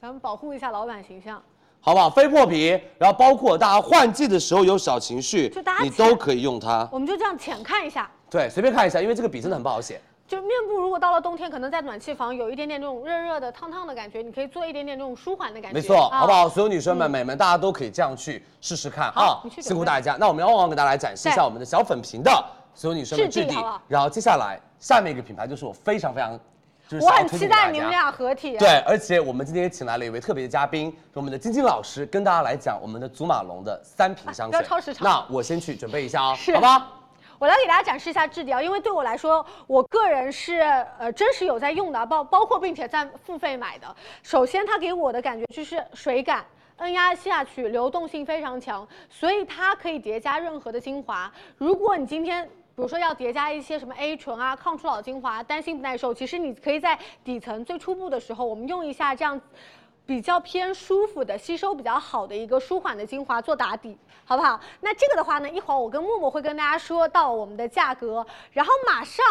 Speaker 8: 咱们保护一下老板形象，
Speaker 4: 好不好？非破皮，然后包括大家换季的时候有小情绪
Speaker 8: 就大，家
Speaker 4: 你
Speaker 8: 浅
Speaker 4: 都可以用它。
Speaker 8: 我们就这样浅看一下。
Speaker 4: 对，随便看一下，因为这个笔真的很不好写。
Speaker 8: 就面部如果到了冬天，可能在暖气房有一点点这种热热的、烫烫的感觉，你可以做一点点这种舒缓的感觉，
Speaker 4: 没错，
Speaker 8: 啊
Speaker 4: 好不好？？所有女生们、美们，大家都可以这样去试试看啊
Speaker 8: 好你！去准备
Speaker 4: 辛苦大家。那我们要旺旺给大家来展示一下
Speaker 8: 对
Speaker 4: 我们的小粉瓶的所有女生们
Speaker 8: 质
Speaker 4: 质
Speaker 8: 地
Speaker 4: 地
Speaker 8: 好不好，
Speaker 4: 然后接下来下面一个品牌就是我非常非常就是
Speaker 1: 我
Speaker 4: 想要
Speaker 1: 很期
Speaker 4: 推荐给大
Speaker 1: 待你们
Speaker 4: 家
Speaker 1: 俩合
Speaker 8: 啊
Speaker 1: 体。
Speaker 4: 对，，而且我们今天也请来了一位特别的嘉宾，是我们的晶晶老师，跟大家来讲我们的祖马龙的三瓶香
Speaker 1: 啊不
Speaker 4: 水。
Speaker 1: 要超时长
Speaker 4: 那我先去准备一下哦，
Speaker 1: 是
Speaker 4: 好吧？
Speaker 1: 我来给大家展示一下质地啊，因为对我来说，我个人是呃真实有在用的，包包括并且在付费买的。首先，它给我的感觉就是水感。摁压下去，流动性非常强，所以它可以叠加任何的精华。如果你今天比如说要叠加一些什么 A 醇啊、抗初老精华、担心不耐受，其实你可以在底层最初步的时候，我们用一下这样比较偏舒服的、吸收比较好的一个舒缓的精华做打底，好不好？那这个的话呢，一会儿我跟默默会跟大家说到我们的价格，然后马上。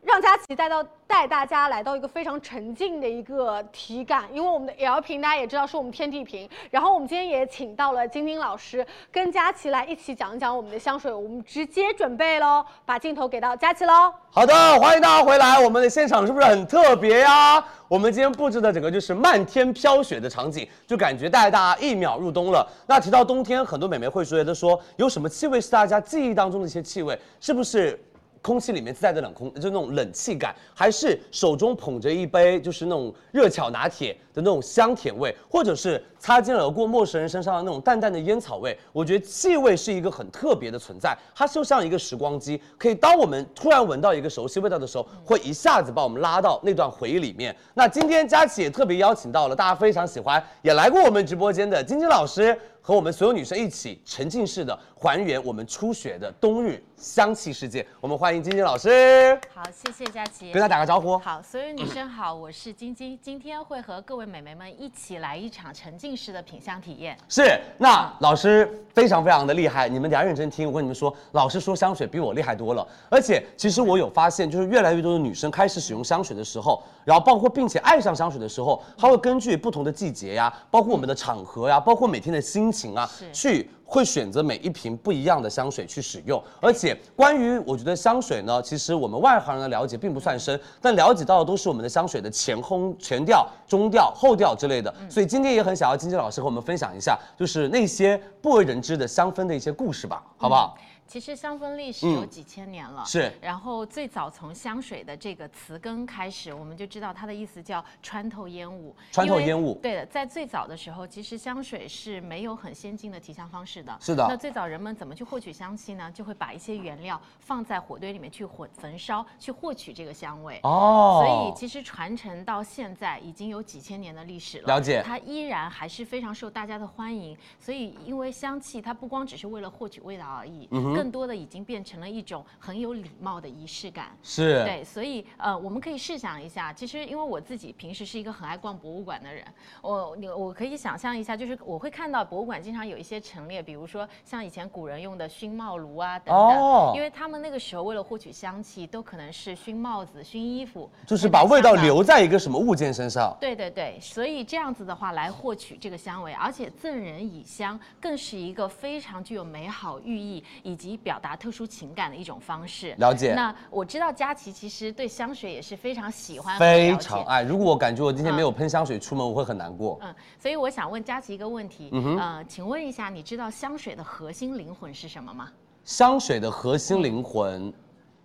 Speaker 1: 让佳琪带到带大家来到一个非常沉浸的一个体感，因为我们的 L 屏大家也知道是我们天地屏，然后我们今天也请到了晶晶老师跟佳琪来一起讲一讲我们的香水，我们直接准备喽，把镜头给到佳琪喽。
Speaker 4: 好的，欢迎大家回来。我们的现场是不是很特别呀、我们今天布置的整个就是漫天飘雪的场景，就感觉带大家一秒入冬了。那提到冬天，很多美眉会觉得说，有什么气味是大家记忆当中的一些气味？是不是空气里面自带的冷空，就那种冷气感，还是手中捧着一杯就是那种热巧拿铁的那种香甜味，或者是擦肩而过陌生人身上的那种淡淡的烟草味。我觉得气味是一个很特别的存在，它就像一个时光机，可以当我们突然闻到一个熟悉味道的时候，会一下子把我们拉到那段回忆里面。那今天佳琪也特别邀请到了大家非常喜欢，也来过我们直播间的晶晶老师。和我们所有女生一起沉浸式的还原我们初雪的冬日香气世界。我们欢迎晶晶老师，
Speaker 10: 好，谢谢佳琪。
Speaker 4: 跟她打个招呼。
Speaker 10: 好，所有 女生好，我是晶晶，今天会和各位美眉们一起来一场沉浸式的品香体验。
Speaker 4: 是，那老师非常非常的厉害，你们等下认真听。我跟你们说，老师说香水比我厉害多了。而且其实我有发现，就是越来越多的女生开始使用香水的时候，然后包括并且爱上香水的时候，她会根据不同的季节呀，包括我们的场合呀，包括每天的心情啊，
Speaker 10: 是
Speaker 4: 去会选择每一瓶不一样的香水去使用。而且关于我觉得香水呢，其实我们外行人的了解并不算深，但了解到的都是我们的香水的前烘、前调、中调、后调之类的。
Speaker 10: 嗯
Speaker 4: 所以今天也很想要金金老师和我们分享一下，就是那些不为人知的香氛的一些故事吧，好不好？
Speaker 10: 其实香氛历史有
Speaker 4: 嗯
Speaker 10: 几千年了，
Speaker 4: 是
Speaker 10: 然后最早从香水的这个词根开始，我们就知道它的意思叫穿透烟雾。
Speaker 4: 穿透
Speaker 10: 因为
Speaker 4: 烟雾
Speaker 10: 对的，在最早的时候，其实香水是没有很先进的提香方式的。
Speaker 4: 是的
Speaker 10: 那最早人们怎么去获取香气呢？就会把一些原料放在火堆里面去混焚烧，去获取这个香味。
Speaker 4: 哦
Speaker 10: 所以其实传承到现在已经有几千年的历史了，
Speaker 4: 了解
Speaker 10: 它依然还是非常受大家的欢迎。所以因为香气，它不光只是为了获取味道而已，
Speaker 4: 嗯
Speaker 10: 更多的已经变成了一种很有礼貌的仪式感。
Speaker 4: 是，
Speaker 10: 对，所以呃，我们可以试想一下，其实因为我自己平时是一个很爱逛博物馆的人，我你我可以想象一下，就是我会看到博物馆经常有一些陈列，比如说像以前古人用的熏帽炉啊等等，
Speaker 4: 哦
Speaker 10: 因为他们那个时候为了获取香气，都可能是熏帽子、熏衣服，
Speaker 4: 就是把味道
Speaker 10: 留。
Speaker 4: 留在一个什么物件身上。
Speaker 10: 对对对，所以这样子的话来获取这个香味，而且赠人以香更是一个非常具有美好寓意以及表达特殊情感的一种方式。
Speaker 4: 了解
Speaker 10: 那我知道佳琪其实对香水也是非常嗯喜欢，
Speaker 4: 非常。爱。如果我感觉我今天没有喷香水出门，我会很难过。
Speaker 10: 嗯，所以我想问佳琪一个问题，
Speaker 4: 嗯
Speaker 10: 呃，请问一下，你知道香水的核心灵魂是什么吗？
Speaker 4: 香水的核心灵魂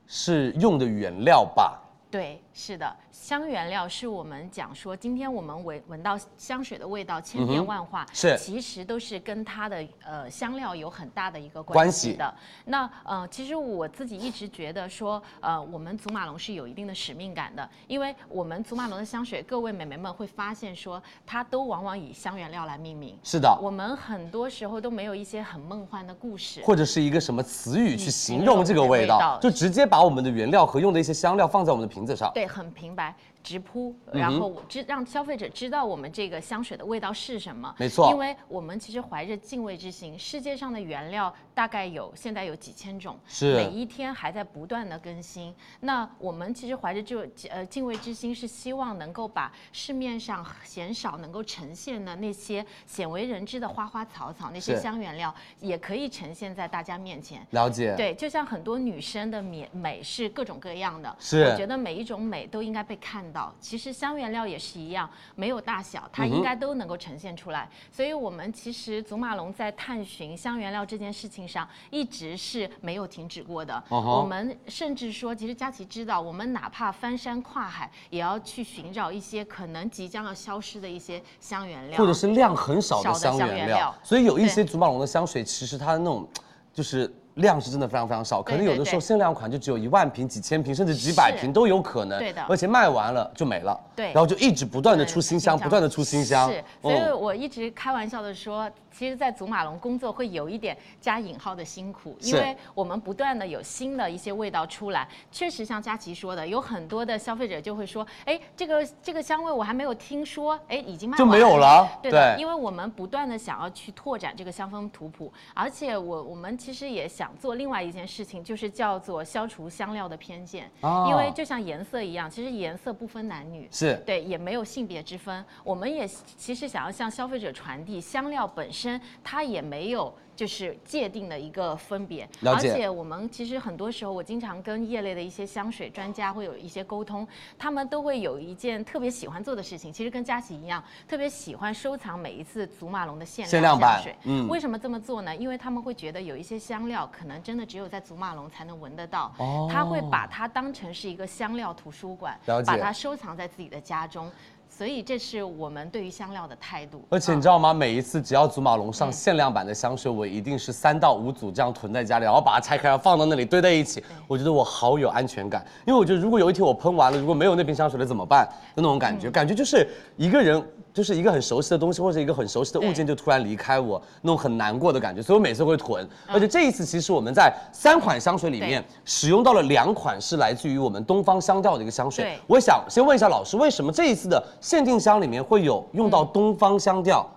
Speaker 4: 是用的原料吧？
Speaker 10: 对，是的，香原料是我们讲说，今天我们闻闻到香水的味道千变万化，
Speaker 4: 嗯是
Speaker 10: 其实都是跟它的呃香料有很大的一个
Speaker 4: 关
Speaker 10: 关
Speaker 4: 系
Speaker 10: 系的。那呃，其实我自己一直觉得说，呃，我们祖马龙是有一定的使命感的，因为我们祖马龙的香水，各位美眉们会发现说，它都往往以香原料来命名。
Speaker 4: 是的，
Speaker 10: 我们很多时候都没有一些很梦幻的故事，
Speaker 4: 或者是一个什么词语去形
Speaker 10: 嗯形
Speaker 4: 容
Speaker 10: 容
Speaker 4: 这个
Speaker 10: 这个
Speaker 4: 味
Speaker 10: 味
Speaker 4: 道
Speaker 10: 道，
Speaker 4: 就直接把我们的原料和用的一些香料放在我们的瓶子上。
Speaker 10: 对，很平白直扑，
Speaker 4: 嗯
Speaker 10: 然后我知让消费者知道我们这个香水的味道是什么。
Speaker 4: 没错
Speaker 10: 因为我们其实怀着敬畏之心，世界上的原料大概有现在有几千种，
Speaker 4: 是
Speaker 10: 每一天还在不断的更新。那我们其实怀着这呃敬畏之心，是希望能够把市面上鲜少能够呈现的那些鲜为人知的花花草草，那些
Speaker 4: 是
Speaker 10: 香原料，也可以呈现在大家面前。
Speaker 4: 了解。，
Speaker 10: 对，就像很多女生的美美是各种各样的，
Speaker 4: 是
Speaker 10: 我觉得每一种美都应该被看到，其实香原料也是一样，没有大小，
Speaker 4: 嗯
Speaker 10: 它应该都能够呈现出来。所以我们其实祖马龙在探寻香原料这件事情上，一直是没有停止过的。
Speaker 4: 哦吼
Speaker 10: 我们甚至说，其实佳琪知道，我们哪怕翻山跨海，也要去寻找一些可能即将要消失的一些香原料，
Speaker 4: 或者是量很少
Speaker 10: 啊少
Speaker 4: 的
Speaker 10: 的
Speaker 4: 香
Speaker 10: 香
Speaker 4: 原
Speaker 10: 原
Speaker 4: 料
Speaker 10: 料，
Speaker 4: 所以有一
Speaker 10: 对
Speaker 4: 些祖马龙的香水，其实它那种就是量是真的非常非常少，可能
Speaker 10: 对对
Speaker 4: 有的时候
Speaker 10: 对
Speaker 4: 限量款就只有一万瓶、几千瓶，甚至几百瓶都有可能。
Speaker 10: 对的
Speaker 4: 而且卖完了就没了。
Speaker 10: 对
Speaker 4: 然后就一直不断的出新香，
Speaker 10: 对
Speaker 4: 不断的出新香。
Speaker 10: 是，所以
Speaker 4: 嗯
Speaker 10: 我一直开玩笑的说，其实，在祖马龙工作会有一点加引号的辛苦，因
Speaker 4: 是
Speaker 10: 为我们不断的有新的一些味道出来。确实，像佳琪说的，有很多的消费者就会说，哎，这个这个香味我还没有听说，哎，已经卖
Speaker 4: 就
Speaker 10: 完
Speaker 4: 没有了
Speaker 10: 对的，
Speaker 4: 对
Speaker 10: 因为我们不断的想要去拓展这个香氛图谱，而且我我们其实也想做另外一件事情，就是叫做消除香料的偏见，
Speaker 4: 哦
Speaker 10: 因为就像颜色一样，其实颜色不分男女，
Speaker 4: 是
Speaker 10: 对，也没有性别之分。我们也其实想要向消费者传递，香料本身它也没有就是界定的一个分别。
Speaker 4: 了
Speaker 10: 而
Speaker 4: 解
Speaker 10: 且我们其实很多时候，我经常跟业内的一些香水专家会有一些沟通，他们都会有一件特别喜欢做的事情，其实跟佳琪一样，特别喜欢收藏每一次祖马龙的限
Speaker 4: 限量
Speaker 10: 量
Speaker 4: 版
Speaker 10: 香水。
Speaker 4: 嗯
Speaker 10: 为什么这么做呢？因为他们会觉得有一些香料可能真的只有在祖马龙才能闻得到，
Speaker 4: 哦
Speaker 10: 他会把它当成是一个香料图书馆，
Speaker 4: 了解
Speaker 10: 把它收藏在自己的家中，所以这是我们对于香料的态度。啊
Speaker 4: 而且你知
Speaker 10: 道，
Speaker 4: 道吗？每一次只要祖马龙上限量版的香水，我一定是三到五组这样囤在家里，然后把它拆开，然后放到那里堆在一起。我觉得我好有安全感，因为我觉得如果有一天我喷完了，如果没有那瓶香水了怎么办？的那种感觉，感觉就是一个人，就是一个很熟悉的东西或者一个很熟悉的物件就突然离开我，那种很难过的感觉。所以我每次会囤，而且这一次其实我们在三款香水里面使用到了两款是来自于我们东方香调的一个香水
Speaker 10: 对。
Speaker 4: 我想先问一下老师，为什么这一次的限定香里面会有用
Speaker 10: 嗯
Speaker 4: 到东方香调？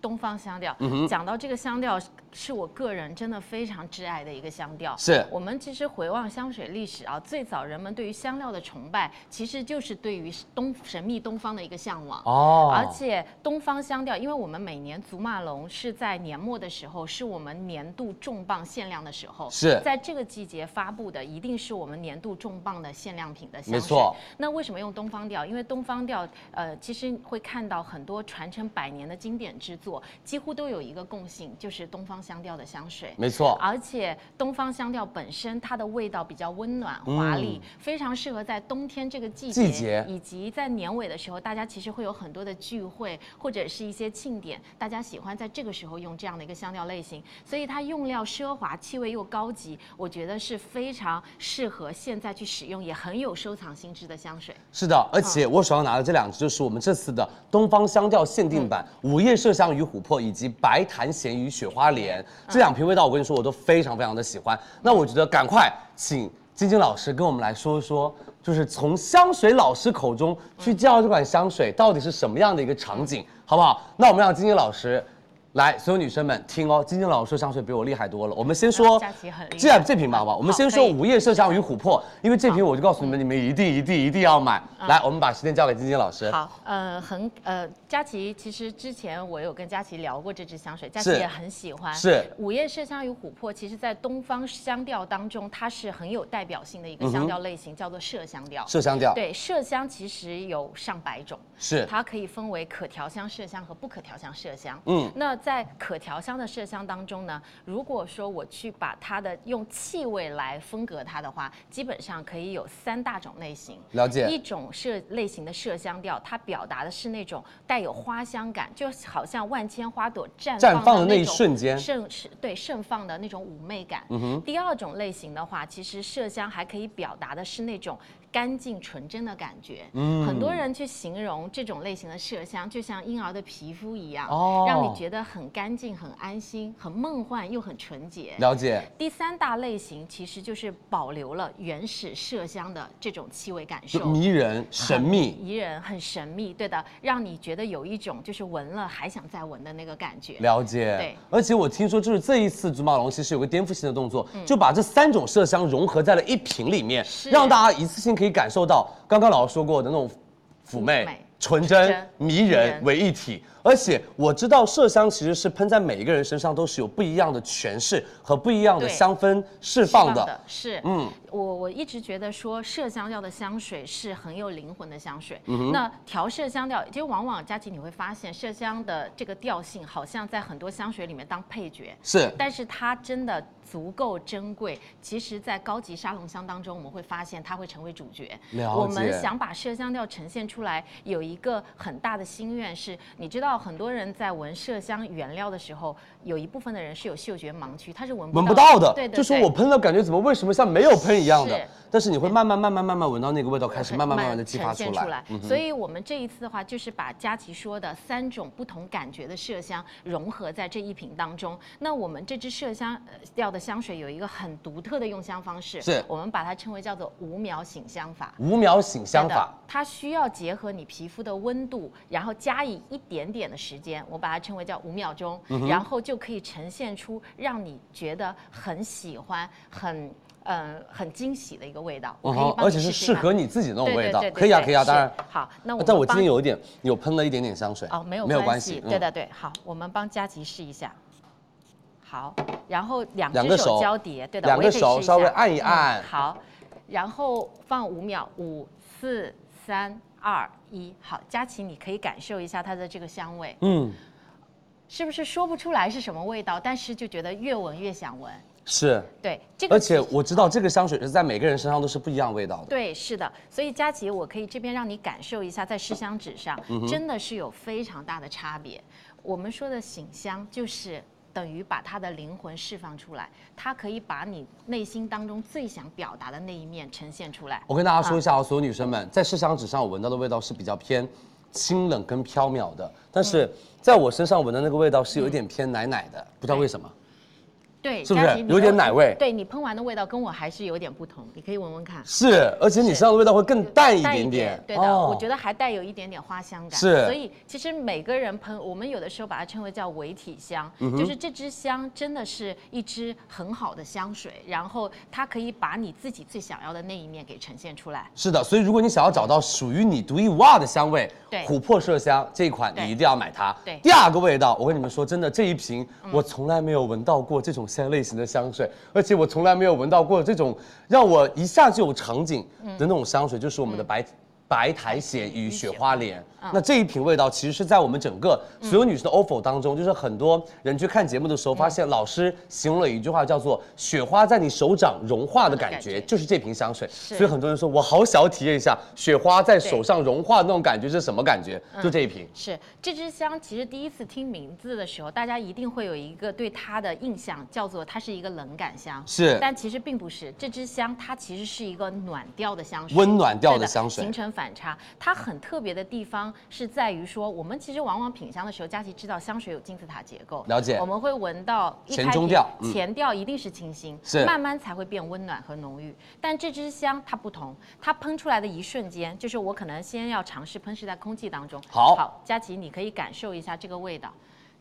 Speaker 10: 东方香调，
Speaker 4: 嗯
Speaker 10: 讲到这个香调，是我个人真的非常挚爱的一个香调。
Speaker 4: 是
Speaker 10: 我们其实回望香水历史啊，最早人们对于香料的崇拜，其实就是对于东神秘东方的一个向往。
Speaker 4: 哦
Speaker 10: 而且东方香调，因为我们每年祖马龙是在年末的时候，是我们年度重磅限量的时候，
Speaker 4: 是
Speaker 10: 在这个季节发布的，一定是我们年度重磅的限量品的香水。
Speaker 4: 没错
Speaker 10: 那为什么用东方调？因为东方调，呃，其实会看到很多传承百年的经典之作，几乎都有一个共性，就是东方香调的香水。
Speaker 4: 没错，
Speaker 10: 而且东方香调本身它的味道比较温暖华丽，非常适合在冬天这个季节，
Speaker 4: 嗯季节
Speaker 10: 以及在年尾的时候，大家其实会有很多的聚会或者是一些庆典，大家喜欢在这个时候用这样的一个香料类型，所以它用料奢华，气味又高级，我觉得是非常适合现在去使用，也很有收藏心智的香水。
Speaker 4: 是的，而且我手上拿的这两支就是我们这次的东方香调限定版——午夜麝香与琥珀以及白檀咸鱼雪花莲这两瓶味道，我跟你说我都非常非常的喜欢。那我觉得赶快请晶晶老师跟我们来说一说，就是从香水老师口中去介绍这款香水到底是什么样的一个场景，好不好？那我们让晶晶老师。来，所有女生们听哦，晶晶老师说香水比我厉害多了。我们先说，
Speaker 10: 佳琪很厉害
Speaker 4: 这样这瓶吧，好不好？我们
Speaker 10: 好
Speaker 4: 先说
Speaker 10: 可以
Speaker 4: 午夜麝香与琥珀，因为这瓶我就告诉你们，你们一定一定一定要买。来，我们把时间交给晶晶老师。
Speaker 10: 好，呃，很呃，佳琪，其实之前我有跟佳琪聊过这支香水，佳琪
Speaker 4: 是
Speaker 10: 也很喜欢。
Speaker 4: 是
Speaker 10: 午夜麝香与琥珀，其实在东方香调当中，它是很有代表性的
Speaker 4: 嗯
Speaker 10: 一个香调类型，叫做麝香调。
Speaker 4: 麝香调，
Speaker 10: 对，麝香其实有上百种，
Speaker 4: 是
Speaker 10: 它可以分为可调香麝香和不可调香麝香。
Speaker 4: 嗯
Speaker 10: 嗯，那在可调香的麝香当中呢，如果说我去把它的用气味来分隔它的话，基本上可以有三大种类型。
Speaker 4: 了解
Speaker 10: 一种麝类型的麝香调，它表达的是那种带有花香感，就好像万千花朵绽
Speaker 4: 绽放的
Speaker 10: 的
Speaker 4: 那一
Speaker 10: 种
Speaker 4: 瞬间
Speaker 10: 盛是对盛放的那种妩媚感。
Speaker 4: 嗯
Speaker 10: 第二种类型的话，其实麝香还可以表达的是那种干净纯真的感觉。
Speaker 4: 嗯
Speaker 10: 很多人去形容这种类型的麝香，就像婴儿的皮肤一样，
Speaker 4: 哦
Speaker 10: 让你觉得很干净、很安心、很梦幻又很纯洁。
Speaker 4: 了解。
Speaker 10: 第三大类型其实就是保留了原始麝香的这种气味感
Speaker 4: 就
Speaker 10: 受，
Speaker 4: 迷人神秘，
Speaker 10: 宜人，很神秘，对的，让你觉得有一种就是闻了还想再闻的那个感觉。
Speaker 4: 了解。
Speaker 10: 对
Speaker 4: 而且我听说，就是这一次祖马龙其实有个颠覆性的动作，就把这三种麝香融合在了一瓶里面，
Speaker 10: 嗯是
Speaker 4: 让大家一次性可以感受到刚刚老师说过的那种妩
Speaker 10: 妩
Speaker 4: 媚
Speaker 10: 媚、
Speaker 4: 纯真
Speaker 10: 纯、真
Speaker 4: 迷
Speaker 10: 迷
Speaker 4: 人
Speaker 10: 人
Speaker 4: 为一体。而且我知道麝香其实是喷在每一个人身上都是有不一样的诠释和不一样的
Speaker 10: 对
Speaker 4: 香氛释放的。
Speaker 10: 是，
Speaker 4: 嗯
Speaker 10: 嗯，我我一直觉得说麝香调的香水是很有灵魂的香水。
Speaker 4: 嗯
Speaker 10: 那调麝香调，就往往佳琪你会发现，麝香的这个调性好像在很多香水里面当配角，
Speaker 4: 是
Speaker 10: 但是它真的足够珍贵。其实，在高级沙龙香当中，我们会发现它会成为主角。
Speaker 4: 了解
Speaker 10: 我们想把麝香调呈现出来，有一个很大的心愿是，你知道很多人在闻麝香原料的时候，有一部分的人是有嗅觉盲区，他是闻
Speaker 4: 闻不到的，
Speaker 10: 对对对，
Speaker 4: 就说我喷了，感觉怎么为什么像没有喷一样的
Speaker 10: 是？
Speaker 4: 但是你会慢慢慢慢慢慢闻到那个味道，开始
Speaker 10: 很
Speaker 4: 慢慢慢慢的激
Speaker 10: 呈
Speaker 4: 发
Speaker 10: 现
Speaker 4: 出
Speaker 10: 出
Speaker 4: 来。嗯
Speaker 10: 所以我们这一次的话，就是把佳琪说的三种不同感觉的麝香融合在这一瓶当中。那我们这支麝香呃调的香水有一个很独特的用香方式，
Speaker 4: 是
Speaker 10: 我们把它称为叫做五秒醒香法。
Speaker 4: 五秒醒香
Speaker 10: 对的
Speaker 4: 法，，
Speaker 10: 它需要结合你皮肤的温度，然后加以一点点的时间，我把它称为叫五秒钟，
Speaker 4: 嗯
Speaker 10: 然后就可以呈现出让你觉得很喜欢、很嗯、很惊喜的一个味道。我可以
Speaker 4: 嗯哼
Speaker 10: 帮
Speaker 4: 哦而
Speaker 10: 你
Speaker 4: 且
Speaker 10: 试
Speaker 4: 是
Speaker 10: 试
Speaker 4: 适
Speaker 10: 看
Speaker 4: 合你自己的那种
Speaker 10: 对
Speaker 4: 味
Speaker 10: 对
Speaker 4: 道
Speaker 10: 对，对
Speaker 4: 可以啊
Speaker 10: 对
Speaker 4: 可以啊，
Speaker 10: 是
Speaker 4: 当然。
Speaker 10: 好那我
Speaker 4: 但我
Speaker 10: 们
Speaker 4: 今天
Speaker 10: 帮
Speaker 4: 有一点有喷了一点点香水
Speaker 10: 哦，没有
Speaker 4: 没有
Speaker 10: 关
Speaker 4: 关
Speaker 10: 系，
Speaker 4: 系，
Speaker 10: 对
Speaker 4: 嗯
Speaker 10: 的对，好，我们帮佳琪试一下。好，然后两
Speaker 4: 两
Speaker 10: 只
Speaker 4: 个
Speaker 10: 手
Speaker 4: 手
Speaker 10: 交叠，对的，
Speaker 4: 两
Speaker 10: 我也
Speaker 4: 个
Speaker 10: 可以
Speaker 4: 手
Speaker 10: 试一
Speaker 4: 稍微
Speaker 10: 下
Speaker 4: 按一按
Speaker 10: 嗯好，然后放五秒，五、四、三、二、一，好，佳琪，你可以感受一下它的这个香味，
Speaker 4: 嗯，
Speaker 10: 是不是说不出来是什么味道，但是就觉得越闻越想闻。
Speaker 4: 是。
Speaker 10: 对，这个
Speaker 4: 而且
Speaker 10: 其实
Speaker 4: 我知道这个香水是在每个人身上都是不一样味道的。
Speaker 10: 对，是的，所以佳琪，我可以这边让你感受一下，在试香纸上、
Speaker 4: 嗯
Speaker 10: 真的是有非常大的差别。我们说的醒香，就是等于把他的灵魂释放出来，它可以把你内心当中最想表达的那一面呈现出来。
Speaker 4: 我跟大家说一下啊，所有女生们，在麝香纸上我闻到的味道是比较偏清冷跟飘渺的，但
Speaker 10: 嗯
Speaker 4: 是在我身上闻的那个味道是有一点偏奶奶的，不知道为什么。
Speaker 10: 对，
Speaker 4: 是不是
Speaker 10: 佳琪你
Speaker 4: 有点奶味
Speaker 10: 对你喷完的味道跟我还是有点不同，你可以闻闻看。
Speaker 4: 是，而且你身上的味道会更淡一
Speaker 10: 带
Speaker 4: 点点。哦
Speaker 10: 对的，我觉得还带有一点点花香感。
Speaker 4: 是
Speaker 10: 所以其实每个人喷，我们有的时候把它称为叫伪体香，
Speaker 4: 嗯
Speaker 10: 就是这支香真的是一支很好的香水，然后它可以把你自己最想要的那一面给呈现出来。
Speaker 4: 是的，所以如果你想要找到属于你独一无二的香味，
Speaker 10: 对
Speaker 4: 琥珀麝香这一款
Speaker 10: 对
Speaker 4: 你一定要买它。
Speaker 10: 对
Speaker 4: 第二个味道，我跟你们说，真的这一瓶我从来没有闻到过这种香类型的香水，而且我从来没有闻到过这种让我一下就有场景的那种香水，就是我们的白。嗯白苔藓与雪花莲，嗯那这一瓶味道其实是在我们整个所有女生的 offer 当中，就是很多人去看节目的时候，发现老师形容了一句话叫做“雪花在你手掌融化的感
Speaker 10: 感
Speaker 4: 觉
Speaker 10: 觉”，
Speaker 4: 嗯就是这瓶香水。所以很多人说，我好想要体验一下雪花在手上融化的那种感觉是什么感觉？
Speaker 10: 嗯
Speaker 4: 就这一瓶。
Speaker 10: 是这支香，其实第一次听名字的时候，大家一定会有一个对它的印象，叫做它是一个冷感香。
Speaker 4: 是
Speaker 10: 但其实并不是。这支香它其实是一个暖调的香水，
Speaker 4: 温暖调的
Speaker 10: 对的
Speaker 4: 香水
Speaker 10: 形成反差。它很特别的地方是在于说，我们其实往往品香的时候，佳琪知道香水有金字塔结构，
Speaker 4: 了解
Speaker 10: 我们会闻到一
Speaker 4: 前
Speaker 10: 开
Speaker 4: 中
Speaker 10: 瓶
Speaker 4: 调嗯
Speaker 10: 前调一定是清新，
Speaker 4: 是
Speaker 10: 慢慢才会变温暖和浓郁。但这支香它不同，它喷出来的一瞬间，就是我可能先要尝试喷试在空气当中。
Speaker 4: 好
Speaker 10: 好，佳琪，你可以感受一下这个味道，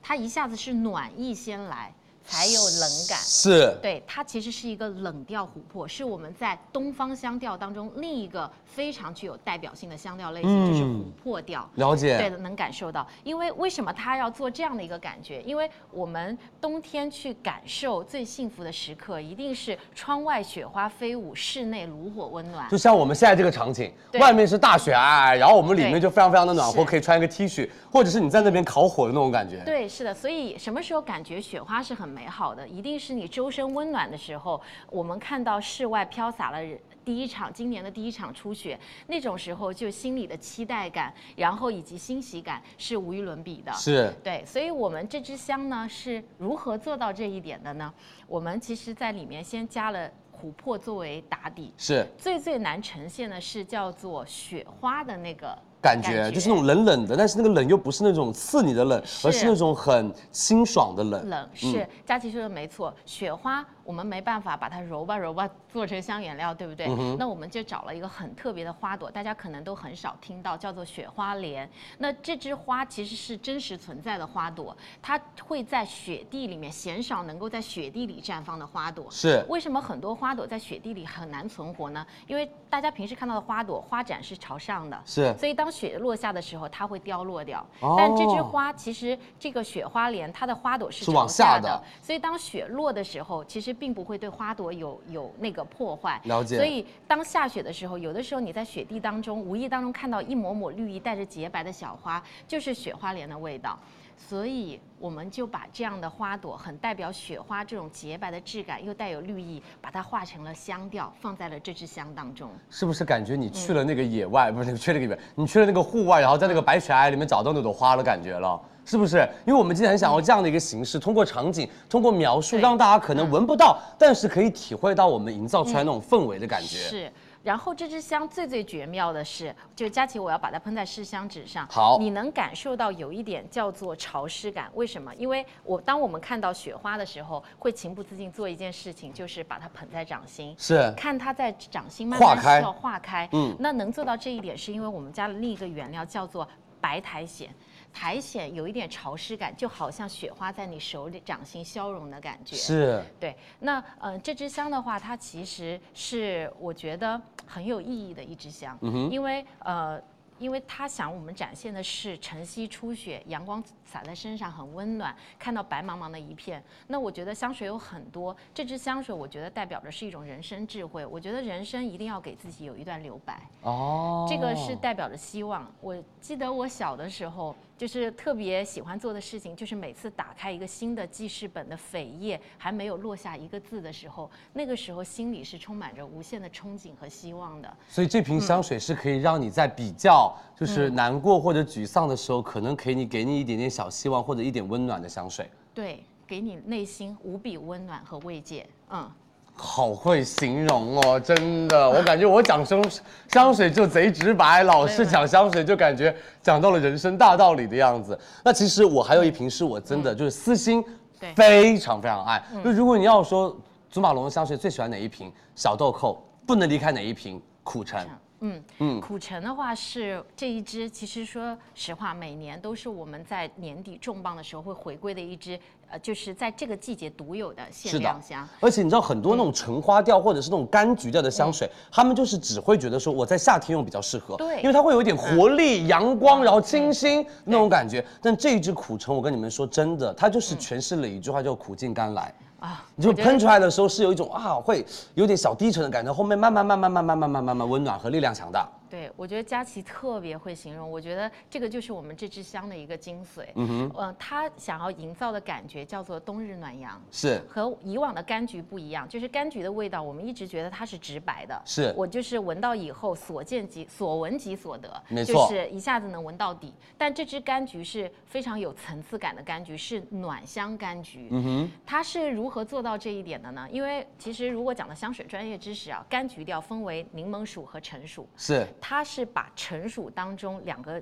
Speaker 10: 它一下子是暖意先来，才有冷感。
Speaker 4: 是
Speaker 10: 对，它其实是一个冷调琥珀，是我们在东方香调当中另一个非常具有代表性的香调类型，就是琥珀调。
Speaker 4: 嗯了
Speaker 10: 对
Speaker 4: 解
Speaker 10: 的，能感受到。因为为什么他要做这样的一个感觉？因为我们冬天去感受最幸福的时刻，一定是窗外雪花飞舞，室内炉火温暖
Speaker 4: 就。像我们现在这个场景，
Speaker 10: 对
Speaker 4: 外面是大雪皑皑，然后我们里面
Speaker 10: 对
Speaker 4: 就非常非常的暖和，
Speaker 10: 是
Speaker 4: 可以穿一个 T 恤，或者是你在那边烤火的那种感觉。
Speaker 10: 对，是的，所以什么时候感觉雪花是很美好的？一定是你周身温暖的时候，我们看到室外飘洒了人第一场今年的第一场初雪，那种时候就心里的期待感，然后以及欣喜感是无与伦比的。
Speaker 4: 是
Speaker 10: 对，所以我们这支香呢是如何做到这一点的呢？我们其实在里面先加了琥珀作为打底，
Speaker 4: 是，
Speaker 10: 最最难呈现的是叫做雪花的那个
Speaker 4: 感觉就是那种冷冷的，但是那个冷又不是那种刺你的冷，
Speaker 10: 是
Speaker 4: 而是那种很清爽的冷。嗯
Speaker 10: 冷是佳琪说的没错，雪花我们没办法把它揉吧揉吧做成香原料，对不对？
Speaker 4: 嗯
Speaker 10: 那我们就找了一个很特别的花朵，大家可能都很少听到，叫做雪花莲。那这支花其实是真实存在的花朵，它会在雪地里面，鲜少能够在雪地里绽放的花朵。
Speaker 4: 是
Speaker 10: 为什么很多花朵在雪地里很难存活呢？因为大家平时看到的花朵花展是朝上的，
Speaker 4: 是
Speaker 10: 所以当雪落下的时候，它会凋落掉。
Speaker 4: 哦
Speaker 10: 但这枝花其实这个雪花莲，它的花朵是
Speaker 4: 是往
Speaker 10: 朝下
Speaker 4: 下的
Speaker 10: 所以当雪落的时候，其实并不会对花朵有有那个破坏。
Speaker 4: 了解
Speaker 10: 所以当下雪的时候，有的时候你在雪地当中无意当中看到一抹抹绿意带着洁白的小花，就是雪花莲的味道。所以我们就把这样的花朵，很代表雪花这种洁白的质感，又带有绿意，把它化成了香调，放在了这支香当中。
Speaker 4: 是不是感觉你去了那个野外，不是去了那个野外，你去了那个户外，然后在那个白雪皑里面找到那朵花的感觉了？是不是？因为我们今天很想要这样的一个形式，通过场景，通过描述，
Speaker 10: 对嗯
Speaker 4: 让大家可能闻不到，但是可以体会到我们营造出来那种氛围的感觉。
Speaker 10: 是。然后这支香最最绝妙的是，就佳琪，我要把它喷在试香纸上。
Speaker 4: 好
Speaker 10: 你能感受到有一点叫做潮湿感，为什么？因为我当我们看到雪花的时候，会情不自禁做一件事情，就是把它捧在掌心。
Speaker 4: 是
Speaker 10: 看它在掌心慢
Speaker 4: 化
Speaker 10: 慢
Speaker 4: 开
Speaker 10: 化化开。
Speaker 4: 嗯
Speaker 10: 嗯，那能做到这一点，是因为我们加了另一个原料叫做白苔藓。苔藓有一点潮湿感，就好像雪花在你手里掌心消融的感觉。
Speaker 4: 是
Speaker 10: 对，那嗯、呃这支香的话，它其实是我觉得很有意义的一支香，因为呃。因为它想我们展现的是晨曦初雪，阳光洒在身上很温暖，看到白茫茫的一片。那我觉得香水有很多，这支香水我觉得代表着是一种人生智慧。我觉得人生一定要给自己有一段留白。
Speaker 4: 哦，
Speaker 10: 这个是代表着希望。我记得我小的时候，就是特别喜欢做的事情，就是每次打开一个新的记事本的扉页，还没有落下一个字的时候，那个时候心里是充满着无限的憧憬和希望的。
Speaker 4: 所以这瓶香水是可以让你在比较就是
Speaker 10: 嗯
Speaker 4: 难过或者沮丧的时候，可能给你给你一点点小希望或者一点温暖的香水。
Speaker 10: 对，给你内心无比温暖和慰藉。嗯，
Speaker 4: 好会形容哦，真的，我感觉我讲香香水就贼直白，老是讲香水就感觉讲到了人生大道理的样子。那其实我还有一瓶是我真的就是私心
Speaker 10: 对
Speaker 4: 非常非常爱。就如果你要说祖马龙的香水最喜欢哪一瓶，小豆蔻不能离开哪一瓶，苦橙。
Speaker 10: 嗯嗯，苦橙的话是这一支，其实说实话，每年都是我们在年底重磅的时候会回归的一支，呃，就是在这个季节独有的
Speaker 4: 是
Speaker 10: 限
Speaker 4: 的
Speaker 10: 量香。，
Speaker 4: 而且你知道很多那种橙花调或者是那种柑橘调的香水，他们就是只会觉得说我在夏天用比较适合，
Speaker 10: 对
Speaker 4: 因为它会有一点活力、阳光，然后清新那种感觉。但这一支苦橙，我跟你们说真的，它就是诠释了一句话，叫苦尽甘来。
Speaker 10: 啊，
Speaker 4: 你就
Speaker 10: 我觉得
Speaker 4: 喷出来的时候是有一种啊，会有点小低沉的感觉，后面慢慢慢慢慢慢慢慢慢慢温暖和力量强大。
Speaker 10: 对，我觉得佳琪特别会形容，我觉得这个就是我们这支香的一个精髓。嗯哼，呃，它想要营造的感觉叫做冬日暖阳。
Speaker 4: 是
Speaker 10: 和以往的柑橘不一样，就是柑橘的味道，我们一直觉得它是直白的，
Speaker 4: 是
Speaker 10: 我就是闻到以后所见即所闻即所得，
Speaker 4: 没错
Speaker 10: 就是一下子能闻到底。但这支柑橘是非常有层次感的柑橘，是暖香柑橘。嗯哼，它是如何做到这一点的呢？因为其实如果讲到香水专业知识啊，柑橘调分为柠檬属和橙属，
Speaker 4: 是，
Speaker 10: 它是把橙属当中两个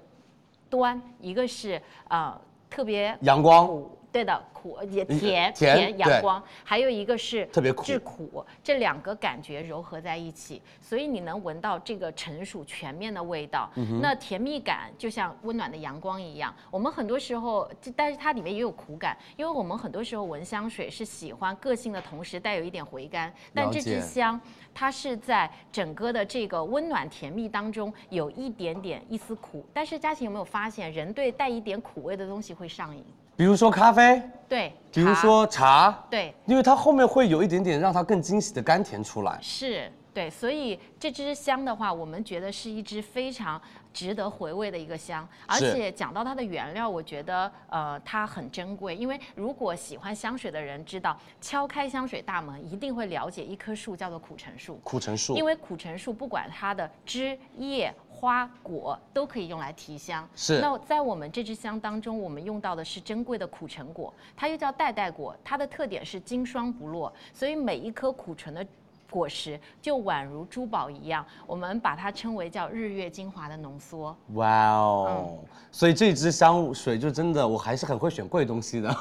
Speaker 10: 端，一个是呃特别
Speaker 4: 阳光
Speaker 10: 苦，对的苦也
Speaker 4: 嗯
Speaker 10: 甜
Speaker 4: 甜对
Speaker 10: 阳光，还有一个是
Speaker 4: 特别苦
Speaker 10: 是苦，这两个感觉柔合在一起，所以你能闻到这个橙属全面的味道。
Speaker 4: 嗯
Speaker 10: 那甜蜜感就像温暖的阳光一样，我们很多时候，这但是它里面也有苦感，因为我们很多时候闻香水是喜欢个性的同时带有一点回甘，但
Speaker 4: 了
Speaker 10: 这
Speaker 4: 解
Speaker 10: 支香，它是在整个的这个温暖甜蜜当中有一点点一丝苦。但是佳琪有没有发现，人对带一点苦味的东西会上瘾？
Speaker 4: 比如说咖啡，
Speaker 10: 对，
Speaker 4: 比如
Speaker 10: 茶
Speaker 4: 说茶，
Speaker 10: 对，
Speaker 4: 因为它后面会有一点点让它更惊喜的甘甜出来。
Speaker 10: 是，对，所以这支香的话，我们觉得是一支非常值得回味的一个香，而
Speaker 4: 是
Speaker 10: 且讲到它的原料，我觉得呃它很珍贵，因为如果喜欢香水的人知道，敲开香水大门一定会了解一棵树叫做苦橙树。
Speaker 4: 苦橙树，
Speaker 10: 因为苦橙树不管它的枝叶、花、果都可以用来提香。
Speaker 4: 是
Speaker 10: 那在我们这支香当中，我们用到的是珍贵的苦橙果，它又叫代代果，它的特点是经霜不落，所以每一颗苦橙的。果实就宛如珠宝一样，我们把它称为叫日月精华的浓缩。
Speaker 4: 哇哦！所以这支香水就真的，我还是很会选贵东西的，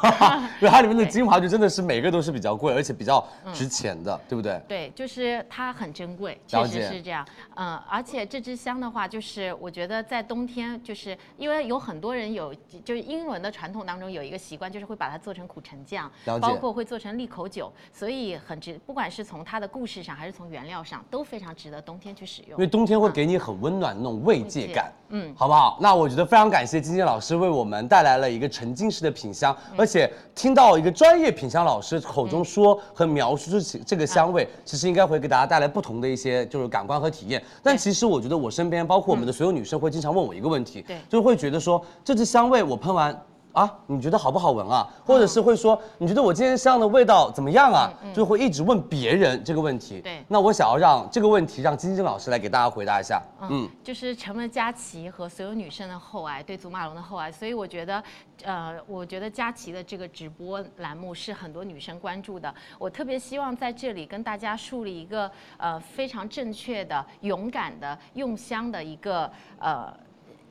Speaker 4: 因为它里面的精华就真的是每个都是比较贵，而且比较值钱的，对不对？
Speaker 10: 对，就是它很珍贵，
Speaker 4: 了
Speaker 10: 确实
Speaker 4: 解
Speaker 10: 是这样。嗯，而且这支香的话，就是我觉得在冬天，就是因为有很多人有，就是英伦的传统当中有一个习惯，就是会把它做成苦橙酱
Speaker 4: 了，
Speaker 10: 包
Speaker 4: 解
Speaker 10: 括会做成利口酒，所以很值，不管是从它的故事上还是从原料上，都非常值得冬天去使
Speaker 4: 因为
Speaker 10: 用。嗯
Speaker 4: 冬天会给你很温暖的那种慰藉感，
Speaker 10: 慰藉嗯
Speaker 4: 好不好？那我觉得非常感谢金金老师为我们带来了一个沉浸式的品香，
Speaker 10: 嗯
Speaker 4: 而且听到一个专业品香老师口中说和描述出这这个香味，
Speaker 10: 嗯
Speaker 4: 其实应该会给大家带来不同的一些就是感官和体验。但其实我觉得我身边包括我们的所有女生会经常问我一个问题，
Speaker 10: 嗯对
Speaker 4: 就是会觉得说这支香味我喷完。啊，你觉得好不好闻啊？
Speaker 10: 嗯
Speaker 4: 或者是会说，你觉得我今天香的味道怎么样啊？
Speaker 10: 嗯
Speaker 4: 就会一直问别人这个问题。
Speaker 10: 对
Speaker 4: 那我想要让这个问题让金晶老师来给大家回答一下。嗯
Speaker 10: 嗯，，就是成了佳琪和所有女生的厚爱，对祖马龙的厚爱，所以我觉得，呃，我觉得佳琪的这个直播栏目是很多女生关注的。我特别希望在这里跟大家树立一个呃非常正确的、勇敢的用香的一个呃。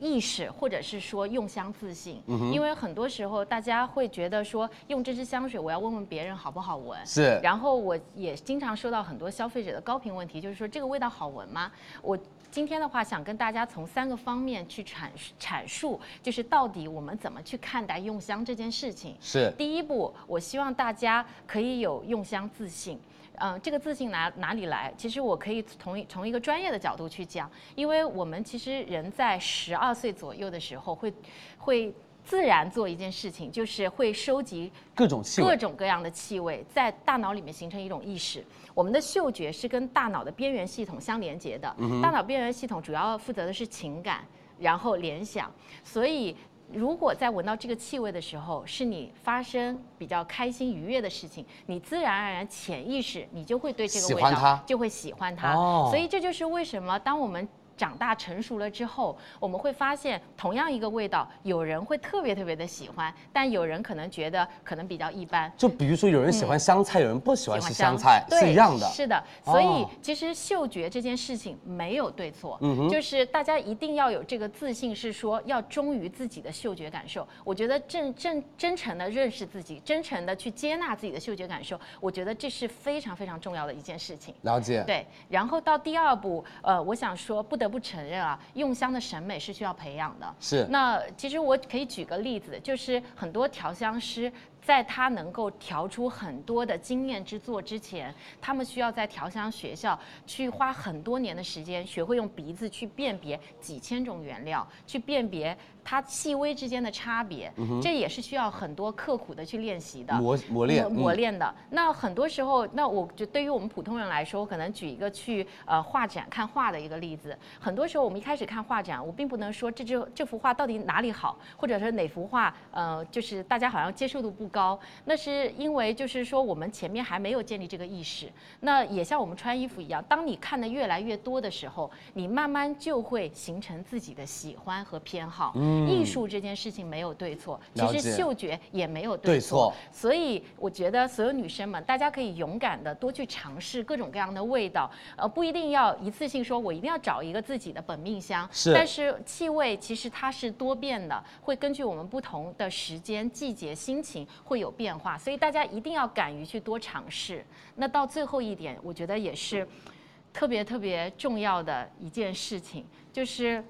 Speaker 10: 意识，或者是说用香自信，因为很多时候大家会觉得说用这支香水，我要问问别人好不好闻，
Speaker 4: 是
Speaker 10: 然后我也经常收到很多消费者的高频问题，就是说这个味道好闻吗？我今天的话想跟大家从三个方面去阐述阐述，就是到底我们怎么去看待用香这件事情。
Speaker 4: 是
Speaker 10: 第一步，我希望大家可以有用香自信。嗯，这个自信哪哪里来？其实我可以从一从一个专业的角度去讲，因为我们其实人在十二岁左右的时候会会自然做一件事情，就是会收集
Speaker 4: 各种气
Speaker 10: 各
Speaker 4: 味。
Speaker 10: 种各样的气味在大脑里面形成一种意识。我们的嗅觉是跟大脑的边缘系统相连接的，
Speaker 4: 嗯
Speaker 10: 大脑边缘系统主要负责的是情感，然后联想，所以。如果在闻到这个气味的时候，是你发生比较开心愉悦的事情，你自然而然潜意识你就会对这个
Speaker 4: 喜
Speaker 10: 味
Speaker 4: 欢它
Speaker 10: 道就会喜欢它。
Speaker 4: 哦
Speaker 10: 所以这就是为什么当我们长大成熟了之后，我们会发现同样一个味道，有人会特别特别的喜欢，但有人可能觉得可能比较一般。
Speaker 4: 就比如说，有人喜欢香菜，有人不喜欢吃香菜，
Speaker 10: 嗯对
Speaker 4: 是一样的。
Speaker 10: 是的，
Speaker 4: 哦
Speaker 10: 所以其实嗅觉这件事情没有对错，
Speaker 4: 嗯
Speaker 10: 就是大家一定要有这个自信，是说要忠于自己的嗅觉感受。我觉得真真真诚的认识自己，真诚的去接纳自己的嗅觉感受，我觉得这是非常非常重要的一件事情。
Speaker 4: 了解。
Speaker 10: 对，然后到第二步，呃，我想说，不得不承认啊，用香的审美是需要培养的。
Speaker 4: 是
Speaker 10: 那其实我可以举个例子，就是很多调香师。在他能够调出很多的经验之作之前，他们需要在调香学校去花很多年的时间，学会用鼻子去辨别几千种原料，去辨别它细微之间的差别。这也是需要很多刻苦的去练习的。
Speaker 4: 嗯磨磨练
Speaker 10: 磨
Speaker 4: 嗯
Speaker 10: 磨练的。那很多时候，那我就对于我们普通人来说，我可能举一个去呃画展看画的一个例子。很多时候，我们一开始看画展，我并不能说这这这幅画到底哪里好，或者是哪幅画呃就是大家好像接受度不高，那是因为就是说我们前面还没有建立这个意识。那也像我们穿衣服一样，当你看的越来越多的时候，你慢慢就会形成自己的喜欢和偏好。艺术这件事情没有对错，其
Speaker 4: 嗯了
Speaker 10: 实
Speaker 4: 解
Speaker 10: 嗅觉也没有
Speaker 4: 对
Speaker 10: 对
Speaker 4: 错
Speaker 10: 错。所以我觉得所有女生们，大家可以勇敢的多去尝试各种各样的味道，呃，不一定要一次性说我一定要找一个自己的本命香，
Speaker 4: 是
Speaker 10: 但是气味其实它是多变的，会根据我们不同的时间、季节、心情会有变化，所以大家一定要敢于去多尝试。那到最后一点，我觉得也是特别特别重要的一件事情，就是。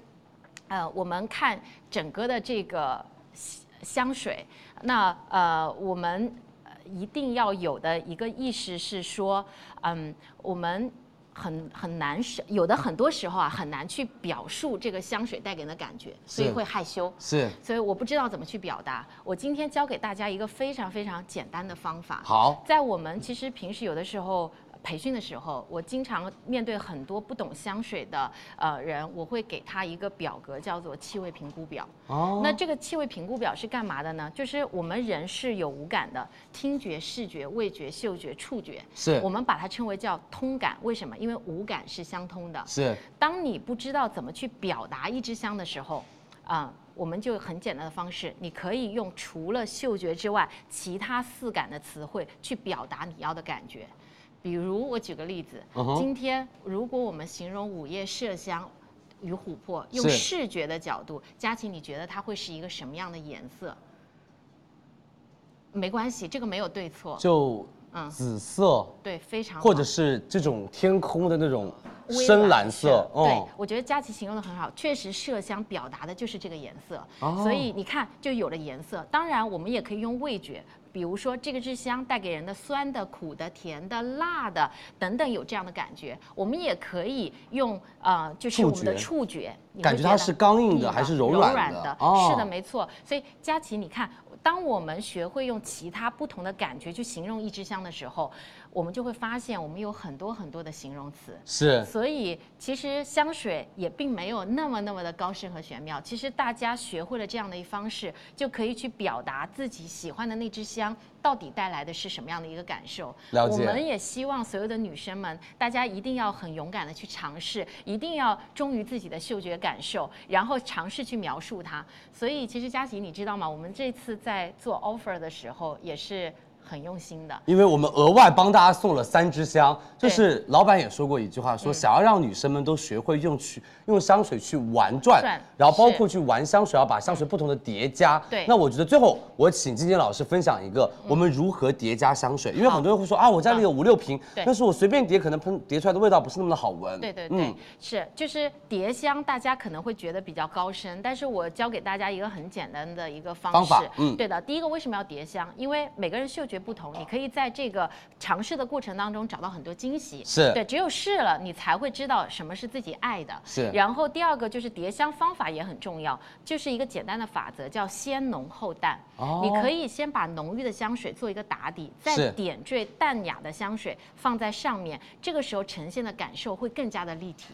Speaker 10: 呃，我们看整个的这个香香水，那呃，我们呃一定要有的一个意识是说，嗯，我们。很很难是有的，很多时候啊很难去表述这个香水带给人的感觉，所以
Speaker 4: 是
Speaker 10: 会害羞。
Speaker 4: 是
Speaker 10: 所以我不知道怎么去表达。我今天教给大家一个非常非常简单的方法。
Speaker 4: 好
Speaker 10: 在我们其实平时有的时候。呃培训的时候，我经常面对很多不懂香水的呃人，我会给他一个表格，叫做气味评估表。
Speaker 4: 哦
Speaker 10: 那这个气味评估表是干嘛的呢？就是我们人是有五感的，听觉、视觉、味觉、嗅觉、触觉。
Speaker 4: 是
Speaker 10: 我们把它称为叫通感。为什么？因为五感是相通的。
Speaker 4: 是
Speaker 10: 当你不知道怎么去表达一支香的时候，啊、我们就有很简单的方式，你可以用除了嗅觉之外其他四感的词汇去表达你要的感觉。比如我举个例子
Speaker 4: 嗯哼
Speaker 10: 今天如果我们形容午夜麝香。与琥珀用
Speaker 4: 是
Speaker 10: 视觉的角度，佳琪，你觉得它会是一个什么样的颜色？没关系，这个没有对错，
Speaker 4: 就
Speaker 10: 嗯
Speaker 4: 紫色，
Speaker 10: 对，非常好
Speaker 4: 或者是这种天空的那种
Speaker 10: 嗯微
Speaker 4: 深蓝色
Speaker 10: 色，对
Speaker 4: 哦，，
Speaker 10: 我觉得佳琪形容的很好，确实麝香表达的就是这个颜色，
Speaker 4: 哦
Speaker 10: 所以你看就有了颜色。当然，我们也可以用味觉，比如说这个支香带给人的酸的、苦的、甜的、辣的等等，有这样的感觉。我们也可以用呃，就是我们的触觉，你会
Speaker 4: 感觉它
Speaker 10: 得
Speaker 4: 是刚硬的
Speaker 10: 嗯
Speaker 4: 还是柔
Speaker 10: 柔
Speaker 4: 软的
Speaker 10: 的？
Speaker 4: 哦
Speaker 10: 是的，没错。所以佳琪，你看。当我们学会用其他不同的感觉去形容一支香的时候，我们就会发现我们有很多很多的形容词。
Speaker 4: 是
Speaker 10: 所以其实香水也并没有那么那么的高深和玄妙。其实大家学会了这样的一方式，就可以去表达自己喜欢的那支香到底带来的是什么样的一个感受。
Speaker 4: 了解
Speaker 10: 我们也希望所有的女生们，大家一定要很勇敢的去尝试，一定要忠于自己的嗅觉感受，然后尝试去描述它。所以其实佳琪，你知道吗？我们这次在做 offer 的时候也是很用心的。
Speaker 4: 因为我们额外帮大家送了三支香，就
Speaker 10: 对嗯
Speaker 4: 是老板也说过一句话，说想要让女生们都学会用去用香水去玩转
Speaker 10: 转，
Speaker 4: 然后包
Speaker 10: 是
Speaker 4: 括去玩香水，要把香水不同的叠加。
Speaker 10: 对嗯
Speaker 4: 那我觉得最后我请金金老师分享一个我们如何叠加香水，因为
Speaker 10: 好嗯
Speaker 4: 很多人会说啊，我家里有五六瓶，
Speaker 10: 对
Speaker 4: 但是我随便叠，可能喷叠出来的味道不是那么的好闻。嗯
Speaker 10: 对对对，是就是叠香，大家可能会觉得比较高深，但是我教给大家一个很简单的一个方式。
Speaker 4: 方法嗯
Speaker 10: 对的。第一个为什么要叠香？因为每个人嗅觉不同，你可以在这个尝试的过程当中找到很多惊喜。
Speaker 4: 是
Speaker 10: 对，只有试了，你才会知道什么是自己爱的。
Speaker 4: 是
Speaker 10: 然后第二个就是叠香方法也很重要，就是一个简单的法则，叫先浓后淡。
Speaker 4: 哦
Speaker 10: 你可以先把浓郁的香水做一个打底，
Speaker 4: 是
Speaker 10: 再点缀淡雅的香水放在上面，这个时候呈现的感受会更加的立体。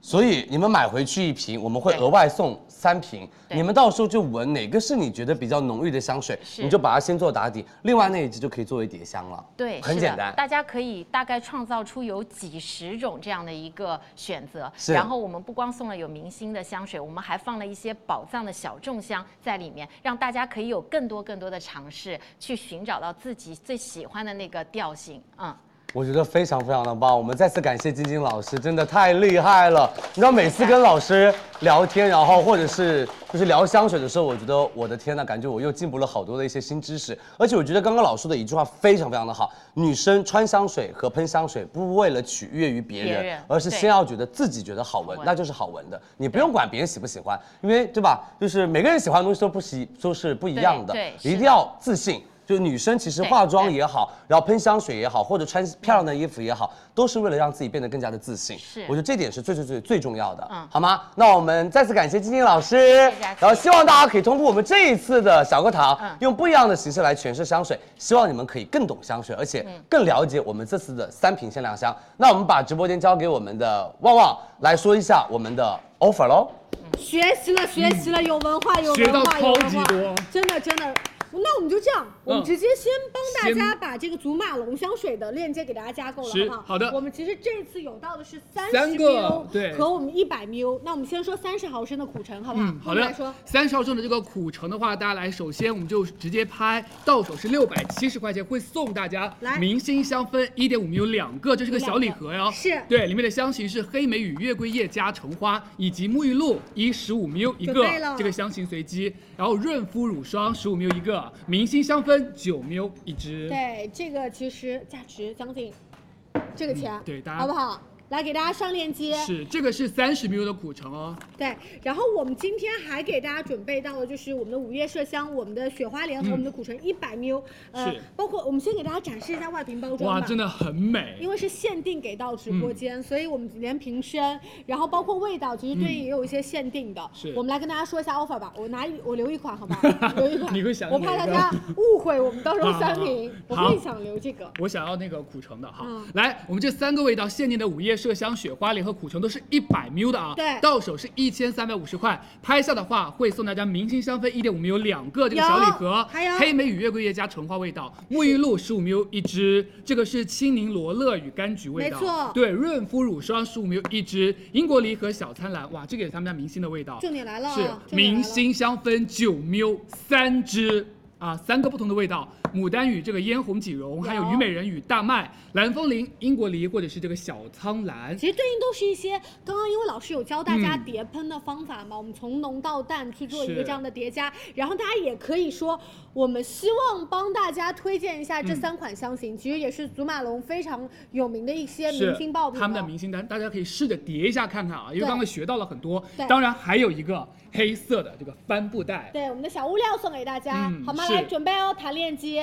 Speaker 4: 所以你们买回去一瓶，我们会
Speaker 10: 对
Speaker 4: 额外送三瓶。
Speaker 10: 对
Speaker 4: 你们到时候就闻哪个是你觉得比较浓郁的香水，
Speaker 10: 是
Speaker 4: 你就把它先做打底，另外那一支就可以作为叠香了。
Speaker 10: 对，
Speaker 4: 很
Speaker 10: 是
Speaker 4: 简
Speaker 10: 的
Speaker 4: 单。
Speaker 10: 大家可以大概创造出有几十种这样的一个选择。
Speaker 4: 是
Speaker 10: 然后我们不光送了有明星的香水，我们还放了一些宝藏的小众香在里面，让大家可以有更多更多的尝试，去寻找到自己最喜欢的那个调性。嗯，
Speaker 4: 我觉得非常非常的棒，我们再次感谢晶晶老师，真的太厉害了。你知道每次跟老师聊天，然后或者是就是聊香水的时候，我觉得我的天呐，感觉我又进步了好多的一些新知识。而且我觉得刚刚老师的一句话非常非常的好，女生穿香水和喷香水不为了取悦于别人，
Speaker 10: 别人
Speaker 4: 而是
Speaker 10: 对
Speaker 4: 先要觉得自己觉得好闻，
Speaker 10: 好闻
Speaker 4: 那就是好闻的。你不用管别人喜不喜欢，因为对吧？就是每个人喜欢的东西都不喜都是不一样的，
Speaker 10: 对对是的
Speaker 4: 一定要自信。就是女生其实
Speaker 10: 对
Speaker 4: 化妆
Speaker 10: 对
Speaker 4: 也也好，然后喷香水也好，或者穿漂亮的衣服也好，都是为了让自己变得更加的自信。
Speaker 10: 是
Speaker 4: 我觉得这点是最最最最重要的，
Speaker 10: 嗯
Speaker 4: 好吗？那我们再次感谢晶晶老师，
Speaker 10: 谢佳琪
Speaker 4: 然后希望大家可以通过我们这一次的小课堂，
Speaker 10: 嗯
Speaker 4: 用不一样的形式来诠释香水，希望你们可以更懂香水，而
Speaker 10: 嗯
Speaker 4: 且更了解我们这次的三瓶限量香。那我们把直播间交给我们的旺旺来说一下我们的 offer 喽。
Speaker 1: 学习了，学习了，有文化，有
Speaker 9: 嗯学到
Speaker 1: 文化，有文
Speaker 9: 超级
Speaker 1: 化
Speaker 9: 多，
Speaker 1: 真的真的。那我们就这样，我们直接先帮大家把这个祖马龙香水的链接给大家加购了，好
Speaker 9: 是
Speaker 1: 不好？
Speaker 9: 好的
Speaker 1: 我们其实这次有到的是三
Speaker 9: 三
Speaker 1: 十
Speaker 9: 个
Speaker 1: ml
Speaker 9: 对
Speaker 1: 和我们一百 ml。那我们先说三十毫升的苦橙，好不好？
Speaker 9: 嗯，好
Speaker 1: 我们来
Speaker 9: 的
Speaker 1: 说。。
Speaker 9: 三十毫升的这个苦橙的话，大家来，首先我们就直接拍，到手是六百七十块钱，会送大家
Speaker 1: 来
Speaker 9: 明星香氛一点五 ml 两个，这是个小礼盒呀。
Speaker 1: 是
Speaker 9: 对，里面的香型是黑莓与月桂叶加橙花，以及沐浴露一十五 ml 一
Speaker 1: 准
Speaker 9: 个
Speaker 1: 备了，
Speaker 9: 这个香型随机。然后润肤乳霜十五 ml 一个，明星香氛九 ml 一支。
Speaker 1: 对，这个其实价值将近这个钱，
Speaker 9: 嗯对大家
Speaker 1: 好不好？来给大家上链接，
Speaker 9: 是，这个是三十 ml 的苦橙哦。
Speaker 1: 对。然后我们今天还给大家准备到了，就是我们的午夜麝香、我们的雪花莲和我们的苦橙一百 ml，呃
Speaker 9: 嗯是，
Speaker 1: 包括我们先给大家展示一下外瓶包装
Speaker 9: 哇，
Speaker 1: 吧
Speaker 9: 真。的嗯很美。
Speaker 1: 因为是限定给到直播间，所以我们连瓶身，然后包括味道，其实对应也有一些限定的。
Speaker 9: 嗯是
Speaker 1: 我们来跟大家说一下 offer 吧。我拿一，我留一款，好 吧？留一款。
Speaker 9: 你会想
Speaker 1: 我怕大
Speaker 9: 哪个
Speaker 1: 家误会，我们到时候三
Speaker 9: 啊
Speaker 1: 瓶，我
Speaker 9: 好
Speaker 1: 会想留这个。
Speaker 9: 我想要那个苦橙的，好，
Speaker 1: 嗯
Speaker 9: 来，我们这三个味道限定的午夜麝香、雪花莲和苦橙都是一百 ml 的啊，
Speaker 1: 对
Speaker 9: 到手是一千三百五十块，拍下的话会送大家明星香氛一点五 ml 两个这个小礼盒，
Speaker 1: 还有
Speaker 9: 黑莓与月桂叶加橙花味道，沐浴露十五 ml 一支，这个是青柠罗勒与柑橘味道，
Speaker 1: 没错
Speaker 9: 对，润肤乳霜十五 ml 一支，英国梨和小苍兰，哇，这个也是他们家明星的味道，
Speaker 1: 重点来了啊，重
Speaker 9: 是
Speaker 1: 点来
Speaker 9: 明
Speaker 1: 了
Speaker 9: 星香氛九 ml 三支啊，三个不同的味道，牡丹语这个嫣红几绒，还有虞美人与大麦、蓝风铃、英国梨或者是这个小苍兰。
Speaker 1: 其实对应都是一些，刚刚因为老师有教大家叠喷的方法嘛，我们从浓到淡去做一个
Speaker 9: 嗯是
Speaker 1: 这样的叠加，然后大家也可以说，我们希望帮大家推荐一下
Speaker 9: 嗯
Speaker 1: 这三款香型，其实也是祖马龙非常有名的一些明
Speaker 9: 是
Speaker 1: 星爆品
Speaker 9: 他们的
Speaker 1: 了
Speaker 9: 明星单，大家可以试着叠一下看看啊，因为
Speaker 1: 对
Speaker 9: 刚刚学到了很多
Speaker 1: 对。
Speaker 9: 当然还有一个黑色的这个帆布袋，
Speaker 1: 对，我们的小物料送给大家，
Speaker 9: 嗯
Speaker 1: 好吗？
Speaker 9: 是
Speaker 1: 来准备哦，弹链接。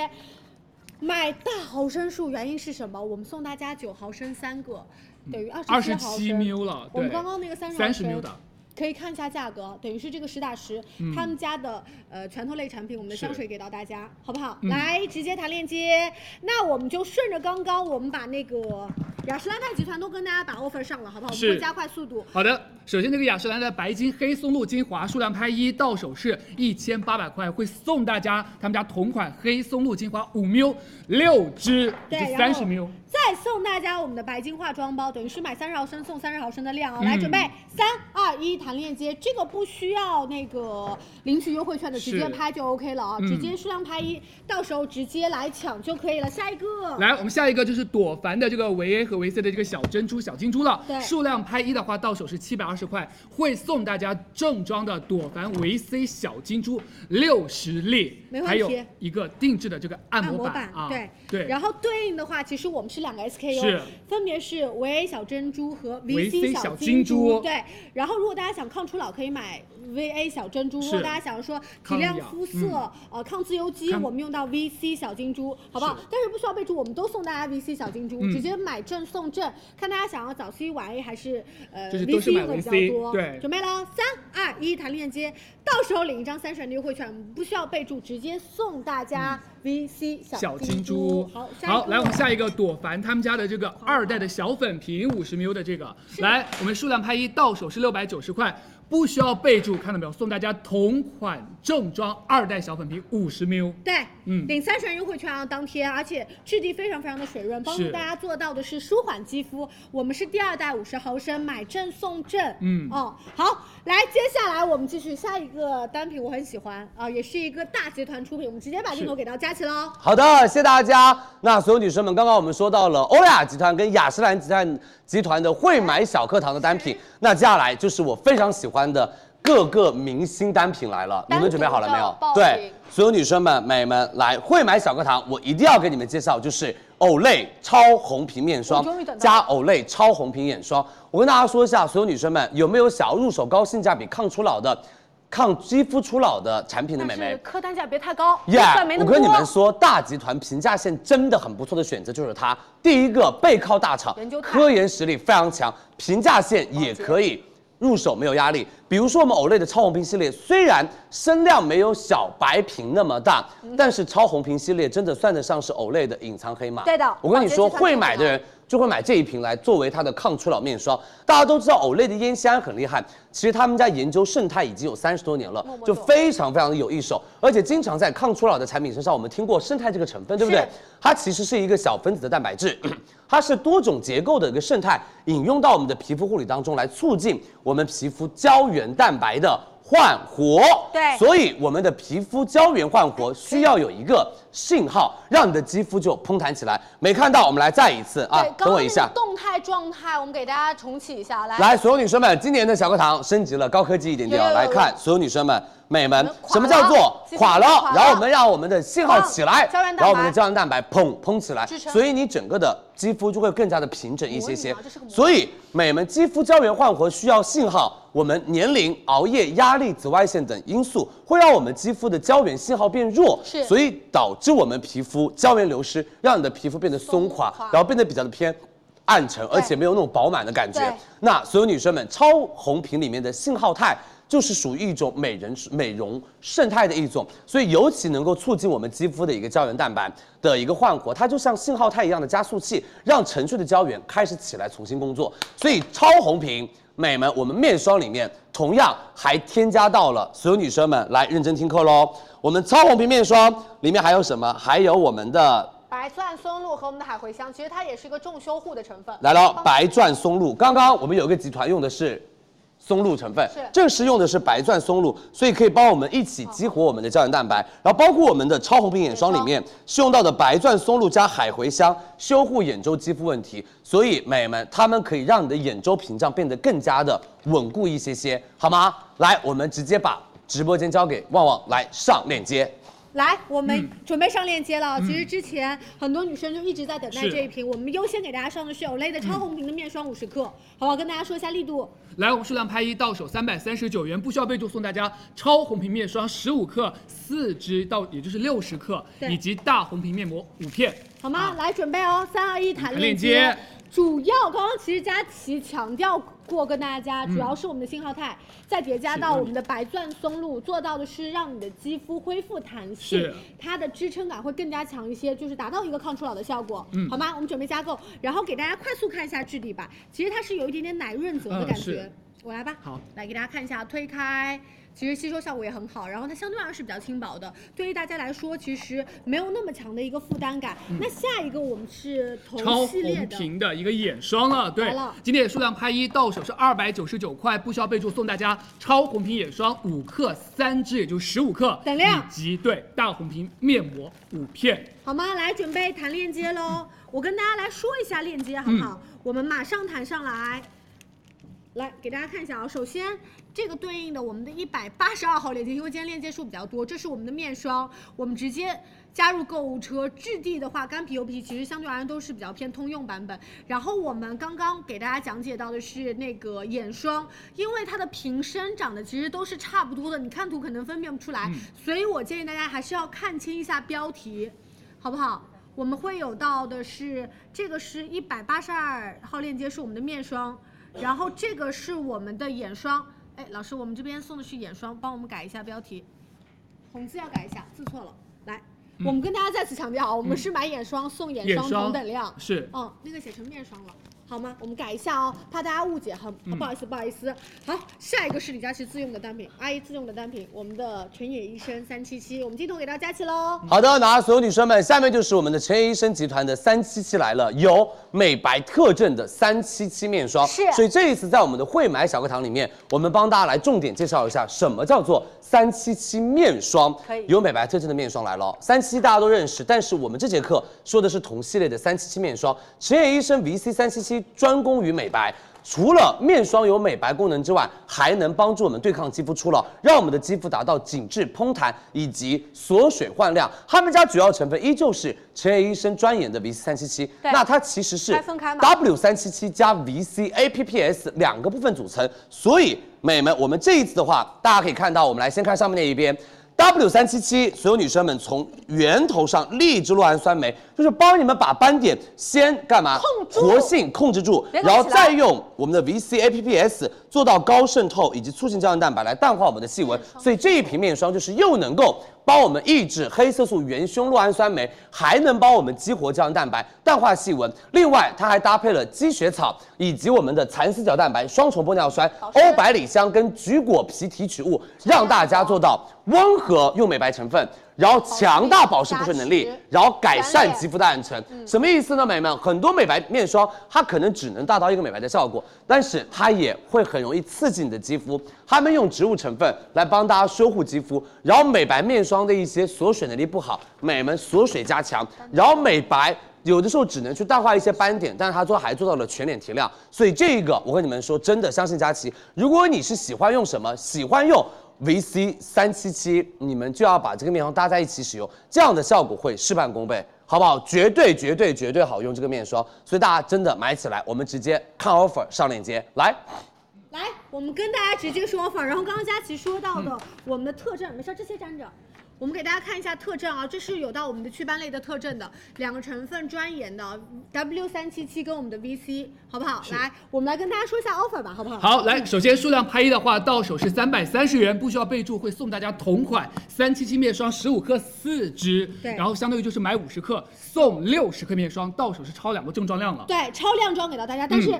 Speaker 1: 买大毫升数原因是什么？我们送大家九毫升三个，等于二
Speaker 9: 嗯二
Speaker 1: 十
Speaker 9: 十
Speaker 1: 毫
Speaker 9: 七
Speaker 1: 升。
Speaker 9: ml 了，
Speaker 1: 我
Speaker 9: 对，
Speaker 1: 们刚刚那个30毫
Speaker 9: 三十
Speaker 1: 升
Speaker 9: ml 的，
Speaker 1: 可以看一下价格，等于是这个实打实，
Speaker 9: 嗯
Speaker 1: 他们家的呃拳头类产品，我们的
Speaker 9: 是
Speaker 1: 香水给到大家，好不好？
Speaker 9: 嗯
Speaker 1: 来直接弹链接，那我们就顺着刚刚我们把那个雅诗兰黛集团都跟大家把 offer 上了，好不好？我们
Speaker 9: 是
Speaker 1: 会加快速度，
Speaker 9: 好的，首先这个雅诗兰黛白金黑松露精华数量拍一，到手是一千八百块，会送大家他们家同款黑松露精华五 ml 六支，
Speaker 1: 对
Speaker 9: 也就
Speaker 1: 然
Speaker 9: 三
Speaker 1: 后
Speaker 9: 十 ml。
Speaker 1: 再送大家我们的白金化妆包，等于是买三十毫升送三十毫升的量啊！
Speaker 9: 嗯
Speaker 1: 来准备三二一，弹链接，这个不需要那个领取优惠券的，直
Speaker 9: 是
Speaker 1: 接拍就 OK 了啊，
Speaker 9: 嗯
Speaker 1: 直接数量拍一，到时候直接来抢就可以了。下一个，
Speaker 9: 来，我们下一个就是朵梵的这个维 A 和维 C 的这个小珍珠、小金珠了
Speaker 1: 对。
Speaker 9: 数量拍一的话，到手是七百二十块，会送大家正装的朵梵维 C 小金珠六十粒
Speaker 1: 没问，题
Speaker 9: 还有一个定制的这个按
Speaker 1: 按
Speaker 9: 摩
Speaker 1: 摩
Speaker 9: 板
Speaker 1: 板，
Speaker 9: 啊。
Speaker 1: 对
Speaker 9: 对，
Speaker 1: 然后对应的话，其实我们是两个 SKU，
Speaker 9: 是
Speaker 1: 分别是维 A 小珍珠和
Speaker 9: VC
Speaker 1: 小
Speaker 9: 小金
Speaker 1: 珠。
Speaker 9: 珠
Speaker 1: 对，然后如果大家想抗初老，可以买 VA 小珍珠；如果
Speaker 9: 是
Speaker 1: 大家想说提
Speaker 9: 抗
Speaker 1: 亮
Speaker 9: 氧嗯
Speaker 1: 肤色、呃抗自由基，
Speaker 9: 抗
Speaker 1: 我们用到 VC 小金珠，好不好？但是不需要备注，我们都送大家 VC 小金珠，
Speaker 9: 嗯
Speaker 1: 直接买正送正，看大家想要早 C 晚 A 还是呃
Speaker 9: 就是都是
Speaker 1: VC
Speaker 9: 买
Speaker 1: 用的比较
Speaker 9: VC
Speaker 1: 多。
Speaker 9: 对
Speaker 1: 准备了，三二一，弹链接，到时候领一张三十元的优惠券，我们不需要备注，直接送大家 VC 小。
Speaker 9: 嗯小金珠。
Speaker 1: 好，下一
Speaker 9: 好，
Speaker 1: 个
Speaker 9: 来我们下一个朵梵他们家的这个二代的小粉瓶五十 ml 的这个，来我们数量拍一，到手是六百九十块，不需要备注，看到没有？送大家同款正装二代小粉瓶五十 ml。
Speaker 1: 对，
Speaker 9: 嗯
Speaker 1: 领三十元优惠券啊，当天，而且质地非常非常的水润，帮助
Speaker 9: 是
Speaker 1: 大家做到的是舒缓肌肤。我们是第二代五十毫升，买正送正。
Speaker 9: 嗯
Speaker 1: 哦，好，来，接下来我们继续下一个单品，我很喜欢啊、也是一个大集团出品，我们直接把镜头给到佳琪喽。
Speaker 4: 好的，谢谢大家。那所有女生们，刚刚我们说到了欧雅集团跟雅诗兰集团集团的惠买小课堂的单品，那接下来就是我非常喜欢的各个明星单品来了，你们准备好了没
Speaker 8: 单
Speaker 4: 有
Speaker 8: 独的？报名
Speaker 4: 对，所有女生们、美们来惠买小课堂，我一定要给你们介绍，就是欧蕾超红瓶面霜
Speaker 8: 我终于等到
Speaker 4: 加欧蕾超红瓶眼霜。我跟大家说一下，所有女生们有没有想要入手高性价比抗初老的、抗肌肤初老的产品的美
Speaker 8: 但
Speaker 4: 眉
Speaker 8: 是？客单价别太高，预
Speaker 4: 耶
Speaker 8: 算没那
Speaker 4: 我
Speaker 8: 么多。
Speaker 4: 跟你们说，大集团平价线真的很不错的选择就是它。第一个背靠大厂
Speaker 8: 研究，态
Speaker 4: 科研实力非常强，平价线也可以入手没有压力。比如说我们 Olay 的超红瓶系列，虽然声量没有小白瓶那么大，
Speaker 8: 嗯
Speaker 4: 但是超红瓶系列真的算得上是 Olay 的隐藏黑马。
Speaker 8: 对的
Speaker 4: 我跟你说，
Speaker 8: 保洁集团
Speaker 4: 会买的人就会买这一瓶来作为它的抗初老面霜。大家都知道 Olay 的烟酰胺很厉害，其实他们家研究胜肽已经有三十多年了
Speaker 8: 默，默
Speaker 4: 就
Speaker 8: 做
Speaker 4: 非常非常的有一手，而且经常在抗初老的产品身上，我们听过胜肽这个成分，对不对
Speaker 8: 是？
Speaker 4: 它其实是一个小分子的蛋白质， 它是多种结构的一个胜肽，引用到我们的皮肤护理当中来，促进我们皮肤胶原蛋白的焕活。
Speaker 8: 对
Speaker 4: 所以我们的皮肤胶原焕活需要有一个信号，让你的肌肤就嘭弹起来。没看到，我们来再一次啊
Speaker 8: 对，，刚
Speaker 4: 等
Speaker 8: 刚
Speaker 4: 我
Speaker 8: 那
Speaker 4: 一
Speaker 8: 个
Speaker 4: 下。
Speaker 8: 动态状态，我们给大家重启一下，来。
Speaker 4: 来，所有女生们，今年的小课堂升级了，高科技一点点啊！
Speaker 8: 有有有
Speaker 4: 来
Speaker 8: 有
Speaker 4: 看，所有女生们、美们
Speaker 8: 嗯，垮
Speaker 4: 什么叫做
Speaker 8: 了
Speaker 4: 垮了
Speaker 8: 肌肤垮？了
Speaker 4: 然后我们让我们的信号
Speaker 8: 砰
Speaker 4: 起来，
Speaker 8: 胶原蛋白
Speaker 4: 然后我们的胶原蛋白砰砰起来，
Speaker 8: 支撑
Speaker 4: 所以你整个的肌肤就会更加的平整一些些
Speaker 8: 模拟啊这是个模。拟
Speaker 4: 所以美们，肌肤胶原焕活需要信号。我们年龄、熬夜、压力、紫外线等因素会让我们肌肤的胶原信号变弱，
Speaker 8: 是
Speaker 4: 所以导致我们皮肤胶原流失，让你的皮肤变得松垮
Speaker 8: 松垮，
Speaker 4: 然后变得比较的偏暗沉，而且没有那种饱满的感觉
Speaker 8: 对。
Speaker 4: 那所有女生们，超红瓶里面的信号肽。就是属于一种美人美容胜肽的一种，所以尤其能够促进我们肌肤的一个胶原蛋白的一个焕活，它就像信号肽一样的加速器，让沉睡的胶原开始起来重新工作。所以超红瓶美们，我们面霜里面同样还添加到了，所有女生们来认真听课喽。我们超红瓶面霜里面还有什么？还有我们的
Speaker 8: 白钻松露和我们的海茴香，其实它也是一个重修护的成分。
Speaker 4: 来了，白钻松露。刚刚我们有一个集团用的是松露成分
Speaker 8: 是，
Speaker 4: 正式用的是白钻松露，所以可以帮我们一起激活我们的胶原蛋白。然后包括我们的超红瓶眼霜里面是用到的白钻松露加海茴香，修护眼周肌肤问题。所以美们，它们可以让你的眼周屏障变得更加的稳固一些些，好吗？来，我们直接把直播间交给旺旺来上链接。
Speaker 1: 来，我
Speaker 4: 嗯
Speaker 1: 们准备上链接了。其实之前很多女生就一直在等待
Speaker 9: 是
Speaker 1: 这一瓶，我们优先给大家上的是 Olay 的超红瓶的面霜五十克，好不好？跟大家说一下力度，
Speaker 9: 来，我们数量拍一，到手三百三十九元，不需要备注，送大家超红瓶面霜十五克，四支到也就是六十克，
Speaker 1: 对
Speaker 9: 以及大红瓶面膜五片。
Speaker 1: 好吗？来准备哦，三二一，弹
Speaker 9: 弹
Speaker 1: 链
Speaker 9: 链
Speaker 1: 接。
Speaker 9: 接
Speaker 1: 主要刚刚其实佳琪强调过跟大家，
Speaker 9: 嗯
Speaker 1: 主要是我们的信号肽，再叠加到我们的白钻松露，做到的是让你的肌肤恢复弹性
Speaker 9: 是，
Speaker 1: 它的支撑感会更加强一些，就是达到一个抗初老的效果，
Speaker 9: 嗯
Speaker 1: 好吗？我们准备加购，然后给大家快速看一下质地吧。其实它是有一点点奶润泽的
Speaker 9: 嗯
Speaker 1: 感觉，
Speaker 9: 是
Speaker 1: 我来吧，
Speaker 9: 好，
Speaker 1: 来给大家看一下，推开。其实吸收效果也很好，然后它相对而言是比较轻薄的，对于大家来说其实没有那么强的一个负担感。那下一个我们是
Speaker 9: 嗯超
Speaker 1: 同系列
Speaker 9: 红
Speaker 1: 的，
Speaker 9: 瓶的一个眼霜了，
Speaker 1: 来
Speaker 9: 对
Speaker 1: 了，
Speaker 9: 今天也数量拍一，到手是二百九十九块，不需要备注，送大家超红瓶眼霜五克，三支也就十五克，
Speaker 1: 等量
Speaker 9: 以及对大红瓶面膜五片，
Speaker 1: 好吗？来准备弹链接喽，我跟大家来说一下链接好不好？我们马上弹上来。来给大家看一下啊，首先这个对应的我们的一百八十二号链接，因为今天链接数比较多，这是我们的面霜，我们直接加入购物车。质地的话，干皮油皮其实相对而言都是比较偏通用版本。然后我们刚刚给大家讲解到的是那个眼霜，因为它的瓶身长得其实都是差不多的，你看图可能分辨不出来，所以我建议大家还是要看清一下标题，好不好？我们会有到的是这个是一百八十二号链接，是我们的面霜。然后这个是我们的眼霜，哎，老师，我们这边送的是眼霜，帮我们改一下标题，红字要改一下，字错了。来，我们跟大家再次强调啊，我们是买眼霜送眼霜
Speaker 9: 眼霜
Speaker 1: 同等量，
Speaker 9: 是
Speaker 1: 哦，那个写成面霜了。好吗？我们改一下哦，怕大家误解，很、不好意思，不好意思。好，下一个是李佳琦自用的单品，阿姨自用的单品，我们的纯野医生三七七，我们镜头给到佳琦喽。
Speaker 4: 好的，那所有女生们，下面就是我们的陈医生集团的三七七来了，有美白特证的三七七面霜。
Speaker 8: 是
Speaker 4: 所以这一次在我们的会买小课堂里面，我们帮大家来重点介绍一下什么叫做三七七面霜。
Speaker 8: 可以
Speaker 4: 有美白特证的面霜来了哦，三七大家都认识，但是我们这节课说的是同系列的三七七面霜。陈野医生 VC 三七七专攻于美白。除了面霜有美白功能之外，还能帮助我们对抗肌肤初老，让我们的肌肤达到紧致、嘭弹以及锁水焕亮。他们家主要成分依旧是陈野医生专研的 VC 三七七，
Speaker 8: 对
Speaker 4: 那它其实是
Speaker 8: 拆分开嘛
Speaker 4: W 三七七加 VC APPS 两个部分组成。所以，美们，我们这一次的话，大家可以看到，我们来先看上面那一边。W 三七七，所有女生们从源头上抑制酪氨酸酶，就是帮你们把斑点先干嘛？
Speaker 8: 控住
Speaker 4: 活性控制住，
Speaker 8: 别
Speaker 4: 然
Speaker 8: 动起来
Speaker 4: 后再用我们的 VC APPS 做到高渗透以及促进胶原蛋白来淡化我们的细纹，所以这一瓶面霜就是又能够帮我们抑制黑色素元凶酪氨酸酶，还能帮我们激活胶原蛋白、淡化细纹。另外，它还搭配了积雪草以及我们的蚕丝角蛋白双重玻尿酸、欧百里香跟橘果皮提取物，让大家做到温和又美白成分，然后强大保湿补水能力
Speaker 8: 保湿，
Speaker 4: 然后改善肌肤的暗沉。什么意思呢，美们？很多美白面霜它可能只能达到一个美白的效果，但是它也会很容易刺激你的肌肤。他们用植物成分来帮大家修护肌肤，然后美白面霜的一些锁水能力不好，美们锁水加强，然后美白。有的时候只能去淡化一些斑点，但是它做还做到了全脸提亮，所以这个我跟你们说，真的相信佳琪。如果你是喜欢用什么，喜欢用 VC 三七七，你们就要把这个面霜搭在一起使用，这样的效果会事半功倍，好不好？绝对绝对绝对好用这个面霜，所以大家真的买起来，我们直接看 offer 上链接来。
Speaker 1: 来，我们跟大家直接说 offer。然后刚刚佳琪说到的，我们的特证，没事，这些粘着。我们给大家看一下特证啊，这是有到我们的祛斑类的特证的两个成分专研的 W 三七七跟我们的 VC，好不好？来，我们来跟大家说一下 offer 吧，好不好？
Speaker 9: 好，来，首先数量拍一的话，到手是三百三十元，不需要备注，会送大家同款三七七面霜十五克四支，
Speaker 1: 对
Speaker 9: 然后相当于就是买五十克送六十克面霜，到手是超两个正装量了。
Speaker 1: 对，超量装给到大家，但是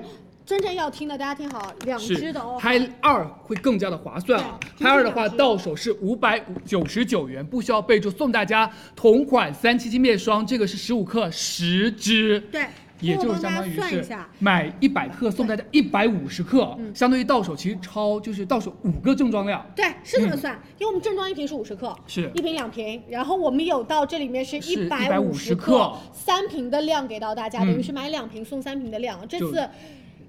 Speaker 1: 真正要听的，大家听好，两支
Speaker 9: 是
Speaker 1: 的哦。
Speaker 9: 拍二会更加的划算啊！
Speaker 1: 对
Speaker 9: 拍二的话，
Speaker 1: 两支
Speaker 9: 到手是五百九十九元，不需要备注，送大家同款三七七面霜，这个是十五克十支，
Speaker 1: 对，
Speaker 9: 也就
Speaker 1: 帮
Speaker 9: 是相
Speaker 1: 大
Speaker 9: 当
Speaker 1: 家
Speaker 9: 于
Speaker 1: 算一
Speaker 9: 是
Speaker 1: 下嗯
Speaker 9: 买一百克送大家一百五十克，相当于到手其实超就是到手五个正装量。
Speaker 1: 对，是这么算，因为我们正装一瓶是五十克，
Speaker 9: 嗯是
Speaker 1: 一瓶两瓶，然后我们有到这里面是
Speaker 9: 是
Speaker 1: 百
Speaker 9: 150
Speaker 1: 克
Speaker 9: 克，
Speaker 1: 三瓶的量给到大家，
Speaker 9: 嗯
Speaker 1: 等于是买两瓶送三瓶的量。这
Speaker 9: 就
Speaker 1: 次。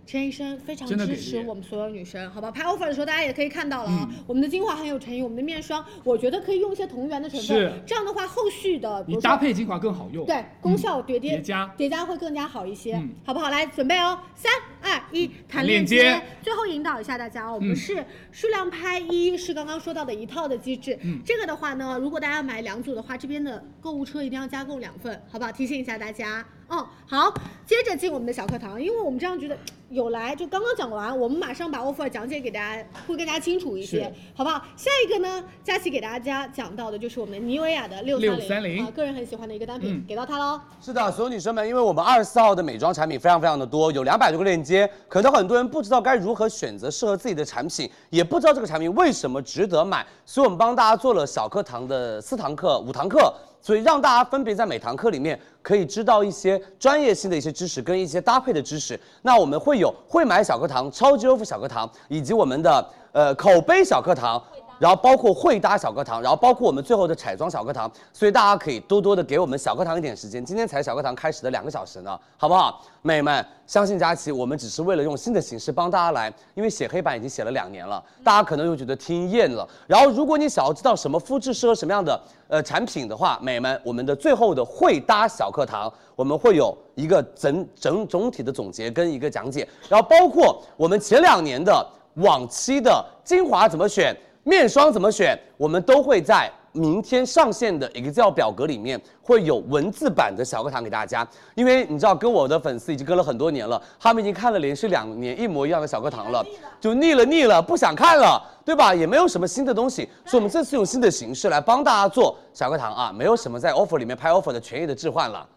Speaker 1: 陈医生非常
Speaker 9: 真的
Speaker 1: 支
Speaker 9: 给
Speaker 1: 持
Speaker 9: 力嗯
Speaker 1: 我们所有女生，好吧？拍 offer 的时候，大家也可以看到了啊、我们的精华很有诚意，我们的面霜，我觉得可以用一些同源的成
Speaker 9: 是
Speaker 1: 分，这样的话，后续的比
Speaker 9: 你
Speaker 1: 如
Speaker 9: 搭
Speaker 1: 说
Speaker 9: 配精华更好用。嗯
Speaker 1: 对功效叠叠
Speaker 9: 叠加
Speaker 1: 叠加会更加好一些，
Speaker 9: 嗯
Speaker 1: 好不好？来准备哦，三二一，谈
Speaker 9: 链
Speaker 1: 接。
Speaker 9: 接
Speaker 1: 最后引导一下大家哦，我们
Speaker 9: 嗯
Speaker 1: 是数量拍一，是刚刚说到的一套的机制。
Speaker 9: 嗯
Speaker 1: 这个的话呢，如果大家买两组的话，这边的购物车一定要加购两份，好不好？提醒一下大家。嗯，好，接着进我们的小课堂，因为我们这样觉得有来就刚刚讲完，我们马上把 offer 讲解给大家，会更加清楚一些
Speaker 9: 是，
Speaker 1: 好不好？下一个呢，佳琪给大家讲到的就是我们妮维雅的六
Speaker 9: 630
Speaker 1: 啊，个人很喜欢的一个单品，
Speaker 9: 嗯
Speaker 1: 给到它喽。
Speaker 4: 是的，所有女生们，因为我们二十四号的美妆产品非常非常的多，有两百多个链接，可能很多人不知道该如何选择适合自己的产品，也不知道这个产品为什么值得买，所以我们帮大家做了小课堂的四堂课、五堂课，所以让大家分别在每堂课里面可以知道一些专业性的一些知识跟一些搭配的知识。那我们会有会买小课堂、超级优富小课堂，以及我们的呃口碑小课堂。然后包括会搭小课堂，然后包括我们最后的彩妆小课堂，所以大家可以多多的给我们小课堂一点时间。今天才小课堂开始的两个小时呢，好不好？美们，相信佳琪，我们只是为了用新的形式帮大家来，因为写黑板已经写了两年了，大家可能又觉得听厌了。然后，如果你想要知道什么肤质适合什么样的呃产品的话，美们，我们的最后的会搭小课堂，我们会有一个整整总体的总结跟一个讲解，然后包括我们前两年的往期的精华怎么选。面霜怎么选，我们都会在明天上线的 Excel 表格里面会有文字版的小课堂给大家。因为你知道，跟我的粉丝已经跟了很多年了，他们已经看了连续两年一模一样的小课堂了，就哎腻了腻了，不想看了，对吧？也没有什么新的东西，所以我们这次用新的形式来帮大家做小课堂啊，没有什么在 offer 里面拍 offer 的权益的置换了。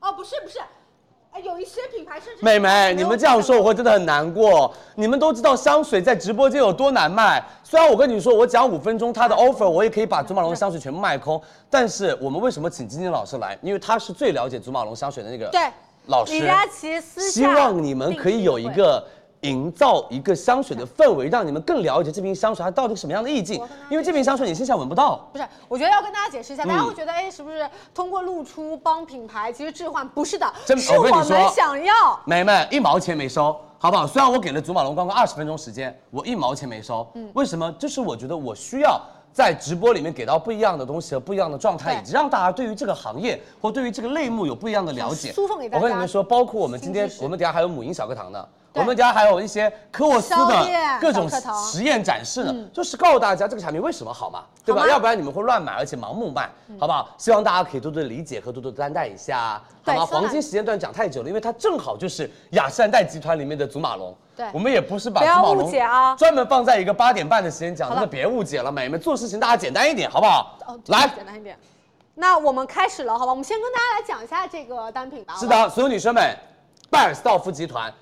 Speaker 8: 哦，不是不是，哎，有一些品牌甚至
Speaker 4: 妹妹，你们这样说我会真的很难过。你们都知道香水在直播间有多难卖，虽然我跟你说我讲五分钟，它的
Speaker 8: 哎
Speaker 4: offer 我也可以把祖马龙的香水全部卖空，但是我们为什么请金金老师来？因为他是最了解祖马龙香水的那个
Speaker 8: 对
Speaker 4: 老师。
Speaker 8: 李佳琦私下
Speaker 4: 希望你们可以有一个营造一个香水的氛围，让你们更了解这瓶香水它到底是什么样的意境。因为这瓶香水你线下闻不到。
Speaker 8: 不是，我觉得要跟大家解释一下，大家
Speaker 4: 嗯
Speaker 8: 会觉得，哎，是不是通过露出帮品牌其实置换？不是的，
Speaker 4: 真
Speaker 8: 是
Speaker 4: 我
Speaker 8: 我
Speaker 4: 跟你说
Speaker 8: 们想要。
Speaker 4: 梅梅一毛钱没收，好不好？虽然我给了祖马龙刚刚二十分钟时间，我一毛钱没收。
Speaker 8: 嗯
Speaker 4: 为什么？就是我觉得我需要在直播里面给到不一样的东西和不一样的状态，
Speaker 8: 对
Speaker 4: 以及让大家对于这个行业或对于这个类目有不一样的了解。
Speaker 8: 输送给大家
Speaker 4: 我跟你们说，包括我们今天
Speaker 8: 新知，识
Speaker 4: 我们等一下还有母婴小课堂呢。我
Speaker 8: 对
Speaker 4: 们等一下还有一些科沃斯
Speaker 8: 商
Speaker 4: 的
Speaker 8: 业
Speaker 4: 各种
Speaker 8: 小课堂嗯
Speaker 4: 实验展示呢，就是告诉大家这个产品为什么好嘛，对吧？
Speaker 8: 好吗嗯
Speaker 4: 要不然你们会乱买，而且盲目卖，好不好？希望大家可以多多理解和多多担待一下，好
Speaker 8: 对
Speaker 4: 吗？
Speaker 8: 希望
Speaker 4: 黄金时间段讲太久了，因为它正好就是雅诗兰黛集团里面的祖马龙。
Speaker 8: 对
Speaker 4: 我们也不是把
Speaker 8: 不要
Speaker 4: 祖马龙
Speaker 8: 误解啊
Speaker 4: 专门放在一个八点半的时间讲，
Speaker 8: 好
Speaker 4: 真
Speaker 8: 吧
Speaker 4: 的别误解了，美眉们做事情大家简单一点，好不好？
Speaker 8: 哦，这个
Speaker 4: 来，
Speaker 8: 简单一点。那我们开始了，好吧？我们先跟大家来讲一下这个单品吧。
Speaker 4: 是
Speaker 8: 好吧，
Speaker 4: 的，所有女生们，拜尔斯道夫集团，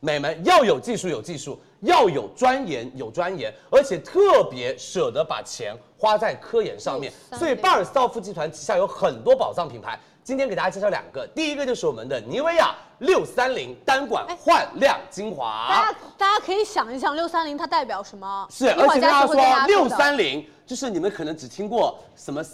Speaker 4: 美们要有技术有技术，要有钻研有钻研，而且特别舍得把钱花在科研上面。
Speaker 8: 三
Speaker 4: 所以
Speaker 8: 类
Speaker 4: 拜尔斯道夫集团旗下有很多宝藏品牌，今天给大家介绍两个，第一个就是我们的妮维雅六三零单管
Speaker 8: 哎
Speaker 4: 焕亮精华。
Speaker 8: 大家大家可以想一想，六三零它代表什么？
Speaker 4: 是，
Speaker 8: 一会
Speaker 4: 而
Speaker 8: 儿
Speaker 4: 且跟
Speaker 8: 佳琦
Speaker 4: 大家
Speaker 8: 会跟大
Speaker 4: 说
Speaker 8: 家
Speaker 4: 六
Speaker 8: 的
Speaker 4: 三零，就是你们可能只听过什么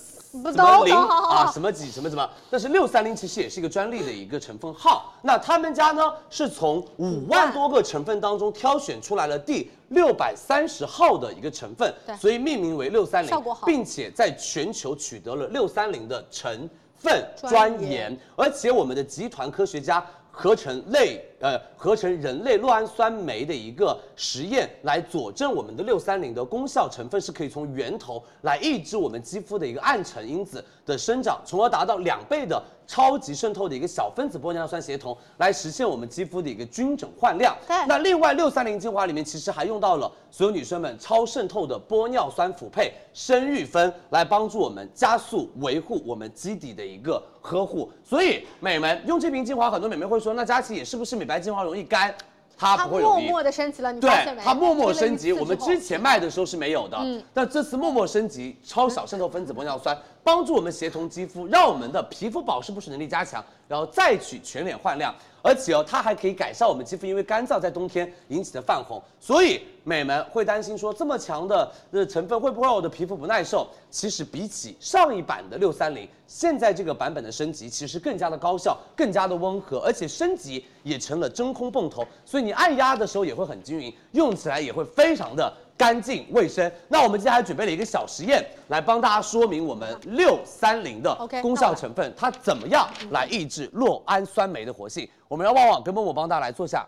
Speaker 8: 不
Speaker 4: 什么
Speaker 8: 懂
Speaker 4: 零
Speaker 8: 懂好好
Speaker 4: 啊，
Speaker 8: 好
Speaker 4: 什么几什么什么，但是六三零其实也是一个专利的一个成分号。那他们家呢是从五万多个成分当中挑选出来了第六百三十号的一个成分
Speaker 8: 对，
Speaker 4: 所以命名为六三零
Speaker 8: 效果好，
Speaker 4: 并且在全球取得了六三零的成分
Speaker 8: 专
Speaker 4: 专
Speaker 8: 研
Speaker 4: 研。而且我们的集团科学家合成类呃合成人类酪氨酸酶的一个实验来佐证我们的六三零的功效成分是可以从源头来抑制我们肌肤的一个暗沉因子的生长，从而达到两倍的超级渗透的一个小分子玻尿酸协同，来实现我们肌肤的一个均整焕亮。
Speaker 8: 对
Speaker 4: 那另外六三零精华里面其实还用到了所有女生们超渗透的玻尿酸辅配生育酚，来帮助我们加速维护我们基底的一个呵护。所以美们用这瓶精华，很多美眉会说，那佳琪也是不是美白精华容易干？它
Speaker 8: 它
Speaker 4: 不会容
Speaker 8: 默
Speaker 4: 易。
Speaker 8: 默的升级了，你
Speaker 4: 对
Speaker 8: 发现没？
Speaker 4: 它默默升
Speaker 8: 经
Speaker 4: 级，
Speaker 8: 了一次
Speaker 4: 我们
Speaker 8: 之后
Speaker 4: 之前卖的时候是没有的，
Speaker 8: 嗯
Speaker 4: 但这次默默升级超小渗透分子玻尿酸，帮助我们协同肌肤，让我们的皮肤保湿补水能力加强，然后再取全脸焕亮。而且哦，它还可以改善我们肌肤因为干燥在冬天引起的泛红。所以美们会担心说，这么强的呃成分会不会让我的皮肤不耐受？其实比起上一版的六三零，现在这个版本的升级其实更加的高效，更加的温和，而且升级也成了真空泵头，所以你按压的时候也会很均匀，用起来也会非常的。干净卫生。那我们今天还准备了一个小实验，来帮大家说明我们六三零的
Speaker 8: OK，
Speaker 4: 功效成分，它怎么样来抑制酪氨酸酶的活性。我们让旺旺跟默默帮大家来做一下。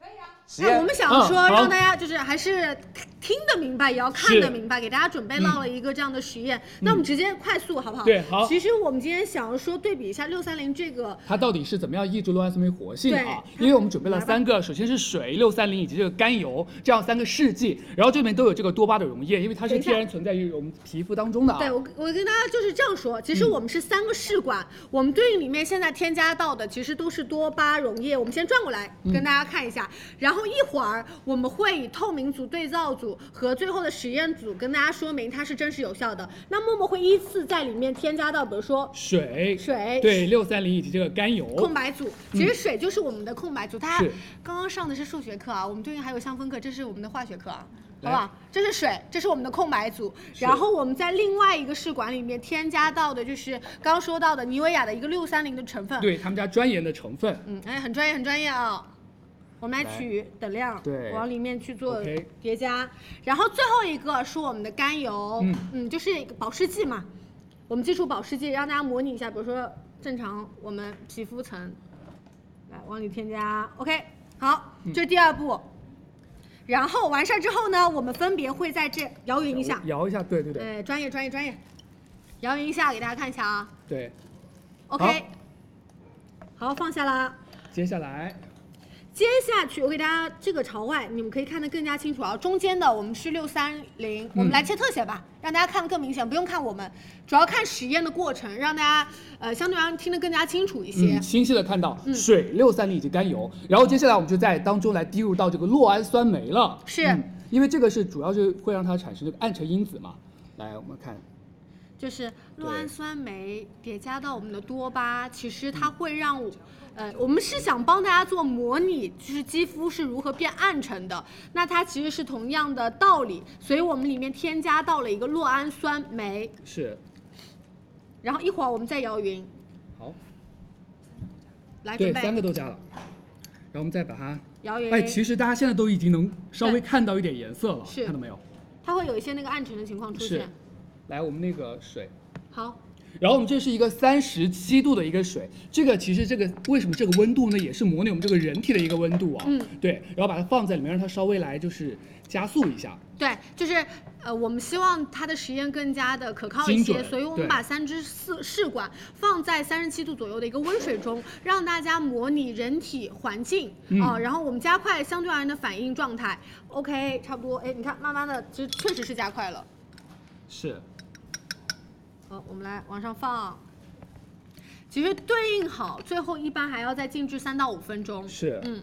Speaker 4: 可以啊。实
Speaker 1: 哎，
Speaker 4: 验
Speaker 1: 我们想
Speaker 9: 嗯
Speaker 1: 说
Speaker 9: 好
Speaker 1: 让大家就是还是听得明白，也要看得
Speaker 9: 是嗯
Speaker 1: 明白，给大家准备到了一个这样的实验。那我们直接快速好不好？
Speaker 9: 对好
Speaker 1: 其实我们今天想要说对比一下六三零这个，
Speaker 9: 它到底是怎么样抑制酪氨酸酶活性的啊？因为我们准备了三个，首先是水六三零以及这个甘油这样三个试剂，然后这里面都有这个多巴的溶液，因为它是天然存在于我们皮肤当中的啊。
Speaker 1: 对我我跟大家就是这样说，其实我们是三个试管，我们对应里面现在添加到的其实都是多巴溶液，我们先转过来跟大家看一下，然后一会儿我们会以透明组、对照组和最后的实验组跟大家说明它是真实有效的。那默默会依次在里面添加到，比如说
Speaker 9: 水
Speaker 1: 水
Speaker 9: 对六三零以及这个甘油
Speaker 1: 空白组，其实水就是我们的空白组。大家
Speaker 9: 哦嗯是
Speaker 1: 刚刚上的是数学课啊，我们最近还有香氛课，这是我们的化学课啊，好
Speaker 9: 来
Speaker 1: 不好？这是水，这是我们的空白组。然后我们在另外一个试管里面添加到的就是刚刚说到的妮维雅的一个六三零的成分。，
Speaker 9: 对他们家专研的成分。
Speaker 1: 嗯，哎，很专业，很专业啊、我们来
Speaker 9: 来
Speaker 1: 取等量，
Speaker 9: 对
Speaker 1: 往里面去做
Speaker 9: OK
Speaker 1: 叠加。然后最后一个是我们的甘油，
Speaker 9: 嗯
Speaker 1: 就是一个保湿剂嘛。我们基础保湿剂，让大家模拟一下，比如说正常我们皮肤层，来往里添加，OK，好，
Speaker 9: 嗯
Speaker 1: 这是第二步。然后完事儿之后呢，我们分别会在这摇匀一下，
Speaker 9: 摇一下，对对对
Speaker 1: 哎，专业专业专业，摇匀一下给大家看一下啊
Speaker 9: 对。
Speaker 1: ，OK，好，放下了。
Speaker 9: 接下来
Speaker 1: 接下去我给大家这个朝外，你们可以看得更加清楚啊。中间的我们是六三
Speaker 9: 嗯
Speaker 1: 零，我们来切特写吧，让大家看得更明显，不用看我们，主要看实验的过程，让大家呃相对而言听得更加清楚一些。
Speaker 9: 嗯，清晰的看到水、六三零以及甘油，然后接下来我们就在当中来滴入到这个酪氨酸酶了。
Speaker 1: 是
Speaker 9: 嗯因为这个是主要是会让它产生这个暗沉因子嘛。来，我们看，
Speaker 1: 就是酪氨酸酶叠加到我们的多巴，其实它会让我，呃，我们是想帮大家做模拟，就是肌肤是如何变暗沉的。那它其实是同样的道理，所以我们里面添加到了一个酪氨酸酶，
Speaker 9: 是
Speaker 1: 然后一会儿我们再摇匀，
Speaker 9: 好，
Speaker 1: 来
Speaker 9: 对
Speaker 1: 准，备
Speaker 9: 三个都加了，然后我们再把它。
Speaker 1: 摇匀。
Speaker 9: 哎，其实大家现在都已经能稍微
Speaker 1: 对
Speaker 9: 看到一点颜色了，
Speaker 1: 是
Speaker 9: 看到没有？
Speaker 1: 它会有一些那个暗沉的情况出
Speaker 9: 是
Speaker 1: 现。。
Speaker 9: 来，我们那个水，
Speaker 1: 好，
Speaker 9: 然后我们这是一个三十七度的一个水，这个其实这个为什么这个温度呢，也是模拟我们这个人体的一个温度啊。
Speaker 1: 嗯，
Speaker 9: 对，然后把它放在里面，让它稍微来就是加速一下。
Speaker 1: 对，就是呃，我们希望它的实验更加的可靠一
Speaker 9: 精
Speaker 1: 些，
Speaker 9: 准
Speaker 1: 所以我们
Speaker 9: 对
Speaker 1: 把三支试试管放在三十七度左右的一个温水中，让大家模拟人体环境啊、
Speaker 9: 嗯
Speaker 1: 然后我们加快相对而言的反应状态。OK，差不多，哎，你看，慢慢的，其实确实是加快了。
Speaker 9: 是，
Speaker 1: 好，我们来往上放。其实对应好，最后一般还要再静置三到五分钟。
Speaker 9: 是
Speaker 1: 嗯。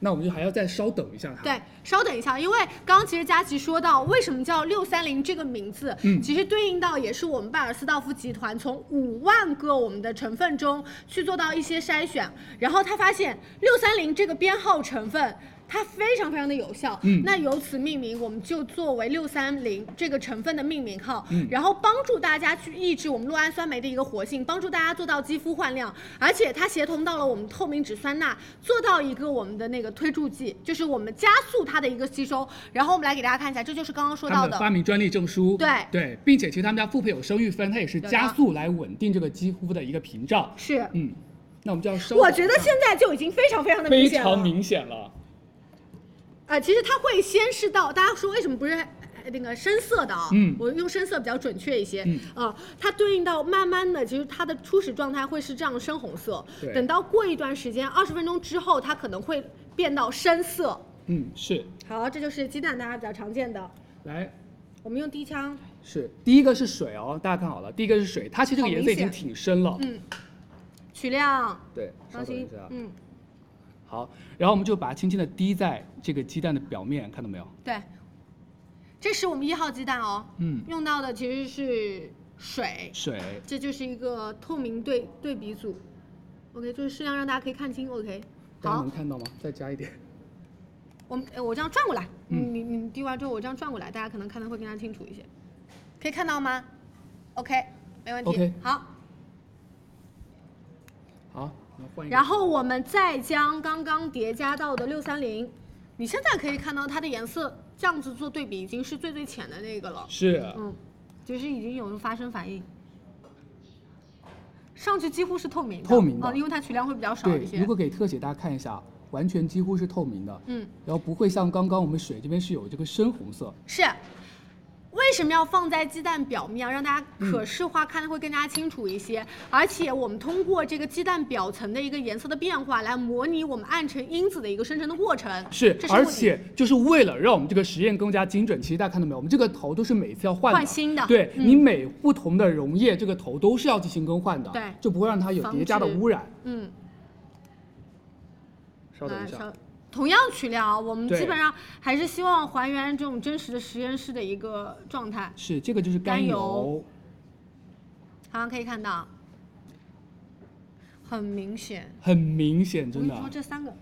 Speaker 9: 那我们就还要再稍等一下它。
Speaker 1: 对，稍等一下，因为刚刚其实佳琪说到，为什么叫六三零这个名字，
Speaker 9: 嗯
Speaker 1: 其实对应到也是我们拜尔斯道夫集团从五万个我们的成分中去做到一些筛选，然后他发现六三零这个编号成分。它非常非常的有效，
Speaker 9: 嗯
Speaker 1: 那由此命名，我们就作为六三零这个成分的命名号，
Speaker 9: 嗯
Speaker 1: 然后帮助大家去抑制我们酪氨酸酶的一个活性，帮助大家做到肌肤焕亮，而且它协同到了我们透明质酸钠，做到一个我们的那个推助剂，就是我们加速它的一个吸收。然后我们来给大家看一下，这就是刚刚说
Speaker 9: 他
Speaker 1: 到
Speaker 9: 们的发
Speaker 1: 的。
Speaker 9: 明专利证书，
Speaker 1: 对
Speaker 9: 对，并且其实他们家复配有生育酚，它也是
Speaker 1: 的
Speaker 9: 加速来稳定这个肌肤的一个屏障。
Speaker 1: 是，
Speaker 9: 嗯，那我们就要稍等一下。
Speaker 1: 我觉得现在就已经非常非常的明
Speaker 9: 非
Speaker 1: 显了。
Speaker 9: 常明显了。
Speaker 1: 呃，其实它会先是到大家说为什么不是呃那个深色的啊？
Speaker 9: 嗯
Speaker 1: 我用深色比较准确一些。
Speaker 9: 嗯
Speaker 1: 啊、它对应到慢慢的，其实它的初始状态会是这样深红色
Speaker 9: 对，
Speaker 1: 等到过一段时间，二十分钟之后，它可能会变到深色。
Speaker 9: 嗯，是，
Speaker 1: 好，这就是鸡蛋大家比较常见的，
Speaker 9: 来。
Speaker 1: 我们用低腔。
Speaker 9: 是，第一个是水哦，大家看好了，第一个是水，它其实这
Speaker 1: 好
Speaker 9: 个颜
Speaker 1: 明
Speaker 9: 色已
Speaker 1: 显
Speaker 9: 经挺深了。
Speaker 1: 嗯，取量，
Speaker 9: 对，稍
Speaker 1: 当
Speaker 9: 等一
Speaker 1: 心
Speaker 9: 下啊，。
Speaker 1: 嗯，
Speaker 9: 好，然后我们就把它轻轻的滴在这个鸡蛋的表面，看到没有？
Speaker 1: 对，这是我们一号鸡蛋哦，
Speaker 9: 嗯，
Speaker 1: 用到的其实是水，
Speaker 9: 水，
Speaker 1: 这就是一个透明对对比组。OK，就是适量让大家可以看清。OK，
Speaker 9: 大家
Speaker 1: 好
Speaker 9: 能，看到吗？再加一点。
Speaker 1: 我们呃我这样转过来，
Speaker 9: 嗯
Speaker 1: 你你你滴完之后我这样转过来，大家可能看的会更加清楚一些，可以看到吗？OK，没问题。
Speaker 9: OK
Speaker 1: 好，
Speaker 9: 好，我们换一个。
Speaker 1: 然后我们再将刚刚叠加到的六三零，你现在可以看到它的颜色这样子做对比已经是最最浅的那个了。
Speaker 9: 是，
Speaker 1: 嗯，就是已经有发生反应，上去几乎是透明的，
Speaker 9: 透明的
Speaker 1: 哦，因为它取量会比较少
Speaker 9: 对
Speaker 1: 一，些。
Speaker 9: 如果给特写大家看一下，啊完全几乎是透明的，
Speaker 1: 嗯，
Speaker 9: 然后不会像刚刚我们水这边是有这个深红色，
Speaker 1: 是，为什么要放在鸡蛋表面，啊让大家
Speaker 9: 嗯
Speaker 1: 可视化看的会更加清楚一些？而且我们通过这个鸡蛋表层的一个颜色的变化，来模拟我们暗沉因子的一个生成的过程。
Speaker 9: 是
Speaker 1: 这，是目
Speaker 9: 而
Speaker 1: 的
Speaker 9: 且就是为了让我们这个实验更加精准，其实大家看到没有，我们这个头都是每次要换的，
Speaker 1: 换新的
Speaker 9: 对、
Speaker 1: 嗯
Speaker 9: 你每不同的溶液，这个头都是要进行更换的，
Speaker 1: 对
Speaker 9: 就不会让它有叠加的污染。
Speaker 1: 嗯，
Speaker 9: 稍等
Speaker 1: 来
Speaker 9: 一下，
Speaker 1: 啊稍同样取量啊，我们
Speaker 9: 对
Speaker 1: 基本上还是希望还原这种真实的实验室的一个状态。
Speaker 9: 是这个就是甘
Speaker 1: 甘
Speaker 9: 油，
Speaker 1: 油好像可以看到，很明显。
Speaker 9: 很明显，
Speaker 1: 我
Speaker 9: 真
Speaker 1: 跟
Speaker 9: 的啊
Speaker 1: 你说，这三个，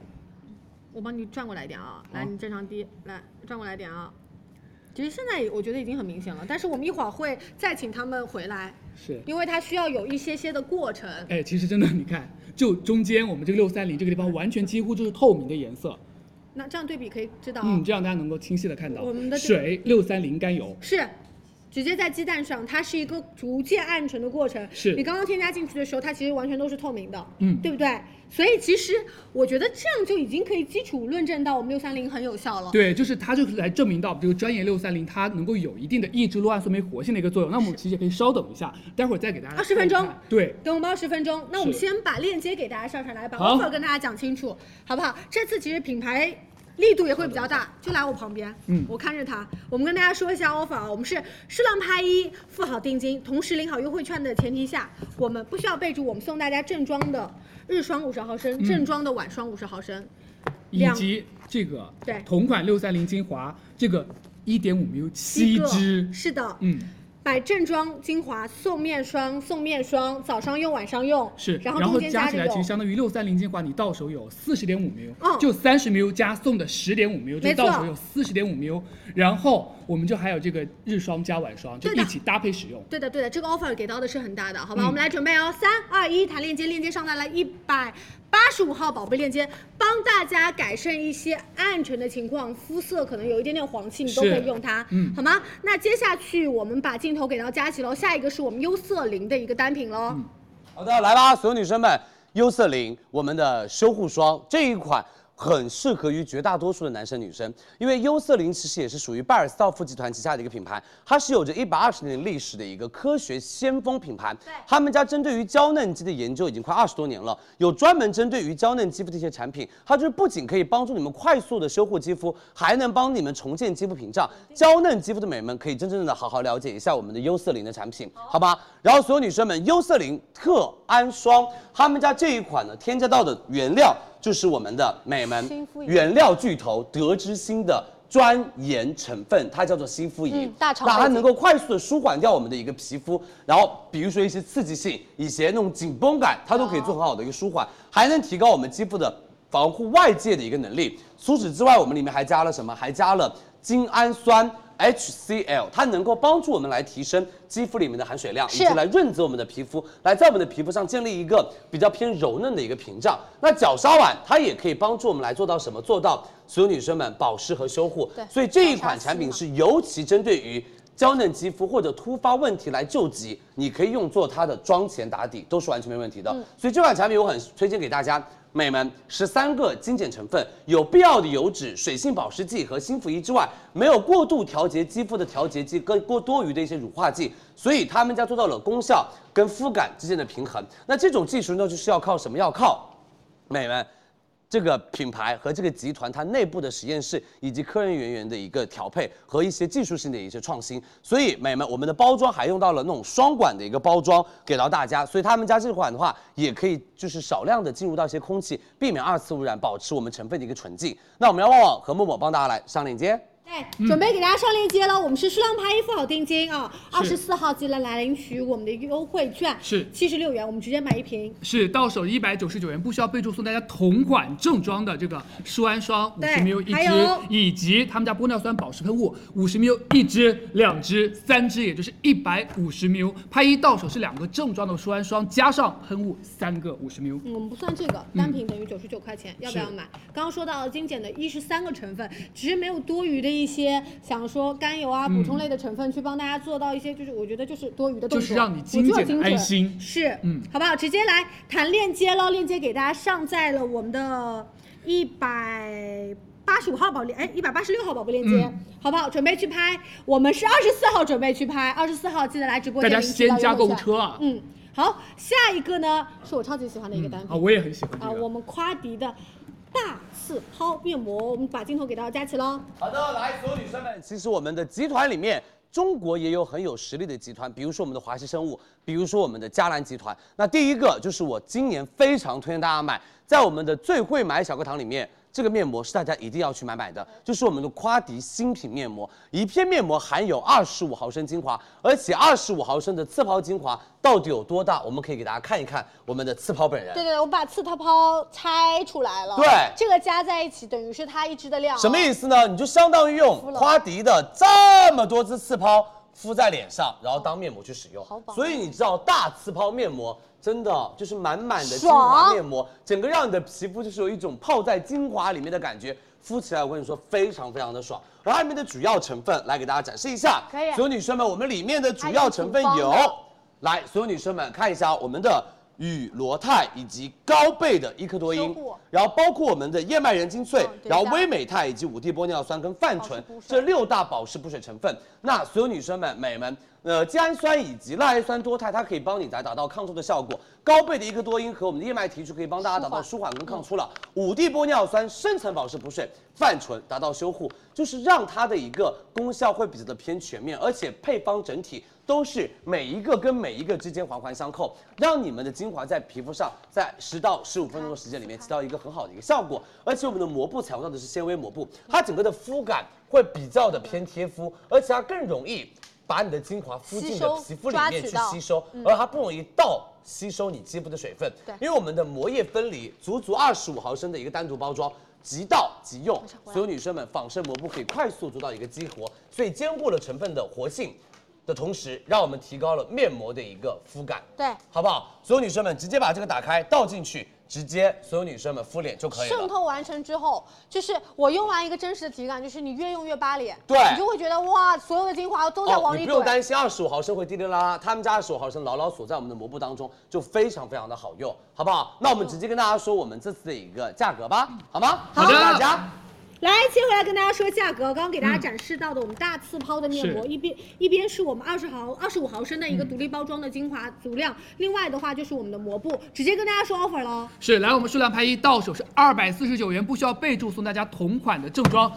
Speaker 1: 我帮你转过来一点啊，来，
Speaker 9: 好
Speaker 1: 你正常低，来转过来一点啊。其实现在我觉得已经很明显了，但是我们一会儿会再请他们回来，
Speaker 9: 是。
Speaker 1: 因为它需要有一些些的过程。
Speaker 9: 哎，其实真的，你看，就中间我们这个六三零这个地方，完全几乎就是透明的颜色，
Speaker 1: 那这样对比可以知道啊，
Speaker 9: 嗯，这样大家能够清晰的看到
Speaker 1: 哦我们的这个
Speaker 9: 水六三零甘油，
Speaker 1: 是。直接在鸡蛋上，它是一个逐渐暗沉的过程。
Speaker 9: 是
Speaker 1: 你刚刚添加进去的时候，它其实完全都是透明的，
Speaker 9: 嗯
Speaker 1: 对不对？所以其实我觉得这样就已经可以基础论证到我们六三零很有效了。
Speaker 9: 对，就是它就是来证明到这个专研六三零它能够有一定的抑制酪氨酸酶活性的一个作用。那我们其实也可以稍等一下，待会儿再给大家
Speaker 1: 20分钟
Speaker 9: 看看对，
Speaker 1: 等我们二十分钟，那我们
Speaker 9: 是
Speaker 1: 先把链接给大家上上来，把
Speaker 9: 好
Speaker 1: offer 跟大家讲清楚，好不好？这次其实品牌力度也会比较大，就来我旁边，
Speaker 9: 嗯
Speaker 1: 我看着他。我们跟大家说一下 offer 啊，我们是适量拍一，付好定金，同时领好优惠券的前提下，我们不需要备注，我们送大家正装的日霜五十毫升，
Speaker 9: 嗯
Speaker 1: 正装的晚霜五十毫升，
Speaker 9: 以
Speaker 1: 两
Speaker 9: 及这个
Speaker 1: 对
Speaker 9: 同款六三零精华这个一点五 ml
Speaker 1: 一
Speaker 9: 七
Speaker 1: 个
Speaker 9: 支，
Speaker 1: 是的，
Speaker 9: 嗯，
Speaker 1: 买正装精华送面霜，送面霜，早上用，晚上用，
Speaker 9: 是，
Speaker 1: 然
Speaker 9: 然
Speaker 1: 后中间
Speaker 9: 加
Speaker 1: 着
Speaker 9: 起来其
Speaker 1: 用
Speaker 9: 实。相当于六三零精华，你到手有四十点五 ml，、
Speaker 1: 嗯
Speaker 9: 就三十 ml 加送的十点五 ml，就
Speaker 1: 没错
Speaker 9: 到手有四十点五 ml。然后我们就还有这个日霜加晚霜，就
Speaker 1: 对的
Speaker 9: 一起搭配使用。
Speaker 1: 对的，对的，这个 offer 给到的是很大的，好吧？
Speaker 9: 嗯
Speaker 1: 我们来准备哦，三二一，弹链接，链接上来了，一百八十五号宝贝链接，帮大家改善一些暗沉的情况，肤色可能有一点点黄气，你都
Speaker 9: 是
Speaker 1: 可以用它，
Speaker 9: 嗯
Speaker 1: 好吗？那接下去我们把镜头给到佳琪喽，下一个是我们优色林的一个单品喽。
Speaker 9: 嗯
Speaker 4: 好的，来吧，所有女生们，优色林我们的修护霜这一款。很适合于绝大多数的男生女生，因为优色林其实也是属于拜尔斯道夫集团旗下的一个品牌，它是有着一百二十年历史的一个科学先锋品牌。他们家针对于娇嫩肌的研究已经快二十多年了，有专门针对于娇嫩肌肤的一些产品，它就是不仅可以帮助你们快速的修护肌肤，还能帮你们重建肌肤屏障。娇嫩肌肤的美们可以真正的好好了解一下我们的优色林的产品，好吧？然后所有女生们，优色林特氨霜，他们家这一款呢，添加到的原料就是我们的美门
Speaker 8: 新肤仪
Speaker 4: 原料巨头德之星的。专研成分，它叫做新肤仪，
Speaker 8: 嗯大厂
Speaker 4: 那它
Speaker 8: 背景
Speaker 4: 能够快速的舒缓掉我们的一个皮肤，然后比如说一些刺激性，以及那种紧绷感，它都可以做很好的一个舒缓，还能提高我们肌肤的防护外界的一个能力。除此之外，我们里面还加了什么？还加了精氨酸 HCl，它能够帮助我们来提升肌肤里面的含水量，以及来润泽我们的皮肤，来在我们的皮肤上建立一个比较偏柔嫩的一个屏障。那角鲨烷它也可以帮助我们来做到什么？做到所有女生们保湿和修护。
Speaker 8: 对
Speaker 4: 所以这
Speaker 8: 角
Speaker 4: 一
Speaker 8: 鲨
Speaker 4: 款产
Speaker 8: 烯
Speaker 4: 品
Speaker 8: 嘛
Speaker 4: 是。是尤其针对于娇嫩肌肤或者突发问题来救急，你可以用作它的妆前打底，都是完全没问题的。所以这款产品我很推荐给大家。美们，十三个精简成分，有必要的油脂、水性保湿剂和新肤仪之外，没有过度调节肌肤的调节剂跟过多余的一些乳化剂，所以他们家做到了功效跟肤感之间的平衡。那这种技术呢，就是要靠什么？要靠美们，这个品牌和这个集团它内部的实验室以及科研人员的一个调配和一些技术性的一些创新，所以美们，我们的包装还用到了那种双管的一个包装给到大家，所以他们家这款的话也可以就是少量的进入到一些空气，避免二次污染，保持我们成分的一个纯净。那我们让旺旺和默默帮大家来上链接。
Speaker 2: 对，
Speaker 1: 哎，
Speaker 9: 嗯
Speaker 1: 准备给大家上链接了，我们是数量拍一付好定金啊，二十
Speaker 9: 是
Speaker 1: 四号记得来领取我们的优惠券，
Speaker 9: 是
Speaker 1: 七十六元，我们直接买一瓶。
Speaker 9: 是到手一百九十九元，不需要备注，送大家同款正装的这个舒安霜五
Speaker 1: 对
Speaker 9: 十 ml 一
Speaker 1: 还有
Speaker 9: 支，以及他们家玻尿酸保湿喷雾五十 ml 一支、两支、三支，也就是一百五十 ml。拍一到手是两个正装的舒安霜，加上喷雾三个五十 ml。
Speaker 1: 嗯，我们不算这个，单品等于九十九块钱，要不要买？刚刚说到了精简的一十三个成分，只是没有多余的一些想说甘油啊、补充类的成分，去帮大家做到一些，就是我觉得就是多余的动作，
Speaker 9: 嗯就是让你
Speaker 1: 我
Speaker 9: 精
Speaker 1: 就要
Speaker 9: 简的安
Speaker 1: 准
Speaker 9: 心
Speaker 1: 是，
Speaker 9: 嗯
Speaker 1: 好不好？直接来谈链接喽，链接给大家上在了我们的一百。八十五号宝链，哎，一百八十六号宝贝链
Speaker 9: 嗯
Speaker 1: 接，好不好？准备去拍，我们是二十四号准备去拍，二十四号记得来直播
Speaker 9: 大
Speaker 1: 间
Speaker 9: 家
Speaker 1: 领取到
Speaker 9: 先加
Speaker 1: 优惠
Speaker 9: 购物
Speaker 1: 券
Speaker 9: 车啊！
Speaker 1: 嗯，好，下一个呢是我超级喜欢的一
Speaker 4: 嗯
Speaker 1: 个单品、
Speaker 9: 啊，我也很喜欢
Speaker 1: 啊，
Speaker 9: 这
Speaker 1: 我
Speaker 9: 个。
Speaker 1: 们夸迪的大次抛面膜，我们把镜头给到佳琪喽。
Speaker 4: 好的，来，所有女生们，其实我们的集团里面。中国也有很有实力的集团，比如说我们的华熙生物，比如说我们的嘉兰集团。那第一个就是我今年非常推荐大家买，在我们的最会买小课堂里面，这个面膜是大家一定要去买买的，就是我们的夸迪新品面膜，一片面膜含有二十五毫升精华，而且二十五毫升的次抛精华到底有多大？我们可以给大家看一看我们的次抛本人。
Speaker 8: 对对，我把刺头抛拆出来了，
Speaker 4: 对
Speaker 8: 这个加在一起等于是它一支的量、哦
Speaker 4: 什么意？思呢？你就相当于用夸迪的这么多支次抛敷在脸上，然后当面膜去使用
Speaker 8: 好饱。
Speaker 4: 所以你知道大次抛面膜真的就是满满的精华
Speaker 8: 爽
Speaker 4: 面膜，整个让你的皮肤就是有一种泡在精华里面的感觉。敷起来，我跟你说，非常非常的爽。然后它里面的主要成分来给大家展示一下，
Speaker 8: 可以啊
Speaker 4: 所有女生们，我们里面的主要成分
Speaker 8: 还有
Speaker 4: 有
Speaker 8: 组方的，
Speaker 4: 来，所有女生们看一下我们的雨罗肽以及高倍的伊克多
Speaker 8: 修
Speaker 4: 因
Speaker 8: 护，
Speaker 4: 然后包括我们的燕麦仁精粹
Speaker 8: 嗯，对
Speaker 4: 然后
Speaker 8: 加
Speaker 4: 微美肽以及五 D 玻尿酸跟泛醇
Speaker 8: 保湿补水
Speaker 4: 这六大保湿补水成分。那所有女生们、美们，呃，肌氨酸以及赖氨酸多肽，它可以帮你来达到抗皱的效果。高倍的一克多因和我们的燕麦提取可以帮大家达到舒缓嗯跟抗初老。五 D 玻尿酸深层保湿补水，泛醇达到修护，就是让它的一个功效会比较的偏全面，而且配方整体。都是每一个跟每一个之间环环相扣，让你们的精华在皮肤上在十到十五分钟的时间里面起到一个很好的一个效果。而且我们的膜布采用到的是纤维膜布，它整个的肤感会比较的偏贴肤，而且它更容易把你的精华敷进你的皮肤里面
Speaker 8: 吸
Speaker 4: 去
Speaker 8: 收抓取到嗯
Speaker 4: 吸收，而它不容易倒。吸收你肌肤的水分，
Speaker 8: 对
Speaker 4: 因为我们的膜液分离足足二十五毫升的一个单独包装，即到即用
Speaker 8: 上，回来
Speaker 4: 所有女生们仿生膜布可以快速做到一个激活，所以兼顾了成分的活性，的同时，让我们提高了面膜的一个肤感，
Speaker 8: 对，
Speaker 4: 好不好？所有女生们直接把这个打开倒进去，直接所有女生们敷脸就可以
Speaker 8: 渗
Speaker 4: 了。
Speaker 8: 透完成之后，就是我用完一个真实的体感，就是你越用越扒脸，
Speaker 4: 对
Speaker 8: 你就会觉得哇，所有的精华都在往
Speaker 4: 哦，
Speaker 8: 里
Speaker 4: 你不
Speaker 8: 怼。
Speaker 4: 用担心二十五毫升会滴滴啦啦，他们家二十五毫升牢牢锁在我们的膜布当中，就非常非常的好用，好不好？那我们直接跟大家说我们这次的一个价格吧，好吗？
Speaker 9: 好的
Speaker 4: 谢谢大家。
Speaker 1: 来，切回来跟大家说价格。刚刚给大家展示到的，我们大次抛的面膜，
Speaker 9: 嗯是
Speaker 1: 一边一边是我们二十毫二十五毫升的一个独立包装的精华足量，另外的话就是我们的膜布，直接跟大家说 offer 哦喽。
Speaker 9: 是，来我们数量拍一到手是二百四十九元，不需要备注，送大家同款的正装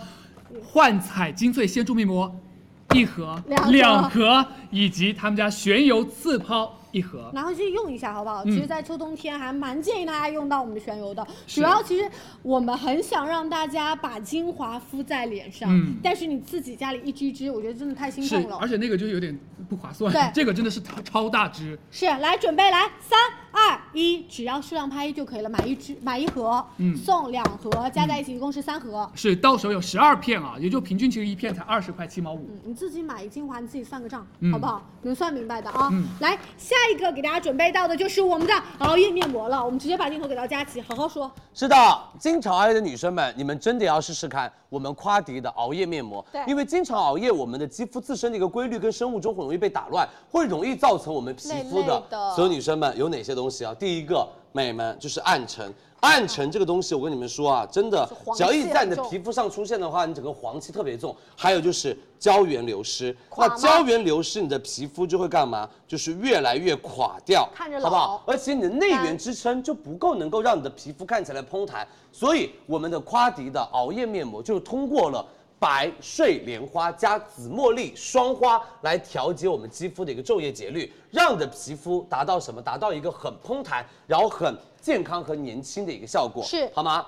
Speaker 9: 幻彩精粹鲜珠面膜一盒、
Speaker 1: 两盒
Speaker 9: 盒，以及他们家旋油次抛一盒。
Speaker 1: 拿回去用一下好不
Speaker 9: 嗯
Speaker 1: 好？其实，在秋冬天还蛮建议大家用到我们的旋油的。主要其实我们很想让大家把精华敷在脸上，
Speaker 9: 嗯
Speaker 1: 但是你自己家里一支一支，我觉得真的太心
Speaker 9: 是
Speaker 1: 痛，了
Speaker 9: 而。且那个就有点不划算。
Speaker 1: 对
Speaker 9: 这个真的是超超大支。
Speaker 1: 是，来准备来三二一，只要数量拍一就可以了，买一支买一盒，
Speaker 9: 嗯
Speaker 1: 送两盒，加在一起一共是三盒。
Speaker 9: 是到手有十二片啊，也就平均其实一片才二十块七毛五。
Speaker 1: 嗯，你自己买精华，你自己算个账，
Speaker 9: 嗯
Speaker 1: 好不好？能算明白的啊。
Speaker 9: 嗯
Speaker 1: 来，下一个给大家准备到的就是我们的熬夜面膜了，我们直接把镜头给到佳琪，好好说。
Speaker 4: 是的，经常熬夜的女生们，你们真的要试试看我们夸迪的熬夜面膜。
Speaker 8: 对
Speaker 4: 因为经常熬夜，我们的肌肤自身的一个规律跟生物钟很容易被打乱，会容易造成我们皮肤
Speaker 8: 累累的
Speaker 4: 所有女生们有哪些东西啊？第一个，美们就是暗沉。暗沉这个东西，我跟你们说啊，真的
Speaker 8: 是黄，气
Speaker 4: 只要一在
Speaker 8: 很
Speaker 4: 你的
Speaker 8: 重
Speaker 4: 皮肤上出现的话，你整个黄气特别重。还有就是胶原流失，
Speaker 8: 垮
Speaker 4: 那
Speaker 8: 吗
Speaker 4: 胶原流失，你的皮肤就会干嘛？就是越来越垮掉，
Speaker 8: 看着
Speaker 4: 好不
Speaker 8: 老
Speaker 4: 好？而且你的内
Speaker 8: 干
Speaker 4: 源支撑就不够能够让你的皮肤看起来嘭弹，所以我们的夸迪的熬夜面膜就通过了。白睡莲花加紫茉莉双花来调节我们肌肤的一个昼夜节律，让你的皮肤达到什么？达到一个很嘭弹，然后很健康和年轻的一个效果，
Speaker 8: 是
Speaker 4: 好吗？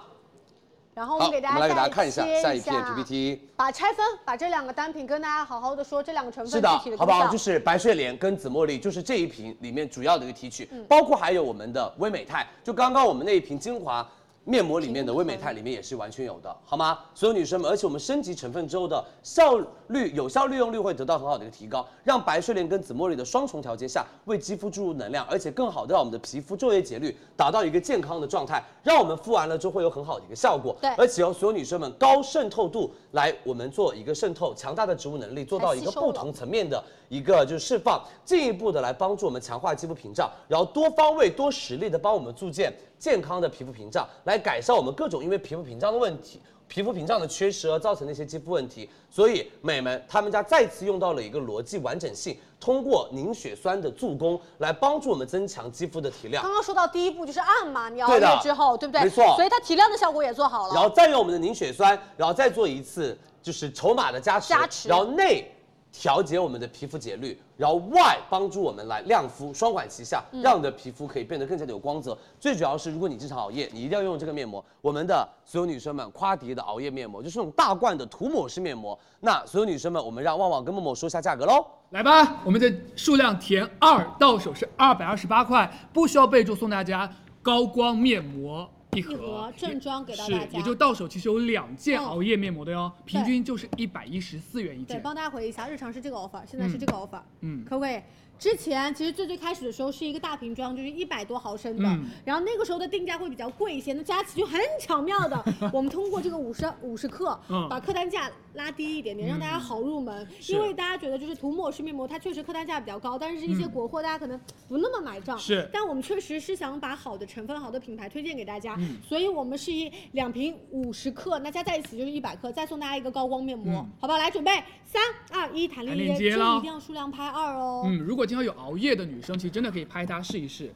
Speaker 1: 然后我
Speaker 4: 好，
Speaker 1: 们
Speaker 4: 我
Speaker 1: 给大
Speaker 4: 们
Speaker 1: 家
Speaker 4: 来给大家看一下
Speaker 1: 切
Speaker 4: 下一片 PPT。
Speaker 1: 把拆分，把这两个单品跟大家好好的说这两个成
Speaker 4: 是
Speaker 1: 分具
Speaker 4: 的
Speaker 1: 体的，
Speaker 4: 好不好？
Speaker 1: 功效
Speaker 4: 就是白睡莲跟紫茉莉，就是这一瓶里面主要的一个提取，
Speaker 1: 嗯
Speaker 4: 包括还有我们的微美泰，就刚刚我们那一瓶精华面膜里面的微美泰里面也是完全有的，好吗？所有女生们，而且我们升级成分之后的效率、有效利用率会得到很好的一个提高，让白睡莲跟紫茉莉的双重调节下，为肌肤注入能量，而且更好的让我们的皮肤昼夜节律达到一个健康的状态，让我们敷完了之后会有很好的一个效果。
Speaker 1: 对
Speaker 4: 而且由所有女生们高渗透度来我们做一个渗透，强大的植物能力做到一
Speaker 1: 还
Speaker 4: 个
Speaker 1: 吸收了
Speaker 4: 不同。层面的一个就是释放，进一步的来帮助我们强化肌肤屏障，然后多方位、多实力的帮我们组建健康的皮肤屏障，来改善我们各种因为皮肤屏障的问题。皮肤屏障的缺失而造成的一些肌肤问题，所以美们他们家再次用到了一个逻辑完整性，通过凝血酸的助攻来帮助我们增强肌肤的提亮
Speaker 1: 刚。刚说到第一步就是按嘛，你熬
Speaker 4: 对的
Speaker 1: 夜之后，对不对？
Speaker 4: 没错
Speaker 1: 所以它提亮的效果也做好了。
Speaker 4: 然后再用我们的凝血酸，然后再做一次就是筹码的加持，
Speaker 1: 加持
Speaker 4: 然后内调节我们的皮肤节律，然后外帮助我们来亮肤，双管齐下，
Speaker 1: 嗯
Speaker 4: 让你的皮肤可以变得更加的有光泽。最主要是，如果你经常熬夜，你一定要用这个面膜。我们的所有女生们，夸迪的熬夜面膜就是那种大罐的涂抹式面膜。那所有女生们，我们让旺旺跟默默说一下价格喽。
Speaker 9: 来吧，我们的数量填二，到手是二百二十八块，不需要备注，送大家高光面膜一盒，
Speaker 1: 一盒正装给到
Speaker 9: 是
Speaker 1: 大家
Speaker 9: 也就到手其实有两件
Speaker 1: 嗯
Speaker 9: 熬夜面膜的哟，平均就是一百一十四元一
Speaker 1: 对，
Speaker 9: 件。
Speaker 1: 帮大家回忆一下，日常是这个 offer，现在是这个 offer，
Speaker 9: 嗯
Speaker 1: 可不可以？之前其实最最开始的时候是一个大瓶装，就是一百多毫升的，
Speaker 9: 嗯
Speaker 1: 然后那个时候的定价会比较贵一些。那佳琪就很巧妙 的，我们通过这个五十五十克，
Speaker 9: 嗯
Speaker 1: 把客单价拉低一点点，让大家好入门。
Speaker 9: 是
Speaker 1: 因为大家觉得就是涂抹式面膜，它确实客单价比较高，但是一些
Speaker 9: 嗯
Speaker 1: 国货大家可能不那么买账。
Speaker 9: 是
Speaker 1: 但我们确实是想把好的成分、好的品牌推荐给大家，
Speaker 9: 嗯
Speaker 1: 所以我们是以两瓶五十克，那加在一起就是一百克，再送大家一个高光面膜，
Speaker 9: 嗯
Speaker 1: 好不好？来，准备三二一，弹
Speaker 9: 弹
Speaker 1: 链
Speaker 9: 链接
Speaker 1: 这
Speaker 9: 咯
Speaker 1: 一定要数量拍二哦。
Speaker 9: 嗯，如果经常有熬夜的女生，其实真的可以拍它试一试。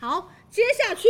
Speaker 1: 好，接下去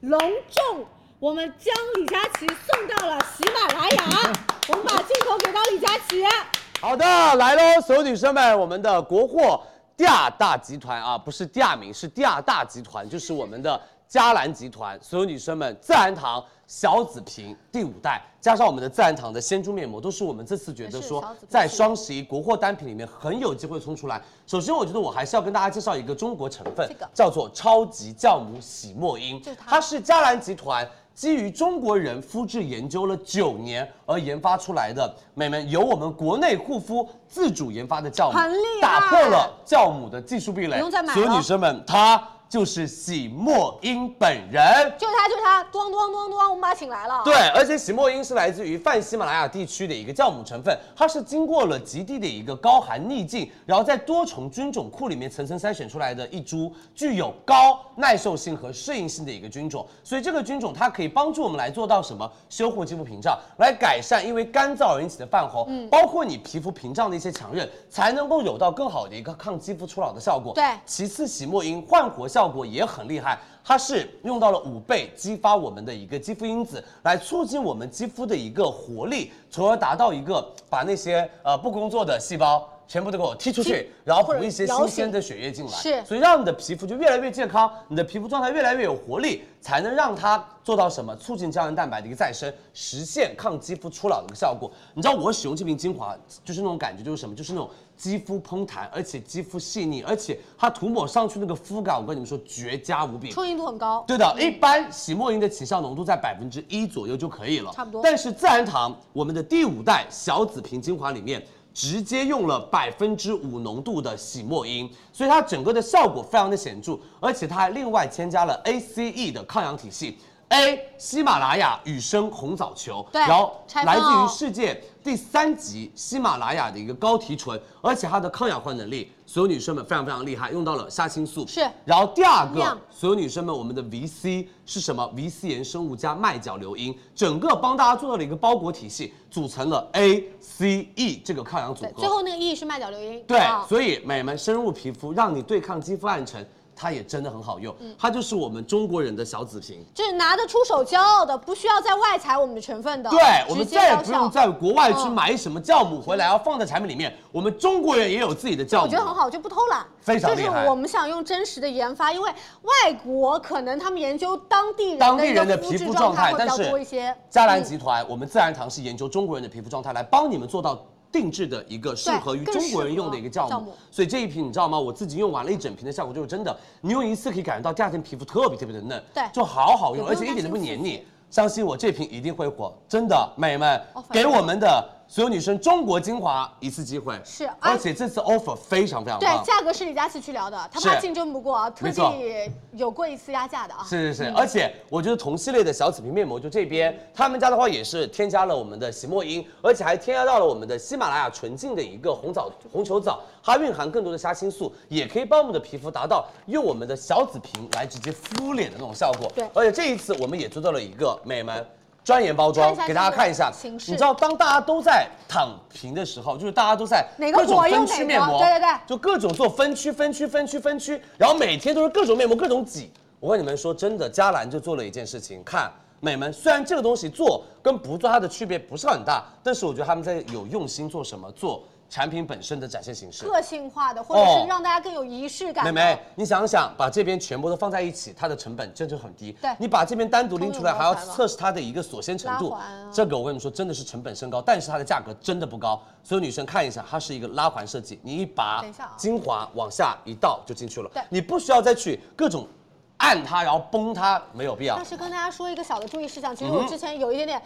Speaker 1: 隆重，我们将李佳琦送到了喜马拉 雅，我们把镜头给到李佳琦。
Speaker 4: 好的，来喽，所有女生们，我们的国货第二大集团啊，不是第二名，是第二大集团，就是我们的嘉兰集团。所有女生们，自然堂小紫瓶第五代，加上我们的自然堂的鲜珠面膜，都是我们这次觉得说
Speaker 1: 是小紫瓶
Speaker 4: 在双十一国货单品里面很有机会冲出来。首先，我觉得我还是要跟大家介绍一个中国成分，
Speaker 1: 这个
Speaker 4: 叫做超级酵母洗墨因，
Speaker 1: 就是它
Speaker 4: 它是嘉兰集团基于中国人肤质研究了九年而研发出来的，美们由我们国内护肤自主研发的酵母，
Speaker 1: 很厉害
Speaker 4: 打破了酵母的技术壁垒。
Speaker 1: 不用再买了
Speaker 4: 所有女生们，它就是洗墨因本人。
Speaker 1: 就是他，就是他，咣咣咣咣，我们把他请来了。
Speaker 4: 对，而且洗墨因是来自于泛喜马拉雅地区的一个酵母成分，它是经过了极地的一个高寒逆境，然后在多重菌种库里面层层筛选出来的一株具有高耐受性和适应性的一个菌种。所以这个菌种它可以帮助我们来做到什么？修护肌肤屏障，来改善因为干燥而引起的泛红，
Speaker 1: 嗯
Speaker 4: 包括你皮肤屏障的一些强韧，才能够有到更好的一个抗肌肤初老的效果。
Speaker 1: 对
Speaker 4: 其次，洗墨因焕活效果也很厉害，它是用到了五倍激发我们的一个肌肤因子，来促进我们肌肤的一个活力，从而达到一个把那些呃不工作的细胞。全部都给我踢出去
Speaker 1: 踢，
Speaker 4: 然后
Speaker 1: 或者
Speaker 4: 补一些
Speaker 1: 摇
Speaker 4: 新
Speaker 1: 醒
Speaker 4: 鲜的血液进来，
Speaker 1: 是
Speaker 4: 所以让你的皮肤就越来越健康，你的皮肤状态越来越有活力，才能让它做到什么？促进胶原蛋白的一个再生，实现抗肌肤初老的一个效果。你知道我使用这瓶精华，就是那种感觉，就是什么？就是那种肌肤嘭弹，而且肌肤细腻，而且它涂抹上去那个肤感，我跟你们说绝佳无比。
Speaker 1: 充盈度很高。
Speaker 4: 对的，一般洗墨因的起效浓度在百分之一左右就可以了，
Speaker 1: 差不多
Speaker 4: 但是自然堂我们的第五代小紫瓶精华里面。直接用了百分之五浓度的洗墨因，所以它整个的效果非常的显著，而且它还另外添加了 ACE 的抗氧体系，A 喜马拉雅雨生红藻球，
Speaker 1: 对
Speaker 4: 然后
Speaker 1: 拆
Speaker 4: 来
Speaker 1: 封
Speaker 4: 自于
Speaker 1: 哦
Speaker 4: 世界第三级喜马拉雅的一个高提纯，而且它的抗氧化能力，所有女生们非常非常厉害，用到了虾青素，
Speaker 1: 是
Speaker 4: 然后第二
Speaker 1: 一样
Speaker 4: 个，所有女生们，我们的 VC 是什么？VC 衍生物加麦角硫因，整个帮大家做到了一个包裹体系，组成了 A、C、E 这个抗氧组
Speaker 1: 对
Speaker 4: 合。，
Speaker 8: 嗯
Speaker 1: 最后那个 E 是麦角硫因。
Speaker 4: 对
Speaker 1: 啊
Speaker 4: 所以美们深入皮肤，让你对抗肌肤暗沉。它也真的很好用，
Speaker 8: 嗯
Speaker 4: 它就是我们中国人的小紫瓶。
Speaker 8: 就是拿得出手、骄傲的，不需要在外采我们的成分的，
Speaker 4: 对，我们
Speaker 8: 直接
Speaker 4: 再也
Speaker 8: 高
Speaker 4: 不
Speaker 8: 效嗯
Speaker 4: 用在国外去买什么酵母回来，要放在产品里面。我们中国人也有自己的酵母，
Speaker 8: 我觉得很好，就不偷懒，
Speaker 4: 非常
Speaker 8: 就
Speaker 4: 厉
Speaker 8: 是
Speaker 4: 害
Speaker 8: 我们想用真实的研发，因为外国可能他们研究当地人
Speaker 4: 当地
Speaker 8: 一
Speaker 4: 人的
Speaker 8: 个
Speaker 4: 皮
Speaker 8: 质
Speaker 4: 肤
Speaker 8: 状
Speaker 4: 状
Speaker 8: 态，
Speaker 4: 态
Speaker 8: 会比
Speaker 4: 但
Speaker 8: 较多一
Speaker 4: 是
Speaker 8: 些。
Speaker 4: 嘉兰集团，我们自然堂是研究中国人的皮肤状态，来帮你们做到定制的一个适合于
Speaker 8: 更适
Speaker 4: 中国人用的一个酵
Speaker 8: 合酵
Speaker 4: 母
Speaker 8: 母。
Speaker 4: 所以这一瓶你知道吗？我自己用完了一整瓶的效果就是真的，你用一次可以感觉到第二天皮肤特别特别的嫩，
Speaker 8: 对
Speaker 4: 就好好用，
Speaker 8: 也不
Speaker 4: 而
Speaker 8: 用
Speaker 4: 且一点都不黏
Speaker 8: 担心
Speaker 4: 腻。相信我，这瓶一定会火，真的，美们
Speaker 8: 哦，反
Speaker 4: 给
Speaker 8: 正
Speaker 4: 我们的所有女生中国精华一次机会。
Speaker 8: 是而
Speaker 4: 而且这次 offer 非常非常
Speaker 8: 对
Speaker 4: 棒，。
Speaker 8: 价格是李佳琦去聊的，他怕
Speaker 4: 是
Speaker 8: 竞争不过啊，特
Speaker 4: 没错
Speaker 8: 地有过一次压价的啊。
Speaker 4: 是是是，而且我觉得同系列的小紫瓶面膜就这边，他们家的话也是添加了我们的洗墨因，而且还添加到了我们的喜马拉雅纯净的一个红枣红球藻，它蕴含更多的虾青素，也可以帮我们的皮肤达到用我们的小紫瓶来直接敷脸的那种效果。
Speaker 8: 对
Speaker 4: 而且这一次我们也做到了一个美们。专研包
Speaker 8: 看
Speaker 4: 装
Speaker 8: 一下
Speaker 4: 给大家看一下
Speaker 8: 这个，形
Speaker 4: 你
Speaker 8: 式
Speaker 4: 知道当大家都在躺平的时候，就是大家都在
Speaker 8: 哪个
Speaker 4: 各种
Speaker 8: 火用
Speaker 4: 分
Speaker 8: 哪
Speaker 4: 区
Speaker 8: 个
Speaker 4: 面膜，
Speaker 8: 对对对
Speaker 4: 就各种做分区、分区、分区、分区，然后每天都是各种面膜、各种挤。我跟你们说，真的，嘉兰就做了一件事情，看美们，虽然这个东西做跟不做它的区别不是很大，但是我觉得他们在有用心做什么，做产品本身的展现形式。
Speaker 8: 个性化的，或者
Speaker 4: 哦
Speaker 8: 是让大家更有仪式感
Speaker 4: 美
Speaker 8: 的。
Speaker 4: 眉，你想想，把这边全部都放在一起，它的成本真的很低。
Speaker 8: 对
Speaker 4: 你把这边单独拎出来，
Speaker 8: 通用
Speaker 4: 还要
Speaker 8: 包材嘛
Speaker 4: 测试它的一个锁鲜程度
Speaker 8: 拉环啊。
Speaker 4: 这个我跟你们说，真的是成本升高，但是它的价格真的不高。所有女生看一下，它是一个拉环设计，你一拔
Speaker 8: 等一下啊
Speaker 4: 精华往下一倒就进去了
Speaker 8: 对，
Speaker 4: 你不需要再去各种按它，然后崩它，没有必要
Speaker 8: 但，是跟大家说一个小的注意事项，其实
Speaker 4: 嗯
Speaker 8: 我之前有一点点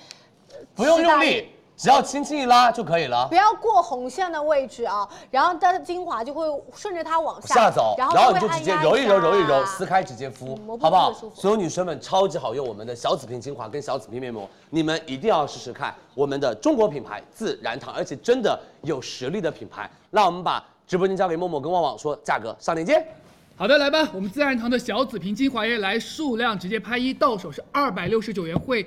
Speaker 4: 不用
Speaker 8: 是
Speaker 4: 用
Speaker 8: 大力
Speaker 4: 力，只要轻轻一拉就可以了
Speaker 8: 不。要过红线的位置啊，然后它的精华就会顺着它往下
Speaker 4: 下走，然
Speaker 8: 然后
Speaker 4: 后你
Speaker 8: 它会
Speaker 4: 就直接
Speaker 8: 按压啊
Speaker 4: 揉一
Speaker 8: 一
Speaker 4: 揉，揉一揉，
Speaker 8: 下
Speaker 4: 撕开直接敷
Speaker 8: 嗯摩，
Speaker 4: 好
Speaker 8: 挲
Speaker 4: 不
Speaker 8: 特
Speaker 4: 好
Speaker 8: 别舒？服
Speaker 4: 所有女生们超级好用，我们的小紫瓶精华跟小紫瓶面膜，你们一定要试试看。我们的中国品牌自然堂，而且真的有实力的品牌。那我们把直播间交给默默跟旺旺说价格，上链接。
Speaker 9: 好的，来吧，我们自然堂的小紫瓶精华液来数量直接拍一，到手是二百六十九元，会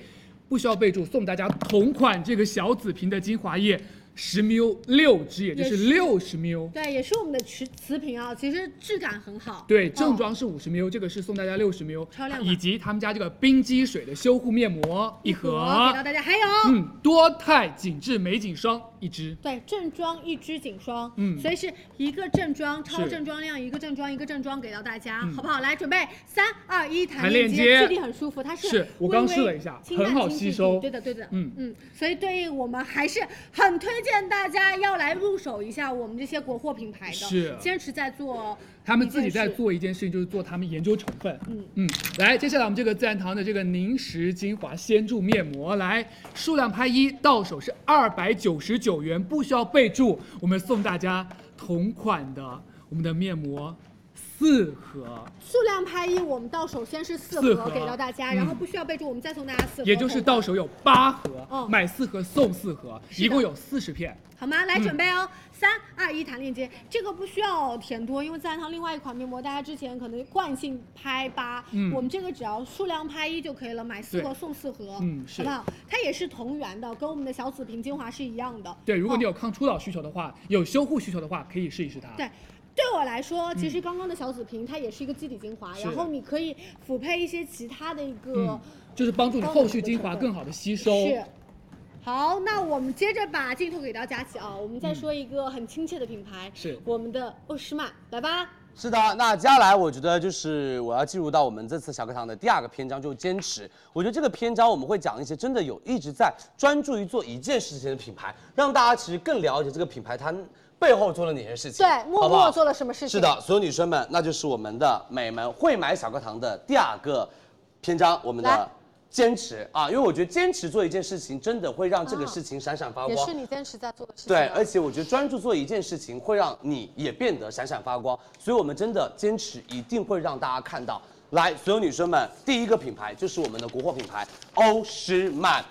Speaker 9: 不需要备注，送大家同款这个小紫瓶的精华液十 ml 六支，也就是六十 ml。
Speaker 1: 对，也是我们的瓷瓷瓶啊，其实质感很好。
Speaker 9: 对，正装是五十 ml，这个是送大家六十 ml，
Speaker 1: 哦超量版
Speaker 9: 以及他们家这个冰肌水的修护面膜一
Speaker 1: 盒
Speaker 9: 盒
Speaker 1: 给，到大家，还有。
Speaker 9: 嗯，多肽紧致美颈霜一支。
Speaker 1: 对，正装一支颈霜，
Speaker 9: 嗯
Speaker 1: 所以是一个正装，超
Speaker 9: 是
Speaker 1: 正装量一个正装一个正装给到大家，好不好？来，准备三二一，
Speaker 9: 弹
Speaker 1: 弹链
Speaker 9: 链
Speaker 1: 接，
Speaker 9: 接
Speaker 1: 质地很舒服，它是
Speaker 9: 是我
Speaker 1: 微
Speaker 9: 刚
Speaker 1: 微
Speaker 9: 试了一下
Speaker 1: 清
Speaker 9: 很
Speaker 1: 淡
Speaker 9: 好
Speaker 1: 经
Speaker 9: 吸
Speaker 1: 济
Speaker 9: 收
Speaker 1: 对的对的，
Speaker 9: 嗯
Speaker 1: 嗯，所以对于我们还是很推荐大家要来入手一下我们这些国货品牌的，
Speaker 9: 是
Speaker 1: 坚持在做，
Speaker 9: 他们自己在。做一件事情，就是做他们研究成分。嗯嗯，来，接下来我们这个自然堂的这个凝实精华先注面膜，来数量拍一，到手是二百九十九元，不需要备注，我们送大家同款的我们的面膜四盒，
Speaker 1: 数量拍一，我们到手先是四
Speaker 9: 四
Speaker 1: 盒
Speaker 9: 盒
Speaker 1: 给到大家，
Speaker 9: 嗯
Speaker 1: 然后不需要备注，我们再送大家四盒，
Speaker 9: 也就是到手有八盒，
Speaker 1: 嗯
Speaker 9: 买四盒送四盒，
Speaker 1: 是的
Speaker 9: 一共有四十片。
Speaker 1: 好吗？来准备
Speaker 9: 嗯
Speaker 1: 哦，三二一，弹链接。这个不需要填多，因为自然堂另外一款面膜，大家之前可能惯性拍八，
Speaker 9: 嗯
Speaker 1: 我们这个只要数量拍一就可以了，买四
Speaker 9: 对
Speaker 1: 盒送四盒，
Speaker 9: 嗯是
Speaker 1: 好不好？它也是同源的，跟我们的小紫瓶精华是一样的。
Speaker 9: 对，如果你
Speaker 1: 哦
Speaker 9: 有抗初老需求的话，有修护需求的话，可以试一试它。
Speaker 1: 对。对我来说，其实刚刚的小紫瓶它也是一个基底精华，
Speaker 9: 嗯是
Speaker 1: 然后你可以辅配一些其他的一个、
Speaker 9: 嗯，就是帮助你后续精华更好的吸收。
Speaker 1: 是。好，那我们接着把镜头给到佳琪啊，我们再说一个很亲切的品牌，
Speaker 9: 嗯是
Speaker 1: 我们的欧诗漫，来吧。
Speaker 4: 是的，那接下来我觉得就是我要进入到我们这次小课堂的第二个篇章，就是坚持。我觉得这个篇章我们会讲一些真的有一直在专注于做一件事情的品牌，让大家其实更了解这个品牌它背后做了哪些事情，
Speaker 8: 对，默
Speaker 4: 好不好
Speaker 8: 默做了什么事情？
Speaker 4: 是的，所有女生们，那就是我们的美们会买小课堂的第二个篇章，我们
Speaker 8: 来
Speaker 4: 的坚持啊，因为我觉得坚持做一件事情，真的会让这个事情闪闪发
Speaker 8: 也
Speaker 4: 光。
Speaker 8: 是你坚持在做的事情啊。
Speaker 4: 对，而且我觉得专注做一件事情，会让你也变得闪闪发光。所以，我们真的坚持，一定会让大家看到。来，所有女生们，第一个品牌就是我们的国货品牌欧诗漫。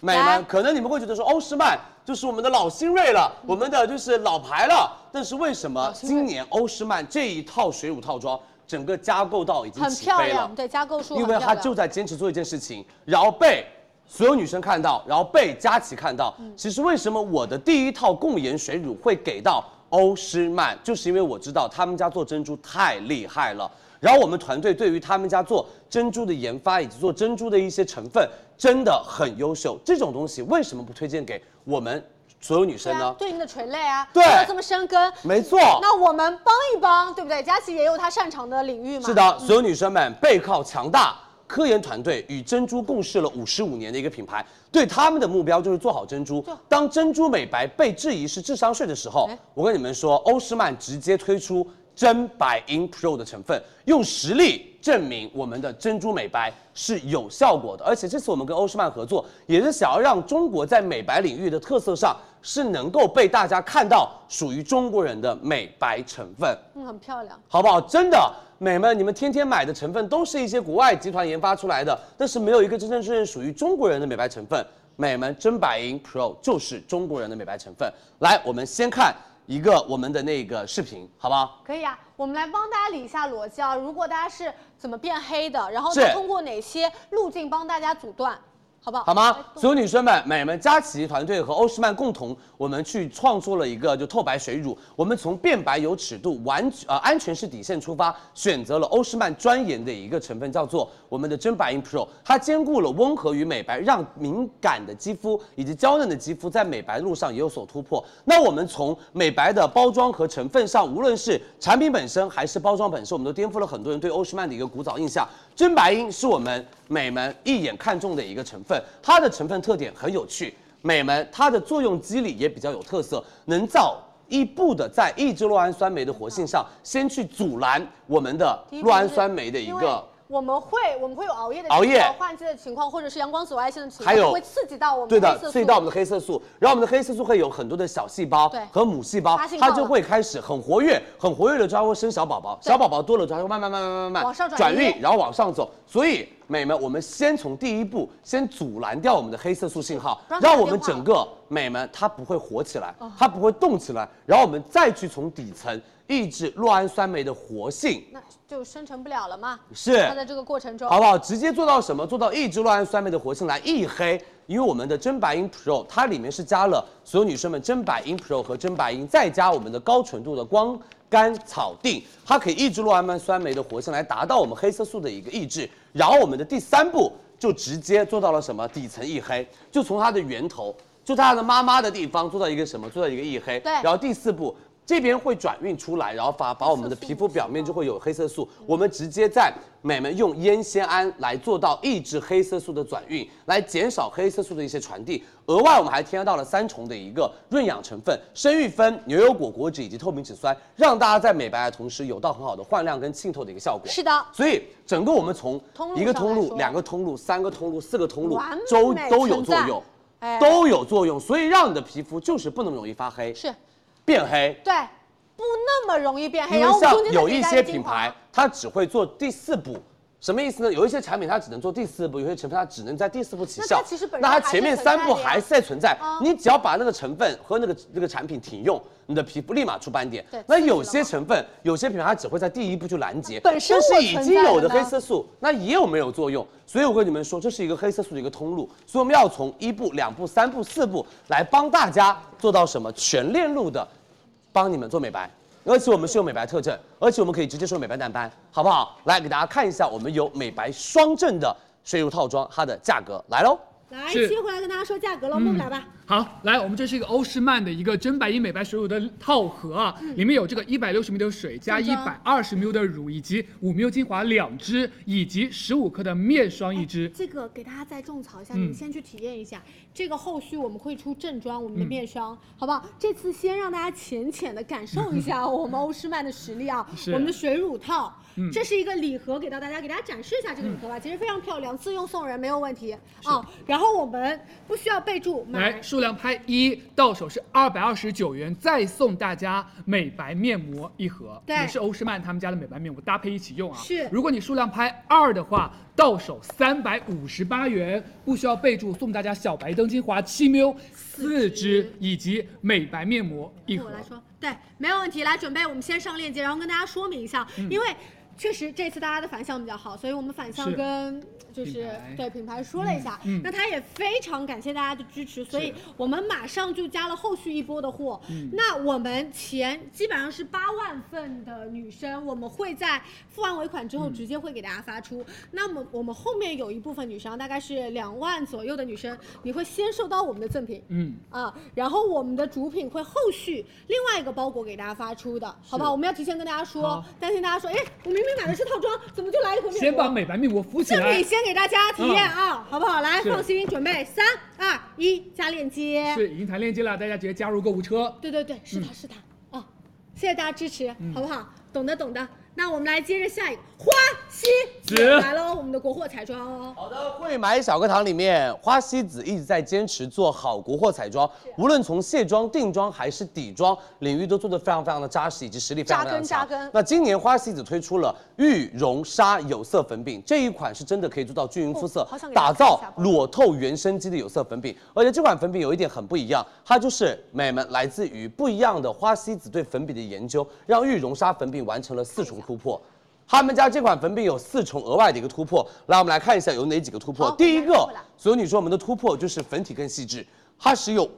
Speaker 4: 美
Speaker 8: 来
Speaker 4: 们，可能你们会觉得说欧诗漫就是我们的老新锐了，我们的就是老牌了。但是为什么今年欧诗漫这一套水乳套装整个加购到已经
Speaker 8: 很
Speaker 4: 起
Speaker 8: 漂
Speaker 4: 飞了
Speaker 8: 亮，？对，加购数
Speaker 4: 因
Speaker 8: 很
Speaker 4: 为
Speaker 8: 漂
Speaker 4: 他
Speaker 8: 亮。
Speaker 4: 就在坚持做一件事情，然后被所有女生看到，然后被佳琪看到。
Speaker 1: 嗯
Speaker 4: 其实为什么我的第一套共研水乳会给到欧诗漫，就是因为我知道他们家做珍珠太厉害了。然后我们团队对于他们家做珍珠的研发以及做珍珠的一些成分真的很优秀，这种东西为什么不推荐给我们所有女
Speaker 1: 对
Speaker 4: 生呢
Speaker 1: 啊，？对应的垂泪啊，
Speaker 4: 对
Speaker 1: 不要这么生根，
Speaker 4: 没错
Speaker 1: 那我们帮一帮，对不对？佳琪也有她擅长的领域嘛。
Speaker 4: 是的，所有女生们背靠强大科研团队，与珍珠共事了五十五年的一个品牌，对他们的目标就是做好珍珠。当珍珠美白被质疑是智商税的时候
Speaker 1: 哎，
Speaker 4: 我跟你们说，欧诗漫直接推出真白 In Pro 的成分，用实力证明我们的珍珠美白是有效果的。而且这次我们跟欧诗漫合作，也是想要让中国在美白领域的特色上是能够被大家看到属于中国人的美白成分。
Speaker 1: 嗯，很漂亮。
Speaker 4: 好不好？真的，美们，你们天天买的成分都是一些国外集团研发出来的，但是没有一个真真正正属于中国人的美白成分。美们，真百银 Pro 就是中国人的美白成分。来，我们先看一个我们的那个视频，好不好？
Speaker 1: 可以啊，我们来帮大家理一下逻辑啊。如果大家是怎么变黑的，然后
Speaker 4: 是
Speaker 1: 再通过哪些路径帮大家阻断，好不好？哎
Speaker 4: 好吗
Speaker 1: 来？
Speaker 4: 所有女生们，美们，佳琦团队和欧诗漫共同，我们去创作了一个就透白水乳。我们从变白有尺度、完呃安全是底线出发，选择了欧诗漫专研的一个成分，叫做我们的真白银 Pro。它兼顾了温和与美白，让敏感的肌肤以及娇嫩的肌肤在美白路上也有所突破。那我们从美白的包装和成分上，无论是产品本身还是包装本身，我们都颠覆了很多人对欧诗漫的一个古早印象。真白银是我们美们一眼看中的一个成分，它的成分特点很有趣，美们它的作用机理也比较有特色，能造。一步的在抑制酪氨酸酶的活性上，先去阻拦我们的
Speaker 1: 第一步就
Speaker 4: 酪
Speaker 1: 是
Speaker 4: 氨酸酶的一
Speaker 1: 因为
Speaker 4: 个
Speaker 1: 我们会我们会有熬夜的
Speaker 4: 熬夜
Speaker 1: 情况换季的情况，或者是阳光紫外线的情况，
Speaker 4: 还有
Speaker 1: 会刺激到我们
Speaker 4: 对
Speaker 1: 黑色
Speaker 4: 的，
Speaker 1: 素
Speaker 4: 刺激到我们的黑色素，然后我们的黑色素会有很多的小细胞
Speaker 1: 对
Speaker 4: 和母细胞
Speaker 1: 发信，号
Speaker 4: 它
Speaker 1: 了
Speaker 4: 就会开始很活跃，很活跃的抓会生小宝宝，
Speaker 1: 对
Speaker 4: 小宝宝多了抓会慢慢慢慢慢慢慢
Speaker 1: 往上转
Speaker 4: 转
Speaker 1: 移
Speaker 4: 运，然后往上走。所以，美们，我们先从第一步，先阻拦掉我们的黑色素信号
Speaker 1: 不让，它
Speaker 4: 让
Speaker 1: 打
Speaker 4: 我
Speaker 1: 电
Speaker 4: 们
Speaker 1: 话哦
Speaker 4: 整个美们它不会火起来，它不会动起来，然后我们再去从底层抑制酪氨酸酶的活性。
Speaker 1: 那就生成不了了嘛。
Speaker 4: 是
Speaker 1: 它在这个过程中，
Speaker 4: 好不好？直接做到什么？做到抑制酪氨酸酶的活性来抑黑。因为我们的真白银 Pro 它里面是加了所有女生们真白银 Pro 和真白银，再加我们的高纯度的光甘草定，它可以抑制酪氨酸酶的活性，来达到我们黑色素的一个抑制。然后我们的第三步就直接做到了什么？底层抑黑，就从它的源头，就它的妈妈的地方做到一个什么？做到一个抑黑。
Speaker 1: 对
Speaker 4: 然后第四步。这边会转运出来，然后把把我们的皮肤表面就会有黑色素。我们直接在美们用烟酰胺来做到抑制黑色素的转运，来减少黑色素的一些传递。额外我们还添加到了三重的一个润养成分：生育酚、牛油果果脂以及透明质酸，让大家在美白的同时有到很好的焕亮跟沁透的一个效果。
Speaker 1: 是的
Speaker 4: 所以整个我们从
Speaker 1: 通路
Speaker 4: 一个
Speaker 1: 上
Speaker 4: 通
Speaker 1: 来
Speaker 4: 路、
Speaker 1: 说
Speaker 4: 两个通路、三个通路、四个通路
Speaker 1: 完美，
Speaker 4: 都都有
Speaker 1: 存
Speaker 4: 作
Speaker 1: 在
Speaker 4: 用
Speaker 1: 哎，
Speaker 4: 都有作用，所以让你的皮肤就是不那么容易发黑，
Speaker 1: 是
Speaker 4: 变黑。
Speaker 1: 对，不那么容易变黑。
Speaker 4: 因
Speaker 1: 然
Speaker 4: 为
Speaker 1: 后我们中
Speaker 4: 像
Speaker 1: 间再
Speaker 4: 有
Speaker 1: 给
Speaker 4: 一
Speaker 1: 大家
Speaker 4: 些
Speaker 1: 精
Speaker 4: 品
Speaker 1: 华
Speaker 4: 牌，它只会做第四步。什么意思呢？有一些产品它只能做第四步，有些成分它只能在第四步起
Speaker 1: 那
Speaker 4: 效。
Speaker 1: 它其实本身
Speaker 4: 那
Speaker 1: 还
Speaker 4: 它
Speaker 1: 是
Speaker 4: 前面三步
Speaker 1: 存在的呀
Speaker 4: 还是在存在
Speaker 1: 啊。
Speaker 4: 你只要把那个成分和那个那个产品停用，你的皮肤立马出斑点
Speaker 1: 对。
Speaker 4: 那
Speaker 1: 刺激
Speaker 4: 有
Speaker 1: 了
Speaker 4: 些
Speaker 1: 嘛
Speaker 4: 成分、有些品牌它只会在第一步就拦截，
Speaker 1: 本身
Speaker 4: 但
Speaker 1: 我
Speaker 4: 是已
Speaker 1: 存
Speaker 4: 经
Speaker 1: 在
Speaker 4: 有
Speaker 1: 的
Speaker 4: 的黑
Speaker 1: 呢
Speaker 4: 色素，那也有没有作用。所以我跟你们说，这是一个黑色素的一个通路，所以我们要从一步、两步、三步、四步来帮大家做到什么全链路的帮你们做美白，而且我们是有美白特证，而且我们可以直接说美白淡斑，好不好？来给大家看一下，我们有美白双证的水乳套装，它的价格来喽。
Speaker 11: 来
Speaker 9: 是嗯
Speaker 11: 切回来跟大家说价格了，我们俩吧。
Speaker 9: 好，来，我们这是一个欧诗漫的一个真白银美白水乳的套盒啊，
Speaker 1: 嗯
Speaker 9: 里面有这个一百六十 ml 的水加一百二十 ml 的乳，以及五 ml 精华两支，以及十五克的面霜一支。
Speaker 1: 这个给大家再种草一下，
Speaker 9: 嗯
Speaker 1: 你们先去体验一下。这个后续我们会出正装，我
Speaker 9: 嗯
Speaker 1: 们的面霜，好不好？这次先让大家浅浅的感受一 下我们欧诗漫的实力啊，
Speaker 9: 是
Speaker 1: 我们的水乳套
Speaker 9: 嗯，
Speaker 1: 这是一个礼盒，给到大家，给大家展示一下这个礼盒吧，其实非常漂亮，自用送人没有问题啊。然后我们不需要备注，买
Speaker 9: 来，数量拍一，到手是二百二十九元，再送大家美白面膜一盒，
Speaker 1: 对
Speaker 9: 也是欧诗漫他们家的美白面膜，搭配一起用啊。
Speaker 1: 是
Speaker 9: 如果你数量拍二的话，到手三百五十八元，不需要备注，送大家小白灯精华七 ml 四支，以及美白面膜一
Speaker 1: 对
Speaker 9: 盒嗯
Speaker 1: 我。来说，对，没有问题。来准备，我们先上链接，然后跟大家说明一下，因为确实这次大家的反响比较好，所以我们反向
Speaker 9: 是
Speaker 1: 跟就是
Speaker 9: 品牌
Speaker 1: 对品牌说了一下，
Speaker 9: 嗯嗯
Speaker 1: 那他也非常感谢大家的支持，所以我们马上就加了后续一波的货。
Speaker 9: 嗯
Speaker 1: 那我们前基本上是八万份的女生，我们会在付完尾款之
Speaker 9: 嗯
Speaker 1: 后直接会给大家发出。那么我们后面有一部分女生，大概是两万左右的女生，你会先收到我们的赠品。
Speaker 9: 嗯，
Speaker 1: 啊，然后我们的主品会后续另外一个包裹给大家发出的，好不好？我们要提前跟大家说
Speaker 9: 好，
Speaker 1: 担心大家说，哎，我明明买的是套装，怎么就来一捆面膜？
Speaker 9: 先把美白面膜敷起
Speaker 1: 赠
Speaker 9: 来
Speaker 1: 品。先给大家体验啊，好不好？来，
Speaker 9: 嗯是
Speaker 1: 放心，准备三二一，加链接。
Speaker 9: 是已嗯经弹链接了，大家直接加入购物车。
Speaker 1: 对对对，是它是它啊！谢谢大家支持，
Speaker 9: 嗯
Speaker 1: 好不好？懂的懂的。那我们来接着下一个，花西子
Speaker 9: 子
Speaker 1: 来喽，我们的国货彩妆
Speaker 9: 嗯
Speaker 1: 哦。
Speaker 4: 好的，惠买小课堂里面，花西子一直在坚持做好国货彩妆，无论从卸妆、定妆还是底妆领域，都做得非常非常的扎实，以及实力非常非常强。
Speaker 8: 扎根扎根
Speaker 4: 那今年花西子推出了玉容纱有色粉饼，这一款是真的可以做到均匀肤色，
Speaker 8: 哦好想给大
Speaker 4: 打
Speaker 8: 家看一
Speaker 4: 造
Speaker 8: 下
Speaker 4: 裸透原生肌的有色粉饼。而且这款粉饼有一点很不一样，它就是美们来自于不一样的花西子对粉饼的研究，让玉容纱粉饼完成了四重突破。他们家这款粉饼有四重额外的一个突破，来，我们来看一下有哪几个突破
Speaker 8: 好。
Speaker 4: 第一
Speaker 8: 我们来
Speaker 4: 个
Speaker 8: 看回来，
Speaker 4: 所有女生我们的突破就是粉体更细致，它使用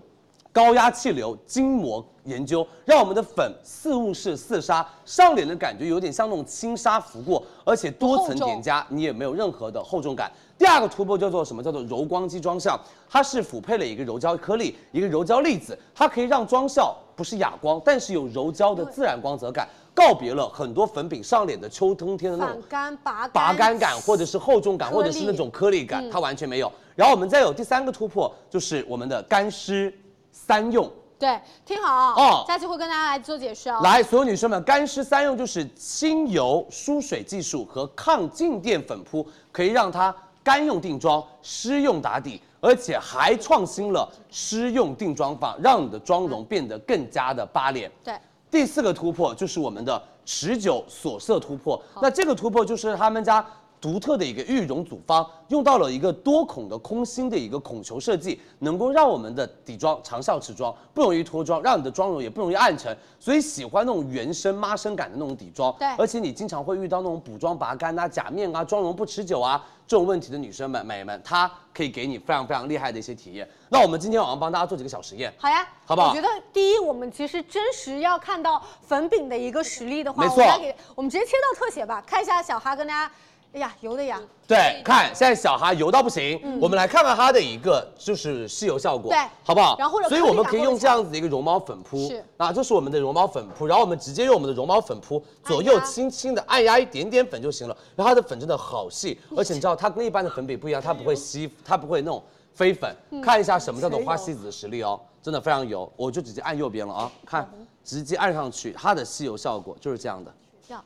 Speaker 4: 高压气流筋膜研究，让我们的粉似雾式似纱，上脸的感觉有点像那种轻纱拂过，而且多层叠加，你也没有任何的厚重感。第二个突破叫做什么？叫做柔光肌妆效，它是辅配了一个柔焦颗粒，一个柔焦粒子，它可以让妆效不是哑光，但是有柔焦的自然光泽感，告别了很多粉饼上脸的秋冬天的那种
Speaker 8: 反干拔
Speaker 4: 拔干感，或者是厚重感，
Speaker 8: 颗
Speaker 4: 或
Speaker 8: 粒嗯
Speaker 4: 者是那种颗粒感，它完全没有。然后我们再有第三个突破，就是我们的干湿三用。
Speaker 8: 对，听好啊，
Speaker 4: 哦
Speaker 8: 佳琪会跟大家来做解释哦。
Speaker 4: 来，所有女生们，干湿三用就是清油疏水技术和抗静电粉扑，可以让它干用定妆，湿用打底，而且还创新了湿用定妆法，让你的妆容变得更加的扒脸。
Speaker 8: 对，
Speaker 4: 第四个突破就是我们的持久锁色突破。那这个突破就是他们家独特的一个玉容组方，用到了一个多孔的空心的一个孔球设计，能够让我们的底妆长效持妆，不容易脱妆，让你的妆容也不容易暗沉。所以喜欢那种原生妈生感的那种底妆，
Speaker 8: 对
Speaker 4: 而且你经常会遇到那种补妆拔干啊、假面啊、妆容不持久啊这种问题的女生们、美们，它可以给你非常非常厉害的一些体验。那我们今天晚上帮大家做几个小实验。
Speaker 8: 好呀，
Speaker 4: 好不好
Speaker 8: 我觉得第一，我们其实真实要看到粉饼的一个实力的话，
Speaker 4: 没
Speaker 8: 我们
Speaker 4: 错
Speaker 8: 来给我们直接切到特写吧，看一下小哈跟大家，哎呀，油的呀，
Speaker 4: 对，看现在小哈油到不行，我们来看看它的一个就是吸油效果，
Speaker 8: 嗯对
Speaker 4: 好不好？
Speaker 8: 然后或者
Speaker 4: 所以
Speaker 8: 颗粒
Speaker 4: 我们
Speaker 8: 感
Speaker 4: 可以
Speaker 8: 会
Speaker 4: 用
Speaker 8: 强
Speaker 4: 这样子的一个绒毛粉扑，
Speaker 8: 是
Speaker 4: 啊，这是我们的绒毛粉扑，然后我们直接用我们的绒毛粉扑左右
Speaker 8: 按压
Speaker 4: 轻轻的按压一点点粉就行了。然后它的粉真的好细，而且你知道它跟一般的粉饼不一样，它不会
Speaker 8: 哎
Speaker 4: 吸，它不会那种飞粉。
Speaker 8: 嗯
Speaker 4: 看一下什么叫做花西子的实力哦，真的非常油，我就直接按右边了啊，看，直接按上去，它的吸油效果就是这样的。
Speaker 8: 这样，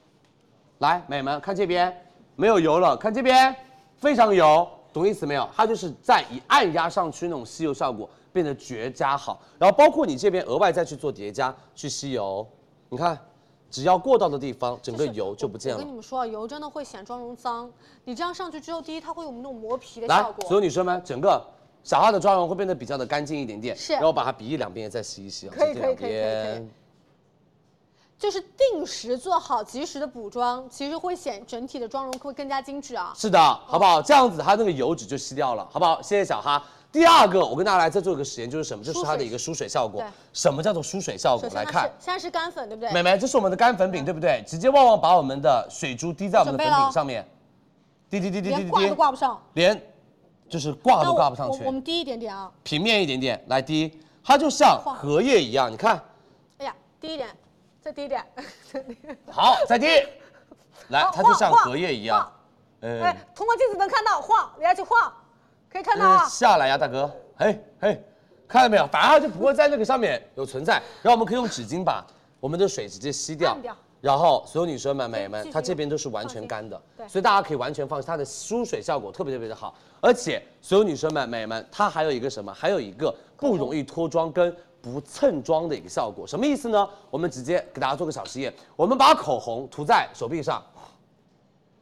Speaker 4: 来，美们看这边，没有油了，看这边，非常油，懂意思没有？它就是再一按压上去，那种吸油效果变得绝佳好。然后包括你这边额外再去做叠加，去吸油，你看，只要过到的地方，整个
Speaker 8: 是
Speaker 4: 油就不见
Speaker 8: 我
Speaker 4: 了
Speaker 8: 跟你。们说啊，油真的会显妆容脏，你这样上去之后，第一它会有那种磨皮的
Speaker 4: 来
Speaker 8: 效，
Speaker 4: 所有
Speaker 8: 果，
Speaker 4: 女生们，整个小哈的妆容会变得比较的干净一点点，
Speaker 8: 是
Speaker 4: 然后把它鼻翼两边也再吸一吸，
Speaker 8: 可以
Speaker 4: 这两
Speaker 8: 可以可以可以可以
Speaker 4: 边
Speaker 8: 就是定时做好及时的补妆，其实会显整体的妆容会更加精致啊。
Speaker 4: 是的，好不好？这样子它那个油脂就吸掉了，好不好？谢谢小哈。第二个，我跟大家来再做一个实验，就是什么？就是它的一个疏水效果
Speaker 8: 对。
Speaker 4: 什么叫做疏水效
Speaker 8: 首？
Speaker 4: 果
Speaker 8: 先
Speaker 4: 来
Speaker 8: 它
Speaker 4: 看
Speaker 8: 是，现在是干粉，对不对？
Speaker 4: 美眉，这是我们的干粉饼，对不对？直接旺旺把我们的水珠滴在我们
Speaker 8: 准
Speaker 4: 的
Speaker 8: 备
Speaker 4: 粉
Speaker 8: 了
Speaker 4: 饼
Speaker 8: 哦
Speaker 4: 上面，滴滴滴滴滴
Speaker 8: 连
Speaker 4: 滴
Speaker 8: 挂都
Speaker 4: 滴，
Speaker 8: 挂不上，
Speaker 4: 连就是挂
Speaker 8: 那
Speaker 4: 都
Speaker 8: 我
Speaker 4: 挂不上
Speaker 8: 我
Speaker 4: 去
Speaker 8: 我，们低一点点啊，
Speaker 4: 平面一点点来滴，它就像
Speaker 8: 晃
Speaker 4: 荷叶一样，你看，
Speaker 8: 哎呀，低一点，再低一点，
Speaker 4: 好，再滴，来
Speaker 8: 好，
Speaker 4: 它就
Speaker 8: 晃
Speaker 4: 像
Speaker 8: 晃
Speaker 4: 荷叶一样
Speaker 8: 晃，
Speaker 4: 嗯
Speaker 8: 哎，，通过镜子能看到晃，人家去晃，可以看到
Speaker 4: 呃
Speaker 8: 啊。
Speaker 4: 下来呀，大哥，嘿，嘿，看到没有？反正它就不会在那个上面有存在。然后我们可以用纸巾把我们的水直接吸掉
Speaker 8: 按掉。
Speaker 4: 然后所有女生们、美们
Speaker 8: 继，续
Speaker 4: 它这边都是完
Speaker 8: 放
Speaker 4: 全
Speaker 8: 心
Speaker 4: 干的，
Speaker 8: 对
Speaker 4: 所以大家可以完全放心，它的疏水效果特别特别的好。而且所有女生们、美们，它还有一个什么？还有一个不容易脱妆跟不蹭妆的一个效果。什么意思呢？我们直接给大家做个小实验，我们把口红涂在手臂上，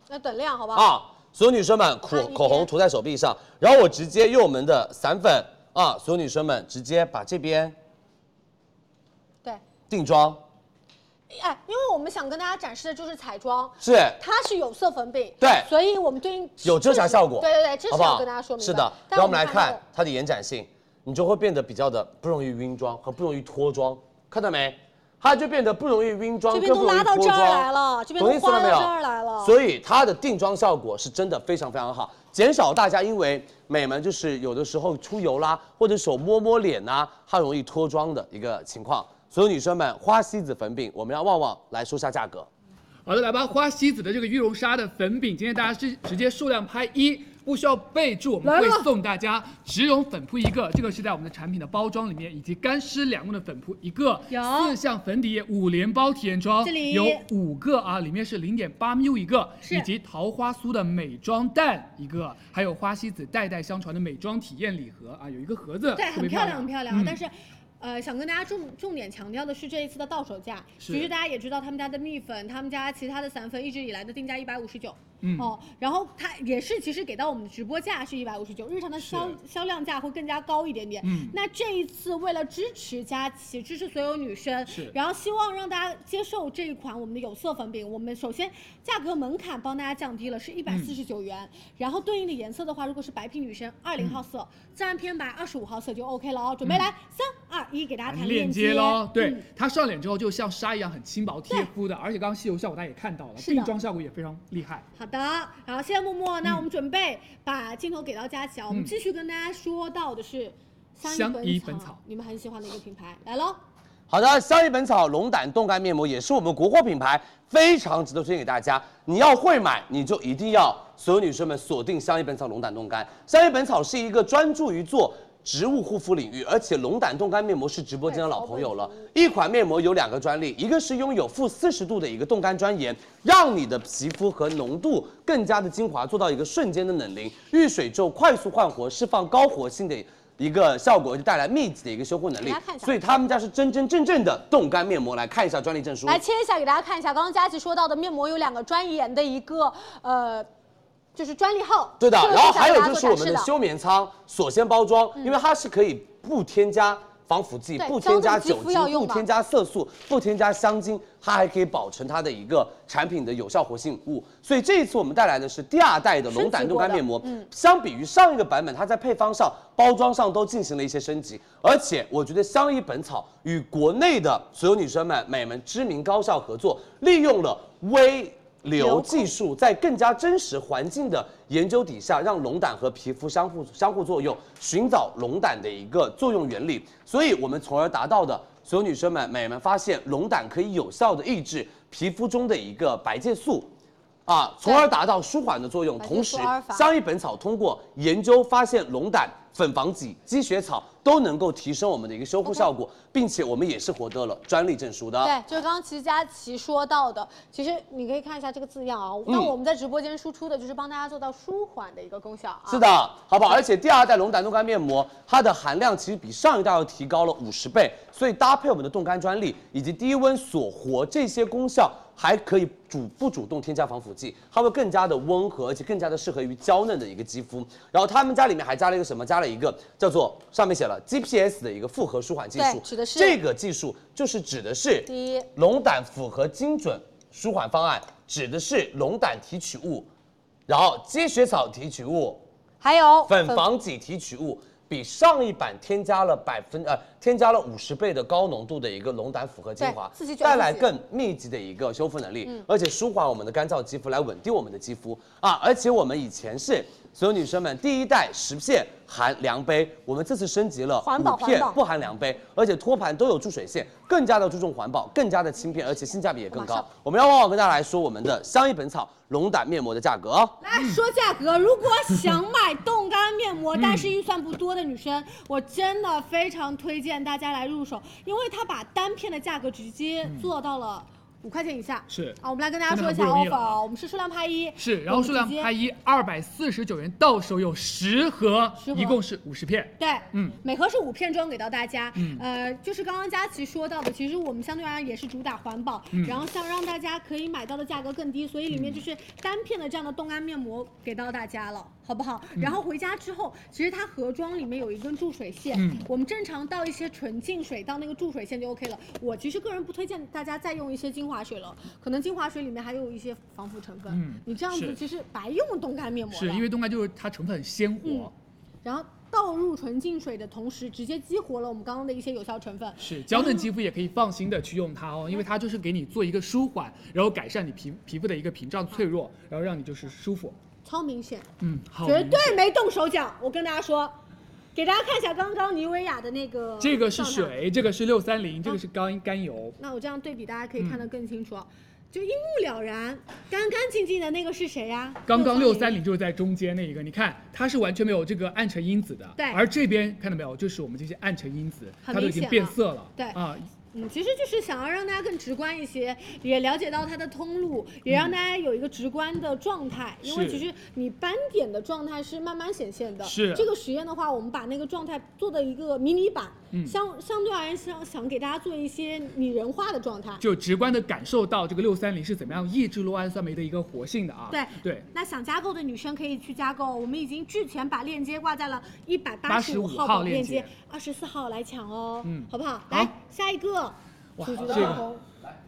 Speaker 8: 那等量好不好？
Speaker 4: 啊，所有女生们，口
Speaker 8: 看一遍
Speaker 4: 口红涂在手臂上，然后我直接用我们的散粉啊，所有女生们直接把这边
Speaker 8: 对，
Speaker 4: 定妆，
Speaker 8: 哎，因为我们想跟大家展示的就是彩妆，
Speaker 4: 是
Speaker 8: 它是有色粉饼，
Speaker 4: 对
Speaker 8: 所以我们对应
Speaker 4: 有遮瑕效果，
Speaker 8: 对对对，这是
Speaker 4: 好不
Speaker 8: 要
Speaker 4: 好？
Speaker 8: 跟大家说明
Speaker 4: 是的，
Speaker 8: 但
Speaker 4: 让我们来
Speaker 8: 到
Speaker 4: 看它的延展性，你就会变得比较的不容易晕妆和不容易脱妆，看到没？它就变得不容易晕妆，
Speaker 8: 这边
Speaker 4: 更
Speaker 8: 都
Speaker 4: 不容易
Speaker 8: 拉到
Speaker 4: 脱
Speaker 8: 这儿
Speaker 4: 妆
Speaker 8: 来了这边
Speaker 4: 懂
Speaker 8: 都
Speaker 4: 意思了
Speaker 8: 花
Speaker 4: 没
Speaker 8: 到
Speaker 4: 有
Speaker 8: 这儿来了
Speaker 4: 所以它的定妆效果是真的非常非常好，减少大家因为美们就是有的时候出油啦，或者手摸摸脸呐、它容易脱妆的一个情况。所有女生们，花西子粉饼，我们让旺旺来说下价格。
Speaker 9: 好的，来吧，花西子的这个玉容纱的粉饼，今天大家是直接数量拍一。不需要备注，我们会送大家植绒粉扑一个，这个是在我们的产品的包装里面，以及干湿两用的粉扑一个，
Speaker 1: 有
Speaker 9: 四项粉底液五连包体验装，
Speaker 1: 这里
Speaker 9: 有五个啊，里面是零点八 ml 一个，
Speaker 1: 是
Speaker 9: 以及桃花酥的美妆蛋一个，还有花西子代代相传的美妆体验礼盒啊，有一个盒子，
Speaker 1: 对，
Speaker 9: 特
Speaker 1: 很
Speaker 9: 别
Speaker 1: 漂亮，很漂亮。啊
Speaker 9: 嗯！
Speaker 1: 但是，呃，想跟大家重重点强调的是这一次的到手价。
Speaker 9: 是
Speaker 1: 其实大家也知道，他们家的蜜粉，他们家其他的散粉一直以来的定价一百五十九。
Speaker 9: 嗯
Speaker 1: 哦，然后它也是，其实给到我们的直播价是一百五十九，日常的销销量价会更加高一点点。
Speaker 9: 嗯
Speaker 1: 那这一次为了支持佳琦，支持所有女生
Speaker 9: 是，
Speaker 1: 然后希望让大家接受这一款我们的有色粉饼，我们首先价格门槛帮大家降低了，是一百四十
Speaker 9: 嗯
Speaker 1: 九元。然后对应的颜色的话，如果是白皙女生，二零号
Speaker 9: 嗯
Speaker 1: 色，自然偏白二十五号色就 OK 了哦。准备来，三二一，给大家弹
Speaker 9: 啊链
Speaker 1: 接
Speaker 9: 接喽，对
Speaker 1: 嗯，
Speaker 9: 它上脸之后就像纱一样很轻薄贴肤的，而且刚刚吸油效果大家也看到了，
Speaker 1: 是的
Speaker 9: 定妆效果也非常厉害。
Speaker 1: 好的，然后谢谢默默，那我们准备把镜头给到佳琪啊，我们
Speaker 9: 嗯
Speaker 1: 继续跟大家说到的是
Speaker 9: 相
Speaker 1: 香
Speaker 9: 宜
Speaker 1: 本
Speaker 9: 本草
Speaker 1: 你们很喜欢的一个品牌，来喽，
Speaker 4: 好的，香叶本草龙胆冻干面膜也是我们国货品牌，非常值得推荐给大家。你要会买，你就一定要所有女生们锁定香叶本草龙胆冻干。香叶本草是一个专注于做植物护肤领域，而且龙胆冻干面膜是直播间的老朋友了。一款面膜有两个专利，一个是拥有负四十度的一个冻干专研，让你的皮肤和浓度更加的精华，做到一个瞬间的冷凝，遇水之后快速焕活，释放高活性的。一个效果就带来密集的一个修护能
Speaker 8: 给
Speaker 4: 力
Speaker 8: 大家看一，下
Speaker 4: 所以他们家是真真正正的冻干面膜，来看一下专利证书。
Speaker 8: 来切一下给大家看一下，刚刚佳琪说到的面膜有两个专研的一个呃，就是专利号。
Speaker 4: 对的，
Speaker 8: 这个
Speaker 4: 然后
Speaker 8: 想给
Speaker 4: 还有
Speaker 8: 大家
Speaker 4: 就
Speaker 8: 做
Speaker 4: 是我
Speaker 8: 展
Speaker 4: 们
Speaker 8: 示
Speaker 4: 的休眠舱锁鲜包装，因为它是可以不添加防腐剂、
Speaker 8: 嗯对
Speaker 4: 不添
Speaker 8: 胶
Speaker 4: 加
Speaker 8: 质肌
Speaker 4: 酒
Speaker 8: 肤要
Speaker 4: 精、
Speaker 8: 用
Speaker 4: 不
Speaker 8: 嘛
Speaker 4: 添加色素、不添加香精，它还可以保存它的一个产品的有效活性物。所以这一次我们带来的是第二代的龙胆冻干面膜
Speaker 8: 升级过的嗯，
Speaker 4: 相比于上一个版本，它在配方上、包装上都进行了一些升级，而且我觉得相宜本草与国内的所有女生们、美们知名高校合作，利用了微。流技术在更加真实环境的研究底下，让龙胆和皮肤相互相互作用，寻找龙胆的一个作用原理，所以我们从而达到的所有女生们、美们发现龙胆可以有效的抑制皮肤中的一个白介素，啊，从而达到舒缓的作用。
Speaker 8: 白
Speaker 4: 同
Speaker 8: 介素
Speaker 4: 时
Speaker 8: 阿尔，法
Speaker 4: 香叶本草通过研究发现，龙胆、粉防己、积雪草都能够提升我们的一个修护效果，并且我们也是获得了专利证书的。
Speaker 8: 对，就是刚刚其实佳琪说到的，其实你可以看一下这个字样啊。
Speaker 4: 嗯
Speaker 8: 那我们在直播间输出的就是帮大家做到舒缓的一个功效啊。
Speaker 4: 是的，好不好？而且第二代龙胆冻干面膜，它的含量其实比上一代要提高了五十倍，所以搭配我们的冻干专利以及低温锁活这些功效，还可以主不主动添加防腐剂，它会更加的温和，而且更加的适合于娇嫩的一个肌肤。然后他们家里面还加了一个什么？加了一个叫做上面写了 GPS 的一个复合舒缓技
Speaker 8: 对，
Speaker 4: 术
Speaker 8: 指的是
Speaker 4: 这个技术就是指的是
Speaker 8: 第一
Speaker 4: 龙胆符合精准舒缓方案，指的是龙胆提取物。然后积雪草提取物、
Speaker 8: 还有
Speaker 4: 粉防己提取物比上一版添加了百分呃添加了五十倍的高浓度的一个龙胆复合精华
Speaker 8: 对自己，卷嗯
Speaker 4: 带来
Speaker 8: 自己
Speaker 4: 更密集的一个修复能力，而且舒缓我们的干燥肌肤，来稳定我们的肌肤啊！而且我们以前是所有女生们第一代十片含量杯，我们这次升级了
Speaker 8: 环保
Speaker 4: 五片
Speaker 8: 环保
Speaker 4: 不含量杯，而且托盘都有注水线，更加的注重环保，更加的轻便，而且性价比也更
Speaker 8: 马
Speaker 4: 高
Speaker 8: 上。
Speaker 4: 我们要旺旺跟大家来说我们的香叶本草龙胆面膜的价格哦。
Speaker 1: 来说价格。如果想买冻干面膜，但是预算不多的女生，我真的非常推荐大家来入手，因为它把单片的价格直接做到了五块钱以下。
Speaker 9: 嗯是
Speaker 1: 啊，我们来跟大家
Speaker 9: 真
Speaker 1: 说
Speaker 9: 的
Speaker 1: 一
Speaker 9: 很
Speaker 1: 下
Speaker 9: 不容易
Speaker 1: offer
Speaker 9: 了
Speaker 1: 啊，我们是数量拍一，
Speaker 9: 是，然后数量拍
Speaker 1: 一，
Speaker 9: 一，二百四十九元，到手有十盒，
Speaker 1: 十盒
Speaker 9: 一共是五十片。
Speaker 1: 对，
Speaker 9: 嗯
Speaker 1: 每盒是五片装给到大家。
Speaker 9: 嗯
Speaker 1: 呃，就是刚刚佳琪说到的，其实我们相对而言也是主打环保，
Speaker 9: 嗯
Speaker 1: 然后想让大家可以买到的价格更低，所以里面就是单片的这样的冻干面膜给到大家了，好不好？
Speaker 9: 嗯
Speaker 1: 然后回家之后，其实它盒装里面有一根注水线，
Speaker 9: 嗯
Speaker 1: 我们正常倒一些纯净水到那个注水线就 OK 了。我其实个人不推荐大家再用一些精华水了，可能精华水里面还有一些防腐成分，
Speaker 9: 嗯
Speaker 1: 你这样子
Speaker 9: 是
Speaker 1: 其实白用冻干面膜了。
Speaker 9: 是因为冻干就是它成分很鲜
Speaker 1: 嗯
Speaker 9: 活，
Speaker 1: 然后倒入纯净水的同时，直接激活了我们刚刚的一些有效成分。
Speaker 9: 是娇嫩肌肤也可以放心的去用它哦，因为它就是给你做一个舒缓，然后改善你皮皮肤的一个屏障脆弱，然后让你就是舒服。
Speaker 1: 超明显，
Speaker 9: 嗯，好，
Speaker 1: 绝对没动手脚。我跟大家说，给大家看一下刚刚妮维雅的那个，
Speaker 9: 这个是。水，这个是六三零，这个是甘甘油。
Speaker 1: 那我这样对比，大家可以看得更清楚，就一目了然，干干净净的那个是谁呀、
Speaker 9: 刚刚六三
Speaker 1: 零，
Speaker 9: 零就是在中间那一个，你看它是完全没有这个暗沉因子的，
Speaker 1: 对
Speaker 9: 而这边看到没有，就是我们这些暗沉因子，
Speaker 1: 很
Speaker 9: 它都
Speaker 1: 明
Speaker 9: 已经
Speaker 1: 显
Speaker 9: 变
Speaker 1: 了
Speaker 9: 色了，
Speaker 1: 对
Speaker 9: 啊，
Speaker 1: 嗯，其实就是想要让大家更直观一些，也了解到它的通路，也让大家有一个直观的状态，因为
Speaker 9: 嗯是
Speaker 1: 其实你斑点的状态是慢慢显现的。
Speaker 9: 是
Speaker 1: 这个实验的话，我们把那个状态做的一个迷你版，
Speaker 9: 嗯
Speaker 1: 相相对而言想想给大家做一些拟人化的状态。
Speaker 9: 就直观的感受到这个六三零是怎么样抑制酪氨酸酶的一个活性的啊，
Speaker 1: 对
Speaker 9: 对，
Speaker 1: 那想加购的女生可以去加购，我们已经之前把链接挂在了一百八十
Speaker 9: 85
Speaker 1: 号
Speaker 9: 号
Speaker 1: 的
Speaker 9: 链
Speaker 1: 链
Speaker 9: 接
Speaker 1: 接，二十四号来抢哦，
Speaker 9: 嗯
Speaker 1: 好不好？
Speaker 9: 好
Speaker 1: 来下一个，
Speaker 9: 哇
Speaker 1: 楚楚的
Speaker 9: 这个
Speaker 1: 口红，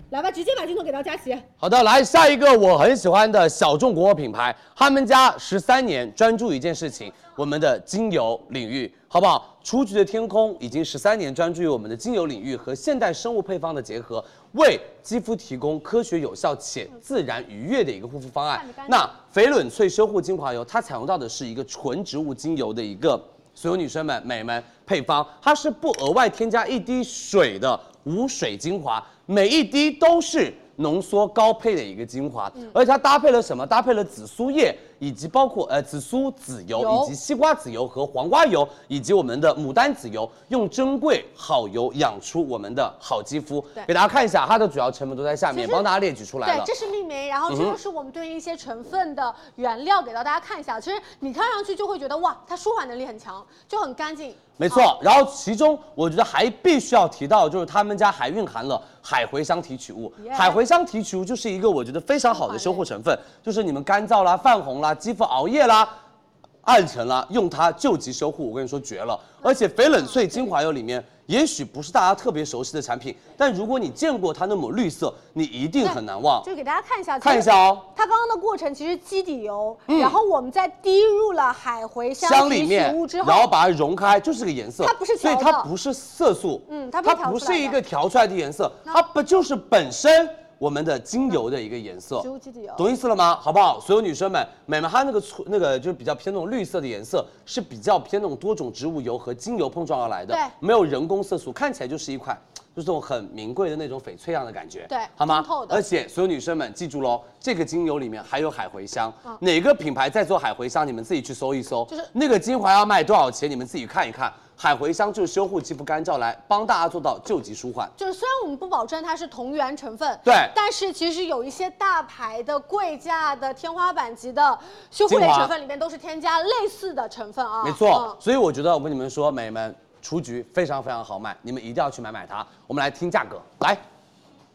Speaker 1: 来吧，直接把镜头给到佳琪。
Speaker 4: 好的，来下一个我很喜欢的小众国货品牌，他们家十三年专注一件事情，我们的精油领域，好不好？雏菊的天空已经十三年专注于我们的精油领域和现代生物配方的结合，为肌肤提供科学有效且自然愉悦的一个护肤方案。那翡冷翠修护精华油，它采用到的是一个纯植物精油的一个所有女生们、美们配方，它是不额外添加一滴水的无水精华，每一滴都是浓缩高配的一个精华，
Speaker 8: 嗯
Speaker 4: 而且它搭配了什么？搭配了紫苏叶，以及包括呃紫苏籽油，
Speaker 8: 油
Speaker 4: 以及西瓜籽油和黄瓜油，以及我们的牡丹籽油，用珍贵好油养出我们的好肌肤
Speaker 8: 对。
Speaker 4: 给大家看一下，它的主要成分都在下
Speaker 8: 其
Speaker 4: 面，
Speaker 8: 实
Speaker 4: 帮大家列举出来
Speaker 8: 对
Speaker 4: 了，
Speaker 8: 这。是蜜梅，然后这
Speaker 4: 嗯
Speaker 8: 就
Speaker 4: 哼
Speaker 8: 是我们对应一些成分的原料，给到大家看一下。其实你看上去就会觉得哇，它舒缓能力很强，就很干净。
Speaker 4: 没错，然后其中我觉得还必须要提到，就是他们家还蕴含了海茴香提取物。
Speaker 8: Yeah
Speaker 4: 海茴香提取物就是一个我觉得非常好的修护成分，就是你们干燥啦、泛红啦、肌肤熬夜啦。暗沉啦，用它救急修护，我跟你说绝了！而且翡冷翠精华油里面，也许不是大家特别熟悉的产品，但如果你见过它那抹绿色，你一定很难忘。
Speaker 8: 就给大家看一下，
Speaker 4: 看一下哦。
Speaker 8: 它刚刚的过程其实基底油，然后我们再滴入了海茴
Speaker 4: 香里
Speaker 8: 提取
Speaker 4: 面
Speaker 8: 物之，
Speaker 4: 然后
Speaker 8: 后，
Speaker 4: 把它融开，就是这个颜色。
Speaker 8: 它不是
Speaker 4: 所以
Speaker 8: 调的
Speaker 4: 它不是色素，
Speaker 8: 嗯
Speaker 4: 它
Speaker 8: 它不是调
Speaker 4: 不
Speaker 8: 出来
Speaker 4: 是
Speaker 8: 的
Speaker 4: 一个调出来的颜色，它不就是本身我们的精油的一个颜色
Speaker 8: 植物基底油。
Speaker 4: 懂意思了吗？好不好？所有女生们，美们它那个粗那个就是比较偏那种绿色的颜色，是比较偏那种多种植物油和精油碰撞而来的，
Speaker 8: 对
Speaker 4: 没有人工色素，看起来就是一款就是这种很名贵的那种翡翠样的感觉，
Speaker 8: 对
Speaker 4: 好吗
Speaker 8: 通透？的
Speaker 4: 而且所有女生们记住喽，这个精油里面还有海茴香，哪个品牌在做海茴香，你们自己去搜一搜，
Speaker 8: 嗯就是
Speaker 4: 那个精华要卖多少钱，你们自己看一看。海茴香就是修护肌肤干燥，来帮大家做到救急舒缓。
Speaker 8: 就是虽然我们不保证它是同源成分，
Speaker 4: 对
Speaker 8: 但是其实有一些大牌的贵价的天花板级的修护类
Speaker 4: 精华
Speaker 8: 成分里面都是添加类似的成分
Speaker 1: 哦
Speaker 8: 啊。
Speaker 4: 没错
Speaker 8: 嗯，
Speaker 4: 所以我觉得我跟你们说，美们，雏菊非常非常好卖，你们一定要去买买它。我们来听价格，来，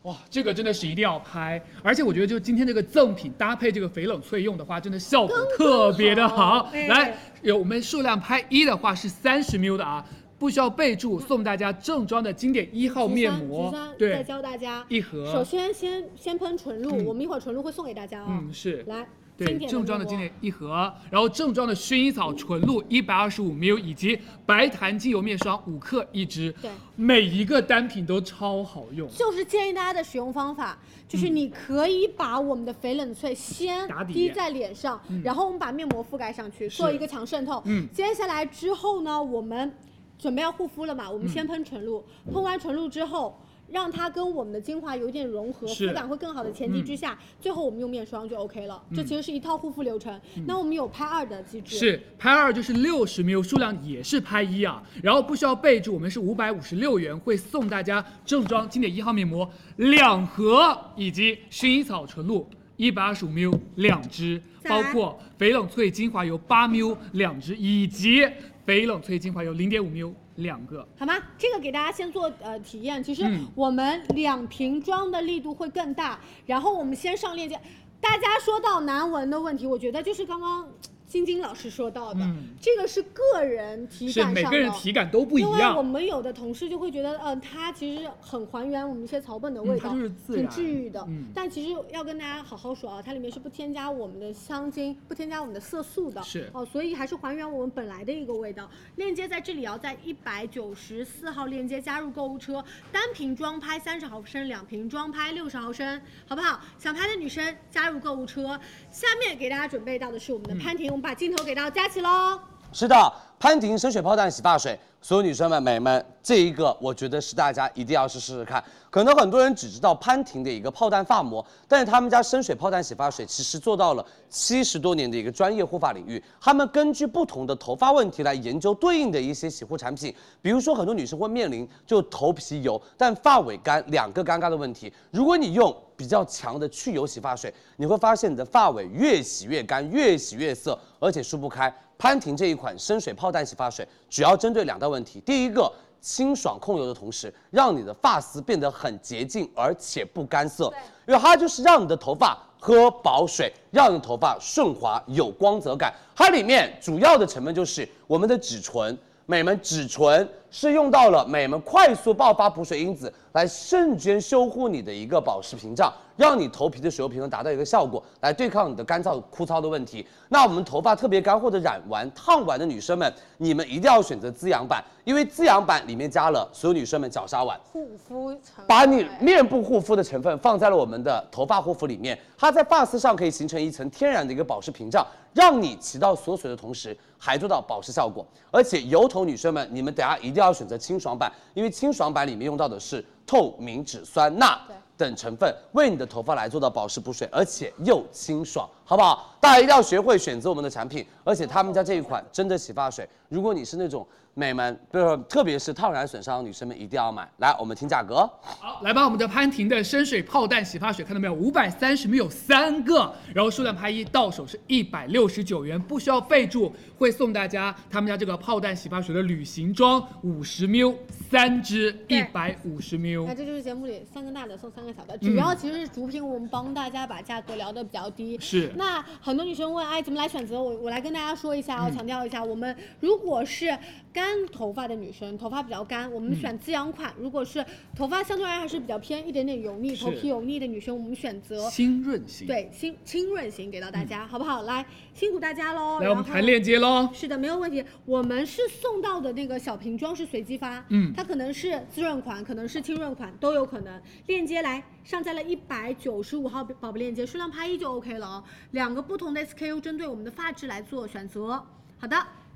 Speaker 9: 哇，这个真的是一定要拍，而且我觉得就今天这个赠品搭配这个翡冷翠用的话，真的效果特别的好。
Speaker 1: 哎
Speaker 9: 来，有我们数量拍一的话是三十 ml 的啊，不需要备注，送大家正装的经典一号面膜
Speaker 1: 菊酸，菊酸再
Speaker 9: 对，
Speaker 1: 教大家
Speaker 9: 一盒
Speaker 1: 首先先先喷纯露，我们一会儿纯露会送给大家啊。
Speaker 9: 嗯是
Speaker 1: 来，
Speaker 9: 对
Speaker 1: 经典面膜
Speaker 9: 正装的经典一盒，然后正装的薰衣草纯露一百二十五 ml 以及白檀精油面霜五克一支，
Speaker 1: 对
Speaker 9: 每一个单品都超好用。嗯
Speaker 1: 就是建议大家的使用方法，就是你可以把我们的翡冷翠先
Speaker 9: 打底
Speaker 1: 滴在脸上，然后我们把面膜覆盖上去，做一个强渗透。
Speaker 9: 嗯
Speaker 1: 接下来之后呢，我们准备要护肤了嘛，
Speaker 9: 嗯
Speaker 1: 我们先喷纯露，喷完纯露之后。让它跟我们的精华有点融合，
Speaker 9: 是嗯
Speaker 1: 肤感会更好的前提之下，最后我们用面霜就 OK 了。这其实是一套护肤流程。那我们有拍二的机制，
Speaker 9: 嗯是拍二就是六十 ml，数量也是拍一啊。然后不需要备注，我们是五百五十六元，会送大家正装经典一号面膜两盒，以及薰衣草纯露一百二十五 ml 两支，
Speaker 1: 再
Speaker 9: 包
Speaker 1: 来
Speaker 9: 括翡冷翠精华油八 ml 两支，以及翡冷翠精华油零点五 ml 两个。
Speaker 1: 好吗？这个给大家先做呃体验。其实
Speaker 9: 嗯
Speaker 1: 我们两瓶装的力度会更大，然后我们先上链接。大家说到难闻的问题，我觉得就是刚刚。晶晶老师说到的，这个是个人体
Speaker 9: 嗯是
Speaker 1: 感上的，
Speaker 9: 每个人体感都不一
Speaker 1: 因为我
Speaker 9: 样。
Speaker 1: 们有的同事就会觉得，嗯，它其实很还原我们一些草本的味
Speaker 9: 嗯它
Speaker 1: 道，
Speaker 9: 就是自
Speaker 1: 挺
Speaker 9: 然
Speaker 1: 治愈的。
Speaker 9: 嗯
Speaker 1: 但其实要跟大家好好说啊，它里面是不添加我们的香精，不添加我们的色素的。
Speaker 9: 是
Speaker 1: 哦，所以还是还原我们本来的一个味道。链接在这里要在一百九十四号链接加入购物车，单瓶装拍三十毫升，两瓶装拍六十毫升，好不好？想拍的女生加入购物车。下面给大家准备到的是我
Speaker 9: 嗯
Speaker 1: 们的潘婷，我们把镜头给到佳琪喽。
Speaker 4: 是的，潘婷深水炮弹洗发水，所有女生们、美们，这一个我觉得是大家一定要去试试看。可能很多人只知道潘婷的一个炮弹发膜，但是他们家深水炮弹洗发水其实做到了七十多年的一个专业护发领域。他们根据不同的头发问题来研究对应的一些洗护产品，比如说很多女生会面临就头皮油，但发尾干两个尴尬的问题。如果你用比较强的去油洗发水，你会发现你的发尾越洗越干，越洗越涩，而且梳不开。潘婷这一款深水炮弹洗发水，主要针对两大问题：第一个，清爽控油的同时，让你的发丝变得很洁净，而且不干涩，因为它就是让你的头发喝饱水，让你的头发顺滑有光泽感。它里面主要的成分就是我们的脂醇。美们脂醇是用到了美们快速爆发补水因子来瞬间修护你的一个保湿屏障，让你头皮的水油平衡达到一个效果，来对抗你的干燥枯燥的问题。那我们头发特别干或者染完烫完的女生们，你们一定要选择滋养版，因为滋养版里面加了所有女生们角鲨烷，
Speaker 8: 护肤成
Speaker 4: 把你面部护肤的成分放在了我们的头发护肤里面，它在发丝上可以形成一层天然的一个保湿屏障，让你起到锁水的同时，还做到保湿效果。而且油头女生们，你们等下一定要选择清爽版，因为清爽版里面用到的是透明质酸钠等成分，为你的头发来做到保湿补水，而且又清爽，好不好？大家一定要学会选择我们的产品，而且他们家这一款真的洗发水，如果你是那种美们，不是，特别是烫染损伤的女生们，一定要买。来，我们听价格。
Speaker 9: 好，来吧，我们的潘婷的深水炮弹洗发水，看到没有？五百三十 ml 有三个，然后数量拍一，到手是一百六十九元，不需要备注，会送大家他们家这个炮弹洗发水的旅行装五十 ml 三支，一百五十 ml
Speaker 1: 那。这就是节目里三个大的送三个小
Speaker 9: 嗯
Speaker 1: 的，主要其实是主品，我们帮大家把价格聊得比较低。
Speaker 9: 是
Speaker 1: 那很多女生问，哎，怎么来选择？我我来跟大家说一下
Speaker 9: 嗯
Speaker 1: 啊，强调一下，我们如果是干头发的女生，头发比较干，我
Speaker 9: 嗯
Speaker 1: 们选滋养款；如果是头发相对而言还是比较偏一点点油腻，
Speaker 9: 是
Speaker 1: 头皮油腻的女生，我们选择
Speaker 9: 新润型。，
Speaker 1: 对清清润型给到大家，好不好？来，辛苦大家喽。
Speaker 9: 嗯来，
Speaker 1: 然
Speaker 9: 我
Speaker 1: 后
Speaker 9: 们谈链接喽。
Speaker 1: 是的，没有问题。我们是送到的那个小瓶装是随机发，
Speaker 9: 嗯
Speaker 1: 它可能是滋润款，可能是清润款，都有可能。链接来上在了一百九十五号宝贝链接，数量拍一就 OK 了哦。两个不同的 SKU 针对我们的发质来做选择。好的，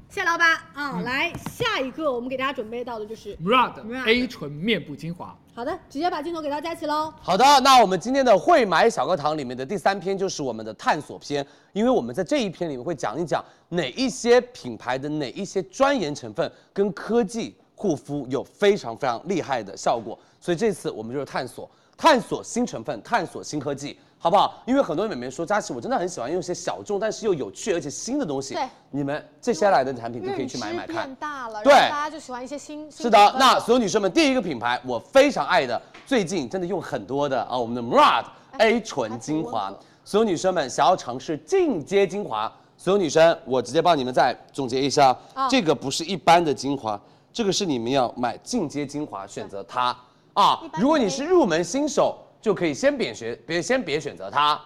Speaker 1: 谢老板啊，
Speaker 4: 嗯
Speaker 1: 来下一个我们给大家准备到的就是，
Speaker 9: Murad
Speaker 1: Murad
Speaker 9: A 醇面部精华，
Speaker 1: 好的，直接把镜头给到佳琪喽。
Speaker 4: 好的，那我们今天的会买小课堂里面的第三篇就是我们的探索篇，因为我们在这一篇里面会讲一讲哪一些品牌的哪一些专研成分跟科技护肤有非常非常厉害的效果，所以这次我们就是探索探索新成分，探索新科技，好不好？因为很多美眉说佳琪，我真的很喜欢用一些小众但是又有趣而且新的东西，
Speaker 8: 对
Speaker 4: 你们接下来的产品都可以
Speaker 8: 认
Speaker 4: 去
Speaker 8: 知
Speaker 4: 买买
Speaker 8: 嗯
Speaker 4: 看
Speaker 1: 嗯
Speaker 8: 变。大了，
Speaker 4: 对
Speaker 8: 然后大家就喜欢一些新。新
Speaker 4: 是的
Speaker 8: 成，分
Speaker 4: 那所有女生们，第一个品牌我非常爱的，最近真的用很多的啊，我们的 Murad A 醇精华
Speaker 8: 哎还挺温和，
Speaker 4: 所有女生们想要尝试进阶精华，所有女生我直接帮你们再总结一下，
Speaker 8: 啊
Speaker 4: 这个不是一般的精华，这个是你们要买进阶精华，选择它啊
Speaker 8: 一般。的
Speaker 4: 如果你是入门新手，就可以先别选，别先别选择它。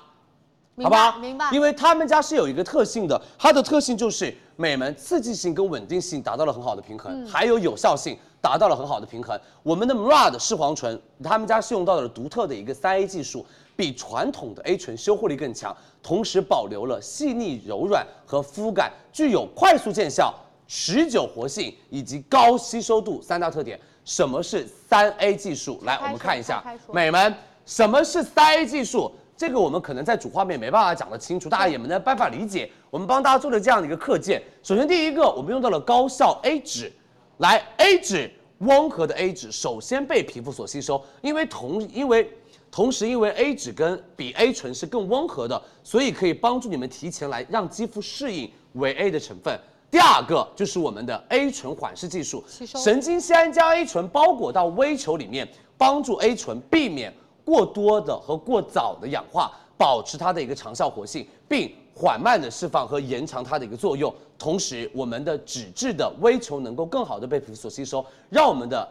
Speaker 8: 明
Speaker 4: 好
Speaker 8: 白
Speaker 4: 吧，
Speaker 8: 明白。
Speaker 4: 因为他们家是有一个特性的，它的特性就是美门刺激性跟稳定性达到了很好的平衡，
Speaker 8: 嗯
Speaker 4: 还有有效性达到了很好的平衡。我们的 Murad 视黄醇，他们家是用到了独特的一个三 A 技术，比传统的 A 醇修护力更强，同时保留了细腻柔软和肤感，具有快速见效。持久活性以及高吸收度三大特点，什么是三 A 技术？来，我们看一下
Speaker 8: 拆开，说
Speaker 4: 美们，什么是三 A 技术？这个我们可能在主画面没办法讲得清楚，大家也没那办法理解。我们帮大家做了这样的一个课件。首先第一个，我们用到了高效 A 酯，来 A 酯温和的 A 酯首先被皮肤所吸收，因为同因为同时，因为 A 酯跟比 A 醇是更温和的，所以可以帮助你们提前来让肌肤适应维 A 的成分。第二个就是我们的 A 醇缓释技术，神经酰胺将 A 醇包裹到微球里面，帮助 A 醇避免过多的和过早的氧化，保持它的一个长效活性，并缓慢的释放和延长它的一个作用。同时，我们的脂质的微球能够更好的被皮肤所吸收，让我们的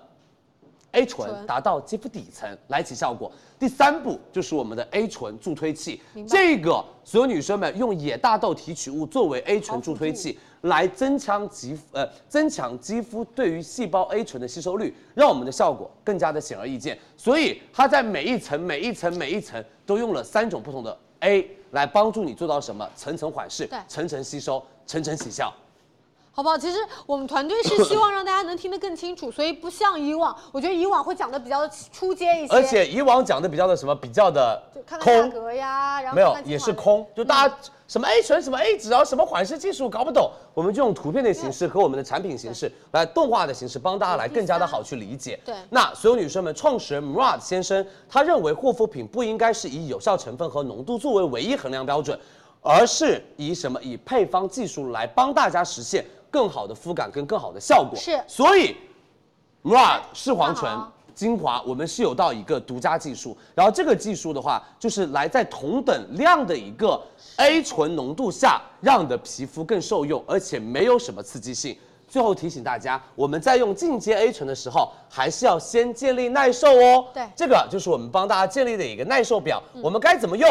Speaker 4: A 醇
Speaker 1: 醇
Speaker 4: 达到肌肤底层来起效果。第三步就是我们的 A 醇助推器，这个所有女生们用野大豆提取物作为 A 醇
Speaker 1: 哦
Speaker 4: 助推器，来增强肌肤呃增强肌肤对于细胞 A 醇的吸收率，让我们的效果更加的显而易见。所以它在每一层每一层每一层都用了三种不同的 A 来帮助你做到什么层层缓释
Speaker 1: 对、
Speaker 4: 层层吸收、层层起效。
Speaker 1: 好不好？其实我们团队是希望让大家能听得更清楚，所以不像以往，我觉得以往会讲的比较出街一些，
Speaker 4: 而且以往讲的比较的什么比较的
Speaker 1: 就看看价
Speaker 4: 空，
Speaker 1: 格呀，然后
Speaker 4: 没有
Speaker 1: 看看，
Speaker 4: 也
Speaker 1: 精
Speaker 4: 是
Speaker 1: 华的。
Speaker 4: 空，就
Speaker 1: 嗯
Speaker 4: 大家什么 A 醇、什么 A 酯，然后什么缓释技术搞不懂，我们就用图片的形式和我们的产品形式来动画的形式，帮大家来更加的好去理解。
Speaker 1: 对
Speaker 4: 那所有女生们，创始人 Murad 先生他认为护肤品不应该是以有效成分和浓度作为唯一衡量标准，而是以什么以配方技术来帮大家实现更好的肤感跟更好的效果。
Speaker 1: 是
Speaker 4: 所以 Murad 视黄
Speaker 1: 看
Speaker 4: 醇
Speaker 1: 好啊。
Speaker 4: 精华，我们是有到一个独家技术，然后这个技术的话，就是来在同等量的一个 A 醇浓度下，让你的皮肤更受用，而且没有什么刺激性。最后提醒大家，我们在用进阶 A 醇的时候，还是要先建立耐受哦。
Speaker 1: 对嗯
Speaker 4: 这个就是我们帮大家建立的一个耐受表，我们该怎么用？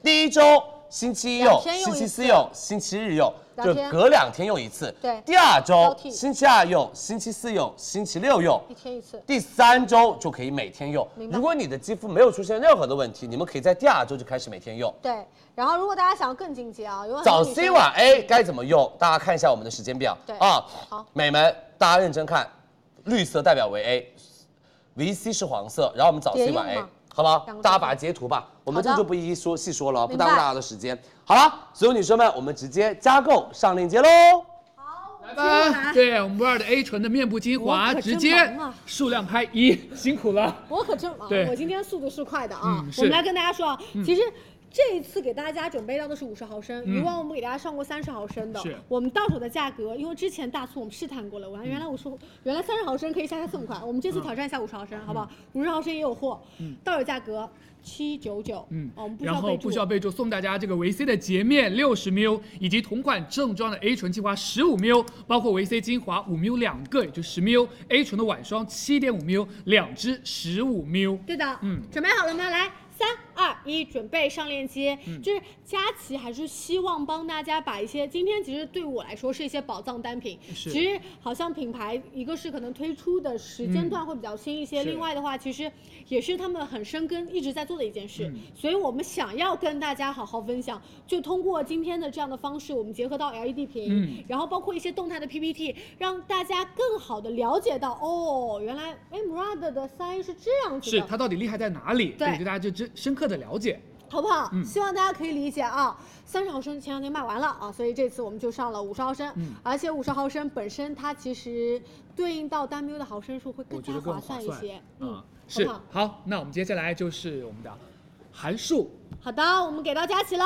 Speaker 4: 第一周星期一用
Speaker 1: 两，天用
Speaker 4: 星期
Speaker 1: 一
Speaker 4: 四
Speaker 1: 次
Speaker 4: 用，星期日用，
Speaker 1: 两
Speaker 4: 就
Speaker 1: 天
Speaker 4: 隔两天用一次。
Speaker 1: 对
Speaker 4: 第二周
Speaker 1: 交替
Speaker 4: 星期二用，星期四用，星期六用。
Speaker 1: 一天一次，
Speaker 4: 第三周就可以每天用
Speaker 1: 明。白
Speaker 4: 如果你的肌肤没有出现任何的问题，你们可以在第二周就开始每天用。
Speaker 1: 对。然后如果大家想要更进阶啊，有很多
Speaker 4: 早
Speaker 1: 女生
Speaker 4: C 晚 A 该怎么用？大家看一下我们的时间表。
Speaker 1: 对
Speaker 4: 啊，
Speaker 1: 好
Speaker 4: 美们，大家认真看，绿色代表为 A，VC 是黄色，然后我们早 C 晚
Speaker 1: 别
Speaker 4: A
Speaker 1: 用嘛。
Speaker 4: 好不好
Speaker 1: 两个？
Speaker 4: 大家把它截图吧，我
Speaker 1: 好
Speaker 4: 们这
Speaker 1: 的
Speaker 4: 就不一一说细说了，不
Speaker 1: 明
Speaker 4: 耽误
Speaker 1: 白
Speaker 4: 大家的时间。好了，所有女生们，我们直接加购上链接喽。
Speaker 9: 来吧，啊对我们 Murad 的 A 醇的面部精华，
Speaker 1: 我可真
Speaker 9: 直接
Speaker 1: 忙啊
Speaker 9: 数量拍一，辛苦了。
Speaker 1: 我可正忙，
Speaker 9: 对
Speaker 1: 我今天速度是快的啊。
Speaker 9: 嗯
Speaker 1: 我
Speaker 9: 是嗯
Speaker 1: 们来跟大家说啊，其实。这一次给大家准备到的是五十毫升，以往我们给大家上过三十毫升的
Speaker 9: 是，
Speaker 1: 我们到手的价格，因为之前大促我们试探过了，我原来我
Speaker 9: 嗯
Speaker 1: 说原来三十毫升可以下下这么快，我们这次挑战一下五十毫升，好不好？五十毫升也有货，到手价格七九九，
Speaker 9: 嗯
Speaker 1: 哦，我们，不需
Speaker 9: 然
Speaker 1: 要
Speaker 9: 后
Speaker 1: 备
Speaker 9: 不
Speaker 1: 注
Speaker 9: 需，要备注，送大家这个维 C 的洁面六十 ml，以及同款正装的 A 醇精华十五 ml，包括维 C 精华五 ml 两个，也就十 ml，A 醇的晚霜七点五 ml 两支十五 ml。
Speaker 1: 对的，
Speaker 9: 嗯
Speaker 1: 准备好了吗？来。三二一，准备上链接。
Speaker 9: 嗯
Speaker 1: 就是佳琪还是希望帮大家把一些今天其实对我来说是一些宝藏单品。
Speaker 9: 是
Speaker 1: 其实好像品牌一个是可能推出的时间段会比较新一些，
Speaker 9: 嗯是
Speaker 1: 另外的话其实也是他们很深耕一直在做的一件事。
Speaker 9: 嗯
Speaker 1: 所以我们想要跟大家好好分享，就通过今天的这样的方式，我们结合到 LED 屏，
Speaker 9: 嗯
Speaker 1: 然后包括一些动态的 PPT，让大家更好的了解到哦，原来哎 Murad 的三 A 是这样子的。
Speaker 9: 是它到底厉害在哪里？
Speaker 1: 对
Speaker 9: 对，对大家就真深刻的了解。
Speaker 1: 好不好？
Speaker 9: 嗯
Speaker 1: 希望大家可以理解啊。三十毫升前两天卖完了啊，所以这次我们就上了五十毫升，
Speaker 9: 嗯
Speaker 1: 而且五十毫升本身它其实对应到单 ml 的毫升数会更
Speaker 9: 我
Speaker 1: 加
Speaker 9: 觉得
Speaker 1: 划
Speaker 9: 更划
Speaker 1: 一些。嗯，
Speaker 9: 是
Speaker 1: 好不好
Speaker 9: 好，那我们接下来就是我们的函数，
Speaker 1: 好的，我们给到佳琪喽。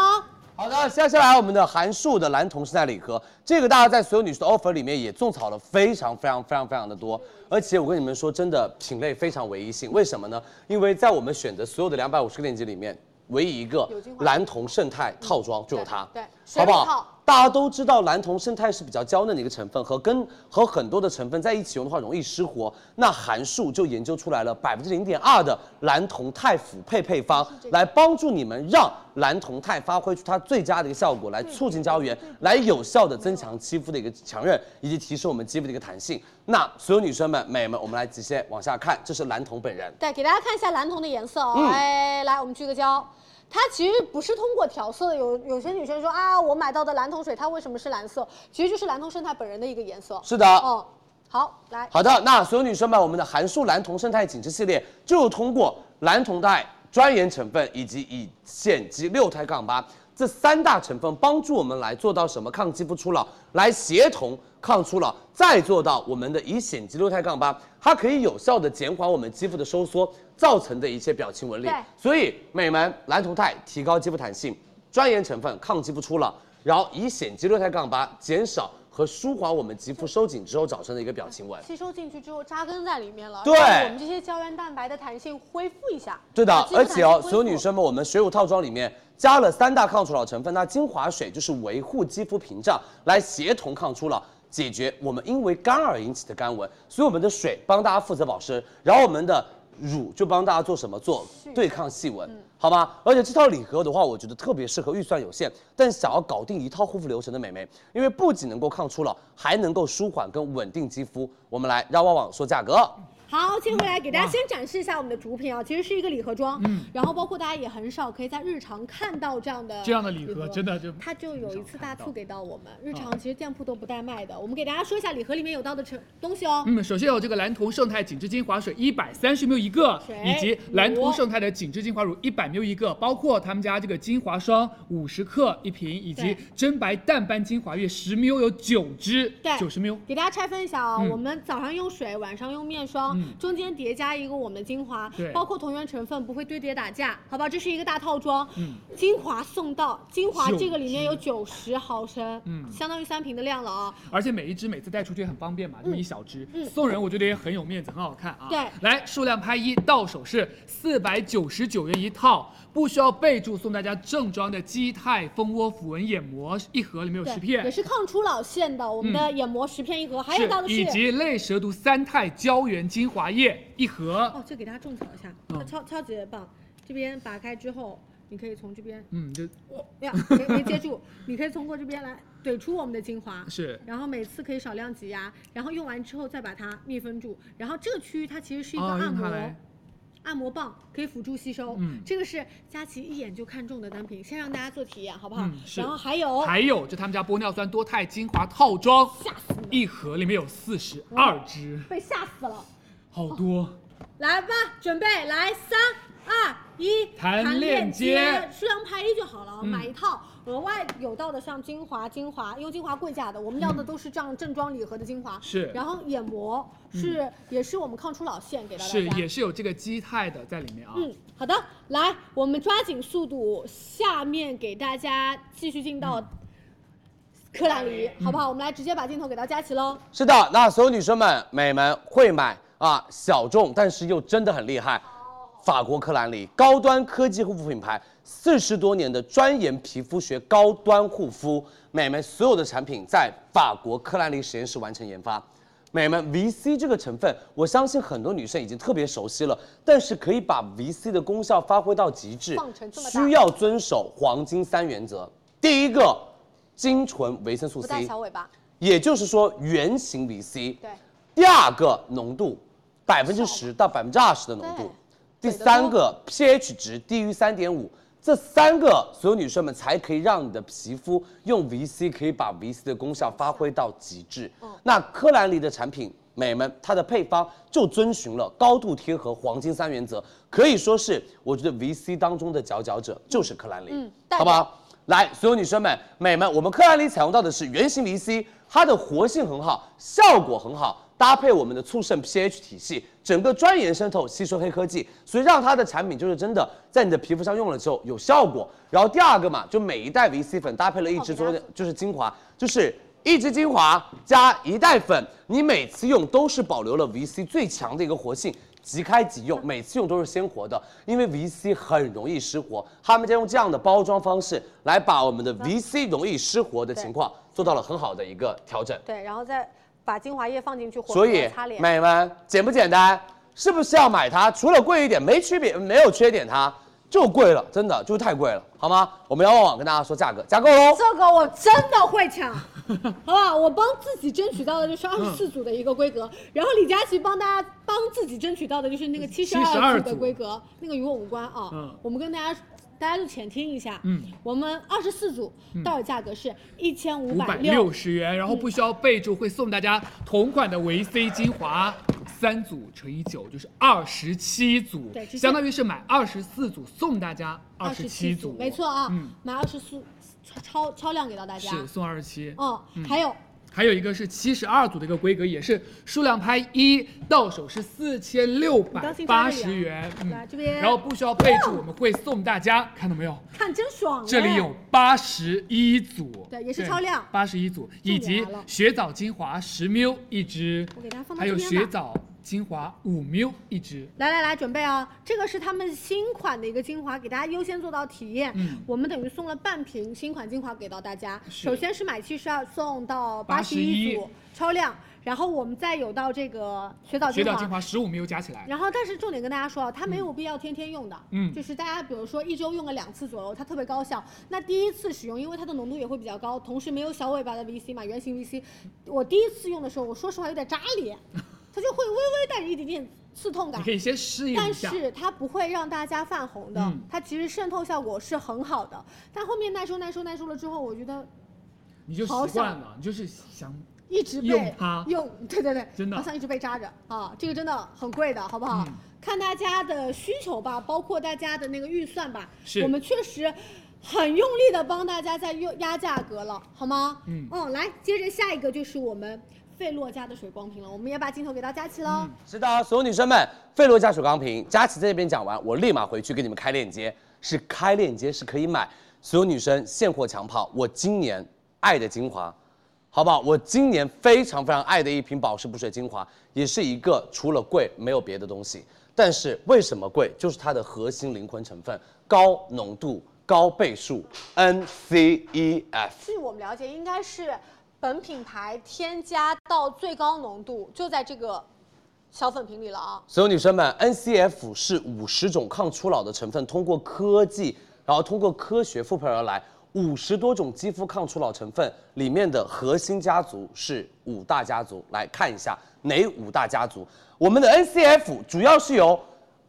Speaker 4: 好的，接下来我们的韩束的蓝铜生态礼盒，这个大家在所有女士的 offer 里面也种草了非常非常非常非常的多，而且我跟你们说，真的品类非常唯一性，为什么呢？因为在我们选择所有的两百五十个链接里面，唯一一个
Speaker 1: 有精华
Speaker 4: 蓝铜胜肽套装就有它，
Speaker 1: 对对
Speaker 4: 好不
Speaker 1: 水蜜桃
Speaker 4: 好？大家都知道蓝铜胜肽是比较娇嫩的一个成分，和跟和很多的成分在一起用的话容易失活。那韩束就研究出来了百分之零点二的蓝铜肽辅配配方，来帮助你们让蓝铜肽发挥出它最佳的一个效果，来促进胶原，来有效的增强肌肤的一个强韧，以及提升我们肌肤的一个弹性。那所有女生们、美们，我们来直接往下看，这是蓝铜本人。
Speaker 1: 对，给大家看一下蓝铜的颜色哦。
Speaker 4: 嗯
Speaker 1: 哎，来，我们聚个焦。它其实不是通过调色的，有有些女生说啊，我买到的蓝铜水它为什么是蓝色？其实就是蓝铜生态本人的一个颜色。
Speaker 4: 是的，
Speaker 1: 哦，好，来，
Speaker 4: 好的，那所有女生们，我们的韩束蓝铜生态紧致系列就通过蓝铜肽专研成分以及乙酰基六肽杠八这三大成分，帮助我们来做到什么抗肌肤初老，来协同抗初老，再做到我们的乙酰基六肽杠八，它可以有效的减缓我们肌肤的收缩造成的一些表情纹理
Speaker 1: 对。
Speaker 4: 所以，美们，蓝铜肽提高肌肤弹性，专研成分抗肌肤初老，然后乙酰基六肽杠八减少。和舒缓我们肌肤收紧之后产生的一个表情纹。
Speaker 8: 吸收进去之后扎根在里面了，
Speaker 4: 对
Speaker 8: 让我们这些胶原蛋白的弹性恢复一下。
Speaker 4: 对的
Speaker 8: 让肌，肤
Speaker 4: 而
Speaker 8: 弹
Speaker 4: 且
Speaker 8: 性
Speaker 4: 哦，
Speaker 8: 恢
Speaker 4: 所有
Speaker 8: 复
Speaker 4: 女生们，我们水乳套装里面加了三大抗初老成分，那精华水就是维护肌肤屏障，来协同抗初老。解决我们因为干而引起的干纹，所以我们的水帮大家负责保湿，然后我们的乳就帮大家做什么？做对抗细纹，好吗？而且这套礼盒的话，我觉得特别适合预算有限但想要搞定一套护肤流程的美眉，因为不仅能够抗初老，还能够舒缓跟稳定肌肤。我们来让旺旺说价格。
Speaker 1: 好，接回来给大家先展示一下我们的主品啊，其实是一个礼盒装，然后包括大家也很少可以在日常看到这样的
Speaker 9: 这样的礼盒真的就
Speaker 1: 它就有一次大促给到我们，日
Speaker 9: 到
Speaker 1: 常其实店铺都不带卖的。我们给大家说一下礼盒里面有到的成东西哦，
Speaker 9: 嗯，首先有这个蓝图胜肽紧致精华水一百三十 ml 一个
Speaker 1: 水，
Speaker 9: 以及蓝
Speaker 1: 乳
Speaker 9: 图胜肽的紧致精华乳一百 ml 一个，包括他们家这个精华霜五十克一瓶，以及
Speaker 1: 对
Speaker 9: 真白淡斑精华液十 ml 有九支
Speaker 1: 对，
Speaker 9: 九十 ml。
Speaker 1: 给大家拆分一下啊、
Speaker 9: 嗯
Speaker 1: 我们早上用水，晚上用面霜，
Speaker 9: 嗯
Speaker 1: 中间叠加一个我们的精华
Speaker 9: 对，
Speaker 1: 包括同源成分不会堆叠打架，好吧？这是一个大套装，
Speaker 9: 嗯
Speaker 1: 精华送到，精华这个里面有
Speaker 9: 90
Speaker 1: 九十毫升，
Speaker 9: 嗯
Speaker 1: 相当于三瓶的量了啊、
Speaker 9: 而且每一支每次带出去也很方便嘛，这么一小支、
Speaker 1: 嗯
Speaker 9: 送人，我觉得也很有面子，很好看啊。
Speaker 1: 对
Speaker 9: 来数量拍一，到手是四百九十九元一套，不需要备注，送大家正装的基泰蜂窝抚纹眼膜一盒，里面有
Speaker 1: 对也
Speaker 9: 十，片。嗯
Speaker 1: 是抗初老线的，我们的眼膜十片一盒，还有到的
Speaker 9: 以
Speaker 1: 是。
Speaker 9: 及类蛇毒三肽胶原精华液一盒，
Speaker 1: 哦，这给大家种草一下，
Speaker 9: 嗯
Speaker 1: 它超超级棒。这边打开之后，你可以从这边，哎
Speaker 9: 嗯，这
Speaker 1: 呀，没没接住，你可以通过这边来怼出我们的精华。
Speaker 9: 是
Speaker 1: 然后每次可以少量挤压，然后用完之后再把它密封住。然后这个区域它其实是一个
Speaker 9: 哦
Speaker 1: 按
Speaker 9: 用它
Speaker 1: 摩，
Speaker 9: 来
Speaker 1: 按摩棒可以辅助吸收。
Speaker 9: 嗯
Speaker 1: 这个是佳琦一眼就看中的单品，先让大家做体验好不好？
Speaker 9: 嗯是
Speaker 1: 然后还有
Speaker 9: 还有就他们家玻尿酸多肽精华套装，一盒里面有四十
Speaker 1: 哦
Speaker 9: 二支，
Speaker 1: 被吓死了，
Speaker 9: 好多。
Speaker 1: 哦来吧，准备来三二一，
Speaker 9: 弹链接嗯
Speaker 1: 数量拍一就好了，买一套。额外有到的像精华、精华，因为精华贵价的，我们要的都是这样正装礼盒的精华。
Speaker 9: 嗯是嗯
Speaker 1: 然后眼膜是、也是我们抗初老线给到大家。
Speaker 9: 是，也是有这个基泰的在里面啊。
Speaker 1: 嗯，好的，来，我们抓紧速度，下面给大家继续进
Speaker 4: 嗯
Speaker 1: 到科兰黎，好不好？我们来直接把镜头给到佳琪喽。
Speaker 4: 是的，那所有女生们、美们会买啊，小众但是又真的很厉害。法国科兰黎高端科技护肤品牌，四十多年的专研皮肤学高端护肤，美们所有的产品在法国科兰黎实验室完成研发。美们，VC 这个成分，我相信很多女生已经特别熟悉了，但是可以把 VC 的功效发挥到极致
Speaker 8: 放成，这么大
Speaker 4: 需要遵守黄金三原则。第一个，精纯维生素
Speaker 8: 不
Speaker 4: C，
Speaker 8: 带小尾巴，
Speaker 4: 也就是说原型 VC。
Speaker 8: 对，
Speaker 4: 第二个浓度百分之十到百分之二十的浓度，第三个 pH 值低于三点五，这三个所有女生们才可以让你的皮肤用 VC 可以把 VC 的功效发挥到极致。
Speaker 8: 嗯
Speaker 4: 那科兰黎的产品。美们，它的配方就遵循了高度贴合黄金三原则，可以说是我觉得 VC 当中的佼佼者就是科兰黎，
Speaker 8: 嗯代表
Speaker 4: 好不好？来，所有女生们、美们，我们克兰里采用到的是原型离 C，它的活性很好，效果很好，搭配我们的促渗 pH 体系，整个专研渗透吸收黑科技，所以让它的产品就是真的在你的皮肤上用了之后有效果。然后第二个嘛，就每一袋 VC 粉搭配了一支昨天就是精华，就是一支精华加一袋粉，你每次用都是保留了 VC 最强的一个活性，即开即用，每次用都是鲜活的，因为 VC 很容易失活，他们家用这样的包装方式来把我们
Speaker 8: 嗯
Speaker 4: 的 VC 容易失活的情况做到了很好的一个调整。
Speaker 8: 对，然后再把精华液放进去，混
Speaker 4: 所
Speaker 8: 合
Speaker 4: 以
Speaker 8: 擦脸。
Speaker 4: 美们简不简单？是不是要买它？除了贵一点，没区别，没有缺点它，就贵了，真的就是太贵了，好吗？我们要旺旺跟大家说价格，加购
Speaker 9: 哦
Speaker 4: 喽。
Speaker 1: 这个我真的会 抢，好不好？我帮自己争取到的就是二十四组的一个规格，然后李佳琦帮大家帮自己争取到的就是那个七十
Speaker 9: 72
Speaker 1: 二
Speaker 9: 组
Speaker 1: 组的规格，那个与我无关啊。
Speaker 9: 嗯
Speaker 1: 我们跟大家大家就浅听一下，
Speaker 9: 嗯，
Speaker 1: 我们二十四组到手价格是一千五
Speaker 9: 五
Speaker 1: 百嗯
Speaker 9: 百六十元，然后不需要备注，会送大家同款的维 C 精华三组乘以九，就是二十七组
Speaker 1: 对，直接
Speaker 9: 相当于是买二十四组送大家
Speaker 1: 二
Speaker 9: 十
Speaker 1: 七
Speaker 9: 组，
Speaker 1: 没错啊，
Speaker 9: 嗯
Speaker 1: 买二十四超超量给到大家，
Speaker 9: 是送二十七，
Speaker 1: 嗯，还有
Speaker 9: 还有一个是七十二组的一个规格，也是数量拍一，到手是四千六百八十元，嗯
Speaker 1: 啊来，这边
Speaker 9: 然后不需要备注，我们会送大家，看到没有？
Speaker 1: 看真爽哎。
Speaker 9: 这里有八十一组，
Speaker 1: 对也是超量
Speaker 9: 八十一组，以及
Speaker 1: 来了
Speaker 9: 雪藻精华十 ml 一支
Speaker 1: 我给大家，放到
Speaker 9: 还有
Speaker 1: 这边吧
Speaker 9: 雪藻精华五 ml 一支。
Speaker 1: 来来来，准备啊！这个是他们新款的一个精华，给大家优先做到体验。
Speaker 9: 嗯
Speaker 1: 我们等于送了半瓶新款精华给到大家。
Speaker 9: 是
Speaker 1: 首先是买七十二送到八十
Speaker 9: 81
Speaker 1: 一组超量，然后我们再有到这个雪藻
Speaker 9: 雪
Speaker 1: 精
Speaker 9: 藻
Speaker 1: 华。
Speaker 9: 精华十五 ml 加起来，
Speaker 1: 然后，但是重点跟大家说啊，它没有必要天天用的，
Speaker 9: 嗯
Speaker 1: 就是大家比如说一周用个两次左右，它特别高效。那第一次使用，因为它的浓度也会比较高，同时没有小尾巴的 VC 嘛，圆形 VC。我第一次用的时候，我说实话有点扎脸，它就会微微带着一点点刺痛感
Speaker 9: 你可。以先适应一
Speaker 1: 但
Speaker 9: 下。
Speaker 1: 是它不会让大家泛红的，
Speaker 9: 嗯
Speaker 1: 它其实渗透效果是很好的。但后面耐受耐受耐受了之后，我觉得
Speaker 9: 你就习惯了，你就是想
Speaker 1: 一直被
Speaker 9: 用它
Speaker 1: 用对对对，
Speaker 9: 真的
Speaker 1: 好像一直被扎着啊，这个真的很贵的，好不好？
Speaker 9: 嗯
Speaker 1: 看大家的需求吧，包括大家的那个预算吧，
Speaker 9: 是
Speaker 1: 我们确实。很用力的帮大家在压压价格了，好吗？
Speaker 9: 嗯
Speaker 1: 嗯，来，接着下一个就是我们费洛家的水光瓶了，我们也把镜头给到佳琪喽。
Speaker 4: 是的，所有女生们，费洛嘉水钢瓶，佳琪在这边讲完，我立马回去给你们开链接，是开链接是可以买，所有女生现货抢跑，我今年爱的精华，好不好？我今年非常非常爱的一瓶保湿补水精华，也是一个除了贵没有别的东西，但是为什么贵？就是它的核心灵魂成分高浓度、高倍数 E NCEF。
Speaker 8: 据我们了解，应该是本品牌添加到最高浓度，就在这个小粉瓶里了啊。
Speaker 4: 所有女生们，NCF 是五十种抗初老的成分，通过科技，然后通过科学复配而来。五十多种肌肤抗初老成分里面的核心家族是五大家族，来看一下哪五大家族。我们的 NCF 主要是由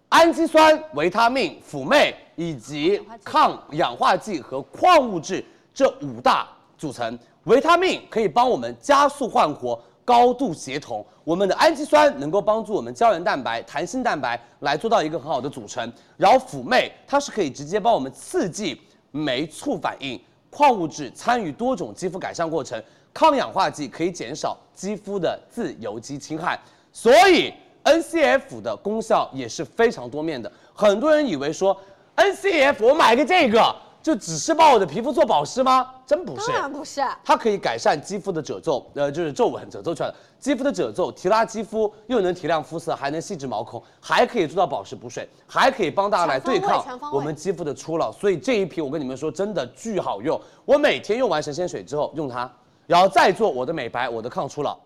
Speaker 4: 氨基酸、维他命、辅酶以及抗氧化剂和矿物质这五大组成。维他命可以帮我们加速焕活、高度协同，我们的氨基酸能够帮助我们胶原蛋白、弹性蛋白来做到一个很好的组成。然后辅酶它是可以直接帮我们刺激酶促反应，矿物质参与多种肌肤改善过程，抗氧化剂可以减少肌肤的自由基侵害。所以 NCF 的功效也是非常多面的。很多人以为说 NCF 我买个这个就只是帮我的皮肤做保湿吗？真不是
Speaker 8: 当，然不是，
Speaker 4: 它可以改善肌肤的褶皱，呃，就是皱纹、褶皱出来的肌肤的褶皱，提拉肌肤，又能提亮肤色，还能细致毛孔，还可以做到保湿补水，还可以帮大家来对
Speaker 8: 全
Speaker 4: 抗
Speaker 8: 方位
Speaker 4: 我们肌肤的初老。所以这一瓶我跟你们说，真的巨好用。我每天用完神仙水之后用它，然后再做我的美白，我的抗初老，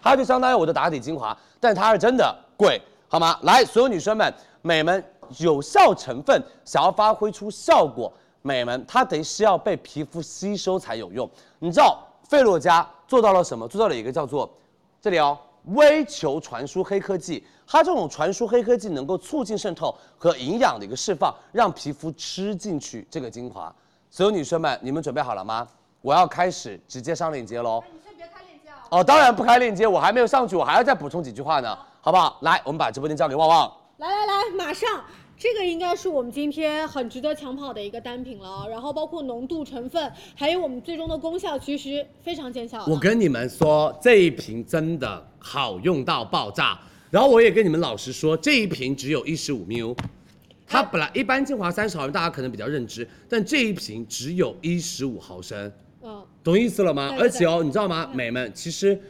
Speaker 4: 它就相当于我的打底精华，但它是真的贵，好吗？来，所有女生们、美们，有效成分想要发挥出效果，美们，它得是要被皮肤吸收才有用。你知道费洛嘉做到了什么？做到了一个叫做这里哦，微球传输黑科技，它这种传输黑科技能够促进渗透和营养的一个释放，让皮肤吃进去这个精华。所有女生们，你们准备好了吗？我要开始直接上链接喽。哦，当然不开链接，我还没有上去，我还要再补充几句话呢，好不好？来，我们把直播间交给旺旺。
Speaker 1: 来来来，马上！这个应该是我们今天很值得抢跑的一个单品了啊，然后包括浓度、成分，还有我们最终的功效，其实非常见效的。
Speaker 3: 我跟你们说，这一瓶真的好用到爆炸。然后我也跟你们老实说，这一瓶只有一十五 ml，它本来一般精华三十毫升，大家可能比较认知，但这一瓶只有一十五毫升，
Speaker 1: 嗯，
Speaker 3: 懂意思了吗？
Speaker 1: 对对嗯
Speaker 3: 而且哦，你知道吗，美们，其实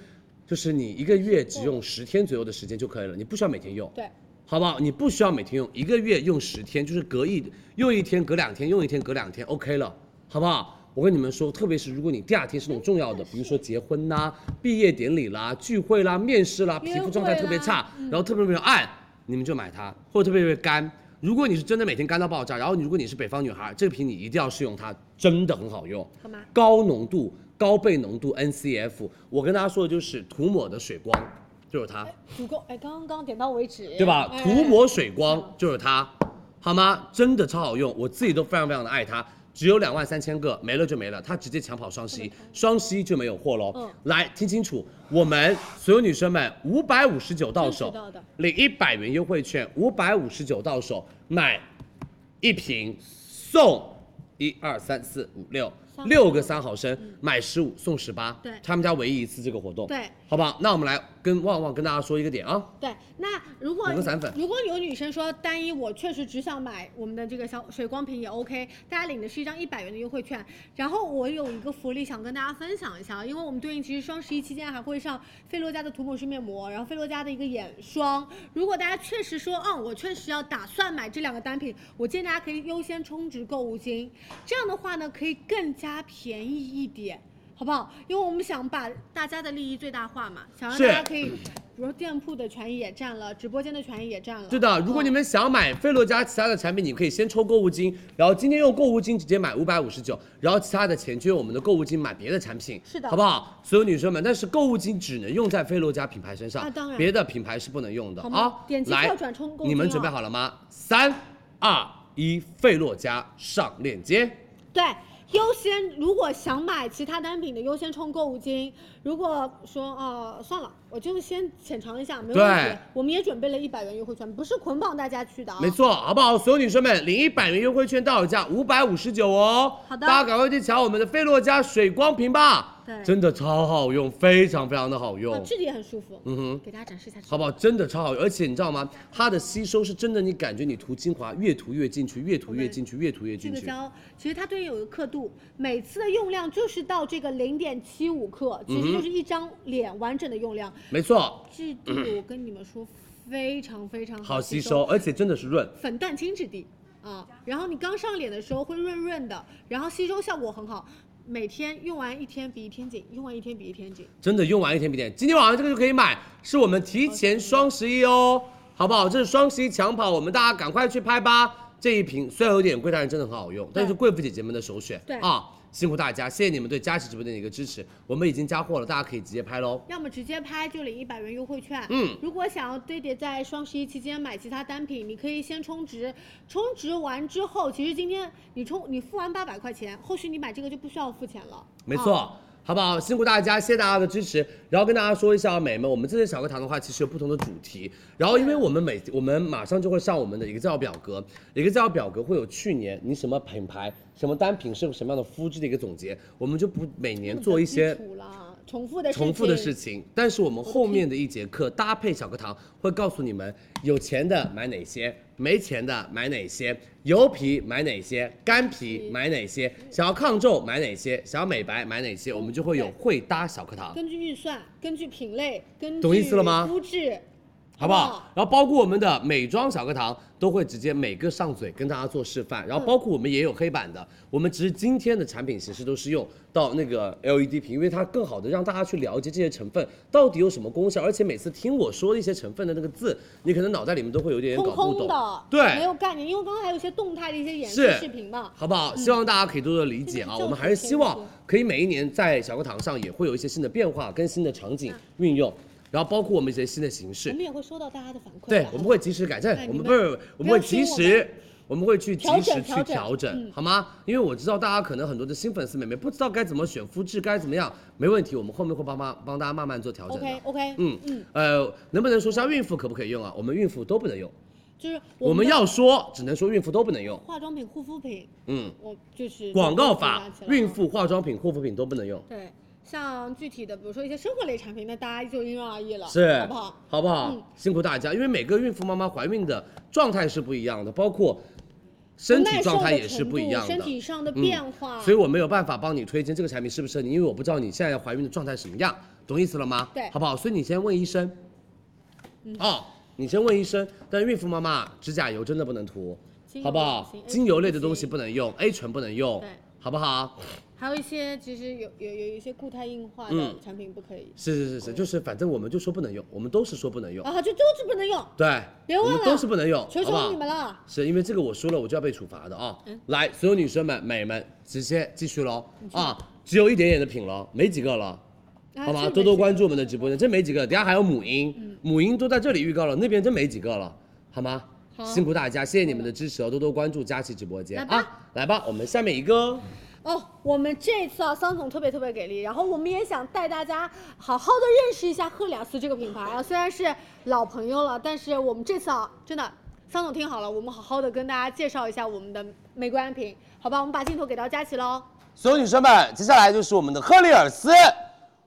Speaker 3: 就是你一个月只用十天左右的时间就可以了，你不需要每天用。
Speaker 1: 对，
Speaker 3: 好不好？你不需要每天用，一个月用十天，就是隔一用一天，隔两天用一天，隔两天，OK 了，好不好？我跟你们说，特别是如果你第二天是那种重要的，比如说结婚呐、
Speaker 1: 嗯
Speaker 3: 毕业典礼啦、聚会啦、面试啦，
Speaker 1: 约
Speaker 3: 皮肤状态
Speaker 1: 会
Speaker 3: 特别
Speaker 1: 啦嗯
Speaker 3: 差，然后特别特别暗，你们就买它，或者特别特别干。如果你是真的每天干到爆炸，然后你如果你是北方女孩，这瓶你一定要试用它，真的很好用，
Speaker 1: 好吗？
Speaker 3: 高浓度、高倍浓度 NCF，我跟大家说的就是涂抹的水光，就是它。
Speaker 1: 足够，哎，刚刚点到为止，
Speaker 3: 对吧？
Speaker 1: 哎
Speaker 3: 涂抹水光就是它，好吗？真的超好用，我自己都非常非常的爱它。只有两万三千个，没了就没了，它直接抢跑双十一，双十一就没有货喽。
Speaker 1: 嗯
Speaker 3: 来听清楚，我们所有女生们五百五十九到手
Speaker 1: 真实到的，
Speaker 3: 领一百元优惠券，五百五十九到手买一瓶送一二三四五六
Speaker 4: 六个三毫升买十五送十八，
Speaker 1: 嗯对
Speaker 4: 他们家唯一一次这个活动，
Speaker 1: 对，
Speaker 4: 好不好？那我们来跟旺旺跟大家说一个点啊，
Speaker 1: 对，那如果
Speaker 4: 五个散粉
Speaker 1: 如果有女生说单一，我确实只想买我们的这个小水光瓶也 OK，大家领的是一张一百元的优惠券。然后我有一个福利想跟大家分享一下，因为我们对应其实双十一期间还会上菲洛嘉的涂抹式面膜，然后菲洛嘉的一个眼霜。如果大家确实说，嗯，我确实要打算买这两个单品，我建议大家可以优先充值购物金，这样的话呢，可以更加便宜一点。好不好？因为我们想把大家的利益最大化嘛，想让
Speaker 4: 是
Speaker 1: 大家可以，比如说店铺的权益也占了，直播间的权益也占了。嗯
Speaker 4: 对的，如果你们想买菲洛嘉其他的产品，你可以先抽购物金，然后今天用购物金直接买五百五十九，然后其他的钱就用我们的购物金买别的产品，
Speaker 1: 是的
Speaker 4: 好不好？所有女生们，但是购物金只能用在菲洛嘉品牌身上，
Speaker 1: 那啊当然
Speaker 4: 别的品牌是不能用的
Speaker 1: 好吗
Speaker 4: 啊。
Speaker 1: 点击
Speaker 4: 来
Speaker 1: 跳转充购物金啊
Speaker 4: 你们准备好了吗？三、二、一，菲洛嘉上链接。
Speaker 1: 对，优先如果想买其他单品的，优先充购物金。如果说啊、算了，我就是先浅尝一下，没问
Speaker 4: 对
Speaker 1: 题。我们也准备了一百元优惠券，不是捆绑大家去的啊。
Speaker 4: 没错，好不好？所有女生们领一百元优惠券到手价五百五十九哦。
Speaker 1: 好的
Speaker 4: 大家赶快去抢我们的菲洛嘉水光瓶吧。
Speaker 1: 对
Speaker 4: 真的超好用，非常非常的好用。
Speaker 1: 啊，质地也很舒服。
Speaker 4: 嗯哼，
Speaker 1: 给大家展示一下质地。
Speaker 4: 好不好？真的超好用，而且你知道吗？它的吸收是真的，你感觉你涂精华越涂越进去，越涂越进去，越涂越
Speaker 1: 这
Speaker 4: 进
Speaker 1: 个
Speaker 4: 去。
Speaker 1: 胶其实它对应有一个刻度，每次的用量就是到这个零点七五克，其
Speaker 4: 嗯
Speaker 1: 实就是一张脸完整的用量。
Speaker 4: 没错，
Speaker 1: 质地我跟你们说，非常非常
Speaker 4: 好吸
Speaker 1: 吸
Speaker 4: 收，，而且真的是润。
Speaker 1: 粉蛋清质地啊。然后你刚上脸的时候会润润的，然后吸收效果很好。每天用完一天比一天紧，用完一天比一天紧。
Speaker 4: 真的用完一天比一天，今天晚上这个就可以买，是我们提前双十一哦，好不好？这是双十一抢跑，我们大家赶快去拍吧。这一瓶虽然有点贵，但是真的很好用，但是贵妇姐姐们的首选。
Speaker 1: 对
Speaker 4: 啊，辛苦大家，谢谢你们对佳琦直播间的一个支持，我们已经加货了，大家可以直接拍喽。
Speaker 1: 要么直接拍就领一百元优惠券。
Speaker 4: 嗯，
Speaker 1: 如果想要堆叠在双十一期间买其他单品，你可以先充值，充值完之后，其实今天你充你付完八百块钱，后续你买这个就不需要付钱了。
Speaker 4: 没错。
Speaker 1: 啊
Speaker 4: 好不好？辛苦大家，谢谢大家的支持。然后跟大家说一下啊，美们，我们这次小课堂的话，其实有不同的主题。然后，因为我们每我们马上就会上我们的 Excel 表格，Excel 表格会有去年你什么品牌、什么单品是什么样的肤质的一个总结，我们就不每年做一些
Speaker 1: 基础啦，重复的事
Speaker 4: 重复的
Speaker 1: 情
Speaker 4: 事情。但是我们后面的一节课搭配小课堂会告诉你们，有钱的买哪些，没钱的买哪些，油皮买哪些，干皮买哪些，想要抗皱买哪些，想要美白买哪些，我们就会有会搭小课堂。
Speaker 1: 根据预算，根据品类，根据
Speaker 4: 懂意思了吗
Speaker 1: 肤质，
Speaker 4: 好不
Speaker 1: 哦
Speaker 4: 好？然后包括我们的美妆小课堂都会直接每个上嘴跟大家做示范，然
Speaker 1: 嗯
Speaker 4: 后包括我们也有黑板的，我们只是今天的产品形式都是用到那个 LED 屏，因为它更好的让大家去了解这些成分到底有什么功效，而且每次听我说一些成分的那个字，你可能脑袋里面都会有点
Speaker 1: 空
Speaker 4: 搞不
Speaker 1: 空
Speaker 4: 懂，
Speaker 1: 的，没
Speaker 4: 对
Speaker 1: 有。概念，因为刚刚还有一些动态的一些演示
Speaker 4: 是
Speaker 1: 视频嘛。
Speaker 4: 好不好？希望大家可以多多理解啊！
Speaker 1: 嗯这个
Speaker 4: 我们还是希望
Speaker 1: 就是
Speaker 4: 可以每一年在小课堂上也会有一些新的变化跟新的场
Speaker 1: 嗯
Speaker 4: 景运用，然后包括我们一些新的形式
Speaker 1: 我。们也会收到大家的反馈的。
Speaker 4: 对，我们会及时改正
Speaker 1: 哎，
Speaker 4: 我
Speaker 1: 你们
Speaker 4: 们不是，我们会及
Speaker 1: 不要凶我
Speaker 4: 时，我们会去及
Speaker 1: 调整嗯
Speaker 4: 时去调
Speaker 1: 调
Speaker 4: 整
Speaker 1: 整，
Speaker 4: 好吗？因为我知道大家可能很多的新粉丝妹妹不知道该怎么选肤质，该怎么样，没问题，我们后面会帮帮帮大家慢慢做调整的。
Speaker 1: OK OK，
Speaker 4: 嗯
Speaker 1: 嗯，
Speaker 4: 呃，能不能说是要孕妇可不可以用啊？我们孕妇都不能用，
Speaker 1: 就是
Speaker 4: 我
Speaker 1: 们
Speaker 4: 们
Speaker 1: 的
Speaker 4: 要
Speaker 1: 嗯
Speaker 4: 说只能说孕妇都不能用。
Speaker 1: 化妆品、护肤品，
Speaker 4: 嗯，
Speaker 1: 我就是
Speaker 4: 广告
Speaker 1: 就是这
Speaker 4: 法
Speaker 1: 样起，来了
Speaker 4: 孕妇化妆品、护肤品都不能用，
Speaker 1: 对，像具体的，比如说一些生活类产品，那大家就因人而异了，
Speaker 4: 是
Speaker 1: 好不好？？
Speaker 4: 好不好
Speaker 1: 嗯
Speaker 4: 辛苦大家，因为每个孕妇妈妈怀孕的状态是不一样的，包括身体状态也是不一样嗯
Speaker 1: 身体上的变化，
Speaker 4: 所以我没有办法帮你推荐这个产品适不适合你，因为我不知道你现在怀孕的状态什么样，懂意思了吗？
Speaker 1: 对嗯
Speaker 4: 好不好？所以你先问医生，哦，你先问医生。但孕妇妈妈指甲油真的不能涂
Speaker 1: 精，油
Speaker 4: 好不好
Speaker 1: 不行？，A
Speaker 4: 精油类的
Speaker 1: 醇不
Speaker 4: 东西
Speaker 1: 行
Speaker 4: 不能用，A 醇不能用
Speaker 1: 对，
Speaker 4: 好不好？
Speaker 1: 还有一些其实有有有一些固态硬化
Speaker 4: 嗯
Speaker 1: 的产品不可以、
Speaker 4: 是是是是，就是反正我们就说不能用，我们都是说不能用，
Speaker 1: 啊，就就是不能用，
Speaker 4: 对，
Speaker 1: 别
Speaker 4: 我
Speaker 1: 问
Speaker 4: 们
Speaker 1: 了
Speaker 4: 都是不能用，
Speaker 1: 求
Speaker 4: 好不好
Speaker 1: 求你们嗯了。
Speaker 4: 是因为这个我说了，我就要被处罚的啊！来，所有女生们、美们，直接继续喽啊！只有一点点的品了，没几个了，
Speaker 1: 啊
Speaker 4: 好吗？
Speaker 1: 是
Speaker 4: 多
Speaker 1: 没
Speaker 4: 多
Speaker 1: 几个嗯
Speaker 4: 关注我们的直播间，真没几个。等下还有母婴，母婴都在这里预告了，那边真没几个了，好吗？辛苦大家，谢谢你们的支持哦！多多关注佳琦直播间
Speaker 1: 来吧
Speaker 4: 啊！来吧，我们下面一个
Speaker 1: 哦，我们这次啊，桑总特别特别给力，然后我们也想带大家好好的认识一下赫雅斯这个品牌啊，虽然是老朋友了，但是我们这次啊，真的，桑总听好了，我们好好的跟大家介绍一下我们的玫瑰安瓶，好吧？我们把镜头给到佳琪喽。
Speaker 4: 所有女生们，接下来就是我们的赫丽尔斯，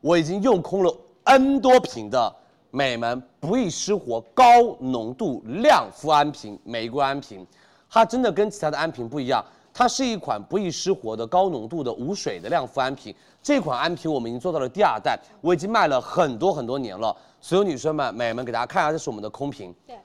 Speaker 4: 我已经用空了 N 多瓶的美门不易失活高浓度亮肤安瓶玫瑰安瓶，它真的跟其他的安瓶不一样，它是一款不易失活的高浓度的无水的亮肤安瓶。这款安瓶我们已经做到了第二代，我已经卖了很多很多年了。所有女生们、美们，给大家看一下，这是我们的空瓶。
Speaker 1: 对。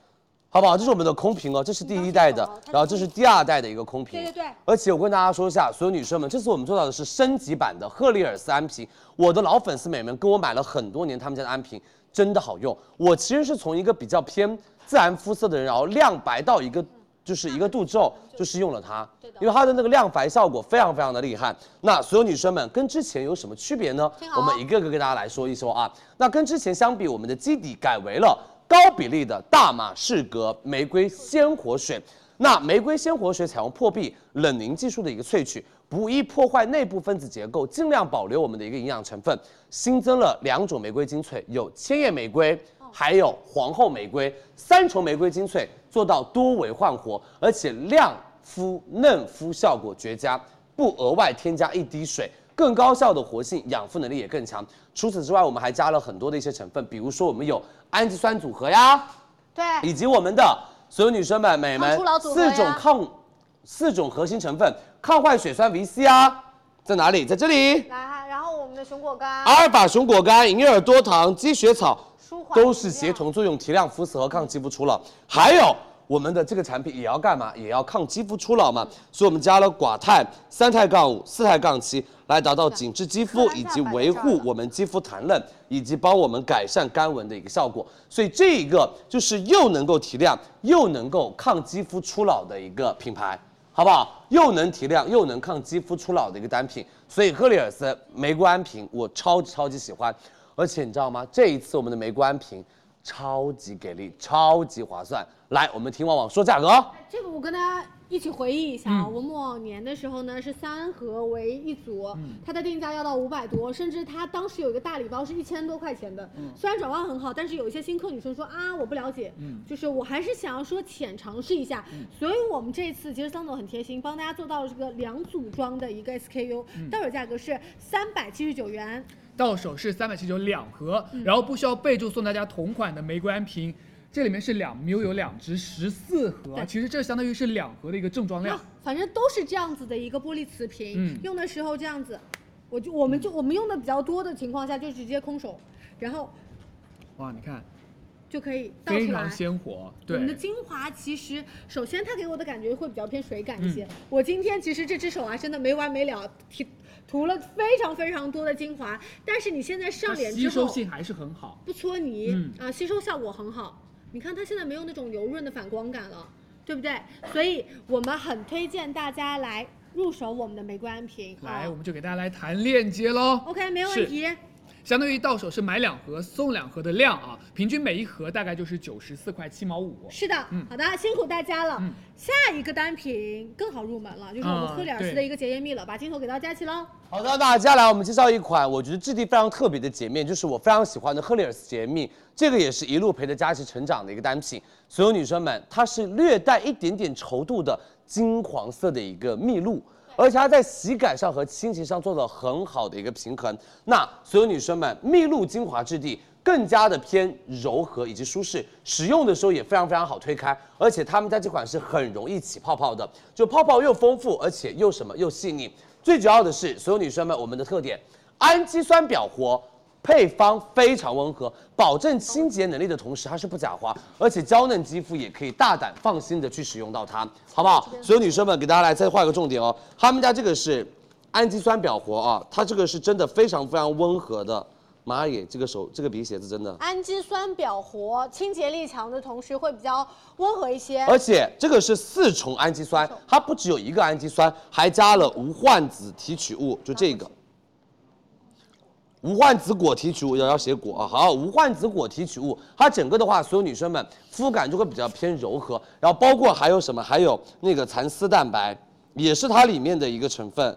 Speaker 4: 好不好？这是我们的空瓶哦，这是第一代的
Speaker 1: 你刚说什么，
Speaker 4: 然后这是第二代的一个空瓶。
Speaker 1: 对对对
Speaker 4: 而且我跟大家说一下，所有女生们，这次我们做到的是升级版的赫丽尔斯安瓶。我的老粉丝美们跟我买了很多年他们家的安瓶，真的好用。我其实是从一个比较偏自然肤色的人，然后亮白到一个就是一个度骤，就是用了它，因为它的那个亮白效果非常非常的厉害。那所有女生们跟之前有什么区别呢
Speaker 1: 听？好
Speaker 4: 我们一个个跟大家来说一说啊。那跟之前相比，我们的基底改为了高比例的大马士革玫瑰鲜活水。那玫瑰鲜活水采用破壁冷凝技术的一个萃取，不易破坏内部分子结构，尽量保留我们的一个营养成分。新增了两种玫瑰精粹，有千叶玫瑰，还有皇后玫瑰，三重玫瑰精粹做到多维焕活，而且亮肤嫩肤效果绝佳，不额外添加一滴水。更高效的活性，养肤能力也更强。除此之外，我们还加了很多的一些成分，比如说我们有氨基酸组合呀，
Speaker 1: 对，
Speaker 4: 以及我们的所有女生们、美们
Speaker 1: 抗初老组合
Speaker 4: 四
Speaker 1: 呀
Speaker 4: 种抗四种核心成分，抗坏血酸 VC 啊，在哪里？在这里。
Speaker 1: 来，然后我们的熊果苷、
Speaker 4: 阿尔法熊果苷、银耳多糖、积雪草
Speaker 1: 舒缓
Speaker 4: 都是
Speaker 1: 提
Speaker 4: 协
Speaker 1: 亮
Speaker 4: 同作用提亮肤色和抗肌肤初老。还有我们的这个产品也要干嘛？也要抗肌肤初老嘛。所以我们加了寡肽、三肽杠五、四肽杠七，来达到紧致肌肤
Speaker 1: 荷兰
Speaker 4: 以
Speaker 1: 蛋
Speaker 4: 及
Speaker 1: 白在
Speaker 4: 维
Speaker 1: 这儿
Speaker 4: 护
Speaker 1: 了
Speaker 4: 我们肌肤弹嫩，以及帮我们改善干纹的一个效果。所以这一个就是又能够提亮，又能够抗肌肤初老的一个品牌。好不好？又能提亮，又能抗肌肤初老的一个单品，所以赫丽尔斯玫瑰安瓶我超级超级喜欢，而且你知道吗？这一次我们的玫瑰安瓶超级给力，超级划算。来，我们听旺旺说价格哦。
Speaker 1: 这个我跟大家一起回忆一下啊，我们往年的时候呢是三盒为一组，它的定价要到五百多，甚至它当时有一个大礼包是一千多块钱的。虽然转化很好，但是有一些新客女生说啊我不了解，就是我还是想要说浅尝试一下。所以我们这次其实桑总很贴心，帮大家做到了这个两组装的一个 SKU，到手价格是三百七十九元。
Speaker 9: 到手是三百七十九两盒，
Speaker 1: 嗯
Speaker 9: 然后不需要备注送大家同款的玫瑰安瓶，这里面是两 ml 有两支，十四盒，
Speaker 1: 对
Speaker 9: 其实这相当于是两盒的一个正装量
Speaker 1: 啊。，反正都是这样子的一个玻璃瓷瓶，
Speaker 9: 嗯
Speaker 1: 用的时候这样子，我就我们就我们用的比较多的情况下就直接空手，然后
Speaker 9: 哇，你看
Speaker 1: 就可以倒
Speaker 9: 非
Speaker 1: 出来
Speaker 9: 常。鲜活，
Speaker 1: 我们的
Speaker 9: 对，
Speaker 1: 精华其实，首先它给我的感觉会比较偏水感一些。
Speaker 9: 嗯
Speaker 1: 我今天其实这只手啊，真的没完没了，提涂了非常非常多的精华，但是你现在上
Speaker 9: 它
Speaker 1: 脸
Speaker 9: 吸
Speaker 1: 之
Speaker 9: 收
Speaker 1: 后
Speaker 9: 性还是很好。
Speaker 1: 不搓泥、
Speaker 9: 嗯
Speaker 1: 啊，吸收效果很好。你看它现在没有那种油润的反光感了，对不对？所以我们很推荐大家来入手我们的玫瑰安瓶。
Speaker 9: 来，
Speaker 1: 啊
Speaker 9: 我们就给大家来谈链接喽。
Speaker 1: OK，没问题。
Speaker 9: 相当于到手是买两盒送两盒的量啊，平均每一盒大概就是九十四块七毛五。
Speaker 1: 是的，
Speaker 9: 嗯
Speaker 1: 好的，辛苦大家了。
Speaker 9: 嗯
Speaker 1: 下一个单品更好入门了，就是我们
Speaker 9: 啊
Speaker 1: 赫丽尔斯的
Speaker 9: 对
Speaker 1: 一个洁颜蜜了，把镜头给到佳琪喽。
Speaker 4: 好的，那接下来我们介绍一款我觉得质地非常特别的洁面，就是我非常喜欢的赫丽尔斯洁面，这个也是一路陪着佳琪成长的一个单品。所有女生们，它是略带一点点稠度的金黄色的一个蜜露，而且它在洗感上和清洁上做了很好的一个平衡。那所有女生们，蜜露精华质地。更加的偏柔和以及舒适，使用的时候也非常非常好推开，而且他们家这款是很容易起泡泡的，就泡泡又丰富，而且又什么又细腻。最主要的是，所有女生们，我们的特点，氨基酸表活。配方非常温和，保证清洁能力的同时，它是不假滑，而且娇嫩肌肤也可以大胆放心的去使用到它，好不好？所有女生们，给大家来再画一个重点哦，他们家这个是氨基酸表活啊，它这个是真的非常非常温和的。妈耶，这个手这个笔写字真的，
Speaker 1: 氨基酸表活，清洁力强的同时会比较温和一些。
Speaker 4: 而且这个是四重氨基酸，它不只有一个氨基酸，还加了无患子提取物，就这个。无患子果提取物，要要写果啊，好，无患子果提取物，它整个的话，所有女生们肤感就会比较偏柔和，然后包括还有什么，还有那个蚕丝蛋白，也是它里面的一个成分，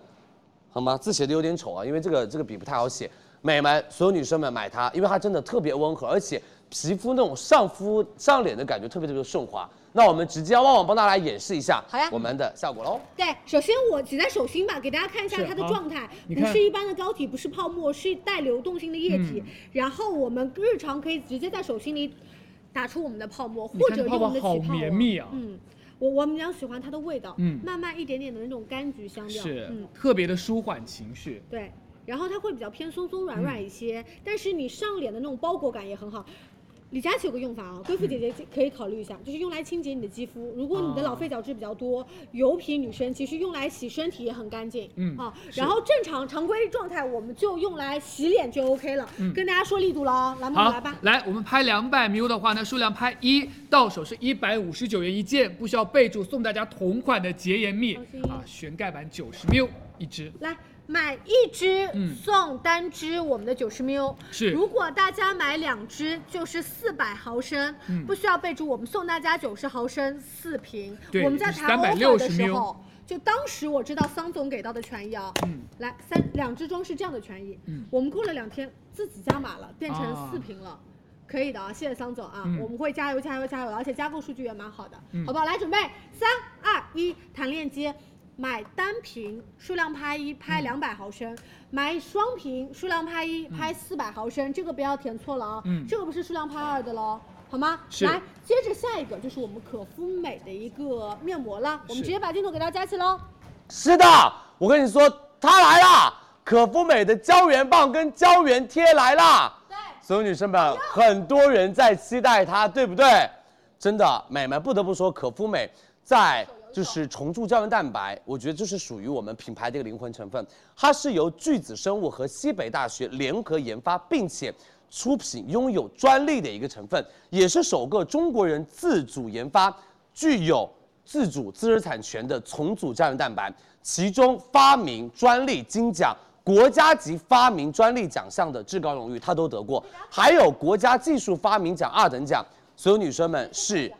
Speaker 4: 好吗？字写的有点丑啊，因为这个这个笔不太好写。美们，所有女生们买它，因为它真的特别温和，而且皮肤那种上肤上脸的感觉特别特别顺滑。那我们直接让旺旺帮大家来演示一下
Speaker 1: 好呀
Speaker 4: 我们的效果喽。
Speaker 1: 对，首先我挤在手心吧，给大家看一下
Speaker 9: 是
Speaker 1: 它的
Speaker 9: 好
Speaker 1: 状态，
Speaker 9: 你
Speaker 1: 不
Speaker 9: 看嗯
Speaker 1: 是一般的膏体，不是泡沫，是带流动性的液体。然后我们日常可以直接在手心里打出我们的泡沫，
Speaker 9: 你
Speaker 1: 或
Speaker 9: 看
Speaker 1: 者
Speaker 9: 泡
Speaker 1: 用
Speaker 9: 泡
Speaker 1: 我们的起泡
Speaker 9: 好
Speaker 1: 网
Speaker 9: 绵密啊
Speaker 1: 嗯，我我们比较喜欢它的味道，
Speaker 9: 嗯
Speaker 1: 慢慢一点点的那种柑橘香调，
Speaker 9: 是
Speaker 1: 嗯，
Speaker 9: 特别的舒缓情绪。
Speaker 1: 对。然后它会比较偏松松软
Speaker 9: 嗯
Speaker 1: 软一些，但是你上脸的那种包裹感也很好。李佳琦有个用法啊，贵妇
Speaker 9: 嗯
Speaker 1: 姐姐可以考虑一下，就是用来清洁你的肌肤。如果你
Speaker 9: 哦
Speaker 1: 的老废角质比较多，油皮女生其实用来洗身体也很干净，
Speaker 9: 嗯
Speaker 1: 啊。
Speaker 9: 是
Speaker 1: 然后正常常规状态我们就用来洗脸就 OK 了。
Speaker 9: 嗯
Speaker 1: 跟大家说力度了啊，来嘛，我们来
Speaker 9: 好
Speaker 1: 吧，。
Speaker 9: 来，我们拍两百 ml 的话呢，数量拍一，到手是一百五十九元一件，不需要备注，送大家同款的洁颜蜜
Speaker 1: 好谢谢
Speaker 9: 啊，悬盖版九十 ml 一支。
Speaker 1: 来买一支、
Speaker 9: 嗯
Speaker 1: 送单支我们的九十 ml，
Speaker 9: 是
Speaker 1: 如果大家买两支就是四百毫升，
Speaker 9: 嗯
Speaker 1: 不需要备注，我们送大家九十毫升四瓶。
Speaker 9: 对
Speaker 1: 我们在
Speaker 9: 是
Speaker 1: 谈
Speaker 9: 360
Speaker 1: offer 的时候。就当时我知道桑总给到的权益啊，
Speaker 9: 嗯
Speaker 1: 来三两支装是这样的权益，
Speaker 9: 嗯
Speaker 1: 我们过了两天自己加码了，变
Speaker 9: 啊
Speaker 1: 成四瓶了，可以的啊，谢谢桑总啊，
Speaker 9: 嗯
Speaker 1: 我们会加油加油加油，而且加购数据也蛮好的，
Speaker 9: 嗯
Speaker 1: 好不好？来准备三二一，弹链接。买单瓶数量拍一
Speaker 9: 嗯
Speaker 1: 拍两百毫升，买双瓶数量拍一拍四百毫升，这个不要填错了啊，
Speaker 9: 嗯
Speaker 1: 这个不是数量拍二的喽，好吗？
Speaker 9: 是
Speaker 1: 来，接着下一个就是我们可肤美的一个面膜了，我们
Speaker 9: 是
Speaker 1: 直接把镜头给大家加起喽。
Speaker 4: 是的，我跟你说，它来啦！可肤美的胶原棒跟胶原贴来啦！对，所有女生们，很多人在期待它，对不对？真的，美们不得不说，可肤美在就是重铸胶原蛋白，我觉得就是属于我们品牌的一个灵魂成分。它是由巨子生物和西北大学联合研发，并且出品拥有专利的一个成分，也是首个中国人自主研发，具有自主知识产权的重组胶原蛋白，其中发明专利金奖、国家级发明专利奖项的至高荣誉，他都得过，还有国家技术发明奖二等奖。所有女生们是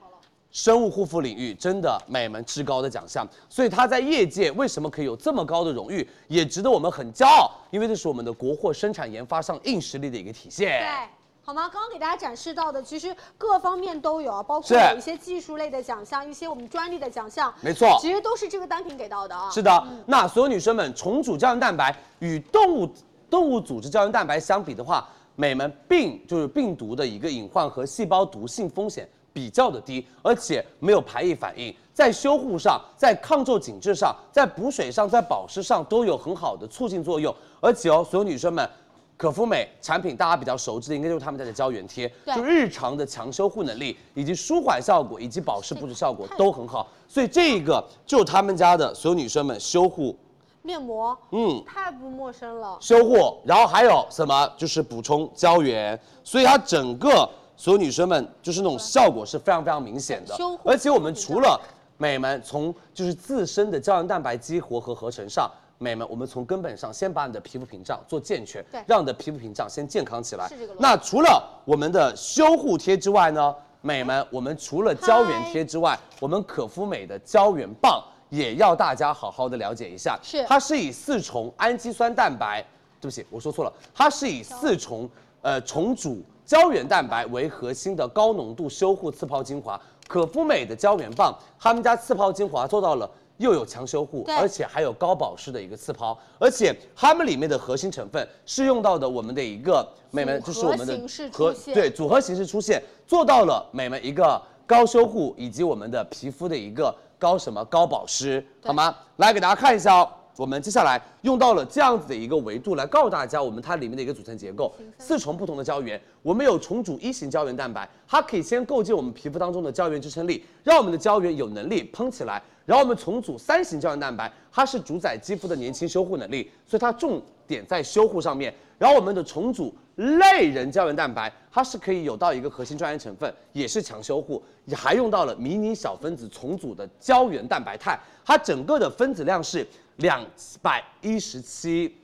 Speaker 4: 生物护肤领域真的美门至高的奖项，所以它在业界为什么可以有这么高的荣誉，也值得我们很骄傲，因为这是我们的国货生产研发上硬实力的一个体现。
Speaker 8: 对，好吗？刚刚给大家展示到的，其实各方面都有，啊，包
Speaker 4: 是
Speaker 8: 括有一些技术类的奖项，一些我们专利的奖项，
Speaker 4: 没错
Speaker 8: 其实都是这个单品给到的啊。
Speaker 4: 是的，那所有女生们，重组胶原蛋白与动物动物组织胶原蛋白相比的话，美们病就是病毒的一个隐患和细胞毒性风险比较的低，而且没有排异反应，在修护上、在抗皱紧致上、在补水上、在保湿上都有很好的促进作用。而且哦，所有女生们。可肤美产品，大家比较熟知的应该就是他们家的胶原贴，就日常的强修护能力，以及舒缓效果，以及保湿补水效果都很好。所以这个就是他们家的所有女生们修护，
Speaker 8: 面膜
Speaker 4: 嗯，
Speaker 8: 太不陌生了。
Speaker 4: 修护，然后还有什么就是补充胶原，所以它整个所有女生们就是那种效果是非常非常明显的
Speaker 8: 修。护
Speaker 4: 而且我们除了美们从就是自身的胶原蛋白激活和合成上。美们，我们从根本上先把你的皮肤屏障做健全
Speaker 8: 对，
Speaker 4: 让你的皮肤屏障先健康起来
Speaker 8: 是这个逻。辑
Speaker 4: 那除了我们的修护贴之外呢，美们，我们除了胶原贴之外，我们可肤美的胶原棒也要大家好好的了解一下。
Speaker 8: 是
Speaker 4: 它是以四重氨基酸蛋白，对不起，我说错了，它是以四重呃重组胶原蛋白为核心的高浓度修护次泡精华。可肤美的胶原棒，他们家次泡精华做到了。又有强修护，
Speaker 8: 对
Speaker 4: 而且还有高保湿的一个次泡，而且它们里面的核心成分是用到的我们的一个美们，就是我们的
Speaker 8: 组合形式
Speaker 4: 和
Speaker 8: 出现
Speaker 4: 对组合形式出现，做到了美们一个高修护以及我们的皮肤的一个高什么高保湿，好吗？来给大家看一下哦。我们接下来用到了这样子的一个维度来告诉大家，我们它里面的一个组成结构，四重不同的胶原，我们有重组一型胶原蛋白，它可以先构建我们皮肤当中的胶原支撑力，让我们的胶原有能力嘭起来。然后我们重组三型胶原蛋白，它是主宰肌肤的年轻修护能力，所以它重点在修护上面。然后我们的重组类人胶原蛋白，它是可以有到一个核心专业成分，也是强修护，也还用到了迷你小分子重组的胶原蛋白肽，它整个的分子量是两百一十七。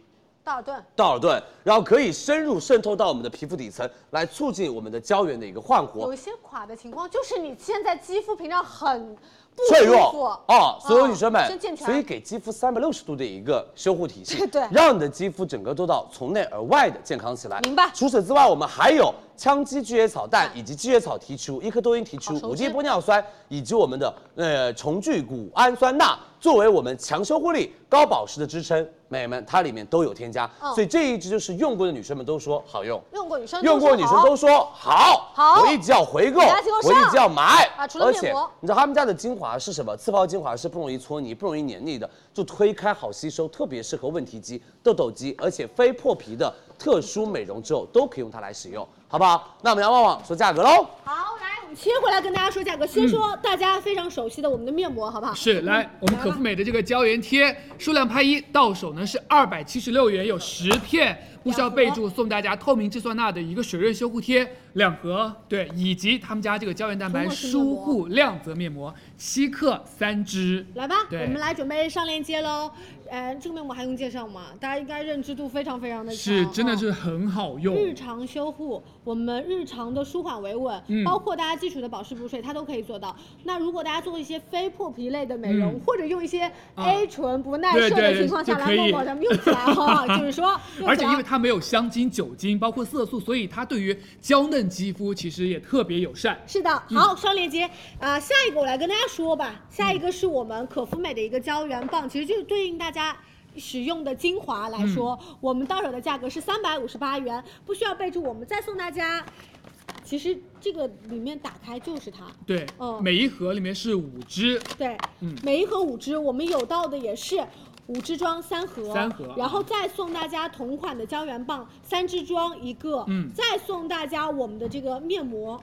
Speaker 8: 道尔顿，
Speaker 4: 道尔顿，然后可以深入渗透到我们的皮肤底层，来促进我们的胶原的一个焕活
Speaker 8: 有一。些垮的情况，就是你现在肌肤屏障很
Speaker 4: 脆
Speaker 8: 不舒服
Speaker 4: 弱啊，所有
Speaker 8: 啊
Speaker 4: 女生们
Speaker 8: 先健，全，
Speaker 4: 所以给肌肤三百六十度的一个修护体 系
Speaker 8: 对
Speaker 4: 让你的肌肤整个做到从内而外的健康起来。
Speaker 8: 明白啊
Speaker 4: 除此之外，我们还有羟基聚野草蛋以及聚野草提取物、一颗多因提取物、
Speaker 8: 熟
Speaker 4: 五 G
Speaker 8: 知
Speaker 4: 玻尿酸以及我们的呃重聚谷氨酸钠，作为我们强修护力、高保湿的支撑。美眉们，它里面都有添加，
Speaker 8: 嗯
Speaker 4: 所以这一支就是用过的女生们都说好用。
Speaker 8: 用过女生
Speaker 4: 用过女生
Speaker 8: 好
Speaker 4: 都说好，
Speaker 8: 好
Speaker 4: 我一直要回购
Speaker 8: 给大家提供，
Speaker 4: 我一直要买。
Speaker 8: 啊除了
Speaker 4: 而
Speaker 8: 面
Speaker 4: 且
Speaker 8: 膜
Speaker 4: 你知道他们家的精华是什么？次抛精华是不容易搓泥、不容易黏腻的，就推开好吸收，特别适合问题肌、痘痘肌，而且非破皮的特殊美容之后都可以用它来使用，好不好？那我们让旺旺说价格喽。
Speaker 1: 好，来我们
Speaker 8: 切回来跟大家说价格，先
Speaker 4: 嗯
Speaker 8: 说大家非常熟悉的我们的面膜，好不好？
Speaker 9: 是，来我们可复美的这个胶原贴，数量拍一，到手呢是二百七十六元，有十片。不需要备注，送大家透明质酸钠的一个水润修护贴两盒，对，以及他们家这个胶原蛋白
Speaker 1: 涂抹式面
Speaker 9: 舒
Speaker 1: 膜
Speaker 9: 护亮泽面膜七克三支，
Speaker 1: 来吧，我
Speaker 9: 对
Speaker 1: 们来准备上链接喽。呃，这个面膜还用介绍吗？大家应该认知度非常非常的强，
Speaker 9: 是真的
Speaker 1: 嗯
Speaker 9: 是很好用，
Speaker 1: 日常修护，我们日常的舒缓维稳，
Speaker 9: 嗯
Speaker 1: 包括大家基础的保湿补水，它都可以做到。那如果大家做一些非破皮类的美容，
Speaker 9: 嗯
Speaker 1: 或者用一些
Speaker 9: 啊
Speaker 1: A 醇不耐
Speaker 9: 对
Speaker 1: 受的
Speaker 9: 对
Speaker 1: 情况下
Speaker 9: 就
Speaker 1: 来
Speaker 9: 可
Speaker 1: 某
Speaker 9: 以
Speaker 1: 某咱们用起来 哈，就是说用
Speaker 9: 而
Speaker 1: 起
Speaker 9: 且
Speaker 1: 来
Speaker 9: 因为它没有香精、酒精，包括色素，所以它对于娇嫩肌肤其实也特别友善。
Speaker 1: 是的，
Speaker 9: 嗯
Speaker 1: 好，双链接啊、下一个我来跟大家说吧，下
Speaker 9: 嗯
Speaker 1: 一个是我们可肤美的一个胶原棒，其实就是对应大家。使用的精华
Speaker 9: 嗯
Speaker 1: 来说，我们到手的价格是三百五十八元，不需要备注。我们再送大家，其实这个里面打开就是它，
Speaker 9: 对，
Speaker 1: 嗯
Speaker 9: 每一盒里面是五支，
Speaker 1: 对，
Speaker 9: 嗯
Speaker 1: 每一盒五支，我们有到的也是五支装三盒，
Speaker 9: 三盒
Speaker 1: 然后再送大家同款的胶原棒三支装一个，
Speaker 9: 嗯
Speaker 1: 再送大家我们的这个面膜，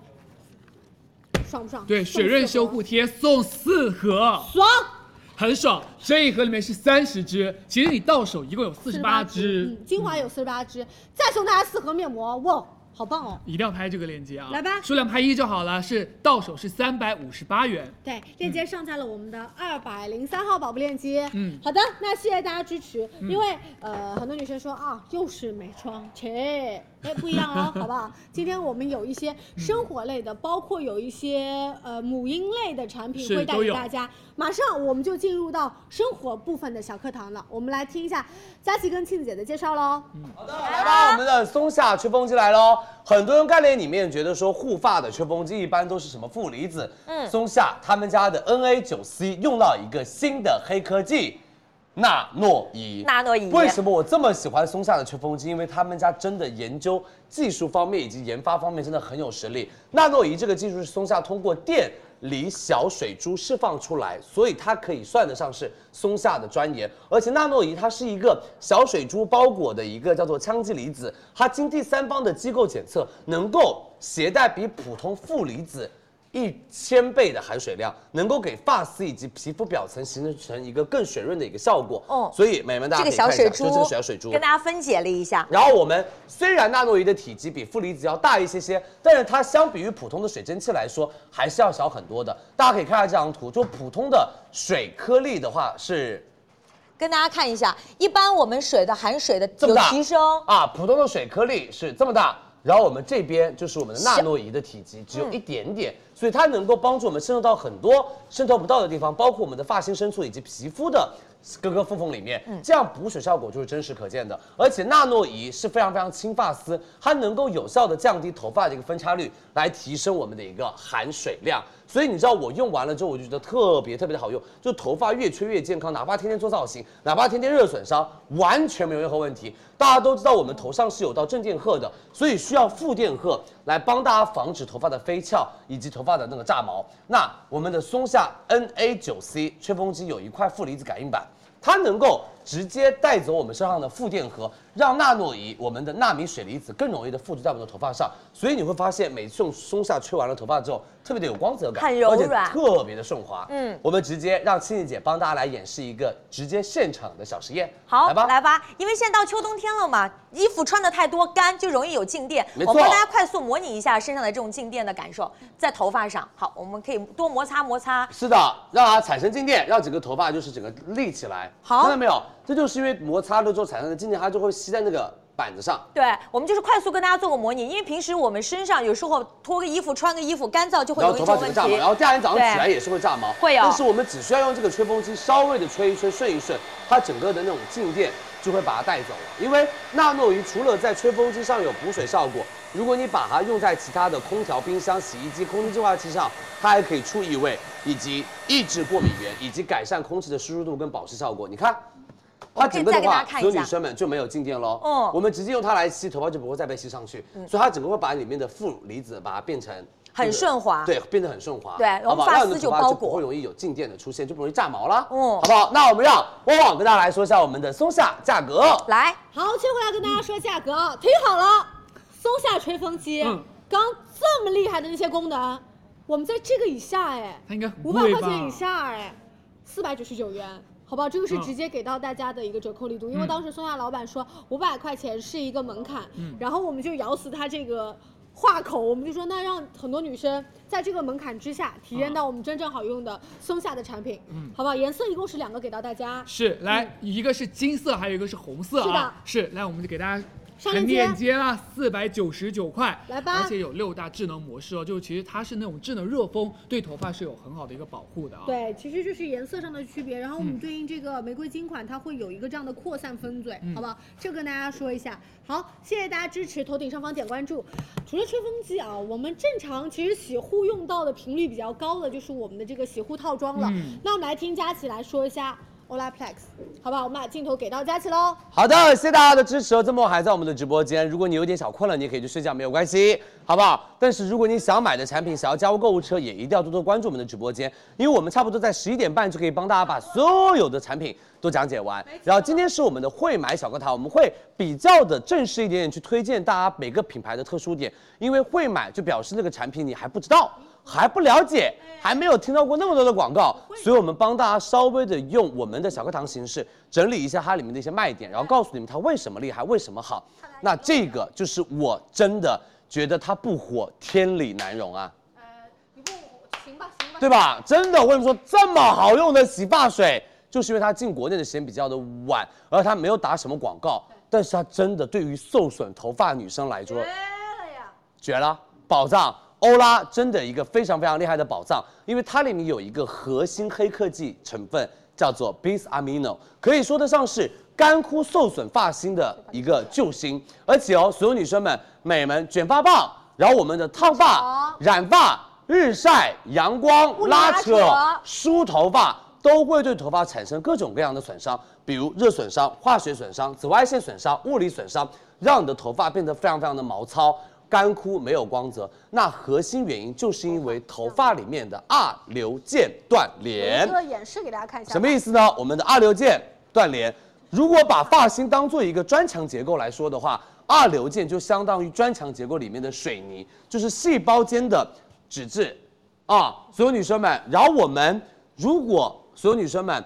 Speaker 1: 爽不爽？
Speaker 9: 对，
Speaker 1: 送
Speaker 9: 水润
Speaker 1: 四盒
Speaker 9: 修护贴送四盒，
Speaker 1: 爽。
Speaker 9: 很爽。这一盒里面是三十支，其实你到手一共有四十八支，
Speaker 1: 嗯，精华有四十八支，再送大家四盒面膜，哇，好棒哦！
Speaker 9: 一定要拍这个链接啊！
Speaker 1: 来吧
Speaker 9: 数量拍一就好了，是到手是三百五十八元。
Speaker 1: 对，链接上在了我们的二百零三号宝贝链接。
Speaker 9: 嗯
Speaker 1: 好的，那谢谢大家支持，因为呃，很多女生说啊，又是美妆，切， 哎，不一样 哦，好不好？今天我们有一些生活类的，包括有一些呃母婴类的产品
Speaker 9: 是
Speaker 1: 会带
Speaker 9: 都
Speaker 1: 给
Speaker 9: 有
Speaker 1: 大家。马上我们就进入到生活部分的小课堂了，我们来听一下佳琪跟庆子姐的介绍喽。
Speaker 4: 来吧，我们的松下吹风机来喽。很多人概念里面觉得说护发的吹风机一般都是什么负离子，嗯，松下他们家的 NA 9 C 用到一个新的黑科技。纳诺仪，
Speaker 2: 纳诺仪
Speaker 4: 为什么我这么喜欢松下的吹风机？因为他们家真的研究技术方面以及研发方面真的很有实力。纳诺仪这个技术是松下通过电离小水珠释放出来，所以它可以算得上是松下的专研。而且纳诺仪它是一个小水珠包裹的一个叫做羟基离子，它经第三方的机构检测，能够携带比普通负离子。一千倍的含水量，能够给发丝以及皮肤表层形成一个更水润的一个效果。
Speaker 2: 哦
Speaker 4: 所以美眉们大家
Speaker 2: 这
Speaker 4: 可
Speaker 2: 个
Speaker 4: 以看
Speaker 2: 小水
Speaker 4: 一下，就
Speaker 2: 珠，
Speaker 4: 这个小水珠，
Speaker 2: 跟大家分解了一下。
Speaker 4: 然后我们虽然纳诺仪的体积比负离子要大一些些，但是它相比于普通的水蒸气来说，还是要小很多的。大家可以看一下这张图，就普通的水颗粒的话是
Speaker 2: 跟大家看一下，一般我们水的含水的
Speaker 4: 这么
Speaker 2: 有
Speaker 4: 大
Speaker 2: 提升，
Speaker 4: 啊，普通的水颗粒是这么大。然后我们这边就是我们的纳诺仪的体积只有
Speaker 2: 嗯
Speaker 4: 一点点，所以它能够帮助我们渗透到很多渗透不到的地方，包括我们的发心深处以及皮肤的各个缝缝里面，
Speaker 2: 嗯
Speaker 4: 这样补水效果就是真实可见的。而且纳诺仪是非常非常轻发丝，它能够有效的降低头发的一个分叉率，来提升我们的一个含水量。所以你知道我用完了之后，我就觉得特别特别的好用，就头发越吹越健康，哪怕天天做造型，哪怕天天热损伤，完全没有任何问题。大家都知道我们头上是有道正电荷的，所以需要负电荷来帮大家防止头发的飞翘以及头发的那个炸毛。那我们的松下 NA 9 C 吹风机有一块负离子感应板，它能够直接带走我们身上的负电荷，让纳诺仪我们的纳米水离子更容易的附着在我们的头发上，所以你会发现每次用松下吹完了头发之后，特别的有光泽感，
Speaker 2: 很柔软
Speaker 4: 而且特别的顺滑。
Speaker 2: 嗯
Speaker 4: 嗯，我们直接让青姐姐帮大家来演示一个直接现场的小实验，
Speaker 2: 好，
Speaker 4: 来吧，
Speaker 2: 因为现在到秋冬天了嘛，衣服穿的太多干就容易有静电。
Speaker 4: 没
Speaker 2: 我
Speaker 4: 错
Speaker 2: 们帮大家快速模拟一下身上的这种静电的感受，在头发上。好，我们可以多摩擦摩擦。
Speaker 4: 是的，让它产生静电，让整个头发就是整个立起来。
Speaker 2: 好
Speaker 4: 看到没有？这就是因为摩擦了之后产生的静电，它就会吸在那个板子上。
Speaker 2: 对，我们就是快速跟大家做个模拟，因为平时我们身上有时候脱个衣服、穿个衣服，干燥就会
Speaker 4: 然
Speaker 2: 容
Speaker 4: 后
Speaker 2: 易
Speaker 4: 头
Speaker 2: 出
Speaker 4: 发整
Speaker 2: 问题
Speaker 4: 个炸毛，。然后第二天早上
Speaker 2: 对
Speaker 4: 起来也是会炸毛，
Speaker 2: 会有
Speaker 4: 但是我们只需要用这个吹风机稍微的吹一吹，顺一顺，它整个的那种静电就会把它带走了。因为纳诺鱼除了在吹风机上有补水效果，如果你把它用在其他的空调、冰箱、洗衣机、空气净化器上，它还可以除异味，以及抑制过敏源，以及改善空气的湿润度跟保湿效果。你看。它整个的
Speaker 2: 我可以再给大家，
Speaker 4: 话
Speaker 2: 看一
Speaker 4: 所有
Speaker 2: 下
Speaker 4: 女生们就没有静电喽。
Speaker 2: 嗯
Speaker 4: 我们直接用它来吸，头发就不会再被吸上去，所以它整个会把里面的负离子把它变成
Speaker 2: 很
Speaker 4: 就是
Speaker 2: 顺滑
Speaker 4: 对，变得很顺滑。
Speaker 2: 对然后
Speaker 4: 好不好
Speaker 2: 发
Speaker 4: 让你
Speaker 2: 丝
Speaker 4: 的
Speaker 2: 就
Speaker 4: 头发
Speaker 2: 包
Speaker 4: 不
Speaker 2: 裹
Speaker 4: 会容易有静电的出现，就不容易炸毛啦。
Speaker 2: 嗯
Speaker 4: 嗯，好不好？那我们让汪汪跟大家来说一下我们的松下价格。
Speaker 2: 来，
Speaker 1: 好，切回来跟大家说价格啊，听好了，松下吹风机，
Speaker 9: 嗯
Speaker 1: 刚这么厉害的那些功能，我们在这个以下哎，
Speaker 9: 它应该
Speaker 1: 五百
Speaker 9: 很贵
Speaker 1: 块
Speaker 9: 吧
Speaker 1: 钱以下哎，四百九十九元。好不好？这个是直接给到大家的一个折扣力度，因为
Speaker 9: 嗯
Speaker 1: 当时松下老板说五百块钱是一个门槛，
Speaker 9: 嗯
Speaker 1: 然后我们就咬死他这个话口，我们就说那让很多女生在这个门槛之下体验到我们真正好用的松下的产品，
Speaker 9: 啊嗯
Speaker 1: 好不好？颜色一共是两个给到大家，
Speaker 9: 是，来，
Speaker 1: 嗯
Speaker 9: 一个是金色，还有一个是红色啊。是来，我们就给大家。
Speaker 1: 上链
Speaker 9: 很
Speaker 1: 接
Speaker 9: 链接啦，四百九十九块，
Speaker 1: 来吧
Speaker 9: 而且有六大智能模式哦，就是其实它是那种智能热风，对头发是有很好的一个保护的啊。，
Speaker 1: 对，其实就是颜色上的区别，然后我们
Speaker 9: 嗯
Speaker 1: 对应这个玫瑰金款，它会有一个这样的扩散分嘴，
Speaker 9: 嗯
Speaker 1: 好不好？这个跟大家说一下。好，谢谢大家支持，头顶上方点关注。除了吹风机啊，我们正常其实洗护用到的频率比较高的就是我们的这个洗护套装了。
Speaker 9: 嗯
Speaker 1: 那我们来听佳琪来说一下 Olaplex，好不好？我们把镜头给到佳琪喽。
Speaker 4: 好的，谢谢大家的支持哦。这么晚还在我们的直播间，如果你有点小困了，你也可以去睡觉，没有关系，好不好？但是如果你想买的产品，想要加入购物车，也一定要多多关注我们的直播间，因为我们差不多在十一点半就可以帮大家把所有的产品都讲解完。然后今天是我们的会买小课堂，我们会比较的正式一点点去推荐大家每个品牌的特殊点，因为会买就表示那个产品你还不知道，还不了解。还没有听到过那么多的广告，所以我们帮大家稍微的用我们的小课堂形式整理一下它里面的一些卖点，然后告诉你们它为什么厉害，为什么好。那这个就是我真的觉得它不火天理难容啊，
Speaker 1: 行吧，行吧。
Speaker 4: 对吧？真的，我跟你们说，这么好用的洗发水，就是因为它进国内的时间比较的晚，而它没有打什么广告，但是它真的对于受损头发女生来说，绝了，宝藏。欧拉真的一个非常非常厉害的宝藏，因为它里面有一个核心黑科技成分，叫做 bis amino，可以说得上是干枯受损发芯的一个救星。而且哦，所有女生们、美们，卷发棒，然后我们的烫发、染发、日晒、阳光、拉扯、梳头发，都会对头发产生各种各样的损伤，比如热损伤、化学损伤、紫外线损伤、物理损伤，让你的头发变得非常非常的毛糙。干枯没有光泽，那核心原因就是因为头发里面的二硫键断
Speaker 8: 有
Speaker 4: 连
Speaker 8: 一。个演示给大家看一下。
Speaker 4: 什么意思呢？我们的二硫键断联，如果把发芯当做一个砖墙结构来说的话，二硫键就相当于砖墙结构里面的水泥，就是细胞间的脂质啊。所有女生们，然后我们如果所有女生们。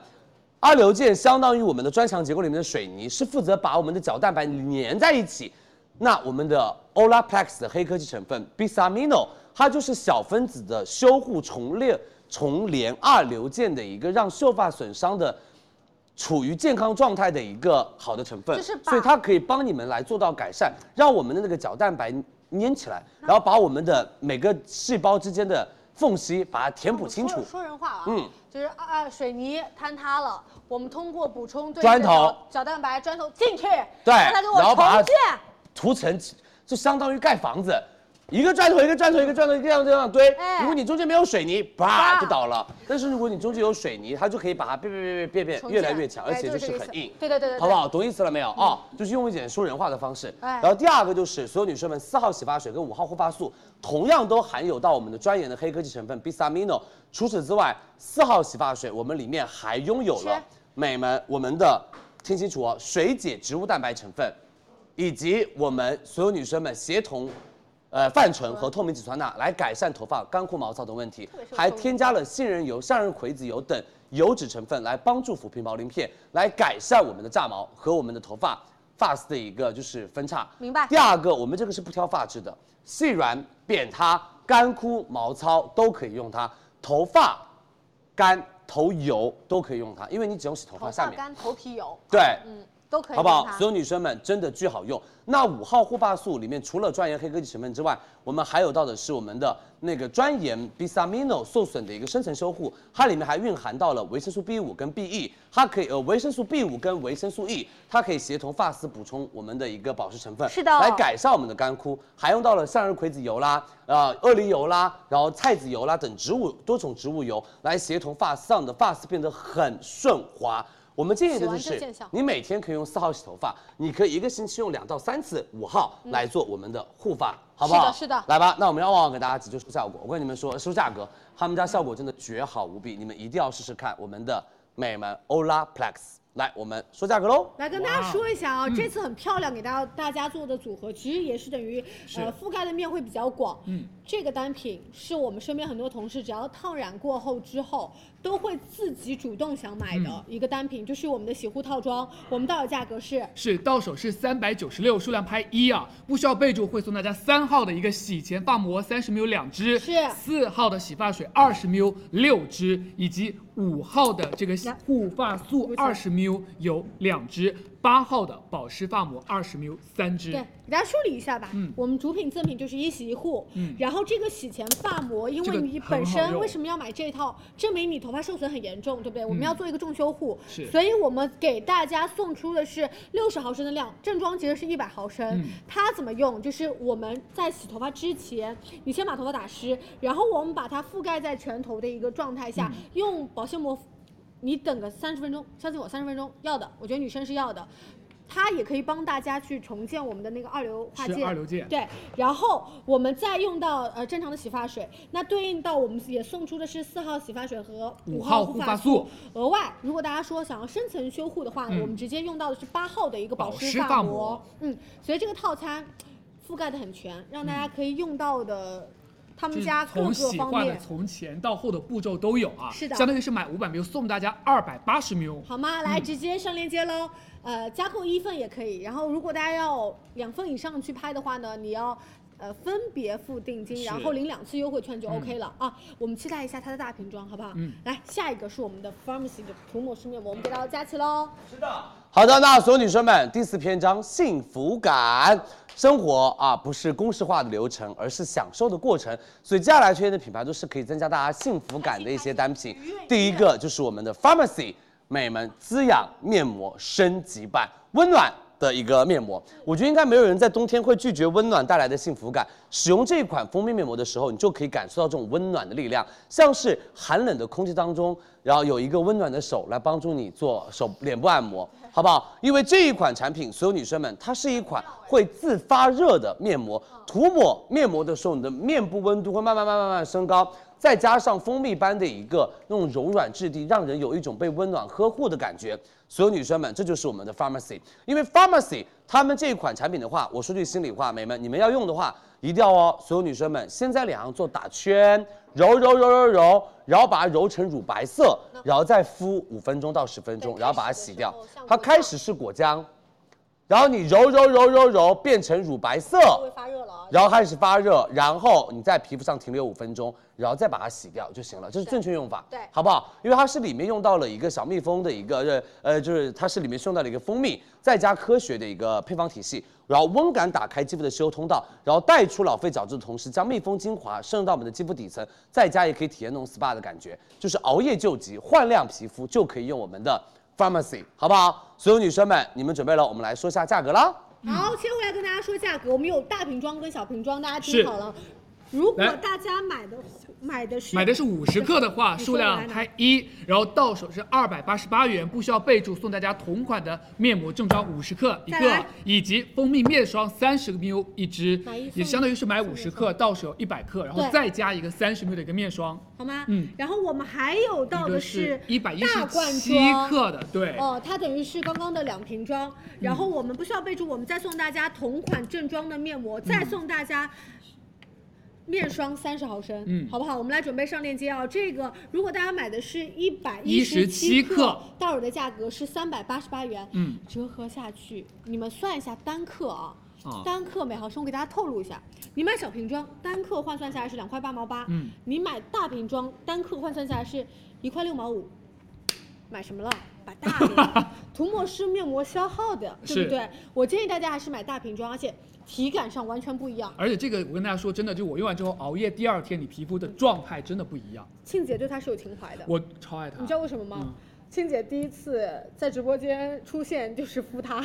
Speaker 4: 二硫键相当于我们的砖墙结构里面的水泥，是负责把我们的角蛋白粘在一起。那我们的 Olaplex 的黑科技成分 Bisamino，它就是小分子的修护重列重联二硫键的一个让秀发损伤的处于健康状态的一个好的成分，
Speaker 8: 就是把
Speaker 4: 所以它可以帮你们来做到改善，让我们的那个角蛋白粘起来，然后把我们的每个细胞之间的缝隙把它填补清楚
Speaker 8: 说。说人话啊，
Speaker 4: 嗯
Speaker 8: 就是啊，啊水泥坍塌了，我们通过补充对
Speaker 4: 砖
Speaker 8: 应的
Speaker 4: 头
Speaker 8: 角蛋白、砖头进去，
Speaker 4: 对
Speaker 8: 让它给我
Speaker 4: 然后把它
Speaker 8: 重建。
Speaker 4: 涂层就相当于盖房子，一个砖头一个砖头一个砖头一个这样这样堆。
Speaker 8: 哎
Speaker 4: 如果你中间没有水泥，啪
Speaker 8: 啪
Speaker 4: 就倒了。但是如果你中间有水泥，它就可以把它变变变变变
Speaker 8: 重建
Speaker 4: 变呃越来越强，
Speaker 8: 哎
Speaker 4: 而且就
Speaker 8: 就是这个意
Speaker 4: 是很
Speaker 8: 思
Speaker 4: 硬。
Speaker 8: 对对对对嗯
Speaker 4: 好不好？懂意思了没有啊？就是用一点说人话的方式。
Speaker 8: 哎
Speaker 4: 然后第二个就是所有女生们，四号洗发水跟五号护发素同样都含有到我们的专研的黑科技成分 Bisamino。除此之外，四号洗发水我们里面还拥有了
Speaker 8: 切
Speaker 4: 美们我们的听清楚哦，水解植物蛋白成分。以及我们所有女生们协同，呃，泛醇和透明质酸钠来改善头发干枯毛躁等问题，还添加了杏仁油、向日葵籽油等油脂成分来帮助抚平毛鳞片，来改善我们的炸毛和我们的头发发丝的一个就是分叉。
Speaker 8: 明白
Speaker 4: 第二个，我们这个是不挑发质的，细软、扁塌、干枯、毛糙都可以用它，头发干、头油都可以用它，因为你只用洗头
Speaker 8: 头
Speaker 4: 发下
Speaker 8: 发
Speaker 4: 面。
Speaker 8: 干，头皮油。嗯
Speaker 4: 对，
Speaker 8: 都可以
Speaker 4: 好不好
Speaker 8: 用？它
Speaker 4: 所有女生们真的巨好用。那五号护发素里面除了专研黑科技成分之外，我们还有到的是我们的那个专研 bisamino 受损的一个深层修护，它里面还蕴含到了维生素 B 五跟 B E，它可以呃维生素 B 五跟维生素 E，它可以协同发丝补充我们的一个保湿成分，
Speaker 8: 是的
Speaker 4: 来改善我们的干枯，还用到了向日葵籽油啦、呃鳄梨油啦，然后菜籽油啦等植物多种植物油来协同发丝，让你的发丝变得很顺滑。我们建议的就
Speaker 8: 喜欢这
Speaker 4: 是
Speaker 8: 见效
Speaker 4: 你每天可以用四号洗头发，你可以一个星期用两到三次五号来做我们的护发，好不好？
Speaker 8: 嗯是的
Speaker 4: 来吧，那我们让旺旺给大家解说效果。我跟你们说，说价格，他们家效果真的绝好无比，你们一定要试试看我们的美门 Olaplex。来，我们说价格喽。
Speaker 1: 来跟大家
Speaker 9: 哇
Speaker 1: 说一下
Speaker 4: 嗯
Speaker 1: 啊，这次很漂亮，给大家大家做的组合，其实也是等于呃覆盖的面会比较广。嗯，这个单品是我们身边很多同事只要烫染过后之后，都会自己主动想买
Speaker 4: 嗯
Speaker 1: 的一个单品，就是我们的洗护套装，我们到手价格是
Speaker 9: 是到手是三百九十六，数量拍一啊，不需要备注，会送大家三号的一个洗前发膜三十 ml 两支，
Speaker 1: 是
Speaker 9: 四号的洗发水二十 ml 六支，以及五号的这个洗护发素二十 ml 有两支，八号的保湿发膜二十 ml 三支。
Speaker 1: 对，给大家梳理一下吧。
Speaker 9: 嗯
Speaker 1: 我们主品赠品就是一洗一护，
Speaker 9: 嗯
Speaker 1: 然后这个洗前发膜，因
Speaker 9: 这
Speaker 1: 为
Speaker 9: 个
Speaker 1: 你
Speaker 9: 很
Speaker 1: 本
Speaker 9: 好
Speaker 1: 身
Speaker 9: 用
Speaker 1: 为什么要买这套，证明你头发受损很严重，对不对？我们要做一个重修护，
Speaker 9: 嗯是
Speaker 1: 所以我们给大家送出的是六十毫升的量，正装其实是一百毫升。
Speaker 9: 嗯
Speaker 1: 它怎么用？就是我们在洗头发之前，你先把头发打湿，然后我们把它覆盖在全头的一个状态
Speaker 9: 嗯
Speaker 1: 下，用保鲜膜你等个三十分钟，相信我，三十分钟要的，我觉得女生是要的。它也可以帮大家去重建我们的那个二硫化
Speaker 9: 是
Speaker 1: 键，
Speaker 9: 二硫键
Speaker 1: 对，然后我们再用到呃正常的洗发水，那对应到我们也送出的是四号洗发水和
Speaker 9: 五
Speaker 1: 号
Speaker 9: 号
Speaker 1: 护
Speaker 9: 护发
Speaker 1: 素
Speaker 9: 素。
Speaker 1: 额外，如果大家说想要深层修护的话，
Speaker 9: 嗯
Speaker 1: 我们直接用到的是八号的一个
Speaker 9: 保
Speaker 1: 湿
Speaker 9: 湿发
Speaker 1: 膜。
Speaker 9: 膜
Speaker 1: 嗯，所以这个套餐覆盖的很全，让大家可以用到的他
Speaker 9: 嗯就
Speaker 1: 们
Speaker 9: 是
Speaker 1: 家各
Speaker 9: 从
Speaker 1: 个
Speaker 9: 洗
Speaker 1: 方
Speaker 9: 发的
Speaker 1: 面。
Speaker 9: 从前到后的步骤都有啊，
Speaker 1: 是的
Speaker 9: 相当于是买五百 ml 送大家二百八十 ml。
Speaker 1: 好吗？来直接上链接喽。呃，加购一份也可以。然后，如果大家要两份以上去拍的话呢，你要呃分别付定金，然后领两次优惠券就 OK 了、啊。我们期待一下它的大瓶装，好不好？
Speaker 9: 嗯。
Speaker 1: 来，下一个是我们的 Pharmacy 的涂抹式面膜，我们给大家加齐喽。
Speaker 4: 好的，那所有女生们，第四篇章幸福感生活啊，不是公式化的流程，而是享受的过程。所以接下来推荐的品牌都是可以增加大家幸福感的一些单品。第一个就是我们的 Pharmacy 美门滋养面膜升级版，温暖。的一个面膜，我觉得应该没有人在冬天会拒绝温暖带来的幸福感。使用这款蜂蜜面膜的时候，你就可以感受到这种温暖的力量，像是寒冷的空气当中，然后有一个温暖的手来帮助你做手脸部按摩，好不好？因为这一款产品，所有女生们，它是一款会自发热的面膜，涂抹面膜的时候，你的面部温度会慢慢慢慢慢慢升高。再加上蜂蜜般的一个那种柔软质地，让人有一种被温暖呵护的感觉。所有女生们，这就是我们的 Pharmacy，因为 Pharmacy 他们这一款产品的话，我说句心里话，美们，你们要用的话，一定要哦。所有女生们，先在脸上做打圈，揉揉揉揉揉，然后把它揉成乳白色，然后再敷五分钟到十分钟，然后把它洗掉。它开始是果浆，然后你揉揉揉揉揉变成乳白色，
Speaker 1: 稍微发热了啊。
Speaker 4: 然后开始发热，然后你在皮肤上停留五分钟，然后再把它洗掉就行了，这是正确用法，
Speaker 1: 对
Speaker 4: 好不好？因为它是里面用到了一个小蜜蜂的一个呃呃，就是它是里面是用到了一个蜂蜜，再加科学的一个配方体系，然后温感打开肌肤的吸收通道，然后带出老废角质的同时，将蜜蜂精华渗入到我们的肌肤底层，在家也可以体验那种 SPA 的感觉，就是熬夜救急，焕亮皮肤就可以用我们的 Pharmacy，好不好？所有女生们，你们准备了，我们来说一下价格啦。
Speaker 9: 嗯
Speaker 1: 好，切回来跟大家说价格，我们有大瓶装跟小瓶装，大家听
Speaker 9: 是
Speaker 1: 好了。如果
Speaker 9: 来
Speaker 1: 大家买的买的是
Speaker 9: 买的是五十克的话，
Speaker 1: 你说
Speaker 9: 数
Speaker 1: 我来
Speaker 9: 量
Speaker 1: 拿
Speaker 9: 拍一，然后到手是二百八十八元，不需要备注，送大家同款的面膜正装五十克一
Speaker 1: 再
Speaker 9: 个
Speaker 1: 来，
Speaker 9: 以及蜂蜜面霜三十 ml 一支
Speaker 1: 买一，送
Speaker 9: 也相当于是买五
Speaker 1: 送
Speaker 9: 十
Speaker 1: 一
Speaker 9: 克，到手一百克，然后
Speaker 1: 对
Speaker 9: 再加一个三十 ml 的一个面霜，
Speaker 1: 好吗？
Speaker 9: 嗯
Speaker 1: 然后我们还有到
Speaker 9: 一
Speaker 1: 的
Speaker 9: 个
Speaker 1: 是
Speaker 9: 是一百一
Speaker 1: 大
Speaker 9: 十
Speaker 1: 罐
Speaker 9: 七
Speaker 1: 装
Speaker 9: 克的，对，
Speaker 1: 哦，它等于是刚刚的两瓶装，然后我们不需要备注，我们再送大家同款正装的面膜，再送大家。面霜三十毫升，
Speaker 9: 嗯
Speaker 1: 好不好？我们来准备上链接啊。这个如果大家买的是一百七
Speaker 9: 117克，
Speaker 1: 到手的价格是三百八十八元，
Speaker 9: 嗯，
Speaker 1: 折合下去，你们算一下单克啊。
Speaker 9: 啊
Speaker 1: 单克每毫升，我给大家透露一下，你买小瓶装单克换算下来是两块八毛八，
Speaker 9: 嗯，
Speaker 1: 你买大瓶装单克换算下来是一块六毛五， 买什么 了？把大的涂抹式面膜消耗的，对
Speaker 9: 是
Speaker 1: 不对？我建议大家还是买大瓶装，而且体感上完全不一样。
Speaker 9: 而且这个我跟大家说，真的，就我用完之后熬夜第二天，你皮肤的状态真的不一样。
Speaker 1: 庆姐对它是有情怀的，
Speaker 9: 我嗯超爱它。
Speaker 1: 你知道为什么吗？庆姐第一次在直播间出现就是敷 它，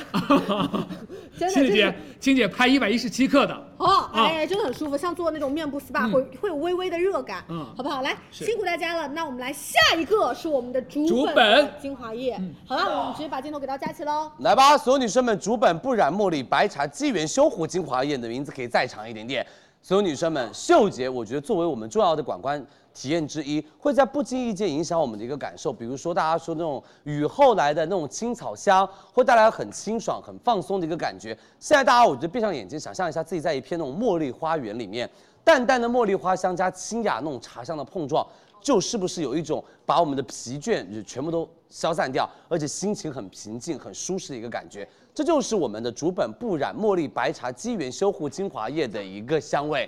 Speaker 1: 真的
Speaker 9: 青
Speaker 1: 真
Speaker 9: 姐
Speaker 1: 的，
Speaker 9: 青姐拍一百一十七克的，
Speaker 1: 哦，哎，真的很舒服，像做那种面部 SPA 会会有微微的热感，
Speaker 9: 嗯
Speaker 1: 好不好？来，
Speaker 9: 是
Speaker 1: 辛苦大家了，那我们来下一个是我们的
Speaker 9: 竹
Speaker 1: 竹
Speaker 9: 本嗯
Speaker 1: 的精华液，好了，我们直接把镜头给到佳琪喽。
Speaker 4: 来吧，所有女生们，竹本不染茉莉白茶纪元修护精华液你的名字可以再长一点点。所有女生们，嗅觉我觉得作为我们重要的感官体验之一，会在不经意间影响我们的一个感受。比如说大家说那种雨后来的那种青草香，会带来很清爽、很放松的一个感觉。现在大家我觉得闭上眼睛，想象一下自己在一片那种茉莉花园里面，淡淡的茉莉花香加清雅那种茶香的碰撞，就是不是有一种把我们的疲倦就全部都消散掉，而且心情很平静、很舒适的一个感觉。这就是我们的竹本不染茉莉白茶基源修护精华液的一个香味，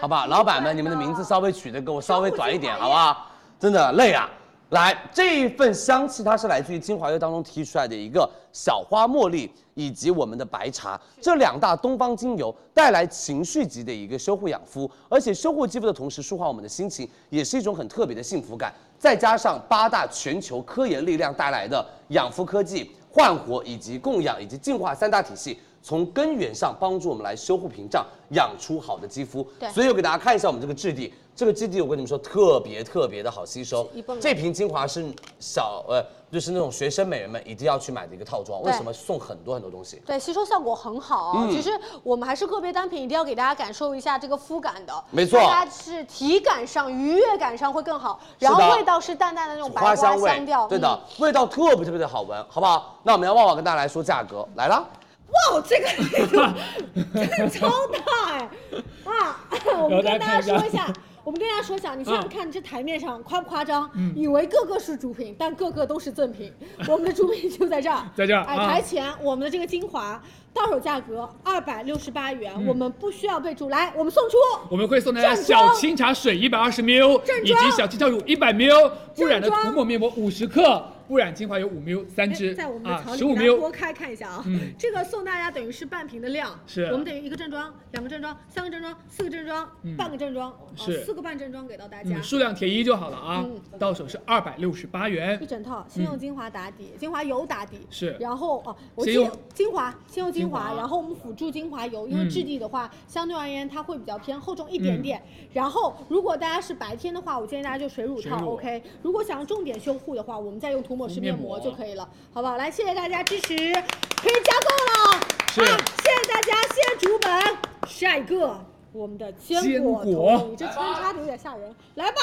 Speaker 4: 好不好？老板们，你们的名字稍微取的啊给我稍微短一点，好不好？真的累啊！来，这一份香气它是来自于精华液当中提出来的一个小花茉莉以及我们的白茶这两大东方精油，带来情绪级的一个修护养肤，而且修护肌肤的同时舒缓我们的心情，也是一种很特别的幸福感。再加上八大全球科研力量带来的养肤科技、焕活以及供养以及净化三大体系。从根源上帮助我们来修护屏障，养出好的肌肤。
Speaker 1: 对
Speaker 4: 所以我给大家看一下我们这个质地，这个质地我跟你们说特别特别的好吸收
Speaker 1: 一泵。的
Speaker 4: 这瓶精华是小呃，就是那种学生美人们一定要去买的一个套装。
Speaker 1: 对
Speaker 4: 为什么送很多很多东西？
Speaker 1: 对，吸收效果很好、
Speaker 4: 嗯
Speaker 1: 其实我们还是个别单品，一定要给大家感受一下这个肤感的，
Speaker 4: 没错
Speaker 1: 大家是体感上、愉悦感上会更好。然
Speaker 4: 是
Speaker 1: 后
Speaker 4: 的
Speaker 1: 味道是淡淡的那种白
Speaker 4: 花香味
Speaker 1: 香调，
Speaker 4: 对的
Speaker 1: 嗯。，
Speaker 4: 味道特别特别的好闻，好不好？那我们要旺旺跟大家来说价格，来啦，
Speaker 1: 哇，这个力度真的超大哎！啊，我们跟大家说一下。我们跟大家说一下，你现
Speaker 9: 嗯
Speaker 1: 在看这台面上夸不夸张？以为个个是主品，但个个都是赠品。我们的主品就在这儿，
Speaker 9: 在这儿
Speaker 1: 哎，
Speaker 9: 啊
Speaker 1: 台前我们的这个精华到手价格二百六十八元，我们不需要备注，来，我们送出。
Speaker 9: 嗯我们会送大家
Speaker 1: 正装
Speaker 9: 小清茶水一百二十 ml，
Speaker 1: 正装
Speaker 9: 以及小清茶乳一百 ml，不染的
Speaker 1: 正装
Speaker 9: 涂抹面膜五十克，不染精华油五 ml 三支
Speaker 1: 哎在我们的
Speaker 9: 啊
Speaker 1: 槽，里
Speaker 9: 十五
Speaker 1: 给大家拨
Speaker 9: ml。
Speaker 1: 开看一下啊
Speaker 9: 嗯，
Speaker 1: 这个送大家等于是半瓶的量，
Speaker 9: 是
Speaker 1: 我们等于一个正装、两个正装、三个正装、四个正装、半个正装，哦
Speaker 9: 嗯是
Speaker 1: 四个半正装给到大家
Speaker 9: 嗯，。数量填一就好了啊
Speaker 1: 嗯，
Speaker 9: 到手是二百六十八元
Speaker 1: 一。整套，先用精华打底，精华油打底，
Speaker 9: 嗯是
Speaker 1: 然后哦，我
Speaker 9: 先
Speaker 1: 记得
Speaker 9: 用
Speaker 1: 精华，先用精
Speaker 9: 精
Speaker 1: 华，
Speaker 9: 华嗯
Speaker 1: 然后我们辅助精华油，因为质地的话，相对而言它会比较偏厚重一点点。然后如果大家是白天的话，我建议大家就水乳
Speaker 9: 水
Speaker 1: 套
Speaker 9: 乳
Speaker 1: ，OK。如果想要重点修护的话，我们再用涂抹式
Speaker 9: 面
Speaker 1: 面膜
Speaker 9: 膜
Speaker 1: 就可以了，好不好？来，谢谢大家支持，可以加购了，
Speaker 9: 是
Speaker 1: 啊，谢谢大家，谢谢竹本，下一个我们的
Speaker 9: 坚
Speaker 1: 坚果
Speaker 9: 果
Speaker 1: 头，你这穿插的有点吓人，来吧，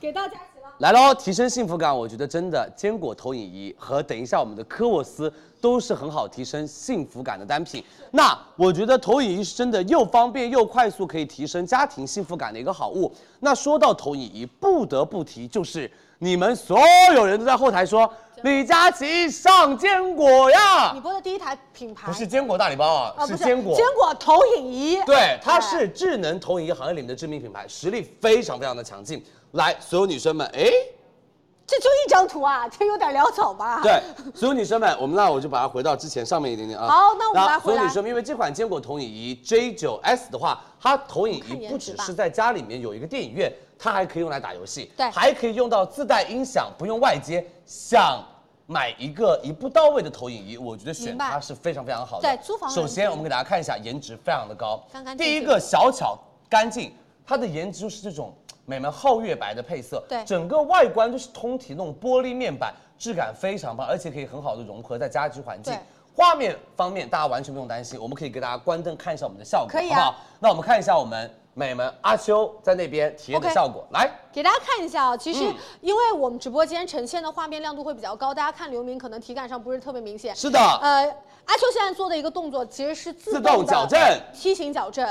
Speaker 1: 给到佳琪了。
Speaker 4: 来喽！提升幸福感，我觉得真的坚果投影仪和等一下我们的科沃斯都是很好提升幸福感的单品。那我觉得投影仪是真的又方便又快速，可以提升家庭幸福感的一个好物。那说到投影仪，不得不提就是你们所有人都在后台说李佳琦上坚果呀
Speaker 1: 你，播的第一台品牌
Speaker 4: 不是坚果大礼包啊，
Speaker 1: 啊，不
Speaker 4: 是
Speaker 1: 是
Speaker 4: 坚果。
Speaker 1: 坚果投影仪。
Speaker 4: 对，它
Speaker 1: 哎
Speaker 4: 是智能投影仪行业里面的知名品牌，实力非常非常的强劲。来，所有女生们，哎。
Speaker 1: 这就一张图啊，这有点潦草吧？
Speaker 4: 对，所有女生们，我们那我就把它回到之前上面一点点啊。
Speaker 1: 好那我们来
Speaker 4: 所
Speaker 1: 回
Speaker 4: 有
Speaker 1: 来
Speaker 4: 女生们，因为这款坚果投影仪 J 9 S 的话，它投影
Speaker 1: 看
Speaker 4: 仪
Speaker 1: 颜
Speaker 4: 不
Speaker 1: 值
Speaker 4: 只
Speaker 1: 吧
Speaker 4: 是在家里面有一个电影院，它还可以用来打游戏，
Speaker 1: 对
Speaker 4: 还可以用到自带音响，不用外接。想买一个一步到位的投影仪，我觉得选
Speaker 1: 明白
Speaker 4: 它是非常非常好的。
Speaker 1: 对租房人
Speaker 4: 首先
Speaker 1: 可以
Speaker 4: 我们给大家看一下，颜值非常的高。
Speaker 1: 干干净
Speaker 4: 第
Speaker 1: 净
Speaker 4: 一个小巧干净，它的颜值就是这种美们皓月白的配色，
Speaker 1: 对
Speaker 4: 整个外观都是通体那种玻璃面板，质感非常棒，而且可以很好的融合在家居环境
Speaker 1: 对。
Speaker 4: 画面方面大家完全不用担心，我们可以给大家关灯看一下我们的效果，
Speaker 1: 可以啊
Speaker 4: 好不好？那我们看一下我们美们阿秋在那边体验的
Speaker 1: OK
Speaker 4: 效果，来。
Speaker 1: 给大家看一下啊，其实
Speaker 4: 嗯
Speaker 1: 因为我们直播间呈现的画面亮度会比较高，大家看流明可能体感上不是特别明显。
Speaker 4: 是的
Speaker 1: 呃，阿秋现在做的一个动作其实是自
Speaker 4: 自动
Speaker 1: 的
Speaker 4: 矫正
Speaker 1: 梯形矫正，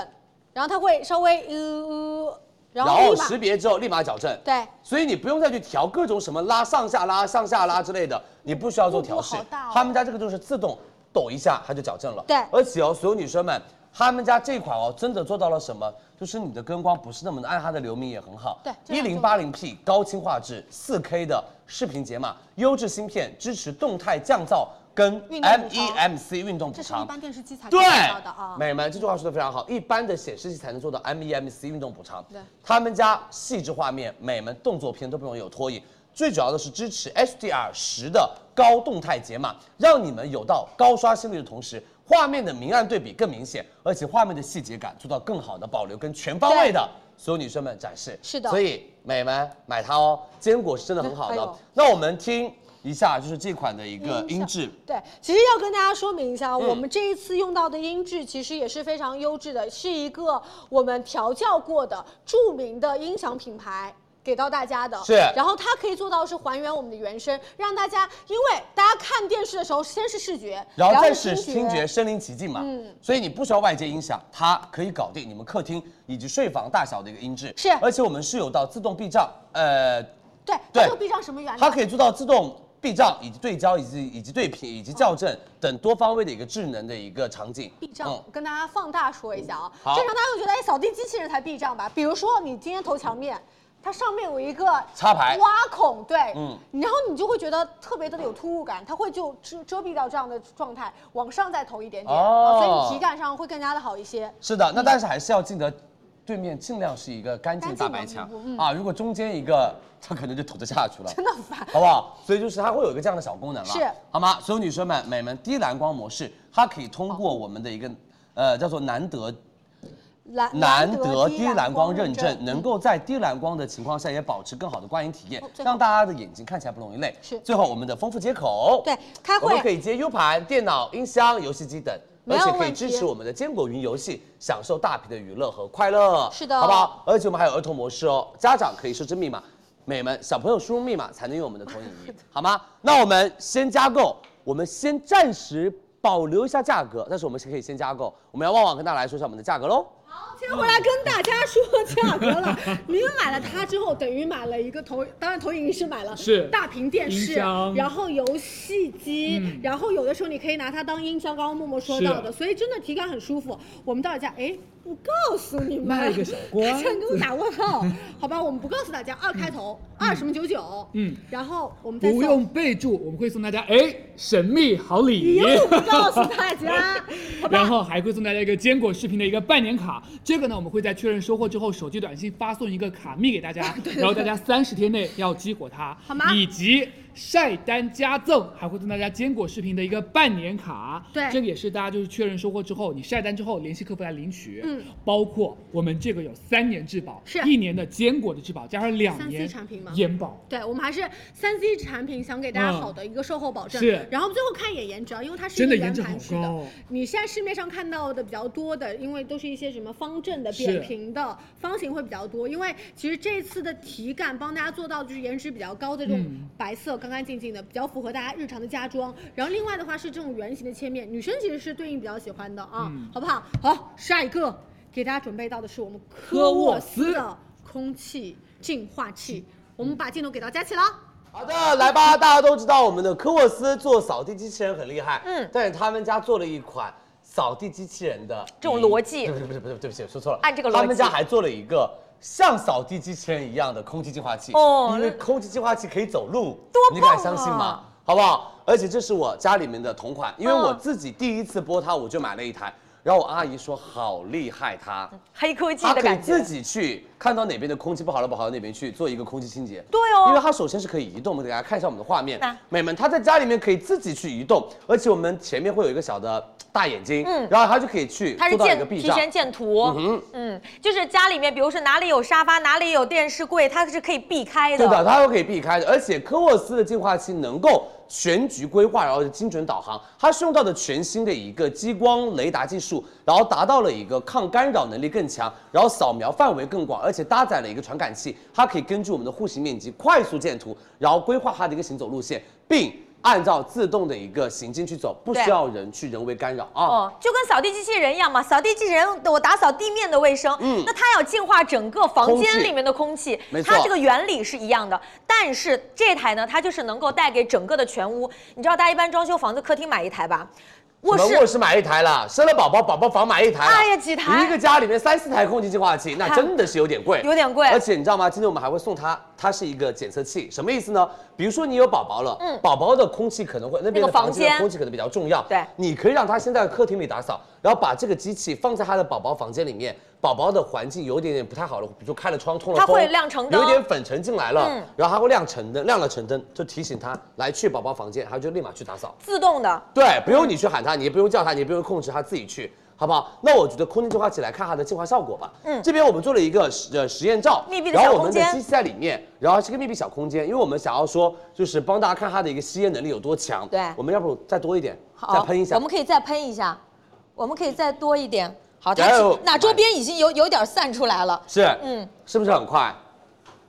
Speaker 1: 然后它会稍微呃，然
Speaker 4: 然
Speaker 1: 后
Speaker 4: 后
Speaker 1: 立马
Speaker 4: 识别之后立马矫正，
Speaker 1: 对
Speaker 4: 所以你不用再去调各种什么拉上下拉上下拉之类的，你不需要做调试
Speaker 8: 啊
Speaker 1: 步步好大哦。
Speaker 4: 他们家这个就是自动抖一下它就矫正了，
Speaker 1: 对
Speaker 4: 而且哦，所有女生们。他们家这款哦，真的做到了什么？就是你的跟光不是那么的暗，哎它的流明也很好。
Speaker 8: 对这
Speaker 4: 一
Speaker 8: 样
Speaker 4: 零
Speaker 8: 做
Speaker 4: 八零 P 高清画质，四 K 的视频解码，优质芯片，支持动态降噪跟
Speaker 8: 运动补
Speaker 4: MEMC 运动补
Speaker 8: 这是一
Speaker 4: 偿。
Speaker 8: 般电视机才
Speaker 4: 对
Speaker 8: 做得到的啊。
Speaker 4: 美人们，这句话说的非常好，一般的显示器才能做到 MEMC 运动补偿。
Speaker 8: 对
Speaker 4: 他们家细致画面，美们动作片都不容易有拖影。最主要的是支持 HDR 十的高动态解码，让你们有到高刷新率的同时，画面的明暗对比更明显，而且画面的细节感做到更好的保留跟全方位的所有女生们展示。
Speaker 8: 是的
Speaker 4: 所以美们买它哦，坚果是真的很好
Speaker 8: 哎
Speaker 4: 的
Speaker 8: 呦。
Speaker 4: 那我们听一下，就是这款的一个
Speaker 8: 音
Speaker 4: 音
Speaker 8: 效
Speaker 4: 质。
Speaker 8: 对，其实要跟大家说明一下，啊
Speaker 4: 嗯
Speaker 8: 我们这一次用到的音质其实也是非常优质的，是一个我们调教过的著名的音响品牌。给到大家的
Speaker 4: 是
Speaker 8: 然后它可以做到是还原我们的原声，让大家，因为大家看电视的时候，先是视觉，
Speaker 4: 然后再
Speaker 8: 是
Speaker 4: 是听觉，身临其境嘛，
Speaker 8: 嗯
Speaker 4: 所以你不需要外界音响，它可以搞定你们客厅以及睡房大小的一个音质。
Speaker 8: 是啊
Speaker 4: 而且我们是有到自动避障，呃，
Speaker 8: 对，它
Speaker 4: 对
Speaker 8: 这个避障什么原理？
Speaker 4: 它可以做到自动避障以及对焦以及以及对频以及校正等多方位的一个智能的一个场景。
Speaker 8: 避障，
Speaker 4: 嗯
Speaker 8: 跟大家放大说一下啊。
Speaker 4: 好
Speaker 8: 正常大家会觉得，哎，扫地机器人才避障吧？比如说你今天投墙面，它上面有一个
Speaker 4: 插排
Speaker 8: 挖孔，对，
Speaker 4: 嗯
Speaker 8: 然后你就会觉得特别的有突兀感，它会就遮遮蔽掉这样的状态，往上再投一点点，
Speaker 4: 哦
Speaker 8: 啊所以你体感上会更加的好一些。
Speaker 4: 是的，那但是还是要记得，对面尽量是一个干净的大白墙
Speaker 8: 干净的幕布嗯
Speaker 4: 啊，如果中间一个，它可能就投得下去了。
Speaker 8: 真的很烦，
Speaker 4: 好不好？所以就是它会有一个这样的小功能了，
Speaker 8: 是
Speaker 4: 好吗？所有女生们、美们，低蓝光模式，它可以通过我们的一个呃叫做难得
Speaker 8: 难
Speaker 4: 难得低蓝光认证，
Speaker 8: 嗯
Speaker 4: 能够在低蓝光的情况下也保持更好的观影体验
Speaker 8: 哦，最好
Speaker 4: 让大家的眼睛看起来不容易累。
Speaker 8: 是
Speaker 4: 最后我们的丰富接口，
Speaker 8: 对开
Speaker 4: 我们
Speaker 8: 会
Speaker 4: 可以接 U 盘、电脑、音箱、游戏机等。
Speaker 8: 没
Speaker 4: 而
Speaker 8: 有
Speaker 4: 且可以
Speaker 8: 问
Speaker 4: 支
Speaker 8: 题
Speaker 4: 持我们的坚果云游戏，享受大屏的娱乐和快乐，
Speaker 8: 是的
Speaker 4: 好不好？而且我们还有儿童模式哦，家长可以设置密码，美们小朋友输入密码才能用我们的投影 仪，好吗？那我们先加购，我们先暂时保留一下价格，但是我们可以先加购。我们要旺旺跟大家来说一下我们的价格喽。
Speaker 1: 先回来跟大家说价格了，您买了它之后，等于买了一个投，当然投影仪是买了，
Speaker 9: 是
Speaker 1: 大屏电视
Speaker 9: 音箱，
Speaker 1: 然后游戏机，
Speaker 9: 嗯
Speaker 1: 然后有的时候你可以拿它当音箱，刚刚默默说到的，
Speaker 9: 是
Speaker 1: 所以真的体感很舒服。我们到底价，哎，不告诉你们，
Speaker 9: 卖个小 关子
Speaker 1: 差点给我打问号，好吧，我们不告诉大家，二开头，二什么九九，
Speaker 9: 嗯，
Speaker 1: 然后我们再
Speaker 9: 不
Speaker 1: 送
Speaker 9: 用备注，我们会送大家哎神秘好礼，
Speaker 1: 又不告诉大家，好吧
Speaker 9: 然。后还会送大家一个坚果视频的一个半年卡，这个呢我们会在确认收货之后，手机短信发送一个卡密给大家， 然后大家三十天内要激活它，
Speaker 1: 好吗
Speaker 9: 以及晒单加赠，还会送大家坚果视频的一个半年卡，
Speaker 1: 对
Speaker 9: 这个也是大家就是确认收货之后，你晒单之后联系客服来领取，
Speaker 1: 嗯，
Speaker 9: 包括我们这个有三年质保，
Speaker 1: 是
Speaker 9: 一年的坚果的质保，加上两
Speaker 1: 三 C
Speaker 9: 年
Speaker 1: 产品吗
Speaker 9: 延保。
Speaker 1: 对我们还是三 C 产品想给大家好的一个售后保证。
Speaker 9: 嗯是
Speaker 1: 然后最后看一眼颜值啊，因为它是一
Speaker 9: 真
Speaker 1: 个
Speaker 9: 的
Speaker 1: 圆
Speaker 9: 颜值好
Speaker 1: 盘式的。
Speaker 9: 高哦
Speaker 1: 你现在市面上看到的比较多的，因为都是一些什么方正的、
Speaker 9: 是
Speaker 1: 扁平的、方形会比较多。因为其实这次的体感帮大家做到就是颜值比较高的这种
Speaker 9: 嗯
Speaker 1: 白色，干干净净的，比较符合大家日常的家装。然后另外的话是这种圆形的切面，女生其实是对应比较喜欢的啊，
Speaker 9: 嗯
Speaker 1: 好不好？好，下一个给大家准备到的是我们科
Speaker 9: 科沃
Speaker 1: 沃斯
Speaker 9: 斯
Speaker 1: 的空气净化器。我们把镜头给到佳琪了。
Speaker 4: 好的，来吧，大家都知道我们的科沃斯做扫地机器人很厉害，嗯
Speaker 2: 嗯，
Speaker 4: 但是他们家做了一款扫地机器人的嗯
Speaker 2: 这种逻辑
Speaker 4: 不是不是不是，对不起，说错了，
Speaker 2: 按这个逻辑
Speaker 4: 他们家还做了一个像扫地机器人一样的空气净化器，
Speaker 2: 哦
Speaker 4: 因为空气净化器可以走路，
Speaker 2: 多
Speaker 4: 你敢
Speaker 2: 棒啊
Speaker 4: 相信吗？好不好？而且这是我家里面的同款，
Speaker 2: 嗯
Speaker 4: 因为我自己第一次播它，我就买了一台，然后我阿姨说好厉害它，
Speaker 2: 黑科技的
Speaker 4: 它可以
Speaker 2: 感觉
Speaker 4: 自。己去看到哪边的空气不好了，跑到哪边去做一个空气清洁。
Speaker 2: 对哦
Speaker 4: 因为它首先是可以移动，我们给大家看一下我们的画面
Speaker 2: 来。
Speaker 4: 美们，它在家里面可以自己去移动，而且我们前面会有一个小的大眼睛，
Speaker 2: 嗯
Speaker 4: 然后它就可以去
Speaker 2: 它是
Speaker 4: 做到一个
Speaker 2: 建
Speaker 4: 避
Speaker 2: 提
Speaker 4: 障。
Speaker 2: 前建图，嗯就是家里面，比如说哪里有沙发，哪里有电视柜，它是可以避开的。
Speaker 4: 对的，它都可以避开的。而且科沃斯的净化器能够全局规划，然后精准导航，它是用到的全新的一个激光雷达技术，然后达到了一个抗干扰能力更强，然后扫描范围更广，而且搭载了一个传感器，它可以根据我们的户型面积快速建图，然后规划它的一个行走路线，并。按照自动的一个行进去走，不需
Speaker 2: 对
Speaker 4: 要人去人为干扰啊。
Speaker 2: 哦，就跟扫地机器人一样嘛，扫地机器人我打扫地面的卫生，
Speaker 4: 嗯
Speaker 2: 那它要净化整个房间里面的空气，
Speaker 4: 没错
Speaker 2: 它这个原理是一样的。但是这台呢，它就是能够带给整个的全屋。你知道，大家一般装修房子，客厅买一台吧，
Speaker 4: 我
Speaker 2: 卧
Speaker 4: 们
Speaker 2: 室
Speaker 4: 卧室买一台啦，生了宝宝，宝宝房买一台啦。
Speaker 2: 哎呀几台
Speaker 4: 一个家里面三四台空气净化器，那真的是有点贵，
Speaker 2: 有点贵
Speaker 4: 而且你知道吗？今天我们还会送他，它是一个检测器，什么意思呢？比如说你有宝宝了，
Speaker 2: 嗯
Speaker 4: 宝宝的空气可能会那边
Speaker 2: 那个
Speaker 4: 的
Speaker 2: 房
Speaker 4: 房间
Speaker 2: 间
Speaker 4: 的空气可能比较重要，
Speaker 2: 对
Speaker 4: 你可以让他先在客厅里打扫，然后把这个机器放在他的宝宝房间里面。宝宝的环境有一点点不太好了，比如说开了窗通了
Speaker 2: 它
Speaker 4: 风，
Speaker 2: 会亮橙灯
Speaker 4: 有一点粉尘进来了，
Speaker 2: 嗯
Speaker 4: 然后它会亮橙灯，亮了橙灯就提醒他来去宝宝房间，他就立马去打扫。
Speaker 2: 自动的，
Speaker 4: 对，不用你去喊他，你也不用叫他，你也不用控制他自己去，好不好？那我觉得空气净化器来看它的净化效果吧。
Speaker 2: 嗯
Speaker 4: 嗯，这边我们做了一个实呃实验罩，
Speaker 2: 密闭的
Speaker 4: 然后
Speaker 2: 小
Speaker 4: 我们
Speaker 2: 空
Speaker 4: 的
Speaker 2: 间
Speaker 4: 机器在里面，然后是个密闭小空间，因为我们想要说就是帮大家看它的一个吸烟能力有多强。
Speaker 2: 对嗯
Speaker 4: 我们要不再多一点，再喷一下
Speaker 2: 我们。可以再喷一下，我们可以再多一点。好，它
Speaker 4: 然后
Speaker 2: 哪周边已经有有点散出来了，
Speaker 4: 是，
Speaker 2: 嗯
Speaker 4: 嗯，是不是很快？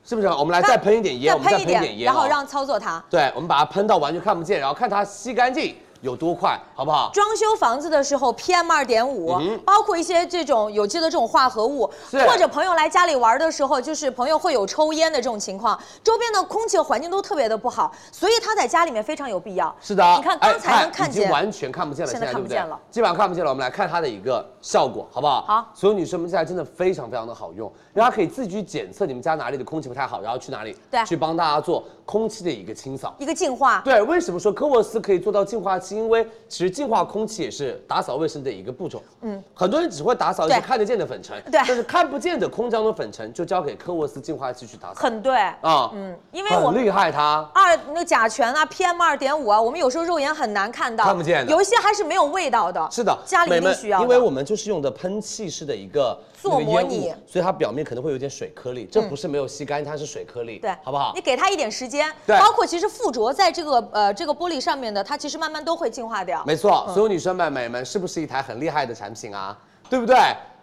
Speaker 4: 是不是？我们来
Speaker 2: 那
Speaker 4: 再喷一点烟，
Speaker 2: 再
Speaker 4: 我们再
Speaker 2: 喷
Speaker 4: 喷
Speaker 2: 一
Speaker 4: 一点
Speaker 2: 点，
Speaker 4: 烟，哦
Speaker 2: 然后
Speaker 4: 好
Speaker 2: 让操作它。
Speaker 4: 对，我们把它喷到完全看不见，然后看它吸干净有多快，好不好？
Speaker 2: 装修房子的时候，PM 二点五
Speaker 4: 嗯，
Speaker 2: 包括一些这种有机的这种化合物，
Speaker 4: 是
Speaker 2: 或者朋友来家里玩的时候，就是朋友会有抽烟的这种情况，周边的空气和环境都特别的不好，所以他在家里面非常有必要。
Speaker 4: 是的，
Speaker 2: 你看刚
Speaker 4: 哎
Speaker 2: 才能看
Speaker 4: 已
Speaker 2: 见
Speaker 4: 经，完全看不见了，
Speaker 2: 现
Speaker 4: 现
Speaker 2: 在
Speaker 4: 在
Speaker 2: 看
Speaker 4: 对
Speaker 2: 不
Speaker 4: 不
Speaker 2: 见
Speaker 4: 对
Speaker 2: 了？
Speaker 4: 基本上看不见了，我们来看它的一个效果，好不好？
Speaker 2: 好
Speaker 4: 所有女生们现在真的非常非常的好用，然后可以自己去检测你们家哪里的空气不太好，然后去哪里，
Speaker 2: 对
Speaker 4: 去帮大家做空气的一个清扫。
Speaker 2: 一个净化，
Speaker 4: 对，为什么说科沃斯可以做到净化器？因为其实净化空气也是打扫卫生的一个步骤。
Speaker 2: 嗯
Speaker 4: 嗯，很多人只会打扫一
Speaker 2: 对
Speaker 4: 些看得见的粉尘，
Speaker 2: 对
Speaker 4: 但是看不见的空中的粉尘就交给科沃斯净化器去打扫。
Speaker 2: 很对，
Speaker 4: 啊，
Speaker 2: 嗯
Speaker 4: 嗯，
Speaker 2: 因为我们
Speaker 4: 很厉害它，
Speaker 2: 二那个甲醛啊，PM 二点五啊，我们有时候肉眼很难看到，
Speaker 4: 看不见的
Speaker 2: 有一些还是没有味道的。
Speaker 4: 是的，
Speaker 2: 家里一
Speaker 4: 美
Speaker 2: 定
Speaker 4: 们
Speaker 2: 需要的，
Speaker 4: 因为我们就是用的喷气式的一个
Speaker 2: 做
Speaker 4: 那个
Speaker 2: 模
Speaker 4: 烟
Speaker 2: 拟
Speaker 4: 雾，所以它表面可能会有点水颗粒，这不是没有吸干，它是水颗粒，
Speaker 2: 对，
Speaker 4: 好不好
Speaker 2: 你？给它一点时间，
Speaker 4: 对
Speaker 2: 包括其实附着在这个呃这个玻璃上面的，它其实慢慢都会净化掉。
Speaker 4: 没错，所有女生们、美们，是不是一台很厉害的产品啊？对不对？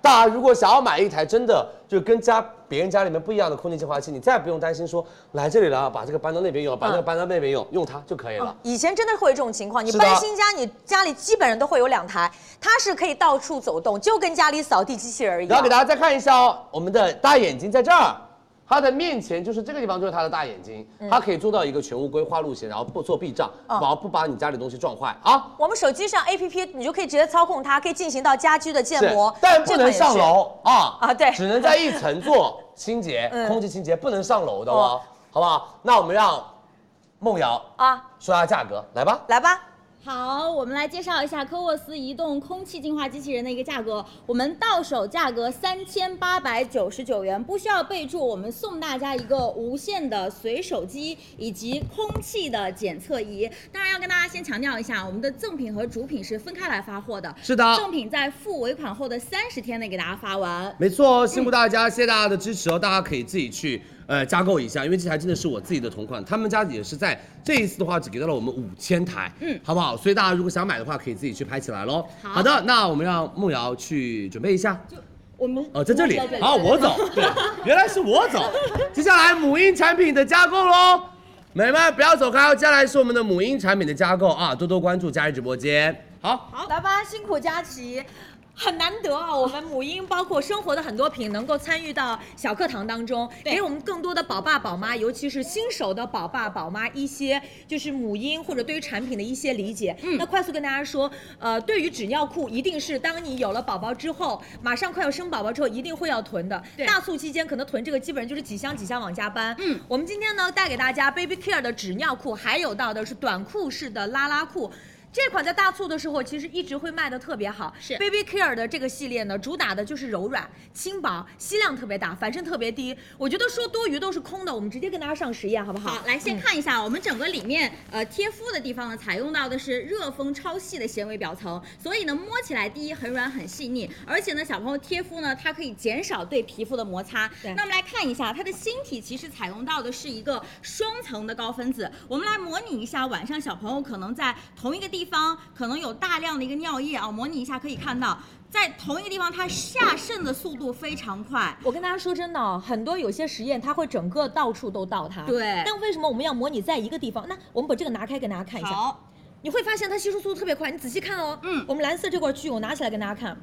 Speaker 4: 大家如果想要买一台真的就是跟家别人家里面不一样的空气净化器，你再也不用担心说来这里了，把这个搬到那边用，把
Speaker 2: 嗯
Speaker 4: 那个搬到那边用，用它就可以了。
Speaker 2: 以前真的会有这种情况，你
Speaker 4: 是的
Speaker 2: 搬新家，你家里基本上都会有两台，它是可以到处走动，就跟家里扫地机器人一
Speaker 4: 然
Speaker 2: 样
Speaker 4: 后给。大家再看一下哦，我们的大眼睛在这
Speaker 2: 嗯
Speaker 4: 儿，它的面前就是这个地方就是它的大眼睛，它可以做到一个全屋规划路线，然后不做避障，
Speaker 2: 哦
Speaker 4: 然后不把你家里东西撞坏啊。
Speaker 2: 我们手机上 APP，你就可以直接操控它，可以进行到家居的建
Speaker 4: 是
Speaker 2: 模，，
Speaker 4: 但不
Speaker 2: 这款
Speaker 4: 能
Speaker 2: 也是
Speaker 4: 上。楼啊
Speaker 2: 啊对
Speaker 4: 只能在一层做 清洁，
Speaker 2: 嗯
Speaker 4: 空气清洁不能上楼的哦
Speaker 2: 哦，
Speaker 4: 好不好？那我们让梦瑶
Speaker 2: 啊
Speaker 4: 说下价格，来吧。
Speaker 2: 来吧，
Speaker 6: 好，我们来介绍一下科沃斯移动空气净化机器人的一个价格。我们到手价格三千八百九十九元，不需要备注，我们送大家一个无线的随手机以及空气的检测仪。当然要跟大家先强调一下，我们的赠品和主品是分开来发货的。
Speaker 3: 是的
Speaker 6: 赠品在付尾款后的三十天内给大家发完。
Speaker 3: 没错哦，辛苦大家，谢谢大家的支持哦，大家可以自己去呃加购一下，因为这台真的是我自己的同款，他们家也是在这一次的话只给到了我们五千台，
Speaker 6: 嗯
Speaker 3: 好不好？所以大家如果想买的话，可以自己去拍起来喽。
Speaker 6: 好
Speaker 3: 的，那我们让梦瑶去准备一下，
Speaker 6: 我们
Speaker 3: 哦，在这里
Speaker 6: 在这，里
Speaker 3: 好，我 走，对，原来是我走，接下来母婴产品的加购喽。美们不要走开哦，接下来是我们的母婴产品的加购啊，多多关注佳怡直播间。好，
Speaker 2: 来吧，辛苦佳琪。很难得啊，我们母婴包括生活的很多品能够参与到小课堂当中，
Speaker 6: 对
Speaker 2: 给我们更多的宝爸宝妈，尤其是新手的宝爸宝妈一些就是母婴或者对于产品的一些理解。
Speaker 6: 嗯
Speaker 2: 那快速跟大家说，呃，对于纸尿裤，一定是当你有了宝宝之后，马上快要生宝宝之后，一定会要囤的。
Speaker 6: 对
Speaker 2: 大促期间可能囤这个，基本上就是几箱几箱往家搬。
Speaker 6: 嗯
Speaker 2: 我们今天呢带给大家 Baby Care 的纸尿裤，还有到的是短裤式的拉拉裤。这款在大促的时候，其实一直会卖的特别好。
Speaker 6: 是
Speaker 2: Baby Care 的这个系列呢，主打的就是柔软、轻薄、吸量特别大，反渗特别低。我觉得说多余都是空的，我们直接跟大家上实验，好不好？
Speaker 6: 好，来先看一下我们整个里面，呃，贴肤的地方呢，采用到的是热风超细的纤维表层，所以呢，摸起来第一很软很细腻，而且呢，小朋友贴肤呢，它可以减少对皮肤的摩擦。
Speaker 2: 对
Speaker 6: 那我们来看一下它的芯体，其实采用到的是一个双层的高分子。我们来模拟一下，晚上小朋友可能在同一个地方，可能有大量的一个尿液啊，模拟一下可以看到，在同一个地方它下渗的速度非常快。
Speaker 2: 我跟大家说真的啊，很多有些实验它会整个到处都倒它。
Speaker 6: 对
Speaker 2: 但为什么我们要模拟在一个地方？那我们把这个拿开给大家看一下。
Speaker 6: 好，
Speaker 2: 你会发现它吸收速度特别快，你仔细看哦。
Speaker 6: 嗯
Speaker 2: 我们蓝色这块区域，我拿起来跟大家看，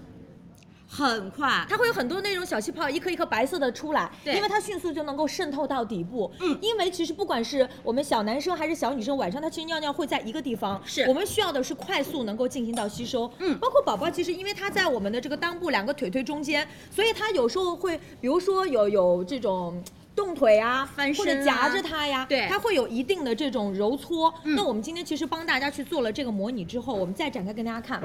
Speaker 6: 很快。
Speaker 2: 它会有很多那种小气泡，一颗一颗白色的出来，
Speaker 6: 对
Speaker 2: 因为它迅速就能够渗透到底部。嗯，因为其实不管是我们小男生还是小女生，晚上他其实尿尿会在一个地方，
Speaker 6: 是
Speaker 2: 我们需要的是快速能够进行到吸收。嗯，包括宝宝其实因为他在我们的这个裆部两个腿腿中间，所以他有时候会，比如说有有这种。动腿啊，
Speaker 6: 翻
Speaker 2: 或
Speaker 6: 身
Speaker 2: 者
Speaker 6: 啊
Speaker 2: 夹着它呀，
Speaker 6: 对嗯
Speaker 2: 它会有一定的这种揉搓。那我们今天其实帮大家去做了这个模拟之后，我们再展开跟大家看，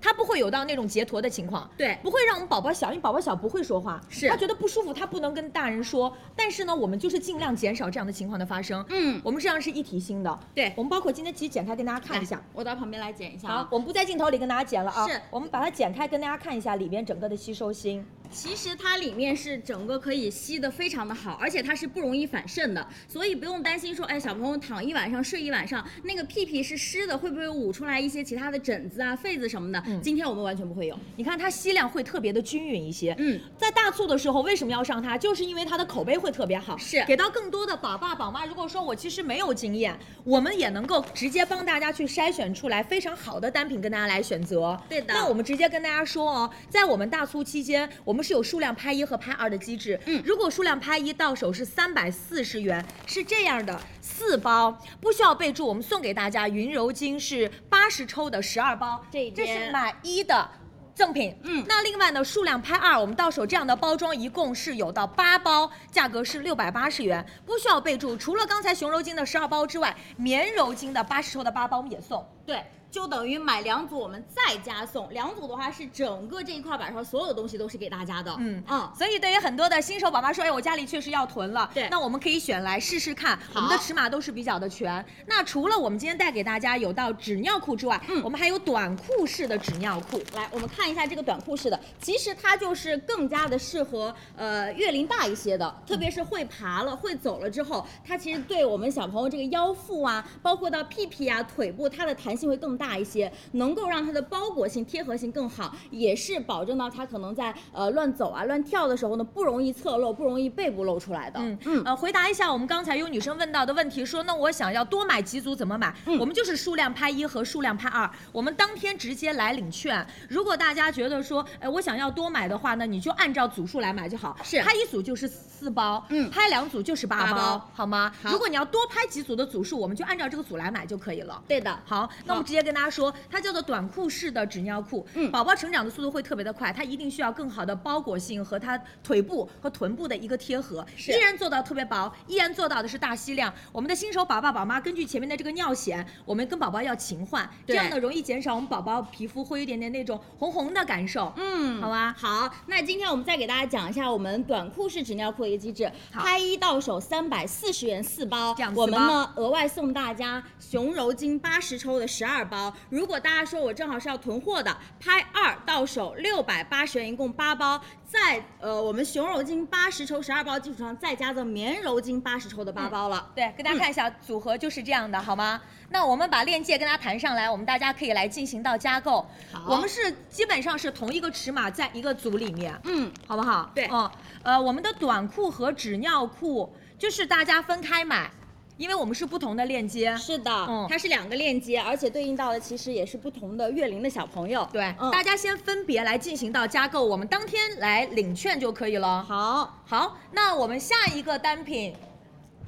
Speaker 2: 它不会有到那种截驼的情况，
Speaker 6: 对
Speaker 2: 不会让我们宝宝小，因为宝宝小不会说话，
Speaker 6: 是
Speaker 2: 他觉得不舒服，他不能跟大人说。但是呢，我们就是尽量减少这样的情况的发生。
Speaker 6: 嗯
Speaker 2: 我们实际上是一体性的。
Speaker 6: 对
Speaker 2: 我们包括今天其实剪开跟大家看一下
Speaker 6: 来。我到旁边来剪一下
Speaker 2: 好
Speaker 6: 啊，。
Speaker 2: 我们不在镜头里跟大家剪了啊，
Speaker 6: 是
Speaker 2: 我们把它剪开跟大家看一下里边整个的吸收芯。
Speaker 6: 其实它里面是整个可以吸的非常的好，而且它是不容易反渗的，所以不用担心说，哎，小朋友躺一晚上睡一晚上，那个屁屁是湿的，会不会捂出来一些其他的疹子啊、痱子什么的？今天我们完全不会有。
Speaker 2: 你看它吸量会特别的均匀一些。
Speaker 6: 嗯，
Speaker 2: 在大促的时候为什么要上它？就是因为它的口碑会特别好，
Speaker 6: 是
Speaker 2: 给到更多的宝爸宝妈。如果说我其实没有经验，我们也能够直接帮大家去筛选出来非常好的单品跟大家来选择。
Speaker 6: 对的
Speaker 2: 那我们直接跟大家说哦，在我们大促期间，我们是有数量拍一和拍二的机制。
Speaker 6: 嗯
Speaker 2: 如果数量拍一到手是三百四十元，是这样的，四包不需要备注，我们送给大家云柔巾是八十抽的十二包，
Speaker 6: 这一
Speaker 2: 这是
Speaker 6: 边
Speaker 2: 买一的赠品。
Speaker 6: 嗯
Speaker 2: 那另外呢，数量拍二，我们到手这样的包装一共是有到八包，价格是六百八十元，不需要备注。除了刚才熊柔巾的十二包之外，棉柔巾的八十抽的八包我们也送。
Speaker 6: 对，就等于买两组，我们再加送两组的话是整个这一块板上所有的东西都是给大家的。
Speaker 2: 嗯
Speaker 6: 嗯，
Speaker 2: 所以对于很多的新手宝妈说，哎，我家里确实要囤了，
Speaker 6: 对
Speaker 2: 那我们可以选来试试看，我们的尺码都是比较的全。那除了我们今天带给大家有到纸尿裤之外，
Speaker 6: 嗯
Speaker 2: 我们还有短裤式的纸尿裤。
Speaker 6: 来，我们看一下这个短裤式的，其实它就是更加的适合呃月龄大一些的，特别是会爬了、会走了之后，它其实对我们小朋友这个腰腹啊，包括到屁屁啊、腿部，它的弹性会更大一些，能够让它的包裹性、贴合性更好，也是保证到它可能在呃乱走啊、乱跳的时候呢，不容易侧漏，不容易背部露出来的。
Speaker 2: 嗯
Speaker 6: 嗯，
Speaker 2: 呃，回答一下我们刚才有女生问到的问题，说那我想要多买几组怎么买？
Speaker 6: 嗯
Speaker 2: 我们就是数量拍一和数量拍二，我们当天直接来领券。如果大家觉得说，哎，我想要多买的话呢，你就按照组数来买就好。
Speaker 6: 是
Speaker 2: 拍一组就是四包，
Speaker 6: 嗯
Speaker 2: 拍两组就是八
Speaker 6: 八包
Speaker 2: 好吗？
Speaker 6: 好
Speaker 2: 如果你要多拍几组的组数，我们就按照这个组来买就可以了。
Speaker 6: 对的。
Speaker 2: 好，那我们直接跟大家说，它叫做短裤式的纸尿裤。
Speaker 6: 嗯
Speaker 2: 宝宝成长的速度会特别的快，它一定需要更好的包裹性和它腿部和臀部的一个贴合，
Speaker 6: 是
Speaker 2: 依然做到特别薄，依然做到的是大吸量。我们的新手宝爸宝妈根据前面的这个尿显，我们跟宝宝要勤换，这
Speaker 6: 对
Speaker 2: 样呢容易减少我们宝宝皮肤会有一点点那种红红的感受。
Speaker 6: 嗯，
Speaker 2: 好吧
Speaker 6: 好，那今天我们再给大家讲一下我们短裤式纸尿裤的一个机制，
Speaker 2: 好
Speaker 6: 拍一到手三百四十元四包，
Speaker 2: 这样四包
Speaker 6: 我们呢额外送大家熊柔巾八十抽的十二包。如果大家说我正好是要囤货的，拍二到手六百八十元，一共八包。再呃，我们熊柔巾八十抽十二包基础上再加赠棉柔巾八十抽的八包了。
Speaker 2: 对，跟大家看一下、组合就是这样的，好吗？那我们把链接跟大家弹上来，我们大家可以来进行到加购。
Speaker 6: 好
Speaker 2: 我们是基本上是同一个尺码在一个组里面，
Speaker 6: 嗯，
Speaker 2: 好不好？
Speaker 6: 对
Speaker 2: 嗯，呃，我们的短裤和纸尿裤就是大家分开买，因为我们是不同的链接。
Speaker 6: 是的，
Speaker 2: 嗯
Speaker 6: 它是两个链接，而且对应到的其实也是不同的月龄的小朋友。
Speaker 2: 对，
Speaker 6: 嗯
Speaker 2: 大家先分别来进行到加购，我们当天来领券就可以了。
Speaker 6: 好，
Speaker 2: 好，那我们下一个单品，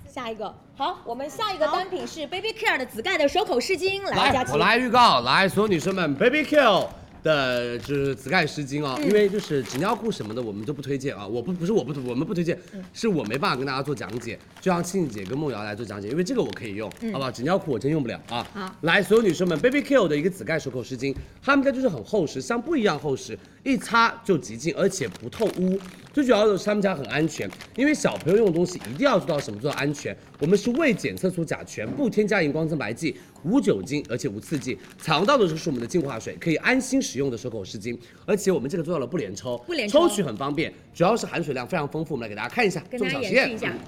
Speaker 6: 下一个。
Speaker 2: 好，我们下一个单品是 Baby Care 的紫盖的手口湿巾，来，
Speaker 4: 来
Speaker 2: 佳，琪
Speaker 4: 我来预告，来，所有女生们，Baby Q 的就是紫盖湿巾啊，
Speaker 2: 嗯
Speaker 4: 因为就是纸尿裤什么的，我们就不推荐啊。我不不是我不我们不推荐，
Speaker 2: 嗯
Speaker 4: 是我没办法跟大家做讲解，就让庆姐跟梦瑶来做讲解，因为这个我可以用，好不好？纸尿裤我真用不了啊。
Speaker 2: 嗯好
Speaker 4: 来，所有女生们，Baby Q 的一个紫盖手口湿巾，他们家就是很厚实，像布一样厚实，一擦就极尽，而且不透污。最主要的是他们家很安全，因为小朋友用的东西一定要知道什么叫做安全。我们是未检测出甲醛，不添加荧光增白剂，无酒精，而且无刺激。采用到的就是我们的净化水，可以安心使用的手口湿巾，而且我们这个做到了不连抽，
Speaker 2: 不连抽
Speaker 4: 取很方便，主要是含水量非常丰富。我们来给大家看一下
Speaker 2: 跟
Speaker 4: 做
Speaker 2: 大
Speaker 4: 个
Speaker 2: 家演
Speaker 4: 小实
Speaker 2: 示
Speaker 4: 验
Speaker 2: 一，下。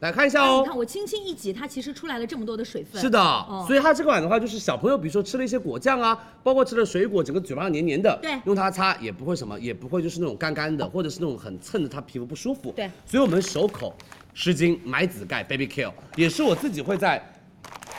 Speaker 4: 来看一下
Speaker 2: 哎
Speaker 4: 哦
Speaker 2: 你。哎看我轻轻一挤，它其实出来了这么多的水分。
Speaker 4: 是的，
Speaker 2: 嗯
Speaker 4: 所以它这款的话，就是小朋友，比如说吃了一些果酱啊，包括吃了水果，整个嘴巴上黏黏的，
Speaker 2: 对
Speaker 4: 用它擦也不会什么，也不会就是那种干干的，或者是那种很蹭着它皮肤不舒服。
Speaker 2: 对，
Speaker 4: 所以我们手口湿巾买紫盖 Baby Kill 也是我自己会在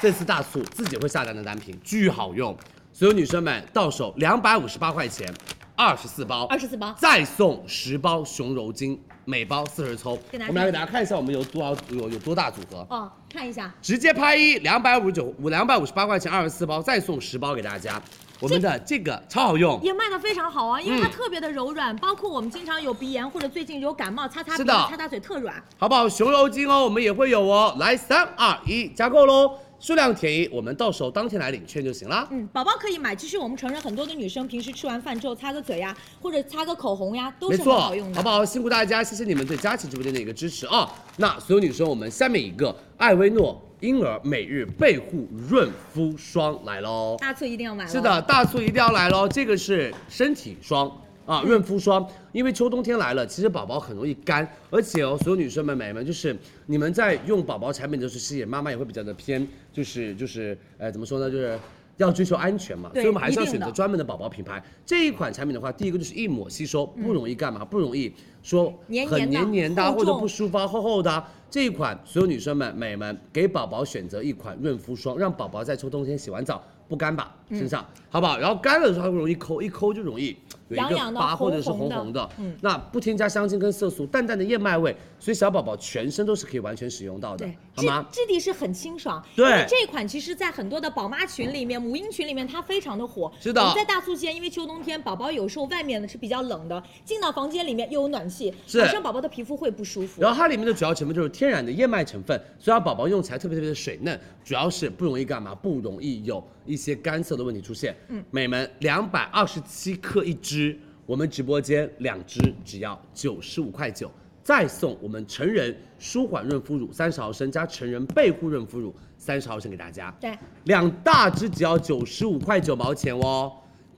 Speaker 4: 这次大促自己会下单的单品，巨好用，所有女生们到手两百五十八块钱。二十四包，
Speaker 2: 二十四包，
Speaker 4: 再送十包熊柔巾，每包四十抽。
Speaker 2: 给大家
Speaker 4: 我们来给大家看一下我们有多少有有多大组合。
Speaker 2: 哦，看一下，
Speaker 4: 直接拍一两百五十九五两百五十八块钱二十四包，再送十包给大家。我们的这个超好用，
Speaker 2: 也卖的非常好啊，因为
Speaker 4: 嗯
Speaker 2: 它特别的柔软，包括我们经常有鼻炎或者最近有感冒，擦擦
Speaker 4: 是
Speaker 2: 鼻、
Speaker 4: 的
Speaker 2: 擦擦嘴特软。
Speaker 4: 好不好？熊柔巾哦，我们也会有哦。来，三二一，加购喽！数量填一，我们到手当天来领券就行啦。
Speaker 2: 嗯，宝宝可以买。其实我们成人很多的女生平时吃完饭之后擦个嘴呀，或者擦个口红呀，都
Speaker 4: 没
Speaker 2: 是很
Speaker 4: 错，
Speaker 2: 好用的。
Speaker 4: 好不好？辛苦大家，谢谢你们对佳琦直播间的一个支持啊！那所有女生，我们下面一个艾薇诺婴儿每日倍护润肤霜来喽。
Speaker 2: 大促一定要买。
Speaker 4: 是，的，大促一定要来喽！这个是身体霜啊，
Speaker 2: 嗯
Speaker 4: 润肤霜，因为秋冬天来了，其实宝宝很容易干，而且哦，所有女生们、美眉们，就是你们在用宝宝产品的时候，其实也妈妈也会比较的偏，就是就是呃，怎么说呢，就是。要追求安全嘛，所
Speaker 2: 对
Speaker 4: 以我们还是要
Speaker 2: 一定
Speaker 4: 选
Speaker 2: 的
Speaker 4: 择专门的宝宝品牌。这一款产品的话，第一个就是一抹吸收，不容易干嘛，不容易说
Speaker 2: 黏
Speaker 4: 很
Speaker 2: 黏的
Speaker 4: 黏黏的啊，
Speaker 2: 厚
Speaker 4: 或者
Speaker 2: 重
Speaker 4: 不舒服啊，厚厚的啊。这一款，所有女生们、美们，给宝宝选择一款润肤霜，让宝宝在秋冬天洗完澡不干巴身上，好不好？然后干了的时候它会容易抠，一抠就容易有一
Speaker 2: 嗯痒痒的
Speaker 4: 个疤或者是
Speaker 2: 红
Speaker 4: 红
Speaker 2: 红的嗯
Speaker 4: 红的。那不添加香精跟色素，淡淡的燕麦味，所以小宝宝全身都是可以完全使用到的
Speaker 2: 对，，
Speaker 4: 好
Speaker 2: 质
Speaker 4: 吗？
Speaker 2: 质地是很清爽。
Speaker 4: 对
Speaker 2: 因为这款其实，在很多的宝妈群里面、母婴群里面，它非常的火。
Speaker 4: 是的
Speaker 2: 我们在大促期间，因为秋冬天，宝宝有时候外面呢是比较冷的，进到房间里面又有暖气，
Speaker 4: 是
Speaker 2: 马上宝宝的皮肤会不舒服。
Speaker 4: 然后它里面的主要成分就是天然的燕麦成分，所以它宝宝用起来特别特别的水嫩，主要是不容易干嘛，不容易有一些干涩的问题出现。嗯，美们两百二十七克一支，我们直播间两支只要九十五块九，再送我们成人舒缓润肤乳三十毫升加成人倍护润肤乳三十毫升给大家。
Speaker 2: 对，
Speaker 4: 两大支只要九十五块九毛钱哦。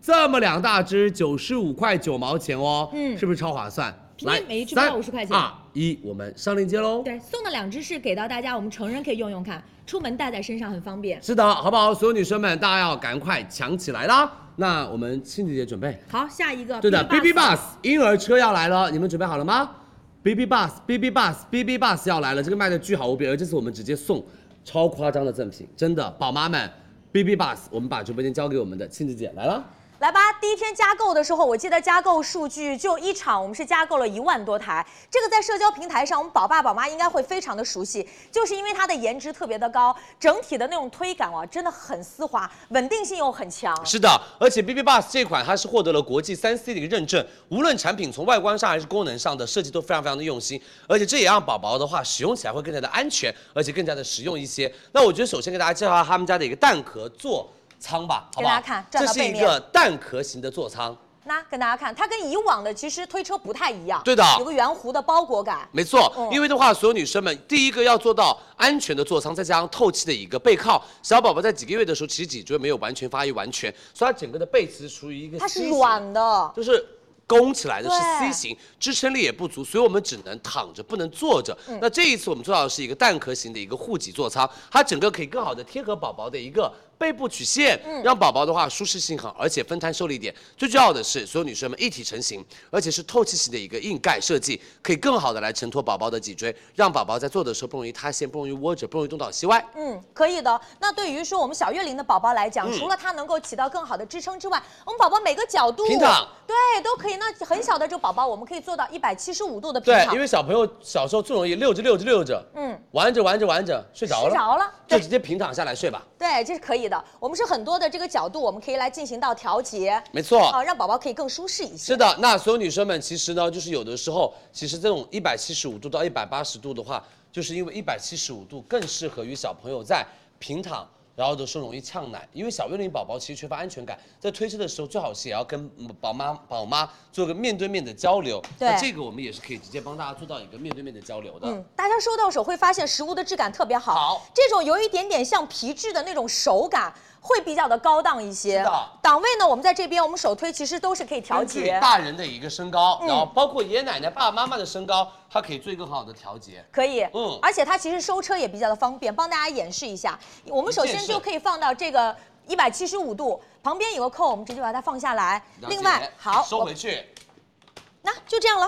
Speaker 4: 这么两大支九十五块九毛钱哦，
Speaker 2: 嗯
Speaker 4: 是不是超划算？
Speaker 2: 平均
Speaker 4: 来
Speaker 2: 每一支
Speaker 4: 三
Speaker 2: 不到50块钱
Speaker 4: 二一，我们上链接喽。
Speaker 2: 对，送的两支是给到大家，我们成人可以用用看，出门带在身上很方便。
Speaker 4: 是的，好不好？所有女生们，大家要赶快抢起来啦！那我们亲子节准备，
Speaker 2: 好，下一个。
Speaker 4: 对的
Speaker 2: BB
Speaker 4: ，BB Bus 婴儿车要来了，你们准备好了吗？BB Bus，BB Bus，BB Bus 要来了，这个卖的巨好无比，而这次我们直接送超夸张的赠品，真的，宝妈们，BB Bus，我们把直播间交给我们的亲子姐来了。
Speaker 2: 来吧，第一天加购的时候，我记得加购数据就一场，我们是加购了一万多台。这个在社交平台上，我们宝爸宝妈应该会非常的熟悉，就是因为它的颜值特别的高，整体的那种推感啊，真的很丝滑，稳定性又很强。
Speaker 4: 是的，而且 BB Bus 这款它是获得了国际三 C 的一个认证，无论产品从外观上还是功能上的设计都非常非常的用心，而且这也让宝宝的话使用起来会更加的安全，而且更加的实用一些。那我觉得首先给大家介绍一下他们家的一个蛋壳座舱吧，好不好？
Speaker 2: 给大家看转
Speaker 4: 这
Speaker 2: 到
Speaker 4: 是
Speaker 2: 背
Speaker 4: 一
Speaker 2: 面
Speaker 4: 个蛋壳型的座舱，
Speaker 2: 那跟大家看，它跟以往的其实推车不太一样，
Speaker 4: 对的
Speaker 2: 有个圆弧的包裹感。
Speaker 4: 没错，
Speaker 2: 嗯
Speaker 4: 因为的话，所有女生们第一个要做到安全的座舱，再加上透气的一个背靠。小宝宝在几个月的时候，其实脊椎没有完全发育完全，所以它整个的背是处于一个
Speaker 2: 它是
Speaker 4: C 型
Speaker 2: 软的，
Speaker 4: 就是弓起来的，是
Speaker 2: 对
Speaker 4: C 型，支撑力也不足，所以我们只能躺着，不能坐着。
Speaker 2: 嗯
Speaker 4: 那这一次我们做到的是一个蛋壳型的一个护脊座舱，它整个可以更好的贴合宝宝的一个。背部曲线，
Speaker 2: 嗯
Speaker 4: 让宝宝的话舒适性好，而且分摊受力点。最重要的是，所有女生们一体成型，而且是透气型的一个硬盖设计，可以更好的来承托宝宝的脊椎，让宝宝在坐的时候不容易塌陷，不容易窝着，不容易东倒西歪。
Speaker 2: 嗯，可以的。那对于说我们小月龄的宝宝来讲，
Speaker 4: 嗯
Speaker 2: 除了它能够起到更好的支撑之外，我们宝宝每个角度
Speaker 4: 平躺
Speaker 2: 对都可以。那很小的这个宝宝，我们可以做到一百七十五度的平
Speaker 4: 对，
Speaker 2: 躺，
Speaker 4: 因为小朋友小时候最容易溜着溜着溜着，
Speaker 2: 嗯，
Speaker 4: 玩着玩着玩着睡着了，
Speaker 2: 睡着了
Speaker 4: 就
Speaker 2: 对
Speaker 4: 直接平躺下来睡吧。
Speaker 2: 对，这是可以的。我们是很多的这个角度，我们可以来进行到调节，
Speaker 4: 没错，
Speaker 2: 啊，让宝宝可以更舒适一些。
Speaker 4: 是的，那所有女生们，其实呢，就是有的时候，其实这种一百七十五度到一百八十度的话，就是因为一百七十五度更适合于小朋友在平躺。然后的时候容易呛奶，因为小月龄宝宝其实缺乏安全感，在推车的时候最好是也要跟嗯宝妈宝妈做个面对面的交流。
Speaker 2: 对
Speaker 4: 那这个我们也是可以直接帮大家做到一个面对面的交流的。
Speaker 2: 嗯，大家收到手会发现食物的质感特别好，
Speaker 4: 好
Speaker 2: 这种有一点点像皮质的那种手感，会比较的高档一些。
Speaker 4: 是的
Speaker 2: 档位呢，我们在这边，我们手推其实都是可以调
Speaker 4: 根据
Speaker 2: 节。
Speaker 4: 大人的一个身高，
Speaker 2: 嗯
Speaker 4: 然后包括爷爷奶奶、爸爸妈妈的身高，它可以做一个很好的调节。
Speaker 2: 可以，
Speaker 4: 嗯
Speaker 2: 而且它其实收车也比较的方便，帮大家演示一下。我们首
Speaker 4: 一
Speaker 2: 先
Speaker 4: 键式
Speaker 2: 就可以放到这个一百七十五度，旁边有个扣，我们直接把它放下来。
Speaker 4: 了解
Speaker 2: 另外，好，
Speaker 4: 收
Speaker 2: 我
Speaker 4: 回去。
Speaker 2: 那就这样了。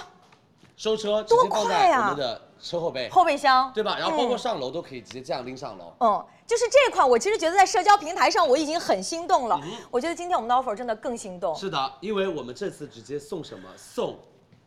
Speaker 4: 收车，直
Speaker 2: 多
Speaker 4: 接放
Speaker 2: 快
Speaker 4: 在
Speaker 2: 呀
Speaker 4: 我们的车后背，
Speaker 2: 后备箱。
Speaker 4: 对吧？然后包括上楼都可以直接这样拎上楼。
Speaker 2: 嗯，就是这款，我其实觉得在社交平台上我已经很心动了。我觉得今天我们的 offer 真的更心动。
Speaker 4: 嗯是的，因为我们这次直接送什么？送，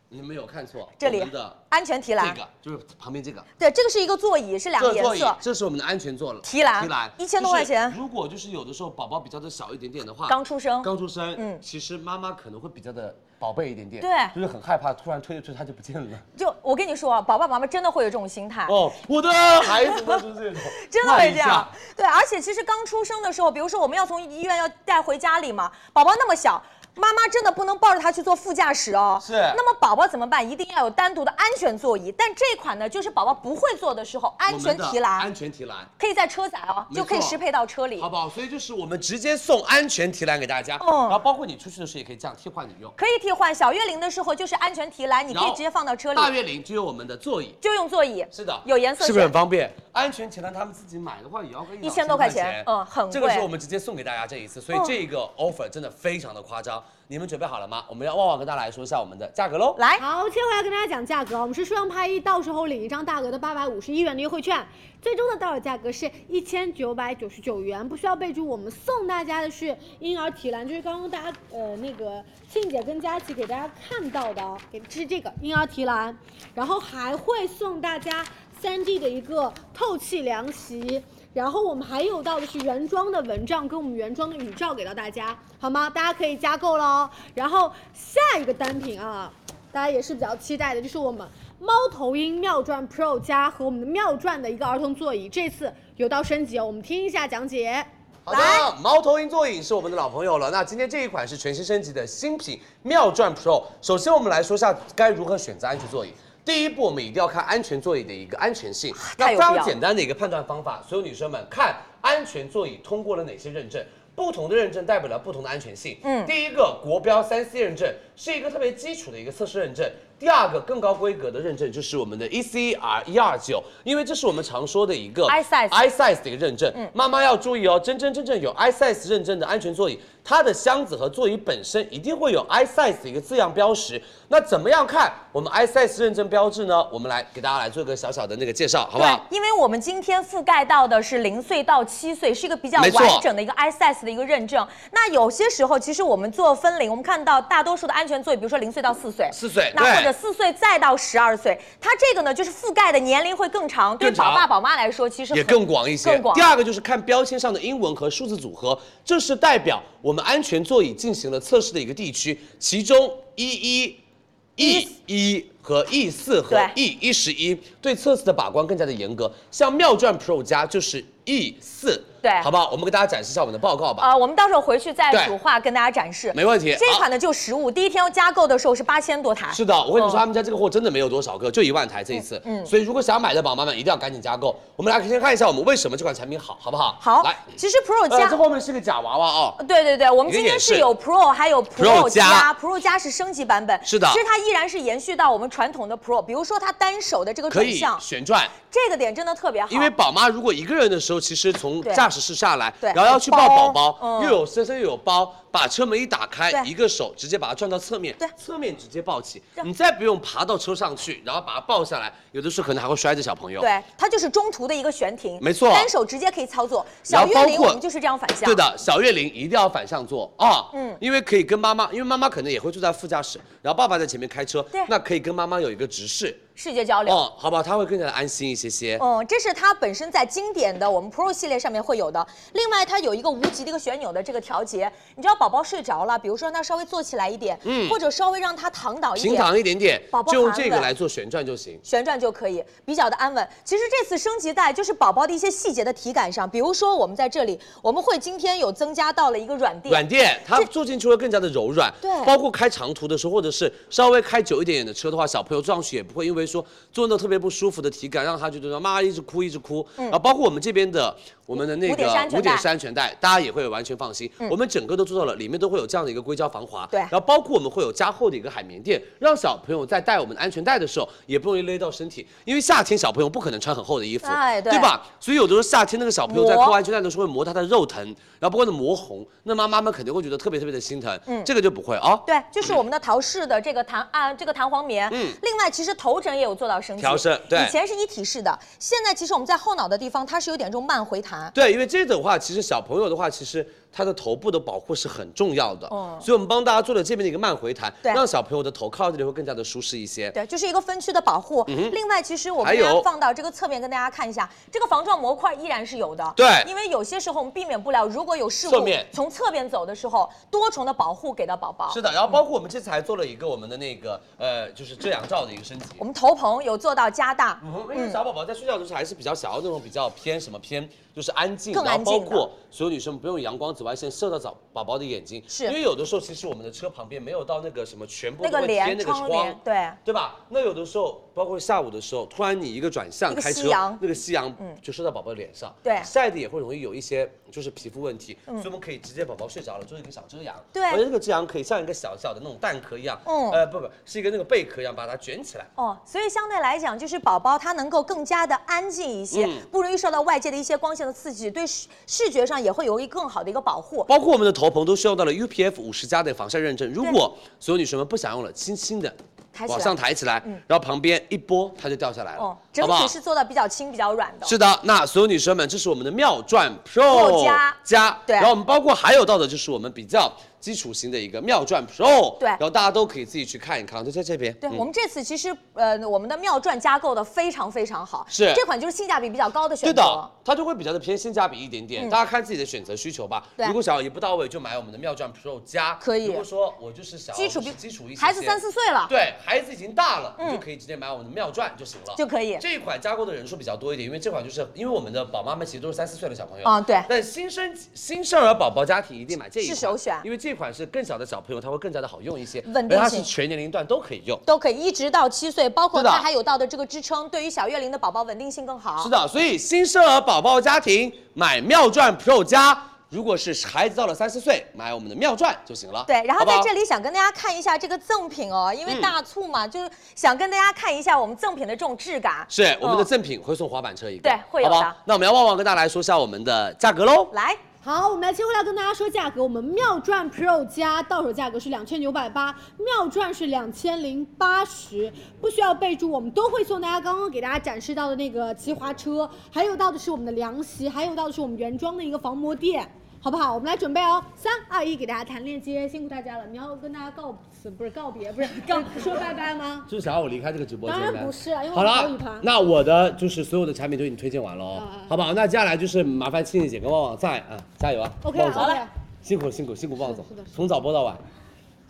Speaker 4: 你们没有看错，
Speaker 2: 这里
Speaker 4: 我们的
Speaker 2: 安全提
Speaker 4: 这
Speaker 2: 篮，
Speaker 4: 个就是旁边这个。
Speaker 2: 对，这个是一个座椅，是两
Speaker 4: 这
Speaker 2: 个
Speaker 4: 个
Speaker 2: 颜
Speaker 4: 座椅
Speaker 2: 色，。
Speaker 4: 这是我们的安全座了，
Speaker 2: 提篮
Speaker 4: 提篮
Speaker 2: 1000多块钱
Speaker 4: 就是如果就是有的时候宝宝比较的小一点点的话，
Speaker 2: 刚出生
Speaker 4: 刚出生，
Speaker 2: 嗯
Speaker 4: 嗯，其实妈妈可能会比较的宝贝一点点，
Speaker 2: 对
Speaker 4: 就是很害怕，突然推着推着他就不见 了。
Speaker 2: 就我跟你说啊，宝宝妈妈真的会有这种心态。，
Speaker 4: 哦，我的孩子都是这种
Speaker 2: 真的会
Speaker 4: 慢一
Speaker 2: 这
Speaker 4: 下
Speaker 2: 样。，对，而且其实刚出生的时候，比如说我们要从医院要带回家里嘛，宝宝那么小，妈妈真的不能抱着他去坐副驾驶哦。
Speaker 12: 是
Speaker 2: 那么宝宝怎么办？一定要有单独的安全座椅，但这款呢，就是宝宝不会坐的时候，安
Speaker 4: 我
Speaker 2: 全
Speaker 4: 们的
Speaker 2: 提篮
Speaker 4: 安全提篮。
Speaker 2: 可以在车载哦，
Speaker 4: 没错
Speaker 2: 就可以适配到车里
Speaker 4: 好。不好？所以就是我们直接送安全提篮给大家，
Speaker 2: 嗯
Speaker 4: 然后包括你出去的时候也可以这样替换你用。
Speaker 2: 可以替换小月龄的时候就是安全提篮，你可
Speaker 4: 然
Speaker 2: 以
Speaker 4: 后
Speaker 2: 直接放到车
Speaker 4: 大
Speaker 2: 里，
Speaker 4: 月龄就有我们的座椅，
Speaker 2: 就用座椅。
Speaker 4: 是的，
Speaker 2: 有颜色
Speaker 4: 是不是很
Speaker 2: 选
Speaker 4: 方便？安全提篮他们自己买的话也要个一
Speaker 2: 1000多块钱嗯很贵哦
Speaker 4: 这个是我们直接送给大家这一次，所以这个 offer 真的非常的夸张。你们准备好了吗？我们要旺旺跟大家来说一下我们的价格喽。
Speaker 2: 来，
Speaker 1: 好，切回来跟大家讲价格啊，我们是数量拍一，到时候领一张大额的八百五十一元的优惠券，最终的到手价格是一千九百九十九元，不需要备注。我们送大家的是婴儿提篮，就是刚刚大家呃那个庆姐跟佳琪给大家看到的啊，给是这个婴儿提篮，然后还会送大家三 D 的一个透气凉席。然后我们还有到的是原装的蚊帐跟我们原装的雨罩给到大家，好吗？大家可以加购了哦。然后下一个单品啊，大家也是比较期待的，就是我们猫头鹰妙转 Pro 加和我们的妙转的一个儿童座椅，这次有到升级哦，我们听一下讲解。
Speaker 4: 好的，猫头鹰座椅是我们的老朋友了。那今天这一款是全新升级的新品妙转 Pro。首先，我们来说一下该如何选择安全座椅。第一步，我们一定要看安全座椅的一个安全性。那
Speaker 2: 啊太有
Speaker 4: 非
Speaker 2: 必要了
Speaker 4: 常简单的一个判断方法，所有女生们看安全座椅通过了哪些认证。不同的认证代表了不同的安全性。
Speaker 2: 嗯
Speaker 4: 第一个国标三 C 认证是一个特别基础的一个测试认证。第二个更高规格的认证就是我们的 E ECR 一二九，因为这是我们常说的一个
Speaker 2: iSize
Speaker 4: iSize 的一个认
Speaker 2: 嗯
Speaker 4: 证。妈妈要注意哦，真真正正有 iSize 认证的安全座椅，它的箱子和座椅本身一定会有 iSize 的一个字样标识。那怎么样看我们 iSize 认证标志呢？我们来给大家来做一个小小的那个介绍，好不好？
Speaker 2: 对，因为我们今天覆盖到的是零岁到七岁，是一个比较
Speaker 4: 没错
Speaker 2: 完整的一个 ISS 的一个认证。那有些时候，其实我们做分龄，我们看到大多数的安全座椅，比如说零岁到四岁，
Speaker 4: 四岁
Speaker 2: 那
Speaker 4: 对
Speaker 2: 或者四岁再到十二岁，它这个呢就是覆盖的年龄会更长，对于
Speaker 4: 更长
Speaker 2: 宝爸宝妈来说，其实
Speaker 4: 也
Speaker 2: 很
Speaker 4: 更广一些。
Speaker 2: 更广
Speaker 4: 第。二个就是看标签上的英文和数字组合，这是代表我们安全座椅进行了测试的一个地区，其中一一。E 一和 E 四和
Speaker 2: 对
Speaker 4: E 一十一对测试的把关更加的严格，像妙转 Pro 加就是 E 四，
Speaker 2: 对
Speaker 4: 好不好？我们给大家展示一下我们的报告吧，
Speaker 2: 呃，我们到时候回去再
Speaker 4: 对
Speaker 2: 主画跟大家展示。
Speaker 4: 没问题。
Speaker 2: 这
Speaker 4: 好
Speaker 2: 款呢就实物，第一天加购的时候是八千多台。
Speaker 4: 是的，我跟你说，
Speaker 2: 嗯
Speaker 4: 他们家这个货真的没有多少个，就一万台这一次。
Speaker 2: 嗯嗯
Speaker 4: 所以如果想买的宝妈们一定要赶紧加购。我们来先看一下我们为什么这款产品好，好不好？
Speaker 2: 好
Speaker 4: 来，，
Speaker 2: 其实 Pro
Speaker 4: 呃，
Speaker 2: 加
Speaker 4: 这后面是个假娃娃哦，
Speaker 2: 对对对，我们今天是有 Pro 还有 Pro 加
Speaker 4: 加
Speaker 2: ，Pro 加是升级版本，
Speaker 4: 是的
Speaker 2: 其实它依然是延续到我们传统的 Pro，比如说它单手的这个
Speaker 4: 可
Speaker 2: 转
Speaker 4: 以
Speaker 2: 向，
Speaker 4: 旋转，
Speaker 2: 这个点真的特别好，
Speaker 4: 因为宝妈如果一个人的时候，其实从
Speaker 2: 对
Speaker 4: 驾驶室下来，
Speaker 2: 对
Speaker 4: 然后要去抱宝
Speaker 2: 包
Speaker 4: 宝，
Speaker 2: 嗯
Speaker 4: 又有身上又有包，把车门一打开，
Speaker 2: 对
Speaker 4: 一个手直接把它转到侧面，
Speaker 2: 对
Speaker 4: 侧面直接抱起
Speaker 2: 对，
Speaker 4: 你再不用爬到车上去，然后把它抱下来，有的时候可能还会摔着小朋友。
Speaker 2: 对，它就是中途的一个悬停，
Speaker 4: 没错
Speaker 2: 单手直接可以操作。
Speaker 4: 然
Speaker 2: 小
Speaker 4: 后
Speaker 2: 月龄
Speaker 4: 包括
Speaker 2: 我们就是这样反向，
Speaker 4: 对，的，小月龄一定要反向坐啊，
Speaker 2: 嗯
Speaker 4: 嗯，因为可以跟妈妈，因为妈妈可能也会坐在副驾驶，然后爸爸在前面开车
Speaker 2: 对，
Speaker 4: 那可以跟妈妈有一个直视，
Speaker 2: 视觉交流。
Speaker 4: 哦，好不好？他会更加的安心一些些。
Speaker 2: 嗯，这是它本身在经典的我们 Pro 系列上面会有的。另外，它有一个无极的一个旋钮的这个调节，你知道宝宝睡着了，比如说让他稍微坐起来一点，嗯，或者稍微让他躺倒一点，
Speaker 4: 平躺一点点
Speaker 2: 宝，宝
Speaker 4: 就用
Speaker 2: 含
Speaker 4: 这个
Speaker 2: 稳
Speaker 4: 来做旋转就行。
Speaker 2: 旋转就可以，比较的安稳。其实这次升级带就是宝宝的一些细节的体感上，比如说我们在这里，我们会今天有增加到了一个软垫，
Speaker 4: 软垫，它
Speaker 2: 这
Speaker 4: 坐进去会更加的柔软。
Speaker 2: 对
Speaker 4: 包括开长途的时候，或者是稍微开久一点点的车的话，小朋友坐上去也不会因为说坐那特别不舒服的体感，让他觉得说妈一直哭一直哭。然后包括我们这边的我们的那
Speaker 2: 嗯五点
Speaker 4: 个
Speaker 2: 式安全带
Speaker 4: 五点式安全带，大家也会完全放心。我们整个都做到了，里面都会有这样的一个硅胶防滑。
Speaker 2: 对
Speaker 4: 然后包括我们会有加厚的一个海绵垫，让小朋友在戴我们的安全带的时候也不容易勒到身体，因为夏天小朋友不可能穿很厚的衣服，
Speaker 2: 哎对
Speaker 4: 吧？所以有的时候夏天那个小朋友在
Speaker 2: 磨
Speaker 4: 扣安。安全带的时候会磨它的肉疼，然后包括它磨红，那妈妈们肯定会觉得特别特别的心疼。嗯，这个就不会啊、
Speaker 2: 对，就是我们的陶氏的这个弹啊，这个弹簧棉。嗯，另外，其实头枕人也有做到升级，
Speaker 4: 调升对
Speaker 2: 以前是一体式的，现在其实我们在后脑的地方，它是有点这种慢回弹。
Speaker 4: 对，因为这个的话，其实小朋友的话，其实他的头部的保护是很重要的，所以我们帮大家做了这边的一个慢回弹，
Speaker 2: 哦对
Speaker 4: 让小朋友的头靠到这里会更加的舒适一些。
Speaker 2: 对，就是一个分区的保护。另外，其实我
Speaker 4: 嗯还
Speaker 2: 们
Speaker 4: 有
Speaker 2: 大家放到这个侧面跟大家看一下，这个防撞模块依然是有的。
Speaker 4: 对
Speaker 2: 因为有些时候我们避免不了，如果有事故
Speaker 4: 侧面
Speaker 2: 从侧边走的时候，多重的保护给到宝宝。
Speaker 4: 是的，然后包括我们这次还做了一个我们的那个呃，就是遮阳罩的一个升级
Speaker 2: 我。们头棚有做到加大，
Speaker 4: 嗯，因为小宝宝在睡觉的时候还是比较想要那种比较偏什么偏，就是安静，
Speaker 2: 更
Speaker 4: 然
Speaker 2: 安
Speaker 4: 后
Speaker 2: 静的
Speaker 4: 包括所有女生不用阳光紫外线射到早宝宝的眼睛，
Speaker 2: 是
Speaker 4: 因为有的时候其实我们的车旁边没有到那个什么全部
Speaker 2: 那
Speaker 4: 都
Speaker 2: 个
Speaker 4: 会贴
Speaker 2: 帘
Speaker 4: 那个
Speaker 2: 窗
Speaker 4: 窗，
Speaker 2: 帘，对。
Speaker 4: 对吧？那有的时候，包括下午的时候，突然你一个转向
Speaker 2: 一个
Speaker 4: 开车
Speaker 2: 夕阳，
Speaker 4: 那个夕阳
Speaker 2: 嗯
Speaker 4: 就射到宝宝脸上，
Speaker 2: 对嗯
Speaker 4: 晒的也会容易有一些就是皮肤问题，所以我们可以直接宝宝睡着了做一个小遮阳，
Speaker 2: 对
Speaker 4: 而且这个遮阳可以像一个小小的那种蛋壳一样，
Speaker 2: 嗯
Speaker 4: 呃不不是一个那个贝壳一样把它卷起来，
Speaker 2: 哦，所以相对来讲，就是宝宝他能够更加的安静一些，
Speaker 4: 嗯
Speaker 2: 不容易受到外界的一些光线的刺激，对视视觉上也会有一个更好的一个保护。
Speaker 4: 包括我们的头棚都是用到了 UPF 五十加的防晒认证。如果所有女生们不想用了，轻轻的
Speaker 2: 抬起来
Speaker 4: 往上抬起来，
Speaker 2: 嗯
Speaker 4: 然后旁边一拨它就掉下来了，
Speaker 2: 哦，
Speaker 4: 好
Speaker 2: 整
Speaker 4: 不好
Speaker 2: 体？是做到比较轻、比较软的。
Speaker 4: 是的，那所有女生们，这是我们的妙转
Speaker 2: Pro
Speaker 4: Pro
Speaker 2: 加对
Speaker 4: 然后我们包括还有到的就是我们比较基础型的一个妙转 Pro，
Speaker 2: 对
Speaker 4: 然后大家都可以自己去看一看，就在这边。
Speaker 2: 对、
Speaker 4: 嗯
Speaker 2: 我们这次其实呃，我们的妙转加购的非常非常好，
Speaker 4: 是
Speaker 2: 这款就是性价比比较高的选
Speaker 4: 对
Speaker 2: 择。
Speaker 4: 的，哦它就会比较的偏性价比一点点，
Speaker 2: 嗯
Speaker 4: 大家看自己的选择需求吧。
Speaker 2: 对
Speaker 4: 如果想要一步到位，就买我们的妙转 Pro 加。
Speaker 2: 可以
Speaker 4: 如果说我就是想要
Speaker 2: 基础
Speaker 4: 就是
Speaker 2: 比
Speaker 4: 基础一些些，
Speaker 2: 孩子三四岁了，
Speaker 4: 对，孩子已经大了，
Speaker 2: 嗯
Speaker 4: 你就可以直接买我们的妙转就行了。
Speaker 2: 就可以。
Speaker 4: 这一款加购的人数比较多一点，因为这款就是因为我们的宝妈们其实都是三四岁的小朋友。
Speaker 2: 嗯，对，
Speaker 4: 但新生新生儿宝宝家庭一定买这一款，
Speaker 2: 是首选
Speaker 4: 因为这款是更小的小朋友，它会更加的好用一些，
Speaker 2: 稳定性
Speaker 4: 而它是全年龄段都可以用。
Speaker 2: 都可以一直到七岁，包括
Speaker 4: 是的
Speaker 2: 它还有到的这个支撑，对于小月龄的宝宝稳定性更好。
Speaker 4: 是的，所以新生儿宝宝家庭买妙转 Pro 加，如果是孩子到了三四岁，买我们的妙转就行了。
Speaker 2: 对，然后
Speaker 4: 好不嗯
Speaker 2: 在
Speaker 4: 好
Speaker 2: 这里想跟大家看一下这个赠品哦，因为大促嘛，就是想跟大家看一下我们赠品的这种质感。
Speaker 4: 是我们的
Speaker 2: 嗯
Speaker 4: 赠品会送滑板车一个，
Speaker 2: 对会有的
Speaker 4: 好不好那我们要旺旺跟大家来说一下我们的价格喽。
Speaker 2: 来，
Speaker 1: 好，我们来切回来跟大家说价格。我们妙转 Pro 加到手价格是两千九百八，妙转是两千零八十，不需要备注，我们都会送大家刚刚给大家展示到的那个骑滑车，还有到的是我们的凉席，还有到的是我们原装的一个防磨垫，好不好？我们来准备哦，三二一，给大家弹链接，辛苦大家了。你要跟大家告辞不是告别，不是告说拜拜吗？
Speaker 13: 就是想要我离开这个直播间呗。
Speaker 1: 当然不是啊因为我
Speaker 13: 好
Speaker 1: 们还有
Speaker 13: 了
Speaker 1: 一盘，
Speaker 13: 那我的就是所有的产品都已经推荐完了哦，好
Speaker 1: 嗯
Speaker 13: 不好？那接下来就是麻烦庆姐姐跟旺旺在啊，加油啊
Speaker 1: OK
Speaker 13: 旺
Speaker 1: 好
Speaker 13: 总
Speaker 1: 嘞，
Speaker 13: 辛苦辛苦辛苦旺总
Speaker 1: 是的是的，
Speaker 13: 从早播到晚。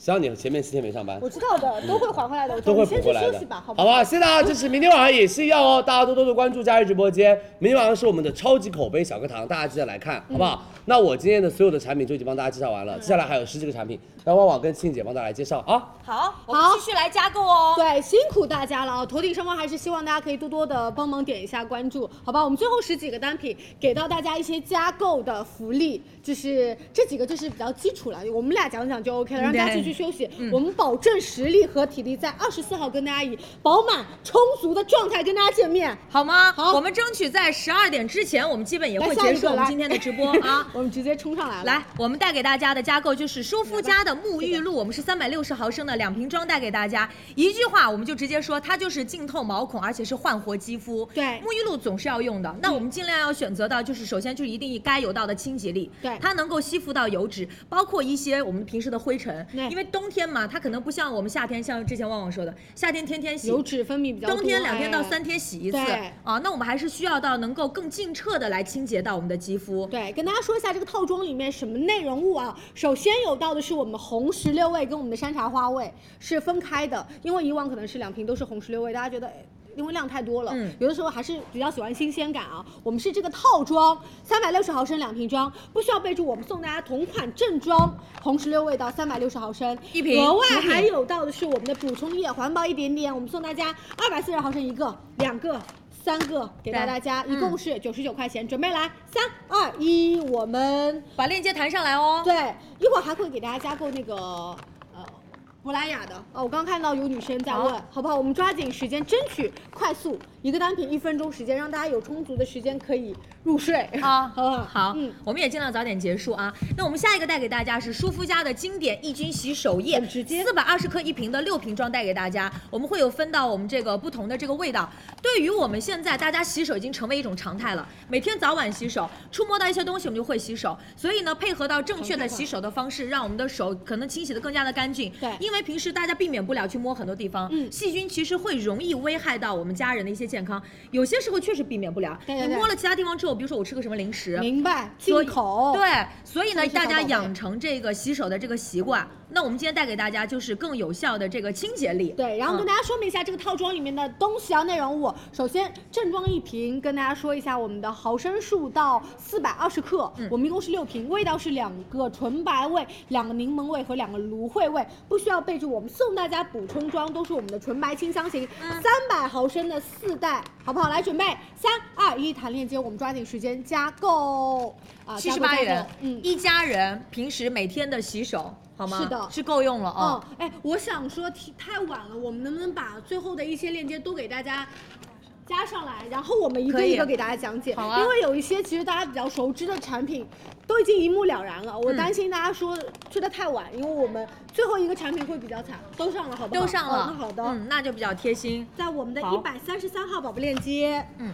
Speaker 13: 想让你前面七天没上班，
Speaker 1: 我知道的，都会还回来的。我
Speaker 13: 都会
Speaker 1: 你
Speaker 13: 补
Speaker 1: 先
Speaker 13: 回
Speaker 1: 去
Speaker 13: 来
Speaker 1: 休
Speaker 13: 的
Speaker 1: 息吧，，好
Speaker 13: 好
Speaker 1: 不
Speaker 13: 不好？谢谢大家支持，明天晚上也是一样哦，大家多多的关注佳瑞直播间。明天晚上是我们的超级口碑小课堂，大家记得来看，好不好？
Speaker 1: 嗯
Speaker 13: 那我今天的所有的产品就已经帮大家介绍完了，接下来还有十几个产品，让旺旺跟庆姐帮大家来介绍啊。
Speaker 2: 好，我们继续来加购哦。
Speaker 1: 对，辛苦大家了啊！头顶上方还是希望大家可以多多的帮忙点一下关注，好吧？我们最后十几个单品给到大家一些加购的福利，就是这几个就是比较基础了，我们俩讲讲就 OK 了，让大家继续休息。我们保证实力和体力在二十四号跟大家以饱满充足的状态跟大家见 面。
Speaker 6: 好吗？
Speaker 1: 好
Speaker 6: 我们争取在十二点之前，我们基本也
Speaker 1: 来
Speaker 6: 会
Speaker 1: 下
Speaker 6: 结
Speaker 1: 一
Speaker 6: 束
Speaker 1: 个
Speaker 6: 我们
Speaker 1: 来
Speaker 6: 今天的直 播啊。
Speaker 1: 我们直接冲上来了，
Speaker 6: 来，我们带给大家的加购就是舒肤佳的沐浴露，我们是三百六十毫升的两瓶装带给大家。一句话，我们就直接说，它就是净透毛孔，而且是焕活肌肤。
Speaker 1: 对
Speaker 6: 沐浴露总是要用的，那我们尽量要选择到，就是首先就是一定该有到的清洁力，
Speaker 1: 对
Speaker 6: 它能够吸附到油脂，包括一些我们平时的灰尘
Speaker 1: 对，
Speaker 6: 因为冬天嘛，它可能不像我们夏天，像之前旺旺说的，夏天天天洗
Speaker 1: 油脂分泌比较多，
Speaker 6: 冬天两天到
Speaker 1: 哎
Speaker 6: 三天洗一次
Speaker 1: 对
Speaker 6: 啊，那我们还是需要到能够更近彻的来清洁到我们的肌肤。
Speaker 1: 对，跟大家说一下这个套装里面什么内容物啊。首先有到的是我们红石榴味跟我们的山茶花味是分开的，因为以往可能是两瓶都是红石榴味，大家觉得。哎因为量太多了，
Speaker 6: 嗯
Speaker 1: 有的时候还是比较喜欢新鲜感啊。我们是这个套装，三百六十毫升两瓶装，不需要备注，我们送大家同款正装红石榴味道三百六十毫升
Speaker 6: 一瓶
Speaker 1: 额外
Speaker 6: 五瓶
Speaker 1: 还有到的是我们的补充液，环保一点点，我们送大家二百四十毫升一个、两个、三个，给到
Speaker 6: 对
Speaker 1: 大家，一
Speaker 6: 嗯
Speaker 1: 共是九十九块钱，准备来，三二一，我们
Speaker 6: 把链接弹上来哦。
Speaker 1: 对，一会儿还会给大家加购那个呃珀莱雅的哦，我刚看到有女生在问，好不好？我们抓紧时间，争取快速一个单品一分钟时间，让大家有充足的时间可以入睡
Speaker 2: 啊
Speaker 1: 好不好？
Speaker 2: 好，
Speaker 1: 嗯，
Speaker 2: 我们也尽量早点结束啊。那我们下一个带给大家是舒肤佳的经典抑菌洗手液，
Speaker 1: 直接
Speaker 2: 四百二十克一瓶的六瓶装带给大家。我们会有分到我们这个不同的这个味道。对于我们现在大家洗手已经成为一种常态了，每天早晚洗手，触摸到一些东西我们就会洗手。所以呢，配合到正确的洗手的方式，让我们的手可能清洗的更加的干净。
Speaker 1: 嗯对
Speaker 2: 因为平时大家避免不了去摸很多地方，
Speaker 1: 嗯
Speaker 2: 细菌其实会容易危害到我们家人的一些健康，有些时候确实避免不了。
Speaker 1: 对对
Speaker 2: 你
Speaker 1: 对
Speaker 2: 摸了其他地方之后，比如说我吃个什么零食，
Speaker 1: 明白，
Speaker 2: 所
Speaker 1: 进
Speaker 2: 以
Speaker 1: 口，
Speaker 2: 对，所以呢，
Speaker 1: 这哦是小
Speaker 2: 大家
Speaker 1: 宝贝
Speaker 2: 养成这个洗手的这个习惯。那我们今天带给大家就是更有效的这个清洁力。
Speaker 1: 对，然后跟
Speaker 2: 嗯
Speaker 1: 大家说明一下这个套装里面的东西啊，内容物。首先正装一瓶，跟大家说一下我们的毫升数到四百二十克，
Speaker 2: 嗯
Speaker 1: 我们一共是六瓶，味道是两个纯白味、两个柠檬味和两个芦荟味，不需要备注。我们送大家补充装都是我们的纯白清香型，
Speaker 2: 嗯
Speaker 1: 三百、毫升的四袋，好不好？来准备，三二一，弹链接，我们抓紧时间加购啊，
Speaker 2: 七
Speaker 1: 加
Speaker 2: 十
Speaker 1: 购
Speaker 2: 八
Speaker 1: 加
Speaker 2: 元
Speaker 1: 购，嗯。
Speaker 2: 一家人平时每天的洗手，好吗？
Speaker 1: 是的
Speaker 2: 是够用了
Speaker 1: 哦
Speaker 2: 啊。，
Speaker 1: 哎，我想说提太晚了，我们能不能把最后的一些链接都给大家？加上来，然后我们一个
Speaker 2: 可以
Speaker 1: 一个给大家讲解，
Speaker 2: 好啊
Speaker 1: 因为有一些其实大家比较熟知的产品，都已经一目了然了。我
Speaker 2: 嗯
Speaker 1: 担心大家说去的太晚，因为我们最后一个产品会比较惨，都上了，好不好？
Speaker 2: 都上了，
Speaker 1: 哦那好的，
Speaker 2: 嗯，那就比较贴心。
Speaker 1: 在我们的
Speaker 2: 好
Speaker 1: 一百三十三号宝贝链接，
Speaker 2: 嗯，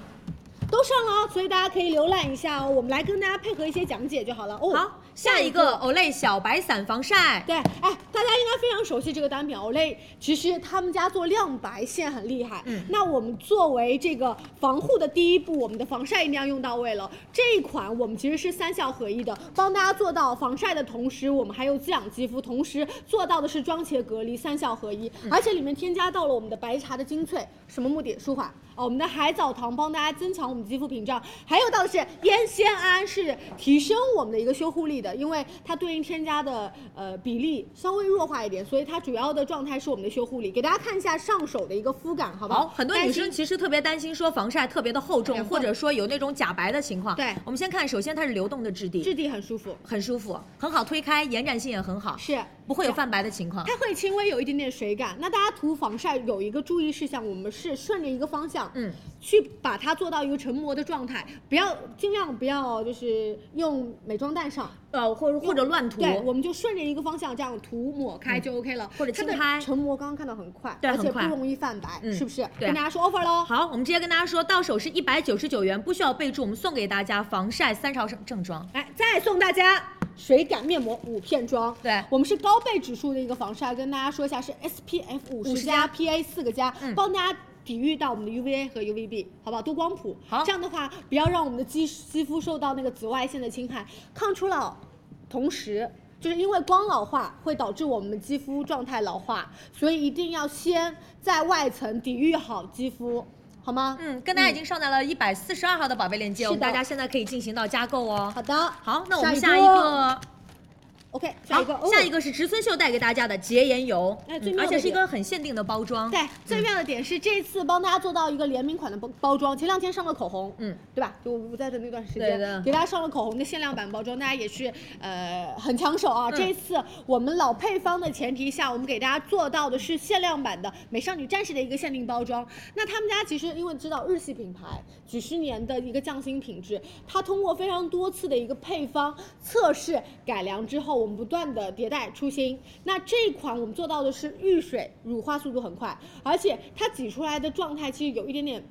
Speaker 1: 都上了哦，所以大家可以浏览一下哦。我们来跟大家配合一些讲解就好了。哦，
Speaker 2: 好，下一个 Olay 小白伞防晒，
Speaker 1: 对，哎，大家应该非常熟悉这个单品 Olay。其实他们家做亮白线很厉害，
Speaker 2: 嗯
Speaker 1: 那我们作为这个防护的第一步，我们的防晒一定要用到位了。这一款我们其实是三效合一的，帮大家做到防晒的同时，我们还有滋养肌肤，同时做到的是妆前隔离，三效合一，而且里面添加到了我们的白茶的精粹，什么目的？舒缓。哦，我们的海藻糖帮大家增强我们肌肤屏障，还有到的是烟酰胺，是提升我们的一个修护力的，因为它对应添加的呃比例稍微弱化一点，所以它主要的状态是我们的修护力。给大家看一下上手的一个肤感，好不好？哎
Speaker 2: 好，很多女生其实特别担心说防晒特别的厚重，
Speaker 1: 两份
Speaker 2: 啊或者说有那种假白的情况。
Speaker 1: 嗯对
Speaker 2: 我们先看，首先它是流动的质地，
Speaker 1: 质地很舒服，
Speaker 2: 很舒服，很好推开，延展性也很好，
Speaker 1: 是。
Speaker 2: 不会有泛白的情况。
Speaker 1: 它会轻微有一点点水感，那大家涂防晒有一个注意事项，我们是顺着一个方向，
Speaker 2: 嗯，
Speaker 1: 去把它做到一个成膜的状态，不要尽量不要就是用美妆蛋上，
Speaker 2: 呃，或者或者乱涂，嗯
Speaker 1: 对，我们就顺着一个方向这样涂抹开就 OK 了。
Speaker 2: 或者
Speaker 1: 它
Speaker 2: 轻拍
Speaker 1: 的成膜刚刚看到很快，
Speaker 2: 对
Speaker 1: 而且
Speaker 2: 很
Speaker 1: 不
Speaker 2: 快
Speaker 1: 容易泛白，
Speaker 2: 嗯
Speaker 1: 是不是？
Speaker 2: 对
Speaker 1: 跟大家说 offer 喽。
Speaker 2: 好，我们直接跟大家说到手是一百九十九元，不需要备注，我们送给大家防晒三十毫升正装。
Speaker 1: 哎，再送大家水感面膜五片装。
Speaker 2: 对
Speaker 1: 我们是高倍指数的一个防晒，跟大家说一下是 SPF 五十加 PA 四个加
Speaker 2: 嗯，
Speaker 1: 帮大家。抵御到我们的 UVA 和 UVB，好不好？多光谱，
Speaker 2: 好
Speaker 1: 这样的话不要让我们的肌肌肤受到那个紫外线的侵害。抗初老，同时就是因为光老化会导致我们肌肤状态老化，所以一定要先在外层抵御好肌肤，好吗？
Speaker 2: 嗯，跟大家已经上在了一百四十二号的宝贝链接，
Speaker 1: 是的
Speaker 2: 我们大家现在可以进行到加购哦。
Speaker 1: 好的，
Speaker 2: 好，那我们
Speaker 1: 下
Speaker 2: 下
Speaker 1: 一
Speaker 2: 一
Speaker 1: 波
Speaker 2: 个，
Speaker 1: OK，下一个，
Speaker 2: 好
Speaker 1: 哦
Speaker 2: 下一个是植村秀带给大家的洁颜油，
Speaker 1: 哎最
Speaker 2: 嗯
Speaker 1: 妙的
Speaker 2: 而且是一
Speaker 1: 点
Speaker 2: 个很限定的包装。
Speaker 1: 对，最妙的点是这次帮大家做到一个联名款的包包装。前两天上了口红，
Speaker 2: 嗯，
Speaker 1: 对吧？就我不在的那段时
Speaker 2: 对
Speaker 1: 间，
Speaker 2: 的
Speaker 1: 给大家上了口红的限量版包装，大家也是呃很抢手
Speaker 2: 嗯
Speaker 1: 啊。这一次我们老配方的前提下，我们给大家做到的是限量版的美少女战士的一个限定包装。那他们家其实因为知道日系品牌几十年的一个匠心品质，它通过非常多次的一个配方测试改良之后，我们不断的迭代出新。那这款我们做到的是遇水乳化速度很快，而且它挤出来的状态其实有一点点。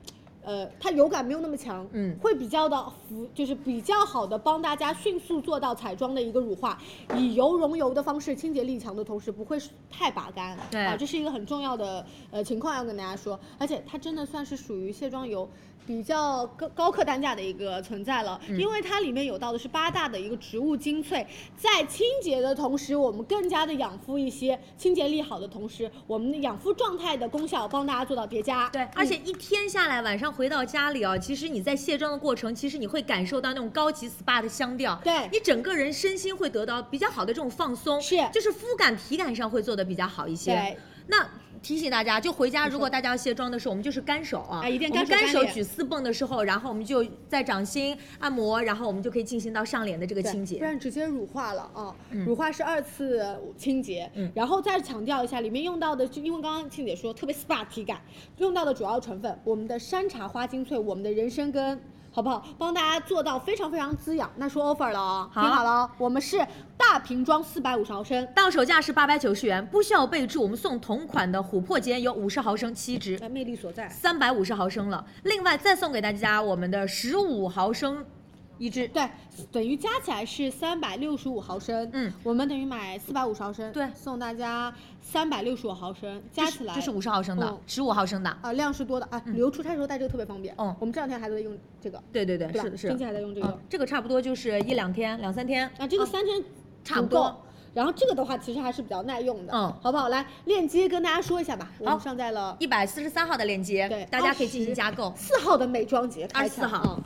Speaker 1: 呃，它油感没有那么强，
Speaker 2: 嗯
Speaker 1: 会比较的服，就是比较好的帮大家迅速做到彩妆的一个乳化，以油溶油的方式，清洁力强的同时不会太拔干，
Speaker 2: 对
Speaker 1: 啊，这是一个很重要的呃情况要跟大家说，而且它真的算是属于卸妆油比较高高客单价的一个存在了，
Speaker 2: 嗯
Speaker 1: 因为它里面有到的是八大的一个植物精粹，在清洁的同时，我们更加的养肤一些，清洁力好的同时，我们的养肤状态的功效帮大家做到叠加，嗯
Speaker 2: 对，而且一天下来，晚上回到家里啊，其实你在卸妆的过程，其实你会感受到那种高级 SPA 的香调，
Speaker 1: 对
Speaker 2: 你整个人身心会得到比较好的这种放松，
Speaker 1: 是
Speaker 2: 就是肤感、体感上会做的比较好一些。
Speaker 1: 对，
Speaker 2: 那
Speaker 6: 提醒大家，就回家如果大家要卸妆的时候，我们就是干手啊，
Speaker 1: 哎一定
Speaker 6: 我们
Speaker 1: 干手干
Speaker 6: 干手
Speaker 1: 脸
Speaker 6: 举四泵的时候，然后我们就在掌心按摩，然后我们就可以进行到上脸的这个
Speaker 1: 对
Speaker 6: 清
Speaker 1: 不
Speaker 6: 洁。嗯
Speaker 1: 然直接乳化了啊。乳化是二次清洁，然后再强调一下，里面用到的，就因为刚刚庆姐说特别 SPA 体感，用到的主要成分，我们的山茶花精粹，我们的人参根。好不好？帮大家做到非常非常滋养，那说 offer 了哦，听好了哦，我们是大瓶装四百五十毫升，
Speaker 6: 到手价是八百九十元，不需要备注，我们送同款的琥珀洁有五十毫升七支，
Speaker 1: 哎，魅力所在。
Speaker 6: 三百五十毫升了。另外再送给大家我们的十五毫升一支，
Speaker 1: 对，等于加起来是三百六十五毫升，
Speaker 6: 嗯，
Speaker 1: 我们等于买四百五十毫升，
Speaker 6: 对
Speaker 1: 送大家三百六十五毫升，加起来
Speaker 6: 这是五十毫升的
Speaker 1: 嗯，
Speaker 6: 十五毫升的。
Speaker 1: 啊，量是多的啊，旅游出差的时候带这个特别方便。
Speaker 6: 嗯
Speaker 1: 我们这两天还在用这个，
Speaker 6: 对对对，
Speaker 1: 对吧
Speaker 6: 是的是
Speaker 1: 春
Speaker 6: 的
Speaker 1: 节。还在用这
Speaker 6: 啊
Speaker 1: 个，，
Speaker 6: 这个差不多就是一两天、两三天。
Speaker 1: 啊，这个三天
Speaker 6: 哦差不
Speaker 1: 足够
Speaker 6: 多。
Speaker 1: 然后这个的话，其实还是比较耐用的，
Speaker 6: 嗯
Speaker 1: 好不好？来，链接跟大家说一下吧，我
Speaker 6: 好
Speaker 1: 们上在了
Speaker 6: 一百四十三号的链接，
Speaker 1: 对
Speaker 6: 大家可以进行加购。
Speaker 1: 四号的美妆节开抢
Speaker 6: 24号
Speaker 1: 嗯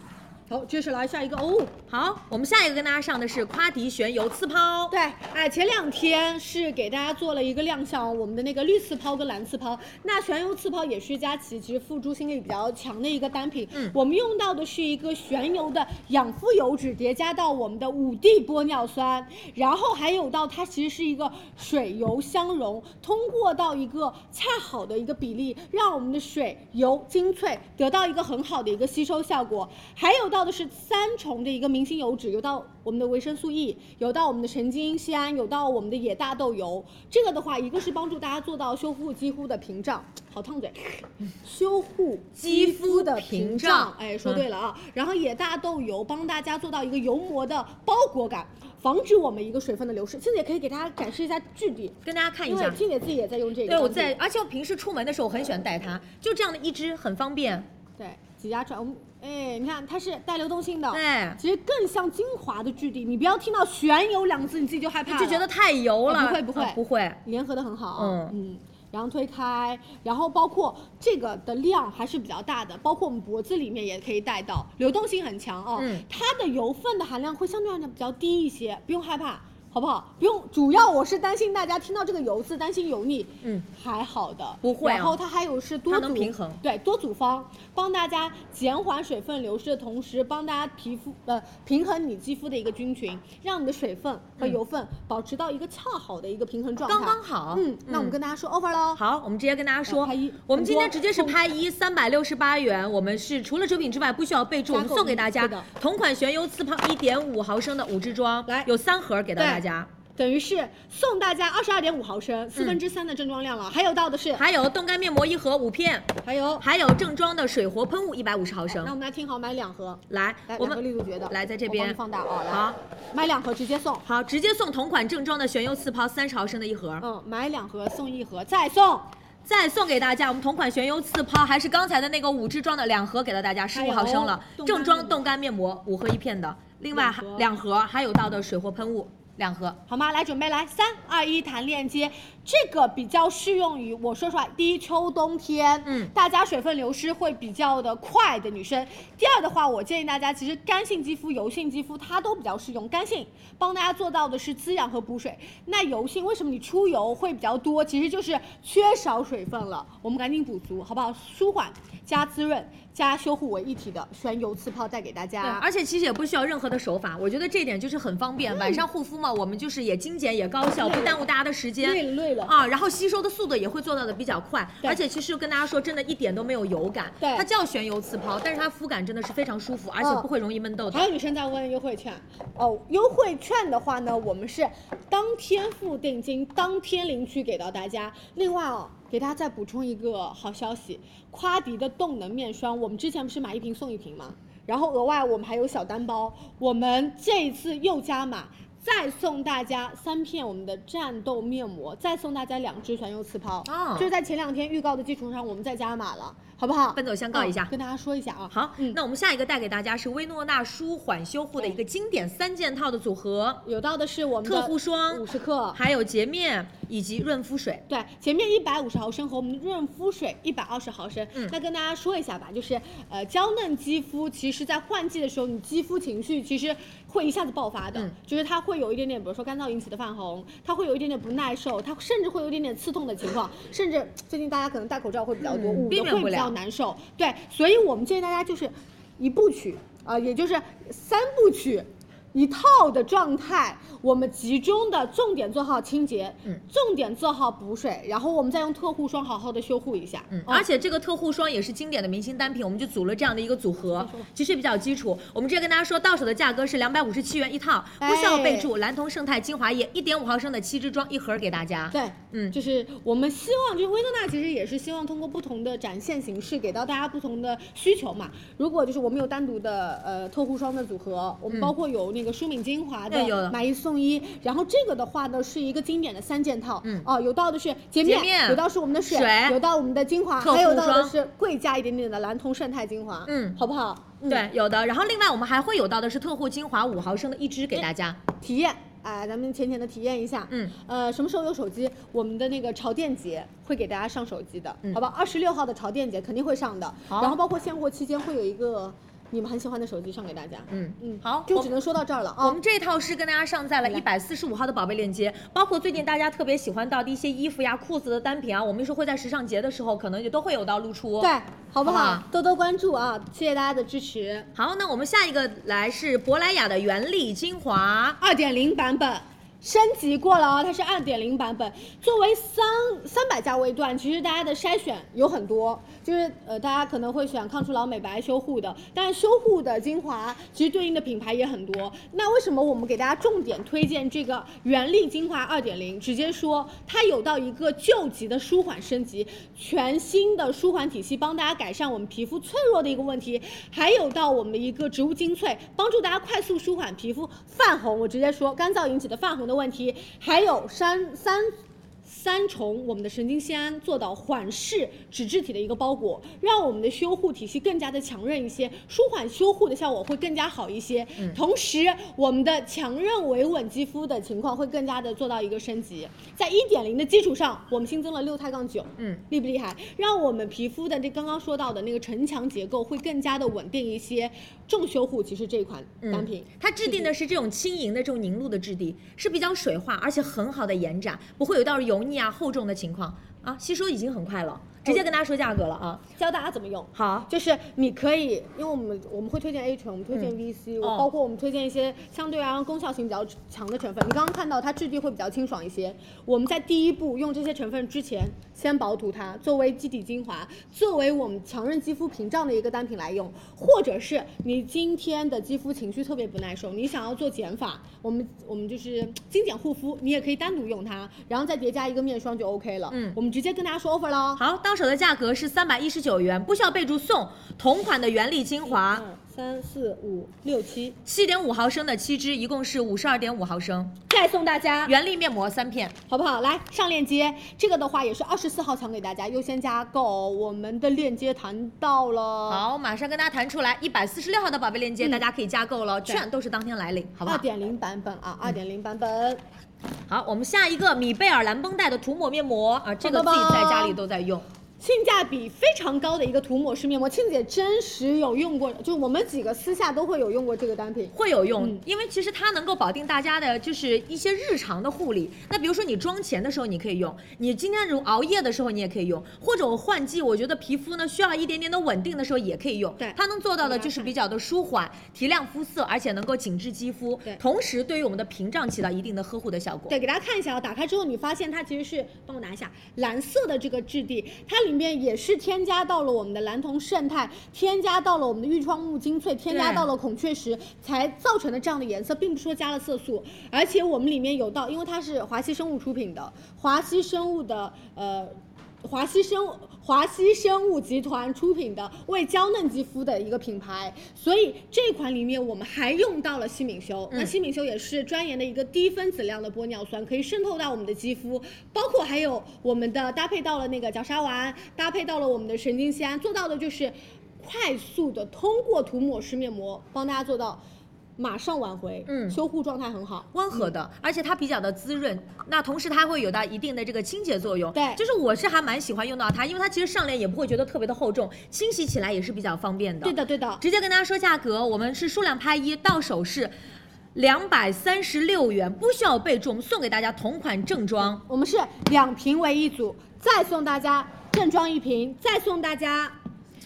Speaker 1: 好，接着来下一个哦，
Speaker 6: 好，我们下一个跟大家上的是夸迪旋油次抛，
Speaker 1: 对，哎，前两天是给大家做了一个亮相，我们的那个绿刺抛跟蓝刺抛。那旋油刺抛也是佳琦其实付诸心力比较强的一个单品。
Speaker 6: 嗯
Speaker 1: 我们用到的是一个旋油的养肤油脂，叠加到我们的五地玻尿酸，然后还有到它其实是一个水油相融，通过到一个恰好的一个比例，让我们的水油精粹得到一个很好的一个吸收效果。还有到的是三重的一个明星油脂，有到我们的维生素 E，有到我们的神经酰胺，有到我们的野大豆油。这个的话，一个是帮助大家做到修复肌肤的屏障，好烫嘴，修护肌肤的屏障。哎，说对了啊。然后野大豆油帮大家做到一个油膜的包裹感。防止我们一个水分的流失，倩姐可以给大家展示一下质地，
Speaker 6: 跟大家看一
Speaker 1: 因为
Speaker 6: 下。
Speaker 1: 倩姐自己也在用这个
Speaker 6: 对，
Speaker 1: 产品。
Speaker 6: 我在，而且我平时出门的时候我很喜欢带它，就这样的一支很方便。
Speaker 1: 对挤压出来，我们哎，你看它是带流动性的，
Speaker 6: 对
Speaker 1: 其实更像精华的质地。你不要听到旋油两个字你自己就害怕了，
Speaker 6: 就觉得太油了，
Speaker 1: 哦不会不会
Speaker 6: 啊不会，
Speaker 1: 联合的很好，
Speaker 6: 嗯
Speaker 1: 然后推开，然后包括这个的量还是比较大的，包括我们脖子里面也可以带到，流动性很强哦。
Speaker 6: 嗯
Speaker 1: 它的油分的含量会相对来讲比较低一些，不用害怕，好不好？不用，主要我是担心大家听到这个油字担心油腻，
Speaker 6: 嗯，
Speaker 1: 还好的，
Speaker 6: 不会啊
Speaker 1: 然后它还有是多
Speaker 6: 它
Speaker 1: 组
Speaker 6: 能平衡
Speaker 1: 对多组方，帮大家减缓水分流失的同时，帮大家皮肤呃平衡你肌肤的一个菌群，让你的水分和油分保持到一个恰好的一个平衡状态，
Speaker 6: 刚刚好。
Speaker 1: 嗯，那我们跟大家说 over 喽。
Speaker 6: 好，我们直接跟大家说
Speaker 1: 来拍一，
Speaker 6: 我们今天直接是
Speaker 1: 很多哦
Speaker 6: 拍一，三百六十八元。我们是除了折品之外，不需要备注，我
Speaker 1: 加
Speaker 6: 们
Speaker 1: 购嗯
Speaker 6: 送给大家
Speaker 1: 是的
Speaker 6: 同款旋油次抛一点五毫升的五支装，
Speaker 1: 来
Speaker 6: 有三盒给到
Speaker 1: 对
Speaker 6: 大家。
Speaker 1: 等于是送大家二十二点五毫升，四分之三的正装量了。还有到的是，
Speaker 6: 嗯还有冻干面膜一盒五片，
Speaker 1: 还有，
Speaker 6: 还有正装的水活喷雾一百五十毫
Speaker 1: 那我
Speaker 6: 升。
Speaker 1: 们来听好买两盒，
Speaker 6: 来
Speaker 1: 来，
Speaker 6: 我
Speaker 1: 两个力
Speaker 6: 们
Speaker 1: 度觉得，
Speaker 6: 来在这
Speaker 1: 我
Speaker 6: 边
Speaker 1: 帮你放大哦，来，
Speaker 6: 好
Speaker 1: 买两盒直接送，
Speaker 6: 好直接送同款正装的旋油次抛三十毫升的一盒，
Speaker 1: 嗯，买两盒送一盒，再送
Speaker 6: 再送给大家我们同款旋油次抛，还是刚才的那个五支装的两盒给到大家十
Speaker 1: 还
Speaker 6: 五
Speaker 1: 有
Speaker 6: 毫升了，
Speaker 1: 冻干面
Speaker 6: 正装
Speaker 1: 膜
Speaker 6: 哎冻干面膜五盒一片的，另外还
Speaker 1: 两盒
Speaker 6: 两盒还有到的水活喷雾两盒。
Speaker 1: 好吗？来准备，来三二一，弹链接。这个比较适用于我说出来，第一秋冬天，
Speaker 6: 嗯
Speaker 1: 大家水分流失会比较的快的女生。第二的话，我建议大家其实干性肌肤、油性肌肤它都比较适用。干性帮大家做到的是滋养和补水，那油性为什么你出油会比较多？其实就是缺少水分了，我们赶紧补足，好不好？舒缓加滋润加修护为一体的旋油次抛带给大
Speaker 6: 对，
Speaker 1: 家。
Speaker 6: 而且其实也不需要任何的手法，我觉得这点就是很方便。晚上护肤嘛，我们就是也精简也高效，不耽误大家的时间。
Speaker 1: 累了累了
Speaker 6: 啊，然后吸收的速度也会做到的比较快。
Speaker 1: 对
Speaker 6: 而且其实跟大家说，真的一点都没有油感。
Speaker 1: 对
Speaker 6: 它叫旋油次抛，但是它肤感真的是非常舒服，而且不会容易闷痘的
Speaker 1: 还。有女生在问优惠券哦，优惠券的话呢，我们是当天付定金，当天领取给到大家。另外哦，给大家再补充一个好消息，夸迪的动能面霜，我们之前不是买一瓶送一瓶吗？然后额外我们还有小单包，我们这一次又加码。再送大家三片我们的战斗面膜，再送大家两支全油次抛，
Speaker 6: 哦
Speaker 1: 就是在前两天预告的基础上，我们再加码了，好不好？
Speaker 6: 奔走相告一下
Speaker 1: 嗯跟大家说一下啊。
Speaker 6: 好，
Speaker 1: 嗯
Speaker 6: 那我们下一个带给大家是薇诺娜舒缓修护的一个经典三件套的组合，
Speaker 1: 有到的是我们的
Speaker 6: 特护霜
Speaker 1: 五十克，
Speaker 6: 还有洁面，以及润肤水。
Speaker 1: 对，前面一百五十毫升和我们的润肤水一百二十毫升。
Speaker 6: 嗯
Speaker 1: 那跟大家说一下吧，就是呃，娇嫩肌肤，其实在换季的时候，你肌肤情绪其实会一下子爆发
Speaker 6: 嗯
Speaker 1: 的，就是它会有一点点，比如说干燥引起的泛红，它会有一点点不耐受，它甚至会有一点点刺痛的情况，甚至最近大家可能戴口罩会比较多，捂、
Speaker 6: 嗯避
Speaker 1: 的
Speaker 6: 免不
Speaker 1: 会比较
Speaker 6: 了
Speaker 1: 难受。对，所以我们建议大家就是一部曲啊、也就是三部曲。一套的状态，我们集中的重点做好清洁，重点做好补水，然后我们再用特护霜好好的修护一下。
Speaker 6: 嗯，而且这个特护霜也是经典的明星单品，我们就组了这样的一个组合，其实比较基础。我们之前跟大家说，到手的价格是两百五十七元一套，
Speaker 1: 哎
Speaker 6: 不需要备注。蓝铜胜肽精华液一点五毫升的七支装一盒给大家。
Speaker 1: 对，
Speaker 6: 嗯
Speaker 1: 就是我们希望，就是薇诺娜其实也是希望通过不同的展现形式，给到大家不同的需求嘛。如果就是我们有单独的呃特护霜的组合，我们包括有那个舒敏精华
Speaker 6: 嗯对有的
Speaker 1: 的买一送一，然后这个的话呢是一个经典的三件套，
Speaker 6: 嗯
Speaker 1: 哦，有到的是洁面，
Speaker 6: 洁面
Speaker 1: 有到是我们的水，
Speaker 6: 水
Speaker 1: 有到我们的精华，
Speaker 6: 特护
Speaker 1: 还有到的
Speaker 6: 霜
Speaker 1: 是贵价一点点的蓝铜胜肽精华，
Speaker 6: 嗯
Speaker 1: 好不好？嗯、
Speaker 6: 对，，有的。然后另外我们还会有到的是特护精华五毫升的一支给大家。
Speaker 1: 体验。哎，咱们浅浅的体验一下，
Speaker 6: 嗯，
Speaker 1: 呃，什么时候有手机？我们的那个潮店节会给大家上手机的，
Speaker 6: 嗯
Speaker 1: 好吧？二十六号的潮店节肯定会上的，然后包括现货期间会有一个你们很喜欢的手机上给大家，
Speaker 6: 嗯
Speaker 1: 嗯，
Speaker 6: 好
Speaker 1: 就
Speaker 6: 我
Speaker 1: 只能说到这儿了啊。
Speaker 6: 我们这套是跟大家上在了一百四十五号的宝贝链接，包括最近大家特别喜欢到的一些衣服呀、裤子的单品啊，我们说会在时尚节的时候可能也都会有到露出。
Speaker 1: 对，好不好？
Speaker 6: 好不好
Speaker 1: 多多关注啊，谢谢大家的支持。
Speaker 6: 好，那我们下一个来是珀莱雅的原力精华，
Speaker 1: 二点零版本。升级过了啊，它是二点零版本。作为三三百价位段，其实大家的筛选有很多，就是呃，大家可能会选抗初老美白修护的，但是修护的精华其实对应的品牌也很多。那为什么我们给大家重点推荐这个原力精华二点零？直接说它有到一个救急的舒缓升级，全新的舒缓体系，帮大家改善我们皮肤脆弱的一个问题，还有到我们的一个植物精粹，帮助大家快速舒缓皮肤泛红。我直接说干燥引起的泛红的问题，还有三三。三重我们的神经酰胺做到缓释脂质体的一个包裹，让我们的修护体系更加的强韧一些，舒缓修护的效果会更加好一些。同时，我们的强韧维稳肌肤的情况会更加的做到一个升级。在一点零的基础上，我们新增了六肽杠九，
Speaker 6: 嗯，
Speaker 1: 厉不厉害？让我们皮肤的这刚刚说到的那个城墙结构会更加的稳定一些。重修护其实这一款单品，
Speaker 6: 它制定的是这种轻盈的这种凝露的质地，是比较水化，而且很好的延展，不会有到油腻啊、厚重的情况啊，吸收已经很快了，直接跟大家说价格了啊。
Speaker 1: 教大家怎么用。
Speaker 6: 好，
Speaker 1: 就是你可以，因为我们我们会推荐 A 醇，我们推荐 VC，、
Speaker 6: 哦
Speaker 1: 我包括我们推荐一些相对啊而言功效性比较强的成分。你刚刚看到它质地会比较清爽一些。我们在第一步用这些成分之前，先薄涂它，作为基底精华，作为我们强韧肌肤屏障的一个单品来用，或者是你今天的肌肤情绪特别不耐受，你想要做减法，我们我们就是精简护肤，你也可以单独用它，然后再叠加一个面霜就 OK 了。
Speaker 6: 嗯
Speaker 1: 我们直接跟大家说 offer 了哦。
Speaker 6: 好，到手的价格是三百一十九元，不需要备注送同款的原力精华，
Speaker 1: 二嗯三四五六七，
Speaker 6: 七点五毫升的七支，一共是五十二点五毫升，
Speaker 1: 再送大家，
Speaker 6: 原力面膜三片。
Speaker 1: 好不好？来上链接，这个的话也是二十四号抢给大家，优先加购哦。我们的链接谈到了，
Speaker 6: 好，马上跟大家弹出来一百四十六号的宝贝链接，大家可以加购了，券都是当天来领，好不嗯
Speaker 1: 二
Speaker 6: 好？
Speaker 1: 点零版本啊，二点零版本，
Speaker 6: 好，我们下一个米贝尔蓝绷带的涂抹面膜啊，这个
Speaker 1: 棒
Speaker 6: 自
Speaker 1: 棒
Speaker 6: 己
Speaker 1: 棒
Speaker 6: 在家里都在用。
Speaker 1: 性价比非常高的一个涂抹式面膜。庆姐真实有用过，就我们几个私下都会有用过这个单品。
Speaker 6: 会有用
Speaker 1: 嗯，
Speaker 6: 因为其实它能够保定大家的就是一些日常的护理。那比如说你妆前的时候你可以用，你今天如熬夜的时候你也可以用，或者我换季，我觉得皮肤呢需要一点点的稳定的时候也可以用。
Speaker 1: 对
Speaker 6: 它能做到的就是比较的舒缓、提亮肤色，而且能够紧致肌肤
Speaker 1: 对，
Speaker 6: 同时对于我们的屏障起到一定的呵护的效果。
Speaker 1: 对，给大家看一下啊，打开之后你发现它其实是，帮我拿一下蓝色的这个质地，它里面也是添加到了我们的蓝铜胜肽，添加到了我们的愈创木精粹，添加
Speaker 6: 对
Speaker 1: 到了孔雀石，才造成的这样的颜色，并不是说加了色素，而且我们里面有到，因为它是华熙生物出品的，华熙生物的呃。华熙生物华熙生物集团出品的为娇嫩肌肤的一个品牌，所以这款里面我们还用到了西敏修。那西敏修也是专研的一个低分子量的玻尿酸，可以渗透到我们的肌肤，包括还有我们的搭配到了那个角鲨烷，搭配到了我们的神经酰胺，做到的就是快速的通过涂抹式面膜帮大家做到。马上挽回，
Speaker 6: 嗯
Speaker 1: 修护状态很好。
Speaker 6: 温和的，
Speaker 1: 嗯
Speaker 6: 而且它比较的滋润，那同时它会有到一定的这个清洁作用。
Speaker 1: 对
Speaker 6: 就是我是还蛮喜欢用到它，因为它其实上脸也不会觉得特别的厚重，清洗起来也是比较方便的。
Speaker 1: 对的，对的，
Speaker 6: 直接跟大家说价格，我们是数量拍一，到手是两百三十六元，不需要备注，我们送给大家同款正装。
Speaker 1: 我们是两瓶为一组，再送大家正装一瓶，再送大家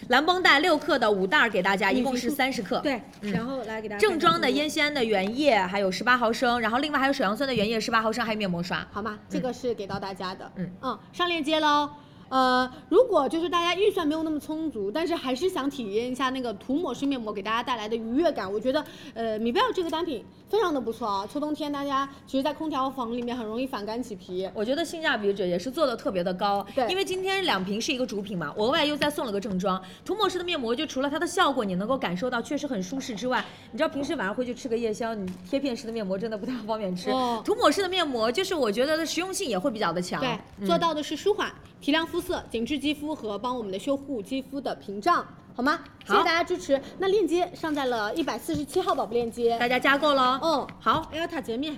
Speaker 6: 蓝绷带六克的五袋儿给大嗯家，一共是
Speaker 1: 你
Speaker 6: 三十克。
Speaker 1: 对，
Speaker 6: 嗯
Speaker 1: 然后来给大家
Speaker 6: 正装的
Speaker 1: 烟。
Speaker 6: 烟酰胺的原液，还有十八毫升，然后另外还有水杨酸的原液十八毫升，还有面膜刷。
Speaker 1: 好吗？这个是给到大家的。
Speaker 6: 嗯
Speaker 1: 上链接喽。呃，如果就是大家预算没有那么充足，但是还是想体验一下那个涂抹式面膜给大家带来的愉悦感，我觉得呃米贝尔这个单品非常的不错啊。秋冬天大家其实，在空调房里面很容易反干起皮。
Speaker 6: 我觉得性价比这也是做的特别的高，
Speaker 1: 对
Speaker 6: 因为今天两瓶是一个主品嘛，我额外又再送了个正装。涂抹式的面膜就除了它的效果你能够感受到确实很舒适之外，你知道平时晚上回去吃个夜宵，你贴片式的面膜真的不太方便吃，
Speaker 1: 哦
Speaker 6: 涂抹式的面膜就是我觉得的实用性也会比较的强。
Speaker 1: 对，
Speaker 6: 嗯
Speaker 1: 做到的是舒缓、提亮肤色、紧致肌肤和帮我们的修护肌肤的屏障，好吗？谢谢
Speaker 6: 好
Speaker 1: 大家支持。那链接上在了一百四十七号宝贝链接。
Speaker 6: 大家加购喽。
Speaker 1: 嗯，
Speaker 6: 好，
Speaker 1: 艾尔塔洁面，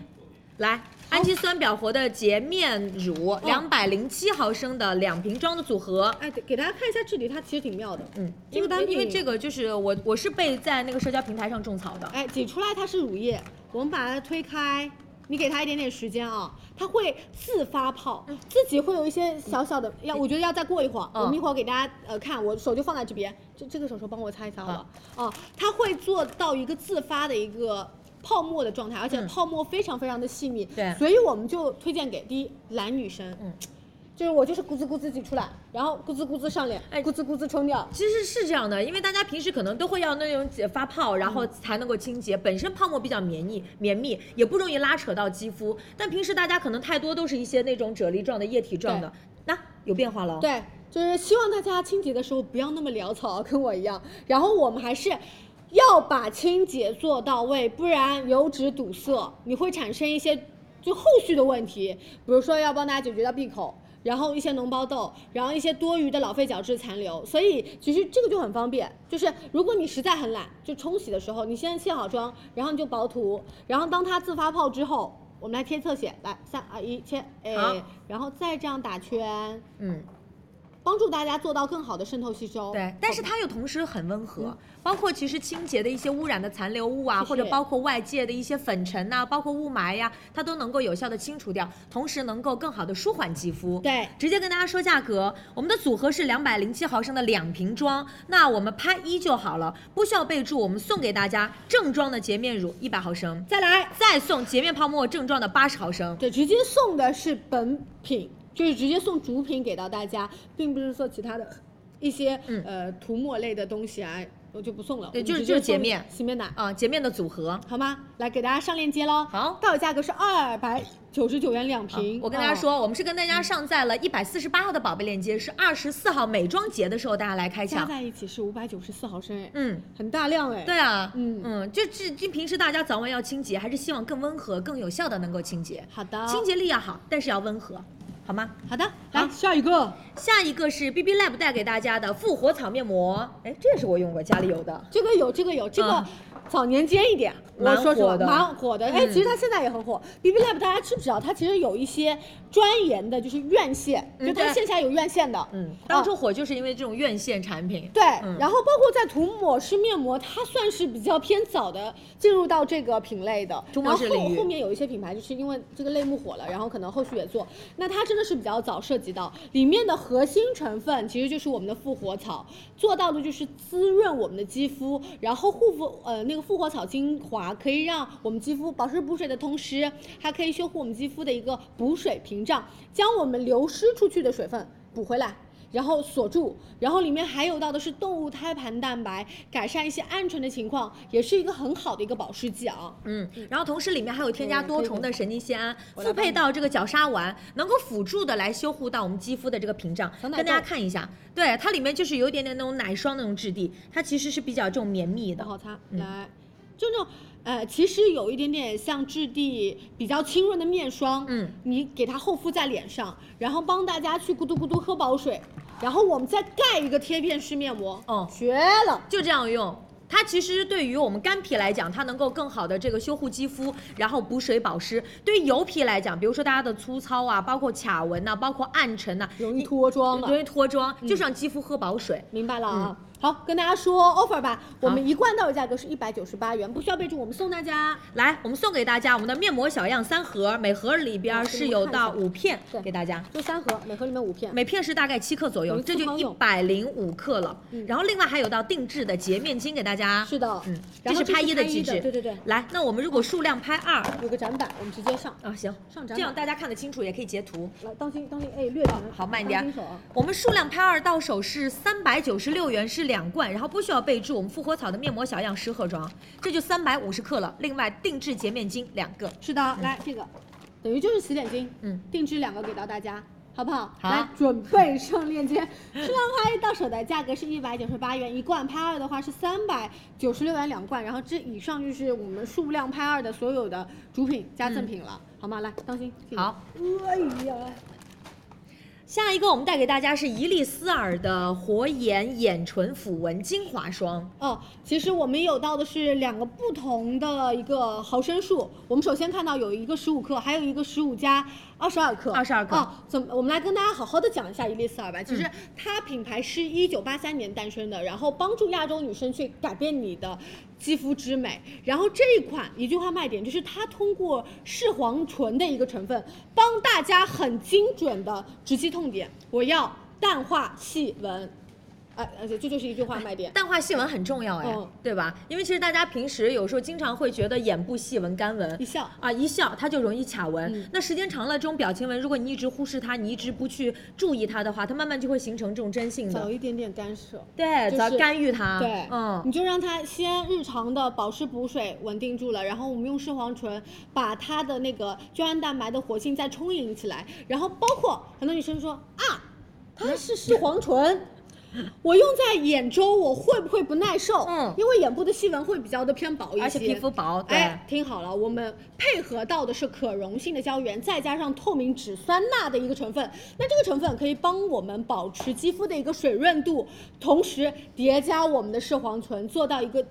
Speaker 6: 来，氨基酸表活的洁面
Speaker 1: 哦
Speaker 6: 乳，两百零七毫升的两瓶装的组合。
Speaker 1: 哎，给大家看一下质地，它其实挺妙的。
Speaker 6: 嗯，
Speaker 1: 这个单品
Speaker 6: 因为这个就是我我是被在那个社交平台上种草的，
Speaker 1: 哎，挤出来它是乳液，我们把它推开，你给它一点点时间啊，它会自发泡，自己会有一些小小的，要我觉得要再过一会儿，
Speaker 6: 嗯
Speaker 1: 我们一会儿给大家呃看，我手就放在这边，这这个手手帮我擦一擦好了，哦、它会做到一个自发的一个。泡沫的状态，而且
Speaker 6: 嗯
Speaker 1: 泡沫非常非常的细密，
Speaker 6: 对
Speaker 1: 所以我们就推荐给第一懒女生，
Speaker 6: 嗯，
Speaker 1: 就是我就是咕滋咕滋挤出来，然后咕滋咕滋上脸，
Speaker 6: 哎
Speaker 1: 咕滋咕滋冲掉，
Speaker 6: 其实是这样的，因为大家平时可能都会要那种解发泡，然后才能够清洁。本身泡沫比较绵密，绵密也不容易拉扯到肌肤。但平时大家可能太多都是一些那种啫喱状的、液体状的，那有变化了。，
Speaker 1: 对，就是希望大家清洁的时候不要那么潦草，跟我一样。然后我们还是要把清洁做到位，不然油脂堵塞，你会产生一些就后续的问题，比如说要帮大家解决掉闭口。然后一些脓包痘，然后一些多余的老废角质残留，所以其实这个就很方便。就是如果你实在很懒，就冲洗的时候，你先卸好妆，然后你就薄涂，然后当它自发泡之后，我们来贴侧写，来三二一切，
Speaker 6: 好
Speaker 1: 哎，然后再这样打圈，
Speaker 6: 嗯，
Speaker 1: 帮助大家做到更好的渗透吸收。
Speaker 6: 对。但是它又同时很温和，包括其实清洁的一些污染的残留物啊，
Speaker 1: 是是
Speaker 6: 或者包括外界的一些粉尘呐、包括雾霾呀、它都能够有效的清除掉，同时能够更好的舒缓肌肤。
Speaker 1: 对
Speaker 6: 直接跟大家说价格，我们的组合是两百零七毫升的两瓶装，那我们拍一就好了，不需要备注，我们送给大家正装的洁面乳一百毫升，
Speaker 1: 再来，
Speaker 6: 再送洁面泡沫正装的八十毫升。
Speaker 1: 对，直接送的是本品，就是直接送主品给到大家，并不是说其他的一些、
Speaker 6: 嗯
Speaker 1: 呃涂抹类的东西啊，我就不送了。
Speaker 6: 对
Speaker 1: 我们
Speaker 6: 就是
Speaker 1: 直接
Speaker 6: 就是洁
Speaker 1: 送
Speaker 6: 面
Speaker 1: 洗面奶。
Speaker 6: 啊、洁面的组合。
Speaker 1: 好吗？来给大家上链接喽。
Speaker 6: 好
Speaker 1: 到手价格是二百九十九元两瓶。
Speaker 6: 啊
Speaker 1: 哦
Speaker 6: 我跟大家说，我们是跟大家上在了一百四十八号的宝贝链接，是二十四号美妆节的时候大家来开
Speaker 1: 哦，加
Speaker 6: 抢。
Speaker 1: 在一起是五百九十四毫升，哎，
Speaker 6: 嗯，
Speaker 1: 很大量哎。
Speaker 6: 对啊，
Speaker 1: 嗯
Speaker 6: 嗯，就这这平时大家早晚要清洁，还是希望更温和、更有效的能够清洁。
Speaker 1: 好的，
Speaker 6: 清洁力要好，但是要温和，好吗？
Speaker 1: 好的，来下一个，
Speaker 6: 下一个是 BB Lab 带给大家的复活草面膜，哎，这也是我用过，家里有的。
Speaker 1: 这个有，这个有，这个
Speaker 6: 嗯
Speaker 1: 早年间一点，我
Speaker 6: 蛮
Speaker 1: 说实话
Speaker 6: 火的
Speaker 1: 蛮火的。哎，
Speaker 6: 嗯
Speaker 1: 其实它现在也很火。B B Lab 大家知不知道？它其实有一些专研的，就是院线，
Speaker 6: 嗯
Speaker 1: 就它
Speaker 6: 对
Speaker 1: 线下有院线的。
Speaker 6: 嗯
Speaker 1: 啊，
Speaker 6: 当初火就是因为这种院线产品。
Speaker 1: 对，
Speaker 6: 嗯
Speaker 1: 然后包括在涂抹式面膜，它算是比较偏早的进入到这个品类的。
Speaker 6: 涂抹式
Speaker 1: 然后
Speaker 6: 领域
Speaker 1: 后后面有一些品牌就是因为这个类目火了，然后可能后续也做。那它真的是比较早涉及到里面的核心成分，其实就是我们的复活草，做到的就是滋润我们的肌肤，然后护肤呃那个复活草精华可以让我们肌肤保湿补水的同时，还可以修护我们肌肤的一个补水屏障，将我们流失出去的水分补回来。然后锁住，然后里面还有到的是动物胎盘蛋白，改善一些暗沉的情况，也是一个很好的一个保湿剂啊。
Speaker 6: 嗯，然后同时里面还有添加多重的神经酰胺，
Speaker 1: 我来
Speaker 6: 复配到这个角鲨烷，能够辅助的来修护到我们肌肤的这个屏障。
Speaker 1: 小
Speaker 6: 跟
Speaker 1: 奶
Speaker 6: 大家
Speaker 1: 豆
Speaker 6: 看一下，对它里面就是有一点点那种奶霜那种质地，它其实是比较这种绵密的
Speaker 1: 不。好擦，
Speaker 6: 嗯
Speaker 1: 来，就那种，呃，其实有一点点像质地比较清润的面霜，
Speaker 6: 嗯，
Speaker 1: 你给它厚敷在脸上，然后帮大家去咕嘟咕嘟喝饱水，然后我们再盖一个贴片式面膜，
Speaker 6: 哦
Speaker 1: 绝了，
Speaker 6: 就这样用，它其实对于我们干皮来讲，它能够更好的这个修护肌肤，然后补水保湿。对于油皮来讲，比如说大家的粗糙啊，包括卡纹呐、包括暗沉呐、
Speaker 1: 容易脱妆啊
Speaker 6: 容易脱妆，嗯就是让肌肤喝饱水。
Speaker 1: 明白了啊。好，跟大家说 offer 吧，我们一罐到手价格是一百九十八元，不需要备注，我们送大家。
Speaker 6: 来，我们送给大家我们的面膜小样三盒，每盒里
Speaker 1: 哦
Speaker 6: 边是有到五片
Speaker 1: 对，
Speaker 6: 给大家。
Speaker 1: 就三盒，每盒里面五片。
Speaker 6: 每片是大概七克左右，
Speaker 1: 嗯
Speaker 6: 这就
Speaker 1: 正好
Speaker 6: 一
Speaker 1: 有
Speaker 6: 百零五克了。然后另外还有到定制的洁面巾给大家。
Speaker 1: 嗯是的，
Speaker 6: 嗯，
Speaker 1: 然后
Speaker 6: 是拍
Speaker 1: 一
Speaker 6: 的机制。
Speaker 1: 对对对，
Speaker 6: 来，那我们如果数量拍二
Speaker 1: 有个展板，我们直接上。
Speaker 6: 啊，行，
Speaker 1: 上展板
Speaker 6: 这样大家看得清楚，也可以截图。
Speaker 1: 来，当心当心，哎，略长。
Speaker 6: 好，慢一点
Speaker 1: 当心手啊。。
Speaker 6: 我们数量拍二到手是三百九十六元，是两罐，然后不需要备注。我们复活草的面膜小样十盒装，这就三百五十克了。另外定制洁面巾两个。
Speaker 1: 是的，来这个，等于就是洗脸巾，
Speaker 6: 嗯，
Speaker 1: 定制两个给到大家。好不好？
Speaker 6: 好
Speaker 1: 来准备上链接。数量拍一到手的价格是一百九十八元一罐，拍二的话是三百九十六元两罐。然后这以上就是我们数量拍二的所有的主品加赠品了，好吗？来，当心。这个
Speaker 6: 嗯好。
Speaker 1: 哎呀，
Speaker 6: 下一个我们带给大家是伊丽丝尔的活颜眼唇抚纹精华霜，
Speaker 1: 哦，其实我们有到的是两个不同的一个毫升数。我们首先看到有一个十五克，还有一个十五加二十二克。嗯
Speaker 6: 22克
Speaker 1: 哦，怎么？我们来跟大家好好的讲一下伊丽丝尔吧。其实它品牌是一九八三年诞生的，然后帮助亚洲女生去改变你的肌肤之美。然后这一款一句话卖点就是它通过视黄醇的一个成分，帮大家很精准的直击痛点。我要淡化细纹。啊，而且这就是一句话卖点。
Speaker 6: 淡化细纹很重要哎，
Speaker 1: 嗯
Speaker 6: 对吧？因为其实大家平时有时候经常会觉得眼部细纹、干纹
Speaker 1: 一笑
Speaker 6: 啊，一笑它就容易卡纹。
Speaker 1: 嗯
Speaker 6: 那时间长了，这种表情纹，如果你一直忽视它，你一直不去注意它的话，它慢慢就会形成这种真性
Speaker 1: 找
Speaker 6: 的，
Speaker 1: 一点点干涉。
Speaker 6: 对，
Speaker 1: 就
Speaker 6: 早
Speaker 1: 是
Speaker 6: 干预它，
Speaker 1: 对，
Speaker 6: 嗯。
Speaker 1: 你就让它先日常的保湿补水稳定住了，然后我们用视黄醇把它的那个胶原蛋白的活性再充盈起来，然后包括很多女生说啊，它是视黄醇。我用在眼周，我会不会不耐受？
Speaker 6: 嗯
Speaker 1: 因为眼部的细纹会比较的偏薄一些，
Speaker 6: 而且皮肤薄，对，
Speaker 1: 哎，听好了，我们配合到的是可溶性的胶原，再加上透明质酸钠的一个成分。那这个成分可以帮我们保持肌肤的一个水润度，同时叠加我们的视黄醇，做到一个。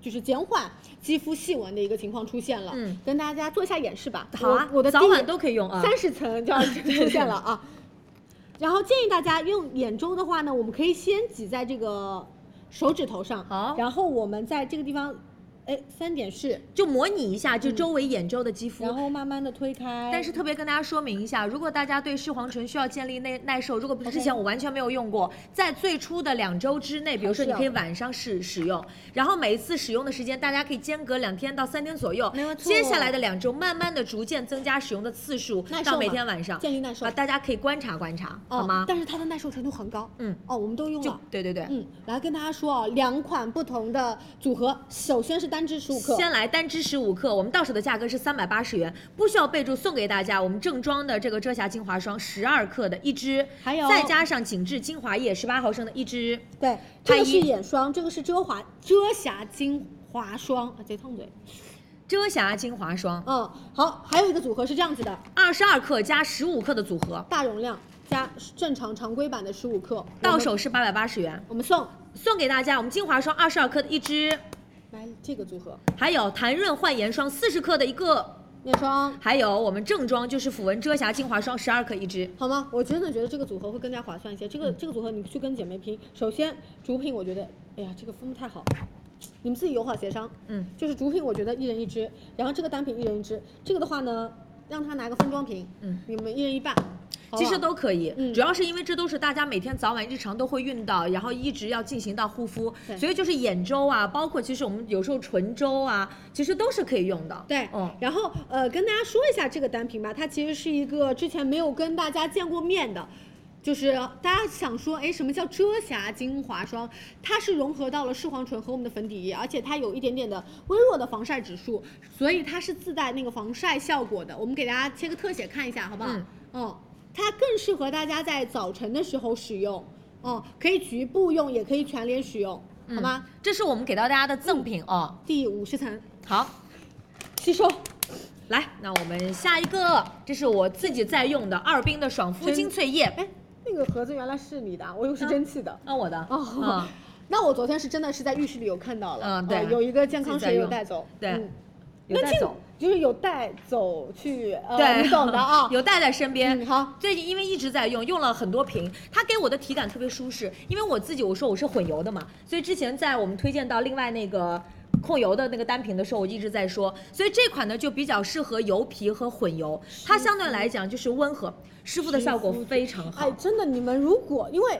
Speaker 1: 就是减缓肌肤细纹的一个情况出现了，
Speaker 6: 嗯，
Speaker 1: 跟大家做一下演示吧。
Speaker 6: 好啊
Speaker 1: 我我的
Speaker 6: 早
Speaker 1: 第一
Speaker 6: 晚都可以用啊
Speaker 1: 三十层就要出现了啊。然后建议大家用眼周的话呢，我们可以先挤在这个手指头上，
Speaker 6: 好
Speaker 1: 然后我们在这个地方，哎，三点式，
Speaker 6: 就模拟一下，
Speaker 1: 嗯
Speaker 6: 就周围眼周的肌肤，
Speaker 1: 然后慢慢的推开。
Speaker 6: 但是特别跟大家说明一下，如果大家对视黄醇需要建立耐耐受，如果不是
Speaker 1: OK
Speaker 6: 之前我完全没有用过，在最初的两周之内，比如
Speaker 1: 还
Speaker 6: 说
Speaker 1: 是
Speaker 6: 你
Speaker 1: 要
Speaker 6: 可以晚上使使用，然后每一次使用的时间大家可以间隔两天到三天左右
Speaker 1: 没有，错
Speaker 6: 接下来的两周慢慢的逐渐增加使用的次数
Speaker 1: 耐，受
Speaker 6: 到每
Speaker 1: 嘛
Speaker 6: 天晚上
Speaker 1: 建立耐受
Speaker 6: 啊，大家可以观察观察，好吗
Speaker 1: 哦？？但是它的耐受程度很高。
Speaker 6: 嗯，
Speaker 1: 哦，我们都用
Speaker 6: 就
Speaker 1: 了。
Speaker 6: 对对对，
Speaker 1: 嗯，来跟大家说啊，两款不同的组合，首先是单支十五克，
Speaker 6: 先来单支十五克，我们到手的价格是三百八十元，不需要备注，送给大家我们正装的这个遮瑕精华霜十二克的一支，
Speaker 1: 还有
Speaker 6: 再加上紧致精华液十八毫升的一支，
Speaker 1: 对，这个是眼霜，这个是遮华遮瑕精华霜，啊，贼烫嘴。
Speaker 6: 遮瑕精华霜
Speaker 1: 嗯，好，还有一个组合是这样子的，
Speaker 6: 二十二克加十五克的组合，
Speaker 1: 大容量加正常常规版的十五克，
Speaker 6: 到手是八百八十元，
Speaker 1: 我们送
Speaker 6: 送给大家我们精华霜二十二克的一支，
Speaker 1: 来这个组合
Speaker 6: 还有弹润焕颜霜四十克的一个，
Speaker 1: 面霜。
Speaker 6: 还有我们正装就是抚纹遮瑕精华霜十二克一支。
Speaker 1: 好吗？我真的觉得这个组合会更加划算一些。这
Speaker 6: 嗯
Speaker 1: 个、这个组合你去跟姐妹拼，首先主品我觉得，哎呀，这个分不太好，你们自己友好协商。
Speaker 6: 嗯，
Speaker 1: 就是主品我觉得一人一支，然后这个单品一人一支，这个的话呢，让他拿个分装瓶，
Speaker 6: 嗯，
Speaker 1: 你们一人一半。好不好
Speaker 6: 其实都可以，
Speaker 1: 嗯
Speaker 6: 主要是因为这都是大家每天早晚日常都会用到，然后一直要进行到护肤
Speaker 1: 对，
Speaker 6: 所以就是眼周啊，包括其实我们有时候唇周啊，其实都是可以用的。
Speaker 1: 对，
Speaker 6: 嗯，
Speaker 1: 然后呃，跟大家说一下这个单品吧，它其实是一个之前没有跟大家见过面的，就是大家想说，哎，什么叫遮瑕精华霜？它是融合到了视黄醇和我们的粉底液，而且它有一点点的微弱的防晒指数，所以它是自带那个防晒效果的。我们给大家切个特写看一下，好不好？
Speaker 6: 嗯
Speaker 1: 嗯，它更适合大家在早晨的时候使用，哦、可以局部用，也可以全脸使用，好
Speaker 6: 嗯
Speaker 1: 吗？
Speaker 6: 这是我们给到大家的赠品哦。
Speaker 1: 第五十层
Speaker 6: 好，
Speaker 1: 吸收。
Speaker 6: 来，那我们下一个，这是我自己在用的二冰的爽肤精粹液，
Speaker 1: 哎，那个盒子原来是你的啊，我又是蒸汽的。
Speaker 6: 啊，我的，
Speaker 1: 哦
Speaker 6: 嗯，
Speaker 1: 那我昨天是真的是在浴室里有看到了，
Speaker 6: 嗯对
Speaker 1: 呃有一个健康
Speaker 6: 自己在
Speaker 1: 水有
Speaker 6: 用
Speaker 1: 带走，
Speaker 6: 对
Speaker 1: 嗯
Speaker 6: 有带走。
Speaker 1: 就是有带走去，呃，
Speaker 6: 对，。
Speaker 1: 你懂的啊
Speaker 6: 有带在身边。
Speaker 1: 嗯好，
Speaker 6: 最近因为一直在用，用了很多瓶，它给我的体感特别舒适。因为我自己我说我是混油的嘛，所以之前在我们推荐到另外那个。控油的那个单品的时候，我一直在说，所以这款呢就比较适合油皮和混油，它相对来讲就是温和，湿敷的效果非常好
Speaker 1: 哎，。真的，你们如果因为。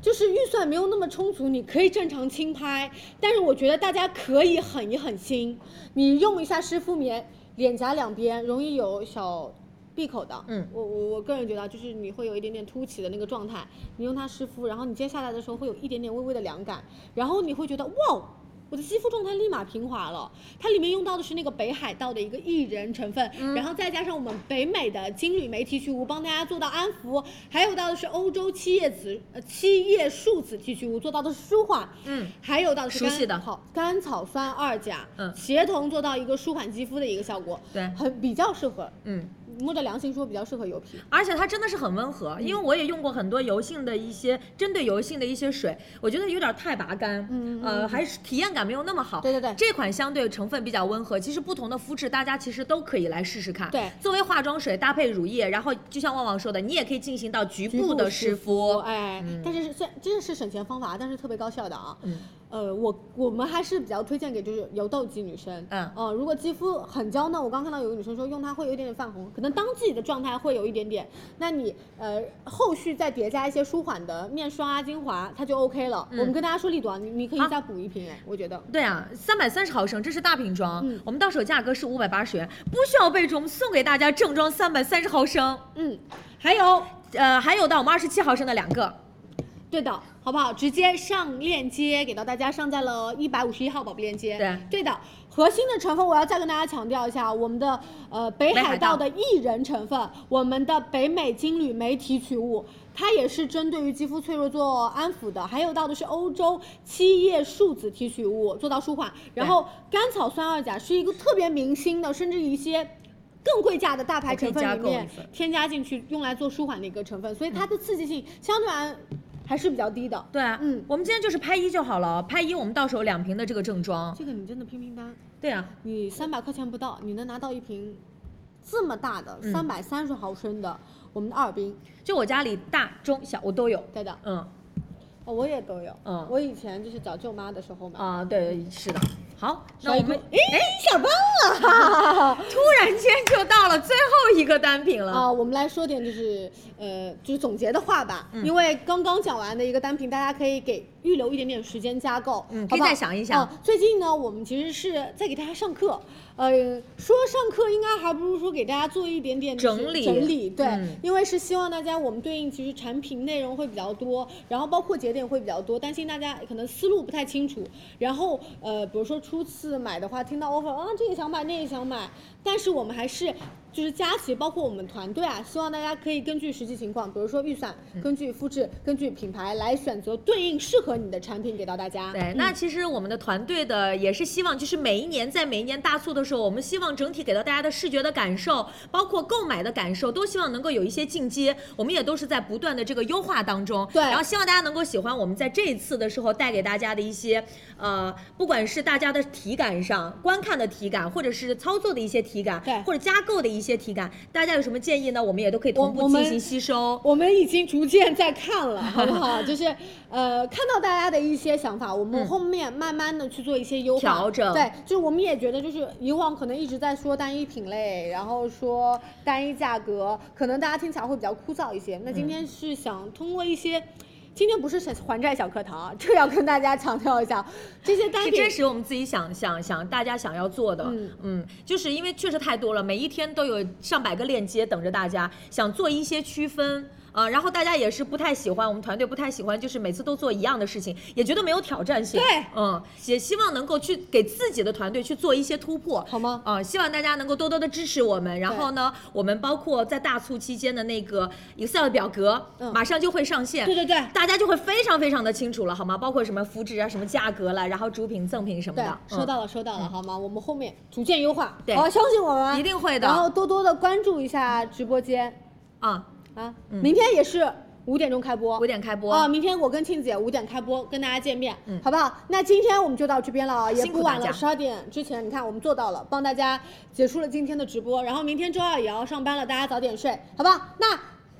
Speaker 1: 就是预算没有那么充足，你可以正常轻拍，但是我觉得大家可以狠一狠心，你用一下湿敷棉，脸颊两边容易有小闭口的，
Speaker 6: 嗯
Speaker 1: 我我我个人觉得啊就是你会有一点点凸起的那个状态，你用它湿敷，然后你接下来的时候会有一点点微微的凉感，然后你会觉得哇，哦我的肌肤状态立马平滑了。它里面用到的是那个北海道的一个薏仁成分，
Speaker 6: 嗯
Speaker 1: 然后再加上我们北美的金缕梅提取物，帮大家做到安抚，还有到的是欧洲七叶子呃七叶树籽提取物，做到的是舒缓，
Speaker 6: 嗯，
Speaker 1: 还有到的是
Speaker 6: 熟
Speaker 1: 甘
Speaker 6: 悉的
Speaker 1: 好甘草酸二甲，
Speaker 6: 嗯
Speaker 1: 协同做到一个舒缓肌肤的一个效果，
Speaker 6: 对
Speaker 1: 很比较适合，
Speaker 6: 嗯，
Speaker 1: 摸着良心说比较适合油皮。
Speaker 6: 而且它真的是很温和，因为我也用过很多油性的一些针对油性的一些水，我觉得有点太拔干，
Speaker 1: 嗯嗯
Speaker 6: 呃，还是体验感没有那么好。
Speaker 1: 对对对
Speaker 6: 这款相对成分比较温和，其实不同的肤质大家其实都可以来试试看。
Speaker 1: 对
Speaker 6: 作为化妆水搭配乳液，然后就像旺旺说的，你也可以进行到局
Speaker 1: 局
Speaker 6: 部的
Speaker 1: 湿
Speaker 6: 湿敷。
Speaker 1: 哎，但是是虽然真的是省钱方法，但是特别高效的啊。
Speaker 6: 嗯
Speaker 1: 呃，我我们还是比较推荐给就是油痘肌女生，
Speaker 6: 嗯
Speaker 1: 呃，如果肌肤很娇嫩，我刚看到有个女生说用它会有一点点泛红，可能当季的状态会有一点点，那你呃后续再叠加一些舒缓的面霜啊、精华，它就 OK 了。我们跟大家说力度啊，你你可以
Speaker 6: 嗯好
Speaker 1: 再补一瓶，哎，我觉得。
Speaker 6: 对啊，三百三十毫升，这是大瓶装，
Speaker 1: 嗯
Speaker 6: 我们到手价格是五百八十元，不需要备注，我们送给大家正装三百三十毫升，
Speaker 1: 嗯，
Speaker 6: 还有呃，还有到我们二十七毫升的两个，
Speaker 1: 对的，好不好？直接上链接给到大家，上在了哦一百五十一号宝贝链接。
Speaker 6: 对
Speaker 1: 的。核心的成分我要再跟大家强调一下，我们的呃北
Speaker 6: 北
Speaker 1: 海
Speaker 6: 海
Speaker 1: 道
Speaker 6: 道
Speaker 1: 的薏仁成分，我们的北美金缕梅提取物，它也是针对于肌肤脆弱做安抚的。还有到的是欧洲七叶树籽提取物，做到舒缓。然后甘草酸二甲是一个特别明星的，甚至一些。更贵价的大牌
Speaker 6: 我可以
Speaker 1: 成分
Speaker 6: 加
Speaker 1: 里
Speaker 6: 购
Speaker 1: 面
Speaker 6: 一份嗯
Speaker 1: 添加进去，用来做舒缓的一个成分，所以它的刺激性相对而还是比较低的。
Speaker 6: 对啊，
Speaker 1: 嗯
Speaker 6: 我们今天就是拍一就好了，拍一我们到手两瓶的这个正装，
Speaker 1: 这个你真的拼拼单，
Speaker 6: 对啊，
Speaker 1: 你三百块钱不到，你能拿到一瓶这么大的
Speaker 6: 嗯
Speaker 1: 三百三十毫升的我们的二冰，
Speaker 6: 就我家里大中小我都有，
Speaker 1: 对的，
Speaker 6: 嗯
Speaker 1: 哦我也都有。
Speaker 6: 嗯
Speaker 1: 我以前就是找舅妈的时候嘛，
Speaker 6: 啊、对，是的。好，那
Speaker 1: 少一
Speaker 6: 我们
Speaker 1: 步哎，想到了
Speaker 6: 突然间就到了最后一个单品了，
Speaker 1: 啊，我们来说点就是呃，就是总结的话吧，
Speaker 6: 嗯
Speaker 1: 因为刚刚讲完的一个单品，大家可以给预留一点点时间加购，
Speaker 6: 嗯
Speaker 1: 好不好
Speaker 6: 可以再想一想
Speaker 1: 啊最近呢，我们其实是在给大家上课，呃，说上课应该还不如说给大家做一点点就是
Speaker 6: 整理
Speaker 1: 整理，对，
Speaker 6: 嗯
Speaker 1: 因为是希望大家我们对应其实产品内容会比较多，然后包括节点会比较多，担心大家可能思路不太清楚，然后呃，比如说初次买的话，听到 offer 啊，这个想买，那个想买，但是我们还是就是佳琪，包括我们团队啊，希望大家可以根据实际情况，比如说预算，
Speaker 6: 嗯
Speaker 1: 根据肤质，根据品牌来选择对应适合你的产品给到大家。
Speaker 6: 对，那其实我们的团队的也是希望，就是每一年在每一年大促的时候，我们希望整体给到大家的视觉的感受，包括购买的感受，都希望能够有一些进阶。我们也都是在不断的这个优化当中。
Speaker 1: 对
Speaker 6: 然后希望大家能够喜欢我们在这一次的时候带给大家的一些，呃，不管是大家的体感上、观看的体感，或者是操作的一些体感，
Speaker 1: 对
Speaker 6: 或者加购的一些体感，大家有什么建议呢？我们也都可以
Speaker 1: 我
Speaker 6: 同步
Speaker 1: 我们
Speaker 6: 进行吸收。
Speaker 1: 我们已经逐渐在看 了，好不好？就是呃，看到大家的一些想法，我们后面慢慢的去做一些优化
Speaker 6: 嗯调整
Speaker 1: 对，就是我们也觉得，就是以往可能一直在说单一品类，然后说单一价格，可能大家听起来会比较枯燥一些。
Speaker 6: 嗯
Speaker 1: 那今天是想通过一些。今天不是还债小课堂啊，这个要跟大家强调一下，这些单
Speaker 6: 是
Speaker 1: 品
Speaker 6: 真实我们自己想想想大家想要做的，嗯
Speaker 1: 嗯
Speaker 6: 就是因为确实太多了，每一天都有上百个链接等着大家，想做一些区分。啊、然后大家也是不太喜欢，我们团队不太喜欢，就是每次都做一样的事情，也觉得没有挑战性。
Speaker 1: 对，
Speaker 6: 嗯，也希望能够去给自己的团队去做一些突破，
Speaker 1: 好吗？
Speaker 6: 呃，希望大家能够多多的支持我们。然后呢，我们包括在大促期间的那个 Excel 表格，
Speaker 1: 嗯
Speaker 6: 马上就会上线。
Speaker 1: 对对对
Speaker 6: 大家就会非常非常的清楚了，好吗？包括什么肤质啊、什么价格了，然后主品、赠品什么
Speaker 1: 对
Speaker 6: 的，，嗯
Speaker 1: 收到了，收到了，好吗？我们后面逐渐优化，
Speaker 6: 对
Speaker 1: 好，相信我们
Speaker 6: 一定会的
Speaker 1: 然后多多的关注一下直播间
Speaker 6: 嗯啊。
Speaker 1: 啊，明天也是五点钟开播，
Speaker 6: 五点开播嗯
Speaker 1: 啊、明天我跟庆姐五点开播，跟大家见面，好不好？那今天我们就到这边了啊，也
Speaker 6: 辛苦
Speaker 1: 不晚
Speaker 6: 大
Speaker 1: 了，
Speaker 6: 家
Speaker 1: 十二点之前，你看我们做到了，帮大家结束了今天的直播，然后明天周二也要上班了，大家早点睡，好不好？那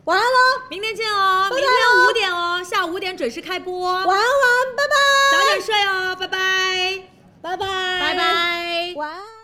Speaker 1: 晚安喽，
Speaker 6: 明天见哦，明天五点哦，下午五点准时开播哦，
Speaker 1: 晚安晚安，拜拜，
Speaker 6: 早点睡哦，拜拜，
Speaker 1: 拜拜，
Speaker 6: 拜拜。
Speaker 1: 晚安。